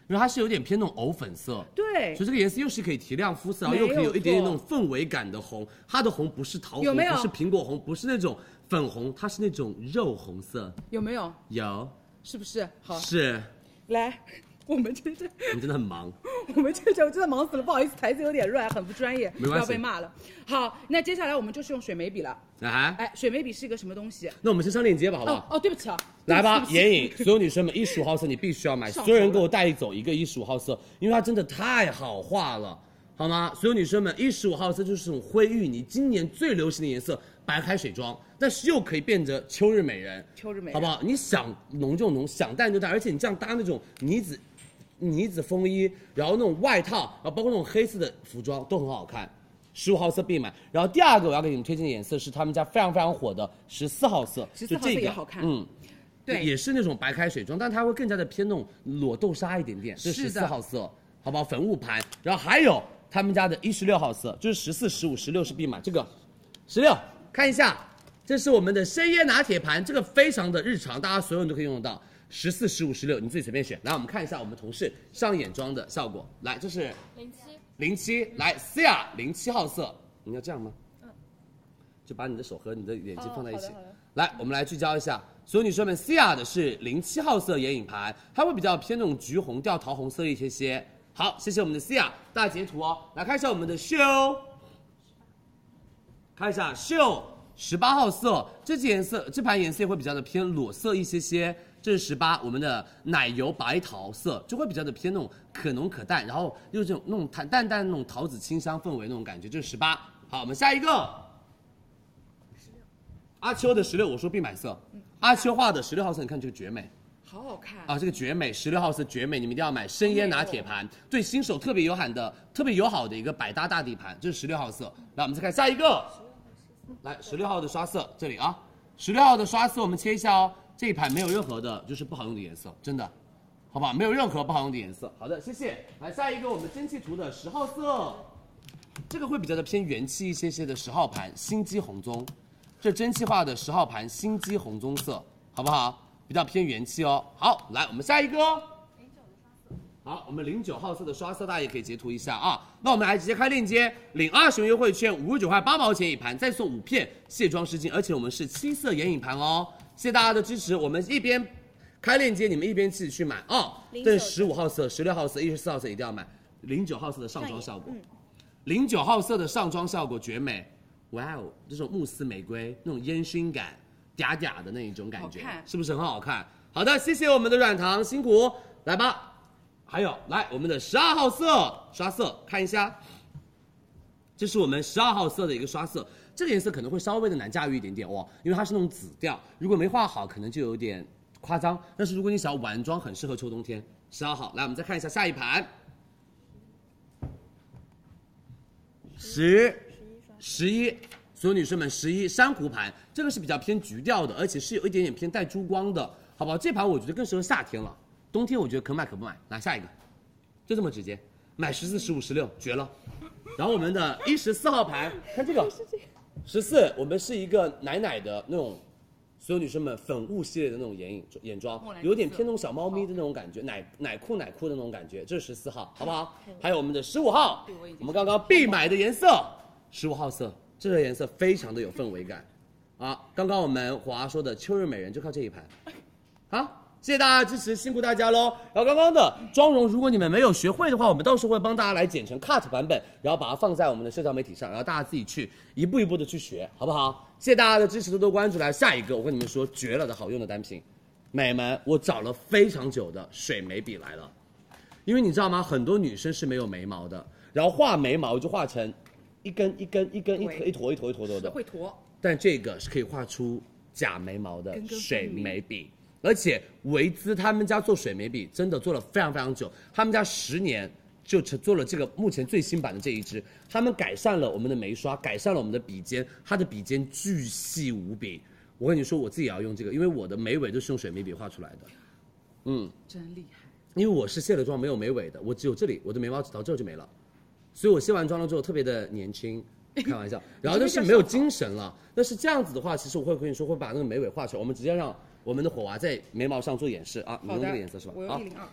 [SPEAKER 4] 因为它是有点偏那种藕粉色，
[SPEAKER 11] 对
[SPEAKER 4] 所以，这个颜色又是可以提亮肤色，然后又
[SPEAKER 11] 没有
[SPEAKER 4] 可以有一点点那
[SPEAKER 11] 错
[SPEAKER 4] 种氛围感的红。它的红不是桃红，
[SPEAKER 11] 有没有
[SPEAKER 4] 不是苹果红，不是那种粉红，它是那种肉红色。
[SPEAKER 11] 有没有？
[SPEAKER 4] 有，
[SPEAKER 11] 是不是？好，
[SPEAKER 4] 是
[SPEAKER 11] 来，我们这 这
[SPEAKER 4] 你真的很忙。
[SPEAKER 11] 我们这种真的忙死了，不好意思，台词有点乱，很不专业，
[SPEAKER 4] 没关系
[SPEAKER 11] 要被骂了。好，那接下来我们就是用水眉笔了。
[SPEAKER 4] 来，
[SPEAKER 11] 哎，水眉笔是一个什么东西？
[SPEAKER 4] 那我们先上链接吧，好不
[SPEAKER 11] 哦
[SPEAKER 4] 好？
[SPEAKER 11] 哦，对不起啊，
[SPEAKER 4] 哎来 吧，
[SPEAKER 11] 对
[SPEAKER 4] 眼
[SPEAKER 11] 不起
[SPEAKER 4] 影，所有女生们，一十五号色你必须要买，
[SPEAKER 11] 上头了
[SPEAKER 4] 所有人给我带走一个一十五号色，因为它真的太好画了，好吗？所有女生们，一十五号色就是这种灰芋泥，今年最流行的颜色，白开水妆，但是又可以变成秋日美人，
[SPEAKER 11] 秋日美人
[SPEAKER 4] 好不好？你想浓就浓，想淡就淡，而且你这样搭那种呢子。呢子风衣，然后那种外套，然后包括那种黑色的服装都很好看，十五号色必买。然后第二个我要给你们推荐的颜色是他们家非常非常火的十四号色，
[SPEAKER 11] 14
[SPEAKER 4] 就
[SPEAKER 11] 号色
[SPEAKER 4] 这个
[SPEAKER 11] 也好看
[SPEAKER 4] 嗯，
[SPEAKER 11] 对
[SPEAKER 4] 也是那种白开水妆，但它会更加的偏那种裸豆沙一点点，这十
[SPEAKER 11] 是的
[SPEAKER 4] 四号色，好不好？粉雾盘，然后还有他们家的一十六号色，就是十四、十五、十六是必买这个，十六看一下，这是我们的深椰拿铁盘，这个非常的日常，大家所有人都可以用得到。十四、十五、十六，你自己随便选。来，我们看一下我们同事上眼妆的效果。来，这是
[SPEAKER 10] 零七，
[SPEAKER 4] 零七，来 C R 零七号色，你要这样吗？就把你的手和哦你的眼睛放在一起。来，我们来聚焦一下，所有女生们，C R 的是零七号色眼影盘，它会比较偏那种橘红调、桃红色一些些。好，谢谢我们的 C R，大家截图哦。来看一下我们的秀，看一下秀十八号色，这支颜色这盘颜色也会比较的偏裸色一些些。这是十八，我们的奶油白桃色就会比较的偏那种可浓可淡，然后又这种那种淡淡淡那种桃子清香氛围那种感觉，这是十八。好，我们下一个。阿秋的十六，我说必买色。阿秋画的十六号色，你看这个绝美
[SPEAKER 11] 好好看
[SPEAKER 4] 啊，这个绝美，十六号色绝美，你们一定要买。深椰拿铁盘，对新手特别友好的、特别友好的一个百搭大地盘，这是十六号色。来，我们再看下一个，来十六号的刷色，这里啊，十六号的刷色我们切一下哦。这一盘没有任何的，就是不好用的颜色，真的，好不好？没有任何不好用的颜色。好的，谢谢。来下一个，我们蒸汽图的十号色。这个会比较的偏元气一些些的十号盘心机红棕，这蒸汽化的十号盘心机红棕色，好不好？比较偏元气哦。好，来我们下一个哦。好，我们零九号色的刷色，大家也可以截图一下啊。那我们来直接开链接，领二十元优惠券，五十九块八毛钱一盘，再送五片卸妆湿巾，而且我们是七色眼影盘哦。谢谢大家的支持，我们一边开链接，你们一边自己去买哦。这是十五号色、十六号色、一十四号色一定要买，零九号色的上妆效果。零九号色的上妆效果绝美，哇哦，这种慕斯玫瑰那种烟熏感，嗲嗲的那一种感觉
[SPEAKER 11] 好看，
[SPEAKER 4] 是不是很好看？好的，谢谢我们的软糖，辛苦，来吧。还有，来我们的十二号色刷色看一下，这是我们十二号色的一个刷色，这个颜色可能会稍微的难驾驭一点点哇，因为它是那种紫调，如果没画好可能就有点夸张，但是如果你想要晚妆，很适合秋冬天。十二号，来我们再看一下下一盘。十、十一，所有女生们，十一珊瑚盘，这个是比较偏橘调的，而且是有一点点偏带珠光的，好不好？这盘我觉得更适合夏天了，冬天我觉得可买可不买。来下一个，就这么直接，买十四、十五、十六，绝了。然后我们的一十四号盘，看这个，十四，我们是一个奶奶的那种。所有女生们，粉雾系列的那种眼影眼妆
[SPEAKER 11] 木兰，
[SPEAKER 4] 有点
[SPEAKER 11] 色
[SPEAKER 4] 偏那种小猫咪的那种感觉，奶奶裤奶裤的那种感觉，这是十四号，好不好？还有我们的十五号，我们刚刚必买的颜色，十五号色，这个颜色非常的有氛围感，啊，刚刚我们华说的秋日美人就靠这一盘，好，谢谢大家的支持，辛苦大家喽。然后刚刚的妆容，如果你们没有学会的话，我们到时候会帮大家来剪成 cut 版本，然后把它放在我们的社交媒体上，然后大家自己去一步一步的去学，好不好？谢谢大家的支持，多多关注。来，下一个我跟你们说，绝了的好用的单品，美们，我找了非常久的水眉笔来了。因为你知道吗？很多女生是没有眉毛的，然后画眉毛就画成一根一根一根一坨
[SPEAKER 11] 对
[SPEAKER 4] 一坨一坨一坨一坨的，
[SPEAKER 11] 会驼，
[SPEAKER 4] 但这个是可以画出假眉毛的
[SPEAKER 11] 根根分明
[SPEAKER 4] 水眉笔，而且维姿他们家做水眉笔真的做了非常非常久，他们家十年就只做了这个目前最新版的这一支，他们改善了我们的眉刷，改善了我们的笔尖，它的笔尖巨细无比。我跟你说，我自己也要用这个，因为我的眉尾都是用水眉笔画出来的。嗯，
[SPEAKER 11] 真厉害。
[SPEAKER 4] 因为我是卸了妆没有眉尾的，我只有这里，我的眉毛只到这就没了，所以我卸完妆了之后特别的年轻，开玩 笑，然后就是没有精神了。但是这样子的话，其实我会跟你说会把那个眉尾画出来，我们直接让我们的火娃在眉毛上做演示啊，你
[SPEAKER 11] 好
[SPEAKER 4] 用这
[SPEAKER 11] 的
[SPEAKER 4] 个颜色是吧？
[SPEAKER 11] 我
[SPEAKER 4] 好
[SPEAKER 11] 用一零二，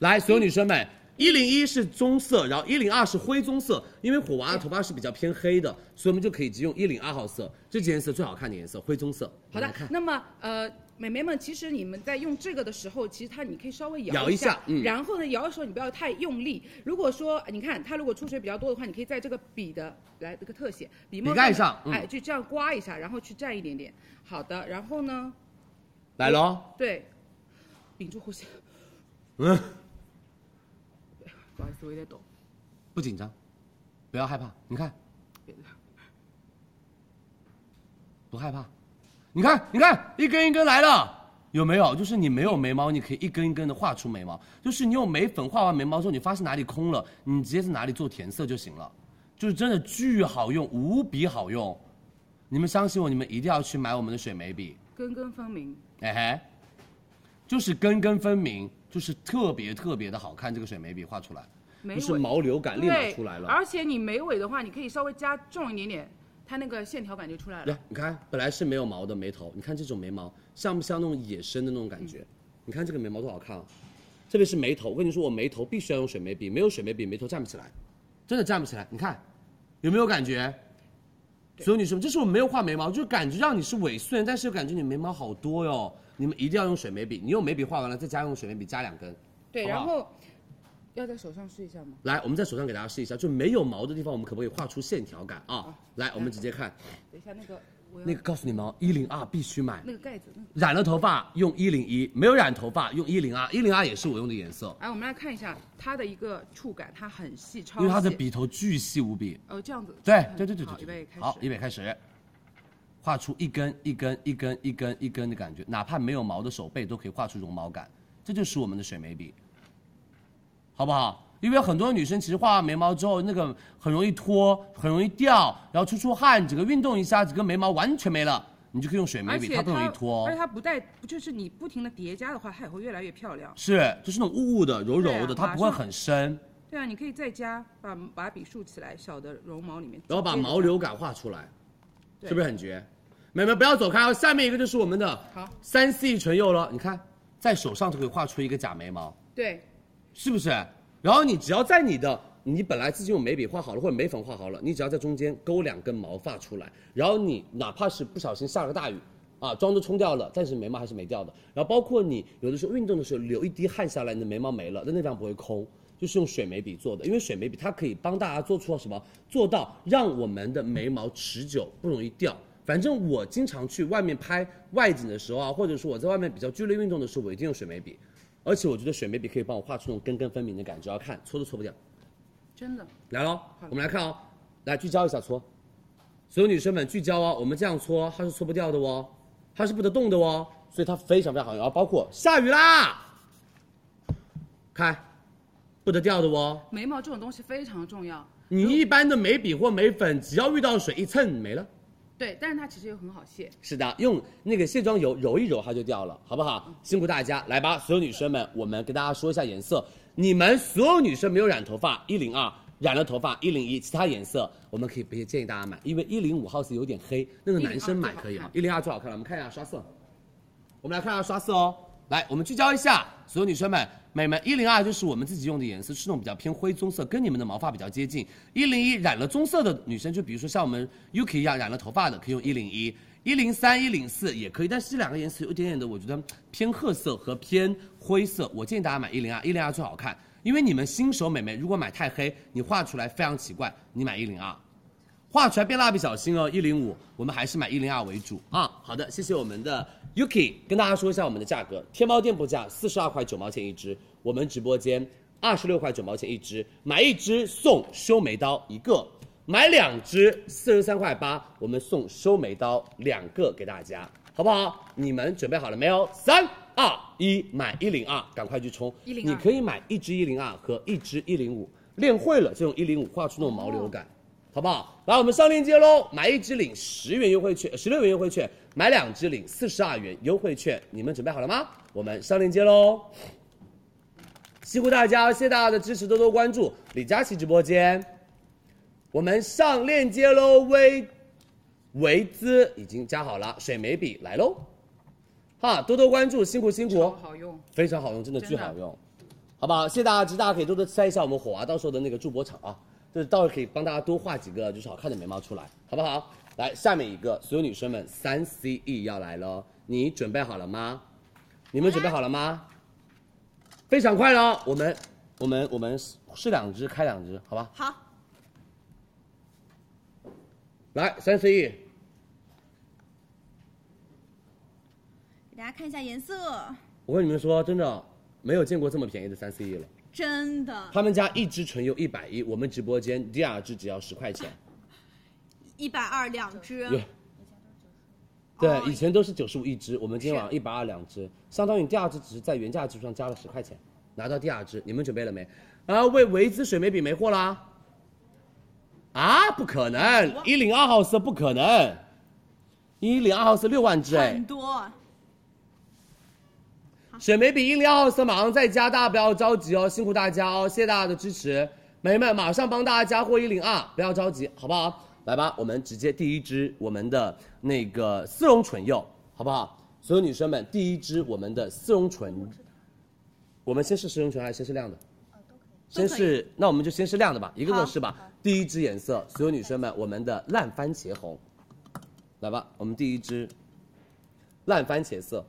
[SPEAKER 4] 来，所有女生们，一零一是棕色，然后一零二是灰棕色，因为虎娃的头发是比较偏黑的，所以我们就可以只用一零二号色，这几颜色最好看的颜色，灰棕色。
[SPEAKER 11] 好
[SPEAKER 4] 你
[SPEAKER 11] 的
[SPEAKER 4] 来看，
[SPEAKER 11] 那么呃，美眉们，其实你们在用这个的时候，其实它你可以稍微摇
[SPEAKER 4] 摇一下嗯
[SPEAKER 11] 然后呢，摇的时候你不要太用力。如果说呃你看它如果出水比较多的话，你可以在这个笔的来这个特写笔墨
[SPEAKER 4] 笔盖
[SPEAKER 11] 面
[SPEAKER 4] 上嗯
[SPEAKER 11] 哎，就这样哎刮一下，然后去蘸一点点。好的，然后呢，
[SPEAKER 4] 来喽，
[SPEAKER 11] 对，屏住呼吸，
[SPEAKER 4] 嗯，
[SPEAKER 11] 不好意思，我有点抖。
[SPEAKER 4] 不紧张，不要害怕，你看，不害怕，你看，你看，一根一根来了。有没有？就是你没有眉毛，你可以一根一根的画出眉毛。就是你用眉粉画完眉毛之后，你发现哪里空了，你直接在哪里做填色就行了。就是真的巨好用，无比好用。你们相信我，你们一定要去买我们的水眉笔。
[SPEAKER 11] 根根分明，
[SPEAKER 4] 哎嘿，就是根根分明，就是特别特别的好看。这个水眉笔画出来，
[SPEAKER 11] 眉
[SPEAKER 4] 就是
[SPEAKER 11] 尾
[SPEAKER 4] 毛流感立马
[SPEAKER 11] 对
[SPEAKER 4] 出来了。
[SPEAKER 11] 而且你眉尾的话，你可以稍微加重一点点，它那个线条感就出来了
[SPEAKER 4] 来。，你看，本来是没有毛的眉头，你看这种眉毛像不像那种野生的那种感觉？你看这个眉毛多好看啊！特别是眉头，我跟你说，我眉头必须要用水眉笔，没有水眉笔眉头站不起来，真的站不起来。你看，有没有感觉？所有女生们，这是我没有画眉毛，就是感觉让你是伪素颜，但是又感觉你眉毛好多哟。你们一定要用水眉笔，你用眉笔画完了，再加用水眉笔加两根。
[SPEAKER 11] 对，
[SPEAKER 4] 好不好
[SPEAKER 11] 然后要在手上试一下吗？
[SPEAKER 4] 来，我们在手上给大家试一下，就没有毛的地方，我们可不可以画出线条感啊？来，我们直接看
[SPEAKER 11] 等一下那个我要
[SPEAKER 4] 那个，告诉你们哦，一零二必须买。
[SPEAKER 11] 那个盖子，那个。
[SPEAKER 4] 染了头发用一零一，没有染头发用一零二，一零二也是我用的颜色，
[SPEAKER 11] 哎，我们来看一下它的一个触感，它很细，超
[SPEAKER 4] 因为它的
[SPEAKER 11] 细
[SPEAKER 4] 笔头巨细无比。
[SPEAKER 11] 哦这样子。
[SPEAKER 4] 对
[SPEAKER 11] 很
[SPEAKER 4] 对对对
[SPEAKER 11] 好，
[SPEAKER 4] 对
[SPEAKER 11] 预备
[SPEAKER 4] 对，
[SPEAKER 11] 开始。
[SPEAKER 4] 好，预备开始，画出一根一根一根一根一根的感觉，哪怕没有毛的手背都可以画出绒毛感，这就是我们的水眉笔，好不好？因为很多女生其实画完眉毛之后，那个很容易脱，很容易掉，然后出出汗，整个运动一下，整个眉毛完全没了，你就可以用水眉
[SPEAKER 11] 而
[SPEAKER 4] 笔，
[SPEAKER 11] 且
[SPEAKER 4] 它不容易脱哦
[SPEAKER 11] 而且。它不带，不就是你不停的叠加的话，它也会越来越漂亮。
[SPEAKER 4] 是，就是那种雾雾的、柔柔的，
[SPEAKER 11] 对啊
[SPEAKER 4] 它不会
[SPEAKER 11] 马上
[SPEAKER 4] 很深。
[SPEAKER 11] 对啊，你可以在家把把笔竖起来，小的绒毛里面，
[SPEAKER 4] 然后把
[SPEAKER 11] 直接
[SPEAKER 4] 毛流感画出来，
[SPEAKER 11] 对
[SPEAKER 4] 是不是很绝？美眉不要走开哦，下面一个就是我们的
[SPEAKER 11] 好
[SPEAKER 4] 三 C 唇釉了。你看，在手上就可以画出一个假眉毛，
[SPEAKER 11] 对
[SPEAKER 4] 是不是？然后你只要在你的你本来自己用眉笔画好了或者眉粉画好了，你只要在中间勾两根毛发出来，然后你哪怕是不小心下了个大雨。啊，妆都冲掉了，但是眉毛还是没掉的。然后包括你有的时候运动的时候流一滴汗下来，你的眉毛没了，但那地方不会空，就是用水眉笔做的。因为水眉笔它可以帮大家做出什么？做到让我们的眉毛持久，不容易掉。反正我经常去外面拍外景的时候啊，或者说我在外面比较剧烈运动的时候，我一定用水眉笔。而且我觉得水眉笔可以帮我画出那种根根分明的感觉，要看搓都搓不掉。
[SPEAKER 11] 真的
[SPEAKER 4] 来喽，我们来看哦，来聚焦一下搓，所有女生们聚焦哦，我们这样搓它是搓不掉的哦，它是不得动的哦，所以它非常非常好用。然后包括下雨啦，看，不得掉的哦。
[SPEAKER 11] 眉毛这种东西非常重要。
[SPEAKER 4] 你一般的眉笔或眉粉，只要遇到水一蹭没了。
[SPEAKER 11] 对，但是它其实又很好卸。
[SPEAKER 4] 是的，用那个卸妆油揉一揉，它就掉了，好不好？辛苦大家，来吧，所有女生们，我们跟大家说一下颜色。你们所有女生没有染头发一零二，染了头发一零一，其他颜色我们可以不建议大家买，因为一零五号色有点黑，那个男生买可以哈，一零二最好看了。我们看一下刷色，我们来看一下刷色哦。来，我们聚焦一下，所有女生们，美们，一零二就是我们自己用的颜色，是那种比较偏灰棕色，跟你们的毛发比较接近。一零一染了棕色的女生，就比如说像我们 Yuki 一样染了头发的，可以用一零一。一零三、一零四也可以，但是这两个颜色有一点点的，我觉得偏褐色和偏灰色。我建议大家买一零二，一零二最好看，因为你们新手美眉如果买太黑，你画出来非常奇怪，你买一零二。画出来变蜡笔小新哦，一零五，我们还是买一零二为主啊。好的，谢谢我们的 Yuki，跟大家说一下我们的价格，天猫店铺价四十二块九毛钱一支，我们直播间二十六块九毛钱一支，买一支送修眉刀一个，买两支四十三块八，我们送修眉刀两个给大家，好不好？你们准备好了没有？三二一，买一零二，赶快去冲！
[SPEAKER 11] 102
[SPEAKER 4] 你可以买一支一零二和一支一零五，练会了就用一零五画出那种毛流感。好不好？来，我们上链接喽！买一支领十元优惠券，呃十六元优惠券；买两支领四十二元优惠券。你们准备好了吗？我们上链接喽！辛苦大家，谢谢大家的支持，多多关注李佳琦直播间。我们上链接喽，微维姿已经加好了，水眉笔来喽！哈，多多关注，辛苦辛苦，
[SPEAKER 11] 好用。
[SPEAKER 4] 非常好用，真的
[SPEAKER 11] 真
[SPEAKER 4] 巨
[SPEAKER 11] 的
[SPEAKER 4] 好用，好不好？谢谢大家支持，大家可以多多参与一下我们火娃啊到时候的那个助播场啊，就是到时候可以帮大家多画几个就是好看的眉毛出来，好不好？来，下面一个，所有女生们，三 C E 要来喽，你准备好了吗？你们准备好了吗？非常快喽，我们我们我们试两只开两只，好吧？
[SPEAKER 10] 好，
[SPEAKER 4] 来，三 C E，
[SPEAKER 10] 给大家看一下颜色，
[SPEAKER 4] 我跟你们说，真的没有见过这么便宜的三 C E 了。
[SPEAKER 10] 真的，
[SPEAKER 4] 他们家一支唇釉一百一，我们直播间第二支只要十块钱。
[SPEAKER 10] 一百二两只，
[SPEAKER 4] 有对，以前都是九十五一支，我们今天晚上一百二两支，相当于第二支只是在原价基础上加了十块钱，拿到第二支，你们准备了没？啊，为维姿水眉笔没货啦？啊，不可能，一零二号色不可能，一零二号色六万支哎
[SPEAKER 10] 很，多，
[SPEAKER 4] 水眉笔一零二号色马上再加，大家不要着急哦，辛苦大家哦，谢谢大家的支持，美们马上帮大家加货一零二，不要着急，好不好？来吧，我们直接第一支我们的那个丝绒唇釉，好不好？所有女生们，第一支我们的丝绒唇，我们先试丝绒唇还是先试亮的？先试，那我们就先试亮的吧，一个个试吧。第一支颜色，所有女生们，我们的烂番茄红，来吧，我们第一支烂番茄色，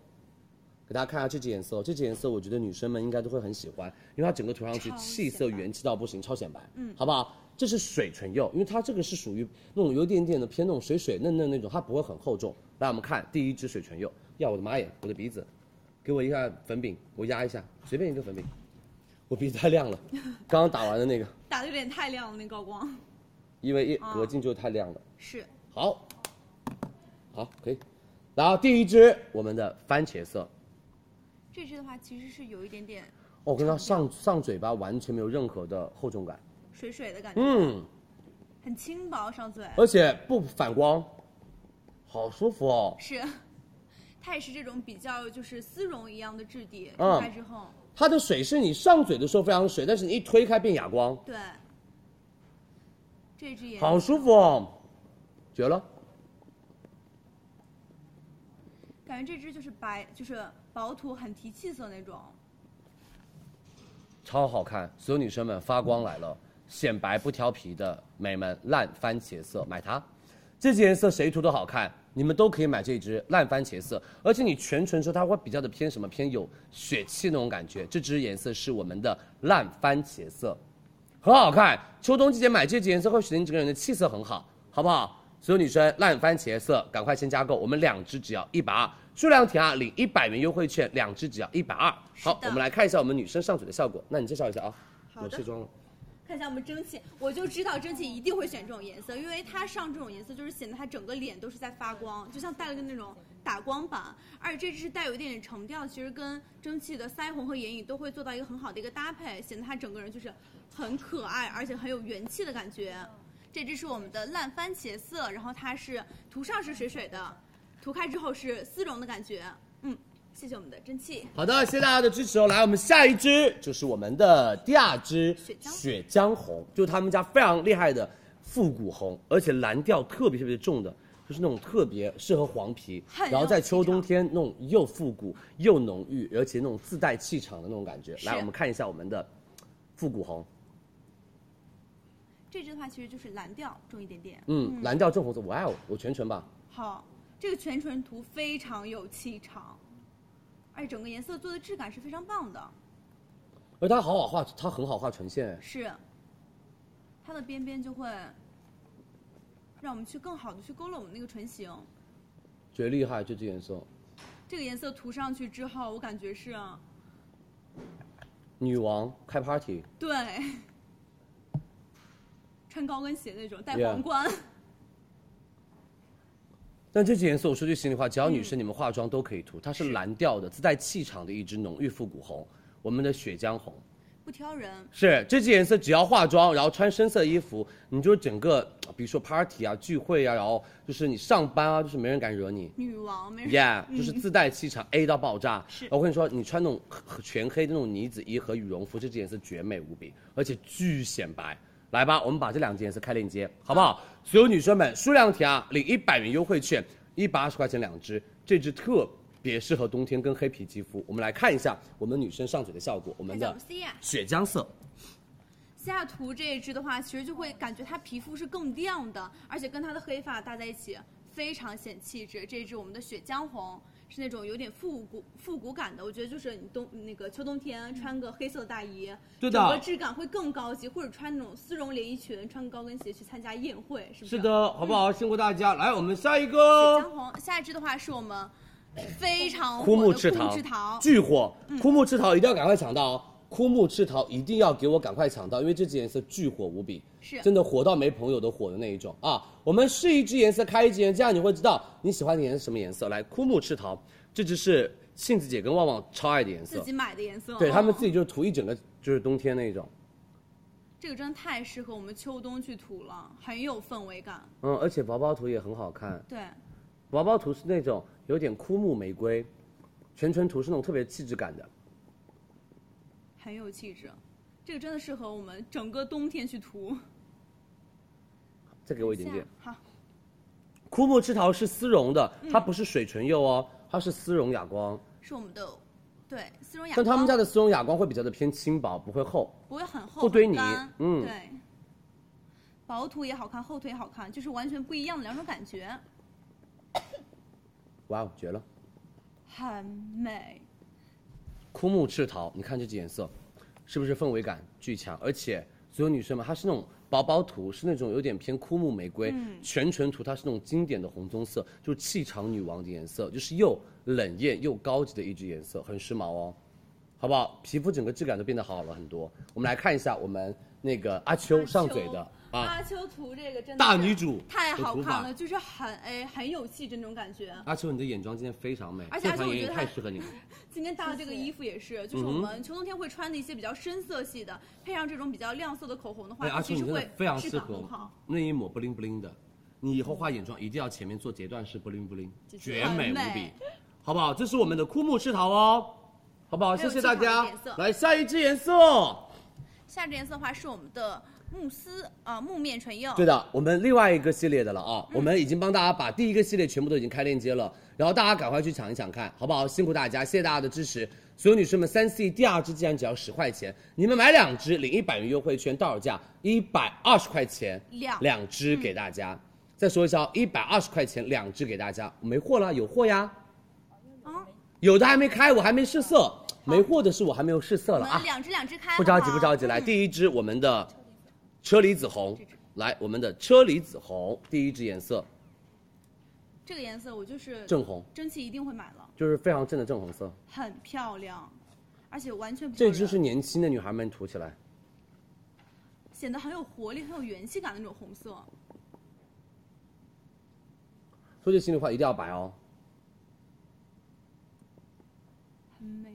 [SPEAKER 4] 给大家看一下这支颜色哦，这支颜色我觉得女生们应该都会很喜欢，因为它整个涂上去气色元气到不行，超显白，嗯，好不好？这是水唇釉，因为它这个是属于那种有点点的偏那种水水嫩嫩那种，它不会很厚重。来，我们看第一支水唇釉，呀，我的妈耶，我的鼻子，给我一下粉饼，我压一下，随便一个粉饼，我鼻子太亮了，刚刚打完的那个，
[SPEAKER 10] 打的有点太亮了，那高光
[SPEAKER 4] 因为一隔进就太亮了。
[SPEAKER 10] 是
[SPEAKER 4] 好，好，可以。然后第一支我们的番茄色，
[SPEAKER 10] 这支的话，其实是有一点点
[SPEAKER 4] 哦，我跟它上上嘴巴完全没有任何的厚重感，
[SPEAKER 10] 水水的感觉，
[SPEAKER 4] 嗯，呃
[SPEAKER 10] 很轻薄上嘴，
[SPEAKER 4] 而且不反光，好舒服哦。
[SPEAKER 10] 是，它也是这种比较就是丝绒一样的质地，
[SPEAKER 4] 嗯
[SPEAKER 10] 涂开之后，
[SPEAKER 4] 它的水是你上嘴的时候非常水，但是你一推开变哑光，
[SPEAKER 10] 对，这支也
[SPEAKER 4] 好舒服哦，绝了。
[SPEAKER 10] 感觉这支就是白，就是薄涂很提气色那种。
[SPEAKER 4] 超好看，所有女生们发光来了，显白不挑皮的美们，烂番茄色买它，这支颜色谁涂都好看，你们都可以买这支烂番茄色，而且你全唇说它会比较的偏什么偏有血气那种感觉，这支颜色是我们的烂番茄色，很好看，秋冬季节买这支颜色会使你整个人的气色很好，好不好？所有女生烂番茄色赶快先加购，我们两支只要一百二，数量填啊，领一百元优惠券，两支只要一百二。好，我们来看一下我们女生上嘴的效果，那你介绍一下啊。
[SPEAKER 10] 好的
[SPEAKER 4] 我卸妆了，
[SPEAKER 10] 看一下我们蒸汽，我就知道蒸汽一定会选这种颜色，因为它上这种颜色就是显得它整个脸都是在发光，就像带了个那种打光板。而且这支是带有一点点橙调，其实跟蒸汽的腮红和眼影都会做到一个很好的一个搭配，显得它整个人就是很可爱，而且很有元气的感觉。这支是我们的烂番茄色，然后它是涂上是水水的，涂开之后是丝绒的感觉。嗯，谢谢我们的蒸汽。
[SPEAKER 4] 好的，谢谢大家的支持哦。来，我们下一支就是我们的第二支
[SPEAKER 10] 血浆
[SPEAKER 4] 血浆红，就是他们家非常厉害的复古红，而且蓝调特别特别重的，就是那种特别适合黄皮
[SPEAKER 10] 很，有
[SPEAKER 4] 然后在秋
[SPEAKER 10] 气场
[SPEAKER 4] 冬天那种又复古又浓郁，而且那种自带气场的那种感觉。
[SPEAKER 10] 是
[SPEAKER 4] 来，我们看一下我们的复古红，
[SPEAKER 10] 这支的话其实就是蓝调重一点点。
[SPEAKER 4] 嗯，蓝调正红色，哇哦，我全唇吧，
[SPEAKER 10] 好，这个全唇涂非常有气场，而且整个颜色做的质感是非常棒的，
[SPEAKER 4] 而它好好画，它很好画唇线哎。
[SPEAKER 10] 是它的边边就会让我们去更好的去勾勒我们那个唇形。
[SPEAKER 4] 绝厉害，这支颜色，
[SPEAKER 10] 这个颜色涂上去之后，我感觉是
[SPEAKER 4] 女王开 party，
[SPEAKER 10] 对穿高跟鞋那种，戴
[SPEAKER 4] Yeah
[SPEAKER 10] 皇冠。
[SPEAKER 4] 但这支颜色，我说句心里话，只要女生你们化妆都可以涂，它嗯是蓝调的，自带气场的一支浓郁复古红，我们的血浆红
[SPEAKER 10] 不挑人，
[SPEAKER 4] 是这支颜色，只要化妆，然后穿深色衣服，你就是整个，呃比如说 party 啊、聚会啊，然后就是你上班啊，就是没人敢惹你。
[SPEAKER 10] 女王没人。
[SPEAKER 4] Yeah，就是自带气场、A 到爆炸。
[SPEAKER 10] 是
[SPEAKER 4] 我跟你说，你穿那种全黑的那种呢子衣和羽绒服，这支颜色绝美无比，而且巨显白。来吧，我们把这两支颜色开链接，好不好？所有女生们，数量填啊，领一百元优惠券，一百二十块钱两支，这支特别适合冬天跟黑皮肌肤。我们来看一下我们女生上嘴的效果，我们的
[SPEAKER 10] C 呀、
[SPEAKER 4] 血浆色，
[SPEAKER 10] 西雅图这一支的话，其实就会感觉它皮肤是更亮的，而且跟它的黑发搭在一起非常显气质。这一支我们的血浆红是那种有点复古复古感的，我觉得就是你冬那个秋冬天穿个黑色大衣，
[SPEAKER 4] 对的
[SPEAKER 10] 整个质感会更高级，或者穿那种丝绒连衣裙，穿高跟鞋去参加宴会，是不是？
[SPEAKER 4] 是的，好不好？辛苦大家，来我们下一个
[SPEAKER 10] 血浆
[SPEAKER 4] 哦。
[SPEAKER 10] 红，下一支的话是我们非常
[SPEAKER 4] 枯木
[SPEAKER 10] 火的
[SPEAKER 4] 赤
[SPEAKER 10] 枯
[SPEAKER 4] 桃，
[SPEAKER 10] 木赤桃，
[SPEAKER 4] 巨火！枯木赤桃一定要赶快抢到哦！枯木赤桃一定要给我赶快抢到，因为这支颜色巨火无比，
[SPEAKER 10] 是
[SPEAKER 4] 真的火到没朋友都火的那一种啊！我们试一支颜色，开一支颜色，这样你会知道你喜欢的颜色是什么颜色。来，枯木赤桃，这支是杏子姐跟旺旺超爱的颜色，
[SPEAKER 10] 自己买的颜色，
[SPEAKER 4] 对他们自
[SPEAKER 10] 己，
[SPEAKER 4] 己就是涂一整个就是冬天那一种，
[SPEAKER 10] 这个真的太适合我们秋冬去涂了，很有氛围感。
[SPEAKER 4] 嗯，而且薄薄涂也很好看，
[SPEAKER 10] 对，
[SPEAKER 4] 薄薄涂是那种有点枯木玫瑰，全唇涂是那种特别气质感的。
[SPEAKER 10] 很有气质，这个真的适合我们整个冬天去涂。
[SPEAKER 4] 再给我一点点。
[SPEAKER 10] 好，
[SPEAKER 4] 枯木赤桃是丝绒的，
[SPEAKER 10] 嗯
[SPEAKER 4] 它不是水唇釉哦，它是丝绒哑光。
[SPEAKER 10] 是我们的，对，丝绒哑
[SPEAKER 4] 但
[SPEAKER 10] 光，
[SPEAKER 4] 他们家的丝绒哑光会比较的偏轻薄，不会厚。
[SPEAKER 10] 不会很厚，
[SPEAKER 4] 不堆泥
[SPEAKER 10] 很干
[SPEAKER 4] 嗯
[SPEAKER 10] 对，薄涂也好看，厚涂也好看，就是完全不一样的两种感觉，
[SPEAKER 4] 哇哦，绝了！
[SPEAKER 10] 很美。
[SPEAKER 4] 枯木赤桃，你看这支颜色，是不是氛围感巨强？而且所有女生们，它是那种薄薄涂，是那种有点偏枯木玫瑰；
[SPEAKER 10] 嗯
[SPEAKER 4] 全唇涂它是那种经典的红棕色，就是气场女王的颜色，就是又冷艳又高级的一支颜色，很时髦哦，好不好？皮肤整个质感都变得好了很多。我们来看一下我们那个阿秋上嘴的啊，
[SPEAKER 10] 阿秋涂这个真的
[SPEAKER 4] 大
[SPEAKER 10] 是
[SPEAKER 4] 女主
[SPEAKER 10] 太
[SPEAKER 4] 的
[SPEAKER 10] 好
[SPEAKER 4] 涂法
[SPEAKER 10] 看了，就是很哎很有气质那种感觉。
[SPEAKER 4] 阿秋，你的眼妆今天非常美，
[SPEAKER 10] 而且
[SPEAKER 4] 这
[SPEAKER 10] 阿秋
[SPEAKER 4] 款
[SPEAKER 10] 我
[SPEAKER 4] 眼
[SPEAKER 10] 觉
[SPEAKER 4] 影
[SPEAKER 10] 得
[SPEAKER 4] 太
[SPEAKER 10] 它
[SPEAKER 4] 适合你了。
[SPEAKER 10] 今天搭的这个衣服也是，就是
[SPEAKER 4] 嗯
[SPEAKER 10] 我们秋冬天会穿的一些比较深色系的，配上这种比较亮色的口红的话，
[SPEAKER 4] 对，哎阿
[SPEAKER 10] 它
[SPEAKER 4] 秋
[SPEAKER 10] 其
[SPEAKER 4] 你
[SPEAKER 10] 实
[SPEAKER 4] 真的
[SPEAKER 10] 会
[SPEAKER 4] 非常
[SPEAKER 10] 质
[SPEAKER 4] 适
[SPEAKER 10] 感
[SPEAKER 4] 合
[SPEAKER 10] 很好。
[SPEAKER 4] 那一抹 bling bling 的。你以后画眼妆一定要前面做截断式 bling bling，绝
[SPEAKER 10] 很
[SPEAKER 4] 美无
[SPEAKER 10] 美
[SPEAKER 4] 比，好不好？这是我们的枯木赤桃哦，好不好？
[SPEAKER 10] 还有
[SPEAKER 4] 谢谢大家
[SPEAKER 10] 这款颜。色
[SPEAKER 4] 来下一支颜色，
[SPEAKER 10] 下支颜色的话是我们的慕斯啊、木面唇釉，
[SPEAKER 4] 对的，我们另外一个系列的了啊，我们已经帮大家把第一个系列全部都已经开链接了，然后大家赶快去抢一抢看，好不好？辛苦大家，谢谢大家的支持。所有女生们，三 C 第二支竟然只要十块钱，你们买两支领一百元优惠券，到手价一百二十块钱，
[SPEAKER 10] 两
[SPEAKER 4] 两支给大家。再说一下，哦一百二十块钱两支给大家，没货了，有货呀，
[SPEAKER 10] 嗯，
[SPEAKER 4] 有的还没开，我还没试色，没货的是我还没有试色
[SPEAKER 10] 我
[SPEAKER 4] 了啊
[SPEAKER 10] 们。两支两支开，
[SPEAKER 4] 不着急，
[SPEAKER 10] 好
[SPEAKER 4] 不
[SPEAKER 10] 好
[SPEAKER 4] 着急，来，第一支我们的车厘子红，来我们的车厘子红，第一支颜色
[SPEAKER 10] 这个颜色我就是
[SPEAKER 4] 正红，
[SPEAKER 10] 蒸汽一定会买了，
[SPEAKER 4] 就是非常正的正红色。
[SPEAKER 10] 很漂亮，而且完全不
[SPEAKER 4] 这
[SPEAKER 10] 丢
[SPEAKER 4] 支
[SPEAKER 10] 人
[SPEAKER 4] 是年轻的女孩们涂起来，
[SPEAKER 10] 显得很有活力、很有元气感的那种红色，
[SPEAKER 4] 说句心里话，一定要白哦。
[SPEAKER 10] 很美。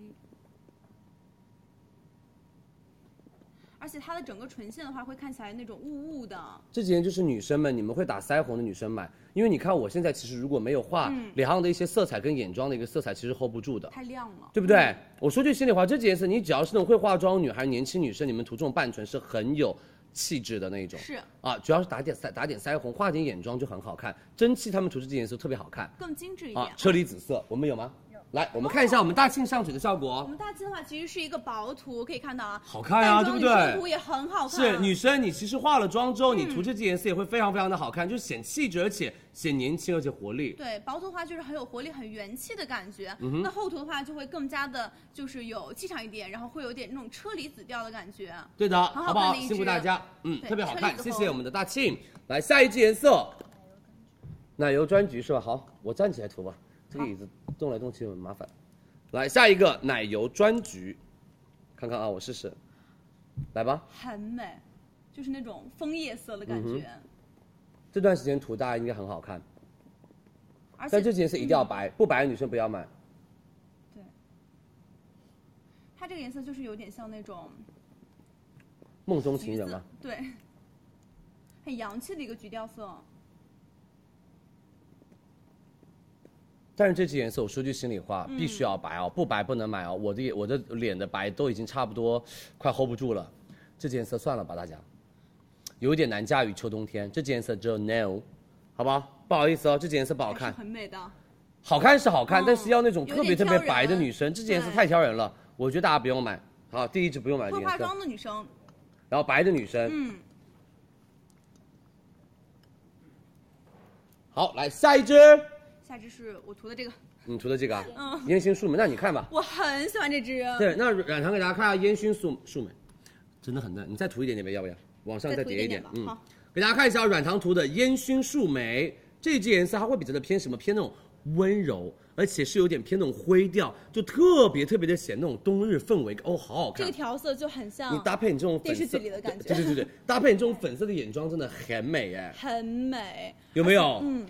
[SPEAKER 10] 而且它的整个唇线的话，会看起来那种雾雾的，
[SPEAKER 4] 这几天就是女生们，你们会打腮红的女生买，因为你看我现在其实如果没有画脸上的一些色彩跟眼妆的一个色彩，其实 hold 不住的。
[SPEAKER 10] 太亮了。
[SPEAKER 4] 对不对？我说句心里话，这几颜色你只要是那种会化妆女孩、年轻女生，你们涂这种半唇是很有气质的那一种。
[SPEAKER 10] 是
[SPEAKER 4] 啊，主要是打点腮、打点腮红、画点眼妆就很好看。蒸汽他们涂这支颜色特别好看
[SPEAKER 10] 更精致一点
[SPEAKER 4] 啊，。车厘子色我们有吗？有。来，我们看一下我们大庆上嘴的效果
[SPEAKER 10] 我
[SPEAKER 4] 哦。
[SPEAKER 10] 们大金的话其实是一个薄涂，可以看到啊，
[SPEAKER 4] 好看呀
[SPEAKER 10] 嗯淡妆
[SPEAKER 4] 对不对
[SPEAKER 10] 女生涂也很好看，
[SPEAKER 4] 是女生，你其实化了妆之后，你
[SPEAKER 10] 嗯
[SPEAKER 4] 涂这支颜色也会非常非常的好看，就显气质，而且显年轻，而且活力。
[SPEAKER 10] 对，薄涂的话就是很有活力、很元气的感觉。
[SPEAKER 4] 嗯
[SPEAKER 10] 那厚涂的话就会更加的，就是有气场一点，然后会有点那种车厘子调的感觉。
[SPEAKER 4] 对的，
[SPEAKER 10] 很好
[SPEAKER 4] 好不好？
[SPEAKER 10] 看的一支
[SPEAKER 4] 辛苦大家，嗯，
[SPEAKER 10] 对
[SPEAKER 4] 特别好看，
[SPEAKER 10] 车
[SPEAKER 4] 谢
[SPEAKER 10] 厘子
[SPEAKER 4] 谢
[SPEAKER 10] 红
[SPEAKER 4] 我们的大庆。来下一支颜色，奶油柑橘是吧？好，我站起来涂吧，这个椅子动来动去很麻烦。来下一个奶油柑橘，看看啊，我试试，来吧。
[SPEAKER 10] 很美，就是那种枫叶色的
[SPEAKER 4] 嗯
[SPEAKER 10] 感觉。
[SPEAKER 4] 这段时间涂大家应该很好看，
[SPEAKER 10] 而且嗯
[SPEAKER 4] 但这支颜色一定要白，不白的女生不要买。
[SPEAKER 10] 它这个颜色就是有点像那种
[SPEAKER 4] 梦中情
[SPEAKER 10] 橘
[SPEAKER 4] 人啊
[SPEAKER 10] 子
[SPEAKER 4] 嘛，，
[SPEAKER 10] 对，很洋气的一个橘调色。
[SPEAKER 4] 但是这支颜色，我说句心里话，
[SPEAKER 10] 嗯
[SPEAKER 4] 必须要白哦，不白不能买哦。我的我的脸的白都已经差不多快 hold 不住了，这支颜色算了吧，大家，有一点难驾驭秋冬天。这支颜色只有 nail，好吧，不好意思哦，这支颜色不好
[SPEAKER 10] 还是
[SPEAKER 4] 看，
[SPEAKER 10] 很美的，
[SPEAKER 4] 好看是好看，
[SPEAKER 10] 嗯
[SPEAKER 4] 但是要那种
[SPEAKER 10] 有
[SPEAKER 4] 特别
[SPEAKER 10] 点
[SPEAKER 4] 特别
[SPEAKER 10] 挑人
[SPEAKER 4] 白的女生，这件颜色
[SPEAKER 10] 对
[SPEAKER 4] 太挑人了，我觉得大家不用买。好，第一支不用买这
[SPEAKER 10] 会
[SPEAKER 4] 颜
[SPEAKER 10] 化
[SPEAKER 4] 色，
[SPEAKER 10] 妆的女生，
[SPEAKER 4] 然后白的女生，
[SPEAKER 10] 嗯，
[SPEAKER 4] 好，来下一支，
[SPEAKER 10] 下支是我涂的这个，
[SPEAKER 4] 你涂的这个啊，
[SPEAKER 10] 嗯
[SPEAKER 4] 烟熏素梅，那你看吧。
[SPEAKER 10] 我很喜欢这支，
[SPEAKER 4] 对，那染堂给大家看一下啊烟熏素素梅，真的很嫩，你再涂一点点呗，要不要？往上
[SPEAKER 10] 再
[SPEAKER 4] 再
[SPEAKER 10] 涂
[SPEAKER 4] 叠
[SPEAKER 10] 一
[SPEAKER 4] 点
[SPEAKER 10] 点，吧
[SPEAKER 4] 嗯
[SPEAKER 10] 好，
[SPEAKER 4] 给大家看一下软糖涂的烟熏树莓，这支颜色它会比较的偏什么？偏那种温柔，而且是有点偏那种灰调，就特别特别的显那种冬日氛围感，哦，好好
[SPEAKER 10] 这
[SPEAKER 4] 看
[SPEAKER 10] 个。调色就很像
[SPEAKER 4] 你搭配你这种粉色
[SPEAKER 10] 电视剧里的感觉
[SPEAKER 4] 对对对对，搭配你这种粉色的眼妆真的很美哎，
[SPEAKER 10] 很美，
[SPEAKER 4] 有没有？
[SPEAKER 10] 嗯，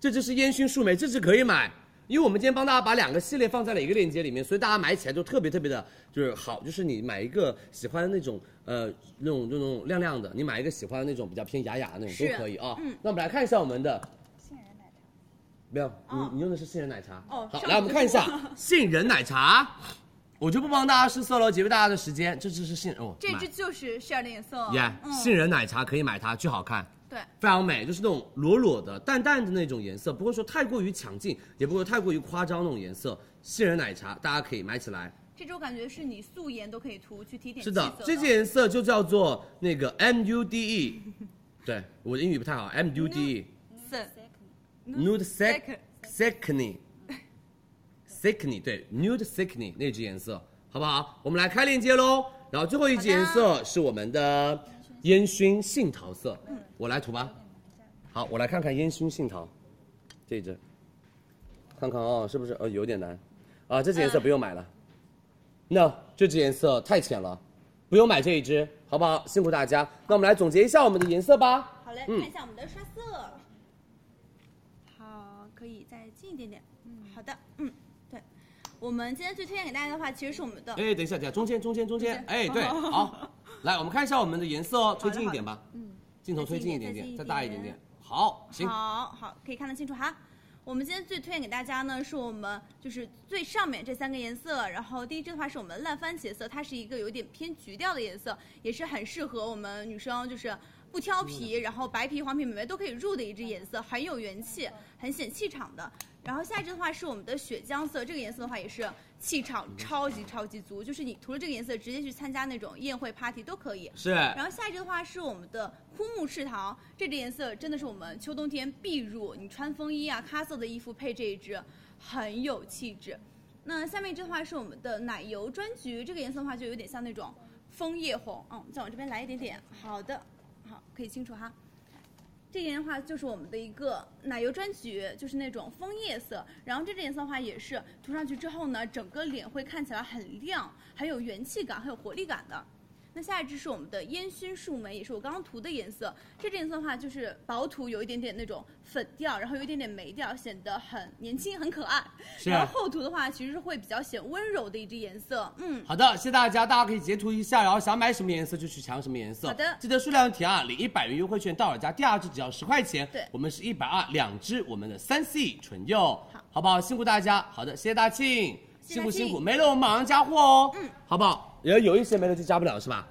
[SPEAKER 4] 这支是烟熏树莓，这支可以买，因为我们今天帮大家把两个系列放在了一个链接里面，所以大家买起来就特别特别的，就是好，就是你买一个喜欢那种呃那种那种亮亮的，你买一个喜欢那种比较偏雅雅的那种
[SPEAKER 10] 是
[SPEAKER 4] 都可以啊。
[SPEAKER 10] 嗯
[SPEAKER 4] 那我们来看一下我们的杏仁奶茶。没有，你你用的是杏仁奶茶。
[SPEAKER 10] 哦
[SPEAKER 4] 好，
[SPEAKER 10] 上
[SPEAKER 4] 来我们
[SPEAKER 10] 次
[SPEAKER 4] 看一下杏仁奶茶，我就不帮大家试色了，节约大家的时间。这支是杏哦，
[SPEAKER 10] 这
[SPEAKER 4] 买
[SPEAKER 10] 支就是这样的颜色，
[SPEAKER 4] 耶、
[SPEAKER 10] 嗯，
[SPEAKER 4] 杏仁奶茶可以买它，巨好看。
[SPEAKER 10] 对，
[SPEAKER 4] 非常美，就是那种裸裸的、淡淡的那种颜色，不会说太过于抢镜，也不会太过于夸张那种颜色。杏仁奶茶大家可以买起来。
[SPEAKER 10] 这支我感觉是你素颜都可以涂去提点
[SPEAKER 4] 是
[SPEAKER 10] 气
[SPEAKER 4] 的
[SPEAKER 10] 色，
[SPEAKER 4] 这支颜色就叫做那个 M U D E，对我的英语不太好，M U D E nude sec secony secony 对 nude secony 那支颜色，好不好？我们来开链接喽。然后最后一支颜色是我们的烟熏杏桃色，我来涂吧。好，我来看看烟熏杏桃这一支，看看哦，是不是？呃，有点难啊，这支颜色不用买了。no，这支颜色太浅了，不用买这一支，好不好？辛苦大家。那我们来总结一下我们的颜色吧。
[SPEAKER 10] 好嘞，
[SPEAKER 4] 嗯
[SPEAKER 10] 看一下我们的刷色。好，可以再近一点点。嗯，好的，嗯，对。我们今天最推荐给大家的话，其实是我们的
[SPEAKER 4] 哎，等一下，等一下，中间，中间，中间
[SPEAKER 10] 中，间
[SPEAKER 4] 哎，对，
[SPEAKER 10] 哦
[SPEAKER 4] 好，来，我们看一下我们的颜色哦，推近一点吧，
[SPEAKER 10] 嗯，
[SPEAKER 4] 镜头推近一点
[SPEAKER 10] 再近
[SPEAKER 4] 点，
[SPEAKER 10] 一
[SPEAKER 4] 再
[SPEAKER 10] 点
[SPEAKER 4] 大一点点，好，行，
[SPEAKER 10] 好好可以看得清楚哈。我们今天最推荐给大家呢，是我们就是最上面这三个颜色。然后第一支的话是我们烂番茄色，它是一个有点偏橘调的颜色，也是很适合我们女生就是不挑皮，然后白皮、黄皮、美眉都可以入的一支颜色，很有元气，很显气场的。然后下一支的话是我们的血浆色，这个颜色的话也是气场超级超级足，就是你涂了这个颜色，直接去参加那种宴会 party 都可以。
[SPEAKER 4] 是，
[SPEAKER 10] 然后下一支的话是我们的枯木赤桃，这支颜色真的是我们秋冬天必入，你穿风衣啊、咖色的衣服配这一支，很有气质。那下面这的话是我们的奶油专橘，这个颜色的话就有点像那种枫叶红，嗯，再往这边来一点点，好的，好，可以清楚哈。这个的话就是我们的一个奶油专橘，就是那种枫叶色。然后这支颜色的话也是涂上去之后呢，整个脸会看起来很亮，很有元气感，很有活力感的。那下一支是我们的烟熏树莓，也是我刚刚涂的颜色。这支颜色的话就是薄涂，有一点点那种粉调，然后有一点点梅调，显得很年轻、很可爱。
[SPEAKER 4] 是
[SPEAKER 10] 然后厚涂的话，其实是会比较显温柔的一支颜色。嗯，
[SPEAKER 4] 好的，谢谢大家，大家可以截图一下，然后想买什么颜色就去抢什么颜色。
[SPEAKER 10] 好的
[SPEAKER 4] 记得数量填啊，领一百元优惠券到手价，第二支只要十块钱。
[SPEAKER 10] 对
[SPEAKER 4] 我们是一百二两支，我们的三 C 唇釉，
[SPEAKER 10] 好，
[SPEAKER 4] 好不好？辛苦大家，好的，谢谢大庆，
[SPEAKER 10] 谢谢
[SPEAKER 4] 辛苦
[SPEAKER 10] 大庆
[SPEAKER 4] 辛苦，没了我们马上加货哦，嗯，好不好？然后有一些没了就加不了是吧？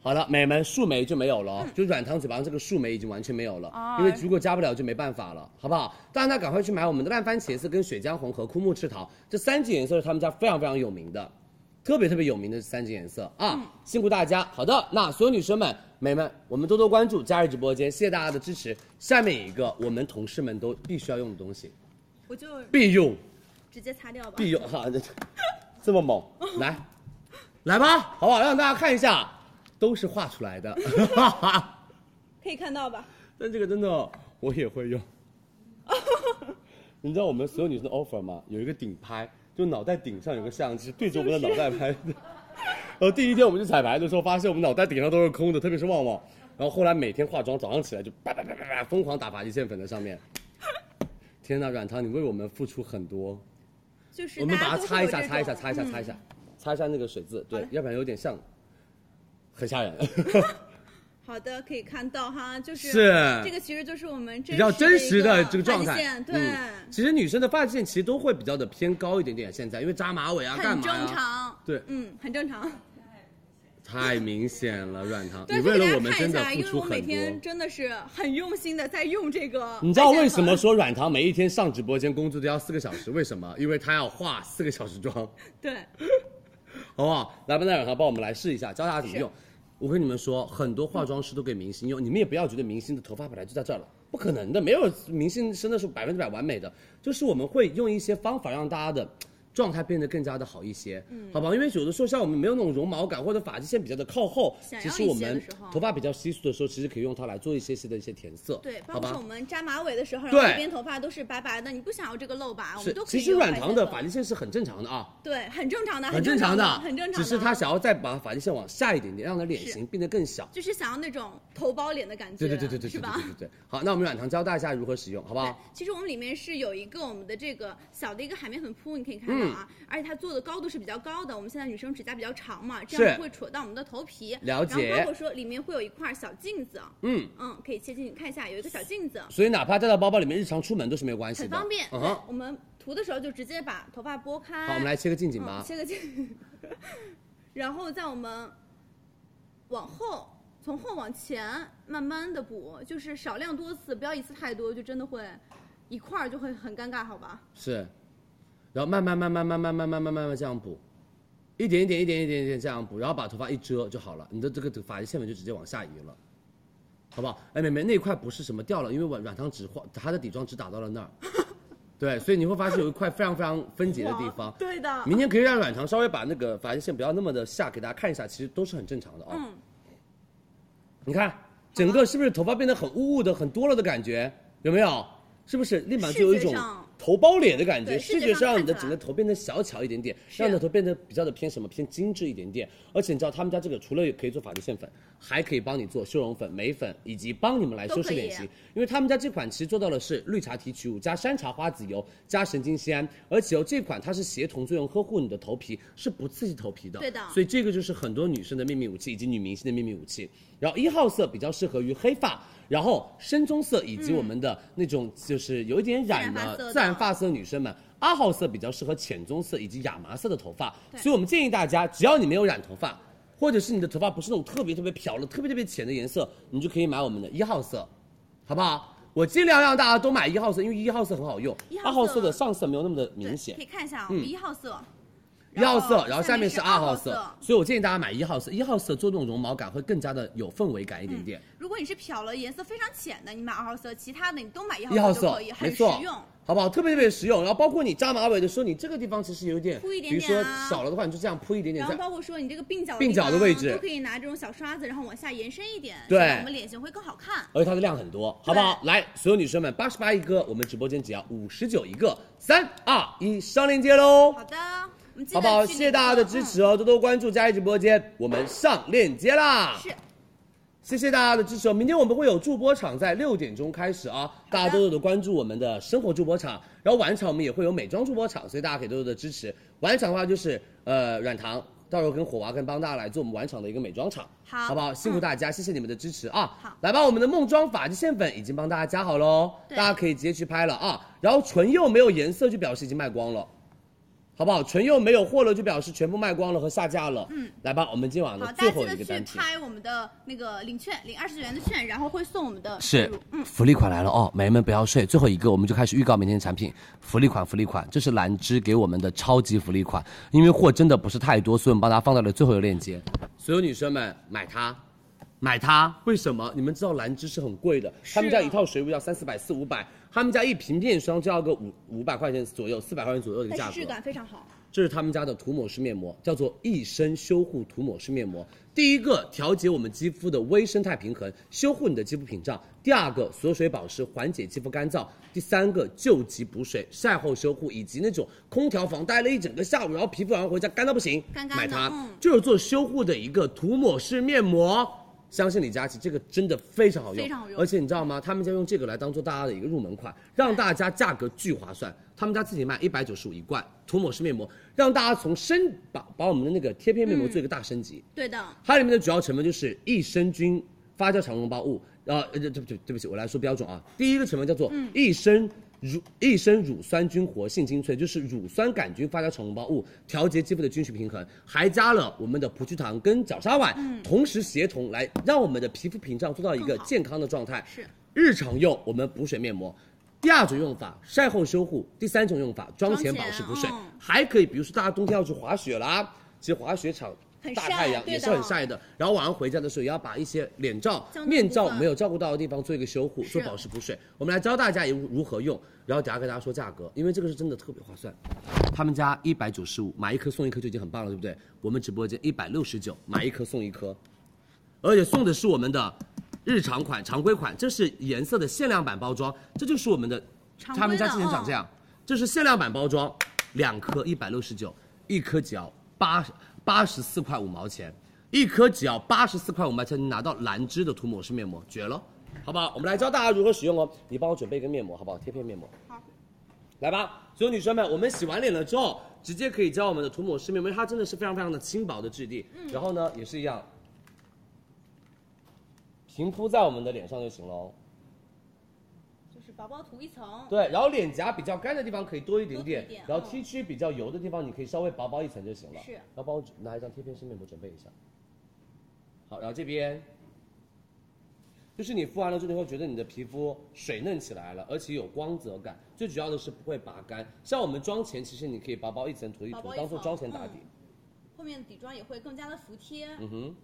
[SPEAKER 4] 好了，美们树莓就没有了哦，就软糖嘴巴上这个树莓已经完全没有了，因为如果加不了就没办法了，好不好？大家赶快去买我们的烂番茄色、跟雪浆红和枯木赤桃这三支颜色是他们家非常非常有名的，特别特别有名的三支颜色啊，
[SPEAKER 10] 嗯
[SPEAKER 4] 辛苦大家。好的，那所有女生们、美们，我们多多关注佳瑞直播间，谢谢大家的支持。下面一个我们同事们都必须要用的东西，
[SPEAKER 10] 我就
[SPEAKER 4] 必用
[SPEAKER 10] 直接擦掉吧。
[SPEAKER 4] 必用 哈、这这么猛，来，来吧，好不好？让大家看一下，都是画出来的。
[SPEAKER 10] 可以看到吧？
[SPEAKER 4] 但这个真的我也会用。你知道我们所有女生的 offer 吗？有一个顶拍，就脑袋顶上有个相机对着我们的脑袋拍的。然后第一天我们去彩排的时候，发现我们脑袋顶上都是空的，特别是旺旺。然后后来每天化妆，早上起来就叭叭叭叭叭疯狂打发际线粉在上面。天呐，软糖，你为我们付出很多。
[SPEAKER 10] 就是
[SPEAKER 4] 我们
[SPEAKER 10] 大
[SPEAKER 4] 把它
[SPEAKER 10] 家都会
[SPEAKER 4] 擦一下，
[SPEAKER 10] 有这
[SPEAKER 4] 擦一下，
[SPEAKER 10] 种
[SPEAKER 4] 擦一下，
[SPEAKER 10] 嗯
[SPEAKER 4] 擦一下，擦一下那个水渍，对，要不然有点像，很吓人。
[SPEAKER 10] 好的，可以看到哈，就是
[SPEAKER 4] 是
[SPEAKER 10] 这个，其实就是我们
[SPEAKER 4] 比较真实的
[SPEAKER 10] 一
[SPEAKER 4] 这个状态
[SPEAKER 10] 发际线，对，
[SPEAKER 4] 嗯其实女生的发际线其实都会比较的偏高一点点，现在因为扎马尾啊，干
[SPEAKER 10] 很
[SPEAKER 4] 嘛呀、
[SPEAKER 10] 正常，
[SPEAKER 4] 对
[SPEAKER 10] 嗯，很正常，
[SPEAKER 4] 太明显了，软糖，
[SPEAKER 10] 对，
[SPEAKER 4] 你
[SPEAKER 10] 所
[SPEAKER 4] 为
[SPEAKER 10] 以给
[SPEAKER 4] 了
[SPEAKER 10] 大
[SPEAKER 4] 我
[SPEAKER 10] 家
[SPEAKER 4] 们
[SPEAKER 10] 看
[SPEAKER 4] 真
[SPEAKER 10] 一
[SPEAKER 4] 的
[SPEAKER 10] 下，
[SPEAKER 4] 付
[SPEAKER 10] 因为
[SPEAKER 4] 出
[SPEAKER 10] 我每
[SPEAKER 4] 很多。
[SPEAKER 10] 天真的是很用心的在用这个。
[SPEAKER 4] 你知道为什么？说软糖每一天上直播间工作都要四个小时？为什么？因为她要化四个小时妆，
[SPEAKER 10] 对，
[SPEAKER 4] 好不好？来吧，那软糖帮我们来试一下，教大家怎么用。我跟你们说，很多化妆师都给明星用，你们也不要觉得明星的头发本来就在这儿了，不可能的，没有明星真的是百分之百完美的，就是我们会用一些方法让大家的。状态变得更加的好一些，嗯，好吧，因为有的时候像我们没有那种绒毛感或者发际线比较的靠后，
[SPEAKER 10] 想要
[SPEAKER 4] 其实我
[SPEAKER 10] 一些
[SPEAKER 4] 们
[SPEAKER 10] 的时候
[SPEAKER 4] 头发比较稀疏的时候，其实可以用它来做一些些的一些填色，
[SPEAKER 10] 对，包
[SPEAKER 4] 好吧
[SPEAKER 10] 括我。们扎马尾的时候，然
[SPEAKER 4] 对
[SPEAKER 10] 后一边头发都是白白的，你不想要这个露白，我们
[SPEAKER 4] 是
[SPEAKER 10] 都，可以
[SPEAKER 4] 其实
[SPEAKER 10] 用
[SPEAKER 4] 软
[SPEAKER 10] 白
[SPEAKER 4] 糖
[SPEAKER 10] 色
[SPEAKER 4] 的发际线是很正常的啊，
[SPEAKER 10] 对， 很正常的，
[SPEAKER 4] 很
[SPEAKER 10] 正
[SPEAKER 4] 常
[SPEAKER 10] 的，
[SPEAKER 4] 的，
[SPEAKER 10] 很正常的。
[SPEAKER 4] 只是他想要再把发际线往下一点点，让他脸型变得更小。
[SPEAKER 10] 就是想要那种头包脸的感觉，
[SPEAKER 4] 对对对对对
[SPEAKER 10] 是
[SPEAKER 4] 对对
[SPEAKER 10] 吧？
[SPEAKER 4] 对对。好，那我们软糖教大家如何使用，好不好？
[SPEAKER 10] 其实我们里面是有一个我们的这个小的一个海绵粉扑，你可以看到啊，
[SPEAKER 4] 嗯
[SPEAKER 10] 而且它做的高度是比较高的。我们现在女生指甲比较长嘛，这样
[SPEAKER 4] 是
[SPEAKER 10] 不会戳到我们的头皮。
[SPEAKER 4] 了解
[SPEAKER 10] 然后包括说里面会有一块小镜子，
[SPEAKER 4] 嗯，
[SPEAKER 10] 嗯，可以切进去看一下，有一个小镜子，
[SPEAKER 4] 所以哪怕带到包包里面，日常出门都是没有关系的，
[SPEAKER 10] 很方便。
[SPEAKER 4] 嗯
[SPEAKER 10] 对
[SPEAKER 4] 哼，
[SPEAKER 10] 我们涂的时候就直接把头发拨开。
[SPEAKER 4] 好，我们来切个近景吧
[SPEAKER 10] 嗯，。切个镜， 然后在我们往后。从后往前慢慢的补，就是少量多次，不要一次太多，就真的会一块儿就会很尴尬，好吧？
[SPEAKER 4] 是，然后慢慢慢慢慢慢慢慢慢慢慢这样补，一点一点一点一点一点这样补，然后把头发一遮就好了，你的这个发际线纹就直接往下移了，好不好？哎，妹妹那块不是什么掉了，因为软软糖只画它的底妆只打到了那儿，对，所以你会发现有一块非常非常分解的地方。
[SPEAKER 10] 对的，
[SPEAKER 4] 明天可以让软糖稍微把那个发际线不要那么的下，给大家看一下，其实都是很正常的啊、
[SPEAKER 10] 嗯，
[SPEAKER 4] 你看，整个是不是头发变得很雾雾的、很多了的感觉？有没有？是不是立马就有一种
[SPEAKER 10] 视觉上
[SPEAKER 4] 头包脸的感觉？
[SPEAKER 10] 对
[SPEAKER 4] 视
[SPEAKER 10] 视
[SPEAKER 4] 觉
[SPEAKER 10] 觉上
[SPEAKER 4] 上让你的
[SPEAKER 10] 看起
[SPEAKER 4] 整
[SPEAKER 10] 来
[SPEAKER 4] 个头变得小巧一点点，让你的头变得比较的偏什么偏精致一点点。而且你知道他们家这个除了可以做发际线粉，还可以帮你做修容粉、眉粉，以及帮你们来修饰脸型
[SPEAKER 10] 都。
[SPEAKER 4] 因为他们家这款其实做到的是绿茶提取物加山茶花籽油加神经酰胺，而且哦这款它是协同作用呵护你的头皮，是不刺激头皮的。
[SPEAKER 10] 对的
[SPEAKER 4] 所以这个就是很多女生的秘密武器，以及女明星的秘密武器。然后一号色比较适合于黑发，然后深棕色以及我们的那种就是有一点染的
[SPEAKER 10] 自然发色的
[SPEAKER 4] 自然发色的女生们。二号色比较适合浅棕色以及亚麻色的头发，所以我们建议大家，只要你没有染头发，或者是你的头发不是那种特别特别漂了、特别特别浅的颜色，你就可以买我们的一号色，好不好？我尽量让大家都买一号色，因为一号色很好用
[SPEAKER 10] 一，号
[SPEAKER 4] 二
[SPEAKER 10] 色
[SPEAKER 4] 号色的上色没有那么的
[SPEAKER 10] 对
[SPEAKER 4] 明显
[SPEAKER 10] 可以。看一下啊，
[SPEAKER 4] 嗯
[SPEAKER 10] 一号色，
[SPEAKER 4] 一号色，然后下面是二
[SPEAKER 10] 二
[SPEAKER 4] 号
[SPEAKER 10] 色。
[SPEAKER 4] 所以我建议大家买一号色，一号色做那种绒毛感会更加的有氛围感一
[SPEAKER 10] 嗯
[SPEAKER 4] 点点。
[SPEAKER 10] 如果你是漂了颜色非常浅的，你买二号色，其他的你都买一
[SPEAKER 4] 一号
[SPEAKER 10] 号
[SPEAKER 4] 色
[SPEAKER 10] 就可以，
[SPEAKER 4] 没
[SPEAKER 10] 很实
[SPEAKER 4] 错
[SPEAKER 10] 用。，
[SPEAKER 4] 好不好？特别特别实用。然后包括你扎马尾的时候，你这个地方其实有一点，
[SPEAKER 10] 铺一点
[SPEAKER 4] 比如说
[SPEAKER 10] 点啊
[SPEAKER 4] 少了的话，你就这样铺一点点
[SPEAKER 10] 然
[SPEAKER 4] 这
[SPEAKER 10] 后
[SPEAKER 4] 样。
[SPEAKER 10] 包括说你这个鬓角的
[SPEAKER 4] 鬓角的
[SPEAKER 10] 地方
[SPEAKER 4] 位置
[SPEAKER 10] 都可以拿这种小刷子，然后往下延伸一点，
[SPEAKER 4] 对
[SPEAKER 10] 这样我们脸型会更好看。
[SPEAKER 4] 而且它的量很多，好不好？来，所有女生们，八十八一个，我们直播间只要五十九一个。三二一，上链接喽！
[SPEAKER 10] 好的，我们记
[SPEAKER 4] 好
[SPEAKER 10] 得
[SPEAKER 4] 不好？
[SPEAKER 10] 去嗯
[SPEAKER 4] 谢谢大家的
[SPEAKER 10] 领
[SPEAKER 4] 支
[SPEAKER 10] 证
[SPEAKER 4] 持哦，多多关注佳怡直播间，我们上链接啦。
[SPEAKER 10] 是。
[SPEAKER 4] 谢谢大家的支持哦！明天我们会有助播场，在六点钟开始啊，大家多多的关注我们的生活助播场，然后晚场我们也会有美妆助播场，所以大家可以多多的支持。晚场的话就是呃软糖，到时候跟火娃跟帮大家来做我们晚场的一个美妆场，
[SPEAKER 10] 好
[SPEAKER 4] 好不好？辛苦大家，谢谢你们的支持啊！
[SPEAKER 10] 好
[SPEAKER 4] 来吧，我们的梦妆发际线粉已经帮大家加好喽，大家可以直接去拍了啊。然后唇釉没有颜色就表示已经卖光了。好不好？唇釉没有货了，就表示全部卖光了和下架了。嗯，来吧，我们今晚
[SPEAKER 10] 好，
[SPEAKER 4] 的
[SPEAKER 10] 大
[SPEAKER 4] 最
[SPEAKER 10] 家
[SPEAKER 4] 后
[SPEAKER 10] 记
[SPEAKER 4] 一
[SPEAKER 10] 得
[SPEAKER 4] 个
[SPEAKER 10] 去
[SPEAKER 4] 单品
[SPEAKER 10] 拍我们的那个领券，领二十九元的券，然后会送我们的
[SPEAKER 4] 是
[SPEAKER 10] 礼物嗯，
[SPEAKER 4] 福利款来了哦，美眉们不要睡。最后一个，我们就开始预告明天的产品，福利款，福利款，这是兰芝给我们的超级福利款，因为货真的不是太多，所以我们帮大家放到了最后一个链接。所有女生们买它。买它，为什么？你们知道兰芝是很贵的，他们家一套水乳要三四百、四五百，他们家一瓶面霜就要个五五百块钱左右，四百块钱左右的一个价
[SPEAKER 10] 但
[SPEAKER 4] 格。
[SPEAKER 10] 哎是质感非常好。
[SPEAKER 4] 这是他们家的涂抹式面膜，叫做一生修护涂抹式面膜。第一个调节我们肌肤的微生态平衡，修护你的肌肤屏障；第二个锁水保湿，缓解肌肤干燥；第三个救急补水，晒后修护，以及那种空调房待了一整个下午，然后皮肤晚上回家干到不行，
[SPEAKER 10] 干干的
[SPEAKER 4] 买它、
[SPEAKER 10] 嗯
[SPEAKER 4] 就是做修护的一个涂抹式面膜。相信李佳琦，这个真的非常好用，
[SPEAKER 10] 非常好用
[SPEAKER 4] 而且你知道吗？他们家用这个来当做大家的一个入门款，让大家价格巨划算。他们家自己卖一百九十五一罐涂抹式面膜，让大家从升把把我们的那个贴片
[SPEAKER 10] 嗯
[SPEAKER 4] 面膜做一个大升级。
[SPEAKER 10] 对的，
[SPEAKER 4] 它里面的主要成分就是益生菌哦
[SPEAKER 10] 嗯
[SPEAKER 4] 发酵常溶胞物，呃，呃对对对，对不起，我来说标准啊。第一个成分叫做益生乳益生乳酸菌活性精粹，就是乳酸杆菌发酵成包物，哦调节肌肤的菌群平衡，还加了我们的葡聚糖跟角鲨烷，
[SPEAKER 10] 嗯
[SPEAKER 4] 同时协同来让我们的皮肤屏障做到一个健康的状态。
[SPEAKER 10] 是
[SPEAKER 4] 日常用我们补水面膜。第二种用法晒后修护，第三种用法妆前保湿补水，
[SPEAKER 10] 嗯
[SPEAKER 4] 还可以比如说大家冬天要去滑雪啦，其实滑雪场
[SPEAKER 10] 很
[SPEAKER 4] 大
[SPEAKER 10] 晒
[SPEAKER 4] 太阳
[SPEAKER 10] 对
[SPEAKER 4] 也是
[SPEAKER 10] 的
[SPEAKER 4] 很晒的。然后晚上回家的时候也要把一些脸罩
[SPEAKER 10] 胶、囊
[SPEAKER 4] 面
[SPEAKER 10] 部
[SPEAKER 4] 罩
[SPEAKER 10] 分
[SPEAKER 4] 没有照顾到的地方做一个修护，做
[SPEAKER 10] 是
[SPEAKER 4] 保湿补水。我们来教大家如如何用，然后等下跟大家说价格，因为这个是真的特别划算。他们家一百九十五，买一颗送一颗就已经很棒了，对不对？我们直播间一百六十九，买一颗送一颗，而且送的是我们的日常款、常规款，这是颜色的限量版包装，这就是我们的
[SPEAKER 10] 常规的哦
[SPEAKER 4] 他们家之前长这样，这是限量版包装，两颗一百六十九，一颗只要八八十四块五毛钱，一颗只要八十四块五毛钱，你拿到兰芝的涂抹式面膜，绝了，好不好？我们来教大家如何使用哦，你帮我准备一个面膜，好不好？贴片面膜。来吧，所有女生们，我们洗完脸了之后，直接可以教我们的涂抹式面膜，因为它真的是非常非常的轻薄的质地。
[SPEAKER 10] 嗯
[SPEAKER 4] 然后呢，也是一样，平铺在我们的脸上就行了哦。
[SPEAKER 10] 就是薄薄涂一层，
[SPEAKER 4] 对，然后脸颊比较干的地方可以多一点点，
[SPEAKER 10] 多涂一点嗯
[SPEAKER 4] 然后 T 区比较油的地方，你可以稍微薄薄一层就行了。
[SPEAKER 10] 是
[SPEAKER 4] 然后帮我拿一张贴片式面膜准备一下。好，然后这边，就是你敷完了之后，你会觉得你的皮肤水嫩起来了，而且有光泽感。最主要的是不会拔干。像我们妆前，其实你可以薄薄一层涂一涂，
[SPEAKER 10] 薄薄一层
[SPEAKER 4] 当做妆前打底。
[SPEAKER 10] 后面的底妆也会更加的服帖。
[SPEAKER 4] 嗯哼。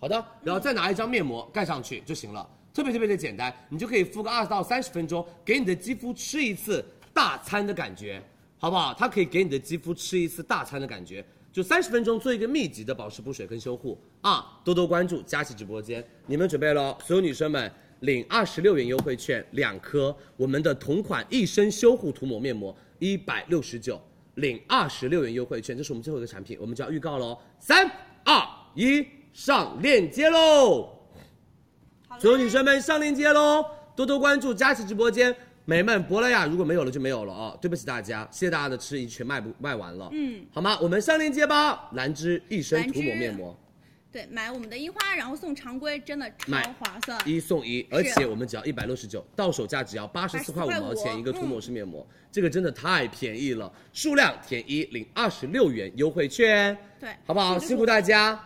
[SPEAKER 4] 好的，然后再拿一张面膜盖上去就行了，特别特别的简单，你就可以敷个二十到三十分钟，给你的肌肤吃一次大餐的感觉，好不好？它可以给你的肌肤吃一次大餐的感觉，就三十分钟做一个密集的保湿、补水跟修护啊！多多关注佳琦直播间，你们准备喽，所有女生们。领二十六元优惠券两颗，我们的同款一生修护涂抹面膜一百六十九，领二十六元优惠券，这是我们最后一个产品，我们就要预告喽，三二一，上链接喽！所有女生们上链接喽，多多关注佳琦直播间。美们，珀莱雅如果没有了就没有了啊，对不起大家，谢谢大家的吃，已经全卖不卖完了，嗯，好吗？我们上链接吧，兰芝一生涂抹面膜
[SPEAKER 10] 对，买我们的樱花，然后送常规，真的超
[SPEAKER 4] 买
[SPEAKER 10] 划算。
[SPEAKER 4] 一送一，而且我们只要一百六十九，到手价只要八十四块五毛钱
[SPEAKER 10] 84.5
[SPEAKER 4] 一个涂抹式面膜，这个真的太便宜了，数量填一领二十六元优惠券，
[SPEAKER 10] 对
[SPEAKER 4] 好不好？辛苦大家。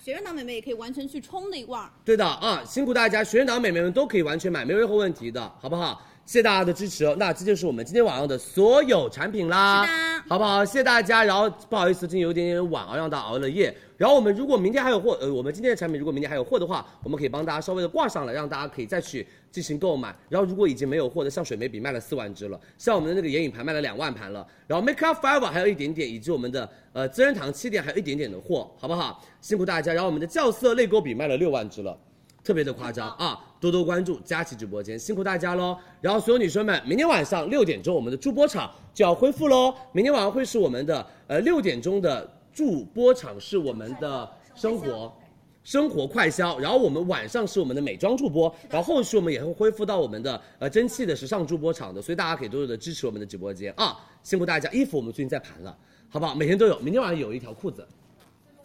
[SPEAKER 10] 学生党美眉也可以完全去冲的一罐儿。
[SPEAKER 4] 对的啊，辛苦大家，学生党美眉们都可以完全买，没有任何问题的，好不好？谢谢大家的支持哦。那这就是我们今天晚上的所有产品啦，
[SPEAKER 10] 是的
[SPEAKER 4] 好不好？谢谢大家。然后不好意思，今天有一点点晚啊，让大家熬了夜。然后我们如果明天还有货，呃，我们今天的产品如果明天还有货的话，我们可以帮大家稍微的挂上来，让大家可以再去进行购买。然后如果已经没有货的，像水眉笔卖了四万支了，像我们的那个眼影盘卖了两万盘了，然后 Make Up Forever 还有一点点，以及我们的呃资生堂气垫还有一点点的货，好不好？辛苦大家。然后我们的酵色泪沟笔卖了六万支了。特别的夸张啊！多多关注佳琦直播间，辛苦大家喽！然后所有女生们，明天晚上六点钟我们的助播场就要恢复喽。明天晚上会是我们的呃六点钟的助播场是我们的生活。生活快消，然后我们晚上是我们的美妆助播，然后后续我们也会恢复到我们的呃蒸汽的时尚助播场的，所以大家可以多多的支持我们的直播间啊，辛苦大家！衣服我们最近在盘了，好不好？每天都有，明天晚上有一条裤子，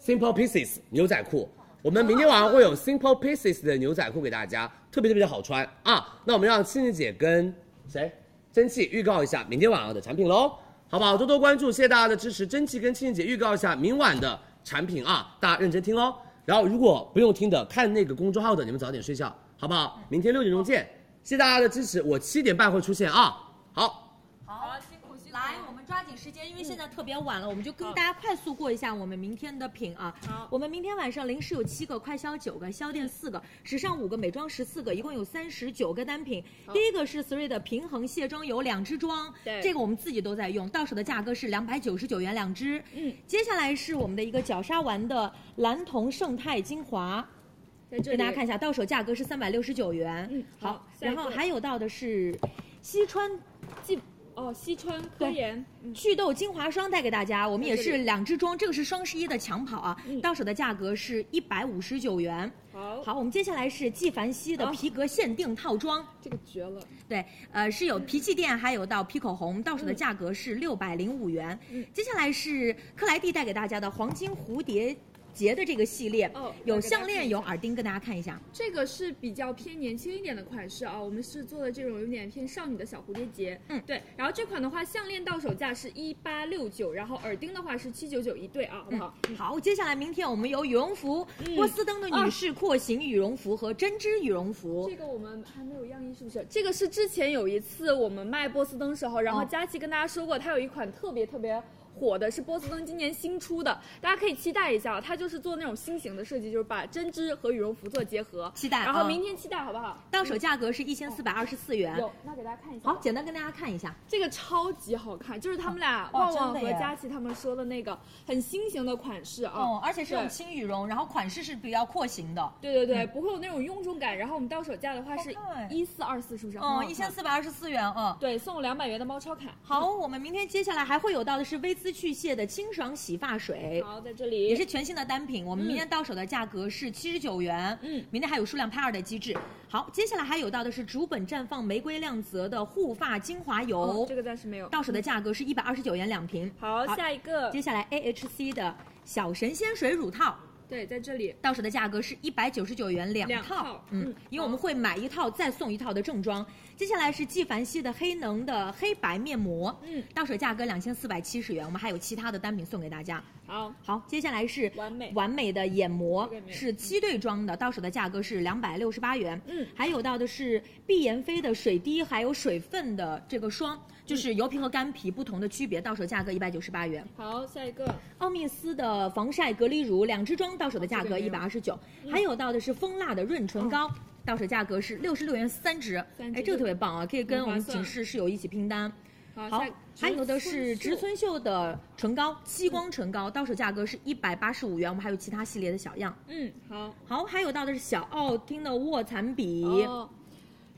[SPEAKER 4] Simple Pieces 牛仔裤。我们明天晚上会有 Simple Pieces 的牛仔裤给大家，特别特别的好穿啊！那我们让青青姐跟谁蒸汽预告一下明天晚上的产品喽，好不好？多多关注，谢谢大家的支持。蒸汽跟青青姐预告一下明晚的产品啊，大家认真听哦。然后如果不用听的，看那个公众号的，你们早点睡觉，好不好？明天六点钟见，谢谢大家的支持，我七点半会出现啊。好。
[SPEAKER 8] 来，我们抓紧时间，因为现在特别晚了，我们就跟大家快速过一下我们明天的品啊。我们明天晚上零食有七个，快消九个，消店四个，时尚五个，美妆十四个，一共有三十九个单品。第一个是 Three 的平衡卸妆油两支装，
[SPEAKER 6] 对
[SPEAKER 8] 这个我们自己都在用，到手的价格是两百九十九元两支。嗯，接下来是我们的一个角鲨烷的蓝铜胜肽精华。
[SPEAKER 6] 在
[SPEAKER 8] 给
[SPEAKER 6] 这里
[SPEAKER 8] 大家看一下，到手价格是三百六十九元。
[SPEAKER 6] 嗯好
[SPEAKER 8] 好，
[SPEAKER 6] 下一
[SPEAKER 8] 然
[SPEAKER 6] 个
[SPEAKER 8] 后还有到的是西川记
[SPEAKER 6] 哦，西川科研，嗯，
[SPEAKER 8] 祛痘精华霜带给大家，我们也是两支装，这个是双十一的抢跑啊，到手的价格是一百五十九元。
[SPEAKER 6] 嗯好，
[SPEAKER 8] 好，我们接下来是纪梵希的皮革限定套装，
[SPEAKER 6] 这个绝了，
[SPEAKER 8] 对，呃，是有皮气垫，还有到皮口红，到手
[SPEAKER 6] 嗯
[SPEAKER 8] 的价格是六百零五元。接下来是克莱蒂带给大家的黄金蝴蝶
[SPEAKER 2] 杰的这个系列，
[SPEAKER 7] 哦
[SPEAKER 2] 有
[SPEAKER 7] 我给大家
[SPEAKER 2] 项链，
[SPEAKER 7] 看一下
[SPEAKER 2] 有耳钉，跟大家看一下。
[SPEAKER 7] 这个是比较偏年轻一点的款式啊，我们是做的这种有点偏少女的小蝴蝶结，
[SPEAKER 2] 嗯
[SPEAKER 7] 对。然后这款的话，项链到手价是一八六九，然后耳钉的话是七九九一对啊，好不好？
[SPEAKER 2] 嗯
[SPEAKER 7] 嗯
[SPEAKER 2] 好，接下来明天我们有羽绒服，波司登的
[SPEAKER 6] 啊
[SPEAKER 2] 女士廓形羽绒服和针织羽绒服
[SPEAKER 7] 这。个我们还没有样衣，是不是？这个是之前有一次我们卖波司登时候，然后
[SPEAKER 2] 哦
[SPEAKER 7] 佳琪跟大家说过，它有一款特别特别。火的是波司登今年新出的，大家可以期待一下，啊它就是做那种新型的设计，就是把针织和羽绒服做结合。
[SPEAKER 2] 期待
[SPEAKER 7] 然后
[SPEAKER 2] 嗯
[SPEAKER 7] 明天期待好啊不好？
[SPEAKER 2] 到手价格是一千四百二十四元。
[SPEAKER 7] 有，那给大家看一下。啊
[SPEAKER 2] 好，简单跟大家看一下。
[SPEAKER 7] 这个超级好看，就是他们俩
[SPEAKER 2] 哦
[SPEAKER 7] 旺
[SPEAKER 2] 真的
[SPEAKER 7] 旺和
[SPEAKER 2] 耶
[SPEAKER 7] 佳琪他们说的那个很新型的款式啊，
[SPEAKER 2] 哦，而且是
[SPEAKER 7] 对
[SPEAKER 2] 用轻羽绒，然后款式是比较廓形的。
[SPEAKER 7] 对对对，不会有那种臃肿感。然后我们到手价的话是
[SPEAKER 2] 嗯好看哎
[SPEAKER 7] 一四二四，是不是？
[SPEAKER 2] 嗯，一千
[SPEAKER 7] 千四。
[SPEAKER 2] 四百二十四元嗯。
[SPEAKER 7] 对，送两百元的猫超卡。
[SPEAKER 2] 好，我们明天接下来还会有到的是薇姿去屑的清爽洗发水。
[SPEAKER 7] 好，在这里
[SPEAKER 2] 也是全新的单品，我们
[SPEAKER 7] 嗯
[SPEAKER 2] 明天到手的价格是七十九元。
[SPEAKER 7] 嗯
[SPEAKER 2] 明天还有数量拍二的机制。好，接下来还有到的是竹本绽放玫瑰亮泽的护发精华油，
[SPEAKER 7] 哦这个暂时没有。
[SPEAKER 2] 到手的价格是一百二十九元两瓶。
[SPEAKER 7] 好，下一个
[SPEAKER 2] 接下来 A H C 的小神仙水乳套，
[SPEAKER 7] 对，在这里。
[SPEAKER 2] 到手的价格是一百九十九元两
[SPEAKER 7] 两
[SPEAKER 2] 套，
[SPEAKER 7] 套
[SPEAKER 2] 嗯
[SPEAKER 7] 嗯，
[SPEAKER 2] 因为我们会买一套再送一套的正装。接下来是纪梵希的黑能的黑白面膜，
[SPEAKER 7] 嗯，
[SPEAKER 2] 到手价格两千四百七十元，我们还有其他的单品送给大家。
[SPEAKER 7] 好，
[SPEAKER 2] 好，接下来是
[SPEAKER 7] 完美
[SPEAKER 2] 完美的眼膜
[SPEAKER 7] 这个没，有
[SPEAKER 2] 是七对装的，到手的价格是两百六十八元。
[SPEAKER 7] 嗯，
[SPEAKER 2] 还有到的是碧妍霏的水滴还有水分的这个霜，就是油皮和干皮不同的区别，到手价格一百九十八元。
[SPEAKER 7] 好，下一个
[SPEAKER 2] 奥密斯的防晒隔离乳两支装，到手的价格一百二十九，还有到的是蜂蜡的润唇膏。到手价格是六十六元三支，
[SPEAKER 7] 三支
[SPEAKER 2] 哎，这个特别棒啊！可以跟我们
[SPEAKER 7] 划算
[SPEAKER 2] 寝室室友一起拼单。
[SPEAKER 7] 好，
[SPEAKER 2] 好
[SPEAKER 7] 啊下一个，
[SPEAKER 2] 还有的是植
[SPEAKER 7] 植村
[SPEAKER 2] 村秀的唇膏，吸光唇膏，到手价格是一百八十五元。我们还有其他系列的小样。
[SPEAKER 7] 嗯，好。
[SPEAKER 2] 好，还有到的是小奥汀的卧蚕笔，
[SPEAKER 7] 哦，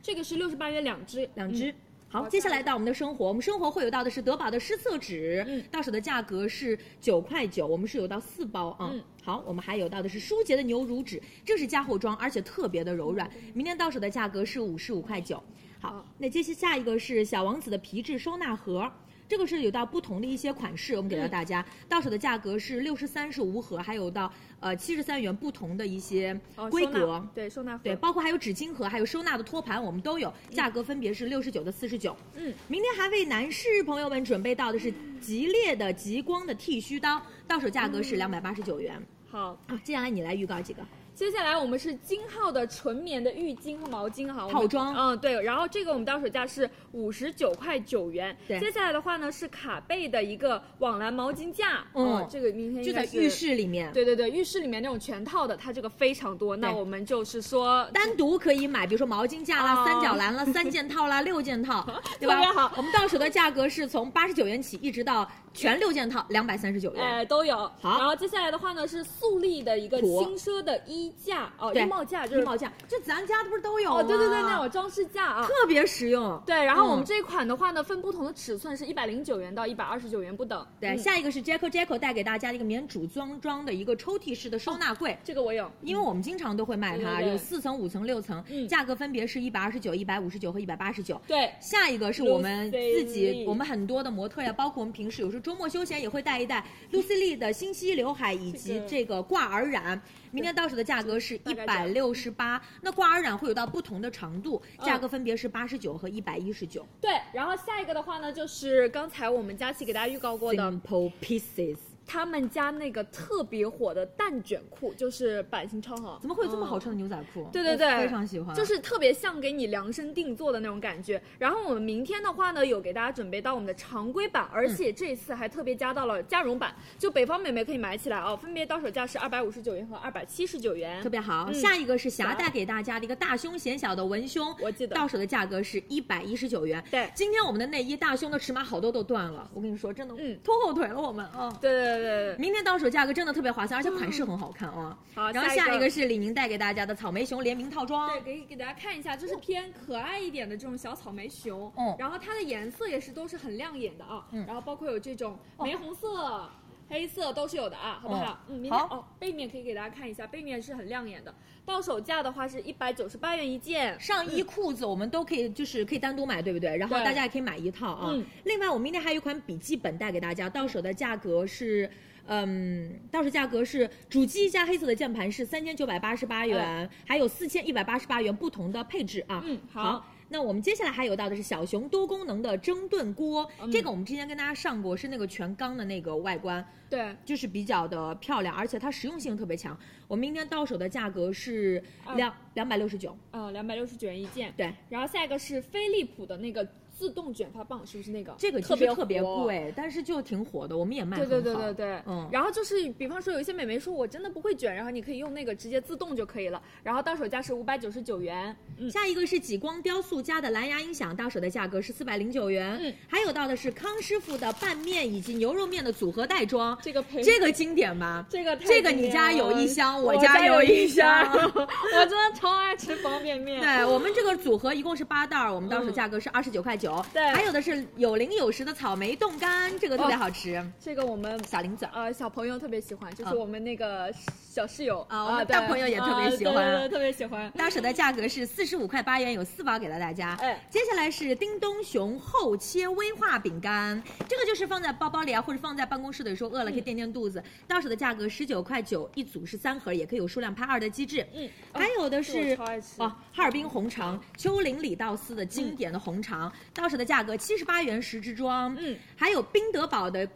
[SPEAKER 7] 这个是六十八元两支，
[SPEAKER 2] 两支。
[SPEAKER 7] 嗯
[SPEAKER 2] 好，接下来到我们的生活，我们生活会有到的是德宝的湿厕纸，
[SPEAKER 7] 嗯
[SPEAKER 2] 到手的价格是九块九，我们是有到四包啊。
[SPEAKER 7] 嗯
[SPEAKER 2] 好，我们还有到的是舒洁的牛乳纸，这是加厚装，而且特别的柔软，
[SPEAKER 7] 嗯
[SPEAKER 2] 明天到手的价格是五十五块九。好
[SPEAKER 7] 好，
[SPEAKER 2] 那接下下一个是小王子的皮质收纳盒。这个是有到不同的一些款式，我们给到大家，
[SPEAKER 7] 嗯
[SPEAKER 2] 到手的价格是六十三是无盒，还有到呃七十三元不同的一些
[SPEAKER 7] 哦
[SPEAKER 2] 规
[SPEAKER 7] 收纳
[SPEAKER 2] 格。
[SPEAKER 7] 对，收纳盒
[SPEAKER 2] 对，包括还有纸巾盒，还有收纳的托盘，我们都有，价格分别是六十九的四十九。
[SPEAKER 7] 嗯，
[SPEAKER 2] 明天还为男士朋友们准备到的是吉列的极光的剃须刀，到手价格
[SPEAKER 7] 嗯
[SPEAKER 2] 是两百八十九元。
[SPEAKER 7] 好，
[SPEAKER 2] 啊，接下来你来预告几个？
[SPEAKER 7] 接下来我们是金浩的纯棉的浴巾和毛巾哈，我们
[SPEAKER 2] 套装
[SPEAKER 7] 嗯，对。然后这个我们到手价是五十九块九元。
[SPEAKER 2] 对
[SPEAKER 7] 接下来的话呢是卡贝的一个网蓝毛巾架，
[SPEAKER 2] 嗯
[SPEAKER 7] 哦这个明天
[SPEAKER 2] 就
[SPEAKER 7] 应该
[SPEAKER 2] 在
[SPEAKER 7] 是
[SPEAKER 2] 浴。室里面，
[SPEAKER 7] 对对对，浴室里面那种全套的，它这个非常多。那
[SPEAKER 2] 对
[SPEAKER 7] 我们就是说，
[SPEAKER 2] 单独可以买，比如说毛巾架啦、
[SPEAKER 7] 哦
[SPEAKER 2] 三角 篮啦、三件套啦、六件套，对
[SPEAKER 7] 特别
[SPEAKER 2] 吧
[SPEAKER 7] 好？
[SPEAKER 2] 我们到手的价格是从八十九元起，一直到全六件套两百三十九元。
[SPEAKER 7] 哎，都有。
[SPEAKER 2] 好
[SPEAKER 7] 然后接下来的话呢是素丽的一个
[SPEAKER 2] 图
[SPEAKER 7] 轻奢的衣架哦，
[SPEAKER 2] 对
[SPEAKER 7] 衣帽架就是
[SPEAKER 2] 衣帽架，这咱家不是都有吗？
[SPEAKER 7] 哦，对对对，那种装饰架啊，
[SPEAKER 2] 特别实用。
[SPEAKER 7] 对，然后我
[SPEAKER 2] 嗯
[SPEAKER 7] 们这一款的话呢，分不同的尺寸是一百零九元到一百二十九元不等。
[SPEAKER 2] 对，
[SPEAKER 7] 嗯
[SPEAKER 2] 下一个是 Jacko Jacko 带给大家的一个免主装装的一个抽屉式的收纳柜。
[SPEAKER 7] 这个我有，
[SPEAKER 2] 因为我们经常都会卖它，
[SPEAKER 7] 对对对
[SPEAKER 2] 有四层、五层、六层，
[SPEAKER 7] 嗯
[SPEAKER 2] 价格分别是一百二十九、一百五十九和一百八十九。
[SPEAKER 7] 对，
[SPEAKER 2] 下一个是我们
[SPEAKER 7] Lucy
[SPEAKER 2] 自己，
[SPEAKER 7] Lee
[SPEAKER 2] 我们很多的模特呀，包括我们平时有时候周末休闲也会带一 带 Lucy Lee 的星稀刘海以及这个挂耳染。明天到手的价格是一
[SPEAKER 7] 大概
[SPEAKER 2] 百
[SPEAKER 7] 这
[SPEAKER 2] 六十八，那挂耳染会有到不同的长度，价格分别是八十九和一百一十九。
[SPEAKER 7] 对，然后下一个的话呢，就是刚才我们佳琪给大家预告过的，
[SPEAKER 2] Simple pieces，
[SPEAKER 7] 他们家那个特别火的蛋卷裤，就是版型超好，
[SPEAKER 2] 怎么会有这么
[SPEAKER 7] 嗯
[SPEAKER 2] 好穿的牛仔裤？
[SPEAKER 7] 对对
[SPEAKER 2] 我
[SPEAKER 7] 对，
[SPEAKER 2] 非常喜欢。
[SPEAKER 7] 就是特别像给你量身定做的那种感觉。然后我们明天的话呢，有给大家准备到我们的常规版，而
[SPEAKER 2] 嗯
[SPEAKER 7] 且这次还特别加到了加绒版，就北方美眉可以买起来啊、分别到手价是二百五十九元和二百七十九元
[SPEAKER 2] 特。别好。
[SPEAKER 7] 嗯
[SPEAKER 2] 下一个是霞
[SPEAKER 7] 霞
[SPEAKER 2] 带给大家的一个大胸显小的文胸，
[SPEAKER 7] 我记得
[SPEAKER 2] 到手的价格是一百一十九元。
[SPEAKER 7] 对
[SPEAKER 2] 今天我们的内衣大胸的尺码好多都断了，我跟你说，真的，
[SPEAKER 7] 嗯
[SPEAKER 2] 拖后腿了我们啊。
[SPEAKER 7] 对对对对对，
[SPEAKER 2] 明天到手价格真的特别划算，而且款式很好看啊。
[SPEAKER 7] 好
[SPEAKER 2] 然后
[SPEAKER 7] 下一个
[SPEAKER 2] 下一个是李宁带给大家的草莓熊联名套装，
[SPEAKER 7] 对，给给大家看一下，就是偏可爱一点的这种小草莓熊，
[SPEAKER 2] 嗯
[SPEAKER 7] 然后它的颜色也是都是很亮眼的啊，
[SPEAKER 2] 嗯
[SPEAKER 7] 然后包括有这种玫红色。黑色都是有的啊，好不好？
[SPEAKER 8] 嗯
[SPEAKER 7] 嗯，明天
[SPEAKER 8] 好
[SPEAKER 7] 哦，背面可以给大家看一下，背面是很亮眼的。到手价的话是一百九十八元一件，
[SPEAKER 2] 上衣裤子我们都可以，就是可以单独买，对不对？然后
[SPEAKER 7] 嗯对
[SPEAKER 2] 大家也可以买一套啊。
[SPEAKER 7] 嗯
[SPEAKER 2] 另外，我们明天还有一款笔记本带给大家，到手的价格是。嗯，到手价格是主机加黑色的键盘是三千九百八十八元，还有四千一百八十八元不同的配置啊。
[SPEAKER 7] 嗯好
[SPEAKER 2] 那我们接下来还有到的是小熊多功能的蒸炖锅，
[SPEAKER 7] 嗯
[SPEAKER 2] 这个我们之前跟大家上过，是那个全钢的那个外观，
[SPEAKER 7] 对，
[SPEAKER 2] 就是比较的漂亮，而且它实用性特别强。我们明天到手的价格是
[SPEAKER 7] 啊
[SPEAKER 2] 两两百六十九，
[SPEAKER 7] 呃，两百六十九元一件。
[SPEAKER 2] 对，
[SPEAKER 7] 然后下一个是飞利浦的那个自动卷发棒，是不是那个？
[SPEAKER 2] 这个其
[SPEAKER 7] 哦特
[SPEAKER 2] 实
[SPEAKER 7] 别
[SPEAKER 2] 特别
[SPEAKER 7] 火。
[SPEAKER 2] 贵，但是就挺火的，我们也卖
[SPEAKER 7] 对
[SPEAKER 2] 很
[SPEAKER 7] 对对
[SPEAKER 2] 好
[SPEAKER 7] 对对，
[SPEAKER 2] 嗯，
[SPEAKER 7] 然后就是，比方说有一些美眉说我真的不会卷，然后你可以用那个直接自动就可以了，然后到手价是五百九十九元，嗯，
[SPEAKER 2] 下一个是极光雕塑家的蓝牙音响，到手的价格是四百零九元。
[SPEAKER 7] 嗯，
[SPEAKER 2] 还有到的是康师傅的拌面以及牛肉面的组合袋装，
[SPEAKER 7] 这个配
[SPEAKER 2] 这个经典吧？
[SPEAKER 7] 这个太
[SPEAKER 2] 这个你
[SPEAKER 7] 经典
[SPEAKER 2] 家有
[SPEAKER 7] 了
[SPEAKER 2] 一箱，
[SPEAKER 7] 我
[SPEAKER 2] 家
[SPEAKER 7] 有
[SPEAKER 2] 一
[SPEAKER 7] 箱，
[SPEAKER 2] 箱。
[SPEAKER 7] 我真的超爱吃方便面。
[SPEAKER 2] 对我们这个组合一共是八袋儿，我们到手价格是二十九块九。
[SPEAKER 7] 对
[SPEAKER 2] 还有的是有零有实的草莓冻干，这个特别
[SPEAKER 7] 哦
[SPEAKER 2] 好吃。
[SPEAKER 7] 这个我们
[SPEAKER 2] 小林子
[SPEAKER 7] 呃小朋友特别喜欢，就是
[SPEAKER 2] 啊
[SPEAKER 7] 我们那个小室友
[SPEAKER 2] 啊我们
[SPEAKER 7] 对
[SPEAKER 2] 大朋友也特别
[SPEAKER 7] 啊
[SPEAKER 2] 喜
[SPEAKER 7] 对
[SPEAKER 2] 欢
[SPEAKER 7] 对对特别喜欢。
[SPEAKER 2] 到手的价格是四十五块八元，有四包给到大家。
[SPEAKER 7] 哎
[SPEAKER 2] 接下来是叮咚熊厚切威化饼干，这个就是放在包包里啊，或者放在办公室的时候饿了可以垫垫肚子。到手的价格十九块九一组，是三盒，也可以有数量拍二的机制。
[SPEAKER 7] 嗯，
[SPEAKER 2] 还有的
[SPEAKER 7] 这个我
[SPEAKER 2] 是
[SPEAKER 7] 超爱吃
[SPEAKER 2] 哦，哈尔滨红肠，丘陵里道斯的经典的红肠，到手的价格七十八元十支装。
[SPEAKER 7] 嗯，
[SPEAKER 2] 还有宾得宝的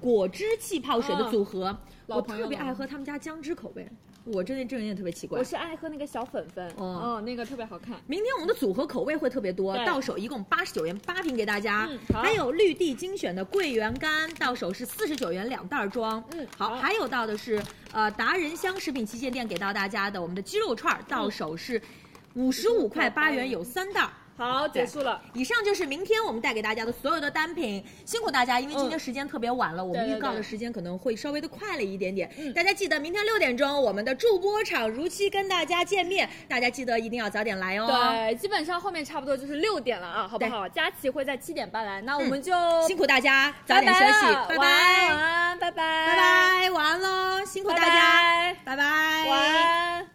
[SPEAKER 2] 果汁气泡水的
[SPEAKER 7] 啊
[SPEAKER 2] 组合，
[SPEAKER 7] 老
[SPEAKER 2] 我
[SPEAKER 7] 朋友
[SPEAKER 2] 特别
[SPEAKER 7] 了
[SPEAKER 2] 爱喝他们家姜汁口味，我真的这人也特别奇怪。
[SPEAKER 7] 我是爱喝那个小粉粉，
[SPEAKER 2] 哦
[SPEAKER 7] 哦，那个特别好看。
[SPEAKER 2] 明天我们的组合口味会特别多，
[SPEAKER 7] 对
[SPEAKER 2] 到手一共八十九元八瓶给大家。
[SPEAKER 7] 嗯好
[SPEAKER 2] 还有绿地精选的桂圆干，到手是四十九元两袋儿装。
[SPEAKER 7] 嗯
[SPEAKER 2] 好，
[SPEAKER 7] 好
[SPEAKER 2] 还有到的是呃达人香食品旗舰店给到大家的我们的鸡肉串儿，
[SPEAKER 7] 嗯
[SPEAKER 2] 到手是五十五块八元，有三袋儿。
[SPEAKER 7] 好，结束了。
[SPEAKER 2] 以上就是明天我们带给大家的所有的单品，辛苦大家，因为今天时间特别晚了，我们
[SPEAKER 7] 嗯对
[SPEAKER 2] 预
[SPEAKER 7] 对
[SPEAKER 2] 告的
[SPEAKER 7] 对嗯
[SPEAKER 2] 时间可能会稍微的快了一点点。大家记得明天六点钟我们的助播场如期跟大家见面，大家记得一定要早点来哦。
[SPEAKER 7] 对，基本上后面差不多就是六点了啊，好不好？佳琪会在七点半来，那我们就
[SPEAKER 2] 嗯辛苦大家，早
[SPEAKER 7] 拜
[SPEAKER 2] 点休息，
[SPEAKER 7] 拜了
[SPEAKER 2] 拜
[SPEAKER 7] 晚安，晚
[SPEAKER 2] 拜，
[SPEAKER 7] 安，拜拜，
[SPEAKER 2] 拜，拜，晚安喽，辛苦大家，拜拜，
[SPEAKER 7] 晚安。